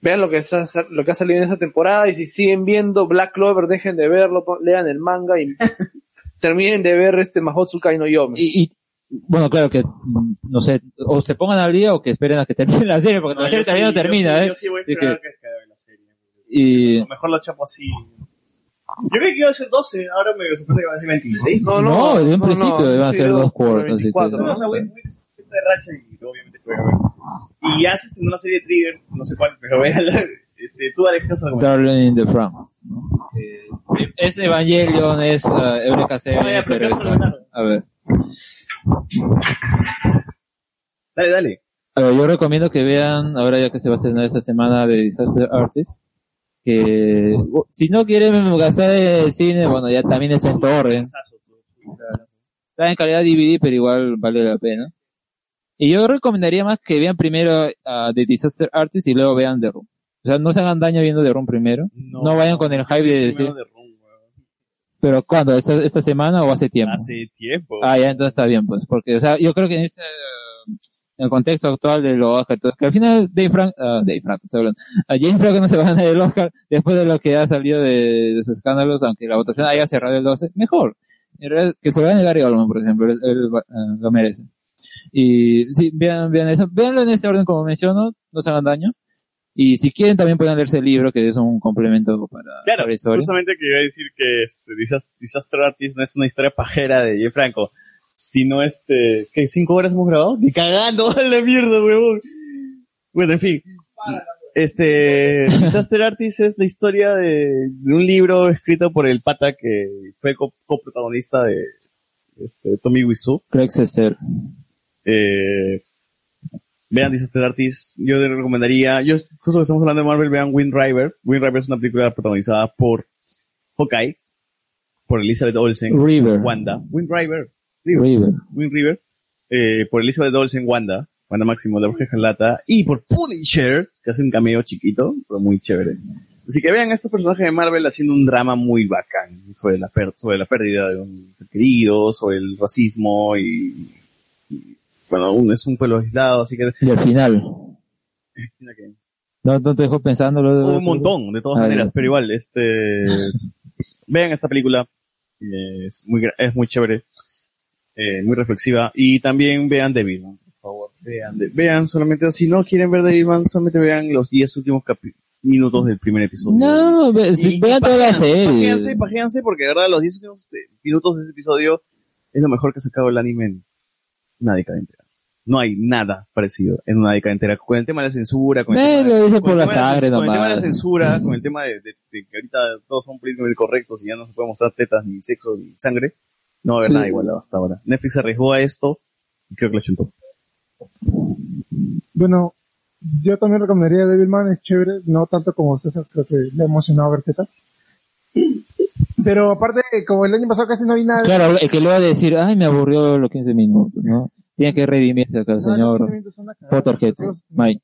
Speaker 15: vean lo que, es- lo que ha salido en esta temporada y si siguen viendo Black Clover, dejen de verlo, pon- lean el manga
Speaker 13: *laughs*
Speaker 15: y terminen de ver este Mahotsukai no Yomi.
Speaker 5: Y, Bueno, claro que, mm, no sé, o se pongan al día o que esperen a que termine la serie, porque
Speaker 4: No,
Speaker 5: la
Speaker 4: yo
Speaker 5: serie todavía
Speaker 4: sí-
Speaker 5: no termina,
Speaker 4: yo sí-
Speaker 5: ¿eh?
Speaker 4: Yo sí voy a
Speaker 5: Así
Speaker 4: esperar
Speaker 5: que-
Speaker 4: que acabe la serie.
Speaker 5: y,
Speaker 4: A lo mejor la chapo así. Yo creí que iba a ser 12, ahora me sorprende que va a ser 26.
Speaker 5: no, de un principio van a ser dos cuartos, así que-
Speaker 4: No, o sea, voy voy a hacer de racha y obviamente voy a ver. Y ya se estrenó la serie de Trigger, no sé cuál, pero véanla. Este, tú, Alex, ¿qué vas a recomendar?
Speaker 5: Darling in the Frank. Es Evangelion, es uh, Eureka Seven,
Speaker 4: Ah, Eh, ya, pero
Speaker 5: pero
Speaker 4: ya
Speaker 5: es,
Speaker 4: se lo ganaron.
Speaker 5: a ver.
Speaker 4: Dale, dale.
Speaker 5: A ver, Eh, yo recomiendo que vean, ahora ya que se va a estrenar esta semana de Disaster Artist, que u- si no quieren gastar el cine, bueno, ya también está en torre. Está en calidad DVD, pero igual vale la pena. Y yo recomendaría más que vean primero ah, The Disaster Artist y luego vean The Room. O sea, no se hagan daño viendo The Room primero. No, vayan con el hype de decir... Pero ¿cuándo? ¿Esta, esta semana o hace tiempo?
Speaker 4: Hace tiempo.
Speaker 5: Ah, ya, entonces está bien, pues. Porque, o sea, yo creo que en ese, eh, en el contexto actual de los Oscar, todo- que al final Dave Frank, ah, Dave Frank, estoy hablando, ah, James Franco no se va a ganar el Oscar después de lo que ha salido de, de sus escándalos, aunque la votación haya cerrado el 12, mejor. En realidad, que se lo gane Gary Oldman, por ejemplo, él, él va- ah, lo merece. Y sí, vean, vean eso, veanlo en ese orden como menciono, no se hagan daño. Y si quieren también pueden leerse el libro, que es un complemento para,
Speaker 4: Claro,
Speaker 5: para la historia.
Speaker 4: justamente que iba a decir que este, Disas- Disaster Artist no es una historia pajera de Jay Franco, sino este, que cinco horas hemos grabado, ni cagando *laughs* a la mierda, huevón. Bueno, en fin. Este, Disaster Artist es la historia de, de un libro escrito por el pata que fue co- coprotagonista de este, Tommy Wiseau.
Speaker 5: Craig Sester.
Speaker 4: Eh, vean Disaster Artist, yo les recomendaría, yo justo que estamos hablando de Marvel, vean Wind River. Wind River es una película protagonizada por Hawkeye, por Elizabeth Olsen,
Speaker 5: River.
Speaker 4: Wanda, Wind River,
Speaker 5: River.
Speaker 4: Wind River, eh, por Elizabeth Olsen, Wanda, Wanda Máximo, la Bruja Escarlata, y por Punisher, que hace un cameo chiquito, pero muy chévere. Así que vean a estos personajes de Marvel haciendo un drama muy bacán sobre la, per- sobre la pérdida de un ser querido, sobre el racismo y bueno, aún es un pueblo aislado, así que...
Speaker 5: Y al final.
Speaker 4: Mira que-
Speaker 5: No, no te dejó pensando. Ah, *laughs*
Speaker 4: Un montón, de todas maneras, pero igual, este... Vean esta película, eh, Es muy, gra- es muy chévere, eh, muy reflexiva. Y también vean Devilman, por favor. Vean, de- vean solamente, si no quieren ver Devilman, solamente vean los 10 últimos capi- minutos del primer episodio.
Speaker 5: No, ve- si- vean toda la serie.
Speaker 4: Pajéanse, pajéanse, porque de verdad los 10 últimos eh, minutos de ese episodio es lo mejor que ha sacado el anime en una década entera. No hay nada parecido en una década entera. Con el tema de la censura, con el
Speaker 5: Eh,
Speaker 4: tema de,
Speaker 5: lo
Speaker 4: Pues
Speaker 5: dice
Speaker 4: con el
Speaker 5: por la
Speaker 4: tema de
Speaker 5: sangre
Speaker 4: censura, con el tema de la
Speaker 5: nomás.
Speaker 4: censura, con el tema de, de- de que ahorita todos son políticamente correctos y ya no se puede mostrar tetas, ni sexo, ni sangre. No va a haber nada igual hasta ahora. Netflix se arriesgó a esto y creo que lo chuntó.
Speaker 13: Bueno, yo también recomendaría Devilman, es chévere, no tanto como César, creo que le ha emocionado ver tetas. Pero aparte, como el año pasado casi no vi nada.
Speaker 5: Claro, el que le va a decir, ay, me aburrió los 15 minutos, ¿no? Tiene que redimirse acá el señor por tarjeta, Mike.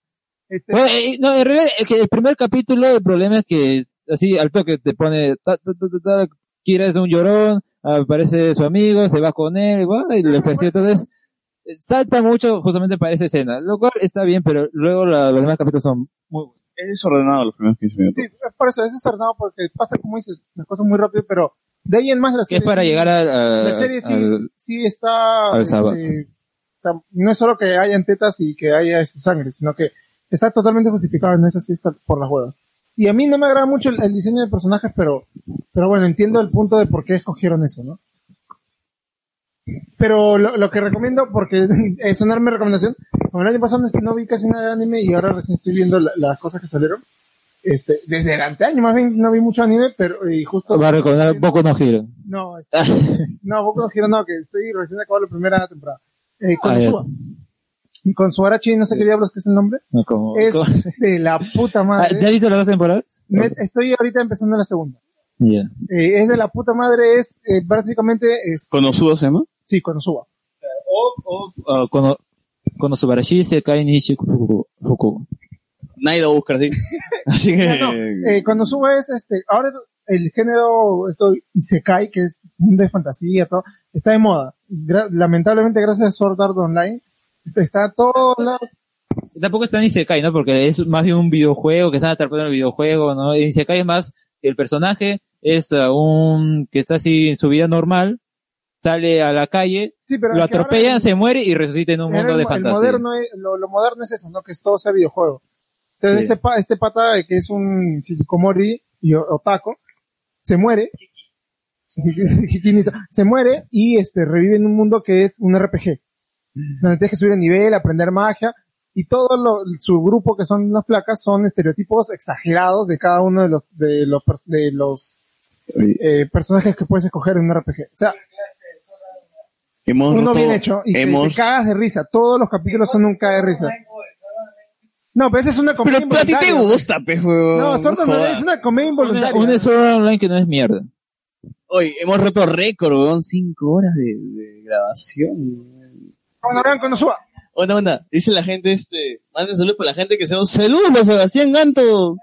Speaker 13: este,
Speaker 5: Bueno, eh, no, en realidad, es que el primer capítulo, el problema es que, así, al toque te pone, ta, ta, ta, ta, ta, Kira es un llorón, aparece su amigo, se va con él, guau, y le persigue, entonces, eh, salta mucho justamente para esa escena, lo cual está bien, pero luego la- los demás capítulos son muy buenos.
Speaker 4: Es desordenado los primeros 15 minutos.
Speaker 13: Sí, es por eso, es desordenado porque pasa, como dices, las cosas muy rápido, pero de ahí en más la
Speaker 5: Que
Speaker 13: serie.
Speaker 5: es para
Speaker 13: sí-
Speaker 5: llegar al, al-
Speaker 13: La serie sí,
Speaker 5: al-
Speaker 13: sí está.
Speaker 5: al
Speaker 13: este,
Speaker 5: sábado.
Speaker 13: tam- no es solo que hayan tetas y que haya este, sangre, sino que está totalmente justificado en esa sí está por las huevas. Y a mí no me agrada mucho el, el diseño de personajes, pero, pero bueno, entiendo el punto de por qué escogieron eso, ¿no? Pero lo, lo que recomiendo, porque *laughs* es una enorme recomendación, como el año pasado no- no vi casi nada de anime y ahora recién estoy viendo la- las cosas que salieron. Este, desde el anteaño más bien no vi mucho anime, pero y justo...
Speaker 5: Va a recordar Boku no Hero. *laughs*
Speaker 13: No, este, no, Boku no Hero no, que estoy recién acabado la primera temporada. Eh, con
Speaker 5: Ah, ya.
Speaker 13: Suba. Con Suarachi, no sé qué diablos que es el nombre.
Speaker 5: No, como,
Speaker 13: Es
Speaker 5: como-
Speaker 13: de la puta
Speaker 5: Oh, *laughs* Ah,
Speaker 13: madre.
Speaker 5: ¿Ya hizo las dos temporadas?
Speaker 13: Me- estoy ahorita empezando la segunda.
Speaker 5: Ya.
Speaker 13: Eh, es de la puta madre, es eh, básicamente... Es,
Speaker 4: ¿Konosuba se llama? *laughs*
Speaker 13: Sí, Konosuba.
Speaker 5: Ah, Kono- Konosubarashi Sekai Nishi Fuku- Fuku.
Speaker 4: Nadie lo busca así. Así que.
Speaker 13: No, no, eh, cuando subo es este, ahora el género esto Isekai, que es mundo de fantasía, todo, está de moda. Gra- lamentablemente gracias a Sword Art Online, está, está a todos lados.
Speaker 5: Tampoco está en Isekai, ¿no? Porque es más bien un videojuego, que están atrapando el videojuego, ¿no? En Isekai es más, el personaje es ah, un que está así en su vida normal, sale a la calle, lo
Speaker 13: pero es que ahora
Speaker 5: atropellan,
Speaker 13: el-
Speaker 5: se muere y resucita en un
Speaker 13: Era
Speaker 5: mundo
Speaker 13: el-
Speaker 5: de
Speaker 13: el
Speaker 5: fantasía.
Speaker 13: moderno es- lo, lo moderno es eso, ¿no? Que es todo sea videojuego. Entonces
Speaker 5: Sí.
Speaker 13: este, pa- este pata eh, que es un hikikomori y o- otaku, se muere. *laughs* Jiquinito. se muere y este revive en un mundo que es un RPG. Donde tienes que subir de nivel, aprender magia. Y todo lo- su grupo que son las placas son estereotipos exagerados de cada uno de los, de los, per- de los eh, personajes que puedes escoger en un RPG. O sea,
Speaker 4: Hemos
Speaker 13: uno
Speaker 4: roto-
Speaker 13: bien hecho y te-
Speaker 4: hemos-
Speaker 13: te, cagas de risa. Todos los capítulos son un caga de risa. No, pero esa es una comedia
Speaker 4: Pero a ti te
Speaker 13: involuntaria.
Speaker 4: gusta, pejo.
Speaker 13: No, Sword Art Online es una comedia
Speaker 5: Una,
Speaker 13: involuntaria.
Speaker 5: una es solo online que no es mierda.
Speaker 4: Hoy hemos roto récord, weón. Cinco horas de, de grabación.
Speaker 13: Bueno, vean cuando suba.
Speaker 4: Onda, onda. Dice la gente, este. Manden saludos para la gente que sea un
Speaker 1: Saludos, Sebastián Ganto.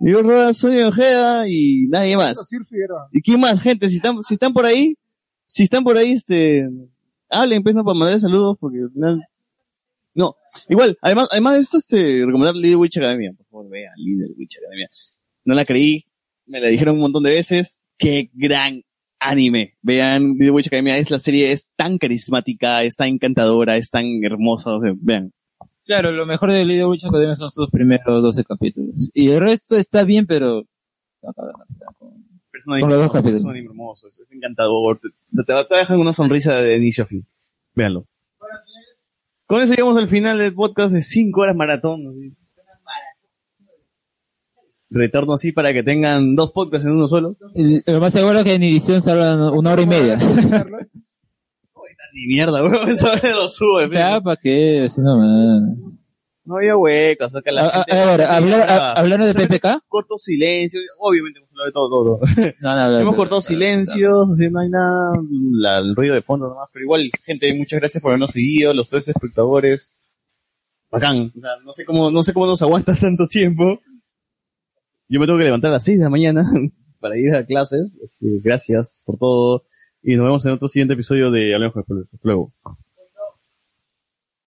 Speaker 1: Yo, Roda, soy Ojeda y nadie más. ¿Y quién más, gente? Si están, si están por ahí, si están por ahí, este, hablen, pues, no, para mandar saludos, porque al final, no. Igual, además, además de esto, este, recomendar Little Witch Academia, por favor, vean Little Witch Academia. No la creí, me la dijeron un montón de veces, qué gran anime. Vean Little Witch Academia, es la serie, es tan carismática, es tan encantadora, es tan hermosa, o sea, vean.
Speaker 5: Claro, lo mejor de Little Witch Academia son sus primeros 12 capítulos. Y el resto está bien, pero... no, no, no, no, con-
Speaker 4: Es un anime
Speaker 5: Con los dos
Speaker 4: hermoso,
Speaker 5: capítulos.
Speaker 4: Es un anime hermoso, es, es encantador. Te, te, te va- te dejan una sonrisa de inicio a fin. Véanlo. Con eso llegamos al final del podcast de 5 horas maratón. así. Retorno así para que tengan dos podcasts en uno solo.
Speaker 5: El- Lo más seguro es que en edición salgan una hora
Speaker 4: *laughs*
Speaker 5: y media.
Speaker 4: Ni mierda, *laughs* bro. Eso lo sube.
Speaker 5: Ya, ¿para qué? Si no, man.
Speaker 4: No había huecos. Acá la
Speaker 5: A-
Speaker 4: gente-
Speaker 5: a- ahora,
Speaker 4: la gente
Speaker 5: hablar-
Speaker 4: hablaba.
Speaker 5: a- hablaron de
Speaker 4: Solamente
Speaker 5: PPK?
Speaker 4: Corto silencio. Obviamente hemos hablado de todo, todo. todo.
Speaker 5: No, no, no,
Speaker 4: hemos
Speaker 5: no,
Speaker 4: cortado
Speaker 5: no,
Speaker 4: silencios, así no hay nada. la- el ruido de fondo nomás. Pero igual, gente, muchas gracias por habernos seguido. Los tres espectadores. Bacán. O sea, no sé cómo, no sé cómo nos aguantas *laughs* tanto tiempo. Yo me tengo que levantar a las 6 de la mañana *laughs* para ir a clases. Este, gracias por todo. Y nos vemos en otro siguiente episodio de Hablemos con Spoilers. Hasta Luego.